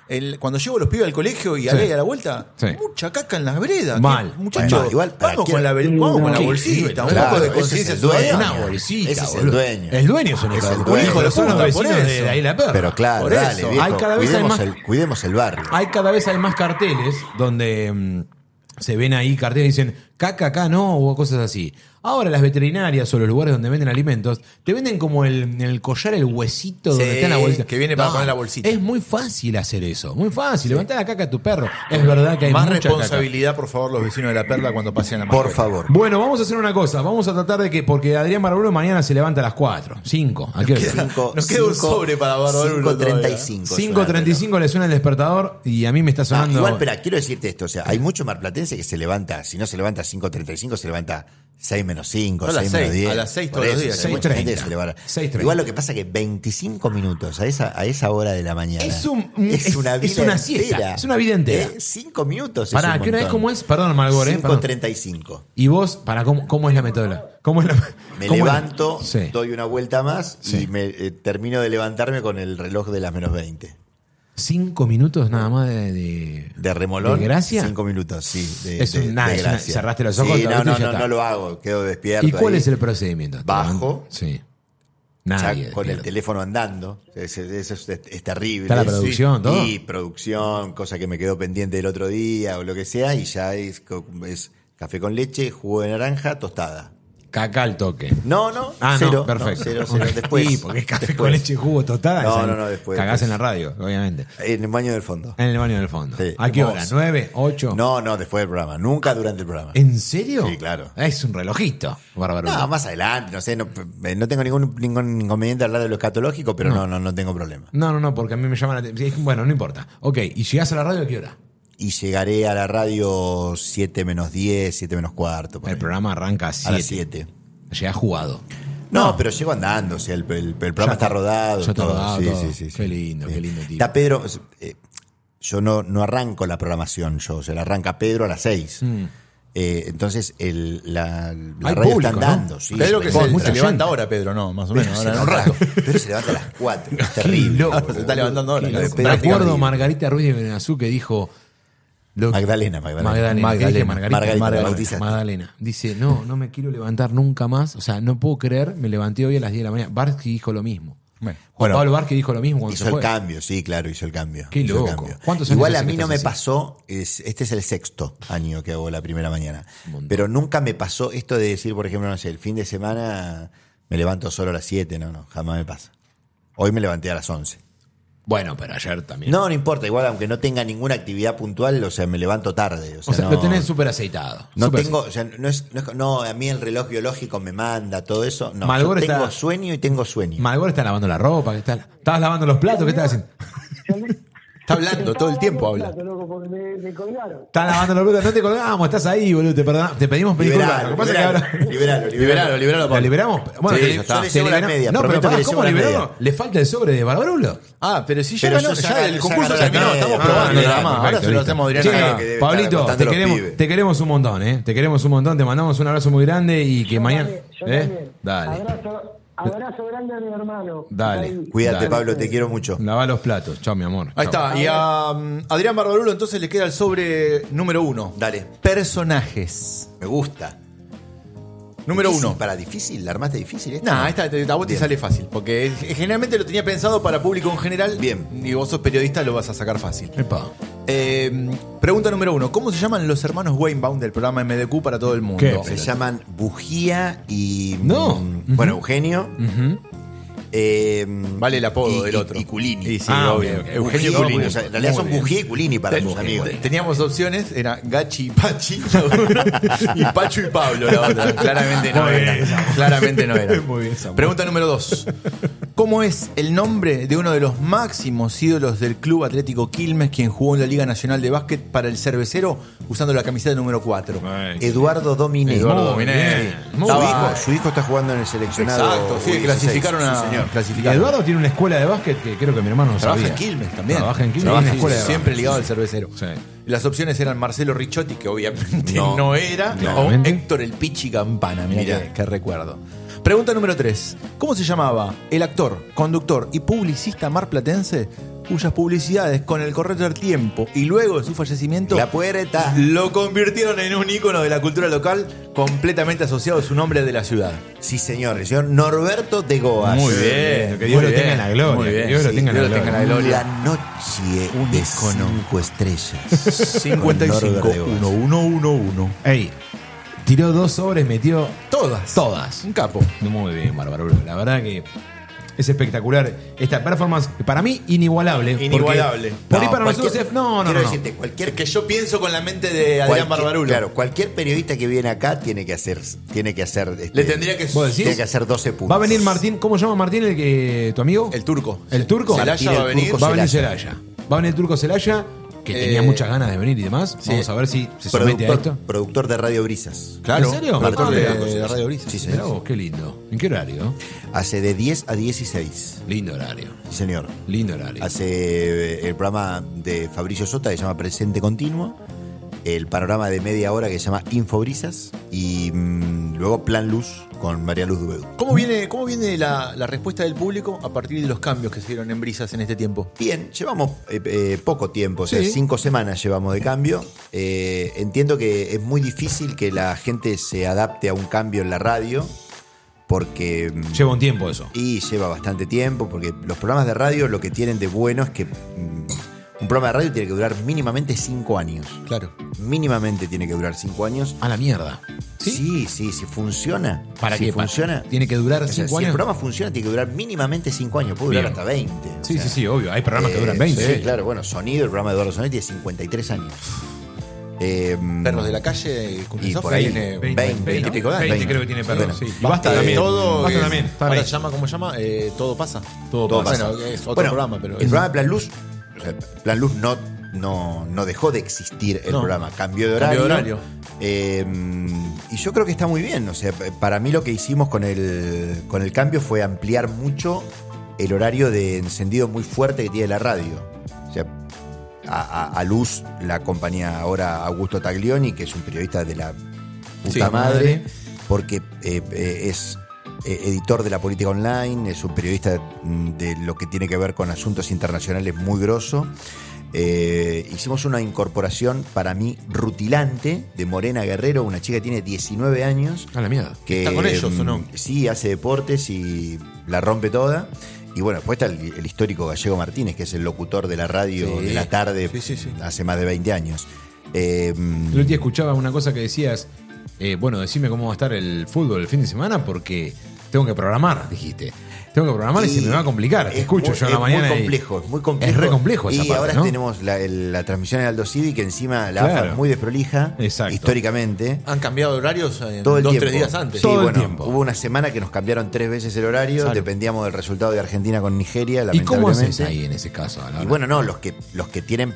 Speaker 2: el- cuando llevo los pibes al colegio y
Speaker 1: Sí.
Speaker 2: a la- y a la vuelta,
Speaker 1: Sí.
Speaker 2: mucha caca en las veredas.
Speaker 1: Mal.
Speaker 2: Muchachos,
Speaker 3: Mal. Igual, ¿para
Speaker 2: vamos,
Speaker 3: qué?
Speaker 2: con la, bel- vamos con la
Speaker 1: Sí,
Speaker 2: bolsita, un
Speaker 3: claro,
Speaker 2: poco de
Speaker 3: ese es
Speaker 2: conciencia
Speaker 3: el dueño.
Speaker 2: ciudadana.
Speaker 1: Una bolsita,
Speaker 3: Ese es el
Speaker 1: boludo.
Speaker 3: dueño.
Speaker 1: El dueño es un
Speaker 3: Es
Speaker 1: hijo
Speaker 3: el
Speaker 1: de puta.
Speaker 3: dueño.
Speaker 1: Hijo de
Speaker 2: Son
Speaker 1: puta,
Speaker 2: los
Speaker 1: vecinos
Speaker 2: por
Speaker 1: de
Speaker 2: eso.
Speaker 1: la Isla Perra.
Speaker 3: Pero claro,
Speaker 1: Por
Speaker 3: dale,
Speaker 1: eso.
Speaker 3: viejo,
Speaker 1: Hay cada vez hay
Speaker 3: cuidemos,
Speaker 1: más
Speaker 3: el, cuidemos el barrio.
Speaker 1: hay cada vez hay más carteles donde mm, se ven ahí carteles que dicen caca acá no o cosas así. Ahora las veterinarias o los lugares donde venden alimentos te venden como el, el collar, el huesito donde
Speaker 2: Sí,
Speaker 1: está la bolsita.
Speaker 2: que viene para poner la bolsita.
Speaker 1: Es muy fácil hacer eso, muy fácil. Levantar la caca a tu perro. Es verdad que hay
Speaker 2: Más
Speaker 1: mucha caca.
Speaker 2: responsabilidad, por favor, los vecinos de la perla cuando pasen la
Speaker 3: Por
Speaker 2: mascota.
Speaker 3: favor.
Speaker 1: Bueno, vamos a hacer una cosa. Vamos a tratar de que, porque Adrián Barbaro mañana se levanta a las 4, 5. ¿A qué hora?
Speaker 3: Cinco-
Speaker 2: Nos queda un
Speaker 3: cinco-
Speaker 2: sobre para Bárbaro Bruno todavía.
Speaker 3: 5.35. suena el reloj.
Speaker 1: 5.35 le suena el despertador y a mí me está
Speaker 3: Ah,
Speaker 1: sonando.
Speaker 3: igual, espera, quiero decirte esto. O sea, hay mucho marplatense que se levanta, si no se levanta a 5.35, se levanta 6 menos 5,
Speaker 2: A las
Speaker 3: 6 menos
Speaker 2: seis,
Speaker 3: 10.
Speaker 2: a las seis
Speaker 3: Por
Speaker 2: todos los
Speaker 3: eso,
Speaker 2: días,
Speaker 3: hay mucha
Speaker 1: 6:30.
Speaker 3: gente que se levanta.
Speaker 1: 6:30.
Speaker 3: Igual lo que pasa que 25 minutos a esa, a esa hora de la mañana.
Speaker 1: Es un- un- es- es una siesta, es una vida entera.
Speaker 3: 5 Eh, minutos.
Speaker 1: Pará,
Speaker 3: es
Speaker 1: ¿qué hora es? ¿Cómo es? Perdón, Margot, eh, perdón.
Speaker 3: 5.35.
Speaker 1: Y vos, para cómo, cómo es la metodología? ¿Cómo es la,
Speaker 3: Me
Speaker 1: cómo es la-
Speaker 3: levanto,
Speaker 1: Sí.
Speaker 3: doy una vuelta más
Speaker 1: Sí.
Speaker 3: y me, eh, termino de levantarme con el reloj de las menos 20.
Speaker 1: Cinco minutos nada más de. de-
Speaker 3: ¿De remolón?
Speaker 1: ¿De gracia?
Speaker 3: Cinco minutos, sí. De,
Speaker 1: Es un-
Speaker 3: de-
Speaker 1: nada,
Speaker 3: de
Speaker 1: es una-
Speaker 3: gracia.
Speaker 1: cerraste los ojos,
Speaker 3: Sí,
Speaker 1: te
Speaker 3: no,
Speaker 1: abriste y
Speaker 3: no,
Speaker 1: ya
Speaker 3: no,
Speaker 1: está.
Speaker 3: no lo hago, quedo despierto.
Speaker 1: ¿Y cuál
Speaker 3: ahí.
Speaker 1: es el procedimiento? ¿Te
Speaker 3: Bajo.
Speaker 1: levantas? Sí.
Speaker 3: Ya
Speaker 1: Nadie.
Speaker 3: con el
Speaker 1: despierta.
Speaker 3: teléfono andando. Eso es, es- es- es terrible.
Speaker 1: Está la producción,
Speaker 3: sí.
Speaker 1: todo.
Speaker 3: Sí, producción, cosa que me quedó pendiente el otro día o lo que sea, y ya es, co- es café con leche, jugo de naranja, tostada.
Speaker 1: Caca al toque.
Speaker 3: No, no,
Speaker 1: Ah,
Speaker 3: cero.
Speaker 1: no, perfecto.
Speaker 3: cero, cero. Después.
Speaker 1: Sí, porque es café con
Speaker 3: después.
Speaker 1: leche y jugo total.
Speaker 3: No,
Speaker 1: esa-
Speaker 3: no, no, después,
Speaker 1: Cagás en
Speaker 3: después.
Speaker 1: la radio, obviamente.
Speaker 3: En el baño del fondo.
Speaker 1: En el baño del fondo.
Speaker 3: Sí,
Speaker 1: ¿A qué hora?
Speaker 3: hermoso.
Speaker 1: ¿Nueve? ¿Ocho?
Speaker 3: No, no, después del programa. Nunca durante el programa.
Speaker 1: ¿En serio?
Speaker 3: Sí, claro.
Speaker 1: Es un relojito, bárbaro.
Speaker 3: No, más adelante, no sé, no, eh, no tengo ningún, ningún inconveniente hablar de lo escatológico, pero no, no, no tengo problema.
Speaker 1: No, no, no, porque a mí me llaman la atención. Bueno, no importa. Ok, ¿y llegás a la radio a qué hora?
Speaker 3: Y llegaré a la radio 7 menos 10, 7 menos cuarto. por
Speaker 1: El
Speaker 3: ahí.
Speaker 1: programa arranca a
Speaker 3: a las
Speaker 1: 7.
Speaker 3: 7.
Speaker 1: Llegás jugado.
Speaker 3: No, pero llego andando, o sea, el, el- el programa está rodado.
Speaker 1: ya está
Speaker 3: todo.
Speaker 1: rodado
Speaker 3: Sí,
Speaker 1: todo.
Speaker 3: sí, sí, sí.
Speaker 1: Qué lindo, qué lindo tipo.
Speaker 3: Está Pedro, eh, yo no, no arranco la programación, yo, o sea, la arranca Pedro a las 6. Eh, entonces, el, la, la
Speaker 1: Mm. Hay
Speaker 3: radio
Speaker 1: público,
Speaker 3: está
Speaker 1: ¿no?
Speaker 3: andando. Sí,
Speaker 2: Pedro que se,
Speaker 3: recontra.
Speaker 2: se levanta ahora, Pedro, no, más o menos, ahora en un rato.
Speaker 3: Pedro se levanta a las 4. Es terrible.
Speaker 2: loco, se está levantando ahora, loco.
Speaker 3: Lo de
Speaker 1: Me
Speaker 3: Pedro es
Speaker 1: acuerdo
Speaker 3: terrible.
Speaker 1: Margarita Ruiz de Benazú que dijo. lo-
Speaker 3: Magdalena, Magdalena.
Speaker 1: Magdalena. ¿Qué dije? Margarita.
Speaker 3: Margarita,
Speaker 1: Margarita.
Speaker 3: la bautizaste.
Speaker 1: Magdalena. Dice, no, no me quiero levantar nunca más. O sea, no puedo creer, me levanté hoy a las 10 de la mañana. Barsky dijo lo mismo.
Speaker 2: Bueno,
Speaker 1: Juan
Speaker 3: bueno,
Speaker 1: Pablo Barsky dijo lo mismo cuando
Speaker 3: Hizo
Speaker 1: se
Speaker 3: el
Speaker 1: fue.
Speaker 3: cambio, sí, claro, hizo el cambio.
Speaker 1: Qué
Speaker 3: hizo el
Speaker 1: loco.
Speaker 3: cambio.
Speaker 1: ¿Cuántos años
Speaker 3: Igual
Speaker 1: hace
Speaker 3: a
Speaker 1: que
Speaker 3: mí no
Speaker 1: estás
Speaker 3: me
Speaker 1: así?
Speaker 3: pasó, es- este es el sexto año que hago la primera mañana, pero nunca me pasó esto de decir, por ejemplo, no sé, el fin de semana me levanto solo a las 7, no, no, jamás me pasa. Hoy me levanté a las 11.
Speaker 1: Bueno, pero ayer también.
Speaker 3: No, no importa, igual aunque no tenga ninguna actividad puntual, o sea, me levanto tarde. O sea,
Speaker 1: o sea,
Speaker 3: no,
Speaker 1: lo tenés súper aceitado.
Speaker 3: no
Speaker 1: súper
Speaker 3: tengo, o sea, no es, no es- no, a mí el reloj biológico me manda todo eso. No, yo
Speaker 1: Malboro
Speaker 3: tengo
Speaker 1: está-
Speaker 3: sueño y tengo sueño.
Speaker 1: Malboro está lavando la ropa, que está, estabas lavando los platos, ¿qué estás haciendo?
Speaker 3: Está hablando, todo el tiempo habla.
Speaker 8: Plato, loco, porque me, me colgaron.
Speaker 1: Estás lavando los platos, no te colgamos, estás ahí, boludo, te perdonamos, te pedimos pedir disculpas. Lo que pasa
Speaker 3: Liberalo,
Speaker 1: es que ahora-
Speaker 3: liberalo, liberalo,
Speaker 2: Liberalo,
Speaker 3: liberalo.
Speaker 2: liberalo,
Speaker 1: ¿Lo
Speaker 2: Pablo.
Speaker 1: liberamos? Bueno,
Speaker 3: Sí,
Speaker 1: te-
Speaker 3: ya está.
Speaker 1: te
Speaker 3: Se llevo la
Speaker 1: liberamos.
Speaker 3: media,
Speaker 1: No, pero
Speaker 3: prometo
Speaker 1: pará,
Speaker 3: que le
Speaker 1: ¿cómo
Speaker 3: llevo la
Speaker 1: liberamos?
Speaker 3: media.
Speaker 1: ¿Le falta el sobre de Barbarulo?
Speaker 2: Ah, pero si ya
Speaker 3: Pero
Speaker 2: ganó,
Speaker 3: yo
Speaker 2: ya
Speaker 3: saca-
Speaker 2: el
Speaker 3: saca-
Speaker 2: concurso
Speaker 3: saca-
Speaker 2: terminó,
Speaker 3: saca-
Speaker 2: estamos
Speaker 3: saca-
Speaker 2: probando
Speaker 3: saca-
Speaker 2: nada más.
Speaker 3: saca-
Speaker 2: Ahora se lo hacemos a Adrián.
Speaker 1: Che,
Speaker 3: Claro,
Speaker 2: acá.
Speaker 3: que debe estar
Speaker 1: Pablito,
Speaker 3: contando
Speaker 1: te
Speaker 3: los
Speaker 1: queremos,
Speaker 3: pibes.
Speaker 1: te queremos un montón, ¿eh? Te queremos un montón, te mandamos un abrazo muy grande y que
Speaker 8: Yo
Speaker 1: mañana.
Speaker 8: también, yo
Speaker 1: ¿eh?
Speaker 8: también.
Speaker 1: Dale,
Speaker 8: Abrazo, abrazo grande a mi hermano.
Speaker 1: dale.
Speaker 3: Cuídate,
Speaker 1: dale.
Speaker 3: Pablo, te quiero mucho.
Speaker 1: Lava los platos, chao, mi amor.
Speaker 2: Ahí
Speaker 1: Chao.
Speaker 2: está. Y a um, Adrián Barbarulo entonces le queda el sobre número uno.
Speaker 3: Dale.
Speaker 2: Personajes.
Speaker 3: Me gusta.
Speaker 2: Número
Speaker 3: Difícil,
Speaker 2: uno.
Speaker 3: Para difícil, la armaste difícil ¿eh? esta.
Speaker 2: Nah, esta, esta- a vos te
Speaker 3: Bien.
Speaker 2: sale fácil, porque eh, generalmente lo tenía pensado para público en general.
Speaker 3: Bien.
Speaker 2: Y vos sos periodista, lo vas a sacar fácil.
Speaker 1: Epa.
Speaker 2: Eh, pregunta número uno. ¿Cómo se llaman los hermanos Weinbaum del programa MDQ para todo el mundo?
Speaker 1: ¿Qué?
Speaker 3: Se llaman Bujía y.
Speaker 1: No.
Speaker 3: mm, Bueno, Eugenio.
Speaker 1: Ujú.
Speaker 3: eh,
Speaker 2: Vale el apodo
Speaker 3: y-
Speaker 2: del
Speaker 3: y-
Speaker 2: otro.
Speaker 3: Y Culini.
Speaker 2: Y sí,
Speaker 1: Ah,
Speaker 2: obvio.
Speaker 1: ok, ok.
Speaker 3: Bujía
Speaker 2: Eugenio
Speaker 3: y
Speaker 2: Culini.
Speaker 3: Culini, o sea, en realidad
Speaker 1: Muy
Speaker 3: son
Speaker 1: bien.
Speaker 3: Bujía y Culini para
Speaker 2: Ten-
Speaker 3: tus amigos.
Speaker 2: Teníamos opciones, era Gachi y Pachi y Pacho y Pablo la otra. Claramente no
Speaker 1: Muy bien
Speaker 2: era.
Speaker 1: esa.
Speaker 2: Claramente no era.
Speaker 1: Muy bien esa.
Speaker 2: Pregunta número dos. ¿Cómo es el nombre de uno de los máximos ídolos del Club Atlético Quilmes, quien jugó en la Liga Nacional de Básquet para el cervecero usando la camiseta número 4?
Speaker 3: Eduardo Dominé.
Speaker 2: Eduardo
Speaker 1: Muy
Speaker 2: Dominé.
Speaker 1: bien,
Speaker 2: Sí.
Speaker 1: muy
Speaker 3: Su
Speaker 1: bien.
Speaker 3: hijo, su hijo está jugando en el seleccionado.
Speaker 2: Exacto, sí,
Speaker 3: U16.
Speaker 2: clasificaron a.
Speaker 3: Sí, señor.
Speaker 1: Y
Speaker 2: clasificaron.
Speaker 1: Eduardo tiene una escuela de básquet que creo que mi hermano no
Speaker 2: Trabaja
Speaker 1: sabía.
Speaker 2: en Quilmes también.
Speaker 1: Trabaja en Quilmes.
Speaker 2: Trabaja
Speaker 1: tiene una escuela de
Speaker 2: siempre
Speaker 1: básquet.
Speaker 2: ligado al cervecero.
Speaker 1: Sí.
Speaker 2: Las opciones eran Marcelo Ricciotti, que obviamente no,
Speaker 3: No.
Speaker 2: era,
Speaker 1: Claramente.
Speaker 2: o Héctor el Pichi Campana. Mira
Speaker 3: Mirá.
Speaker 2: qué, qué recuerdo. Pregunta número 3. ¿Cómo se llamaba el actor, conductor y publicista marplatense cuyas publicidades con el correr del tiempo y luego de su fallecimiento
Speaker 3: La puerta.
Speaker 2: lo convirtieron en un ícono de la cultura local completamente asociado a su nombre de la ciudad?
Speaker 3: Sí, señor. El señor Norberto de Goas.
Speaker 1: que Dios
Speaker 2: muy
Speaker 1: lo tenga en la gloria,
Speaker 2: Muy bien.
Speaker 1: que Dios lo tenga en la gloria.
Speaker 3: La noche
Speaker 2: Un
Speaker 3: de
Speaker 2: icono.
Speaker 3: cinco estrellas. Con
Speaker 2: 55
Speaker 3: Norbert de Goas.
Speaker 2: 1 1 1 1
Speaker 1: Ey, tiró dos sobres, metió
Speaker 2: Todas.
Speaker 1: todas.
Speaker 2: Un capo.
Speaker 1: Muy bien, Bárbaro. La verdad que es espectacular esta performance. Para mí, inigualable. porque-
Speaker 2: Inigualable.
Speaker 1: Por ahí
Speaker 3: No,
Speaker 1: para
Speaker 3: cualquier-
Speaker 1: nosotros es- No, no,
Speaker 3: Quiero
Speaker 1: no.
Speaker 3: decirte, cualquier
Speaker 2: Que yo pienso con la mente de Adrián
Speaker 3: Cualquier-
Speaker 2: Barbarulo.
Speaker 3: Claro, cualquier periodista que viene acá tiene que hacer. Tiene que hacer. este,
Speaker 2: Le tendría que.
Speaker 1: ¿Vos decís?
Speaker 3: tiene que hacer 12 puntos.
Speaker 1: Va a venir Martín. ¿Cómo llama Martín el que, tu amigo?
Speaker 2: El turco.
Speaker 1: ¿El turco?
Speaker 3: Martín,
Speaker 2: Celaya va a
Speaker 3: el
Speaker 2: venir.
Speaker 3: turco
Speaker 1: Va a venir
Speaker 3: Celaya.
Speaker 1: Celaya. Va a venir el turco Celaya, que tenía
Speaker 2: Eh,
Speaker 1: muchas ganas de venir y demás.
Speaker 2: sí.
Speaker 1: Vamos a ver si se somete a esto.
Speaker 3: Productor, productor de Radio Brisas.
Speaker 2: Claro.
Speaker 1: ¿En serio?
Speaker 2: Martín
Speaker 1: Ah,
Speaker 2: de,
Speaker 1: mirá.
Speaker 2: de Radio Brisa.
Speaker 3: Sí, sí.
Speaker 1: Mirá vos, qué lindo. ¿En qué horario?
Speaker 3: Hace de 10 a 16.
Speaker 1: Lindo horario.
Speaker 3: Sí, señor.
Speaker 1: Lindo horario.
Speaker 3: Hace eh, el programa de Fabricio Sota que se llama Presente Continuo. El panorama de media hora que se llama Infobrisas. Y mm, luego Plan Luz con María Luz Dubedu.
Speaker 2: ¿Cómo viene, cómo viene la, la respuesta del público a partir de los cambios que se dieron en Brisas en este tiempo?
Speaker 3: Bien, llevamos eh, eh, poco tiempo, o sea,
Speaker 1: Sí.
Speaker 3: cinco semanas llevamos de cambio. Eh, entiendo que es muy difícil que la gente se adapte a un cambio en la radio, porque... mm,
Speaker 1: Lleva un tiempo eso.
Speaker 3: Y lleva bastante tiempo, porque los programas de radio lo que tienen de bueno es que mm, un programa de radio tiene que durar mínimamente cinco años.
Speaker 2: Claro.
Speaker 3: Mínimamente tiene que durar cinco años.
Speaker 1: A la mierda.
Speaker 3: Sí,
Speaker 1: ¿Sí?
Speaker 3: sí, sí, funciona.
Speaker 1: ¿Para
Speaker 3: si
Speaker 1: qué? Pa-
Speaker 3: funciona.
Speaker 1: ¿Tiene que durar
Speaker 3: o sea,
Speaker 1: cinco
Speaker 3: si el
Speaker 1: años?
Speaker 3: programa funciona, tiene que durar mínimamente cinco años, puede durar
Speaker 1: Bien.
Speaker 3: hasta 20. o
Speaker 1: Sí,
Speaker 3: sea,
Speaker 1: sí, sí, obvio. Hay programas que duran
Speaker 3: eh,
Speaker 1: 20.
Speaker 3: Sí, claro, bueno, Sonido, el programa de Eduardo Sonetti tiene 53 años. Eh,
Speaker 2: Perros de la calle, con
Speaker 3: Y
Speaker 2: Sofi,
Speaker 3: por ahí,
Speaker 2: tiene
Speaker 3: 20, 20,
Speaker 2: y pico de
Speaker 1: 20
Speaker 2: años.
Speaker 3: 20.
Speaker 1: creo que tiene perro.
Speaker 3: Bueno,
Speaker 1: sí. Y
Speaker 2: Basta
Speaker 1: Basta también.
Speaker 2: Todo,
Speaker 1: Basta
Speaker 2: eh,
Speaker 1: también. Para
Speaker 2: ahora
Speaker 1: ahí.
Speaker 2: llama, ¿cómo llama? Eh, todo pasa.
Speaker 1: Todo
Speaker 3: todo
Speaker 1: pasa.
Speaker 3: pasa.
Speaker 2: Bueno, es otro
Speaker 3: Bueno,
Speaker 2: programa, pero.
Speaker 3: El programa de Plan Luz, o sea, Plan Luz no, no, no dejó de existir el
Speaker 2: No.
Speaker 3: programa, cambió de
Speaker 2: Cambió
Speaker 3: horario.
Speaker 2: de horario.
Speaker 3: Eh, y yo creo que está muy bien. O sea, para mí lo que hicimos con el, con el cambio fue ampliar mucho el horario de encendido muy fuerte que tiene la radio. O sea, a, a- a Luz la acompaña ahora Augusto Taglioni, que es un periodista de la puta
Speaker 2: Sí,
Speaker 1: madre.
Speaker 3: madre, porque eh, eh, es eh, editor de la política online, es un periodista mm, de lo que tiene que ver con asuntos internacionales muy grosso. Eh, hicimos una incorporación para mí rutilante de Morena Guerrero, una chica que tiene 19 años.
Speaker 1: A la mierda.
Speaker 3: Que,
Speaker 2: ¿Está con ellos o no?
Speaker 3: mm, Sí, hace deportes y la rompe toda. Y bueno, después está el, el histórico Gallego Martínez, que es el locutor de la radio
Speaker 2: Sí.
Speaker 3: de la tarde
Speaker 2: Sí, sí, sí.
Speaker 3: hace más de 20 años. Eh,
Speaker 1: El otro día escuchaba una cosa que decías, eh, bueno, decime cómo va a estar el fútbol el fin de semana porque Tengo que programar, dijiste. Tengo que programar y, se me va a complicar. Te escucho
Speaker 3: muy-
Speaker 1: yo en la
Speaker 3: es
Speaker 1: mañana.
Speaker 3: Muy
Speaker 1: y-
Speaker 3: complejo, es muy complejo.
Speaker 1: Es re complejo
Speaker 3: Y
Speaker 1: esa parte,
Speaker 3: ahora
Speaker 1: ¿no?
Speaker 3: tenemos la, el- la transmisión de Aldo Civi, que encima la AFA
Speaker 1: Claro.
Speaker 3: es muy desprolija,
Speaker 1: Exacto.
Speaker 3: históricamente.
Speaker 2: Han cambiado horarios eh,
Speaker 3: Todo el
Speaker 2: dos,
Speaker 3: tiempo.
Speaker 2: tres días antes.
Speaker 3: Sí,
Speaker 1: Todo el
Speaker 3: bueno,
Speaker 1: tiempo.
Speaker 3: Hubo una semana que nos cambiaron tres veces el horario,
Speaker 1: Claro.
Speaker 3: dependíamos del resultado de Argentina con Nigeria,
Speaker 1: ¿Y cómo
Speaker 3: lamentablemente.
Speaker 1: haces ahí en ese caso? a la
Speaker 3: Y
Speaker 1: hora?
Speaker 3: bueno, no, los que, los que tienen,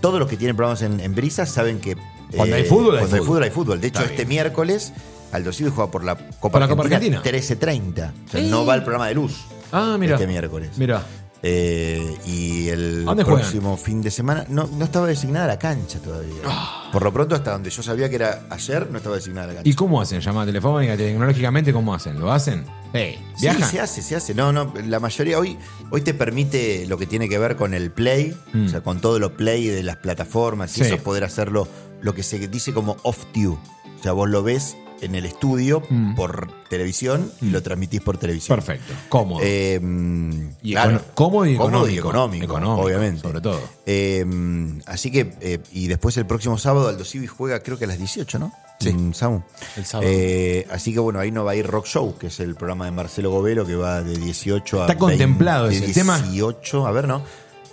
Speaker 3: todos los que tienen programas en, en Brisa saben que. eh,
Speaker 1: Cuando hay fútbol, hay
Speaker 3: cuando
Speaker 1: fútbol.
Speaker 3: hay fútbol. De hecho,
Speaker 1: Está
Speaker 3: este
Speaker 1: bien.
Speaker 3: miércoles, Aldo Civi juega por la Copa
Speaker 1: Por la Copa
Speaker 3: Argentina,
Speaker 1: Argentina.
Speaker 3: 13.30. O sea,
Speaker 1: Sí.
Speaker 3: no va el programa de luz
Speaker 1: ah, mira.
Speaker 3: este miércoles.
Speaker 1: Mira.
Speaker 3: Eh, y el
Speaker 1: ¿Dónde juegan?
Speaker 3: próximo fin de semana no, no estaba designada la cancha todavía.
Speaker 1: Ah.
Speaker 3: Por lo pronto, hasta donde yo sabía que era ayer, no estaba designada la cancha.
Speaker 1: ¿Y cómo hacen? Llamada telefónica, tecnológicamente, ¿cómo hacen? ¿Lo hacen? Hey,
Speaker 3: Sí,
Speaker 1: ¿Viajan?
Speaker 3: se hace, se hace. No, no, la mayoría hoy, hoy te permite lo que tiene que ver con el play,
Speaker 1: Mm.
Speaker 3: o sea, con todo lo play de las plataformas y
Speaker 1: Sí.
Speaker 3: eso, poder hacerlo lo que se dice como off-tube. O sea, vos lo ves en el estudio
Speaker 1: Mm.
Speaker 3: por televisión y lo transmitís por televisión.
Speaker 1: Perfecto. Cómodo.
Speaker 3: Eh, mm,
Speaker 1: Y
Speaker 3: claro,
Speaker 1: econo- cómodo y
Speaker 3: cómodo
Speaker 1: económico.
Speaker 3: y económico,
Speaker 1: Económico,
Speaker 3: obviamente.
Speaker 1: sobre todo.
Speaker 3: Eh, mm, así que, eh, y después el próximo sábado Aldo Civi juega creo que a las 18, ¿no? Sí. Samu.
Speaker 2: El sábado.
Speaker 3: Eh, así que bueno, ahí no va a ir Rock Show, que es el programa de Marcelo Govelo que va de 18 a.
Speaker 1: Está contemplado ese
Speaker 3: de
Speaker 1: tema.
Speaker 3: 18, a ver, ¿no?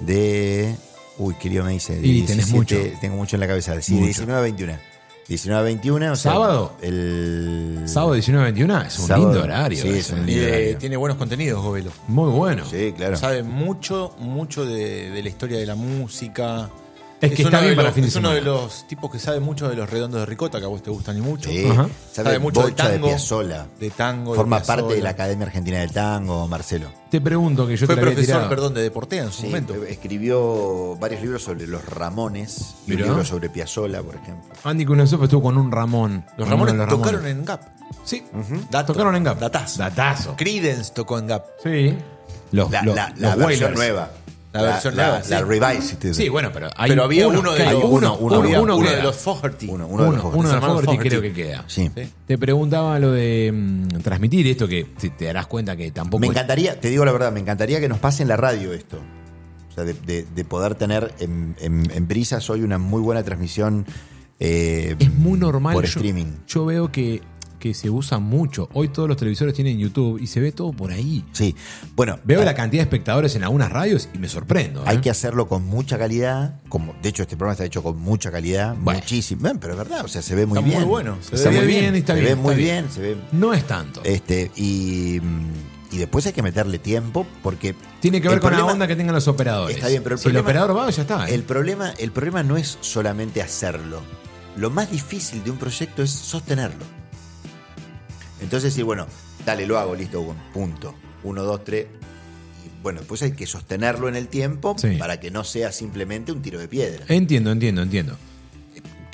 Speaker 3: De. Uy, querido, me dice. de
Speaker 1: Y tenés mucho.
Speaker 3: Tengo mucho en la cabeza. Sí, de
Speaker 1: Mucho.
Speaker 3: 19 a 21. 19 a 21, o sea,
Speaker 1: ¿Sábado?
Speaker 3: El.
Speaker 1: Sábado 19.21 es un
Speaker 3: Sábado.
Speaker 1: lindo horario.
Speaker 3: Sí,
Speaker 1: ese,
Speaker 3: es un
Speaker 2: Y,
Speaker 1: lindo
Speaker 2: eh,
Speaker 1: horario.
Speaker 2: tiene buenos contenidos, Govelo.
Speaker 1: Muy bueno.
Speaker 3: Sí, claro.
Speaker 2: Sabe mucho, mucho de, de la historia de la música.
Speaker 1: Es que
Speaker 2: uno
Speaker 1: está
Speaker 2: de
Speaker 1: bien para
Speaker 2: los-
Speaker 1: fin de
Speaker 2: Es uno de
Speaker 1: semana.
Speaker 2: los tipos que sabe mucho de los redondos de ricota, que a vos te gustan y mucho.
Speaker 3: Sí,
Speaker 1: Ajá.
Speaker 3: sabe,
Speaker 2: Sabe
Speaker 3: mucho
Speaker 2: mucho de
Speaker 3: de,
Speaker 2: tango.
Speaker 3: Piazzolla.
Speaker 2: De tango. de
Speaker 3: Forma
Speaker 2: Piazzolla.
Speaker 3: parte de la Academia Argentina del Tango, Marcelo.
Speaker 1: Te pregunto que yo
Speaker 2: Fue
Speaker 1: te la había
Speaker 2: profesor,
Speaker 1: tirado.
Speaker 2: perdón, de Deportea en su
Speaker 3: Sí, eh,
Speaker 2: momento.
Speaker 3: escribió varios libros sobre los Ramones y
Speaker 1: Mirá.
Speaker 3: un libro sobre Piazzolla, por ejemplo.
Speaker 1: Andy Kuznetsov estuvo con un Ramón.
Speaker 2: Los
Speaker 1: Con uno
Speaker 2: Ramones
Speaker 1: de
Speaker 2: tocaron en Gap.
Speaker 1: Sí.
Speaker 2: Dato.
Speaker 1: Tocaron en Gap.
Speaker 2: Datazo.
Speaker 1: Datazo.
Speaker 2: Creedence tocó en Gap.
Speaker 1: Sí. Los,
Speaker 3: La,
Speaker 1: los-
Speaker 3: la-
Speaker 1: los
Speaker 3: la versión
Speaker 1: Wailers.
Speaker 3: nueva.
Speaker 2: La versión
Speaker 3: la,
Speaker 2: nueva,
Speaker 3: La
Speaker 2: sí.
Speaker 3: revised. te digo.
Speaker 1: Sí, bueno, pero hay
Speaker 2: Pero había uno, de
Speaker 1: que hay
Speaker 2: los
Speaker 1: uno, uno,
Speaker 2: había
Speaker 1: uno
Speaker 2: uno
Speaker 1: queda.
Speaker 2: de los Fogerty.
Speaker 3: Uno, uno
Speaker 1: uno,
Speaker 3: de
Speaker 1: uno
Speaker 3: los
Speaker 1: de
Speaker 3: jóvenes.
Speaker 1: los
Speaker 2: hermanos
Speaker 1: Fogerty creo que
Speaker 2: Fogerty.
Speaker 1: queda.
Speaker 3: Sí.
Speaker 2: Sí.
Speaker 1: Te preguntaba lo de mm, transmitir esto que te, te darás cuenta que tampoco
Speaker 3: Me
Speaker 1: es-
Speaker 3: encantaría, te digo la verdad, me encantaría que nos pase en la radio esto. O sea, de, de- de poder tener en, en, en brisas hoy una muy buena transmisión. eh,
Speaker 1: es muy normal.
Speaker 3: Por
Speaker 1: yo,
Speaker 3: streaming.
Speaker 1: Yo veo que, que se usa mucho. Hoy todos los televisores tienen YouTube y se ve todo por ahí.
Speaker 3: Sí. Bueno,
Speaker 1: Veo la cantidad de espectadores en algunas radios y me sorprendo.
Speaker 3: Ah. Hay
Speaker 1: ¿eh?
Speaker 3: que hacerlo con mucha calidad. Como, de hecho, este programa está hecho con mucha calidad.
Speaker 1: Bueno.
Speaker 3: Muchísimo. Bueno, pero es verdad, o sea, se ve muy
Speaker 2: Está muy
Speaker 3: bien.
Speaker 2: bueno, se
Speaker 1: Está
Speaker 2: ve
Speaker 1: muy bien, está
Speaker 3: se
Speaker 1: bien.
Speaker 3: ve
Speaker 1: está
Speaker 3: muy bien. se ve.
Speaker 1: No es tanto.
Speaker 3: Este, y, y después hay que meterle tiempo porque.
Speaker 1: Tiene que
Speaker 3: el
Speaker 1: ver con
Speaker 3: problema-
Speaker 1: la onda que tengan los operadores.
Speaker 3: Está bien, pero el
Speaker 1: si
Speaker 3: problema-
Speaker 1: el operador va, ya está. ¿eh?
Speaker 3: El problema, el problema no es solamente hacerlo. Lo más difícil de un proyecto es sostenerlo. Entonces decir, bueno, dale, lo hago, listo, un punto. Uno, dos, tres. Y bueno, pues hay que sostenerlo en el tiempo
Speaker 1: Sí.
Speaker 3: para que no sea simplemente un tiro de piedra.
Speaker 1: Entiendo, entiendo, entiendo.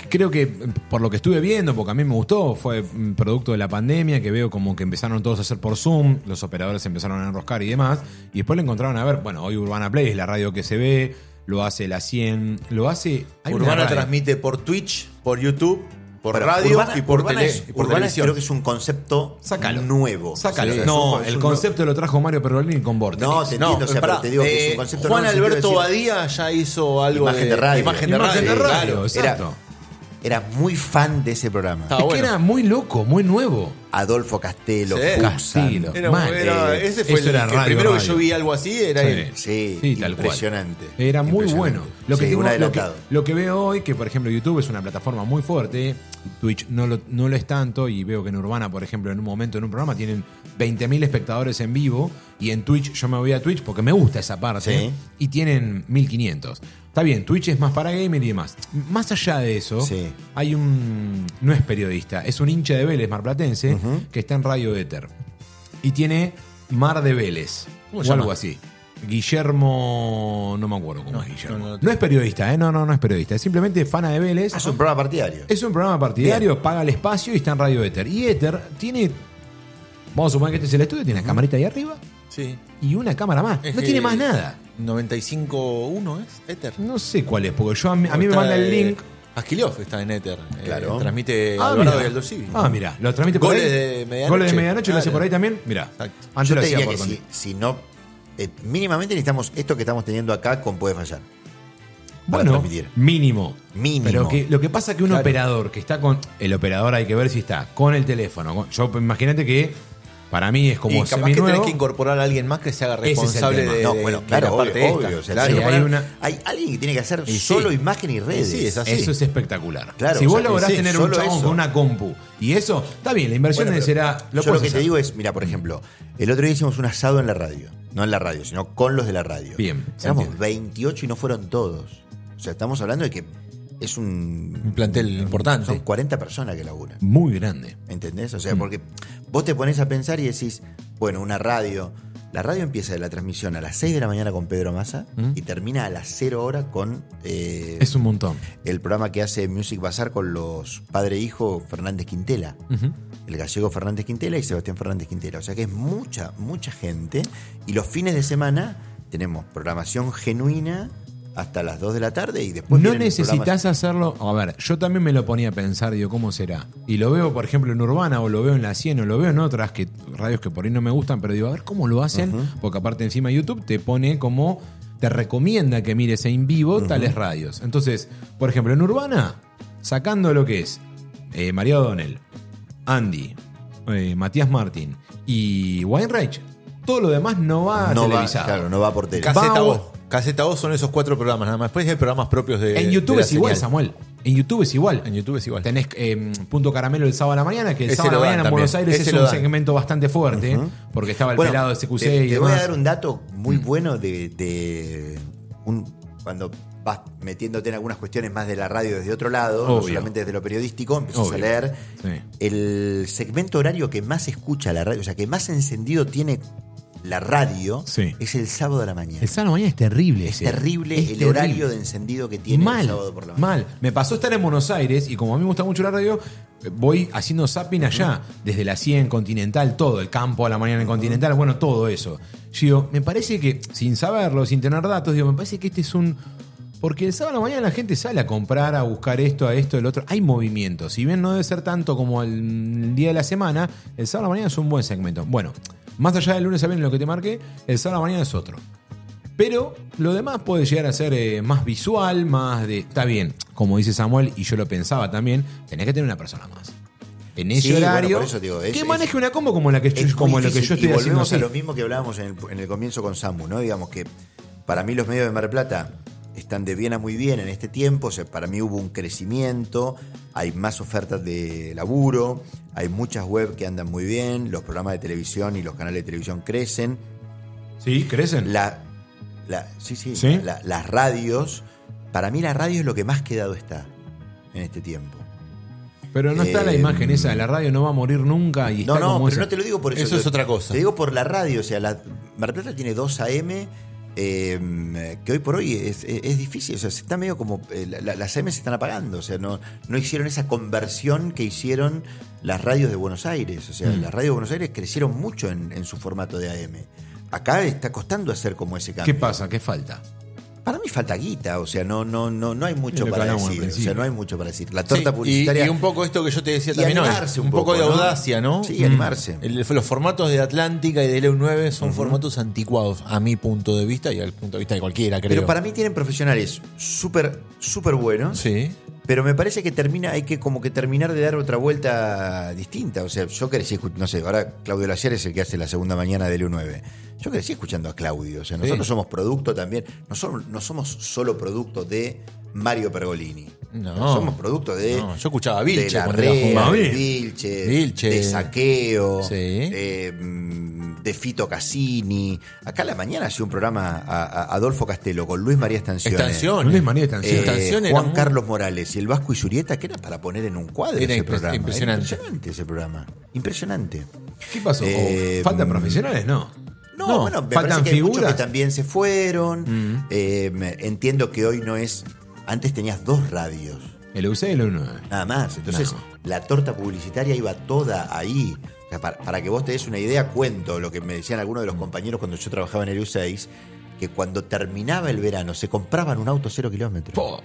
Speaker 1: Creo que eh, por lo que estuve viendo, porque a mí me gustó, fue mm, producto de la pandemia, que veo como que empezaron todos a hacer por Zoom, los operadores empezaron a enroscar y demás, y después lo encontraron a ver, bueno, hoy Urbana Play es la radio que se ve, lo hace la 100, lo hace... hay una
Speaker 2: Urbana
Speaker 1: radio.
Speaker 2: transmite por Twitch, por YouTube, por
Speaker 3: Pero
Speaker 2: radio
Speaker 3: Urbana-
Speaker 2: y por,
Speaker 3: Urbana
Speaker 2: tele-
Speaker 3: es-
Speaker 2: y por
Speaker 3: Urbana
Speaker 2: televisión.
Speaker 3: creo que es un concepto
Speaker 1: Sácalo.
Speaker 3: nuevo.
Speaker 1: Sácalo.
Speaker 3: O sea, es
Speaker 1: no,
Speaker 3: un- es
Speaker 1: el
Speaker 3: un-
Speaker 1: concepto lo trajo Mario Pergolini con Vortex.
Speaker 3: No, te entiendo, o sea,
Speaker 2: pará,
Speaker 3: pero te digo que es
Speaker 2: eh,
Speaker 3: un concepto
Speaker 2: Juan
Speaker 3: nuevo en el
Speaker 2: Alberto
Speaker 3: sentido de decir,
Speaker 2: Badía ya hizo algo
Speaker 3: Imagen de radio.
Speaker 2: Imagen de
Speaker 1: Imagen
Speaker 2: radio.
Speaker 1: de radio,
Speaker 2: claro.
Speaker 1: exacto.
Speaker 3: Era muy fan de ese programa.
Speaker 2: Está
Speaker 1: es
Speaker 2: bueno.
Speaker 1: que era muy loco, muy nuevo.
Speaker 3: Adolfo Castelo,
Speaker 2: Sí.
Speaker 3: Fuxan.
Speaker 1: Castillo.
Speaker 2: Era-
Speaker 1: Mal.
Speaker 2: era-
Speaker 1: Eh,
Speaker 2: ese fue
Speaker 1: eso
Speaker 2: el,
Speaker 1: era
Speaker 2: el
Speaker 1: radio,
Speaker 2: primero que
Speaker 1: radio.
Speaker 2: yo vi algo así. Era
Speaker 1: Sí.
Speaker 2: él.
Speaker 3: Sí,
Speaker 1: Sí, tal cual.
Speaker 3: impresionante.
Speaker 1: Era muy
Speaker 3: Impresionante.
Speaker 1: bueno. Lo que,
Speaker 3: Sí,
Speaker 1: tengo-
Speaker 3: un
Speaker 1: lo, que,
Speaker 3: adelantado.
Speaker 1: lo que veo hoy, que por ejemplo YouTube es una plataforma muy fuerte, Twitch no lo, no lo es tanto, y veo que en Urbana, por ejemplo, en un momento, en un programa, tienen 20.000 espectadores en vivo, y en Twitch yo me voy a Twitch porque me gusta esa parte,
Speaker 3: Sí.
Speaker 1: y tienen 1.500. Está bien, Twitch es más para gamer y demás. M- Más allá de eso,
Speaker 3: Sí.
Speaker 1: hay un... No es periodista, es un hincha de Vélez marplatense que está en Radio Éter. Y tiene Mar de Vélez.
Speaker 2: ¿Cómo
Speaker 1: o
Speaker 2: se llama?
Speaker 1: algo así. Guillermo. No me acuerdo cómo
Speaker 2: No,
Speaker 1: es Guillermo.
Speaker 2: no, Ah,
Speaker 1: No,
Speaker 2: no, no.
Speaker 1: es periodista, ¿eh? No, no, no es periodista. Es simplemente fana de Vélez.
Speaker 3: Es un programa partidario.
Speaker 1: Es un programa partidario, paga el espacio y está en Radio Éter. Y Éter tiene. Vamos a suponer que este es el estudio, tiene una camarita ahí arriba
Speaker 2: Sí.
Speaker 1: y una cámara más.
Speaker 2: Es
Speaker 1: no
Speaker 2: que-
Speaker 1: tiene más nada.
Speaker 2: 95.1 es Ether.
Speaker 1: No sé cuál es, porque yo a mí, a mí me manda el link.
Speaker 2: Asquilov está en Ether.
Speaker 3: Claro.
Speaker 2: Eh, transmite
Speaker 1: Ah,
Speaker 2: Alvarado
Speaker 1: mira.
Speaker 2: y Aldo Civi.
Speaker 1: Ah, mira, lo transmite por
Speaker 2: Goles
Speaker 1: ahí.
Speaker 2: de medianoche.
Speaker 1: Goles de medianoche lo hace
Speaker 2: Claro.
Speaker 1: por ahí también. Mira,
Speaker 2: Exacto.
Speaker 1: antes
Speaker 3: Yo
Speaker 1: lo
Speaker 3: te
Speaker 1: hacía
Speaker 3: diría
Speaker 1: por
Speaker 3: que si, si no. eh, mínimamente necesitamos esto que estamos teniendo acá con Puede Fallar. Para
Speaker 1: Bueno,
Speaker 3: transmitir.
Speaker 1: mínimo.
Speaker 3: Mínimo.
Speaker 1: Pero que, lo que pasa es que un
Speaker 2: Claro.
Speaker 1: operador que está con. El operador hay que ver si está con el teléfono. con- yo imagínate que Para mí es como
Speaker 2: y capaz que tenés
Speaker 1: seminuevo.
Speaker 2: que incorporar a alguien más que se haga
Speaker 1: Ese es el
Speaker 2: responsable
Speaker 1: tema.
Speaker 2: de,
Speaker 3: No,
Speaker 2: de-
Speaker 3: bueno,
Speaker 2: de
Speaker 3: claro,
Speaker 2: la
Speaker 3: obvio,
Speaker 2: parte esta.
Speaker 3: obvio, o sea,
Speaker 2: Claro,
Speaker 3: sí,
Speaker 1: hay
Speaker 2: bueno,
Speaker 1: una-
Speaker 3: Hay alguien que tiene que hacer
Speaker 2: Y sí.
Speaker 3: solo imagen y redes.
Speaker 2: sí, es así.
Speaker 1: Eso es espectacular.
Speaker 3: Claro,
Speaker 1: si
Speaker 3: o
Speaker 1: vos
Speaker 3: sea,
Speaker 1: lográs
Speaker 2: sí,
Speaker 1: tener un
Speaker 2: solo
Speaker 1: chabón
Speaker 2: eso.
Speaker 1: con una compu y eso, está bien, la inversión
Speaker 3: Bueno, pero
Speaker 1: será. Lo
Speaker 3: Yo lo
Speaker 1: puedes
Speaker 3: que te
Speaker 1: hacer.
Speaker 3: digo es, mira, por ejemplo, el otro día hicimos un asado en la radio. No en la radio, sino con los de la radio.
Speaker 1: Bien, se
Speaker 3: Éramos
Speaker 1: entiende.
Speaker 3: 28 y no fueron todos. O sea, estamos hablando de que es un...
Speaker 1: Un plantel importante.
Speaker 3: Son 40 personas que laburan.
Speaker 1: Muy grande.
Speaker 3: ¿Entendés? O sea,
Speaker 1: Mm.
Speaker 3: porque vos te pones a pensar y decís, bueno, una radio. La radio empieza de la transmisión a las 6 de la mañana con Pedro Massa
Speaker 1: Mm.
Speaker 3: y termina a las 0 horas con eh,
Speaker 1: Es un montón.
Speaker 3: el programa que hace Music Bazar con los padre e hijo Fernández Quintela.
Speaker 1: Ujú.
Speaker 3: El gallego Fernández Quintela y Sebastián Fernández Quintela. O sea que es mucha, mucha gente. Y los fines de semana tenemos programación genuina hasta las 2 de la tarde y después.
Speaker 1: No
Speaker 3: vienen programas-
Speaker 1: necesitas hacerlo. A ver, yo también me lo ponía a pensar, digo, ¿cómo será? Y lo veo, por ejemplo, en Urbana, o lo veo en La 100, o lo veo en otras que, radios que por ahí no me gustan, pero digo, a ver cómo lo hacen, porque aparte encima YouTube te pone como. Te recomienda que mires en vivo tales radios. Entonces, por ejemplo, en Urbana, sacando lo que es eh, María O'Donnell, Andy, eh, Matías Martín y Weinreich, todo lo demás no va
Speaker 3: No va,
Speaker 1: televisado.
Speaker 3: claro, no va por tele.
Speaker 2: Caseta
Speaker 1: Vamos.
Speaker 2: O. Caseta O son esos cuatro programas nada más. Después hay programas propios Eh, de.
Speaker 1: En YouTube
Speaker 2: de la
Speaker 1: es igual,
Speaker 2: señal.
Speaker 1: Samuel. En YouTube es igual.
Speaker 2: En YouTube es igual.
Speaker 1: Tenés eh, Punto Caramelo el sábado a la mañana, que el
Speaker 2: Ese
Speaker 1: sábado a
Speaker 2: lo
Speaker 1: la
Speaker 2: dan
Speaker 1: mañana en Buenos
Speaker 2: también.
Speaker 1: Aires
Speaker 2: Ese
Speaker 1: es
Speaker 2: lo
Speaker 1: un
Speaker 2: dan.
Speaker 1: segmento bastante fuerte, porque estaba el
Speaker 3: Bueno,
Speaker 1: pelado de CQC
Speaker 3: te,
Speaker 1: y
Speaker 3: te voy
Speaker 1: demás.
Speaker 3: a
Speaker 1: Mm.
Speaker 3: dar un dato muy bueno de, de un, cuando vas metiéndote en algunas cuestiones más de la radio desde otro lado, no
Speaker 1: Obvio.
Speaker 3: solamente desde lo periodístico, empezás a
Speaker 1: Obvio.
Speaker 3: leer
Speaker 1: Sí.
Speaker 3: el segmento horario que más escucha la radio, o sea, que más encendido tiene la radio,
Speaker 1: Sí.
Speaker 3: es el sábado a la mañana.
Speaker 1: El sábado a la mañana es terrible.
Speaker 3: es
Speaker 1: ese.
Speaker 3: terrible
Speaker 1: Es
Speaker 3: el
Speaker 1: terrible.
Speaker 3: horario de encendido que tiene
Speaker 1: mal,
Speaker 3: el sábado por la mañana.
Speaker 1: Mal. Me pasó estar en Buenos Aires y como a mí me gusta mucho la radio, eh, voy haciendo zapping allá, desde la 100 Continental, todo, el campo a la mañana en Continental, bueno, todo eso. Yo digo, me parece que, sin saberlo, sin tener datos, digo, me parece que este es un. Porque el sábado a la mañana la gente sale a comprar, a buscar esto, a esto, el otro. Hay movimiento. Si bien no debe ser tanto como el día de la semana, el sábado a la mañana es un buen segmento. Bueno, más allá del lunes a viernes, lo que te marqué, el sábado a la mañana es otro. Pero lo demás puede llegar a ser eh, más visual, más de. Está bien, como dice Samuel, y yo lo pensaba también, tenés que tener una persona más. En ese
Speaker 3: Sí, bueno,
Speaker 1: horario.
Speaker 3: por eso digo, es-
Speaker 1: que
Speaker 3: es-
Speaker 1: maneje una combo como la que, yo-
Speaker 3: Es
Speaker 1: como
Speaker 3: muy
Speaker 1: lo que yo estoy
Speaker 3: difícil. y
Speaker 1: haciendo.
Speaker 3: volvemos a
Speaker 1: así.
Speaker 3: lo mismo que hablábamos en el, en el comienzo con Samu, ¿no? Digamos que para mí los medios de Mar del Plata están de bien a muy bien en este tiempo. O sea, para mí hubo un crecimiento, hay más ofertas de laburo, hay muchas web que andan muy bien, los programas de televisión y los canales de televisión crecen.
Speaker 1: Sí, crecen.
Speaker 3: La, la- sí, sí,
Speaker 1: ¿Sí?
Speaker 3: la- las radios. Para mí la radio es lo que más quedado está en este tiempo.
Speaker 1: pero no está la
Speaker 3: eh,
Speaker 1: imagen esa, la radio no va a morir nunca y
Speaker 3: No,
Speaker 1: está
Speaker 3: no,
Speaker 1: como
Speaker 3: pero
Speaker 1: esa.
Speaker 3: no te lo digo por eso.
Speaker 2: Eso es
Speaker 3: Te-
Speaker 2: otra cosa.
Speaker 3: Te digo por la radio, o sea, la, Mar del Plata tiene 2 AM, eh, que hoy por hoy es, es- es difícil, o sea, se está medio como, eh, la- la- las AM se están apagando, o sea, no, no hicieron esa conversión que hicieron las radios de Buenos Aires, o sea,
Speaker 2: Mm.
Speaker 3: las radios de Buenos Aires crecieron mucho en, en su formato de AM. Acá está costando hacer como ese
Speaker 1: ¿Qué
Speaker 3: cambio.
Speaker 1: pasa? ¿Qué falta?
Speaker 3: Para mí falta guita, o sea, no, no, no, no hay
Speaker 1: Es lo
Speaker 3: mucho
Speaker 1: que
Speaker 3: para
Speaker 1: hablamos al
Speaker 3: decir, o sea,
Speaker 1: principio.
Speaker 3: no hay mucho para decir. La torta
Speaker 2: Sí, y-
Speaker 3: publicitaria...
Speaker 2: Y, un poco esto que yo te decía
Speaker 3: Y
Speaker 2: también hoy.
Speaker 3: animarse
Speaker 2: Un,
Speaker 3: un
Speaker 2: poco,
Speaker 3: poco,
Speaker 2: de
Speaker 3: ¿no?
Speaker 2: audacia, ¿no? Mm.
Speaker 3: Sí, animarse.
Speaker 2: El- los formatos de Atlántica y de LU9 son formatos anticuados, a mi punto de vista y al punto de vista de cualquiera, creo.
Speaker 3: Pero para mí tienen profesionales súper, súper buenos.
Speaker 2: Sí.
Speaker 3: Pero me parece que termina, hay que como que terminar de dar otra vuelta distinta. O sea, yo crecí, escu- no sé, ahora Claudio Laciar es el que hace la segunda mañana del U9. Yo crecí escuchando a Claudio. O sea, nosotros
Speaker 2: Sí.
Speaker 3: somos producto también, no somos, no somos solo producto de Mario Pergolini.
Speaker 2: No.
Speaker 3: Somos producto de.
Speaker 2: No, yo escuchaba a
Speaker 3: de
Speaker 2: Vilche
Speaker 3: la
Speaker 2: cuando era
Speaker 3: Rea,
Speaker 2: joven.
Speaker 1: Ah, bien.
Speaker 3: Vilche,
Speaker 2: Vilche.
Speaker 3: de Saqueo,
Speaker 2: Sí.
Speaker 3: eh, mm, de Fito Cassini. Acá a la mañana hacía un programa a, a Adolfo Castelo con Luis María Estancione.
Speaker 2: Estaciones.
Speaker 1: Luis María Estancione.
Speaker 3: Eh,
Speaker 2: Estaciones
Speaker 3: Juan
Speaker 2: eran muy-
Speaker 3: Carlos Morales y el Vasco Isurieta, que era para poner en un cuadro
Speaker 2: Era
Speaker 3: ese
Speaker 2: impre-
Speaker 3: programa. Era
Speaker 2: impresionante.
Speaker 3: impresionante ese programa. Impresionante.
Speaker 1: ¿Qué pasó? Oh,
Speaker 3: Eh,
Speaker 1: ¿Faltan
Speaker 3: mm,
Speaker 1: profesionales? No.
Speaker 3: No,
Speaker 1: No,
Speaker 3: bueno, me
Speaker 1: faltan
Speaker 3: parece que hay muchos
Speaker 1: figuras.
Speaker 3: que también se fueron. Eh, me- entiendo que hoy no es. Antes tenías dos radios,
Speaker 1: El UC y el U9.
Speaker 3: nada más. Entonces,
Speaker 1: No.
Speaker 3: la torta publicitaria iba toda ahí. O sea, para, para que vos te des una idea, cuento lo que me decían algunos de los compañeros cuando yo trabajaba en el U6, que cuando terminaba el verano se compraban un auto cero kilómetros.
Speaker 1: Po.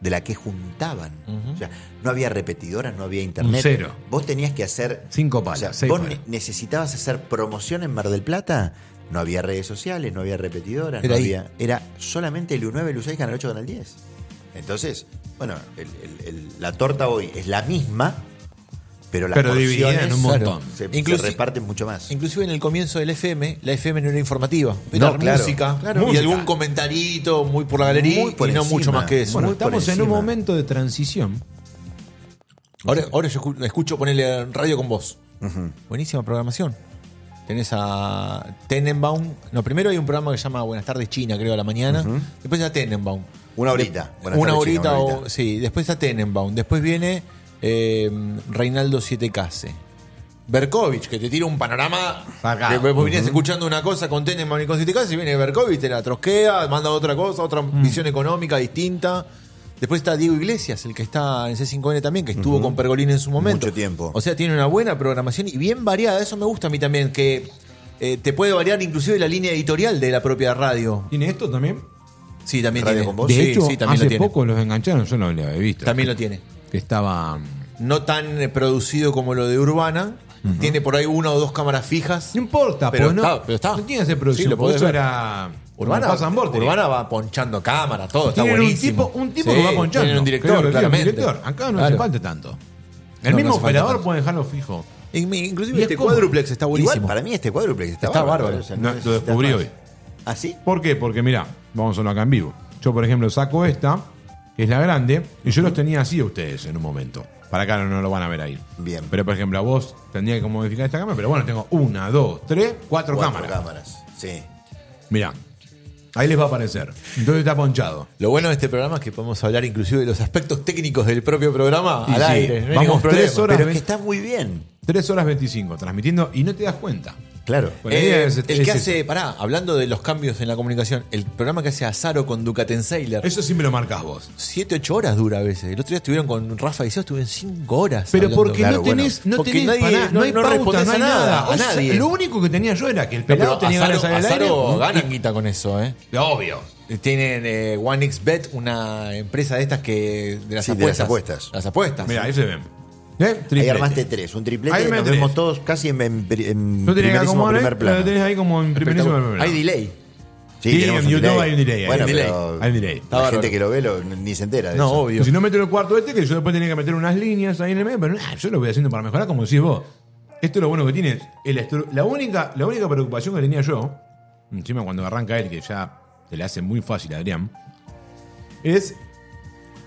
Speaker 3: de la que juntaban. O sea, no había repetidoras, no había internet.
Speaker 1: Un cero.
Speaker 3: Vos tenías que hacer.
Speaker 1: Cinco palas,
Speaker 3: O sea,
Speaker 1: seis
Speaker 3: vos
Speaker 1: palas.
Speaker 3: ne- necesitabas hacer promoción en Mar del Plata. No había redes sociales, no había repetidoras,
Speaker 2: Era
Speaker 3: no
Speaker 2: ahí.
Speaker 3: había. Era solamente el U9, el U6, Canal 8, Canal 10. Entonces, bueno, el- el- el- la torta hoy es la misma, Pero las
Speaker 1: Pero dividían
Speaker 3: porciones
Speaker 1: un montón.
Speaker 3: se, se
Speaker 2: Inclusi-
Speaker 3: reparten mucho más.
Speaker 2: Inclusive en el comienzo del FM, la FM no era informativa, era
Speaker 3: No, claro,
Speaker 2: música,
Speaker 3: claro.
Speaker 2: y
Speaker 3: Música.
Speaker 2: algún comentarito muy por la galería
Speaker 3: Muy por
Speaker 2: y no
Speaker 3: encima.
Speaker 2: mucho más que eso.
Speaker 3: Bueno,
Speaker 1: Bueno,
Speaker 3: por
Speaker 1: estamos en un
Speaker 3: encima.
Speaker 1: momento de transición.
Speaker 2: ahora, ahora yo escu- escucho ponerle radio con voz. Buenísima programación. Tenés a Tenenbaum. No, primero hay un programa que se llama Buenas tardes China, creo, a la mañana. Después está Tenenbaum.
Speaker 3: Una horita.
Speaker 2: De-
Speaker 3: Buenas
Speaker 2: una
Speaker 3: tardes, China,
Speaker 2: horita,
Speaker 3: una
Speaker 2: o.
Speaker 3: horita.
Speaker 2: Sí, después está Tenenbaum. Después viene eh, Reinaldo Siete Case. Berkovich, que te tira un panorama.
Speaker 1: Acá.
Speaker 2: Que vos venías escuchando una cosa con Tenenbaum y con Siete Case, y viene Berkovich, te la trosquea, manda otra cosa, otra
Speaker 3: Mm.
Speaker 2: visión económica distinta. Después está Diego Iglesias, el que está en C5N también, que estuvo con Pergolini en su momento.
Speaker 3: Mucho tiempo.
Speaker 2: O sea, tiene una buena programación y bien variada. Eso me gusta a mí también, que eh, te puede variar inclusive la línea editorial de la propia radio.
Speaker 1: ¿Tiene esto también?
Speaker 2: Sí, también
Speaker 3: Radio
Speaker 2: tiene.
Speaker 3: con voz.
Speaker 1: De
Speaker 2: Oh, Sí,
Speaker 1: hecho,
Speaker 2: sí, también lo
Speaker 1: hace
Speaker 2: tiene.
Speaker 1: poco los engancharon, yo no lo había visto.
Speaker 2: También lo tiene.
Speaker 1: Que estaba. mm,
Speaker 2: No tan eh, producido como lo de Urbana. Tiene por ahí una o dos cámaras fijas.
Speaker 1: No importa,
Speaker 2: Pero
Speaker 1: pero no.
Speaker 2: está, pero está.
Speaker 1: No tiene que ser producción.
Speaker 2: Sí, lo
Speaker 1: por
Speaker 2: podés
Speaker 1: eso
Speaker 2: ver.
Speaker 1: era.
Speaker 2: Urbana,
Speaker 1: Pasan Vortex.
Speaker 2: Urbana va ponchando cámara, todo. Está
Speaker 1: Tienen un
Speaker 2: buenísimo.
Speaker 1: tipo, un tipo
Speaker 2: Sí,
Speaker 1: que va ponchando.
Speaker 2: Tienen
Speaker 1: Creo
Speaker 2: un director,
Speaker 1: que tienen un
Speaker 2: claramente.
Speaker 1: director. Acá no
Speaker 2: Claro.
Speaker 1: hace falta tanto. El mismo
Speaker 2: No, no hace falta
Speaker 1: operador
Speaker 2: tanto.
Speaker 1: puede dejarlo fijo.
Speaker 2: In- Inclusive
Speaker 1: Y es
Speaker 2: este
Speaker 1: cómodo.
Speaker 2: cuádruplex está buenísimo.
Speaker 3: Igual, para mí este cuádruplex está,
Speaker 2: Está bárbaro.
Speaker 1: No, lo
Speaker 3: necesitas
Speaker 1: descubrí
Speaker 3: más.
Speaker 1: hoy.
Speaker 3: ¿Ah, sí?
Speaker 1: ¿Por qué? Porque mirá, vamos a hacerlo acá en vivo. Yo, por ejemplo, saco esta, que es la grande, y yo los tenía así a ustedes en un momento. Para acá no, no lo van a ver ahí.
Speaker 3: Bien.
Speaker 1: Pero, por ejemplo, a vos tendría que modificar esta cámara, pero bueno, tengo una, dos, tres, cuatro,
Speaker 3: Cuatro
Speaker 1: cámaras.
Speaker 3: cámaras. Sí.
Speaker 1: Mirá, ahí les va a aparecer. Entonces está ponchado.
Speaker 2: Lo bueno de este programa es que podemos hablar inclusive de los aspectos técnicos del propio programa
Speaker 1: Y
Speaker 2: al
Speaker 1: sí,
Speaker 2: aire. No hay
Speaker 1: vamos
Speaker 2: ningún problema.
Speaker 1: tres horas.
Speaker 3: Pero es
Speaker 1: ven-
Speaker 3: que está muy bien.
Speaker 1: 3 horas 25 transmitiendo y no te das cuenta.
Speaker 3: Claro.
Speaker 1: Bueno, la idea
Speaker 2: Eh,
Speaker 1: es-
Speaker 2: el
Speaker 1: es
Speaker 2: que
Speaker 1: eso.
Speaker 2: hace, pará, hablando de los cambios en la comunicación, el programa que hace Azaro con Ducaten Sailor,
Speaker 1: Eso sí me lo marcas vos.
Speaker 2: 7, 8 horas dura a veces. El otro día estuvieron con Rafa y yo, estuvieron 5 horas.
Speaker 1: Pero
Speaker 2: hablando.
Speaker 1: porque
Speaker 3: claro,
Speaker 1: no tenés,
Speaker 2: bueno.
Speaker 1: no
Speaker 2: Porque
Speaker 1: tenés
Speaker 2: nadie-
Speaker 1: pará,
Speaker 2: no-
Speaker 1: no hay
Speaker 2: no
Speaker 1: pauta,
Speaker 2: respondés
Speaker 1: no
Speaker 2: a
Speaker 1: hay
Speaker 2: nada,
Speaker 1: nada.
Speaker 2: a
Speaker 1: O sea,
Speaker 2: nadie.
Speaker 1: lo único que tenía yo era que el
Speaker 2: No,
Speaker 1: pelado
Speaker 2: pero
Speaker 1: tenía
Speaker 2: Azaro,
Speaker 1: ganas de salir al aire.
Speaker 2: Azaro
Speaker 1: Mm,
Speaker 2: ganan guita con eso, ¿eh?
Speaker 1: y- Obvio.
Speaker 2: Tienen eh, OneXBet, una empresa de estas que. de las
Speaker 3: Sí, de
Speaker 2: apuestas.
Speaker 3: las apuestas.
Speaker 2: Las apuestas.
Speaker 1: Mira, ahí se ven. ¿Eh?
Speaker 3: Ahí
Speaker 1: Triplete.
Speaker 3: armaste tres, un triplete,
Speaker 1: Ahí me
Speaker 3: nos
Speaker 1: tres.
Speaker 3: vemos todos casi en,
Speaker 1: Yo
Speaker 3: en, en
Speaker 1: tenía que
Speaker 3: primerísimo
Speaker 1: acomodar,
Speaker 3: primer
Speaker 1: ¿eh?
Speaker 3: plano.
Speaker 1: Lo tenés ahí como en primerísimo primer plano.
Speaker 2: Hay delay.
Speaker 1: Sí,
Speaker 3: tenemos
Speaker 1: en
Speaker 3: un
Speaker 1: YouTube hay un delay, hay
Speaker 3: Bueno,
Speaker 1: un delay.
Speaker 3: pero
Speaker 1: Hay un delay. Está
Speaker 3: La
Speaker 2: bárbaro.
Speaker 3: gente que lo ve lo- ni se entera de
Speaker 2: No,
Speaker 3: eso.
Speaker 2: obvio.
Speaker 1: Si no meto el cuarto este, que yo después tenía que meter unas líneas ahí en el medio, pero nah, yo lo voy haciendo para mejorar, como decís vos. Esto es lo bueno que tiene. El estru- la, única, la única preocupación que tenía yo, encima cuando arranca él, que ya te la hace muy fácil, Adrián, es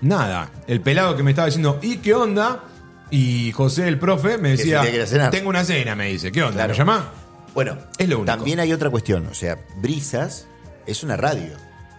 Speaker 1: nada. El pelado que me estaba diciendo, ¿y qué onda? Y José, el profe, me
Speaker 3: se
Speaker 1: decía,
Speaker 3: tiene que ir a cenar.
Speaker 1: tengo una cena, me dice, ¿qué onda?
Speaker 3: Claro.
Speaker 1: ¿Me llamás?
Speaker 3: Bueno,
Speaker 1: Es lo único.
Speaker 3: también hay otra cuestión. O sea, Brisas es una radio.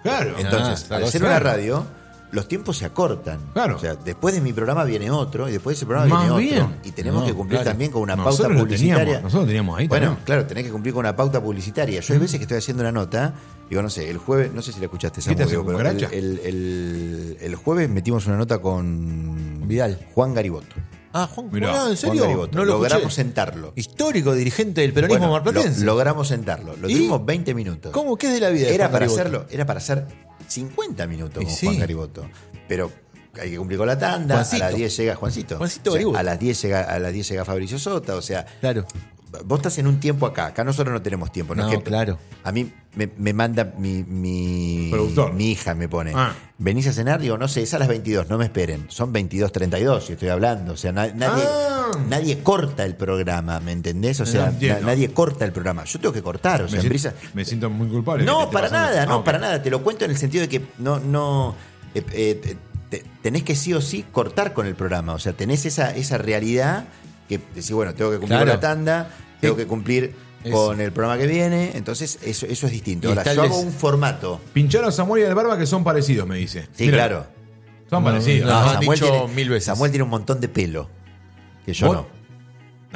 Speaker 1: Claro.
Speaker 3: Entonces,
Speaker 2: Ah,
Speaker 3: al ser
Speaker 1: claro.
Speaker 3: una radio, los tiempos se acortan.
Speaker 1: Claro.
Speaker 3: O sea, después de mi programa viene otro y después de ese programa
Speaker 1: Más
Speaker 3: viene otro.
Speaker 1: bien.
Speaker 3: Y tenemos
Speaker 1: No,
Speaker 3: que cumplir
Speaker 1: claro.
Speaker 3: también con una
Speaker 1: Nosotros
Speaker 3: pauta
Speaker 1: lo
Speaker 3: publicitaria.
Speaker 1: teníamos, nosotros teníamos ahí
Speaker 3: Bueno,
Speaker 1: también.
Speaker 3: claro, tenés que cumplir con una pauta publicitaria. Yo hay veces que estoy haciendo una nota, digo, no sé, el jueves, no sé si la
Speaker 1: ¿Qué
Speaker 3: escuchaste,
Speaker 1: te
Speaker 3: Samu,
Speaker 1: hacen,
Speaker 3: digo, pero el,
Speaker 1: cucaracha?
Speaker 3: el- el- el jueves metimos una nota con
Speaker 2: Vidal.
Speaker 3: Juan Gariboto.
Speaker 2: Ah, Juan,
Speaker 1: Mirá,
Speaker 2: ah, ¿en
Speaker 1: Juan
Speaker 2: serio?
Speaker 3: Gariboto.
Speaker 2: No lo escuché.
Speaker 3: Logramos sentarlo.
Speaker 2: Histórico dirigente del peronismo
Speaker 3: Bueno,
Speaker 2: marplatense.
Speaker 3: lo- logramos sentarlo. Lo
Speaker 2: ¿Y?
Speaker 3: tuvimos 20 minutos.
Speaker 2: ¿Cómo? ¿Qué es de la vida? de
Speaker 3: Era
Speaker 2: Juan
Speaker 3: para
Speaker 2: Gariboto?
Speaker 3: hacerlo, era para hacer 50 minutos
Speaker 2: Y
Speaker 3: con
Speaker 2: sí.
Speaker 3: Juan Gariboto. Pero hay que cumplir con la tanda,
Speaker 2: Juancito.
Speaker 3: a las 10 llega Juancito.
Speaker 2: Juancito
Speaker 3: O sea,
Speaker 2: Gariboto.
Speaker 3: a las 10 llega, a las 10 llega Fabricio Sota, o sea,
Speaker 2: Claro.
Speaker 3: vos estás en un tiempo acá, acá nosotros no tenemos tiempo, ¿no?
Speaker 2: No,
Speaker 3: es que-
Speaker 2: claro.
Speaker 3: A mí me, me manda mi, mi,
Speaker 1: Productor.
Speaker 3: mi hija, me pone,
Speaker 1: Ah.
Speaker 3: venís a cenar, digo, no sé, es a las 22, no me esperen, son 22.32 si estoy hablando, o sea, na- nadie,
Speaker 1: Ah.
Speaker 3: nadie corta el programa, ¿me entendés? O sea,
Speaker 1: No entiendo.
Speaker 3: na- nadie corta el programa, yo tengo que cortar, o sea,
Speaker 1: me, si-
Speaker 3: Brisa-
Speaker 1: me siento muy culpable. que te
Speaker 3: no,
Speaker 1: esté
Speaker 3: para
Speaker 1: pasando-
Speaker 3: nada, no,
Speaker 1: Ah, ok.
Speaker 3: para nada. Te lo cuento en el sentido de que no, no. eh, eh, eh, te- tenés que sí o sí cortar con el programa. O sea, tenés esa, esa realidad que decís, bueno, tengo que cumplir
Speaker 2: Claro.
Speaker 3: con la tanda, tengo que cumplir
Speaker 2: Eso.
Speaker 3: con el programa que viene. Entonces, eso, eso es distinto.
Speaker 2: Y
Speaker 3: Ahora,
Speaker 2: está el
Speaker 3: yo hago
Speaker 2: des-
Speaker 3: un formato.
Speaker 1: Pinchar a Samuel y al Barba que son parecidos, me dice.
Speaker 3: Sí,
Speaker 1: Mira,
Speaker 3: claro.
Speaker 1: Son
Speaker 2: No,
Speaker 1: parecidos.
Speaker 2: no,
Speaker 1: No,
Speaker 2: no. han dicho mil veces.
Speaker 3: Samuel tiene un montón de pelo. Que yo
Speaker 1: ¿Vos?
Speaker 3: no.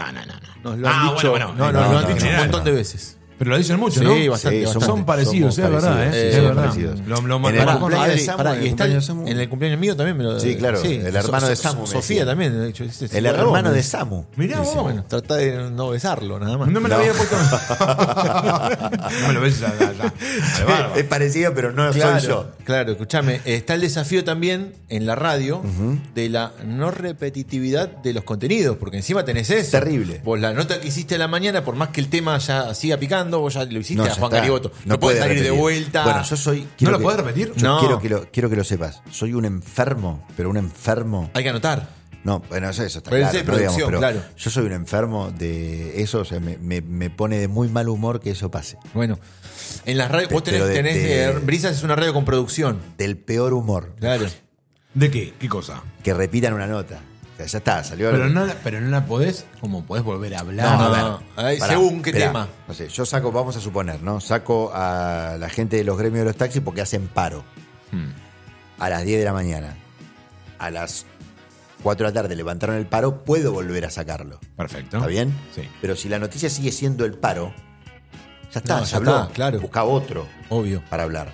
Speaker 1: no, no. no.
Speaker 2: Nos lo
Speaker 1: Ah,
Speaker 2: han dicho,
Speaker 1: bueno, bueno.
Speaker 2: no, no,
Speaker 1: No,
Speaker 2: lo han
Speaker 1: no,
Speaker 2: dicho
Speaker 1: no,
Speaker 2: un
Speaker 1: no.
Speaker 2: montón de veces.
Speaker 1: Pero lo dicen mucho,
Speaker 2: Sí,
Speaker 1: ¿no?
Speaker 2: bastante,
Speaker 3: Sí,
Speaker 2: bastante.
Speaker 1: Son parecidos,
Speaker 3: somos
Speaker 1: es verdad, ¿eh?
Speaker 3: parecidos,
Speaker 1: es
Speaker 3: somos
Speaker 1: verdad.
Speaker 3: parecidos.
Speaker 1: Lo, lo
Speaker 3: En el
Speaker 1: marcó-
Speaker 2: Pará, ah,
Speaker 3: cumpleaños de
Speaker 2: eh,
Speaker 3: Samu,
Speaker 2: pará,
Speaker 3: en
Speaker 2: y
Speaker 3: el
Speaker 2: está
Speaker 3: cumpleaños de Samu.
Speaker 2: en el cumpleaños mío también. me lo-
Speaker 3: Sí, claro, el hermano de Samu, me
Speaker 2: Sofía
Speaker 3: decía.
Speaker 2: también. de hecho, este-
Speaker 3: El
Speaker 2: este-
Speaker 3: hermano
Speaker 2: vos,
Speaker 3: de
Speaker 2: me-
Speaker 3: Samu.
Speaker 1: Mirá
Speaker 2: Dice,
Speaker 1: vos.
Speaker 2: bueno, trata de no besarlo, nada más.
Speaker 1: No me lo
Speaker 3: No.
Speaker 1: había puesto. no me lo ves allá. allá. Al Barba.
Speaker 2: eh,
Speaker 3: Es parecido, pero no
Speaker 2: Claro,
Speaker 3: soy yo.
Speaker 2: claro, escúchame. Está el desafío también en la radio de la no repetitividad de los contenidos, porque encima tenés eso.
Speaker 3: Terrible.
Speaker 2: Vos la nota que hiciste a la mañana, por más que el tema ya siga picando, vos ya lo hiciste a
Speaker 3: ya
Speaker 2: Juan
Speaker 3: está.
Speaker 2: Cariboto. No,
Speaker 3: puede
Speaker 2: puedes salir de
Speaker 3: repetir.
Speaker 2: vuelta.
Speaker 3: Bueno, yo soy. quiero
Speaker 1: lo
Speaker 3: que-
Speaker 1: podés repetir?
Speaker 3: Yo
Speaker 2: No.
Speaker 3: quiero, que lo, quiero que lo sepas. Soy un enfermo, pero un enfermo
Speaker 2: Hay que anotar.
Speaker 3: No, bueno, eso, eso está
Speaker 2: Pero sí,
Speaker 3: claro. ¿no? Digamos,
Speaker 2: producción,
Speaker 3: pero
Speaker 2: claro.
Speaker 3: Yo soy un enfermo de eso, o sea, me, me- me pone de muy mal humor que eso pase.
Speaker 2: Bueno, en las radios, vos tenés,
Speaker 3: Pero de-
Speaker 2: tenés,
Speaker 3: de-
Speaker 2: eh, Brisas es una radio con producción.
Speaker 3: Del peor humor.
Speaker 2: Claro.
Speaker 1: ¿De qué? ¿Qué cosa?
Speaker 3: Que repitan una nota. O sea, ya está, salió
Speaker 1: Pero
Speaker 3: algo.
Speaker 1: no, la- pero no la podés, como podés volver a hablar.
Speaker 3: No,
Speaker 1: a ver.
Speaker 3: a ver.
Speaker 2: Ay,
Speaker 3: pará,
Speaker 2: Eh, según qué
Speaker 3: esperá.
Speaker 2: tema.
Speaker 3: No sé, yo saco, vamos a suponer, ¿no? Saco a la gente de los gremios de los taxis porque hacen paro.
Speaker 2: Hmm.
Speaker 3: A las 10 de la mañana. A las 4 de la tarde levantaron el paro, puedo volver a sacarlo.
Speaker 1: Perfecto.
Speaker 3: ¿Está bien?
Speaker 1: Sí.
Speaker 3: Pero si la noticia sigue siendo el paro, ya está,
Speaker 2: No,
Speaker 3: se
Speaker 2: ya
Speaker 3: habló.
Speaker 2: está, claro.
Speaker 3: Busca otro
Speaker 2: Obvio.
Speaker 3: para hablar.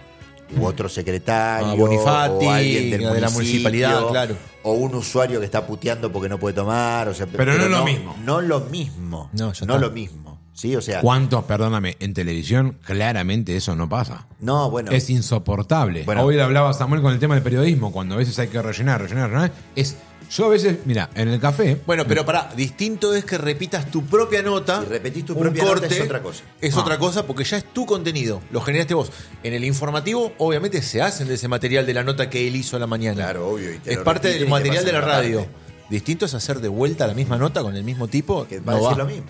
Speaker 3: U otro secretario,
Speaker 2: Ah, Bonifati,
Speaker 3: o alguien
Speaker 2: de
Speaker 3: del
Speaker 2: la
Speaker 3: municipio,
Speaker 2: municipalidad, claro.
Speaker 3: O un usuario que está puteando porque no puede tomar. O sea,
Speaker 1: Pero no lo mismo.
Speaker 3: No lo mismo.
Speaker 2: No, ya está.
Speaker 3: lo mismo. Sí, o sea.
Speaker 1: ¿Cuántos, perdóname, en televisión claramente eso no pasa?
Speaker 3: No, bueno.
Speaker 1: Es insoportable.
Speaker 3: Bueno.
Speaker 1: Hoy hablaba Samuel con el tema del periodismo, cuando a veces hay que rellenar, rellenar, rellenar. Es, yo a veces, mira, en el café,
Speaker 2: Bueno, pero pará, distinto es que repitas tu propia nota.
Speaker 3: Si repetís tu
Speaker 2: un
Speaker 3: propia nota es otra cosa.
Speaker 2: Es
Speaker 1: Ah.
Speaker 2: otra cosa porque ya es tu contenido, lo generaste vos. En el informativo, obviamente, se hacen de ese material de la nota que él hizo a la mañana.
Speaker 3: Claro, obvio, y te
Speaker 2: es
Speaker 3: lo
Speaker 2: parte
Speaker 3: repiten
Speaker 2: del
Speaker 3: y te
Speaker 2: material de la
Speaker 3: pasan la
Speaker 2: radio.
Speaker 3: parte.
Speaker 2: Distinto es hacer de vuelta la misma nota con el mismo tipo.
Speaker 3: que va
Speaker 2: no
Speaker 3: a decir lo mismo.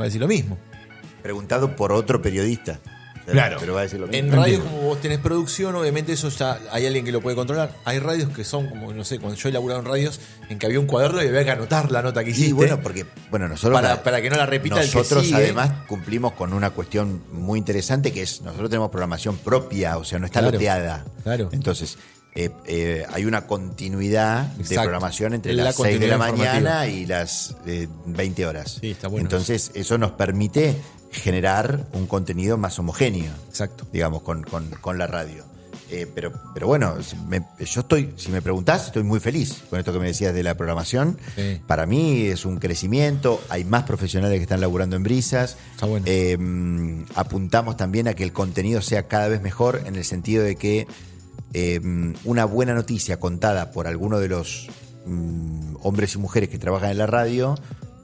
Speaker 2: Va a decir lo mismo.
Speaker 3: Preguntado por otro periodista. O sea,
Speaker 1: Claro.
Speaker 3: Pero va a decir lo
Speaker 2: En
Speaker 3: mismo.
Speaker 2: radio, como vos tenés producción, obviamente eso ya hay alguien que lo puede controlar. Hay radios que son, como no sé, cuando yo he laburado en radios, en que había un cuaderno y había que anotar la nota que hiciste.
Speaker 3: Y bueno, porque bueno, nosotros
Speaker 2: Para- para que no la repita el que
Speaker 3: nosotros
Speaker 2: sigue.
Speaker 3: además cumplimos con una cuestión muy interesante que es nosotros tenemos programación propia, o sea, no está
Speaker 2: Claro,
Speaker 3: loteada.
Speaker 2: claro.
Speaker 3: Entonces, eh, eh, hay una continuidad de
Speaker 2: Exacto.
Speaker 3: programación entre
Speaker 2: La
Speaker 3: las 6 de la
Speaker 2: continuidad
Speaker 3: mañana y las eh, 20 horas.
Speaker 2: Sí, está bueno.
Speaker 3: Entonces, eso nos permite generar un contenido más homogéneo
Speaker 2: Exacto.
Speaker 3: digamos, con, con- con la radio. Eh, pero, pero bueno, si me- yo estoy, si me preguntás, estoy muy feliz con esto que me decías de la programación.
Speaker 2: Sí.
Speaker 3: Para mí es un crecimiento, hay más profesionales que están laburando en brisas.
Speaker 2: Está bueno.
Speaker 3: Eh, mm, apuntamos también a que el contenido sea cada vez mejor en el sentido de que eh, mm, una buena noticia contada por alguno de los mm, hombres y mujeres que trabajan en la radio,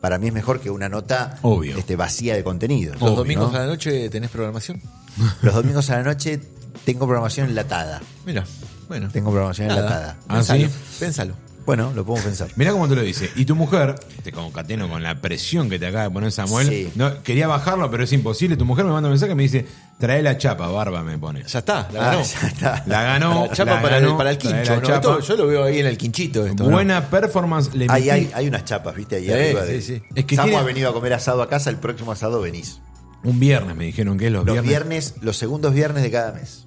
Speaker 3: para mí es mejor que una nota
Speaker 1: Obvio.
Speaker 3: Este, vacía de contenido.
Speaker 2: Los
Speaker 3: ¿no?
Speaker 2: domingos a la noche tenés programación.
Speaker 3: Los domingos a la noche tengo programación enlatada.
Speaker 2: Mira, bueno.
Speaker 3: Tengo programación
Speaker 2: Nada.
Speaker 3: enlatada.
Speaker 1: Ah, ¿sí?
Speaker 2: Pensalo, Pensalo.
Speaker 3: Bueno, lo podemos pensar.
Speaker 1: Mirá cómo te lo dice. Y tu mujer, te concateno con la presión que te acaba de poner Samuel.
Speaker 3: Sí.
Speaker 1: No, quería bajarlo, pero es imposible. Tu mujer me manda un mensaje y me dice, trae la chapa, barba, me pone.
Speaker 2: Ya está, la
Speaker 3: Ah,
Speaker 2: ganó.
Speaker 3: ya está.
Speaker 1: La ganó.
Speaker 2: La chapa
Speaker 1: la
Speaker 2: para,
Speaker 1: ganó,
Speaker 2: el, para el
Speaker 1: trae la
Speaker 2: quincho. ¿no?
Speaker 1: chapa.
Speaker 2: Esto yo lo veo ahí en el quinchito. Esto, ¿no?
Speaker 1: Buena performance le
Speaker 3: Hay,
Speaker 1: metí.
Speaker 3: hay, hay unas chapas, ¿viste? Ahí
Speaker 2: Sí,
Speaker 3: arriba.
Speaker 2: sí,
Speaker 3: De...
Speaker 2: sí.
Speaker 1: Es que
Speaker 3: Samu
Speaker 1: tiene-
Speaker 3: ha venido a comer asado a casa, el próximo asado venís.
Speaker 1: Un viernes me dijeron que es los,
Speaker 3: Los
Speaker 1: viernes.
Speaker 3: viernes, los segundos viernes de cada mes.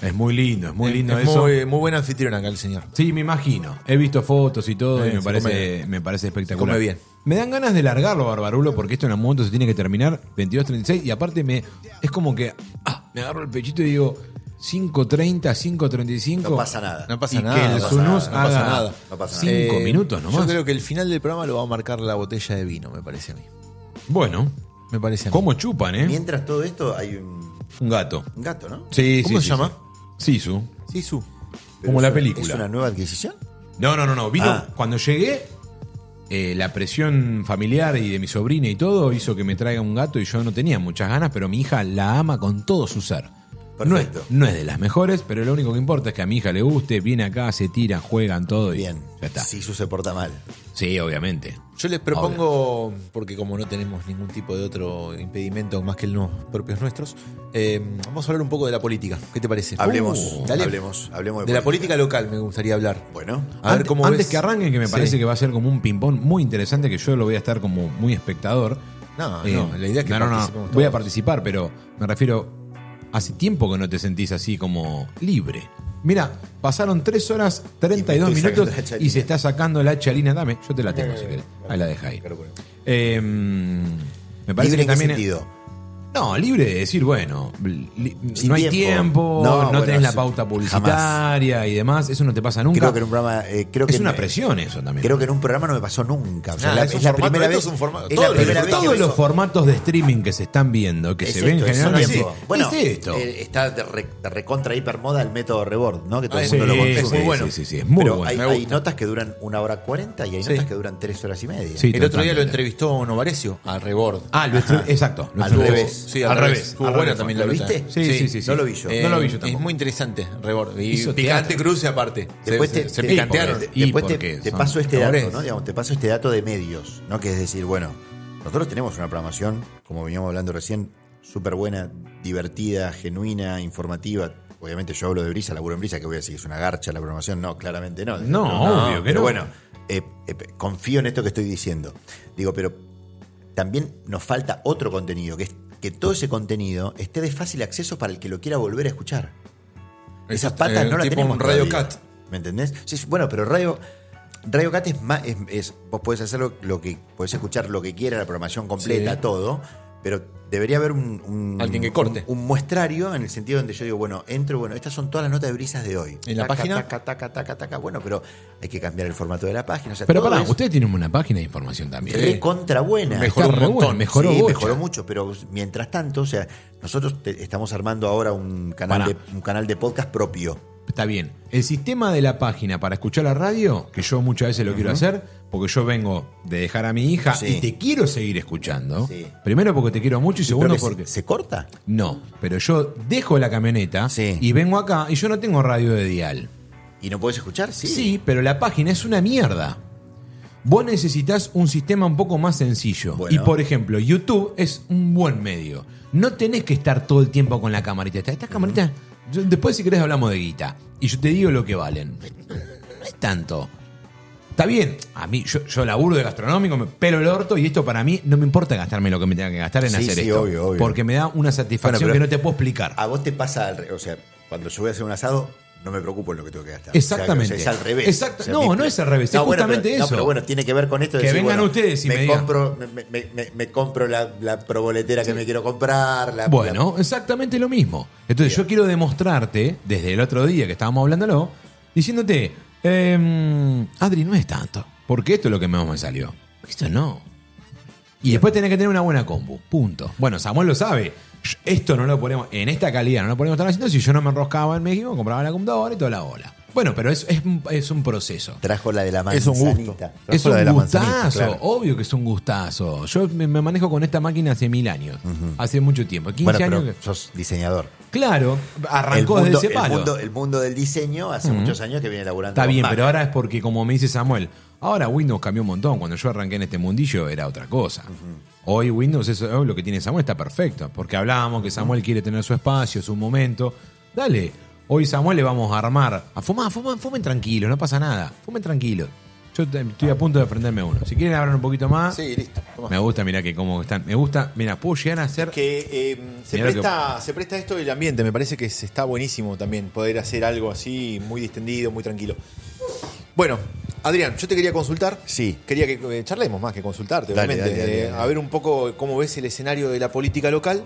Speaker 1: Es muy lindo, es muy
Speaker 2: Es-
Speaker 1: lindo
Speaker 2: es
Speaker 1: eso.
Speaker 2: Muy, muy buen anfitrión acá el señor.
Speaker 1: Sí, me imagino. He visto fotos y todo y
Speaker 2: Eh,
Speaker 1: me
Speaker 2: se
Speaker 1: parece,
Speaker 2: come-
Speaker 1: me parece espectacular.
Speaker 2: come bien.
Speaker 1: Me dan ganas de largarlo, Barbarulo, porque esto en algún momento se tiene que terminar 22.36 y aparte me es como que ah, me agarro el pechito y digo 5.30, 5.35.
Speaker 3: No pasa nada.
Speaker 2: No pasa
Speaker 1: y
Speaker 2: nada.
Speaker 1: que
Speaker 2: no
Speaker 1: el
Speaker 2: pasa
Speaker 1: Sunus
Speaker 2: nada, no pasa
Speaker 1: haga
Speaker 2: nada.
Speaker 3: no pasa nada.
Speaker 1: cinco
Speaker 2: Eh,
Speaker 1: minutos nomás.
Speaker 2: Yo creo que el final del programa lo va a marcar la botella de vino, me parece a mí.
Speaker 1: Bueno,
Speaker 2: Me parece a mí.
Speaker 1: ¿cómo chupan, eh?
Speaker 3: Mientras todo esto, hay un,
Speaker 1: Un gato.
Speaker 3: un gato, ¿no?
Speaker 1: Sí,
Speaker 2: ¿Cómo
Speaker 1: sí,
Speaker 2: se
Speaker 1: sí,
Speaker 2: llama?
Speaker 1: Sí. Sisu.
Speaker 2: Sí, su.
Speaker 1: Como la
Speaker 3: es una-
Speaker 1: película.
Speaker 3: ¿Es una nueva adquisición?
Speaker 1: No, no, no, no. Vino,
Speaker 3: Ah.
Speaker 1: cuando llegué, eh, la presión familiar y de mi sobrina y todo hizo que me traiga un gato y yo no tenía muchas ganas, pero mi hija la ama con todo su ser. No es,
Speaker 3: Perfecto.
Speaker 1: no es de las mejores, pero lo único que importa es que a mi hija le guste, viene acá, se tiran, juegan todo y
Speaker 3: Bien.
Speaker 1: ya está. Sí,
Speaker 3: Sisu se porta mal.
Speaker 1: obviamente.
Speaker 2: Yo les propongo, porque como no tenemos ningún tipo de otro impedimento más que los propios nuestros, eh, vamos a hablar un poco de la política. ¿Qué te parece?
Speaker 3: Hablemos,
Speaker 2: Uh, dale.
Speaker 3: hablemos, hablemos
Speaker 2: De,
Speaker 3: de
Speaker 2: la política local me gustaría hablar.
Speaker 3: Bueno,
Speaker 2: A ver
Speaker 1: Ante-
Speaker 2: cómo
Speaker 1: antes
Speaker 2: ves-
Speaker 1: que arranquen, que me
Speaker 2: Sí.
Speaker 1: parece que va a ser como un ping-pong muy interesante, que yo lo voy a estar como muy espectador.
Speaker 2: No,
Speaker 3: Eh,
Speaker 2: no, la idea es que
Speaker 1: Ah, no, no, no,
Speaker 2: participemos
Speaker 1: voy a
Speaker 2: todos.
Speaker 1: participar, pero me refiero, hace tiempo que no te sentís así como libre. Mira, pasaron 3 horas 32
Speaker 3: Y me estoy
Speaker 1: minutos
Speaker 3: sacando la chalina.
Speaker 1: y se está sacando la chalina. Dame, yo te la
Speaker 3: Eh,
Speaker 1: tengo si querés. Ahí la deja ahí. Eh, me parece
Speaker 3: ¿Libre
Speaker 1: que
Speaker 3: en qué
Speaker 1: también.
Speaker 3: sentido?
Speaker 1: No, libre de decir, bueno, li-
Speaker 3: Sin
Speaker 1: no hay
Speaker 3: tiempo.
Speaker 1: tiempo, no,
Speaker 3: No, bueno,
Speaker 1: tenés la
Speaker 3: sí,
Speaker 1: pauta publicitaria y demás, eso no te pasa nunca.
Speaker 3: Creo que en un programa... eh, creo que
Speaker 1: es una
Speaker 3: en-
Speaker 1: presión eso también.
Speaker 3: Creo que en un programa no me pasó nunca. O sea,
Speaker 2: Ah,
Speaker 3: la-
Speaker 2: es
Speaker 3: es,
Speaker 2: un
Speaker 3: la
Speaker 2: formato,
Speaker 3: primera
Speaker 2: esto
Speaker 3: vez.
Speaker 2: es un formato.
Speaker 3: es la
Speaker 2: Todo lo-
Speaker 3: primera vez que
Speaker 1: Todos
Speaker 3: me
Speaker 1: los
Speaker 3: pasó.
Speaker 1: formatos de streaming que se están viendo, que
Speaker 3: Es
Speaker 1: se ven
Speaker 3: esto, es
Speaker 1: generalmente.
Speaker 3: tiempo. Bueno,
Speaker 1: ¿qué es esto?
Speaker 3: eh, está de re- de recontra hipermoda el método Rebord, ¿no? Que todo
Speaker 2: Ah,
Speaker 3: el
Speaker 2: sí,
Speaker 3: mundo lo
Speaker 2: es
Speaker 3: consume.
Speaker 2: muy bueno.
Speaker 1: Sí, sí, sí, es muy
Speaker 3: Pero
Speaker 1: bueno.
Speaker 3: hay,
Speaker 2: me
Speaker 3: hay
Speaker 2: gusta.
Speaker 3: notas que duran una hora cuarenta y hay
Speaker 2: Sí.
Speaker 3: notas que duran tres horas y media.
Speaker 1: Sí.
Speaker 2: El otro día lo
Speaker 1: totalmente.
Speaker 2: entrevistó Novarecio, a Rebord.
Speaker 1: Ah, lo estre- exacto. Lo
Speaker 3: Al
Speaker 1: estrenó-
Speaker 3: revés.
Speaker 2: Sí, al, revés. Estuvo
Speaker 3: Al
Speaker 2: buena
Speaker 3: revés.
Speaker 2: también la
Speaker 3: ¿Lo
Speaker 2: pelota.
Speaker 3: viste?
Speaker 1: Sí, sí, sí, sí.
Speaker 3: No lo vi yo.
Speaker 1: Eh, No lo vi yo
Speaker 2: Es
Speaker 1: tampoco.
Speaker 2: muy interesante, Rebord. Y
Speaker 1: Hizo
Speaker 2: picante
Speaker 1: teatro.
Speaker 2: cruce aparte. Se-
Speaker 3: Después
Speaker 2: se,
Speaker 3: te,
Speaker 2: se
Speaker 3: te-
Speaker 2: picantearon.
Speaker 3: te-
Speaker 1: Y
Speaker 3: después te,
Speaker 1: porque
Speaker 3: te
Speaker 1: son
Speaker 3: paso este dato,
Speaker 2: amores.
Speaker 3: ¿no? Digamos, te paso este dato de medios, ¿no? Que es decir, bueno, nosotros tenemos una programación, como veníamos hablando recién, súper buena, divertida, genuina, informativa. Obviamente yo hablo de Brisa, laburo en Brisa, que voy a decir que es una garcha la programación. No, claramente no.
Speaker 1: No, obvio que
Speaker 3: pero
Speaker 1: no.
Speaker 3: bueno, eh, eh, confío en esto que estoy diciendo. Digo, pero también nos falta otro contenido, que es que todo ese contenido esté de fácil acceso para el que lo quiera volver a escuchar. Esas
Speaker 2: Eso, eh,
Speaker 3: patas no las
Speaker 2: tipo
Speaker 3: tenemos
Speaker 2: un Radio
Speaker 3: todavía.
Speaker 2: Cat.
Speaker 3: ¿Me entendés? Sí, sí, bueno, pero Radio, Radio Cat es más. Es, es- vos podés hacer lo, lo que. Podés escuchar lo que quieras, la programación completa,
Speaker 2: Sí.
Speaker 3: todo. Pero debería haber un, un-
Speaker 2: Alguien que corte.
Speaker 3: Un, un muestrario en el sentido donde yo digo, bueno, entro, bueno, estas son todas las notas de brisas de hoy.
Speaker 2: ¿En la página?
Speaker 3: Taca, taca, taca, taca. Bueno, pero hay que cambiar el formato de la página. O sea,
Speaker 1: Pero
Speaker 3: todo
Speaker 1: pará,
Speaker 3: es
Speaker 1: ustedes tienen una página de información también.
Speaker 3: re contra buena.
Speaker 1: Está
Speaker 2: Mejoró un
Speaker 1: re
Speaker 2: montón.
Speaker 1: buena, mejoró
Speaker 3: Sí,
Speaker 1: bocha.
Speaker 3: mejoró mucho, pero mientras tanto, o sea, nosotros te- estamos armando ahora un canal,
Speaker 1: Pará.
Speaker 3: de, un canal de podcast propio.
Speaker 1: Está bien. El sistema de la página para escuchar la radio, que yo muchas veces lo quiero hacer, porque yo vengo de dejar a mi hija
Speaker 3: Sí.
Speaker 1: y te quiero seguir escuchando.
Speaker 3: Sí.
Speaker 1: Primero porque te quiero mucho y
Speaker 3: Pero
Speaker 1: segundo
Speaker 3: que se-
Speaker 1: porque...
Speaker 3: ¿Se corta?
Speaker 1: No, pero yo dejo la camioneta
Speaker 3: Sí.
Speaker 1: y vengo acá y yo no tengo radio de dial.
Speaker 3: ¿Y no podés escuchar? Sí.
Speaker 1: Sí. pero la página es una mierda. Vos necesitas un sistema un poco más sencillo.
Speaker 3: Bueno.
Speaker 1: Y por ejemplo, YouTube es un buen medio. No tenés que estar todo el tiempo con la camarita. Estas estas camaritas, yo- después si querés hablamos de guita. Y yo te digo lo que valen. No es tanto. Está bien, a mí, yo, yo laburo de gastronómico, me pelo el orto y esto para mí no me importa gastarme lo que me tenga que gastar en
Speaker 3: Sí,
Speaker 1: hacer
Speaker 3: sí,
Speaker 1: esto.
Speaker 3: obvio, obvio.
Speaker 1: Porque me da una satisfacción
Speaker 3: Bueno,
Speaker 1: que
Speaker 3: pero-
Speaker 1: no te puedo explicar.
Speaker 3: A vos te pasa, al re- o sea, cuando yo voy a hacer un asado, no me preocupo en lo que tengo que gastar.
Speaker 1: Exactamente.
Speaker 3: O sea, es al revés.
Speaker 1: Exacta-
Speaker 3: O sea,
Speaker 1: no,
Speaker 3: mi-
Speaker 1: no es al revés, es
Speaker 3: bueno,
Speaker 1: justamente
Speaker 3: pero, no,
Speaker 1: eso.
Speaker 3: pero bueno, tiene que ver con esto. de
Speaker 1: Que
Speaker 3: decir,
Speaker 1: vengan
Speaker 3: bueno,
Speaker 1: ustedes y
Speaker 3: me
Speaker 1: me digan.
Speaker 3: compro, me, me- me- me- me compro la, la proboletera que me quiero comprar. la-
Speaker 1: Bueno, exactamente lo mismo. Entonces yo quiero demostrarte, desde el otro día que estábamos hablándolo, diciéndote, ehm, Adri, no es tanto, porque esto es lo que más me salió. Esto no. Y después tenés que tener una buena combo, punto. Bueno, Samuel lo sabe. Yo- Esto no lo podemos, en esta calidad no lo podemos estar haciendo si yo no me enroscaba en México, compraba la computadora y toda la ola. Bueno, pero es, es, un- es un proceso.
Speaker 3: la- trajo la de la
Speaker 2: Es un
Speaker 3: manzanita.
Speaker 2: gusto.
Speaker 1: Es
Speaker 2: Trajo la de
Speaker 1: un
Speaker 2: la manzanita,
Speaker 1: gustazo, Oh,
Speaker 2: claro.
Speaker 1: obvio que es un gustazo. Yo me, me manejo con esta máquina hace mil años, hace mucho tiempo, 15
Speaker 3: Bueno, pero
Speaker 1: años. que-
Speaker 3: sos diseñador.
Speaker 1: Claro,
Speaker 3: El
Speaker 1: arrancó
Speaker 3: mundo,
Speaker 1: desde ese
Speaker 3: el,
Speaker 1: palo.
Speaker 3: mundo, el mundo del diseño hace muchos años que viene laburando.
Speaker 1: Está
Speaker 3: con
Speaker 1: bien,
Speaker 3: Mac.
Speaker 1: pero ahora es porque, como me dice Samuel, ahora Windows cambió un montón. Cuando yo arranqué en este mundillo era otra cosa. Hoy Windows, eso, hoy lo que tiene Samuel está perfecto. Porque hablábamos que Samuel quiere tener su espacio, su momento. Dale, hoy Samuel le vamos a armar. A fumar, fumen, fumen tranquilo, no pasa nada. Fumen tranquilo. Yo te- estoy a punto de aprenderme uno. Si quieren hablar un poquito más.
Speaker 2: Sí, listo. Tomá.
Speaker 1: Me gusta, mirá que cómo están. Me gusta, mira, puedo llegar a hacer.
Speaker 2: Que eh, se,
Speaker 1: Mirá lo
Speaker 2: presta, se presta esto del ambiente, me parece que se está buenísimo también poder hacer algo así, muy distendido, muy tranquilo. Bueno, Adrián, yo te quería consultar.
Speaker 3: Sí.
Speaker 2: Quería que eh, charlemos más que consultarte,
Speaker 3: Dale,
Speaker 2: obviamente.
Speaker 3: dale, dale,
Speaker 2: Eh,
Speaker 3: dale.
Speaker 2: A ver un poco cómo ves el escenario de la política local,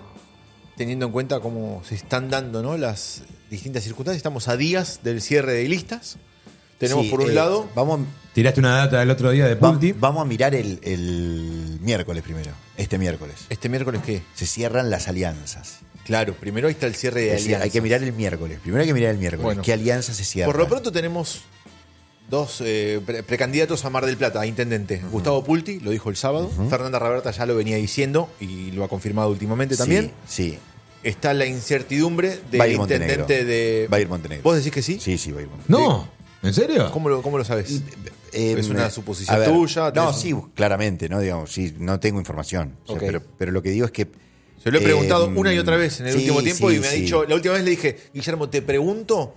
Speaker 2: teniendo en cuenta cómo se están dando ¿no? las distintas circunstancias. Estamos a días del cierre de listas. Tenemos
Speaker 3: Sí,
Speaker 2: por un
Speaker 3: eh,
Speaker 2: lado.
Speaker 3: Vamos,
Speaker 1: Tiraste una data del otro día de
Speaker 3: va-
Speaker 1: Pulti.
Speaker 3: vamos a mirar el, el miércoles primero. Este miércoles.
Speaker 2: ¿Este miércoles qué?
Speaker 3: Se cierran las alianzas.
Speaker 2: Claro, primero ahí está el cierre de
Speaker 3: Es decir, hay
Speaker 2: alianzas.
Speaker 3: que mirar el miércoles. Primero hay que mirar el miércoles.
Speaker 2: Bueno.
Speaker 3: ¿Qué alianza se cierra?
Speaker 2: Por lo pronto tenemos dos eh, pre- precandidatos a Mar del Plata, a intendente. Gustavo Pulti, lo dijo el sábado. Fernanda Raberta ya lo venía diciendo y lo ha confirmado últimamente
Speaker 3: Sí,
Speaker 2: también.
Speaker 3: Sí.
Speaker 2: Está la incertidumbre
Speaker 3: Va a
Speaker 2: del
Speaker 3: ir
Speaker 2: intendente
Speaker 3: Montenegro.
Speaker 2: de.
Speaker 3: Va a ir Montenegro.
Speaker 2: ¿Vos decís que sí?
Speaker 3: Sí, sí, va a ir Montenegro.
Speaker 1: No, ¿en serio?
Speaker 2: ¿Cómo lo, cómo lo sabes?
Speaker 3: Eh,
Speaker 2: ¿Es una
Speaker 3: eh,
Speaker 2: suposición
Speaker 3: a ver,
Speaker 2: tuya?
Speaker 3: No,
Speaker 2: ¿Tenés un-
Speaker 3: sí, claramente, ¿no? Digamos, sí, no tengo información. O sea,
Speaker 2: Ok.
Speaker 3: pero, pero lo que digo es que.
Speaker 2: Se lo he
Speaker 3: eh,
Speaker 2: preguntado una y otra vez en el
Speaker 3: sí,
Speaker 2: último tiempo
Speaker 3: sí,
Speaker 2: y me ha
Speaker 3: sí.
Speaker 2: dicho. La última vez le dije, Guillermo, te pregunto.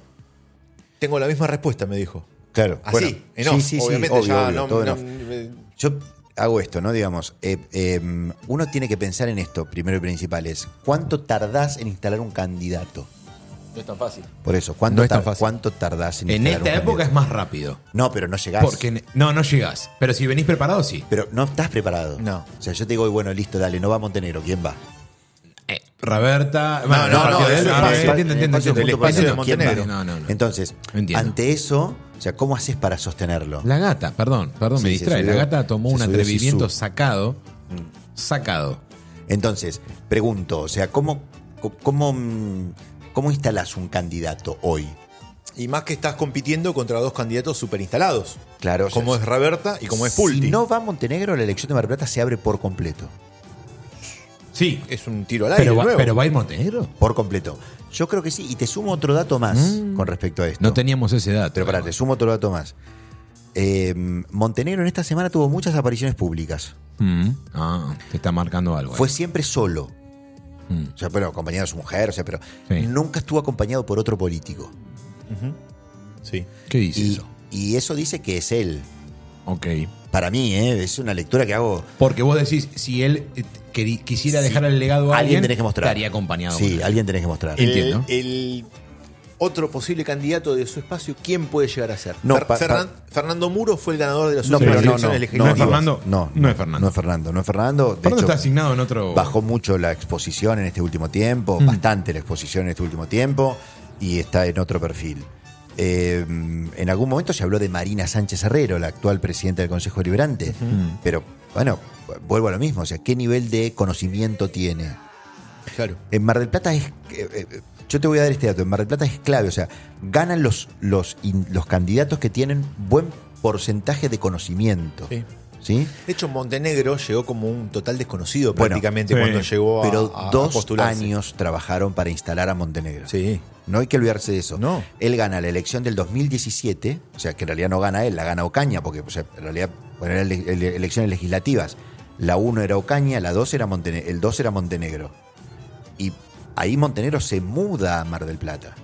Speaker 2: Tengo la misma respuesta, me dijo.
Speaker 3: Claro.
Speaker 2: Así,
Speaker 3: bueno,
Speaker 2: en off,
Speaker 3: sí, sí, sí,
Speaker 2: obviamente
Speaker 3: obvio,
Speaker 2: ya
Speaker 3: obvio,
Speaker 2: no-
Speaker 3: todo en
Speaker 2: no- eh,
Speaker 3: off. Yo hago esto, ¿no? Digamos, eh, eh, uno tiene que pensar en esto, primero y principal, es cuánto tardás en instalar un candidato.
Speaker 2: no es tan fácil.
Speaker 3: Por eso, ¿cuánto,
Speaker 2: No es tan
Speaker 3: tar-
Speaker 2: fácil.
Speaker 3: cuánto tardás en
Speaker 1: En
Speaker 3: instalar
Speaker 1: esta
Speaker 3: un
Speaker 1: época es
Speaker 3: candidato?
Speaker 1: más rápido.
Speaker 3: No, pero no llegás.
Speaker 1: Porque en- no, no llegás. Pero si venís preparado, sí.
Speaker 3: Pero no estás preparado.
Speaker 2: No.
Speaker 3: O sea, yo te digo, bueno, listo, dale, no va a Montenegro, ¿quién va?
Speaker 1: Eh, Roberta.
Speaker 2: No, no, no, eso es fácil.
Speaker 1: Ah, entiendo, entiendo,
Speaker 3: Entonces,
Speaker 1: entiendo.
Speaker 3: junto
Speaker 2: espacio
Speaker 1: Entiendo.
Speaker 2: de
Speaker 3: con- ¿quién va?
Speaker 2: Montenegro.
Speaker 1: No, no, no.
Speaker 3: Entonces,
Speaker 1: Entiendo.
Speaker 3: ante eso, o sea, ¿cómo haces para sostenerlo?
Speaker 1: La gata, perdón, perdón, me
Speaker 3: Sí, se
Speaker 1: distrae. La
Speaker 3: subió-
Speaker 1: gata tomó
Speaker 3: se
Speaker 1: un
Speaker 3: subió
Speaker 1: atrevimiento
Speaker 3: Sisu.
Speaker 1: sacado.
Speaker 3: Mm.
Speaker 1: Sacado.
Speaker 3: Entonces, pregunto, o sea, ¿cómo, co- cómo, mm, cómo instalás un candidato hoy?
Speaker 2: Y más que estás compitiendo contra dos candidatos super instalados.
Speaker 3: Claro, o sea,
Speaker 2: como es Raberta y como es Pulti.
Speaker 3: Si no va a Montenegro, la elección de Mar del Plata se abre por completo.
Speaker 1: Sí.
Speaker 3: Es un tiro al aire.
Speaker 1: Pero va,
Speaker 3: nuevo.
Speaker 1: pero va a ir Montenegro.
Speaker 3: Por completo. Yo creo que sí. Y te sumo otro dato más
Speaker 1: Mm.
Speaker 3: con respecto a esto.
Speaker 1: No teníamos ese dato.
Speaker 3: Pero pará, te sumo otro dato más. Eh, Montenegro en esta semana tuvo muchas apariciones públicas.
Speaker 1: Mm. Ah, te está marcando algo. ahí.
Speaker 3: Fue siempre solo.
Speaker 1: Mm.
Speaker 3: O sea, pero acompañado de su mujer, o sea, pero
Speaker 1: Sí.
Speaker 3: nunca estuvo acompañado por otro político.
Speaker 2: Sí.
Speaker 1: ¿Qué dice
Speaker 3: Y,
Speaker 1: eso?
Speaker 3: y eso dice que es él.
Speaker 1: Ok.
Speaker 3: Para mí, ¿eh? es una lectura que hago.
Speaker 1: Porque vos decís, si él eh, queri- quisiera
Speaker 3: Sí.
Speaker 1: dejar el legado a alguien,
Speaker 3: Alguien tenés que mostrar.
Speaker 1: estaría acompañado.
Speaker 3: sí,
Speaker 1: por él.
Speaker 3: alguien tenés que mostrar.
Speaker 1: El- Entiendo.
Speaker 2: Eh, El otro posible candidato de su espacio, ¿quién puede llegar a ser?
Speaker 3: No,
Speaker 2: Fer-
Speaker 3: pa-
Speaker 2: Fernan- Fernando Muro fue el ganador de las
Speaker 3: No,
Speaker 2: últimas
Speaker 1: pero no,
Speaker 2: elecciones
Speaker 1: ¿No es
Speaker 2: legislativas.
Speaker 1: Fernando?
Speaker 3: No,
Speaker 1: No es Fernando.
Speaker 3: No es Fernando. No es Fernando. De
Speaker 1: Fernando
Speaker 3: hecho,
Speaker 1: está asignado en otro.
Speaker 3: Bajó mucho la exposición en este último tiempo,
Speaker 1: Oh. Mm.
Speaker 3: bastante la exposición en este último tiempo, y está en otro perfil. Eh, en algún momento se habló de Marina Sánchez Herrero, la actual presidenta del Consejo Liberante,
Speaker 2: Mm.
Speaker 3: pero bueno, vuelvo a lo mismo, o sea, ¿qué nivel de conocimiento tiene?
Speaker 2: Claro.
Speaker 3: En Mar del Plata es. eh, eh, yo te voy a dar este dato. En Mar del Plata es clave. O sea, ganan los, los, in- los candidatos que tienen buen porcentaje de conocimiento.
Speaker 2: Sí.
Speaker 3: Sí.
Speaker 2: De hecho, Montenegro llegó como un total desconocido
Speaker 3: Bueno,
Speaker 2: prácticamente
Speaker 1: sí.
Speaker 2: cuando llegó a,
Speaker 3: Pero
Speaker 2: a- a
Speaker 3: dos
Speaker 2: postularse.
Speaker 3: años trabajaron para instalar a Montenegro.
Speaker 2: Sí.
Speaker 3: No hay que olvidarse de eso.
Speaker 2: No.
Speaker 3: Él gana la elección del 2017, o sea, que en realidad no gana él, la gana Ocaña, porque o sea, en realidad bueno, eran ele- ele- elecciones legislativas. La 1 era Ocaña, la 2 era Montene- el 2 era Montenegro. Y ahí Montenegro se muda a Mar del Plata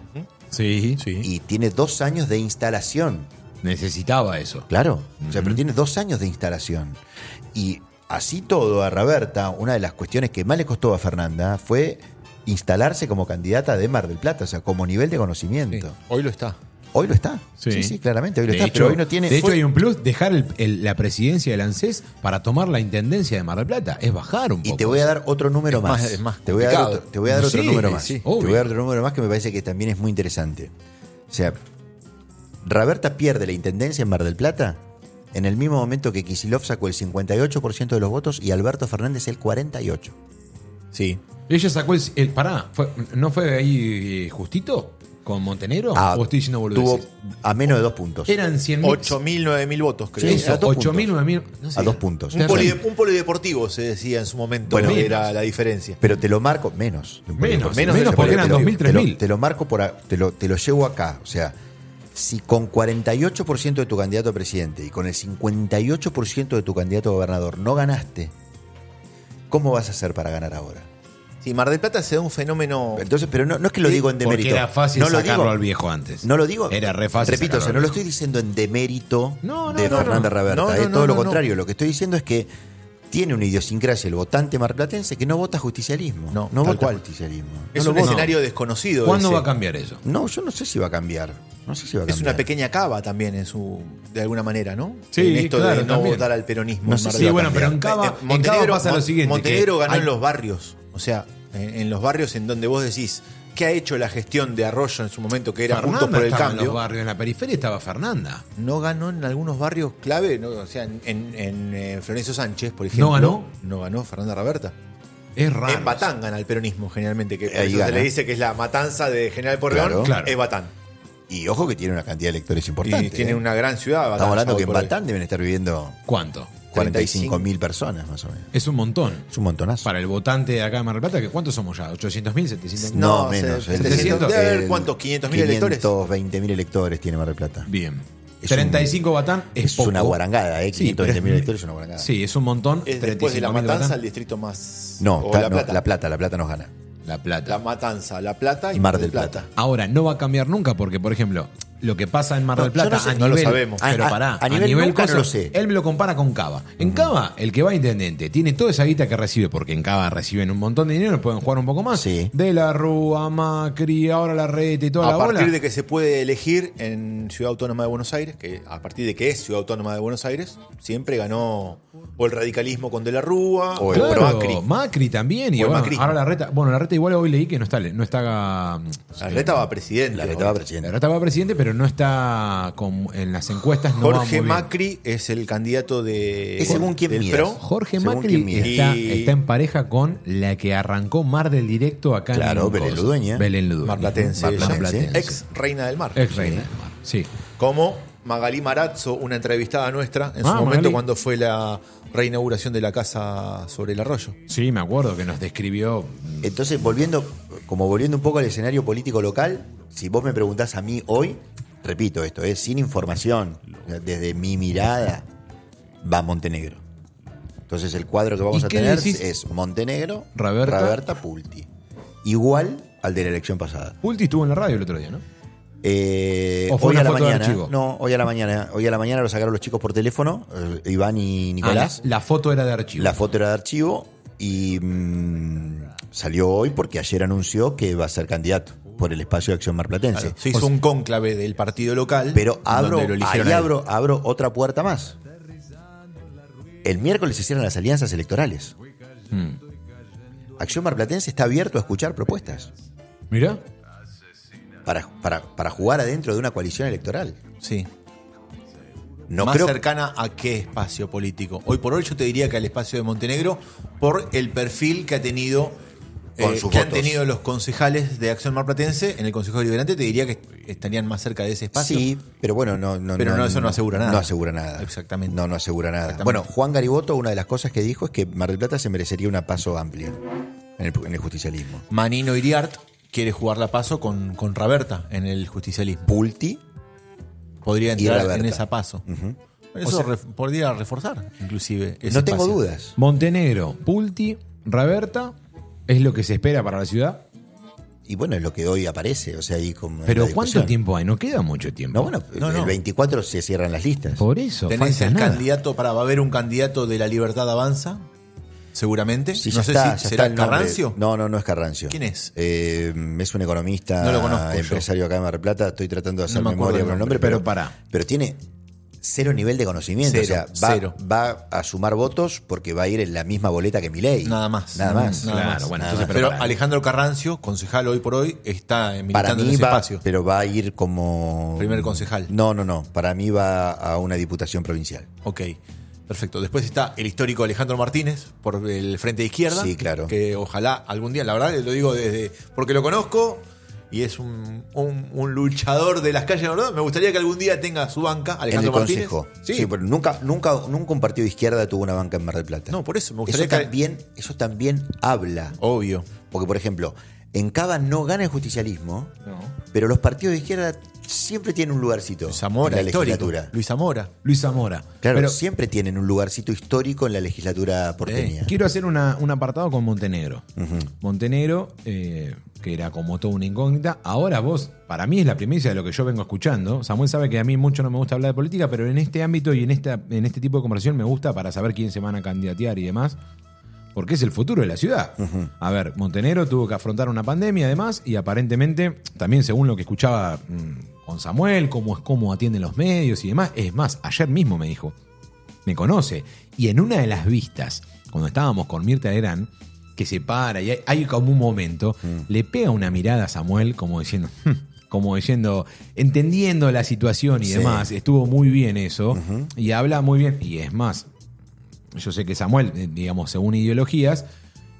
Speaker 1: Sí,
Speaker 3: y tiene dos años de instalación.
Speaker 1: Necesitaba eso.
Speaker 3: Claro. O sea, pero tiene dos años de instalación. Y así todo, a Raberta, una de las cuestiones que más le costó a Fernanda fue instalarse como candidata de Mar del Plata, o sea, como nivel de conocimiento.
Speaker 2: Hoy lo está.
Speaker 3: Hoy lo está.
Speaker 1: Sí.
Speaker 3: Sí. sí, claramente, hoy lo está. pero hoy no tiene.
Speaker 1: de hecho
Speaker 3: fue-
Speaker 1: hay un plus, dejar el- el- la presidencia del ANSES para tomar la intendencia de Mar del Plata. Es bajar un poco.
Speaker 3: y te voy a dar otro número
Speaker 2: Es
Speaker 3: más.
Speaker 2: más- es más
Speaker 3: te voy a dar
Speaker 2: complicado.
Speaker 3: otro, te voy a dar otro
Speaker 1: Sí,
Speaker 3: número más.
Speaker 1: sí,
Speaker 3: te voy
Speaker 1: obvio.
Speaker 3: a dar otro número más que me parece que también es muy interesante. O sea, Raberta pierde la intendencia en Mar del Plata en el mismo momento que Kisilov sacó el 58% de los votos y Alberto Fernández el 48%.
Speaker 2: Sí.
Speaker 1: Ella sacó el. el- pará, fue- ¿no fue ahí eh, justito? ¿Con Montenegro?
Speaker 3: Ah,
Speaker 1: ¿O estoy diciendo boludeces?
Speaker 3: Tuvo a menos de dos puntos.
Speaker 1: Eran 100 mil.
Speaker 2: 8.000, 9.000 votos, creo.
Speaker 3: Sí,
Speaker 1: Eso,
Speaker 3: a dos
Speaker 1: 8.000,
Speaker 3: puntos.
Speaker 1: 9.000. no sé.
Speaker 3: A dos puntos.
Speaker 2: Un,
Speaker 1: Terrible.
Speaker 2: polide- un polideportivo se decía en su momento
Speaker 3: Bueno,
Speaker 2: que era la diferencia.
Speaker 3: Pero te lo marco menos.
Speaker 1: Menos,
Speaker 2: menos
Speaker 1: menos,
Speaker 2: de lo
Speaker 1: porque
Speaker 2: que
Speaker 1: eran
Speaker 3: Te lo-
Speaker 1: 2.000,
Speaker 3: te lo-
Speaker 1: 3.000.
Speaker 3: Te lo marco por. a- Te lo, te lo llevo acá. O sea, si con 48% de tu candidato a presidente y con el 58% de tu candidato a gobernador no ganaste, ¿cómo vas a hacer para ganar ahora?
Speaker 2: Sí, Mar del Plata se da un fenómeno.
Speaker 3: Entonces, pero no, no es que lo digo en demérito.
Speaker 1: Porque era fácil
Speaker 3: no lo
Speaker 1: sacarlo
Speaker 3: digo,
Speaker 1: al viejo antes.
Speaker 3: No lo digo.
Speaker 1: Era re fácil.
Speaker 3: Repito, o sea,
Speaker 1: sacarlo
Speaker 3: no lo
Speaker 1: al
Speaker 3: estoy diciendo en demérito
Speaker 1: No, no,
Speaker 3: de
Speaker 1: no,
Speaker 3: Fernanda
Speaker 1: no.
Speaker 3: Raberta.
Speaker 2: No, no,
Speaker 3: eh,
Speaker 2: no,
Speaker 3: todo lo
Speaker 2: no, no.
Speaker 3: contrario. Lo que estoy diciendo es que tiene una idiosincrasia el votante marplatense que no vota justicialismo.
Speaker 2: No,
Speaker 3: No,
Speaker 2: tal
Speaker 3: vota
Speaker 2: cual.
Speaker 3: justicialismo.
Speaker 2: es
Speaker 1: No
Speaker 2: un
Speaker 1: lo voto.
Speaker 2: escenario
Speaker 1: viejo.
Speaker 2: desconocido.
Speaker 1: ¿Cuándo
Speaker 2: ese.
Speaker 1: va a cambiar eso?
Speaker 3: No, yo no sé si va a cambiar. No sé si va a cambiar.
Speaker 2: Es una pequeña cava también en su de alguna manera, ¿no?
Speaker 1: Sí,
Speaker 2: en esto
Speaker 1: claro,
Speaker 2: de no
Speaker 1: también.
Speaker 2: votar al peronismo.
Speaker 3: No
Speaker 2: en
Speaker 3: sé
Speaker 2: Mar
Speaker 3: si-
Speaker 2: del
Speaker 3: Sí,
Speaker 1: bueno,
Speaker 2: Plata.
Speaker 1: pero en Cava-
Speaker 2: Eh,
Speaker 1: en Cava pasa lo siguiente,
Speaker 2: Montenegro
Speaker 1: que
Speaker 2: ganó
Speaker 1: hay-
Speaker 2: en los barrios, o sea, en, en los barrios en donde vos decís qué ha hecho la gestión de Arroyo en su momento que era
Speaker 1: Fernanda
Speaker 2: Juntos por el
Speaker 1: estaba en los
Speaker 2: Cambio.
Speaker 1: barrios, en la periferia estaba Fernanda.
Speaker 2: No ganó en algunos barrios clave, no, o sea, en, en- en, eh, Florencio Sánchez, por ejemplo.
Speaker 1: ganó?
Speaker 2: No ganó Fernanda Raberta.
Speaker 1: Es raro.
Speaker 2: En Batán gana el peronismo generalmente, que por
Speaker 3: Ahí
Speaker 2: eso se
Speaker 3: gana.
Speaker 2: le dice que es la matanza de General Porreón,
Speaker 3: Claro.
Speaker 1: Claro.
Speaker 2: es Batán.
Speaker 3: Y ojo que tiene una cantidad de electores importante.
Speaker 2: Y tiene
Speaker 3: ¿eh?
Speaker 2: una gran ciudad. Batán,
Speaker 3: Estamos hablando
Speaker 2: ya
Speaker 3: que en
Speaker 2: hoy por hoy.
Speaker 3: Batán deben estar viviendo
Speaker 1: ¿Cuánto?
Speaker 3: 45 mil personas más o menos.
Speaker 1: Es un montón.
Speaker 3: Es un montonazo.
Speaker 1: Para el votante de acá de Mar del Plata, que ¿cuántos somos ya? ¿800.000? ¿700.000?
Speaker 3: No,
Speaker 2: No,
Speaker 3: menos.
Speaker 2: se-
Speaker 3: El-
Speaker 1: 700,
Speaker 2: debe haber,
Speaker 3: el-
Speaker 2: ¿cuántos? 500.000 electores.
Speaker 3: 520.000 electores tiene Mar del Plata.
Speaker 1: Bien.
Speaker 3: Es
Speaker 1: 35 Batán es,
Speaker 3: Es
Speaker 1: poco.
Speaker 3: una guarangada, ¿eh?
Speaker 1: Sí, pero es
Speaker 3: 520.000 electores es una guarangada.
Speaker 1: Sí, es un montón.
Speaker 2: Es después de la
Speaker 1: 35.000
Speaker 2: matanza
Speaker 1: Batán.
Speaker 2: el distrito más.
Speaker 3: No,
Speaker 2: o
Speaker 3: ta-
Speaker 2: la
Speaker 3: no,
Speaker 2: plata.
Speaker 3: la plata, la plata nos gana.
Speaker 1: La Plata.
Speaker 2: La matanza, la plata y
Speaker 3: Mar del Plata.
Speaker 1: Ahora, no va a cambiar nunca porque, por ejemplo, lo que pasa en Mar
Speaker 2: No,
Speaker 1: del
Speaker 2: yo no
Speaker 1: Plata
Speaker 2: sé,
Speaker 1: a
Speaker 2: no lo
Speaker 1: nivel,
Speaker 2: sabemos.
Speaker 1: Pero
Speaker 3: A- a-
Speaker 1: pará,
Speaker 3: a nivel nunca no
Speaker 1: cosa,
Speaker 3: lo sé.
Speaker 1: Él me lo compara con Cava. En Cava, el que va a intendente tiene toda esa guita que recibe, porque en Cava reciben un montón de dinero, pueden jugar un poco más.
Speaker 3: Sí.
Speaker 1: De la Rúa, Macri, ahora la Rete y toda
Speaker 2: A
Speaker 1: la
Speaker 2: partir
Speaker 1: bola.
Speaker 2: de que se puede elegir en Ciudad Autónoma de Buenos Aires, que a partir de que es Ciudad Autónoma de Buenos Aires, siempre ganó o el radicalismo con De la Rúa
Speaker 3: O el
Speaker 1: Claro, Macri.
Speaker 2: Pues, Macri.
Speaker 1: también. Y
Speaker 2: O el
Speaker 1: bueno,
Speaker 2: macrismo.
Speaker 1: ahora la reta. Bueno, la reta igual hoy leí que no está. No está
Speaker 2: La reta va a presidente.
Speaker 3: La retaba presidente.
Speaker 1: Pues la reta va presidente, pero no está con- en las encuestas. No va muy
Speaker 2: Jorge
Speaker 1: bien.
Speaker 2: Macri es el candidato de,
Speaker 3: Es según quién
Speaker 2: del
Speaker 3: midas.
Speaker 2: PRO.
Speaker 1: Jorge
Speaker 3: Según
Speaker 1: Macri
Speaker 3: quién mire.
Speaker 1: está,
Speaker 2: Y-
Speaker 1: está en pareja con la que arrancó Mar del Directo acá
Speaker 3: Claro,
Speaker 1: en
Speaker 3: Belén
Speaker 1: Coso.
Speaker 3: Ludueña.
Speaker 1: Belén Ludueña.
Speaker 2: Marplatense, ella.
Speaker 1: Marplatense.
Speaker 2: Ex reina del mar.
Speaker 1: Ex reina del mar. Sí.
Speaker 2: Como Magalí Marazzo, una entrevistada nuestra, en su
Speaker 1: Ah,
Speaker 2: momento
Speaker 1: Magalí.
Speaker 2: cuando fue la reinauguración de la casa sobre el arroyo.
Speaker 1: Sí, me acuerdo que nos describió. mm,
Speaker 3: Entonces, volviendo, como volviendo un poco al escenario político local, si vos me preguntás a mí hoy, repito esto, es sin información, desde mi mirada, va Montenegro. Entonces el cuadro que vamos
Speaker 1: ¿Y
Speaker 3: a
Speaker 1: qué
Speaker 3: tener
Speaker 1: decís?
Speaker 3: es Montenegro,
Speaker 1: Raberta.
Speaker 3: Pulti. Igual al de la elección pasada.
Speaker 1: Pulti estuvo en la radio el otro día, ¿no?
Speaker 3: Eh,
Speaker 1: ¿O fue
Speaker 3: hoy
Speaker 1: una
Speaker 3: a la
Speaker 1: foto de
Speaker 3: mañana.
Speaker 1: archivo?
Speaker 3: no, hoy a la mañana. Hoy a la mañana lo sacaron los chicos por teléfono, eh, Iván y Nicolás.
Speaker 1: Ah, la, la foto era de archivo.
Speaker 3: La foto era de archivo y mm, salió hoy porque ayer anunció que va a ser candidato por el espacio de Acción Marplatense.
Speaker 2: Claro, se hizo un cónclave del partido local.
Speaker 3: Pero abro,
Speaker 2: donde lo eligieron
Speaker 3: ahí
Speaker 2: a él.
Speaker 3: abro, abro otra puerta más. El miércoles se cierran las alianzas electorales.
Speaker 2: Hmm.
Speaker 1: Mm.
Speaker 3: Acción Marplatense está abierto a escuchar propuestas
Speaker 1: Mirá.
Speaker 3: para, para, para jugar adentro de una coalición electoral.
Speaker 2: Sí.
Speaker 3: No
Speaker 2: más
Speaker 3: creo,
Speaker 2: cercana a qué espacio político. Hoy por hoy yo te diría que al espacio de Montenegro por el perfil que ha tenido
Speaker 3: Con
Speaker 2: eh,
Speaker 3: sus
Speaker 2: que han
Speaker 3: votos.
Speaker 2: tenido los concejales de Acción Marplatense en el Consejo Deliberante, te diría que estarían más cerca de ese espacio.
Speaker 3: Sí, pero bueno, no, no,
Speaker 2: Pero no, eso no asegura nada.
Speaker 3: No asegura nada.
Speaker 2: Exactamente.
Speaker 3: No, no asegura nada.
Speaker 2: Exactamente.
Speaker 3: Bueno, Juan Gariboto, una de las cosas que dijo es que Mar del Plata se merecería una paso amplia en el, en el justicialismo.
Speaker 2: Manino Iriart quiere jugar la paso con, con Raberta en el justicialismo.
Speaker 3: Pulti,
Speaker 2: Podría
Speaker 3: Y
Speaker 2: entrar
Speaker 3: Raberta.
Speaker 2: en esa paso. Eso ref- podría reforzar, inclusive. ese
Speaker 3: no tengo
Speaker 2: espacio.
Speaker 3: dudas.
Speaker 1: Montenegro, Pulti, Raberta. Es lo que se espera para la ciudad.
Speaker 3: Y bueno, es lo que hoy aparece, o sea, ahí como en
Speaker 1: Pero
Speaker 3: la
Speaker 1: ¿cuánto
Speaker 3: discusión.
Speaker 1: tiempo hay? No queda mucho tiempo.
Speaker 3: No, bueno,
Speaker 2: No,
Speaker 3: el
Speaker 2: no.
Speaker 3: 24 se cierran las listas.
Speaker 1: Por eso.
Speaker 2: Tenés
Speaker 1: falta
Speaker 2: el
Speaker 1: nada.
Speaker 2: candidato para. Va a haber un candidato de la Libertad Avanza, seguramente.
Speaker 3: Sí,
Speaker 2: no
Speaker 3: ya
Speaker 2: sé
Speaker 3: está,
Speaker 2: si
Speaker 3: ya
Speaker 2: será
Speaker 3: está el nombre.
Speaker 2: Carrancio.
Speaker 3: No, no, no es Carrancio.
Speaker 2: ¿Quién es?
Speaker 3: Eh, es un economista,
Speaker 2: No lo conozco yo.
Speaker 3: empresario acá en Mar del Plata. Estoy tratando de hacer
Speaker 2: me acuerdo
Speaker 3: memoria
Speaker 2: del
Speaker 3: con el
Speaker 2: nombre,
Speaker 3: nombre,
Speaker 1: pero
Speaker 3: pero,
Speaker 1: pará.
Speaker 3: Pero tiene cero nivel de conocimiento.
Speaker 2: Cero,
Speaker 3: o sea, va,
Speaker 2: cero.
Speaker 3: va a sumar votos porque va a ir en la misma boleta que Milei.
Speaker 2: Nada más.
Speaker 3: Nada más.
Speaker 1: Nada Claro, más. bueno,
Speaker 3: Nada
Speaker 1: entonces,
Speaker 3: más.
Speaker 2: Pero
Speaker 1: para-
Speaker 2: Alejandro Carrancio, concejal hoy por hoy, está eh, militando
Speaker 3: para
Speaker 2: en
Speaker 3: mí
Speaker 2: ese
Speaker 3: va,
Speaker 2: espacio.
Speaker 3: pero va a ir como.
Speaker 2: Primer concejal.
Speaker 3: No, no, no. Para mí va a una diputación provincial.
Speaker 2: Ok, perfecto. Después está el histórico Alejandro Martínez por el frente de izquierda.
Speaker 3: Sí, claro.
Speaker 2: Que ojalá algún día, la verdad, lo digo desde. porque lo conozco y es un, un- un luchador de las calles, ¿verdad? Me gustaría que algún día tenga su banca, Alejandro
Speaker 3: en el
Speaker 2: Martínez.
Speaker 3: Consejo.
Speaker 2: Sí,
Speaker 3: pero nunca, nunca, nunca un partido de izquierda tuvo una banca en Mar del Plata.
Speaker 2: No, por eso me gustaría
Speaker 3: Eso
Speaker 2: que-
Speaker 3: también, eso también habla.
Speaker 2: obvio.
Speaker 3: Porque, por ejemplo, en Cava no gana el justicialismo, pero los partidos de izquierda siempre tienen un lugarcito
Speaker 2: Zamora,
Speaker 3: en la
Speaker 2: histórico.
Speaker 3: legislatura.
Speaker 2: Luis Zamora.
Speaker 1: Luis Zamora.
Speaker 3: Claro,
Speaker 1: Pero
Speaker 3: siempre tienen un lugarcito histórico en la legislatura porteña.
Speaker 1: quiero hacer una- un apartado con Montenegro. Montenegro, eh, que era como toda una incógnita. Ahora vos, para mí es la primicia de lo que yo vengo escuchando. Samuel sabe que a mí mucho no me gusta hablar de política, pero en este ámbito y en, esta, en este tipo de conversación me gusta para saber quién se van a candidatear y demás. Porque es el futuro de la ciudad. A ver, Montenegro tuvo que afrontar una pandemia además y aparentemente, también según lo que escuchaba mm, con Samuel, cómo es cómo atienden los medios y demás. Es más, ayer mismo me dijo, me conoce. Y en una de las vistas, cuando estábamos con Mirta Legrand, que se para y hay, hay como un momento, le pega una mirada a Samuel como diciendo, "Hmm", como diciendo, entendiendo la situación y demás. Estuvo muy bien eso. Y habla muy bien. Y es más, yo sé que Samuel, eh, digamos, según ideologías.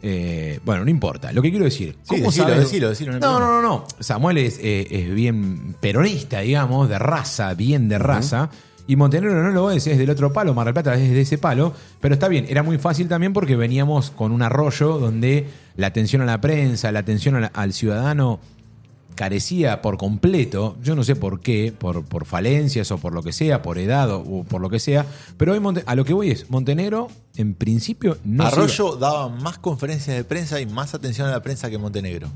Speaker 1: eh, bueno, no importa. Lo que quiero decir.
Speaker 2: decilo,
Speaker 1: sabes-
Speaker 2: decilo, decilo, no hay
Speaker 1: no, no,
Speaker 2: problema.
Speaker 1: no, no. Samuel es, eh, es bien peronista, digamos, de raza, bien de raza. Y Montenegro no lo es, es del otro palo, Mar del Plata es de ese palo. Pero está bien, era muy fácil también porque veníamos con un arroyo donde la atención a la prensa, la atención a la- al ciudadano carecía por completo, yo no sé por qué, por, por falencias o por lo que sea, por edad o, o por lo que sea, pero hoy Monte- a lo que voy es, Montenegro en principio no... se iba-
Speaker 2: Arroyo daba más conferencias de prensa y más atención a la prensa que Montenegro.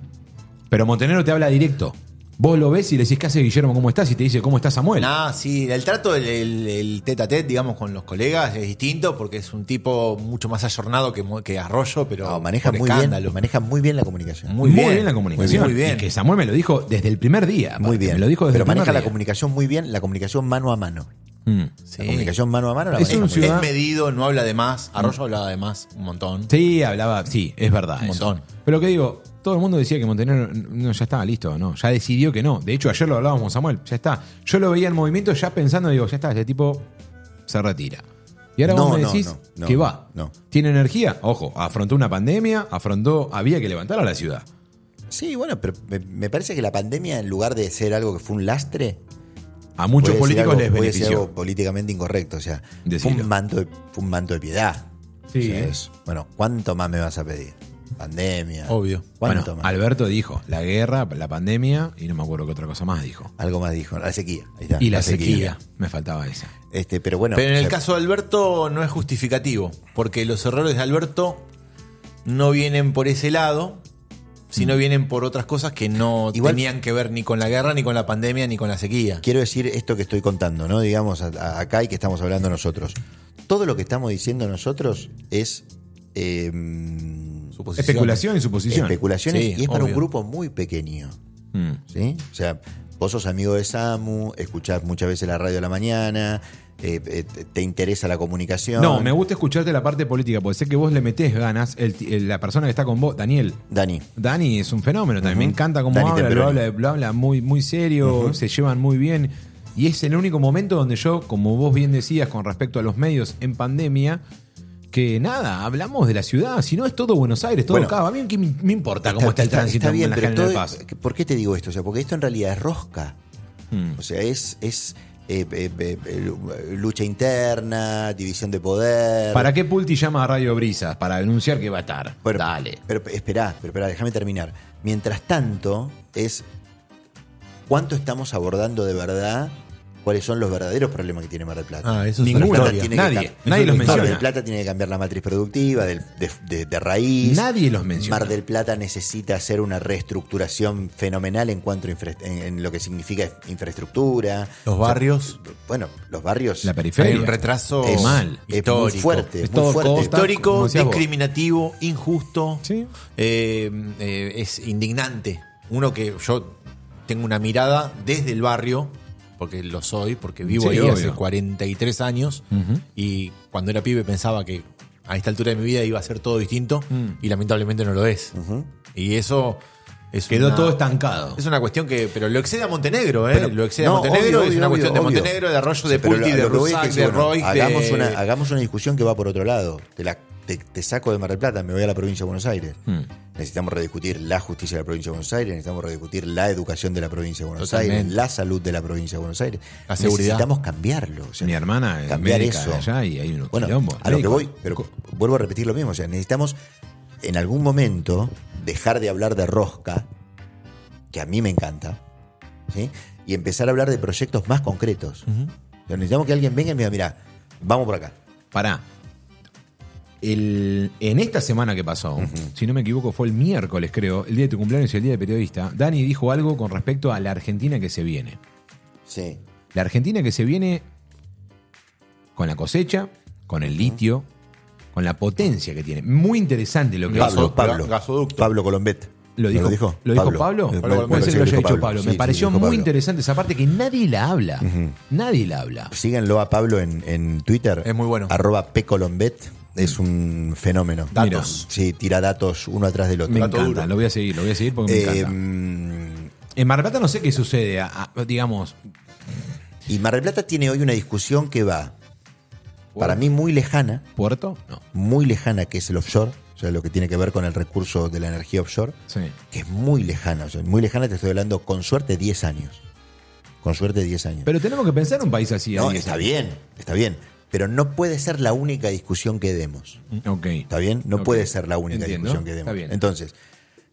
Speaker 1: Pero Montenegro te habla directo. Vos lo ves y le decís, ¿qué hace Guillermo? ¿Cómo estás? Y te dice, ¿cómo estás Samuel?
Speaker 2: Nah, Ah, sí, el trato, el, el, el tete a tete, digamos, con los colegas es distinto porque es un tipo mucho más ayornado que, Mo- que Arroyo, pero
Speaker 3: No, maneja
Speaker 2: por
Speaker 3: muy
Speaker 2: escándalo.
Speaker 3: bien, maneja muy bien la comunicación.
Speaker 2: Muy
Speaker 1: Muy,
Speaker 2: bien.
Speaker 1: bien, la comunicación.
Speaker 2: Muy bien.
Speaker 1: Y que Samuel me lo dijo desde el primer día.
Speaker 3: Muy
Speaker 1: aparte,
Speaker 3: bien.
Speaker 1: Me lo dijo desde
Speaker 3: Pero
Speaker 1: el primer
Speaker 3: maneja la
Speaker 1: día.
Speaker 3: comunicación muy bien, la comunicación mano a mano.
Speaker 1: Mm.
Speaker 2: Sí.
Speaker 3: La comunicación mano a mano la
Speaker 1: Es
Speaker 3: maneja
Speaker 1: un
Speaker 3: muy bien.
Speaker 1: ciudad-
Speaker 2: Es medido, no habla de más. Arroyo hablaba de más un montón.
Speaker 1: Sí, hablaba, sí, es verdad.
Speaker 2: Un
Speaker 1: eso.
Speaker 2: montón.
Speaker 1: Pero lo que digo, todo el mundo decía que Montenegro no, ya estaba listo, no, ya decidió que no. De hecho, ayer lo hablábamos con Samuel, ya está. Yo lo veía en movimiento ya pensando, digo, ya está, este tipo se retira. Y ahora
Speaker 3: No,
Speaker 1: vos me
Speaker 3: no,
Speaker 1: decís
Speaker 3: no, no,
Speaker 1: que va.
Speaker 3: no.
Speaker 1: ¿Tiene energía? Ojo, afrontó una pandemia, afrontó, había que levantar a la ciudad.
Speaker 3: Sí, bueno, pero me, me parece que la pandemia, en lugar de ser algo que fue un lastre,
Speaker 1: A muchos
Speaker 3: voy a decir
Speaker 1: políticos
Speaker 3: algo-
Speaker 1: les
Speaker 3: voy a decir
Speaker 1: benefició.
Speaker 3: algo políticamente incorrecto. O sea, fue
Speaker 1: Decilo.
Speaker 3: un, manto de, fue un manto de piedad.
Speaker 1: Sí,
Speaker 3: O sea,
Speaker 1: ¿eh?
Speaker 3: es, bueno, ¿cuánto más me vas a pedir? Pandemia.
Speaker 1: Obvio. Bueno,
Speaker 3: ¿Cuánto más?
Speaker 1: Alberto dijo la guerra, la pandemia y no me acuerdo qué otra cosa más dijo.
Speaker 3: Algo más dijo. La sequía. Ahí está,
Speaker 1: Y la sequía. Me faltaba esa.
Speaker 3: Este, pero bueno.
Speaker 2: Pero en
Speaker 3: o
Speaker 2: el
Speaker 3: sea,
Speaker 2: caso de Alberto no es justificativo, porque los errores de Alberto no vienen por ese lado,
Speaker 1: Mm.
Speaker 2: sino vienen por otras cosas que no
Speaker 3: Igual-
Speaker 2: tenían que ver ni con la guerra, ni con la pandemia, ni con la sequía.
Speaker 3: Quiero decir esto que estoy contando, ¿no? Digamos, a- a- acá y que estamos hablando nosotros. Todo lo que estamos diciendo nosotros es. eh,
Speaker 2: Suposiciones.
Speaker 1: Especulación y suposición.
Speaker 3: especulaciones
Speaker 2: Sí,
Speaker 3: y es para un
Speaker 2: obvio.
Speaker 3: grupo muy pequeño.
Speaker 1: Mm.
Speaker 3: ¿sí? O sea, vos sos amigo de Samu, escuchás muchas veces la radio a la mañana, eh, eh, te- te interesa la comunicación.
Speaker 1: No, me gusta escucharte la parte política, porque sé que vos le metés ganas. El ti- el- la persona que está con vos, Daniel.
Speaker 3: Dani,
Speaker 1: Dani es un fenómeno también.
Speaker 3: Ujú.
Speaker 1: Me encanta cómo
Speaker 3: Dani
Speaker 1: habla, lo
Speaker 3: Temperoni.
Speaker 1: habla, lo habla muy, muy serio, se llevan muy bien. Y es el único momento donde yo, como vos bien decías con respecto a los medios en pandemia, que nada, hablamos de la ciudad, si no es todo Buenos Aires, todo
Speaker 3: Bueno,
Speaker 1: acá. A mí que me, me importa cómo está, el tránsito
Speaker 3: está bien,
Speaker 1: en la
Speaker 3: pero
Speaker 1: General
Speaker 3: todo-
Speaker 1: Paz.
Speaker 3: ¿Por qué te digo esto? O sea, porque esto en realidad es rosca.
Speaker 1: Mm.
Speaker 3: O sea, es, es eh, eh, eh, eh, lucha interna, división de poder.
Speaker 1: ¿Para qué Pulti llama a Radio Brisas? Para denunciar que va a estar.
Speaker 3: Bueno,
Speaker 1: Dale.
Speaker 3: Pero esperá, pero esperá, déjame terminar. Mientras tanto, es cuánto estamos abordando de verdad, cuáles son los verdaderos problemas que tiene Mar del Plata.
Speaker 2: Ah, eso es
Speaker 1: Ninguno,
Speaker 2: otra
Speaker 3: Plata
Speaker 2: historia.
Speaker 3: tiene que
Speaker 1: nadie,
Speaker 3: cam-
Speaker 1: nadie los
Speaker 3: Mar
Speaker 1: menciona.
Speaker 3: del Plata tiene que cambiar la matriz productiva del- de, de- de raíz.
Speaker 1: Nadie los menciona.
Speaker 3: Mar del Plata necesita hacer una reestructuración fenomenal en cuanto a infra- en, en lo que significa infraestructura.
Speaker 2: Los barrios.
Speaker 3: Bueno, los barrios.
Speaker 1: La
Speaker 2: Hay
Speaker 1: periferia.
Speaker 2: un retraso
Speaker 1: Es mal.
Speaker 3: es
Speaker 2: histórico.
Speaker 3: muy fuerte,
Speaker 1: Es
Speaker 3: muy
Speaker 1: todo
Speaker 3: fuerte.
Speaker 1: costa.
Speaker 2: Histórico,
Speaker 1: Como decías vos.
Speaker 2: discriminativo, injusto.
Speaker 1: Sí.
Speaker 2: Eh, eh, es indignante. Uno que yo tengo una mirada desde el barrio, porque lo soy, porque vivo
Speaker 1: Sí,
Speaker 2: ahí
Speaker 1: obvio.
Speaker 2: hace 43 años. Y cuando era pibe pensaba que a esta altura de mi vida iba a ser todo distinto.
Speaker 1: Mm.
Speaker 2: Y lamentablemente no lo es. Y eso. es
Speaker 1: Quedó
Speaker 2: una-
Speaker 1: todo estancado.
Speaker 2: Es una cuestión que. Pero lo excede a Montenegro, ¿eh?
Speaker 3: Pero-
Speaker 2: lo excede a
Speaker 3: no,
Speaker 2: Montenegro.
Speaker 3: obvio,
Speaker 2: es una
Speaker 3: obvio,
Speaker 2: cuestión de
Speaker 3: obvio.
Speaker 2: Montenegro, de Arroyo, de
Speaker 3: Sí, pero
Speaker 2: Pulti,
Speaker 3: lo-
Speaker 2: de
Speaker 3: lo que voy
Speaker 2: Rusac,
Speaker 3: es que,
Speaker 2: de
Speaker 3: bueno,
Speaker 2: Roy.
Speaker 3: Hagamos,
Speaker 2: de-
Speaker 3: una, hagamos una discusión que va por otro lado. Te, la- te- te saco de Mar del Plata, me voy a la provincia de Buenos Aires.
Speaker 1: Mm.
Speaker 3: Necesitamos rediscutir la justicia de la provincia de Buenos Aires, necesitamos rediscutir la educación de la provincia de Buenos
Speaker 2: Totalmente.
Speaker 3: Aires, la salud de la provincia de Buenos Aires.
Speaker 2: La seguridad.
Speaker 3: Necesitamos cambiarlo. o sea,
Speaker 1: Mi hermana es
Speaker 3: cambiar
Speaker 1: médica
Speaker 3: eso.
Speaker 1: de allá y hay unos
Speaker 3: bueno,
Speaker 1: quilombos,
Speaker 3: A lo que
Speaker 1: médicos.
Speaker 3: voy, pero co- vuelvo a repetir lo mismo. O sea, necesitamos en algún momento dejar de hablar de rosca, que a mí me encanta, ¿sí? y empezar a hablar de proyectos más concretos. O sea, necesitamos que alguien venga y me diga, mira, vamos por acá.
Speaker 1: Pará. El- en esta semana que pasó, si no me equivoco, fue el miércoles, creo, el día de tu cumpleaños y el día de periodista, Dani dijo algo con respecto a la Argentina que se viene.
Speaker 3: Sí.
Speaker 1: La Argentina que se viene con la cosecha, con el litio, con la potencia que tiene. Muy interesante lo que
Speaker 3: Pablo,
Speaker 1: dijo.
Speaker 3: Pablo,
Speaker 2: gasoducto.
Speaker 3: Pablo Colombet.
Speaker 1: Lo dijo,
Speaker 3: ¿No
Speaker 1: lo dijo, Pablo.
Speaker 3: Me- me
Speaker 1: Puede ser
Speaker 3: parece
Speaker 1: que lo haya
Speaker 3: dijo
Speaker 1: dicho Pablo. Me
Speaker 3: Sí, sí,
Speaker 1: pareció
Speaker 3: dijo
Speaker 1: muy
Speaker 3: Pablo.
Speaker 1: interesante esa parte que nadie la habla. Nadie la habla.
Speaker 3: Síganlo a Pablo en, en Twitter.
Speaker 2: Es muy bueno.
Speaker 3: Arroba pcolombet. Es un fenómeno.
Speaker 1: Datos.
Speaker 3: Sí, tira datos uno atrás del otro.
Speaker 1: Me encanta, lo voy a seguir, lo voy a seguir porque me
Speaker 3: Eh,
Speaker 1: encanta.
Speaker 3: mm,
Speaker 1: En Mar del Plata no sé qué sucede, a- a- digamos,
Speaker 3: y Mar del Plata tiene hoy una discusión que va, para mí, muy lejana,
Speaker 1: puerto, no,
Speaker 3: muy lejana, que es el offshore, o sea, lo que tiene que ver con el recurso de la energía offshore,
Speaker 1: sí.
Speaker 3: que es muy lejana, o sea, muy lejana, te estoy hablando con suerte 10 años. Con suerte 10 años.
Speaker 1: Pero tenemos que pensar en un país así.
Speaker 3: No,
Speaker 1: ahí,
Speaker 3: está
Speaker 1: así.
Speaker 3: bien, está bien. Pero no puede ser la única discusión que demos.
Speaker 1: ¿Mm? Ok.
Speaker 3: ¿Está bien? No
Speaker 1: Ok.
Speaker 3: puede ser la única
Speaker 1: Entiendo.
Speaker 3: discusión que demos.
Speaker 1: Está bien.
Speaker 3: Entonces,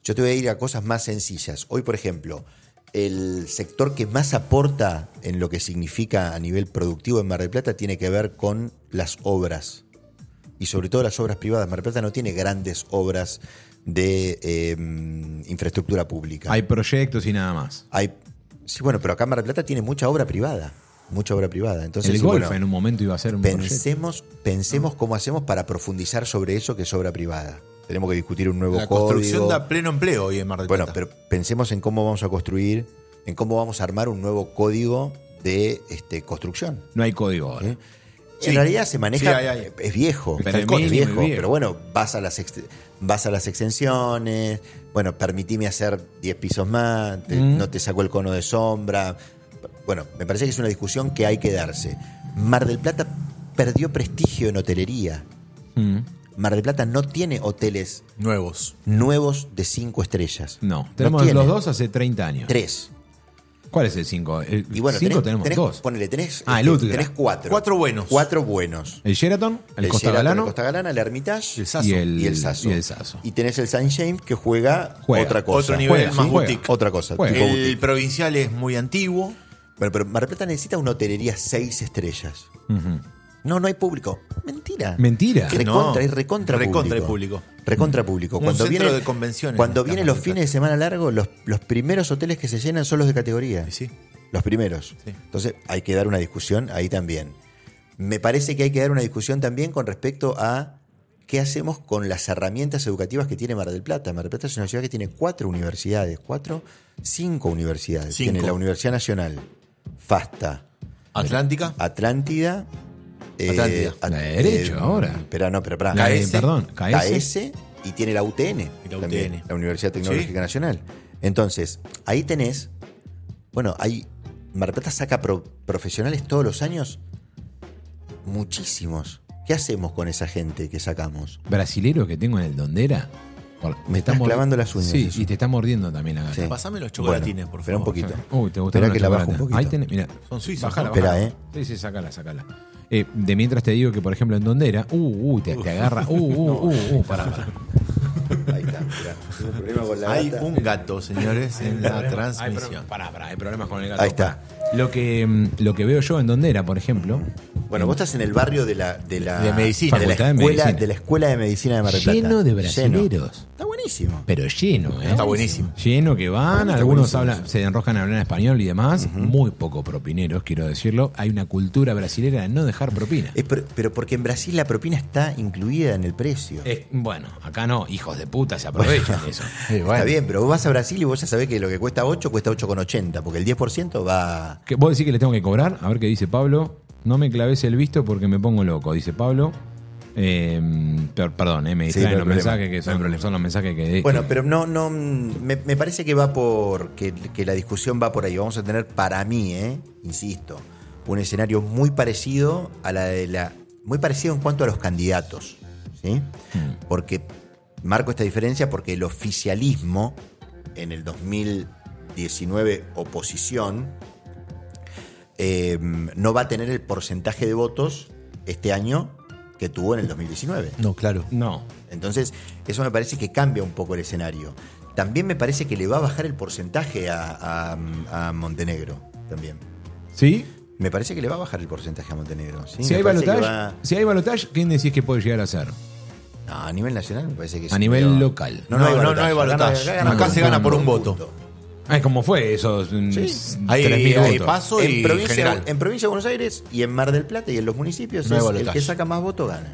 Speaker 3: yo te voy a ir a cosas más sencillas. Hoy, por ejemplo, el sector que más aporta en lo que significa a nivel productivo en Mar del Plata tiene que ver con las obras. Y sobre todo las obras privadas. Mar del Plata no tiene grandes obras de eh, infraestructura pública.
Speaker 1: Hay proyectos y nada más.
Speaker 3: Hay- sí, bueno, pero acá Mar del Plata tiene mucha obra privada. Mucha obra privada. Entonces,
Speaker 1: el
Speaker 3: sí,
Speaker 1: golf
Speaker 3: bueno,
Speaker 1: en un momento iba a ser un proyecto.
Speaker 3: Pensemos, pensemos cómo hacemos para profundizar sobre eso que es obra privada. Tenemos que discutir un nuevo
Speaker 2: La
Speaker 3: código.
Speaker 2: construcción da pleno empleo hoy en Mar del
Speaker 3: bueno,
Speaker 2: Plata.
Speaker 3: pero pensemos en cómo vamos a construir, en cómo vamos a armar un nuevo código de este, construcción.
Speaker 1: No hay código ahora.
Speaker 3: ¿Eh?
Speaker 2: Sí.
Speaker 3: En realidad se maneja,
Speaker 2: Sí, hay, hay.
Speaker 3: es viejo,
Speaker 1: Pero
Speaker 3: es
Speaker 1: es mínimo y
Speaker 3: viejo,
Speaker 1: viejo.
Speaker 3: pero bueno, vas a las ext- vas a las extensiones, bueno, permitime hacer 10 pisos más, te-
Speaker 1: Mm.
Speaker 3: no te saco el cono de sombra. Bueno, me parece que es una discusión que hay que darse. Mar del Plata perdió prestigio en hotelería.
Speaker 1: Mm.
Speaker 3: Mar del Plata no tiene hoteles
Speaker 2: Nuevos.
Speaker 3: nuevos de cinco estrellas.
Speaker 1: No. Tenemos
Speaker 3: tiene.
Speaker 1: los dos hace 30 años.
Speaker 3: Tres.
Speaker 1: ¿Cuál es el 5? El
Speaker 3: Y bueno,
Speaker 1: 5
Speaker 3: tenés,
Speaker 1: tenemos
Speaker 3: tenés-
Speaker 1: dos.
Speaker 3: Ponele, tenés,
Speaker 1: Ah, el
Speaker 3: este,
Speaker 1: Utgra.
Speaker 3: tenés cuatro.
Speaker 2: Cuatro buenos.
Speaker 3: Cuatro buenos.
Speaker 1: El Sheraton, el, Costa
Speaker 3: Sheraton,
Speaker 1: Galano.
Speaker 3: El Costa Galana, el Hermitage.
Speaker 2: El Sasso.
Speaker 1: Y el-
Speaker 3: y el Sasso.
Speaker 1: y el Sasso.
Speaker 3: Y tenés el Saint James que juega,
Speaker 1: Juega.
Speaker 3: otra cosa.
Speaker 2: Otro nivel
Speaker 1: Juega,
Speaker 2: más
Speaker 1: sí, juega.
Speaker 2: boutique.
Speaker 3: Otra cosa.
Speaker 1: Juega.
Speaker 3: tipo
Speaker 2: El
Speaker 3: boutique.
Speaker 2: provincial es muy antiguo.
Speaker 3: Bueno, pero Mar del Plata necesita una hotelería seis estrellas.
Speaker 1: Ujú.
Speaker 3: No, no hay público. Mentira.
Speaker 1: Mentira.
Speaker 3: Recontra,
Speaker 2: No.
Speaker 3: hay recontra
Speaker 2: Recontra hay
Speaker 3: público.
Speaker 2: público.
Speaker 3: Recontra público.
Speaker 2: Un
Speaker 3: Cuando
Speaker 2: centro
Speaker 3: viene,
Speaker 2: de convenciones
Speaker 3: Cuando
Speaker 2: está
Speaker 3: vienen
Speaker 2: Mar
Speaker 3: los
Speaker 2: del
Speaker 3: fines de semana largos, los, los primeros hoteles que se llenan son los de categoría.
Speaker 2: Y sí.
Speaker 3: Los primeros.
Speaker 2: Sí.
Speaker 3: Entonces hay que dar una discusión ahí también. Me parece que hay que dar una discusión también con respecto a qué hacemos con las herramientas educativas que tiene Mar del Plata. Mar del Plata es una ciudad que tiene cuatro universidades, cuatro, cinco universidades.
Speaker 2: Cinco.
Speaker 3: Tiene la Universidad Nacional, FASTA, Ah,
Speaker 2: Atlántica.
Speaker 3: Atlántida. eh,
Speaker 2: Atlántida.
Speaker 3: At-
Speaker 1: La de derecho, ahora.
Speaker 3: Pero no, pero pará.
Speaker 1: La de-
Speaker 2: KS.
Speaker 1: Perdón, KS.
Speaker 3: KS y tiene la UTN,
Speaker 2: Y la
Speaker 3: también,
Speaker 2: UTN.
Speaker 3: la Universidad Tecnológica
Speaker 2: Sí.
Speaker 3: Nacional. Entonces, ahí tenés, bueno, ahí Mar del Plata saca pro- profesionales todos los años, muchísimos. ¿Qué hacemos con esa gente que sacamos?
Speaker 1: Brasilero que tengo en el Dondera. Por-
Speaker 3: Me
Speaker 1: te
Speaker 3: estás
Speaker 1: mordi-
Speaker 3: clavando las uñas,
Speaker 1: Sí,
Speaker 3: eso.
Speaker 1: y te está mordiendo también la gana.
Speaker 3: Sí.
Speaker 2: Pasame los chocolatines, por
Speaker 3: espera un
Speaker 2: favor.
Speaker 3: poquito.
Speaker 1: Uy, te gusta
Speaker 3: Espera que la bajo un poquito.
Speaker 1: Ahí tenés, mira.
Speaker 2: Son suizos,
Speaker 1: Bájala,
Speaker 2: ¿no?
Speaker 1: bájala.
Speaker 3: Espera, eh.
Speaker 1: Sí, sí, sacala, sacala. Eh, de mientras te digo que, por ejemplo, en Dondera, uh, uh, te, te agarra, uh, uh, uh, uh, pará, pará.
Speaker 3: Ahí está, mirá. Tengo un problema con la
Speaker 2: Hay
Speaker 3: gata.
Speaker 2: un gato, señores, en la transmisión.
Speaker 1: Hay, pará, pará, hay problemas con el gato.
Speaker 3: Ahí está.
Speaker 1: Pará. Lo que, mm, lo que veo yo en Dondera, por ejemplo,
Speaker 3: Bueno, vos estás en el barrio de la, de la
Speaker 2: De medicina.
Speaker 3: de la,
Speaker 1: Facultad de
Speaker 3: escuela,
Speaker 1: Medicina.
Speaker 3: de la escuela de medicina de Mar del Plata.
Speaker 1: lleno de
Speaker 3: Lleno.
Speaker 1: brasileros.
Speaker 3: Está buenísimo.
Speaker 1: Pero lleno, ¿eh?
Speaker 2: Está buenísimo.
Speaker 1: Lleno que van,
Speaker 3: Está
Speaker 1: algunos
Speaker 3: buenísimo.
Speaker 1: hablan, se enrojan a hablar español y demás. Muy poco propineros, quiero decirlo. Hay una cultura brasilera de no dejar propina.
Speaker 3: Eh, pero, pero porque en Brasil la propina está incluida en el precio.
Speaker 1: Es- bueno, acá no, hijos de puta se aprovechan de eso.
Speaker 3: Está bien, pero vos vas a Brasil y vos ya sabés que lo que cuesta 8 cuesta 8,80, porque el 10% va...
Speaker 1: Que ¿Vos decís que le tengo que cobrar? A ver qué dice Pablo. No me claves el visto porque me pongo loco, dice Pablo. Eh, per- perdón, eh, me
Speaker 3: Sí,
Speaker 1: distraen
Speaker 3: no hay
Speaker 1: los
Speaker 3: problema,
Speaker 1: mensajes que son, son los mensajes que.
Speaker 3: Bueno, pero no, no, mm, me, me parece que va por, que, que la discusión va por ahí. Vamos a tener para mí, eh, insisto, un escenario muy parecido a la de la, muy parecido en cuanto a los candidatos, ¿sí? Porque marco esta diferencia porque el oficialismo en el 2019 oposición eh, no va a tener el porcentaje de votos este año que tuvo en el 2019.
Speaker 2: No, claro.
Speaker 1: no.
Speaker 3: Entonces, eso me parece que cambia un poco el escenario. También me parece que le va a bajar el porcentaje a, a- a Montenegro. También.
Speaker 1: ¿Sí?
Speaker 3: Me parece que le va a bajar el porcentaje a Montenegro. ¿sí?
Speaker 1: si,
Speaker 3: Me
Speaker 1: hay
Speaker 3: parece que
Speaker 1: balotage,
Speaker 3: va-
Speaker 1: si hay balotage, ¿quién decís que puede llegar a ser?
Speaker 3: No, a nivel nacional me parece que
Speaker 1: A
Speaker 3: sí,
Speaker 1: nivel
Speaker 3: pero-
Speaker 1: local.
Speaker 2: No, no, no, no hay balotaje.
Speaker 3: ganan-
Speaker 2: Acá se gana por un voto.
Speaker 1: Ay, ¿Cómo Ah, fue esos mm,
Speaker 3: Sí.
Speaker 2: Ahí-
Speaker 1: tres mil
Speaker 2: ahí
Speaker 1: votos?
Speaker 2: paso. Soy
Speaker 3: En provincia,
Speaker 2: general.
Speaker 3: en provincia de Buenos Aires y en Mar del Plata y en los municipios
Speaker 2: No hay
Speaker 3: es el
Speaker 2: balotaje.
Speaker 3: que saca más votos gana.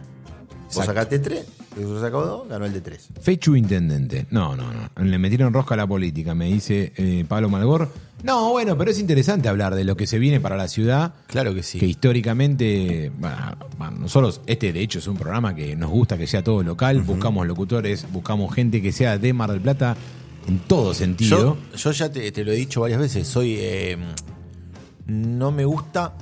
Speaker 3: Vos
Speaker 2: Exacto.
Speaker 3: sacaste tres, vos sacó dos, ganó el de tres.
Speaker 1: Fechu intendente. No, no, no. Le metieron rosca a la política, me dice eh, Pablo Malgor. No, bueno, pero es interesante hablar de lo que se viene para la ciudad.
Speaker 2: Claro que sí.
Speaker 1: Que históricamente, bueno, bueno, nosotros, este de hecho es un programa que nos gusta que sea todo local, buscamos locutores, buscamos gente que sea de Mar del Plata en todo sentido.
Speaker 2: Yo, yo ya te, te lo he dicho varias veces, soy. eh, no me gusta.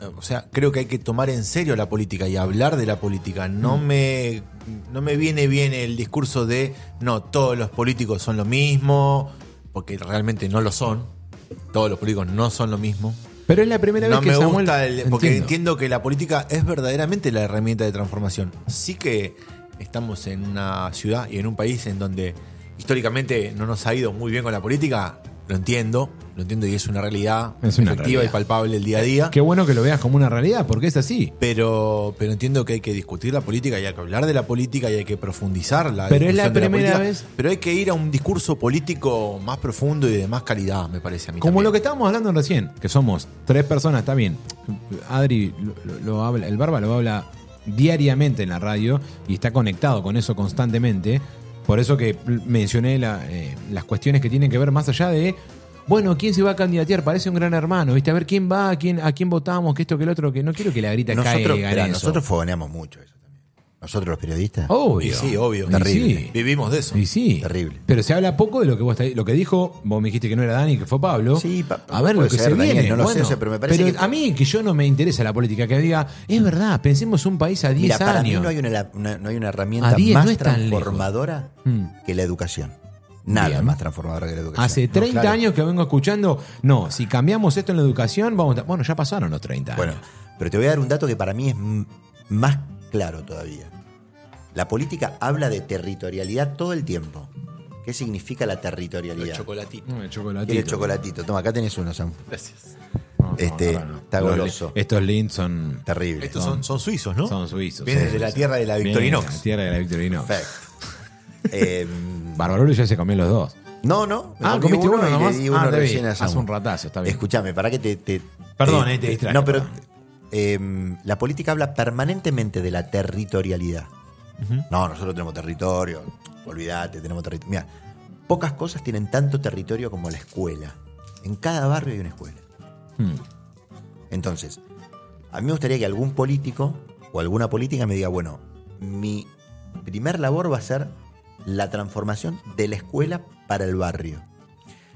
Speaker 2: eh, O sea, creo que hay que tomar en serio la política y hablar de la política. No me. No me viene bien el discurso de no, todos los políticos son lo mismo. Porque realmente no lo son. Todos los políticos no son lo mismo.
Speaker 1: pero es la primera
Speaker 2: No
Speaker 1: vez que
Speaker 2: me
Speaker 1: Samuel-
Speaker 2: gusta el- porque
Speaker 1: Entiendo.
Speaker 2: entiendo. que la política es verdaderamente la herramienta de transformación. Sí que estamos en una ciudad y en un país en donde históricamente no nos ha ido muy bien con la política. Lo entiendo, lo entiendo y es una realidad
Speaker 1: Es una
Speaker 2: efectiva
Speaker 1: realidad. Eh,
Speaker 2: y palpable el día a día.
Speaker 1: Qué bueno que lo veas como una realidad, porque es así.
Speaker 2: Pero, pero entiendo que hay que discutir la política y hay que hablar de la política y hay que profundizar la
Speaker 1: Pero es la
Speaker 2: discusión de
Speaker 1: primera
Speaker 2: política.
Speaker 1: vez-
Speaker 2: Pero hay que ir a un discurso político más profundo y de más calidad, me parece a mí.
Speaker 1: Como
Speaker 2: también.
Speaker 1: lo que estábamos hablando recién, que somos tres personas, está bien. Adri lo, lo- lo habla, el Barba lo habla diariamente en la radio y está conectado con eso constantemente. Por eso que mencioné la, eh, las cuestiones que tienen que ver más allá de, bueno, ¿quién se va a candidatear? Parece un gran hermano, ¿viste? A ver quién va, a quién, a quién votamos, que esto, que el otro, que no quiero que la grita
Speaker 3: Nosotros,
Speaker 1: caiga en
Speaker 3: mirá,
Speaker 1: eso.
Speaker 3: nosotros fogoneamos mucho eso también. Nosotros los periodistas.
Speaker 1: Obvio.
Speaker 2: Y sí, obvio.
Speaker 1: Y
Speaker 2: Terrible.
Speaker 1: sí.
Speaker 2: Vivimos de eso.
Speaker 1: Y sí.
Speaker 3: Terrible.
Speaker 1: Pero se habla poco de lo que vos está- lo que dijo, vos me dijiste que no era Dani, que fue Pablo.
Speaker 3: Sí, pa-
Speaker 1: a ver lo
Speaker 3: puede
Speaker 1: que
Speaker 3: ser,
Speaker 1: se
Speaker 3: Daniel,
Speaker 1: viene.
Speaker 3: no lo sé,
Speaker 1: bueno.
Speaker 3: o sea, pero me parece
Speaker 1: Pero
Speaker 3: que-
Speaker 1: a mí que yo no me interesa la política, que diga, es verdad, pensemos un país a 10
Speaker 3: Mira,
Speaker 1: años.
Speaker 3: para mí no hay una, una- no hay una herramienta
Speaker 1: A diez,
Speaker 3: más
Speaker 1: no es tan
Speaker 3: transformadora
Speaker 1: Mm.
Speaker 3: que la educación. Nada
Speaker 1: Bien.
Speaker 3: más transformador que la educación.
Speaker 1: Hace
Speaker 3: No,
Speaker 1: 30
Speaker 3: claro.
Speaker 1: años que vengo escuchando, no, si cambiamos esto en la educación, vamos a... Bueno, ya pasaron los 30 años.
Speaker 3: Bueno, pero te voy a dar un dato que para mí es m- más claro todavía. La política habla de territorialidad todo el tiempo. ¿Qué significa la territorialidad?
Speaker 10: chocolatito.
Speaker 1: Mm, el chocolatito.
Speaker 3: Y el chocolatito. Toma, acá tenés uno, Sam.
Speaker 10: Gracias.
Speaker 1: No, no,
Speaker 3: este,
Speaker 1: no, no.
Speaker 3: está
Speaker 1: Los-
Speaker 3: goloso.
Speaker 1: Estos links son,
Speaker 3: Terrible.
Speaker 2: Estos son, son suizos, ¿no?
Speaker 1: son suizos.
Speaker 2: Vienen
Speaker 1: son
Speaker 2: de la
Speaker 1: suizos.
Speaker 2: tierra de la
Speaker 1: Vienen
Speaker 2: Victorinox.
Speaker 1: de la tierra de la Victorinox.
Speaker 3: Perfecto. Em,
Speaker 1: Barbarolo ya se comió los dos.
Speaker 3: no, no. me
Speaker 1: Ah,
Speaker 3: comí
Speaker 1: ¿comiste uno
Speaker 3: y le
Speaker 1: nomás?
Speaker 3: di uno
Speaker 1: Ah, está bien.
Speaker 3: recién a Samu.
Speaker 1: Hace un ratazo, está bien.
Speaker 3: Escuchame, para que te. te-
Speaker 1: Perdón,
Speaker 3: te-
Speaker 1: eh, te distraje,
Speaker 3: No, pero
Speaker 1: perdón.
Speaker 3: em, la política habla permanentemente de la territorialidad. No, nosotros tenemos territorio. Olvídate, tenemos territorio. Mira, pocas cosas tienen tanto territorio como la escuela. En cada barrio hay una escuela.
Speaker 1: Hmm.
Speaker 3: Entonces, a mí me gustaría que algún político o alguna política me diga, bueno, mi primer labor va a ser la transformación de la escuela para el barrio.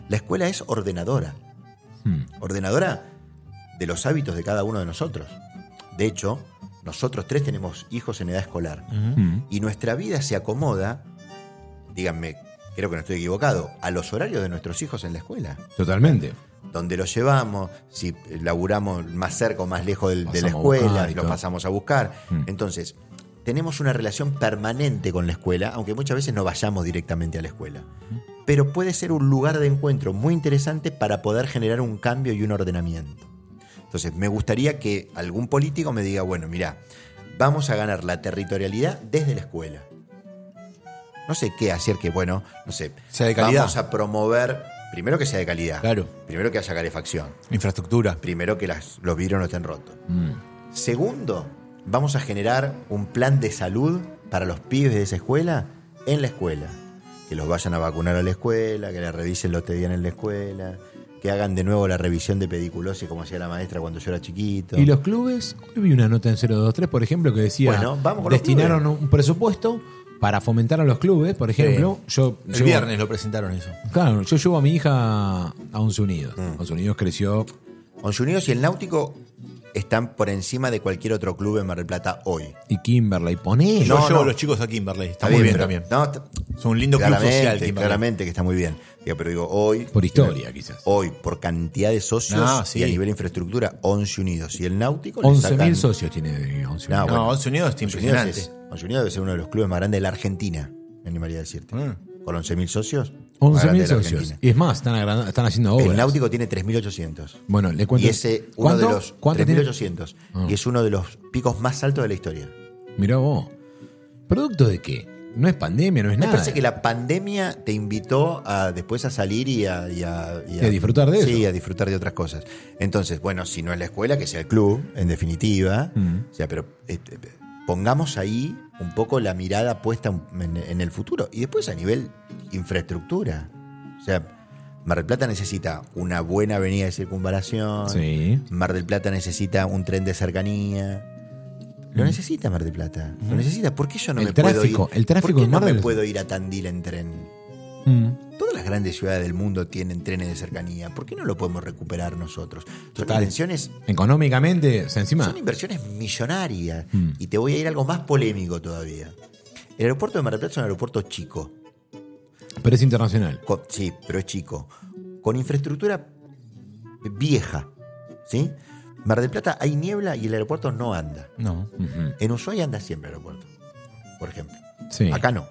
Speaker 3: La escuela es ordenadora,
Speaker 1: Hmm.
Speaker 3: ordenadora de los hábitos de cada uno de nosotros. De hecho, nosotros tres tenemos hijos en edad escolar
Speaker 1: Hmm.
Speaker 3: y nuestra vida se acomoda, díganme, creo que no estoy equivocado, a los horarios de nuestros hijos en la escuela
Speaker 1: Totalmente.
Speaker 3: donde los llevamos, si laburamos más cerca o más lejos del- de la
Speaker 1: Pasamos a buscar
Speaker 3: escuela,
Speaker 1: y
Speaker 3: los
Speaker 1: todo.
Speaker 3: pasamos a buscar.
Speaker 1: Mm.
Speaker 3: Entonces, tenemos una relación permanente con la escuela, aunque muchas veces no vayamos directamente a la escuela.
Speaker 1: Mm.
Speaker 3: Pero puede ser un lugar de encuentro muy interesante para poder generar un cambio y un ordenamiento. Entonces, me gustaría que algún político me diga, bueno, mira, vamos a ganar la territorialidad desde la escuela. No sé qué hacer que, bueno, no sé,
Speaker 2: Sea de calidad.
Speaker 3: vamos a promover, primero que sea de calidad,
Speaker 2: Claro.
Speaker 3: primero que haya calefacción,
Speaker 2: Infraestructura.
Speaker 3: primero que las, los vidrios no estén rotos.
Speaker 2: Mm.
Speaker 1: Hmm.
Speaker 3: Segundo, vamos a generar un plan de salud para los pibes de esa escuela en la escuela. Que los vayan a vacunar a la escuela, que la revisen los que días en la escuela, que hagan de nuevo la revisión de pediculosis como hacía la maestra cuando yo era chiquito.
Speaker 1: ¿Y los clubes? Hoy vi una nota en 023, por ejemplo, que decía,
Speaker 3: Bueno, vamos con los
Speaker 1: destinaron un presupuesto para fomentar a los clubes, por ejemplo. Yo
Speaker 2: El
Speaker 1: llevo-
Speaker 2: viernes lo presentaron eso.
Speaker 1: Claro, yo llevo a mi hija a Once Unidos.
Speaker 3: Mm.
Speaker 1: Once Unidos creció
Speaker 3: Once Unidos y el Náutico están por encima de cualquier otro club en Mar del Plata hoy.
Speaker 1: y Kimberley, poné.
Speaker 2: Yo
Speaker 3: No,
Speaker 2: llevo
Speaker 3: no.
Speaker 2: a los chicos a Kimberley. Está,
Speaker 3: Está
Speaker 2: muy bien,
Speaker 3: pero-
Speaker 2: también.
Speaker 3: no, está-
Speaker 2: Es un lindo club
Speaker 3: claramente,
Speaker 2: social, Kimberley.
Speaker 3: Claramente que está muy bien. Digo, Pero digo, hoy.
Speaker 1: Por historia, quizás.
Speaker 3: Hoy, por cantidad de socios
Speaker 2: Ah, sí.
Speaker 3: y a nivel de infraestructura, 11 unidos. Y el náutico. le
Speaker 1: 11.000
Speaker 3: sacan-
Speaker 1: socios tiene Once Unidos.
Speaker 3: No,
Speaker 2: No,
Speaker 3: bueno.
Speaker 2: Once Unidos está
Speaker 3: Once Unidos
Speaker 2: impresionante.
Speaker 3: es- Once Unidos debe ser uno de los clubes más grandes de la Argentina, me animaría a decirte.
Speaker 2: Mm.
Speaker 3: Con 11.000 socios. más
Speaker 1: 11.000
Speaker 3: grande de la
Speaker 1: socios.
Speaker 3: Argentina.
Speaker 1: Y es más, están, agranda- están haciendo obras.
Speaker 3: El náutico tiene 3.800.
Speaker 1: Bueno, le cuento.
Speaker 3: Y ese, uno
Speaker 1: ¿Cuánto?
Speaker 3: de los.
Speaker 1: ¿Cuánto tiene?
Speaker 3: 3.800.
Speaker 1: Ah.
Speaker 3: Y es uno de los picos más altos de la historia.
Speaker 1: Mirá vos. ¿Producto de qué? No es pandemia, no es
Speaker 3: Me
Speaker 1: nada.
Speaker 3: parece que la pandemia te invitó a después a salir y a, y a- y
Speaker 1: Y a disfrutar de
Speaker 3: sí,
Speaker 1: eso.
Speaker 3: a disfrutar de otras cosas. Entonces, bueno, si no es la escuela, que sea el club, en definitiva.
Speaker 1: Mm.
Speaker 3: O sea, pero este, pongamos ahí un poco la mirada puesta en, en el futuro. Y después a nivel infraestructura. O sea, Mar del Plata necesita una buena avenida de circunvalación.
Speaker 1: Sí.
Speaker 3: Mar del Plata necesita un tren de cercanía. Lo necesita Mar del Plata. Lo necesita. ¿Por qué yo no
Speaker 1: Mm. El
Speaker 3: me
Speaker 1: tráfico,
Speaker 3: puedo ir?
Speaker 1: el tráfico
Speaker 3: ¿Por qué
Speaker 1: en Mar
Speaker 3: no me
Speaker 1: del-
Speaker 3: puedo ir a Tandil en tren? Todas las grandes ciudades del mundo tienen trenes de cercanía. ¿Por qué no lo podemos recuperar nosotros? Son inversiones,
Speaker 1: Económicamente, se encima.
Speaker 3: son inversiones millonarias.
Speaker 1: Mm.
Speaker 3: Y te voy a ir a algo más polémico todavía. El aeropuerto de Mar del Plata es un aeropuerto chico.
Speaker 1: Pero es internacional.
Speaker 3: Con- sí, pero es chico. Con infraestructura vieja. ¿Sí? Mar del Plata hay niebla y el aeropuerto no anda.
Speaker 2: No.
Speaker 1: Ujú.
Speaker 3: En Ushuaia anda siempre el aeropuerto, por ejemplo.
Speaker 1: Sí.
Speaker 3: Acá no.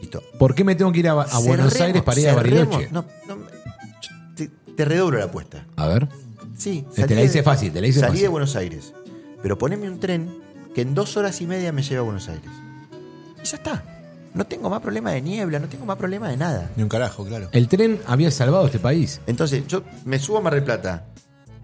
Speaker 3: Listo.
Speaker 1: ¿Por qué me tengo que ir a, a Buenos
Speaker 3: Cerremos-
Speaker 1: Aires para ir a
Speaker 3: cerremos-
Speaker 1: Bariloche?
Speaker 3: No, no, me- yo te, te redoblo la apuesta.
Speaker 1: A ver.
Speaker 3: Sí,
Speaker 1: Te Este, la hice fácil, te la hice
Speaker 3: salí
Speaker 1: fácil.
Speaker 3: de Buenos Aires, pero poneme un tren que en dos horas y media me lleve a Buenos Aires. Y ya está. No tengo más problema de niebla, no tengo más problema de nada.
Speaker 2: Ni un carajo, claro.
Speaker 1: El tren había salvado este país.
Speaker 3: Entonces, yo me subo a Mar del Plata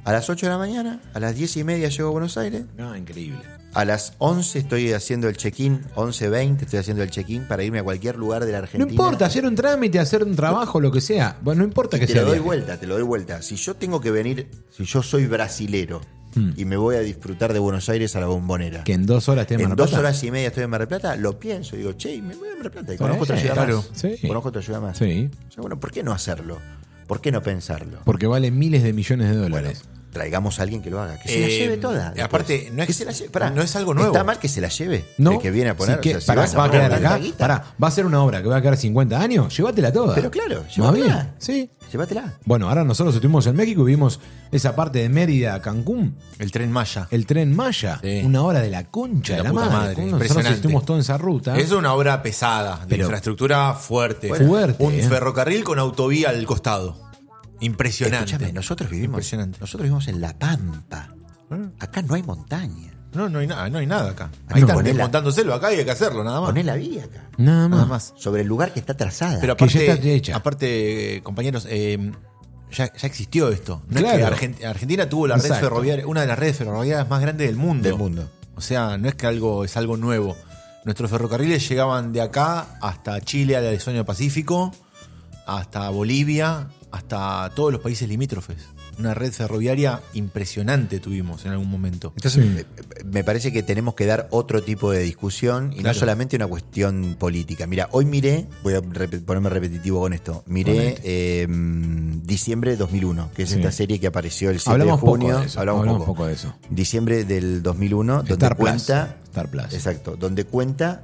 Speaker 3: a las 8 de la mañana, a las 10 y media llego a Buenos Aires,
Speaker 1: No, increíble.
Speaker 3: a las 11 estoy haciendo el check-in, 11.20 estoy haciendo el check-in para irme a cualquier lugar de la
Speaker 1: No
Speaker 3: Argentina.
Speaker 1: importa, hacer un trámite, hacer un trabajo, lo que sea. Bueno, no importa que
Speaker 3: te
Speaker 1: sea.
Speaker 3: lo doy
Speaker 1: viaje.
Speaker 3: vuelta, te lo doy vuelta. Si yo tengo que venir, si yo soy brasilero
Speaker 1: Hmm.
Speaker 3: y me voy a disfrutar de Buenos Aires a la bombonera,
Speaker 1: Que en dos horas te
Speaker 3: en dos horas y media estoy en Mar del Plata, lo pienso, digo, che, me voy a Mar del Plata y conozco otra ciudad
Speaker 1: claro.
Speaker 3: más.
Speaker 1: Sí.
Speaker 3: Conozco otra ciudad más.
Speaker 1: Sí.
Speaker 3: O sea, bueno, ¿por qué no hacerlo? ¿Por qué no pensarlo?
Speaker 1: Porque vale miles de millones de dólares.
Speaker 3: traigamos a alguien que lo haga. Que se la
Speaker 2: Eh,
Speaker 3: lleve toda.
Speaker 2: y aparte,
Speaker 3: después.
Speaker 2: no es-
Speaker 3: que se la lleve. Pará,
Speaker 2: no es algo nuevo.
Speaker 3: ¿Está mal que se la lleve? El que viene a poner.
Speaker 1: sí que-
Speaker 3: o sea, si
Speaker 1: pará,
Speaker 3: vas
Speaker 1: va a
Speaker 3: poner
Speaker 1: quedar
Speaker 3: tanta
Speaker 1: acá.
Speaker 3: guita,
Speaker 1: Pará, va a ser una obra que va a quedar 50 años. Llévatela toda.
Speaker 3: Pero claro,
Speaker 1: Más
Speaker 3: llévatela.
Speaker 1: bien, Sí.
Speaker 3: Llévatela.
Speaker 1: Bueno, ahora nosotros estuvimos en México y vimos esa parte de Mérida a Cancún,
Speaker 2: El tren Maya.
Speaker 1: el tren Maya,
Speaker 2: Sí.
Speaker 1: una hora de la concha de la,
Speaker 2: La puta
Speaker 1: madre.
Speaker 2: madre,
Speaker 1: ¿Cómo Nosotros
Speaker 2: impresionante.
Speaker 1: estuvimos todos en esa ruta.
Speaker 2: Es una obra pesada, de
Speaker 1: Pero-
Speaker 2: infraestructura fuerte.
Speaker 1: Bueno, Fuerte,
Speaker 2: Un
Speaker 1: eh.
Speaker 2: ferrocarril con autovía al costado. Impresionante.
Speaker 3: Escúchame, nosotros vivimos,
Speaker 2: Impresionante.
Speaker 3: nosotros vivimos en La Pampa. Acá no hay montaña.
Speaker 2: No, no hay nada, no hay nada acá.
Speaker 3: no,
Speaker 2: Ahí está,
Speaker 3: ponela.
Speaker 2: desmontándoselo acá y hay que hacerlo, nada más.
Speaker 3: Poné la vía acá.
Speaker 1: Nada más.
Speaker 2: Nada más.
Speaker 3: Sobre el lugar que está trazada.
Speaker 2: Pero
Speaker 1: Que
Speaker 2: aparte,
Speaker 1: ya está hecha.
Speaker 2: aparte, eh, compañeros, eh, ya, ya existió esto. No es
Speaker 1: Claro.
Speaker 2: que Argen- Argentina tuvo la red
Speaker 1: Exacto.
Speaker 2: ferroviaria, una de las redes ferroviarias más grandes del mundo.
Speaker 3: Del mundo.
Speaker 2: O sea, no es que algo es algo nuevo. Nuestros ferrocarriles llegaban de acá hasta Chile, al Arizona Pacífico, hasta Bolivia, hasta todos los países limítrofes. Una red ferroviaria impresionante tuvimos en algún momento.
Speaker 3: Entonces, me- me parece que tenemos que dar otro tipo de discusión y no
Speaker 2: Claro.
Speaker 3: solamente una cuestión política. Mira, hoy miré, voy a rep- ponerme repetitivo con esto, miré eh, diciembre de 2001, que es
Speaker 1: Sí.
Speaker 3: esta serie que apareció el 7
Speaker 1: Hablamos
Speaker 3: de junio.
Speaker 1: poco de eso.
Speaker 3: Hablamos, poco.
Speaker 1: de eso.
Speaker 3: Diciembre del 2001, donde
Speaker 1: Star Plus.
Speaker 3: cuenta...
Speaker 1: Star Plus.
Speaker 3: Exacto, donde cuenta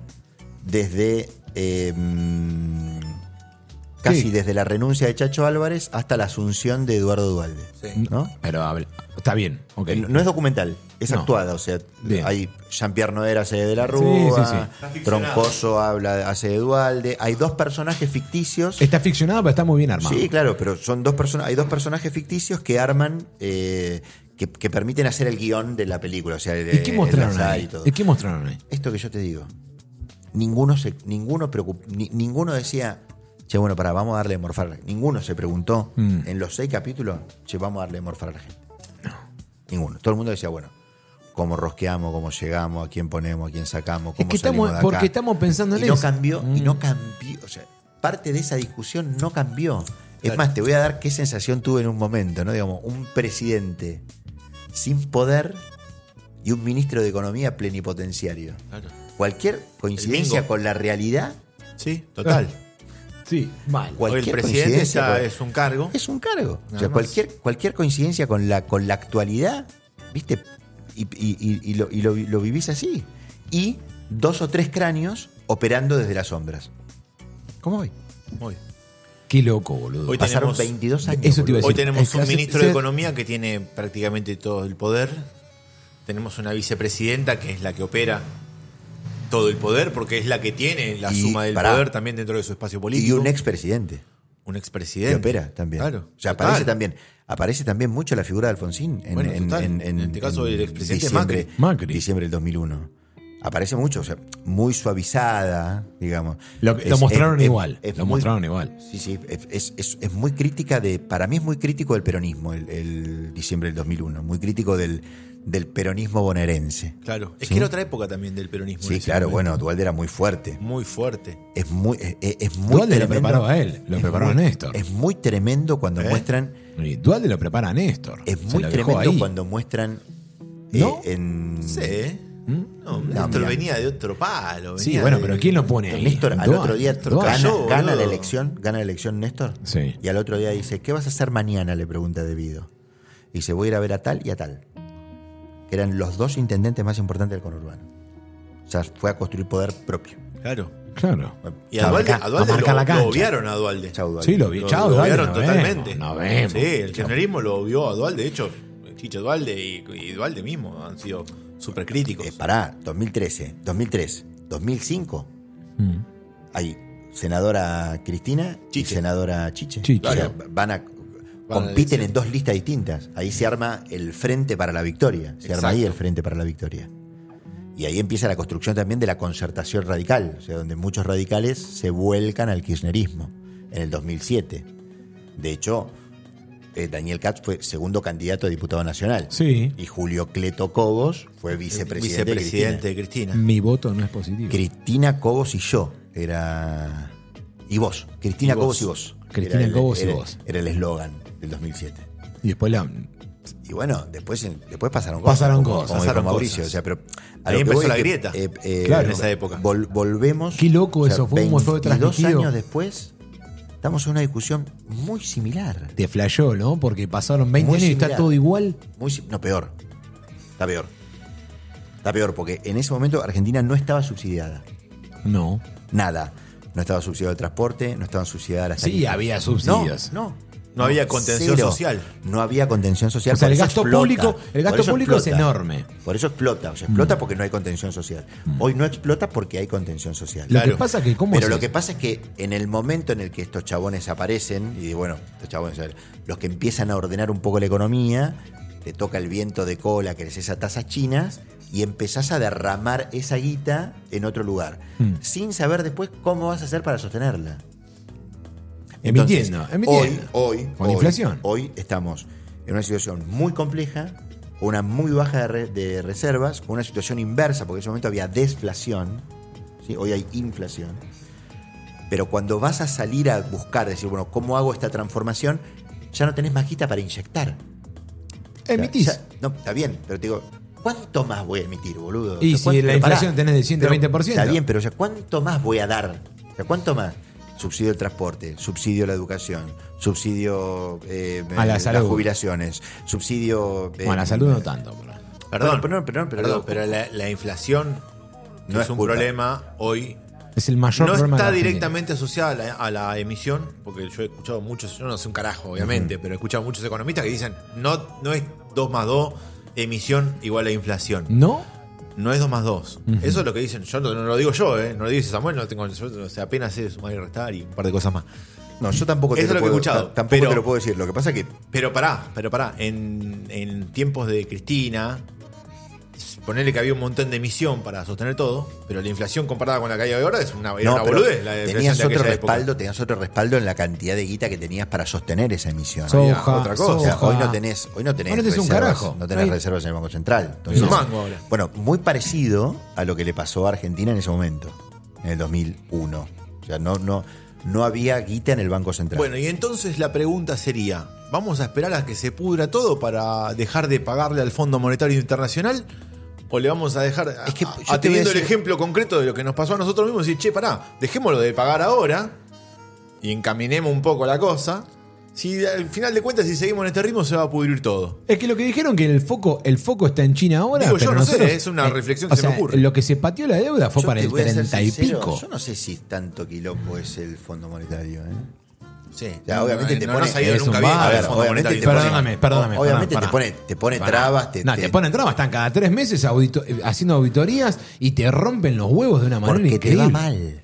Speaker 3: desde... eh, casi
Speaker 1: Sí.
Speaker 3: desde la renuncia de Chacho Álvarez hasta la asunción de Eduardo Dualde.
Speaker 2: Sí.
Speaker 3: ¿no?
Speaker 1: Pero habla- está bien, ok.
Speaker 3: No- No es documental, es
Speaker 1: No.
Speaker 3: actuada, o sea,
Speaker 1: Bien.
Speaker 3: hay Jean-Pierre Noera hace de la Rúa,
Speaker 1: sí, sí.
Speaker 3: Troncoso habla, hace de Dualde, hay dos personajes ficticios.
Speaker 1: Está ficcionado, pero está muy bien armado.
Speaker 3: Sí, claro, pero son dos personas, hay dos personajes ficticios que arman, eh, que, que permiten hacer el guión de la película, o sea, de,
Speaker 1: ¿Y qué mostraron
Speaker 3: el azar Eh, y
Speaker 1: ahí?
Speaker 3: todo.
Speaker 1: ¿Y qué mostraron ahí?
Speaker 3: Esto que yo te digo, ninguno se, ninguno preocup- ni- ninguno decía, che, bueno, para, vamos a darle de morfar a la gente. Ninguno se preguntó
Speaker 1: Mm.
Speaker 3: en los seis capítulos, che, vamos a darle de morfar a la gente. Ninguno. Todo el mundo decía, bueno, cómo rosqueamos, cómo llegamos, a quién ponemos, a quién sacamos,
Speaker 1: Es
Speaker 3: cómo
Speaker 1: que
Speaker 3: salimos
Speaker 1: estamos,
Speaker 3: de acá.
Speaker 1: porque estamos pensando en
Speaker 3: y no
Speaker 1: eso.
Speaker 3: cambió, y no cambió, o sea, parte de esa discusión no cambió. Es más, te voy a dar qué sensación tuve en un momento, ¿no? Digamos, un presidente sin poder y un ministro de Economía plenipotenciario. Cualquier coincidencia
Speaker 2: bingo.
Speaker 3: con la realidad,
Speaker 2: Sí, total.
Speaker 1: Sí, mal.
Speaker 2: Hoy
Speaker 3: cualquier
Speaker 2: el presidente
Speaker 3: coincidencia pues.
Speaker 2: ya
Speaker 3: con-
Speaker 2: es un cargo.
Speaker 3: es un cargo. O
Speaker 2: Nada
Speaker 3: sea,
Speaker 2: más.
Speaker 3: cualquier, cualquier coincidencia con la, con la actualidad, ¿viste? Y, y- y- y lo, y lo- lo vivís así. Y dos o tres cráneos operando desde las sombras. ¿Cómo hoy?
Speaker 2: Hoy,
Speaker 1: Qué loco, boludo.
Speaker 2: Hoy
Speaker 3: Pasaron
Speaker 2: tenemos-
Speaker 3: 22 años.
Speaker 1: Eso te iba a
Speaker 3: boludo.
Speaker 2: Hoy
Speaker 1: decir.
Speaker 2: tenemos
Speaker 1: Es
Speaker 2: un
Speaker 1: hace-
Speaker 2: ministro de
Speaker 1: se-
Speaker 2: Economía que tiene prácticamente todo el poder. Tenemos una vicepresidenta que es la que opera todo el poder porque es la que tiene la
Speaker 3: Y,
Speaker 2: suma del
Speaker 3: pará.
Speaker 2: poder también dentro de su espacio
Speaker 3: Y
Speaker 2: político.
Speaker 3: un expresidente
Speaker 2: Un
Speaker 3: que
Speaker 2: expresidente.
Speaker 3: opera también.
Speaker 2: Claro.
Speaker 3: o sea,
Speaker 2: Total.
Speaker 3: aparece también, aparece también mucho la figura de Alfonsín en,
Speaker 2: Bueno,
Speaker 3: en-
Speaker 2: total.
Speaker 3: en-
Speaker 2: En este caso, el expresidente
Speaker 3: diciembre,
Speaker 2: Macri.
Speaker 1: Macri.
Speaker 3: diciembre del 2001. Aparece mucho, o sea, muy suavizada, digamos.
Speaker 1: Lo, lo
Speaker 3: Es- es-
Speaker 1: mostraron
Speaker 3: es-
Speaker 1: igual.
Speaker 3: es
Speaker 1: lo
Speaker 3: muy-
Speaker 1: mostraron igual.
Speaker 3: Sí, sí, es, es- es- es muy crítica de, para mí es muy crítico del peronismo el, el diciembre del 2001, muy crítico del, del peronismo bonaerense.
Speaker 2: Claro. Es
Speaker 3: Sí.
Speaker 2: que era otra época también del peronismo. en
Speaker 3: Sí,
Speaker 2: ese
Speaker 3: claro,
Speaker 2: momento.
Speaker 3: bueno, Dualde era muy fuerte.
Speaker 2: Muy fuerte.
Speaker 3: Es muy, es, es- es muy
Speaker 1: Dualde lo
Speaker 3: tremendo.
Speaker 1: preparó a él, lo
Speaker 3: Es
Speaker 1: preparó a
Speaker 3: muy-
Speaker 1: Néstor.
Speaker 3: Es muy tremendo cuando
Speaker 2: ¿Eh?
Speaker 3: muestran
Speaker 1: Y Dualde lo prepara a Néstor.
Speaker 3: Es
Speaker 1: Se
Speaker 3: muy
Speaker 1: lo dejó
Speaker 3: tremendo
Speaker 1: ahí.
Speaker 3: cuando muestran
Speaker 1: ¿No?
Speaker 3: eh, en.
Speaker 2: Sí. ¿eh? No,
Speaker 3: ¿Mm? No,
Speaker 2: Néstor
Speaker 3: mira.
Speaker 2: venía de otro palo.
Speaker 1: Sí,
Speaker 2: venía
Speaker 1: bueno,
Speaker 2: de-
Speaker 1: pero ¿quién lo pone ahí? Ah,
Speaker 3: Néstor al
Speaker 1: Dualde,
Speaker 3: otro día
Speaker 1: Dualde.
Speaker 3: gana,
Speaker 2: Cayó,
Speaker 3: gana la
Speaker 2: boludo.
Speaker 3: elección, gana la elección Néstor.
Speaker 1: Sí.
Speaker 3: Y al otro día dice, ¿qué vas a hacer mañana? le pregunta De Vido. Y dice, voy a ir a ver a tal y a tal. Que eran los dos intendentes más importantes del conurbano. O sea, fue a construir poder propio.
Speaker 2: Claro.
Speaker 1: Claro.
Speaker 2: Y a Dualde, a Dualde
Speaker 1: a marcar la
Speaker 2: lo,
Speaker 1: cancha.
Speaker 2: lo obviaron a Dualde.
Speaker 3: Chau, Dualde.
Speaker 1: Sí, lo vi. Chao, Dualde.
Speaker 2: obviaron
Speaker 1: nos
Speaker 2: totalmente.
Speaker 1: vemos, nos vemos.
Speaker 2: Sí, el kirchnerismo lo obvió a Dualde. De hecho, Chicho Dualde y, y Dualde mismo han sido súper críticos.
Speaker 3: Eh, pará, 2013, 2003, 2005.
Speaker 1: Mm.
Speaker 3: Hay senadora Cristina
Speaker 2: Chiche.
Speaker 3: y senadora Chiche.
Speaker 1: Chiche.
Speaker 3: O sea, van a compiten en dos listas distintas. Ahí se arma el frente para la victoria. Se arma ahí
Speaker 2: Exacto.
Speaker 3: el frente para la victoria. Y ahí empieza la construcción también de la concertación radical, o sea, donde muchos radicales se vuelcan al kirchnerismo en el 2007. De hecho, eh, Daniel Katz fue segundo candidato a diputado nacional.
Speaker 1: Sí.
Speaker 3: Y Julio Cleto Cobos fue vicepresidente. de
Speaker 2: vicepresidente de Cristina.
Speaker 1: Mi voto no es positivo.
Speaker 3: Cristina Cobos y yo. Era. Y vos. Cristina
Speaker 2: Y vos.
Speaker 3: Cobos y vos.
Speaker 1: Cristina
Speaker 3: Era el-
Speaker 1: Cobos y
Speaker 3: era-
Speaker 1: vos.
Speaker 3: Era el eslogan del 2007.
Speaker 1: Y después la.
Speaker 3: Y bueno, después, después pasaron cosas.
Speaker 1: Pasaron
Speaker 3: como-
Speaker 1: cosas.
Speaker 3: Como, dijo
Speaker 2: Pasaron
Speaker 3: Mauricio.
Speaker 2: cosas.
Speaker 3: O sea, pero.
Speaker 2: Ahí
Speaker 3: lo que
Speaker 2: empezó
Speaker 3: voy es
Speaker 2: la
Speaker 3: que,
Speaker 2: grieta.
Speaker 1: Claro.
Speaker 2: en esa época.
Speaker 3: vol- volvemos.
Speaker 1: Qué loco eso fue, cómo fue
Speaker 3: 22
Speaker 1: transmitido.
Speaker 3: años después estamos en una discusión muy similar.
Speaker 1: Te flayó, ¿no? Porque pasaron 20
Speaker 3: Muy
Speaker 1: años y está
Speaker 3: similar.
Speaker 1: todo igual.
Speaker 3: Muy, si- no, peor. Está peor. Está peor, porque en ese momento Argentina no estaba subsidiada.
Speaker 1: No.
Speaker 3: Nada. No estaba subsidiado el transporte, no estaban subsidiadas las
Speaker 1: Sí,
Speaker 3: tarifas.
Speaker 1: había
Speaker 3: No,
Speaker 1: subsidios.
Speaker 3: no.
Speaker 2: No había contención
Speaker 3: cero.
Speaker 2: social.
Speaker 3: No había contención social.
Speaker 1: O sea,
Speaker 3: por
Speaker 1: el
Speaker 3: eso
Speaker 1: gasto
Speaker 3: explota.
Speaker 1: público- el gasto
Speaker 3: Por eso
Speaker 1: público es
Speaker 3: explota.
Speaker 1: enorme. Mm.
Speaker 3: Por eso explota. O sea, explota porque no hay contención social. Hoy no explota porque hay contención social.
Speaker 1: Lo que pasa que, ¿cómo
Speaker 3: Pero
Speaker 1: es
Speaker 3: lo
Speaker 1: eso?
Speaker 3: que pasa es que en el momento en el que estos chabones aparecen, y bueno, estos chabones, o sea, los que empiezan a ordenar un poco la economía, te toca el viento de cola, que eres esas tasas chinas, y empezás a derramar esa guita en otro lugar,
Speaker 1: Hmm.
Speaker 3: sin saber después cómo vas a hacer para sostenerla. Entonces,
Speaker 1: Emitiendo, emitiendo.
Speaker 3: Hoy, hoy,
Speaker 1: Con
Speaker 3: hoy,
Speaker 1: inflación.
Speaker 3: Hoy estamos en una situación muy compleja, con una muy baja de, re- de reservas, con una situación inversa, porque en ese momento había desflación, ¿sí? hoy hay inflación. Pero cuando vas a salir a buscar, decir, bueno, ¿cómo hago esta transformación? Ya no tenés más guita para inyectar. O sea,
Speaker 1: Emitís.
Speaker 3: ya- no, está bien, pero te digo, ¿cuánto más voy a emitir, boludo?
Speaker 1: Y si
Speaker 3: ¿cuánto-
Speaker 1: la
Speaker 3: pero
Speaker 1: inflación tenés del 120%.
Speaker 3: Está bien, pero o sea, ¿cuánto más voy a dar? O sea, ¿cuánto más? Subsidio al transporte, subsidio a la educación, subsidio eh,
Speaker 1: A la
Speaker 3: eh,
Speaker 1: salud.
Speaker 3: las jubilaciones, subsidio. eh,
Speaker 1: Bueno, la salud no tanto. pero-
Speaker 2: Perdón,
Speaker 3: Bueno, perdón, perdón, pero-
Speaker 2: perdón, pero la, la inflación no
Speaker 3: No
Speaker 2: es,
Speaker 3: es
Speaker 2: un
Speaker 3: culpa.
Speaker 2: problema hoy.
Speaker 1: Es el mayor
Speaker 2: No
Speaker 1: problema. de
Speaker 2: está
Speaker 1: Argentina.
Speaker 2: directamente asociada a la, a la emisión, porque yo he escuchado muchos, yo no sé un carajo, obviamente, pero he escuchado muchos economistas que dicen, no, no es 2 más 2, emisión igual a inflación.
Speaker 1: ¿No?
Speaker 2: No es 2 más 2. Eso es lo que dicen. Yo no, no lo digo yo, ¿eh? No lo dice Samuel, no tengo. yo, o sea, apenas sé sumar y restar y un par de cosas más.
Speaker 3: No, yo tampoco te
Speaker 2: Eso es lo que he
Speaker 3: puedo,
Speaker 2: escuchado,
Speaker 3: ta- Tampoco
Speaker 2: pero-
Speaker 3: te lo puedo decir. Lo que pasa es que.
Speaker 2: Pero pará, pero pará. En, en tiempos de Cristina, ponerle que había un montón de emisión para sostener todo, pero la inflación comparada con la caída de ahora es una, era
Speaker 3: no,
Speaker 2: una
Speaker 3: pero
Speaker 2: boludez. La inflación
Speaker 3: tenías
Speaker 2: de
Speaker 3: otro
Speaker 2: aquella época.
Speaker 3: respaldo, tenías otro respaldo en la cantidad de guita que tenías para sostener esa emisión.
Speaker 1: Soja,
Speaker 2: otra cosa.
Speaker 3: O sea,
Speaker 1: soja.
Speaker 3: hoy no tenés, hoy no tenés,
Speaker 1: Ahora tenés un
Speaker 3: reservas,
Speaker 1: carajo.
Speaker 3: no tenés
Speaker 1: Ahí-
Speaker 3: reservas en el Banco Central.
Speaker 2: Es
Speaker 3: Entonces,
Speaker 2: un mango ahora.
Speaker 3: Bueno, muy parecido a lo que le pasó a Argentina en ese momento, en el 2001. O sea, no, no, no había guita en el Banco Central.
Speaker 2: Bueno, y entonces la pregunta sería, ¿vamos a esperar a que se pudra todo para dejar de pagarle al Fondo Monetario Internacional? ¿O le vamos a dejar,
Speaker 3: Es que
Speaker 2: a-
Speaker 3: yo te voy a
Speaker 2: atendiendo el
Speaker 3: decir-
Speaker 2: ejemplo concreto de lo que nos pasó a nosotros mismos, decir, che, pará, dejémoslo de pagar ahora y encaminemos un poco la cosa? Si al final de cuentas, si seguimos en este ritmo, se va a pudrir todo.
Speaker 1: Es que lo que dijeron que el foco, el foco está en China ahora.
Speaker 2: Digo, yo
Speaker 1: pero
Speaker 2: no sé,
Speaker 1: nosotros- eh,
Speaker 2: es una reflexión que
Speaker 1: o
Speaker 2: se me
Speaker 1: sea,
Speaker 2: ocurre.
Speaker 1: Lo que se pateó la deuda fue
Speaker 3: Yo
Speaker 1: para
Speaker 3: te
Speaker 1: el
Speaker 3: voy a ser
Speaker 1: 30 y
Speaker 3: sincero,
Speaker 1: pico.
Speaker 3: Yo no sé si tanto quilombo es el Fondo Monetario. ¿eh?
Speaker 2: Sí,
Speaker 3: O sea, obviamente te
Speaker 2: no
Speaker 3: pone-
Speaker 2: nos ha ido
Speaker 1: es un
Speaker 2: nunca bien
Speaker 1: vago.
Speaker 2: al
Speaker 1: A ver,
Speaker 2: Fondo
Speaker 3: obviamente
Speaker 2: Monetario
Speaker 3: te pone-
Speaker 1: Perdóname,
Speaker 2: Internacional.
Speaker 1: perdóname.
Speaker 3: Obviamente
Speaker 1: pará, pará.
Speaker 3: te pone- te pone
Speaker 1: Pará.
Speaker 3: trabas, te-
Speaker 1: no, te,
Speaker 3: te-
Speaker 1: ponen trabas, están cada tres meses audito- eh, haciendo auditorías y te rompen los huevos de una manera
Speaker 3: Porque te
Speaker 1: increíble.
Speaker 3: va mal.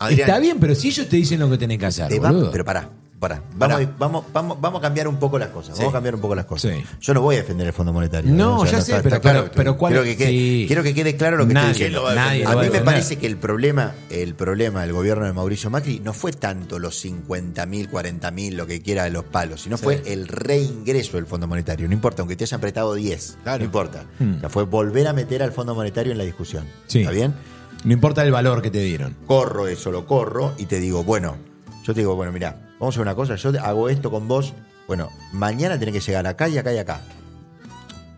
Speaker 2: Adrián,
Speaker 1: Está bien, pero si ellos te dicen lo que tenés que hacer,
Speaker 3: Te va-
Speaker 1: boludo.
Speaker 3: pero pará, pará.
Speaker 2: Pará.
Speaker 3: Vamos, vamos, vamos, vamos a cambiar un poco las cosas. Vamos a cambiar un poco las cosas.
Speaker 1: Sí.
Speaker 3: Yo no voy a defender el Fondo Monetario.
Speaker 1: No, ya sé, pero- pero-
Speaker 3: que-
Speaker 1: pero ¿cuál
Speaker 3: quiero
Speaker 1: es?
Speaker 3: que, quede,
Speaker 1: Sí.
Speaker 3: quiero que quede claro lo que
Speaker 1: Nadie
Speaker 3: estoy diciendo.
Speaker 1: lo va a defender. Nadie
Speaker 3: a
Speaker 1: lo va a
Speaker 3: mí me
Speaker 1: defender.
Speaker 3: parece que el problema, el problema del gobierno de Mauricio Macri no fue tanto los 50.000, 40.000, lo que quiera de los palos, sino fue el reingreso del Fondo Monetario. No importa, aunque te hayan prestado 10,
Speaker 2: Claro.
Speaker 3: no importa. O sea, fue volver a meter al Fondo Monetario en la discusión.
Speaker 1: Hmm. Sí.
Speaker 3: ¿Está bien?
Speaker 1: No importa el valor que te dieron.
Speaker 3: corro eso, lo corro y te digo, bueno, yo te digo, bueno, mira, vamos a hacer una cosa, yo te- hago esto con vos, bueno, mañana tenés que llegar acá y acá y acá.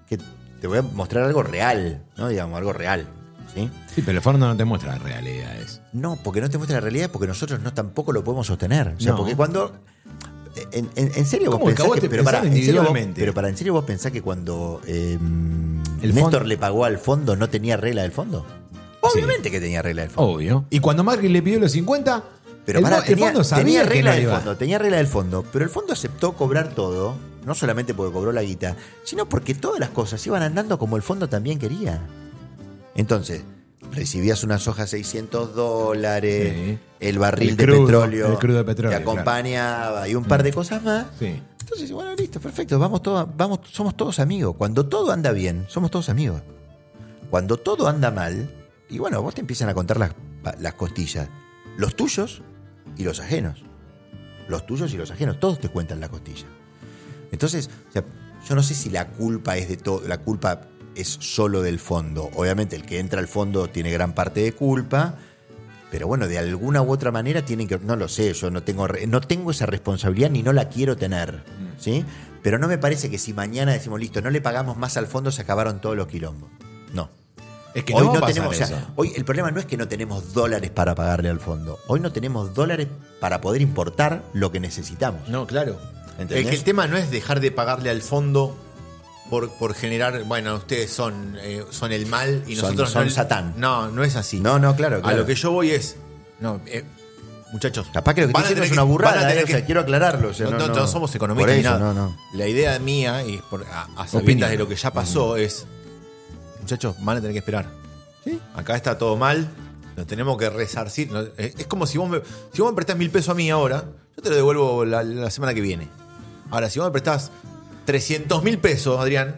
Speaker 3: Que te voy a mostrar algo real, ¿no? Digamos, algo real, ¿sí?
Speaker 1: Sí, pero el fondo no te muestra las realidades.
Speaker 3: No, porque no te muestra la realidad, porque nosotros no tampoco lo podemos sostener. O sea,
Speaker 1: No.
Speaker 3: porque cuando. En, en- en serio vos
Speaker 1: ¿Cómo que
Speaker 3: pensás
Speaker 1: vos
Speaker 3: que,
Speaker 1: te
Speaker 3: pero
Speaker 1: pensás
Speaker 3: pará, en serio vos-
Speaker 1: individualmente?
Speaker 3: pero para en serio vos pensás que cuando eh,
Speaker 1: El
Speaker 3: Néstor
Speaker 1: fondo-
Speaker 3: le pagó al fondo no tenía regla del fondo. Obviamente que tenía regla del fondo.
Speaker 1: Obvio. Y cuando Macri le pidió los 50,
Speaker 3: Pero
Speaker 1: el,
Speaker 3: pará,
Speaker 1: bo- el
Speaker 3: tenía,
Speaker 1: fondo sabía
Speaker 3: tenía
Speaker 1: que
Speaker 3: regla
Speaker 1: no le
Speaker 3: del
Speaker 1: iba.
Speaker 3: fondo, tenía regla del fondo, pero el fondo aceptó cobrar todo, no solamente porque cobró la guita, sino porque todas las cosas iban andando como el fondo también quería. Entonces, recibías unas hojas 600 dólares,
Speaker 1: Sí.
Speaker 3: el barril
Speaker 1: El
Speaker 3: de
Speaker 1: crudo,
Speaker 3: petróleo,
Speaker 1: el crudo de petróleo, Mm.
Speaker 3: te acompañaba y un par de cosas más.
Speaker 1: Sí.
Speaker 3: Entonces, bueno, listo, perfecto, vamos todos, vamos, somos todos amigos. Cuando todo anda bien, somos todos amigos. Cuando todo anda mal, y bueno, vos te empiezan a contar las, las costillas, los tuyos y los ajenos. Los tuyos y los ajenos, todos te cuentan la costilla. Entonces, o sea, yo no sé si la culpa es de todo, la culpa es solo del fondo. Obviamente, el que entra al fondo tiene gran parte de culpa, pero bueno, de alguna u otra manera tienen que. No lo sé, yo no tengo, re- no tengo esa responsabilidad ni no la quiero tener.
Speaker 2: Mm.
Speaker 3: ¿sí? Pero no me parece que si mañana decimos, listo, no le pagamos más al fondo, se acabaron todos los quilombos. No.
Speaker 10: Es que
Speaker 3: hoy
Speaker 10: no va a pasar
Speaker 3: tenemos, o sea,
Speaker 10: eso.
Speaker 3: hoy el problema no es que no tenemos dólares para pagarle al fondo. Hoy no tenemos dólares para poder importar lo que necesitamos.
Speaker 10: No, claro.
Speaker 2: Es que
Speaker 3: ¿Entendés?
Speaker 2: el tema no es dejar de pagarle al fondo por, por generar, bueno, ustedes son, eh, son el mal y
Speaker 3: Son-
Speaker 2: nosotros
Speaker 3: son
Speaker 2: no.
Speaker 3: Satán.
Speaker 2: No, no es así.
Speaker 3: No, no, claro,
Speaker 2: A
Speaker 3: claro.
Speaker 2: lo que yo voy es. No, eh, muchachos.
Speaker 3: Capaz que lo que
Speaker 2: van
Speaker 3: estoy
Speaker 2: a
Speaker 3: diciendo
Speaker 2: tener
Speaker 3: es una
Speaker 2: que- van a
Speaker 3: burrada,
Speaker 2: tener
Speaker 3: eh, o sea,
Speaker 2: que-
Speaker 3: quiero aclararlo. o sea,
Speaker 2: no,
Speaker 3: no,
Speaker 2: no,
Speaker 3: no.
Speaker 2: no somos economistas
Speaker 3: Por
Speaker 2: ni
Speaker 3: eso,
Speaker 2: nada.
Speaker 3: no, no.
Speaker 2: La idea mía, y por- a, a sabiendas de lo que ya pasó, es. Muchachos, van a tener que esperar. Acá está todo mal, nos tenemos que resarcir. No, eh, Es, es como si vos, me, si vos me prestás mil pesos a mí ahora, yo te lo devuelvo la, la semana que viene. Ahora, si vos me prestás 300 mil pesos, Adrián,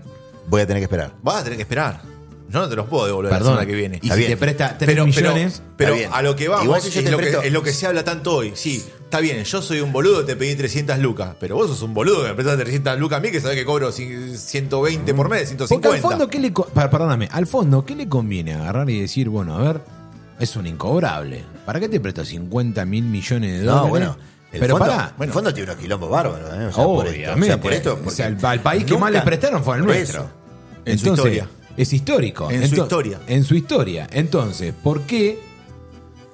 Speaker 3: Voy a tener que esperar.
Speaker 2: vas a tener que esperar. Yo no te los puedo devolver la
Speaker 1: Perdón.
Speaker 2: semana que viene.
Speaker 1: Y
Speaker 3: Está
Speaker 1: si
Speaker 3: bien.
Speaker 1: te presta 3
Speaker 2: Pero, pero,
Speaker 1: millones.
Speaker 2: pero
Speaker 3: Está bien.
Speaker 2: a lo que
Speaker 3: Igual
Speaker 2: vamos
Speaker 3: si
Speaker 2: es,
Speaker 3: yo te
Speaker 2: lo que,
Speaker 3: presto-
Speaker 2: es lo que se habla tanto hoy. Sí, está bien, yo soy un boludo, te pedí 300 lucas, pero vos sos un boludo que me prestaste 300 lucas a mí que sabés que cobro cien- 120 por mes,
Speaker 1: Porque al
Speaker 2: 150.
Speaker 1: fondo, ¿qué le, co- pa- perdóname, al fondo, ¿qué le conviene agarrar y decir, bueno, a ver, es un incobrable? ¿Para qué te presto 50 mil millones de dólares?
Speaker 3: No, bueno. El
Speaker 1: pero
Speaker 3: fondo,
Speaker 1: pará.
Speaker 3: el fondo tiene unos quilombos bárbaros. ¿eh? O sea, por esto. O
Speaker 1: Obviamente.
Speaker 3: sea, por esto,
Speaker 1: O sea,
Speaker 3: porque
Speaker 1: al, al país que
Speaker 3: nunca-
Speaker 1: más les prestaron fue al
Speaker 3: Por
Speaker 1: nuestro.
Speaker 3: eso.
Speaker 2: En su historia.
Speaker 1: Es histórico.
Speaker 2: En su historia.
Speaker 1: En su historia. Entonces, ¿por qué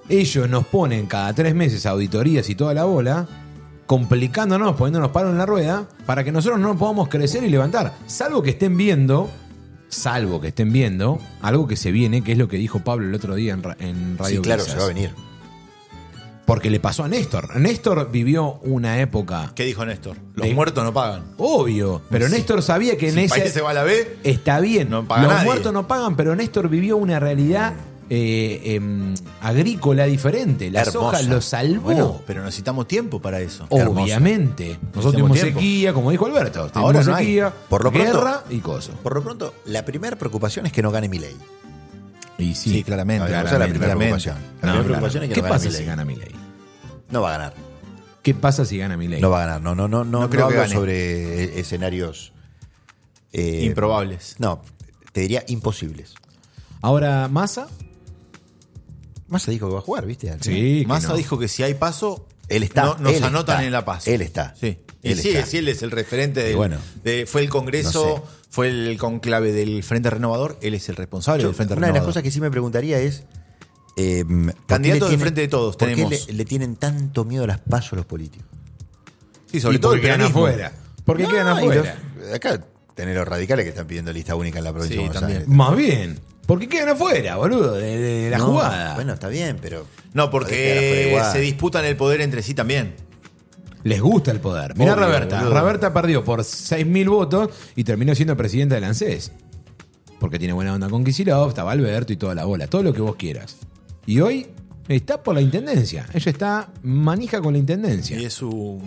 Speaker 1: ellos nos ponen cada tres meses auditorías y toda la bola, complicándonos, poniéndonos palos en la rueda, para que nosotros no podamos crecer y levantar? Salvo que estén viendo, salvo que estén viendo, algo que se viene, que es lo que dijo Pablo el otro día en, ra- en Radio
Speaker 3: Sí, claro,
Speaker 1: Brisas.
Speaker 3: se va a venir.
Speaker 1: Porque le pasó a Néstor. Néstor vivió una época.
Speaker 2: ¿Qué dijo Néstor? Los
Speaker 1: De-
Speaker 2: muertos no pagan.
Speaker 1: Obvio, pero Néstor sabía que en
Speaker 2: Si el
Speaker 1: ese
Speaker 2: país se va a la B,
Speaker 1: Está bien,
Speaker 2: No paga
Speaker 1: los
Speaker 2: nadie.
Speaker 1: muertos no pagan, pero Néstor vivió una realidad eh, em, agrícola diferente. La
Speaker 3: Hermosa.
Speaker 1: soja lo salvó.
Speaker 2: bueno, pero necesitamos tiempo para eso.
Speaker 1: Obviamente. Nosotros
Speaker 2: Tenemos
Speaker 1: tuvimos
Speaker 2: tiempo.
Speaker 1: sequía, como dijo Alberto. Tuvimos
Speaker 2: Ahora no hay.
Speaker 1: sequía,
Speaker 3: Por lo pronto-
Speaker 1: guerra y cosas.
Speaker 3: Por lo pronto, la primera preocupación es que no gane mi ley.
Speaker 1: Y sí,
Speaker 2: Sí, claramente.
Speaker 1: claramente,
Speaker 3: Esa es la primera
Speaker 1: claramente.
Speaker 3: preocupación. La
Speaker 1: No,
Speaker 3: primera
Speaker 1: claro.
Speaker 3: preocupación es que
Speaker 1: ¿Qué
Speaker 3: no gane
Speaker 1: pasa
Speaker 3: Milei.
Speaker 1: si gana Milei?
Speaker 3: No va a ganar.
Speaker 1: ¿Qué pasa si gana Milei?
Speaker 3: No va a ganar. No, no, no, no,
Speaker 2: creo
Speaker 3: no
Speaker 2: que
Speaker 3: hablo
Speaker 2: gane.
Speaker 3: sobre eh, escenarios. eh,
Speaker 2: Improbables.
Speaker 3: No, te diría imposibles.
Speaker 1: Ahora, Massa.
Speaker 3: Massa dijo que va a jugar, ¿viste? Al final.
Speaker 1: Sí, que
Speaker 2: Massa
Speaker 1: no.
Speaker 2: dijo que si hay paso,
Speaker 3: Él está,
Speaker 2: no- nos
Speaker 3: él
Speaker 2: anotan
Speaker 3: está,
Speaker 2: en la paz.
Speaker 3: él está,
Speaker 2: Sí. Y
Speaker 3: él
Speaker 2: sí,
Speaker 3: está.
Speaker 2: sí, él es el referente del-
Speaker 3: Y bueno,
Speaker 2: de- fue el Congreso,
Speaker 3: no sé.
Speaker 2: fue el conclave del Frente Renovador, él es el responsable
Speaker 3: Yo,
Speaker 2: del Frente
Speaker 3: una de las
Speaker 2: Renovador.
Speaker 3: cosas que sí me preguntaría es. eh, ¿por qué
Speaker 2: Candidato
Speaker 3: le
Speaker 2: del
Speaker 3: tienen-
Speaker 2: Frente de Todos
Speaker 3: ¿por qué
Speaker 2: tenemos.
Speaker 3: le, le tienen tanto miedo a las pasos los políticos?
Speaker 2: sí, sobre
Speaker 1: Y
Speaker 2: todo el
Speaker 1: porque quedan
Speaker 2: peronismo.
Speaker 1: afuera. Porque quedan
Speaker 3: No, y
Speaker 1: afuera.
Speaker 3: los- acá tenés los radicales que están pidiendo lista única en la provincia
Speaker 2: Sí,
Speaker 3: de Buenos
Speaker 2: también.
Speaker 3: Aires.
Speaker 1: Más bien. Porque quedan afuera, boludo, de, de- de la
Speaker 3: No,
Speaker 1: jugada.
Speaker 3: Bueno, está bien, pero.
Speaker 2: No,
Speaker 3: podés quedar afuera
Speaker 2: porque
Speaker 3: igual.
Speaker 2: se disputan el poder entre sí también.
Speaker 1: Les gusta el poder. Mirá
Speaker 2: Obvio,
Speaker 1: Roberta.
Speaker 2: boludo.
Speaker 1: Roberta perdió por 6.000 votos y terminó siendo presidenta del ANSES. Porque tiene buena onda con Kisilov, estaba Alberto y toda la bola. Todo lo que vos quieras. Y hoy está por la intendencia. Ella está manija con la intendencia.
Speaker 2: Y es su,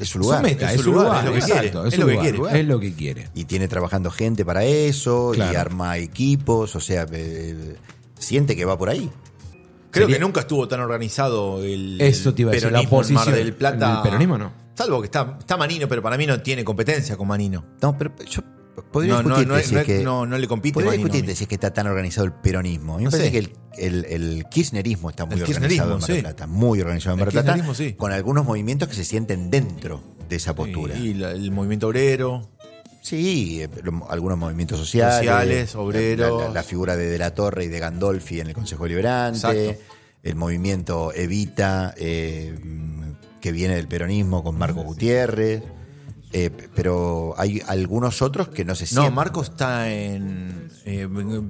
Speaker 3: Es su lugar.
Speaker 1: Su meta,
Speaker 2: es
Speaker 1: es,
Speaker 2: su
Speaker 1: su
Speaker 2: lugar,
Speaker 1: lugar.
Speaker 2: es lo que quiere,
Speaker 1: exacto,
Speaker 2: es
Speaker 1: su
Speaker 2: lo que
Speaker 1: lugar,
Speaker 2: quiere.
Speaker 1: Es lo que quiere.
Speaker 3: y tiene trabajando gente para eso, y
Speaker 1: Claro.
Speaker 3: arma equipos, o sea, eh, siente que va por ahí.
Speaker 2: Creo
Speaker 1: Sería-
Speaker 2: que nunca estuvo tan organizado el,
Speaker 1: Eso te iba a decir, la
Speaker 2: peronismo en Mar
Speaker 1: oposición.
Speaker 2: del Plata.
Speaker 1: El peronismo no.
Speaker 2: Salvo que está, está Manino, pero para mí no tiene competencia con Manino.
Speaker 3: No, pero yo podría
Speaker 2: No, no,
Speaker 3: discutirte
Speaker 2: no,
Speaker 3: si
Speaker 2: no,
Speaker 3: es que.
Speaker 2: no, no le compite
Speaker 3: podría
Speaker 2: Manino a mí.
Speaker 3: discutirte si es que está tan organizado el peronismo. A mí me
Speaker 2: No
Speaker 3: parece
Speaker 2: sé.
Speaker 3: que el, el- el kirchnerismo está muy
Speaker 2: El
Speaker 3: organizado en Mar del
Speaker 2: kirchnerismo, sí.
Speaker 3: Plata. Muy organizado en Mar
Speaker 2: El
Speaker 3: del Plata.
Speaker 2: kirchnerismo, sí.
Speaker 3: Con algunos movimientos que se sienten dentro de esa postura.
Speaker 2: Y, y la- el movimiento obrero.
Speaker 3: Sí, eh, lo- algunos movimientos sociales.
Speaker 2: Sociales,
Speaker 3: la-
Speaker 2: obreros.
Speaker 3: La, la- la figura de De la Torre y de Gandolfi en el Consejo Liberante.
Speaker 2: Exacto.
Speaker 3: El movimiento Evita, eh, mm, que viene del peronismo con Marcos Gutiérrez. Eh, p- pero hay algunos otros que no se
Speaker 2: No,
Speaker 3: sienten.
Speaker 2: Marco está en. eh,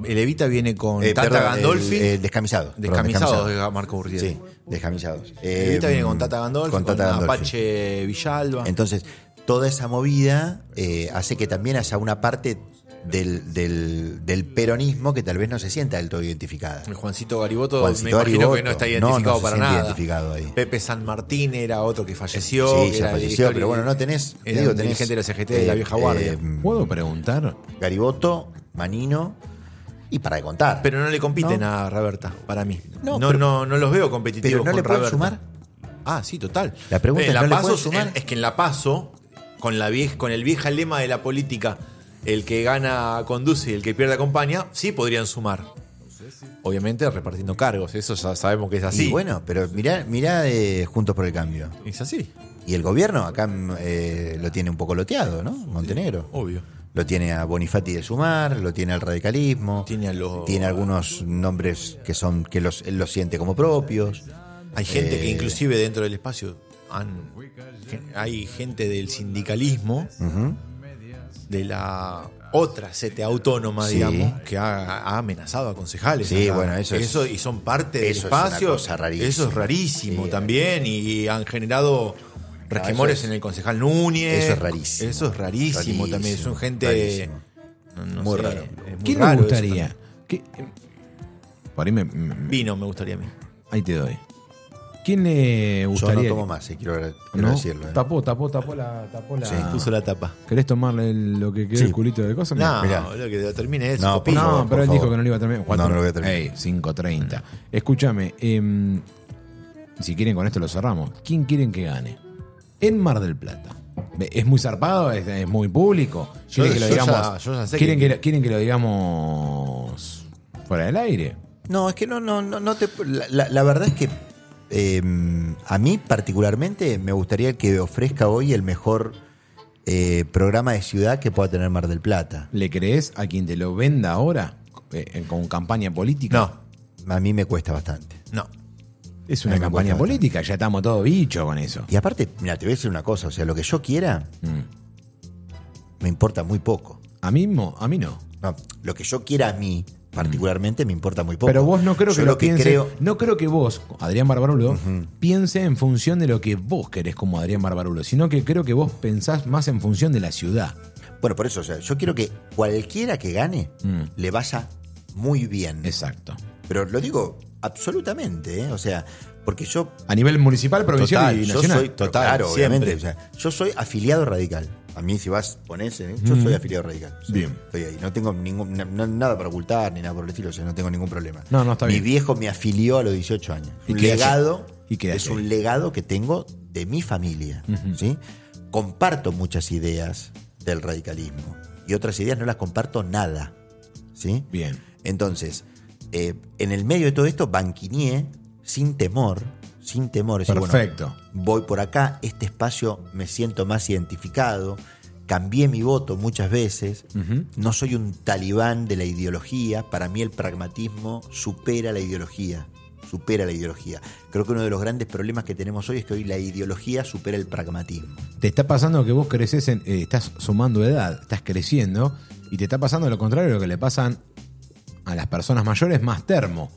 Speaker 2: el Evita viene con
Speaker 3: Eh,
Speaker 2: Tata
Speaker 3: perdón,
Speaker 2: Gandolfi.
Speaker 3: el- el descamisado. perdón,
Speaker 2: descamisado de Marco Gutiérrez.
Speaker 3: Sí, descamisados.
Speaker 2: El Evita
Speaker 3: Eh,
Speaker 2: viene con Tata Gandolfi,
Speaker 3: con
Speaker 2: con,
Speaker 3: Tata Gandolfi.
Speaker 2: Apache Villalba.
Speaker 3: Entonces, toda esa movida eh, hace que también haya una parte del, del- del peronismo que tal vez no se sienta del todo identificada.
Speaker 2: El Juancito Gariboto
Speaker 3: Juancito
Speaker 2: me imagino que
Speaker 3: Gariboto.
Speaker 2: no está
Speaker 3: No,
Speaker 2: identificado
Speaker 3: no se
Speaker 2: para
Speaker 3: siente
Speaker 2: nada.
Speaker 3: identificado ahí.
Speaker 2: Pepe San Martín era otro que falleció. que
Speaker 3: Sí, ya
Speaker 2: era
Speaker 3: falleció,
Speaker 2: director-
Speaker 3: pero bueno, no tenés. te
Speaker 2: Era
Speaker 3: digo,
Speaker 2: un
Speaker 3: tenés eh,
Speaker 2: dirigente de la CGT de la vieja guardia.
Speaker 1: ¿Puedo preguntar?
Speaker 3: Gariboto, Manino y para de contar.
Speaker 2: pero no le compiten
Speaker 3: No.
Speaker 2: a Roberta, para mí. No,
Speaker 3: No,
Speaker 2: no,
Speaker 3: pero-
Speaker 2: no, los veo competitivos.
Speaker 3: pero no
Speaker 2: con
Speaker 3: le pueden
Speaker 2: Roberta.
Speaker 3: sumar.
Speaker 2: Ah, sí, total.
Speaker 3: La pregunta
Speaker 2: En
Speaker 3: es, ¿no le
Speaker 2: Paso,
Speaker 3: pueden sumar?
Speaker 2: en- es que en La Paso, con, la vieja, con el vieja lema de la política, el que gana conduce y el que pierde acompaña, sí podrían sumar. Obviamente repartiendo cargos, eso ya sabemos que es
Speaker 3: y
Speaker 2: así.
Speaker 3: bueno, pero mirá, mirá eh, Juntos por el Cambio.
Speaker 2: es así,
Speaker 3: Y el gobierno acá mm, eh, lo tiene un poco loteado, ¿no? Montenegro.
Speaker 2: obvio.
Speaker 3: Lo tiene a Bonifati de Sumar, lo tiene al radicalismo,
Speaker 2: Tiene a los-
Speaker 3: tiene algunos nombres que son que los, él los siente como propios.
Speaker 2: Hay gente que
Speaker 3: Eh,
Speaker 2: inclusive dentro del espacio han- gen- hay gente del sindicalismo,
Speaker 3: Ujú.
Speaker 2: de la otra CTA autónoma,
Speaker 3: Sí.
Speaker 2: digamos, que ha, ha amenazado a concejales.
Speaker 3: Sí,
Speaker 2: acá.
Speaker 3: bueno, eso es-
Speaker 2: y son parte del
Speaker 3: eso es una
Speaker 2: espacio.
Speaker 3: cosa rarísima.
Speaker 2: Eso es rarísimo
Speaker 3: Sí.
Speaker 2: también y han generado resquemores
Speaker 3: es-
Speaker 2: en el concejal Núñez.
Speaker 3: eso es rarísimo.
Speaker 2: Eso es rarísimo,
Speaker 3: Rarísimo,
Speaker 2: también. Son gente
Speaker 3: rarísimo.
Speaker 2: no- no
Speaker 3: Muy
Speaker 2: sé,
Speaker 3: raro.
Speaker 2: es muy
Speaker 1: ¿Qué le
Speaker 2: raro eso
Speaker 1: gustaría?
Speaker 2: también.
Speaker 1: ¿Qué- Por ahí me- me- me-
Speaker 2: Vino me gustaría a mí.
Speaker 1: Ahí te doy. ¿Quién le
Speaker 3: Yo
Speaker 1: gustaría?
Speaker 3: no tomo más, eh, quiero, quiero
Speaker 1: ¿No?
Speaker 3: decirlo. eh.
Speaker 1: Tapó, tapó, tapó la. Tapó la...
Speaker 3: Sí,
Speaker 2: Puso la tapa.
Speaker 1: ¿Querés tomarle el- lo que quedó
Speaker 3: Sí.
Speaker 1: el culito de cosas?
Speaker 2: No,
Speaker 3: mirá.
Speaker 2: boludo, que termine eso.
Speaker 3: No,
Speaker 2: papito.
Speaker 1: no,
Speaker 3: por favor,
Speaker 1: pero él
Speaker 3: por
Speaker 1: dijo
Speaker 3: favor.
Speaker 1: que no lo iba a terminar.
Speaker 3: No, no lo voy a terminar.
Speaker 1: Ey, 5.30. Escúchame, em, si quieren con esto lo cerramos. ¿Quién quieren que gane? En Mar del Plata. Ve, Es muy zarpado, es, es muy público.
Speaker 2: Yo-
Speaker 1: ¿Quieren que lo
Speaker 2: yo ya-
Speaker 1: digamos?
Speaker 2: yo ya sé
Speaker 1: ¿quieren, que,
Speaker 2: que-
Speaker 1: lo- quieren que lo digamos fuera del aire?
Speaker 3: No, es que no, no, no, no te. La, la- la verdad es que eh, a mí particularmente me gustaría que ofrezca hoy el mejor eh, programa de ciudad que pueda tener Mar del Plata.
Speaker 1: ¿Le crees a quien te lo venda ahora eh, eh, con campaña política?
Speaker 2: No,
Speaker 3: A mí me cuesta bastante.
Speaker 2: no.
Speaker 1: Es una
Speaker 3: Me
Speaker 1: campaña
Speaker 3: cuesta
Speaker 1: política, ya estamos todos bichos con eso.
Speaker 3: Y aparte, mira, te voy a decir una cosa, o sea, lo que yo quiera
Speaker 1: Mm.
Speaker 3: me importa muy poco.
Speaker 1: A mí, mo- a mí no.
Speaker 3: No, lo que yo quiera a mí particularmente me importa muy poco.
Speaker 1: Pero vos no creo que
Speaker 3: Yo
Speaker 1: lo piense-
Speaker 3: creo,
Speaker 1: No creo que vos, Adrián Barbarulo, piense en función de lo que vos querés como Adrián Barbarulo, sino que creo que vos pensás más en función de la ciudad.
Speaker 3: bueno, por eso, o sea, yo quiero que cualquiera que gane
Speaker 1: Mm.
Speaker 3: le vaya muy bien.
Speaker 1: Exacto.
Speaker 3: Pero lo digo absolutamente, ¿eh? o sea, porque yo
Speaker 1: A nivel municipal, provincial
Speaker 3: Total,
Speaker 1: y
Speaker 3: yo
Speaker 1: nacional.
Speaker 3: soy total,
Speaker 2: Claro,
Speaker 3: obviamente.
Speaker 2: siempre.
Speaker 3: O sea, yo soy afiliado radical. A mí, si vas, pones, ¿eh? yo soy afiliado radical. O sea,
Speaker 1: Bien.
Speaker 3: Estoy ahí. No tengo ningún, na- na- nada para ocultar ni nada por el estilo. O sea, no tengo ningún problema.
Speaker 1: No, no, está
Speaker 3: mi
Speaker 1: bien.
Speaker 3: viejo me afilió a los 18 años.
Speaker 1: ¿Y
Speaker 3: un
Speaker 1: qué hace?
Speaker 3: legado.
Speaker 1: ¿Y qué
Speaker 3: es
Speaker 1: hace?
Speaker 3: un legado que tengo de mi familia. ¿sí? Comparto muchas ideas del radicalismo. Y otras ideas no las comparto nada. ¿sí?
Speaker 1: Bien.
Speaker 3: Entonces, eh, en el medio de todo esto, Banquinier, sin temor, sin temor, es decir, bueno,
Speaker 1: Perfecto.
Speaker 3: voy por acá, este espacio me siento más identificado, cambié mi voto muchas veces,
Speaker 1: Ujú.
Speaker 3: no soy un talibán de la ideología, para mí el pragmatismo supera la ideología, supera la ideología. Creo que uno de los grandes problemas que tenemos hoy es que hoy la ideología supera el pragmatismo.
Speaker 1: Te está pasando que vos creces, en- eh, estás sumando edad, estás creciendo, y te está pasando lo contrario de lo que le pasan a las personas mayores más termo.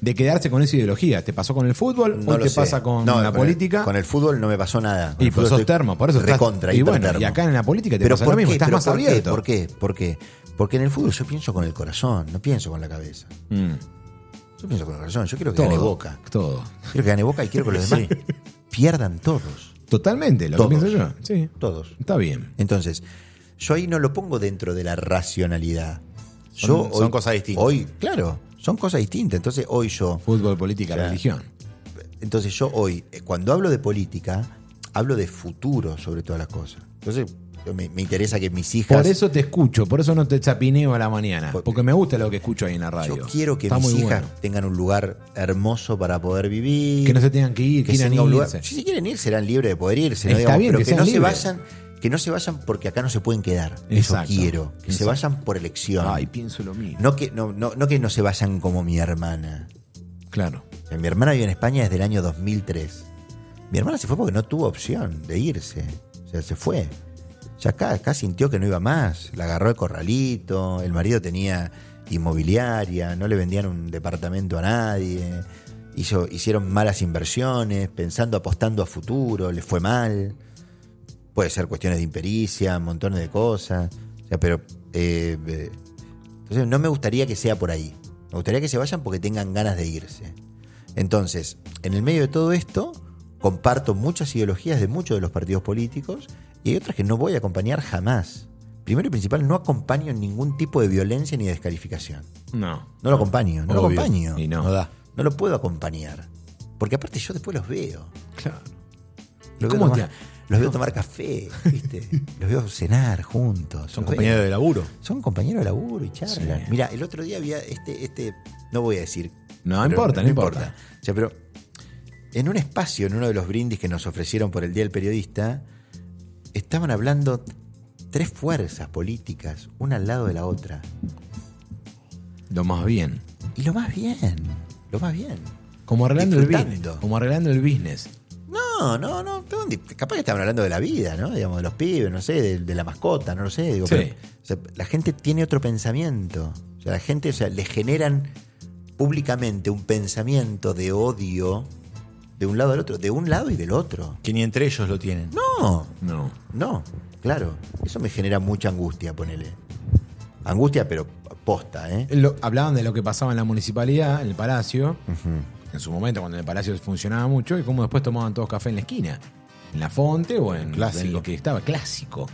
Speaker 1: De quedarse con esa ideología. ¿Te pasó con el fútbol?
Speaker 3: No
Speaker 1: ¿Hoy
Speaker 3: lo
Speaker 1: te
Speaker 3: sé.
Speaker 1: pasa con
Speaker 3: No,
Speaker 1: la política?
Speaker 3: El, con el fútbol no me pasó nada. Con
Speaker 1: Y
Speaker 3: el fútbol
Speaker 1: pues sos
Speaker 3: estoy
Speaker 1: termo, por eso estás-
Speaker 3: recontra,
Speaker 1: y
Speaker 3: hiper
Speaker 1: bueno,
Speaker 3: termo.
Speaker 1: y acá en la política te pasa lo
Speaker 3: ¿por
Speaker 1: mismo, estás
Speaker 3: ¿Pero
Speaker 1: más
Speaker 3: por qué?
Speaker 1: abierto.
Speaker 3: ¿Por qué? ¿Por qué? Porque en el fútbol yo pienso con el corazón, no pienso con la cabeza.
Speaker 1: Mm,
Speaker 3: Yo pienso con el corazón, yo quiero que
Speaker 1: todo,
Speaker 3: gane Boca.
Speaker 1: Todo.
Speaker 3: Quiero que gane Boca y quiero que los demás pierdan todos,
Speaker 1: Totalmente, lo que
Speaker 3: Todos.
Speaker 1: pienso yo. Sí.
Speaker 3: todos.
Speaker 1: Está bien.
Speaker 3: Entonces, yo ahí no lo pongo dentro de la racionalidad. Yo
Speaker 2: Son- son cosas distintas.
Speaker 3: Hoy, claro, son cosas distintas. Entonces, hoy yo
Speaker 1: Fútbol, política,
Speaker 3: Claro.
Speaker 1: religión.
Speaker 3: Entonces yo hoy, eh, cuando hablo de política, hablo de futuro sobre todas las cosas. Entonces yo me, me interesa que mis hijas...
Speaker 1: Por eso te escucho, por eso no te chapineo a la mañana.
Speaker 3: Por-
Speaker 1: Porque me gusta lo que escucho ahí en la radio.
Speaker 3: yo quiero que
Speaker 1: Está
Speaker 3: mis
Speaker 1: muy
Speaker 3: hijas
Speaker 1: bueno.
Speaker 3: tengan un lugar hermoso para poder vivir.
Speaker 1: Que no se tengan que ir, quieran
Speaker 3: tenga un lugar-
Speaker 1: irse.
Speaker 3: Si quieren ir, serán libres de poder irse.
Speaker 1: Está
Speaker 3: ¿no? Digamos,
Speaker 1: bien
Speaker 3: pero
Speaker 1: que
Speaker 3: que, no
Speaker 1: sean
Speaker 3: se
Speaker 1: libres.
Speaker 3: vayan, que no se vayan porque acá no se pueden quedar.
Speaker 1: Exacto.
Speaker 3: Eso quiero. Que se
Speaker 1: Exacto.
Speaker 3: vayan por elección.
Speaker 1: Ay, pienso lo mismo.
Speaker 3: no, que, no, no, no que no se vayan como mi hermana.
Speaker 1: Claro.
Speaker 3: O sea, Mi hermana vive en España desde el año 2003. Mi hermana se fue porque no tuvo opción de irse. O sea, se fue. Ya acá, acá sintió que no iba más. La agarró el corralito, el marido tenía inmobiliaria, no le vendían un departamento a nadie. Hizo, hicieron malas inversiones, pensando, apostando a futuro, les fue mal. Puede ser cuestiones de impericia, montones de cosas. O sea, pero eh, eh, entonces no me gustaría que sea por ahí. Me gustaría que se vayan porque tengan ganas de irse. Entonces, en el medio de todo esto, comparto muchas ideologías de muchos de los partidos políticos y hay otras que no voy a acompañar jamás. Primero y principal, no acompaño ningún tipo de violencia ni descalificación.
Speaker 1: No.
Speaker 3: No lo acompaño, no lo
Speaker 1: Obvio.
Speaker 3: acompaño.
Speaker 1: Y no.
Speaker 3: da. No lo puedo acompañar. Porque aparte yo después los veo.
Speaker 1: Claro.
Speaker 3: Los,
Speaker 1: ¿Cómo
Speaker 3: veo,
Speaker 1: te-
Speaker 3: tomar, los veo tomar café, ¿viste? los veo cenar juntos.
Speaker 2: Son
Speaker 3: los veo-
Speaker 2: compañeros de laburo.
Speaker 3: son compañeros de laburo y charlan.
Speaker 1: Sí.
Speaker 3: Mira, el otro día había este, este, no voy a decir.
Speaker 1: No
Speaker 3: pero
Speaker 1: importa, no importa.
Speaker 3: O sea, pero en un espacio, en uno de los brindis que nos ofrecieron por el Día del Periodista, estaban hablando tres fuerzas políticas, una al lado de la otra.
Speaker 1: Lo más bien.
Speaker 3: Y lo más bien, lo más bien.
Speaker 1: Como arreglando el business.
Speaker 3: Disfrutando.
Speaker 1: Como arreglando el business.
Speaker 3: No, no, no. estaban di- Capaz que estaban hablando de la vida, ¿no? Digamos, de los pibes, no sé, de, de la mascota, no lo sé. Digo,
Speaker 1: Sí.
Speaker 3: pero, o sea, la gente tiene otro pensamiento. O sea, la gente, o sea, le generan públicamente un pensamiento de odio de un lado al otro, de un lado y del otro.
Speaker 2: Que ni entre ellos lo tienen.
Speaker 3: No,
Speaker 1: No.
Speaker 3: no, claro. Eso me genera mucha angustia, ponele. Angustia, pero posta, ¿eh?
Speaker 1: Lo- hablaban de lo que pasaba en la municipalidad, en el palacio, en su momento cuando el palacio funcionaba mucho, y cómo después tomaban todos café en la esquina, en la fonte o en,
Speaker 2: Clásico.
Speaker 1: en lo que estaba clásico.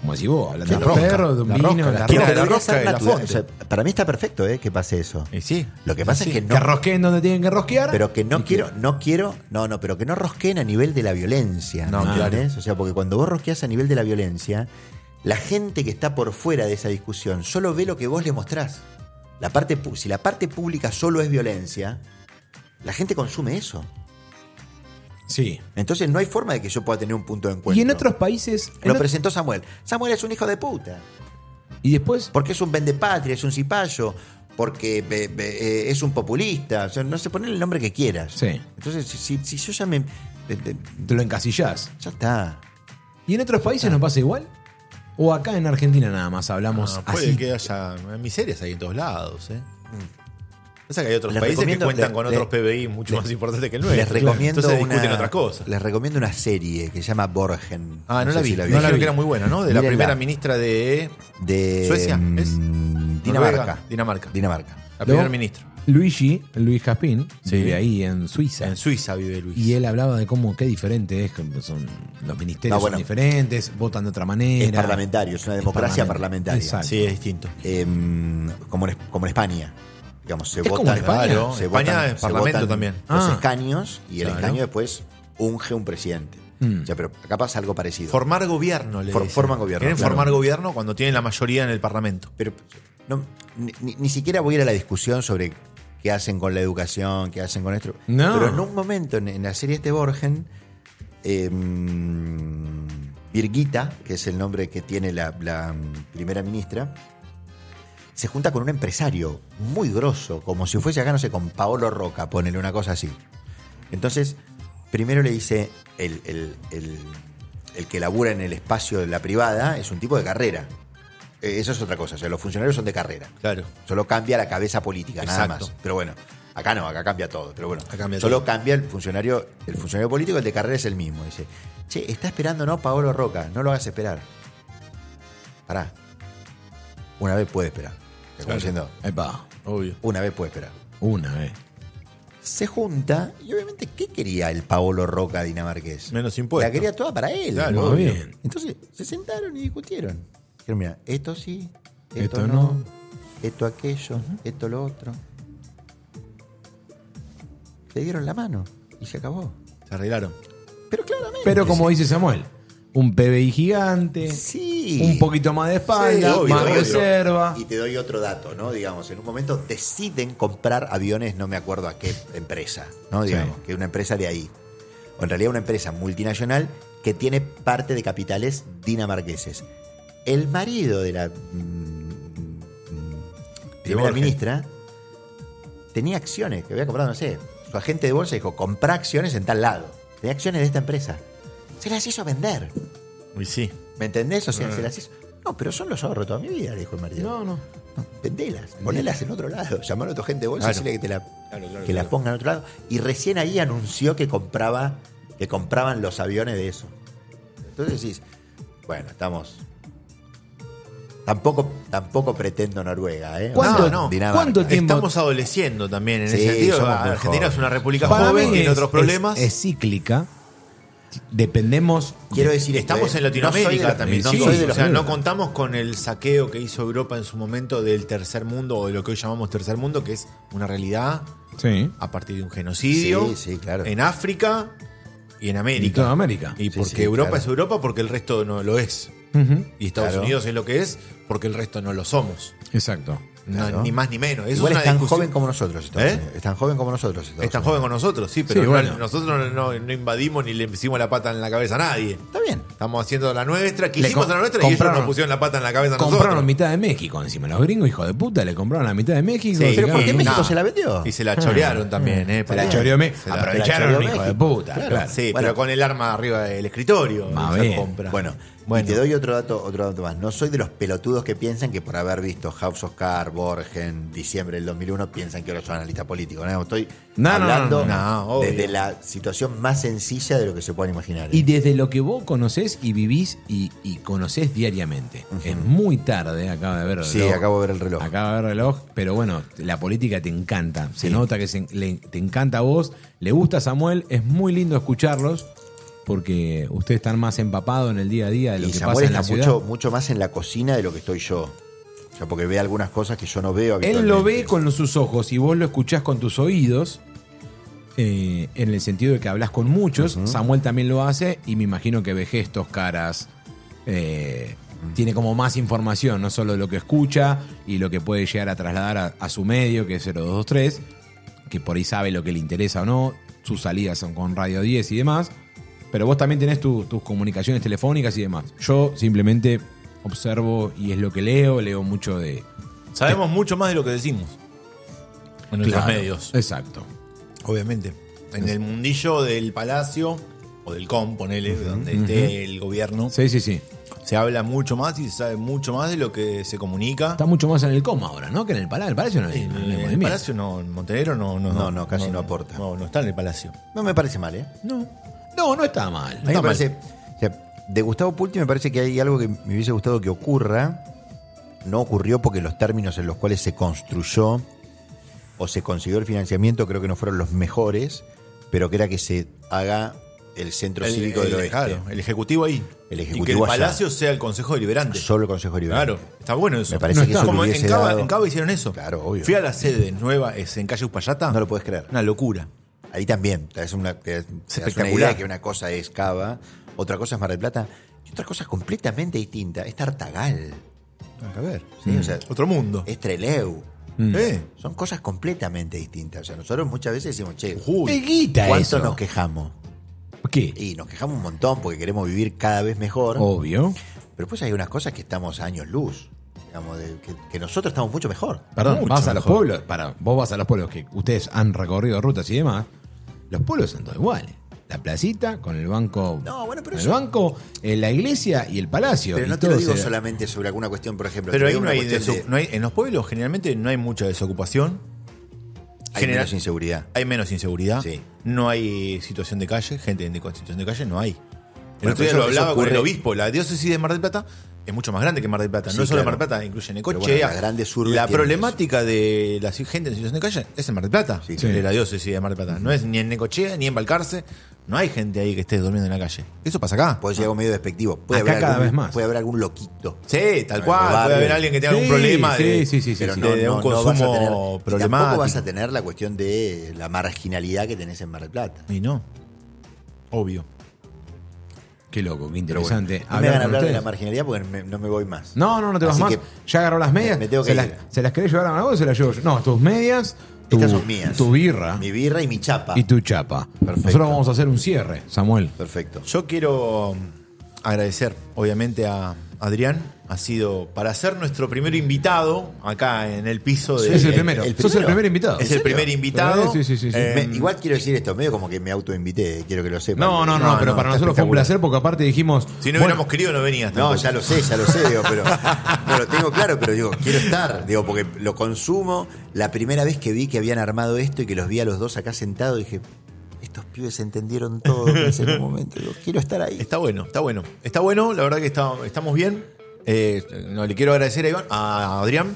Speaker 1: Como decís vos, hablando
Speaker 3: La
Speaker 1: de los
Speaker 3: rosca,
Speaker 1: perros, de un
Speaker 2: la
Speaker 1: vino,
Speaker 2: rosca,
Speaker 1: de
Speaker 2: la
Speaker 1: la
Speaker 2: esquina
Speaker 1: rosca.
Speaker 2: de la
Speaker 3: debería
Speaker 2: rosca
Speaker 3: ser
Speaker 2: de la
Speaker 3: natural.
Speaker 2: fuente.
Speaker 3: O sea, para mí está perfecto, ¿eh? Que pase eso.
Speaker 2: Y sí.
Speaker 3: Lo que pasa es que no
Speaker 1: Que rosqueen donde tienen que rosquear.
Speaker 3: Pero que no quiero, no quiero, no, no, pero que no rosqueen a nivel de la violencia.
Speaker 2: No,
Speaker 3: No, O sea, porque cuando vos rosqueás a nivel de la violencia, la gente que está por fuera de esa discusión solo ve lo que vos le mostrás. La parte, pu- si la parte pública solo es violencia, la gente consume eso.
Speaker 1: sí.
Speaker 3: Entonces no hay forma de que yo pueda tener un punto de encuentro.
Speaker 1: Y en otros países. en
Speaker 3: Lo
Speaker 1: ot-
Speaker 3: presentó Samuel. Samuel es un hijo de puta.
Speaker 1: y después.
Speaker 3: Porque es un vendepatria, es un cipayo, porque be- be- eh, es un populista. O sea, no se pone el nombre que quieras.
Speaker 1: Sí.
Speaker 3: Entonces, si, si- si yo ya me. de- de-
Speaker 1: Te lo encasillás.
Speaker 3: ya está.
Speaker 1: ¿Y en otros
Speaker 3: Ah.
Speaker 1: países nos pasa igual? ¿O acá en Argentina nada más hablamos
Speaker 2: Ah, puede
Speaker 1: así?
Speaker 2: que haya miserias ahí en todos lados. ¿eh? Pasa que hay otros
Speaker 3: Mm. Les
Speaker 2: países que
Speaker 3: recomiendo-
Speaker 2: cuentan
Speaker 3: le-
Speaker 2: con
Speaker 3: le-
Speaker 2: otros PBI mucho
Speaker 3: le-
Speaker 2: más importantes que el nuestro.
Speaker 3: Les recomiendo,
Speaker 2: Entonces discuten
Speaker 3: una,
Speaker 2: otras cosas.
Speaker 3: les recomiendo una serie que se llama Borgen.
Speaker 2: Ah, no,
Speaker 3: sé
Speaker 2: la
Speaker 3: si
Speaker 2: vi. no la vi,
Speaker 1: vi.
Speaker 2: que era muy buena, ¿no? De la
Speaker 3: Mírenla.
Speaker 2: primera ministra de
Speaker 3: De
Speaker 2: Suecia, ¿es?
Speaker 3: mm,
Speaker 2: Noruega,
Speaker 3: Dinamarca.
Speaker 2: Dinamarca.
Speaker 3: Dinamarca.
Speaker 2: La
Speaker 1: ¿Lo?
Speaker 2: primera ministra.
Speaker 1: Luigi, Luis Jaspín,
Speaker 2: Sí.
Speaker 1: vive ahí en Suiza.
Speaker 2: En Suiza vive Luis.
Speaker 1: Y él hablaba de cómo qué diferente es, que son los ministerios
Speaker 3: No, bueno.
Speaker 1: son diferentes, votan de otra manera.
Speaker 3: Es parlamentario, es una democracia
Speaker 1: parlamento.
Speaker 3: parlamentaria.
Speaker 1: Exacto.
Speaker 2: Sí, es distinto.
Speaker 3: Em, como, en, como en España. Digamos, se
Speaker 1: Es como
Speaker 3: votan,
Speaker 1: en España.
Speaker 2: Claro,
Speaker 3: se
Speaker 2: España
Speaker 3: votan-
Speaker 2: es
Speaker 3: se
Speaker 2: parlamento
Speaker 3: votan
Speaker 2: también.
Speaker 3: Los
Speaker 1: Ah.
Speaker 3: escaños y el
Speaker 2: Claro.
Speaker 3: escaño después unge un presidente.
Speaker 1: Mm.
Speaker 3: O sea, pero acá pasa algo parecido.
Speaker 2: Formar gobierno, le
Speaker 3: For-
Speaker 2: dicen.
Speaker 3: forman gobierno,
Speaker 2: Quieren
Speaker 3: claro.
Speaker 2: formar gobierno cuando tienen la mayoría en el Parlamento.
Speaker 3: pero no, ni, ni- ni siquiera voy a ir a la discusión sobre qué hacen con la educación, qué hacen con esto.
Speaker 1: No.
Speaker 3: Pero en un momento, en, en la serie este Borgen, eh, Virguita, que es el nombre que tiene la, la, mm, primera ministra, se junta con un empresario muy grosso, como si fuese acá, no sé, con Paolo Roca, ponele una cosa así. Entonces, primero le dice el, el- el- el que labura en el espacio de la privada es un tipo de carrera. Eh, Eso es otra cosa, o sea, los funcionarios son de carrera.
Speaker 2: Claro.
Speaker 3: Solo cambia la cabeza política, nada
Speaker 2: Exacto.
Speaker 3: más. Pero bueno, acá no, acá cambia todo. Pero bueno,
Speaker 2: Acá cambia
Speaker 3: solo
Speaker 2: todo.
Speaker 3: cambia el funcionario, el funcionario político, el de carrera es el mismo. Dice, che, está esperando, ¿no? Paolo Roca, no lo hagas esperar. Pará. Una vez puede esperar. Como diciendo,
Speaker 1: Epa,
Speaker 2: Obvio.
Speaker 3: una vez puede esperar.
Speaker 1: una vez.
Speaker 3: Se junta y obviamente, ¿qué quería el Paolo Roca dinamarqués?
Speaker 2: Menos impuestos.
Speaker 3: La quería toda para él.
Speaker 2: Claro,
Speaker 3: ¿no?
Speaker 1: muy bien.
Speaker 3: Entonces se sentaron y discutieron. Dijeron, mira, esto sí, esto,
Speaker 1: Esto
Speaker 3: no,
Speaker 1: no.
Speaker 3: esto aquello, esto lo otro. Le dieron la mano y se acabó.
Speaker 2: Se arreglaron.
Speaker 3: Pero claramente.
Speaker 1: Pero como dice Samuel, un PBI gigante,
Speaker 3: Sí.
Speaker 1: un poquito más de espalda,
Speaker 3: Sí, obvio,
Speaker 1: más
Speaker 3: obvio.
Speaker 1: reserva.
Speaker 3: Y te doy otro dato, ¿no? Digamos, en un momento deciden comprar aviones, no me acuerdo a qué empresa, ¿no?
Speaker 1: Sí.
Speaker 3: Digamos, que una empresa de ahí. O en realidad una empresa multinacional que tiene parte de capitales dinamarqueses. El marido de la mm, mm, primera
Speaker 2: Borgen.
Speaker 3: ministra tenía acciones que había comprado, no sé. Su agente de bolsa dijo, comprá acciones en tal lado. Tenía acciones de esta empresa. Se las hizo vender.
Speaker 2: Y sí.
Speaker 3: ¿Me entendés? O sea, se las hizo. No, pero son los ahorros toda mi vida, le dijo el marido.
Speaker 1: No, no.
Speaker 3: Vendelas, ponelas en otro lado, llamar a tu gente de bolsa
Speaker 2: Claro.
Speaker 3: y decirle que te la, que las pongan en otro lado. Y recién ahí anunció que compraba, que compraban los aviones de eso. Entonces decís, bueno, estamos. Tampoco, tampoco pretendo Noruega, ¿eh? O
Speaker 1: ¿Cuánto-
Speaker 3: Dinamarca.
Speaker 1: cuánto tiempo-
Speaker 2: Estamos adoleciendo también en
Speaker 3: Sí,
Speaker 2: ese sentido.
Speaker 3: somos muy
Speaker 2: Argentina es una república
Speaker 1: Para
Speaker 2: joven,
Speaker 1: mí
Speaker 2: tiene
Speaker 1: es-
Speaker 2: otros problemas.
Speaker 1: Es, es cíclica. Dependemos.
Speaker 3: Quiero decir, esto,
Speaker 2: Estamos
Speaker 3: ¿eh?
Speaker 2: en
Speaker 3: No soy de
Speaker 2: Latinoamérica
Speaker 3: la-
Speaker 2: también, ¿no?
Speaker 1: sí,
Speaker 3: soy de
Speaker 2: o
Speaker 3: los-
Speaker 2: sea, no
Speaker 1: sí.
Speaker 2: contamos con el saqueo que hizo Europa en su momento del tercer mundo o de lo que hoy llamamos tercer mundo, que es una realidad
Speaker 1: Sí.
Speaker 2: a partir de un genocidio
Speaker 3: Sí, sí, claro.
Speaker 2: en África y en
Speaker 1: Y
Speaker 2: América.
Speaker 1: toda América.
Speaker 2: Y
Speaker 3: Sí,
Speaker 2: porque
Speaker 3: sí,
Speaker 2: Europa
Speaker 3: claro.
Speaker 2: es Europa, porque el resto no lo es.
Speaker 1: Ujú,
Speaker 2: Y Estados
Speaker 3: Claro.
Speaker 2: Unidos es lo que es, porque el resto no lo somos.
Speaker 1: Exacto.
Speaker 2: No,
Speaker 3: Claro.
Speaker 2: Ni más ni menos. Eso
Speaker 3: Igual
Speaker 2: es
Speaker 3: es,
Speaker 2: una
Speaker 3: tan
Speaker 2: discusión-
Speaker 3: joven como nosotros. Estados
Speaker 2: ¿Eh?
Speaker 3: Unidos. Es tan joven como nosotros. Estados
Speaker 2: Es tan
Speaker 3: Unidos.
Speaker 2: joven como nosotros, sí, pero
Speaker 1: Sí,
Speaker 2: no-
Speaker 1: bueno.
Speaker 2: nosotros no, no invadimos ni le pusimos la pata en la cabeza a nadie.
Speaker 3: Está bien.
Speaker 2: Estamos haciendo la nuestra,
Speaker 1: Le
Speaker 2: quisimos
Speaker 1: com-
Speaker 2: la nuestra y ellos nos
Speaker 1: compraron-
Speaker 2: pusieron la pata en la cabeza a
Speaker 1: Compraron
Speaker 2: nosotros.
Speaker 1: mitad de México encima. Los gringos, hijo de puta, le compraron la mitad de México.
Speaker 2: Sí,
Speaker 1: y
Speaker 3: Pero ¿por qué
Speaker 1: llegaron-
Speaker 3: México
Speaker 2: no.
Speaker 3: se la vendió?
Speaker 2: Y se la chorearon también, ¿eh?
Speaker 1: Se la
Speaker 2: Porque-
Speaker 1: choreó México.
Speaker 2: se la-
Speaker 1: Aprovecharon,
Speaker 3: choreó
Speaker 1: hijo de
Speaker 3: México.
Speaker 1: puta.
Speaker 3: Claro.
Speaker 1: claro.
Speaker 2: Sí,
Speaker 3: Bueno.
Speaker 2: pero con el arma arriba del escritorio.
Speaker 1: Más
Speaker 2: esa
Speaker 1: Ah, bien.
Speaker 2: compra.
Speaker 3: Bueno,
Speaker 2: Bueno.
Speaker 3: y te doy otro dato, otro dato más. No soy de los pelotudos que piensan que por haber visto House of Cards, Borgen, diciembre del 2001, piensan que ahora son analista político. No, estoy
Speaker 1: No, no,
Speaker 3: hablando
Speaker 1: no,
Speaker 2: no, no, obvio.
Speaker 3: desde la situación más sencilla de lo que se puedan imaginar. ¿eh?
Speaker 1: Y desde lo que vos conocés y vivís y, y conocés diariamente. Es muy tarde, acaba de ver el
Speaker 3: Sí,
Speaker 1: reloj.
Speaker 3: acabo de ver el reloj.
Speaker 1: Acaba de ver el reloj, pero bueno, la política te encanta. Se nota que se- le- te encanta a vos, le gusta a Samuel, es muy lindo escucharlos porque ustedes están más empapados en el día a día de lo
Speaker 3: Y
Speaker 1: que
Speaker 3: Samuel
Speaker 1: pasa en
Speaker 3: está
Speaker 1: la ciudad.
Speaker 3: mucho, mucho más en la cocina de lo que estoy yo. O sea, porque ve algunas cosas que yo no veo
Speaker 1: Él lo ve
Speaker 3: habitualmente.
Speaker 1: con sus ojos y vos lo escuchás con tus oídos, eh, en el sentido de que hablas con muchos. Samuel también lo hace y me imagino que ve gestos, caras. eh, Tiene como más información, no solo lo que escucha y lo que puede llegar a trasladar a, a su medio, que es 0223, que por ahí sabe lo que le interesa o no. Sus salidas son con Radio 10 y demás. Pero vos también tenés tu- tus comunicaciones telefónicas y demás. Yo simplemente observo y es lo que leo. Leo mucho de,
Speaker 2: Sabemos mucho más de lo que decimos. En nuestros
Speaker 1: Claro,
Speaker 2: medios.
Speaker 1: Exacto.
Speaker 2: Obviamente. En el mundillo del palacio o del com, ponele, donde esté el gobierno,
Speaker 1: Sí, sí, sí.
Speaker 2: se habla mucho más y se sabe mucho más de lo que se comunica.
Speaker 1: Está mucho más en el coma ahora, ¿no? Que en el palacio. El palacio no es.
Speaker 2: En el palacio no, en Montenegro no, no,
Speaker 3: No, no, casi no aporta.
Speaker 2: No, no está en el palacio.
Speaker 3: No me parece mal, ¿eh?
Speaker 1: No. No, no está mal.
Speaker 3: A
Speaker 1: Está
Speaker 3: mí me
Speaker 1: mal.
Speaker 3: parece. o sea, de Gustavo Pulti me parece que hay algo que me hubiese gustado que ocurra. No ocurrió porque los términos en los cuales se construyó o se consiguió el financiamiento creo que no fueron los mejores, pero que era que se haga el centro
Speaker 2: El-
Speaker 3: cívico
Speaker 2: el-
Speaker 3: del oeste.
Speaker 2: claro, el ejecutivo ahí.
Speaker 3: El
Speaker 2: y que el
Speaker 3: ejecutivo allá.
Speaker 2: palacio sea el consejo deliberante.
Speaker 3: Solo el Consejo Liberal.
Speaker 2: Claro, está bueno eso.
Speaker 3: Me parece
Speaker 1: No
Speaker 3: que
Speaker 1: está.
Speaker 3: eso le
Speaker 2: Como en
Speaker 3: hubiese
Speaker 2: Cava,
Speaker 3: dado-
Speaker 2: en Cava hicieron eso.
Speaker 3: Claro, obvio.
Speaker 2: Fui a la sede nueva, es en calle Uspallata.
Speaker 3: No lo puedes creer.
Speaker 2: Una locura.
Speaker 3: Ahí también, te das una, te das- te das una
Speaker 2: espectacular.
Speaker 3: idea de que una cosa es Cava, otra cosa es Mar del Plata, y otra cosa completamente distinta es Tartagal.
Speaker 2: A ver.
Speaker 3: ¿sí? O sea,
Speaker 2: Otro mundo.
Speaker 3: es Treleu.
Speaker 2: ¿Eh?
Speaker 3: Son cosas completamente distintas. O sea, nosotros muchas veces decimos, che,
Speaker 2: Uy.
Speaker 1: Es guita
Speaker 3: ¿cuánto
Speaker 1: eso.
Speaker 3: nos quejamos?
Speaker 1: ¿Qué?
Speaker 3: Y nos quejamos un montón porque queremos vivir cada vez mejor.
Speaker 1: Obvio.
Speaker 3: Pero pues hay unas cosas que estamos a años luz. Digamos, de- que, que nosotros estamos mucho mejor.
Speaker 1: Perdón,
Speaker 2: Mucho
Speaker 1: vas a los
Speaker 2: mejor.
Speaker 1: pueblos. Para, vos vas a los pueblos que ustedes han recorrido rutas y demás. Los pueblos son todos iguales. La placita con el banco.
Speaker 3: No, bueno, pero
Speaker 1: El
Speaker 3: eso-
Speaker 1: banco, eh, la iglesia y el palacio.
Speaker 3: Pero
Speaker 1: y
Speaker 3: no te lo
Speaker 1: todo
Speaker 3: digo
Speaker 1: se-
Speaker 3: solamente sobre alguna cuestión, por ejemplo.
Speaker 2: Pero
Speaker 3: te
Speaker 2: ahí
Speaker 3: digo
Speaker 2: no
Speaker 3: una
Speaker 2: hay,
Speaker 3: cuestión
Speaker 2: desocu-
Speaker 3: de-
Speaker 2: no hay- En los pueblos generalmente no hay mucha desocupación.
Speaker 3: hay
Speaker 2: general-
Speaker 3: menos inseguridad.
Speaker 2: Hay menos inseguridad.
Speaker 3: Sí.
Speaker 2: No hay situación de calle. Gente en situación de calle no hay. El
Speaker 3: Bueno,
Speaker 2: otro día
Speaker 3: pero
Speaker 2: lo
Speaker 3: eso- eso
Speaker 2: hablaba con el
Speaker 3: ocurre-
Speaker 2: obispo. La diócesis de Mar del Plata es mucho más grande que Mar del Plata.
Speaker 3: Sí,
Speaker 2: no solo
Speaker 3: claro.
Speaker 2: Mar del Plata, incluye Necochea.
Speaker 3: Pero bueno, las grandes urbes
Speaker 2: la
Speaker 3: tienen
Speaker 2: problemática de la ci- gente en situación de calle es en Mar del Plata.
Speaker 3: Sí.
Speaker 2: De la diócesis de Mar del Plata. No es ni en Necochea ni en Balcarce. No hay gente ahí que esté durmiendo en la calle. Eso pasa acá.
Speaker 3: Puede ser algo medio despectivo. Puede
Speaker 1: Acá
Speaker 3: haber
Speaker 1: cada
Speaker 3: algún,
Speaker 1: vez más.
Speaker 3: Puede haber algún loquito.
Speaker 2: Sí, tal
Speaker 3: Bueno,
Speaker 2: cual. Puede
Speaker 3: barrio.
Speaker 2: haber alguien que tenga algún
Speaker 1: Sí,
Speaker 2: problema.
Speaker 1: sí,
Speaker 2: de-
Speaker 1: sí, sí, sí,
Speaker 3: Pero
Speaker 1: sí.
Speaker 3: no,
Speaker 2: de- de un
Speaker 3: no- no vas a
Speaker 2: consumo
Speaker 3: tener- y
Speaker 2: problemático.
Speaker 3: Tampoco vas a tener la cuestión de la marginalidad que tenés en Mar del Plata.
Speaker 2: Y no. Obvio.
Speaker 1: Qué loco, qué
Speaker 3: Pero bueno,
Speaker 1: interesante.
Speaker 3: no me hagan
Speaker 1: con
Speaker 3: hablar de
Speaker 1: ustedes.
Speaker 3: la marginalidad porque me- no me voy más.
Speaker 1: No, no, no te vas
Speaker 3: Así
Speaker 1: más.
Speaker 3: que-
Speaker 1: ya agarró las medias.
Speaker 3: Me tengo que
Speaker 1: se, las,
Speaker 3: ir.
Speaker 1: se las querés llevar a Managua o se las llevo yo. No, tus medias, tu,
Speaker 3: Estas son mías.
Speaker 1: tu birra
Speaker 3: Mi birra y mi chapa.
Speaker 1: y tu chapa.
Speaker 3: Perfecto.
Speaker 1: Nosotros vamos a hacer un cierre, Samuel.
Speaker 3: Perfecto.
Speaker 2: Yo quiero agradecer, obviamente, a Adrián. Ha sido para ser nuestro primer invitado acá en el piso de.
Speaker 1: es el primero.
Speaker 3: el
Speaker 1: Sos el
Speaker 3: primero.
Speaker 1: primer invitado.
Speaker 2: Es el primer invitado.
Speaker 1: Sí, sí, Mm. sí, sí.
Speaker 2: Eh,
Speaker 3: Me- igual quiero decir esto, medio como que me autoinvité, eh, quiero que lo sepan.
Speaker 1: no, no, no,
Speaker 2: no,
Speaker 1: pero
Speaker 2: no,
Speaker 1: para
Speaker 2: está
Speaker 1: nosotros fue un placer porque aparte dijimos.
Speaker 2: Si no
Speaker 1: bueno,
Speaker 2: hubiéramos querido, no venías.
Speaker 3: No,
Speaker 2: tampoco.
Speaker 3: ya lo sé, ya lo sé, digo, pero no lo tengo claro, pero digo, quiero estar, digo, porque lo consumo. La primera vez que vi que habían armado esto y que los vi a los dos acá sentados, dije, estos pibes entendieron todo en ese momento, digo, quiero estar ahí.
Speaker 2: Está bueno, está bueno. Está bueno, la verdad que está- estamos bien. Eh, no, le quiero agradecer a, Iván, a Adrián.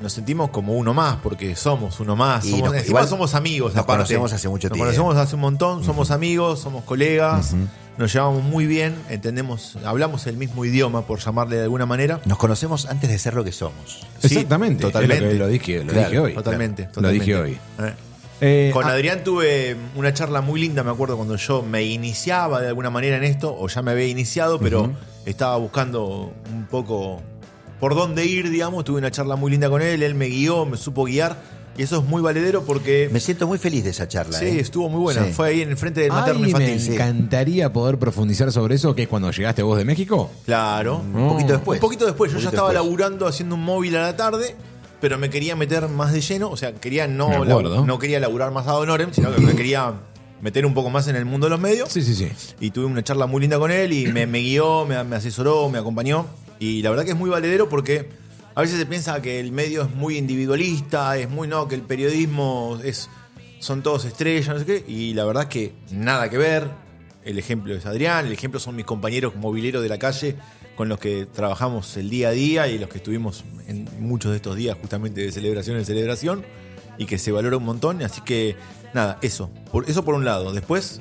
Speaker 2: Nos sentimos como uno más, porque somos uno más.
Speaker 3: Y
Speaker 2: Somos,
Speaker 3: nos-
Speaker 2: encima
Speaker 3: igual
Speaker 2: somos amigos,
Speaker 3: nos
Speaker 2: aparte.
Speaker 3: conocemos hace mucho tiempo.
Speaker 2: Nos conocemos hace un montón, somos amigos, somos colegas, nos llevamos muy bien, entendemos, hablamos el mismo idioma, por llamarle de alguna manera.
Speaker 3: Nos conocemos antes de ser lo que somos.
Speaker 2: Sí,
Speaker 1: Exactamente. es
Speaker 2: totalmente.
Speaker 1: Lo, que lo dije, lo
Speaker 2: Claro,
Speaker 1: dije hoy.
Speaker 2: Totalmente,
Speaker 1: Lo
Speaker 2: totalmente.
Speaker 1: dije hoy.
Speaker 2: Eh.
Speaker 1: Eh,
Speaker 2: Con
Speaker 1: ah,
Speaker 2: Adrián tuve una charla muy linda, me acuerdo, cuando yo me iniciaba de alguna manera en esto, o ya me había iniciado, pero estaba buscando un poco por dónde ir, digamos. Tuve una charla muy linda con él, él me guió, me supo guiar. Y eso es muy valedero porque.
Speaker 3: Me siento muy feliz de esa charla.
Speaker 2: Sí,
Speaker 3: ¿eh?
Speaker 2: estuvo muy buena.
Speaker 3: Sí.
Speaker 2: Fue ahí en el frente del materno
Speaker 1: Ay, me
Speaker 2: infantil. sí.
Speaker 1: encantaría poder profundizar sobre eso, que es cuando llegaste vos de México.
Speaker 2: Claro. Mm.
Speaker 3: Un poquito después.
Speaker 2: Un poquito después, yo
Speaker 3: Un
Speaker 2: ya
Speaker 3: poquito
Speaker 2: estaba
Speaker 3: después.
Speaker 2: laburando haciendo un móvil a la tarde, pero me quería meter más de lleno, o sea, quería
Speaker 1: Me
Speaker 2: no,
Speaker 1: acuerdo.
Speaker 2: no quería laburar más a Honorem, sino que me quería meter un poco más en el mundo de los medios.
Speaker 1: Sí, sí, sí.
Speaker 2: Y tuve una charla muy linda con él y me, me guió, me, me asesoró, me acompañó. Y la verdad que es muy valedero porque a veces se piensa que el medio es muy individualista, es muy no, que el periodismo es son todos estrellas, no sé qué. Y la verdad que nada que ver. El ejemplo es Adrián, el ejemplo son mis compañeros mobileros de la calle con los que trabajamos el día a día y los que estuvimos en muchos de estos días justamente de celebración en celebración y que se valora un montón. Así que nada, eso. Por, eso por un lado. Después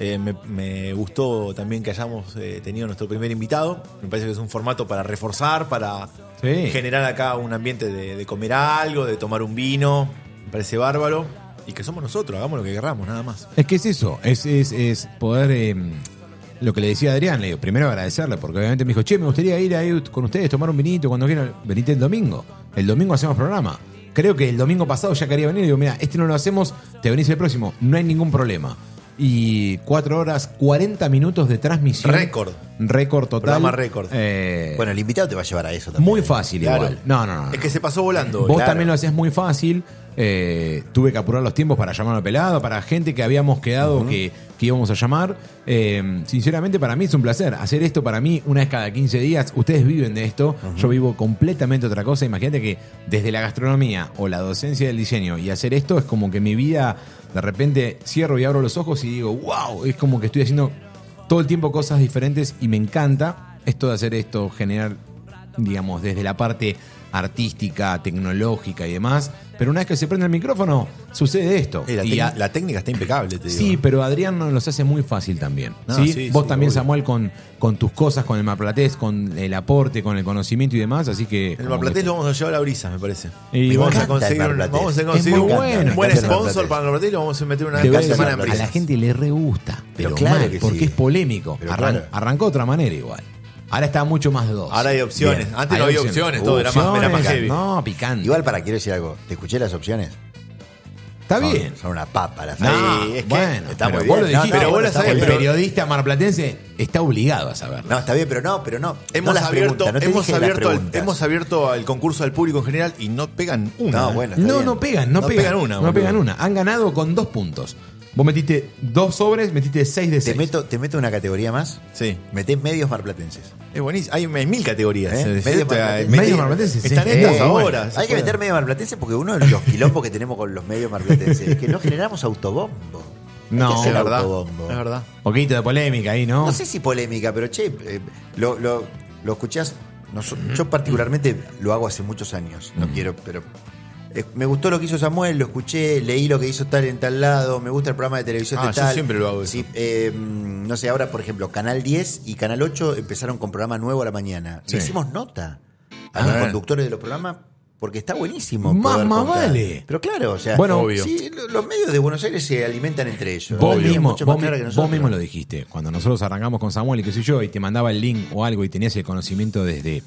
Speaker 2: eh, me, me gustó también que hayamos eh, tenido nuestro primer invitado. Me parece que es un formato para reforzar, para
Speaker 1: Sí.
Speaker 2: generar acá un ambiente de, de comer algo, de tomar un vino. Me parece bárbaro. Y que somos nosotros, hagamos lo que querramos, nada más.
Speaker 1: Es que es eso, es, es, es poder. eh, lo que le decía a Adrián, le digo, primero agradecerle, porque obviamente me dijo, che, me gustaría ir ahí con ustedes, tomar un vinito cuando quieran. Venite el domingo. El domingo hacemos programa. Creo que el domingo pasado ya quería venir. Digo, mira, este no lo hacemos, te venís el próximo. No hay ningún problema. Y cuatro horas, 40 minutos de transmisión.
Speaker 2: Récord.
Speaker 1: Récord total.
Speaker 2: Programa récord.
Speaker 1: Eh,
Speaker 3: Bueno, el invitado te va a llevar a eso también.
Speaker 1: muy fácil
Speaker 2: Claro.
Speaker 1: igual. No, no, no. no.
Speaker 2: Es que se pasó volando.
Speaker 1: Vos
Speaker 2: claro.
Speaker 1: también lo hacías muy fácil. eh, tuve que apurar los tiempos para llamar a pelado, para gente que habíamos quedado que, que íbamos a llamar. Eh, sinceramente, para mí es un placer. Hacer esto para mí una vez cada 15 días. Ustedes viven de esto. Yo vivo completamente otra cosa. Imagínate que desde la gastronomía o la docencia del diseño y hacer esto es como que mi vida de repente cierro y abro los ojos y digo, wow, es como que estoy haciendo todo el tiempo cosas diferentes y me encanta esto de hacer esto, generar digamos, desde la parte artística, tecnológica y demás. Pero una vez que se prende el micrófono, sucede esto.
Speaker 2: Eh, la,
Speaker 1: Y
Speaker 2: tec-
Speaker 1: a-
Speaker 2: la técnica está impecable, te digo.
Speaker 1: sí, pero Adrián nos los hace muy fácil también.
Speaker 2: Ah,
Speaker 1: ¿sí?
Speaker 2: sí,
Speaker 1: Vos
Speaker 2: sí,
Speaker 1: también,
Speaker 2: obvio.
Speaker 1: Samuel, con, con tus cosas, con el maplatés, con el aporte, con el conocimiento y demás. Así que.
Speaker 2: El
Speaker 1: como
Speaker 2: Marplatés
Speaker 1: que-
Speaker 2: lo vamos a llevar a brisa, me parece.
Speaker 1: Y
Speaker 2: Y vamos,
Speaker 1: me
Speaker 2: a
Speaker 1: encanta
Speaker 2: conseguir,
Speaker 3: el
Speaker 2: un-
Speaker 3: Marplatés.
Speaker 2: vamos a
Speaker 3: Es
Speaker 2: conseguir
Speaker 1: muy
Speaker 2: un,
Speaker 1: bueno, me
Speaker 2: un buen
Speaker 3: encanta el
Speaker 2: sponsor
Speaker 3: Marplatés.
Speaker 2: para el Marplatés y lo vamos a meter una
Speaker 1: Te voy a
Speaker 2: vez
Speaker 1: decir,
Speaker 2: por semana en
Speaker 1: a la
Speaker 2: brisa.
Speaker 1: gente le re gusta.
Speaker 3: Pero
Speaker 1: Pero
Speaker 3: claro
Speaker 1: mal,
Speaker 3: que
Speaker 1: porque
Speaker 3: sí.
Speaker 1: es polémico.
Speaker 3: Pero
Speaker 1: Arran-
Speaker 3: claro.
Speaker 1: Arrancó de otra manera igual. Ahora está mucho más dos.
Speaker 2: Ahora hay opciones. Antes no había opciones, todo era más- era más heavy.
Speaker 1: No, picante.
Speaker 3: Igual para, quiero decir algo. ¿Te escuché las opciones?
Speaker 2: Ah,
Speaker 1: está
Speaker 3: Son-
Speaker 1: bien.
Speaker 3: Son una papa las
Speaker 1: No,
Speaker 3: Sí, es que
Speaker 1: bueno,
Speaker 3: está
Speaker 1: pero
Speaker 3: muy
Speaker 1: vos
Speaker 3: bien.
Speaker 1: lo dijiste,
Speaker 3: No, no,
Speaker 2: pero vos
Speaker 3: bueno,
Speaker 2: lo
Speaker 3: está
Speaker 2: sabés,
Speaker 1: el
Speaker 3: muy bien.
Speaker 1: periodista marplatense está obligado a saberlo.
Speaker 3: No, está bien, pero no, pero no.
Speaker 2: Hemos
Speaker 3: No las
Speaker 2: abierto,
Speaker 3: preguntas, no te
Speaker 2: hemos,
Speaker 3: dije las
Speaker 2: abierto al,
Speaker 3: preguntas.
Speaker 2: hemos abierto al concurso al público en general y no pegan una.
Speaker 3: No, bueno. está
Speaker 1: No,
Speaker 3: bien.
Speaker 1: no pegan, no,
Speaker 2: No
Speaker 1: pegan,
Speaker 2: pegan una,
Speaker 1: una. No
Speaker 2: boludo.
Speaker 1: pegan una. Han ganado con dos puntos. Vos metiste dos sobres, metiste seis de
Speaker 3: Te
Speaker 1: seis.
Speaker 3: meto, te meto una categoría más.
Speaker 2: Sí.
Speaker 3: Metés medios marplatenses.
Speaker 2: Es buenísimo. Hay, hay mil categorías.
Speaker 3: ¿Eh?
Speaker 2: Es
Speaker 3: Medio
Speaker 2: cierto,
Speaker 3: marplatense.
Speaker 2: hay-
Speaker 1: Medio marplatense,
Speaker 2: Están
Speaker 1: sí.
Speaker 2: estas
Speaker 1: Eh,
Speaker 2: ahora.
Speaker 1: bueno,
Speaker 2: se
Speaker 3: Hay que
Speaker 2: puede.
Speaker 3: meter medios marplatenses porque uno de los quilombos que tenemos con los medios marplatenses es que no generamos autobombo. Hay
Speaker 1: No,
Speaker 3: que hacer
Speaker 2: Es verdad.
Speaker 3: autobombo.
Speaker 2: Es verdad.
Speaker 1: Poquito de polémica ahí, ¿no?
Speaker 3: No sé si polémica, pero che, eh, lo, lo, lo escuchás. no so- yo particularmente lo hago hace muchos años.
Speaker 1: Mm.
Speaker 3: No quiero, pero. eh, me gustó lo que hizo Samuel, lo escuché, leí lo que hizo tal en tal lado, me gusta el programa de televisión
Speaker 2: Ah,
Speaker 3: de
Speaker 2: yo
Speaker 3: tal.
Speaker 2: siempre lo hago eso.
Speaker 3: Sí, eh, no sé, ahora por ejemplo, Canal 10 y Canal 8 empezaron con programa nuevo a la mañana.
Speaker 1: Sí.
Speaker 3: Le hicimos nota a
Speaker 2: Ah.
Speaker 3: los conductores de los programas porque está buenísimo.
Speaker 1: Más-
Speaker 3: poder
Speaker 1: más
Speaker 3: contar.
Speaker 1: vale.
Speaker 3: Pero claro, o sea,
Speaker 1: Bueno, obvio.
Speaker 3: sí, lo- los medios de Buenos Aires se alimentan entre ellos.
Speaker 1: Vos,
Speaker 3: Hay
Speaker 1: mismo,
Speaker 3: mucho más
Speaker 1: vos,
Speaker 3: clara que
Speaker 1: mi- vos
Speaker 3: nosotros.
Speaker 1: mismo lo dijiste. Cuando nosotros arrancamos con Samuel y qué sé yo, y te mandaba el link o algo y tenías el conocimiento desde,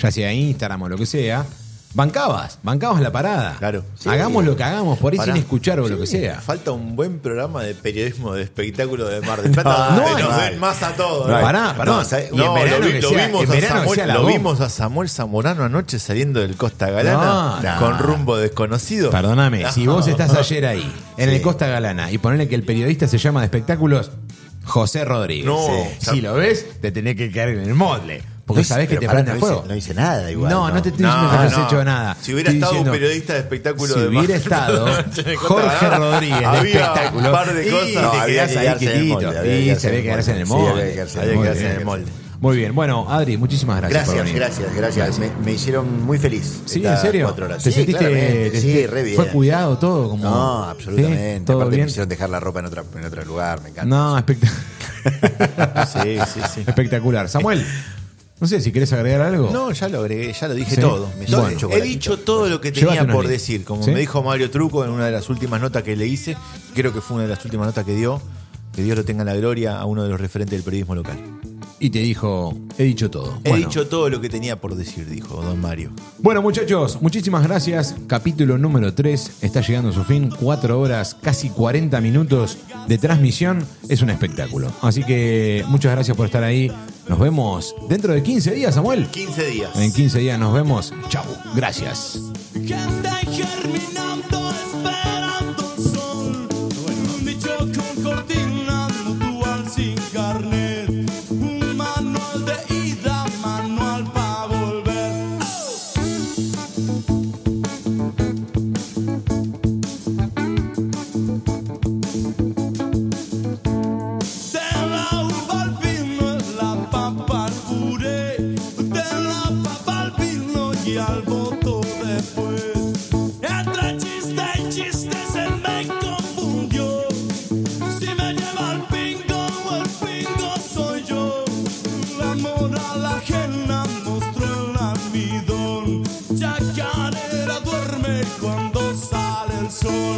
Speaker 1: ya sea Instagram o lo que sea, bancabas, bancabas la parada.
Speaker 2: Claro. Sí.
Speaker 1: Hagamos lo que hagamos, por ahí
Speaker 2: Pará.
Speaker 1: sin escuchar o lo que sea.
Speaker 2: Falta un buen programa de periodismo de espectáculo de Mar del Plata.
Speaker 1: No,
Speaker 2: donde
Speaker 1: no
Speaker 2: nos
Speaker 1: hay.
Speaker 2: den más a todos.
Speaker 3: ¿eh?
Speaker 1: No hay.
Speaker 2: ¿no?
Speaker 1: Pará, pará.
Speaker 2: No, ¿sabes?
Speaker 1: Y en
Speaker 2: No,
Speaker 1: verano
Speaker 2: lo, vi-
Speaker 1: que
Speaker 2: lo
Speaker 1: sea-
Speaker 2: vimos
Speaker 1: en verano
Speaker 2: a
Speaker 1: que sea
Speaker 2: Samuel,
Speaker 1: la
Speaker 2: lo
Speaker 1: bomba.
Speaker 2: vimos a Samuel Zamorano anoche saliendo del Costa Galana
Speaker 1: No, no.
Speaker 2: con rumbo desconocido.
Speaker 1: Perdóname, si vos estás ayer ahí, en el
Speaker 3: Sí.
Speaker 1: Costa Galana, y ponerle que el periodista se llama de espectáculos José Rodríguez.
Speaker 2: No.
Speaker 1: Sí. Si lo ves, te tenés que caer en el modle. Porque
Speaker 3: No hice-
Speaker 1: sabés que
Speaker 3: pero
Speaker 1: te
Speaker 3: pará,
Speaker 1: prende
Speaker 3: no
Speaker 1: fuego.
Speaker 3: Hice, no hice nada igual.
Speaker 1: no, no, te estoy
Speaker 2: No,
Speaker 1: diciendo que no, has
Speaker 2: no.
Speaker 1: hecho nada.
Speaker 2: Si hubiera
Speaker 1: Estoy
Speaker 2: estado un
Speaker 1: diciendo-
Speaker 2: periodista de espectáculo
Speaker 1: Si
Speaker 2: de
Speaker 1: hubiera
Speaker 2: Mar-
Speaker 1: estado
Speaker 2: de Costa
Speaker 1: Jorge
Speaker 2: Galana,
Speaker 1: Rodríguez de
Speaker 2: había
Speaker 1: espectáculo.
Speaker 2: un par de cosas.
Speaker 1: Y
Speaker 2: No,
Speaker 1: te
Speaker 2: había
Speaker 1: quedás
Speaker 3: que
Speaker 1: ahí
Speaker 3: quedarse en el
Speaker 1: quietito.
Speaker 3: molde, había que
Speaker 1: Y
Speaker 3: quedarse
Speaker 1: se ve
Speaker 3: en el
Speaker 1: que quedarse en el
Speaker 3: molde. Sí,
Speaker 1: molde.
Speaker 3: había que quedarse en
Speaker 1: Muy bien.
Speaker 2: el molde. Había que quedarse en el molde.
Speaker 1: Muy bien. Bueno, Adri, muchísimas gracias. por
Speaker 3: Gracias,
Speaker 1: venir.
Speaker 3: gracias, gracias. Me, me hicieron muy feliz.
Speaker 1: Sí, en
Speaker 3: estas
Speaker 1: serio.
Speaker 3: Cuatro horas.
Speaker 1: ¿Te
Speaker 3: Sí,
Speaker 1: sentiste,
Speaker 3: claramente,
Speaker 1: te
Speaker 3: sí,
Speaker 1: sentiste-
Speaker 3: re bien.
Speaker 1: fue cuidado todo como
Speaker 3: No,
Speaker 1: ¿Sí?
Speaker 3: absolutamente.
Speaker 1: todo
Speaker 3: Aparte
Speaker 1: bien.
Speaker 3: me hicieron dejar la ropa en, otra, en otro lugar, me encanta.
Speaker 1: No, espectacular.
Speaker 2: Sí, sí, sí.
Speaker 1: Espectacular. Samuel, no sé si querés agregar algo.
Speaker 2: No, ya lo agregué, ya lo
Speaker 1: Oh.
Speaker 2: dije
Speaker 1: Sí.
Speaker 2: todo. Me
Speaker 1: Bueno.
Speaker 2: llevo el chocolatito. he dicho todo lo que
Speaker 1: Llévate
Speaker 2: tenía
Speaker 1: unos
Speaker 2: por
Speaker 1: links.
Speaker 2: decir. Como
Speaker 1: ¿Sí?
Speaker 2: me dijo Mario Truco en una de las últimas notas que le hice, creo que fue una de las últimas notas que dio, que Dios lo tenga en la gloria a uno de los referentes del periodismo local.
Speaker 1: y te dijo, he dicho todo.
Speaker 2: He
Speaker 1: Bueno.
Speaker 2: dicho todo lo que tenía por decir, dijo don Mario.
Speaker 1: Bueno, muchachos, muchísimas gracias. Capítulo número 3 está llegando a su fin. 4 horas, casi 40 minutos de transmisión. Es un espectáculo. Así que muchas gracias por estar ahí. Nos vemos dentro de 15 días, Samuel.
Speaker 3: 15 días.
Speaker 1: En 15 días nos vemos. Chau. Gracias.
Speaker 5: que anda germinando esperando un sol. Un bicho con cortina, dual sin carnet. Un manual de ida, manual para volver. De la uva al vino, la papa al puré, de la papa al vino y al voto después. Entre chiste y chiste se me confundió, si me lleva al pingo o el pingo soy yo. La moral ajena mostró el almidón, chacarera duerme cuando sale el sol.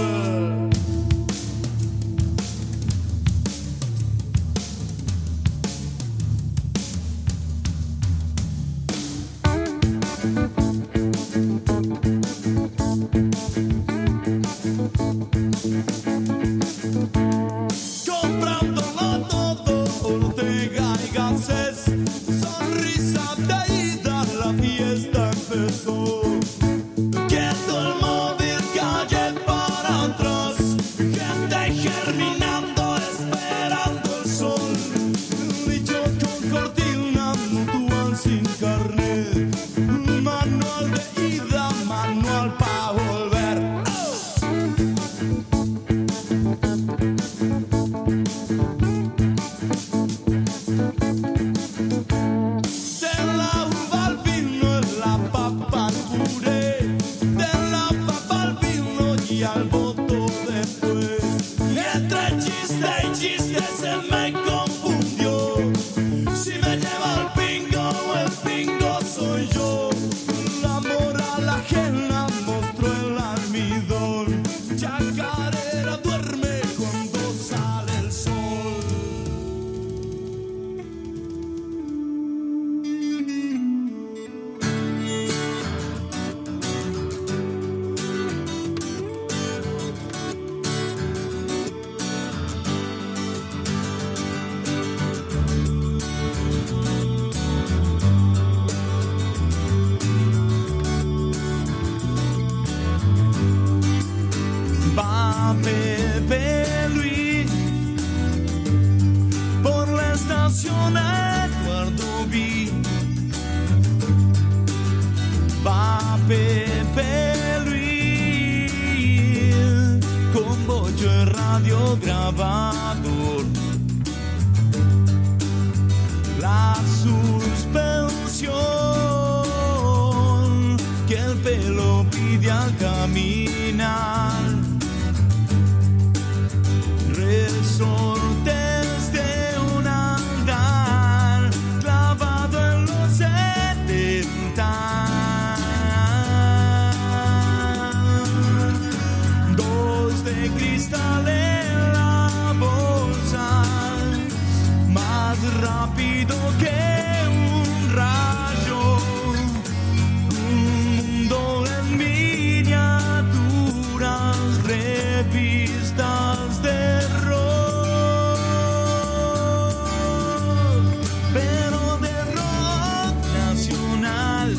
Speaker 5: Comprándolo todo, Ortega y Gasset, sonrisa ida, la fiesta empezó. Quieto el móvil, calle para atrás, gente germinando, esperando el sol. Y yo con cortina, mutual sin carnet, manual de ida, manual para volver. De la uva al vino, la papa al puré, de la papa al vino y al voto después. Entre chiste y chiste se me confundió, si me lleva al pingo o el pingo soy yo. La moral ajena mostró el almidón, chacarera duerme cuando sale el sol. Va bebé Luis por la estación Eduardo Vi. Va bebé Luis con bollo y radiograbador. La suspensión que el pelo pide al caminar resortes de un andar clavado en los setenta. Dos de cristal en la bolsa, más rápido que un rayo. Un mundo en miniaturas, revistas de rock, pero de rock nacional.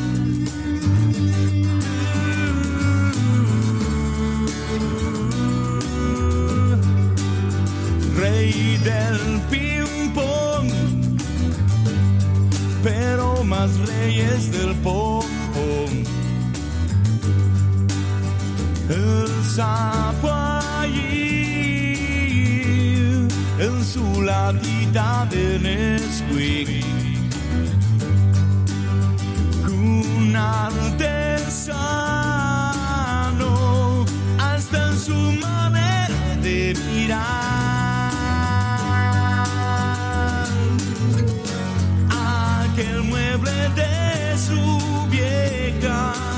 Speaker 5: Rey del ping-pong, pero más reyes del pom-pom. El sapo allí en su latita de Nesquik. Un artesano hasta en su manera de mirar. Aquel mueble de su vieja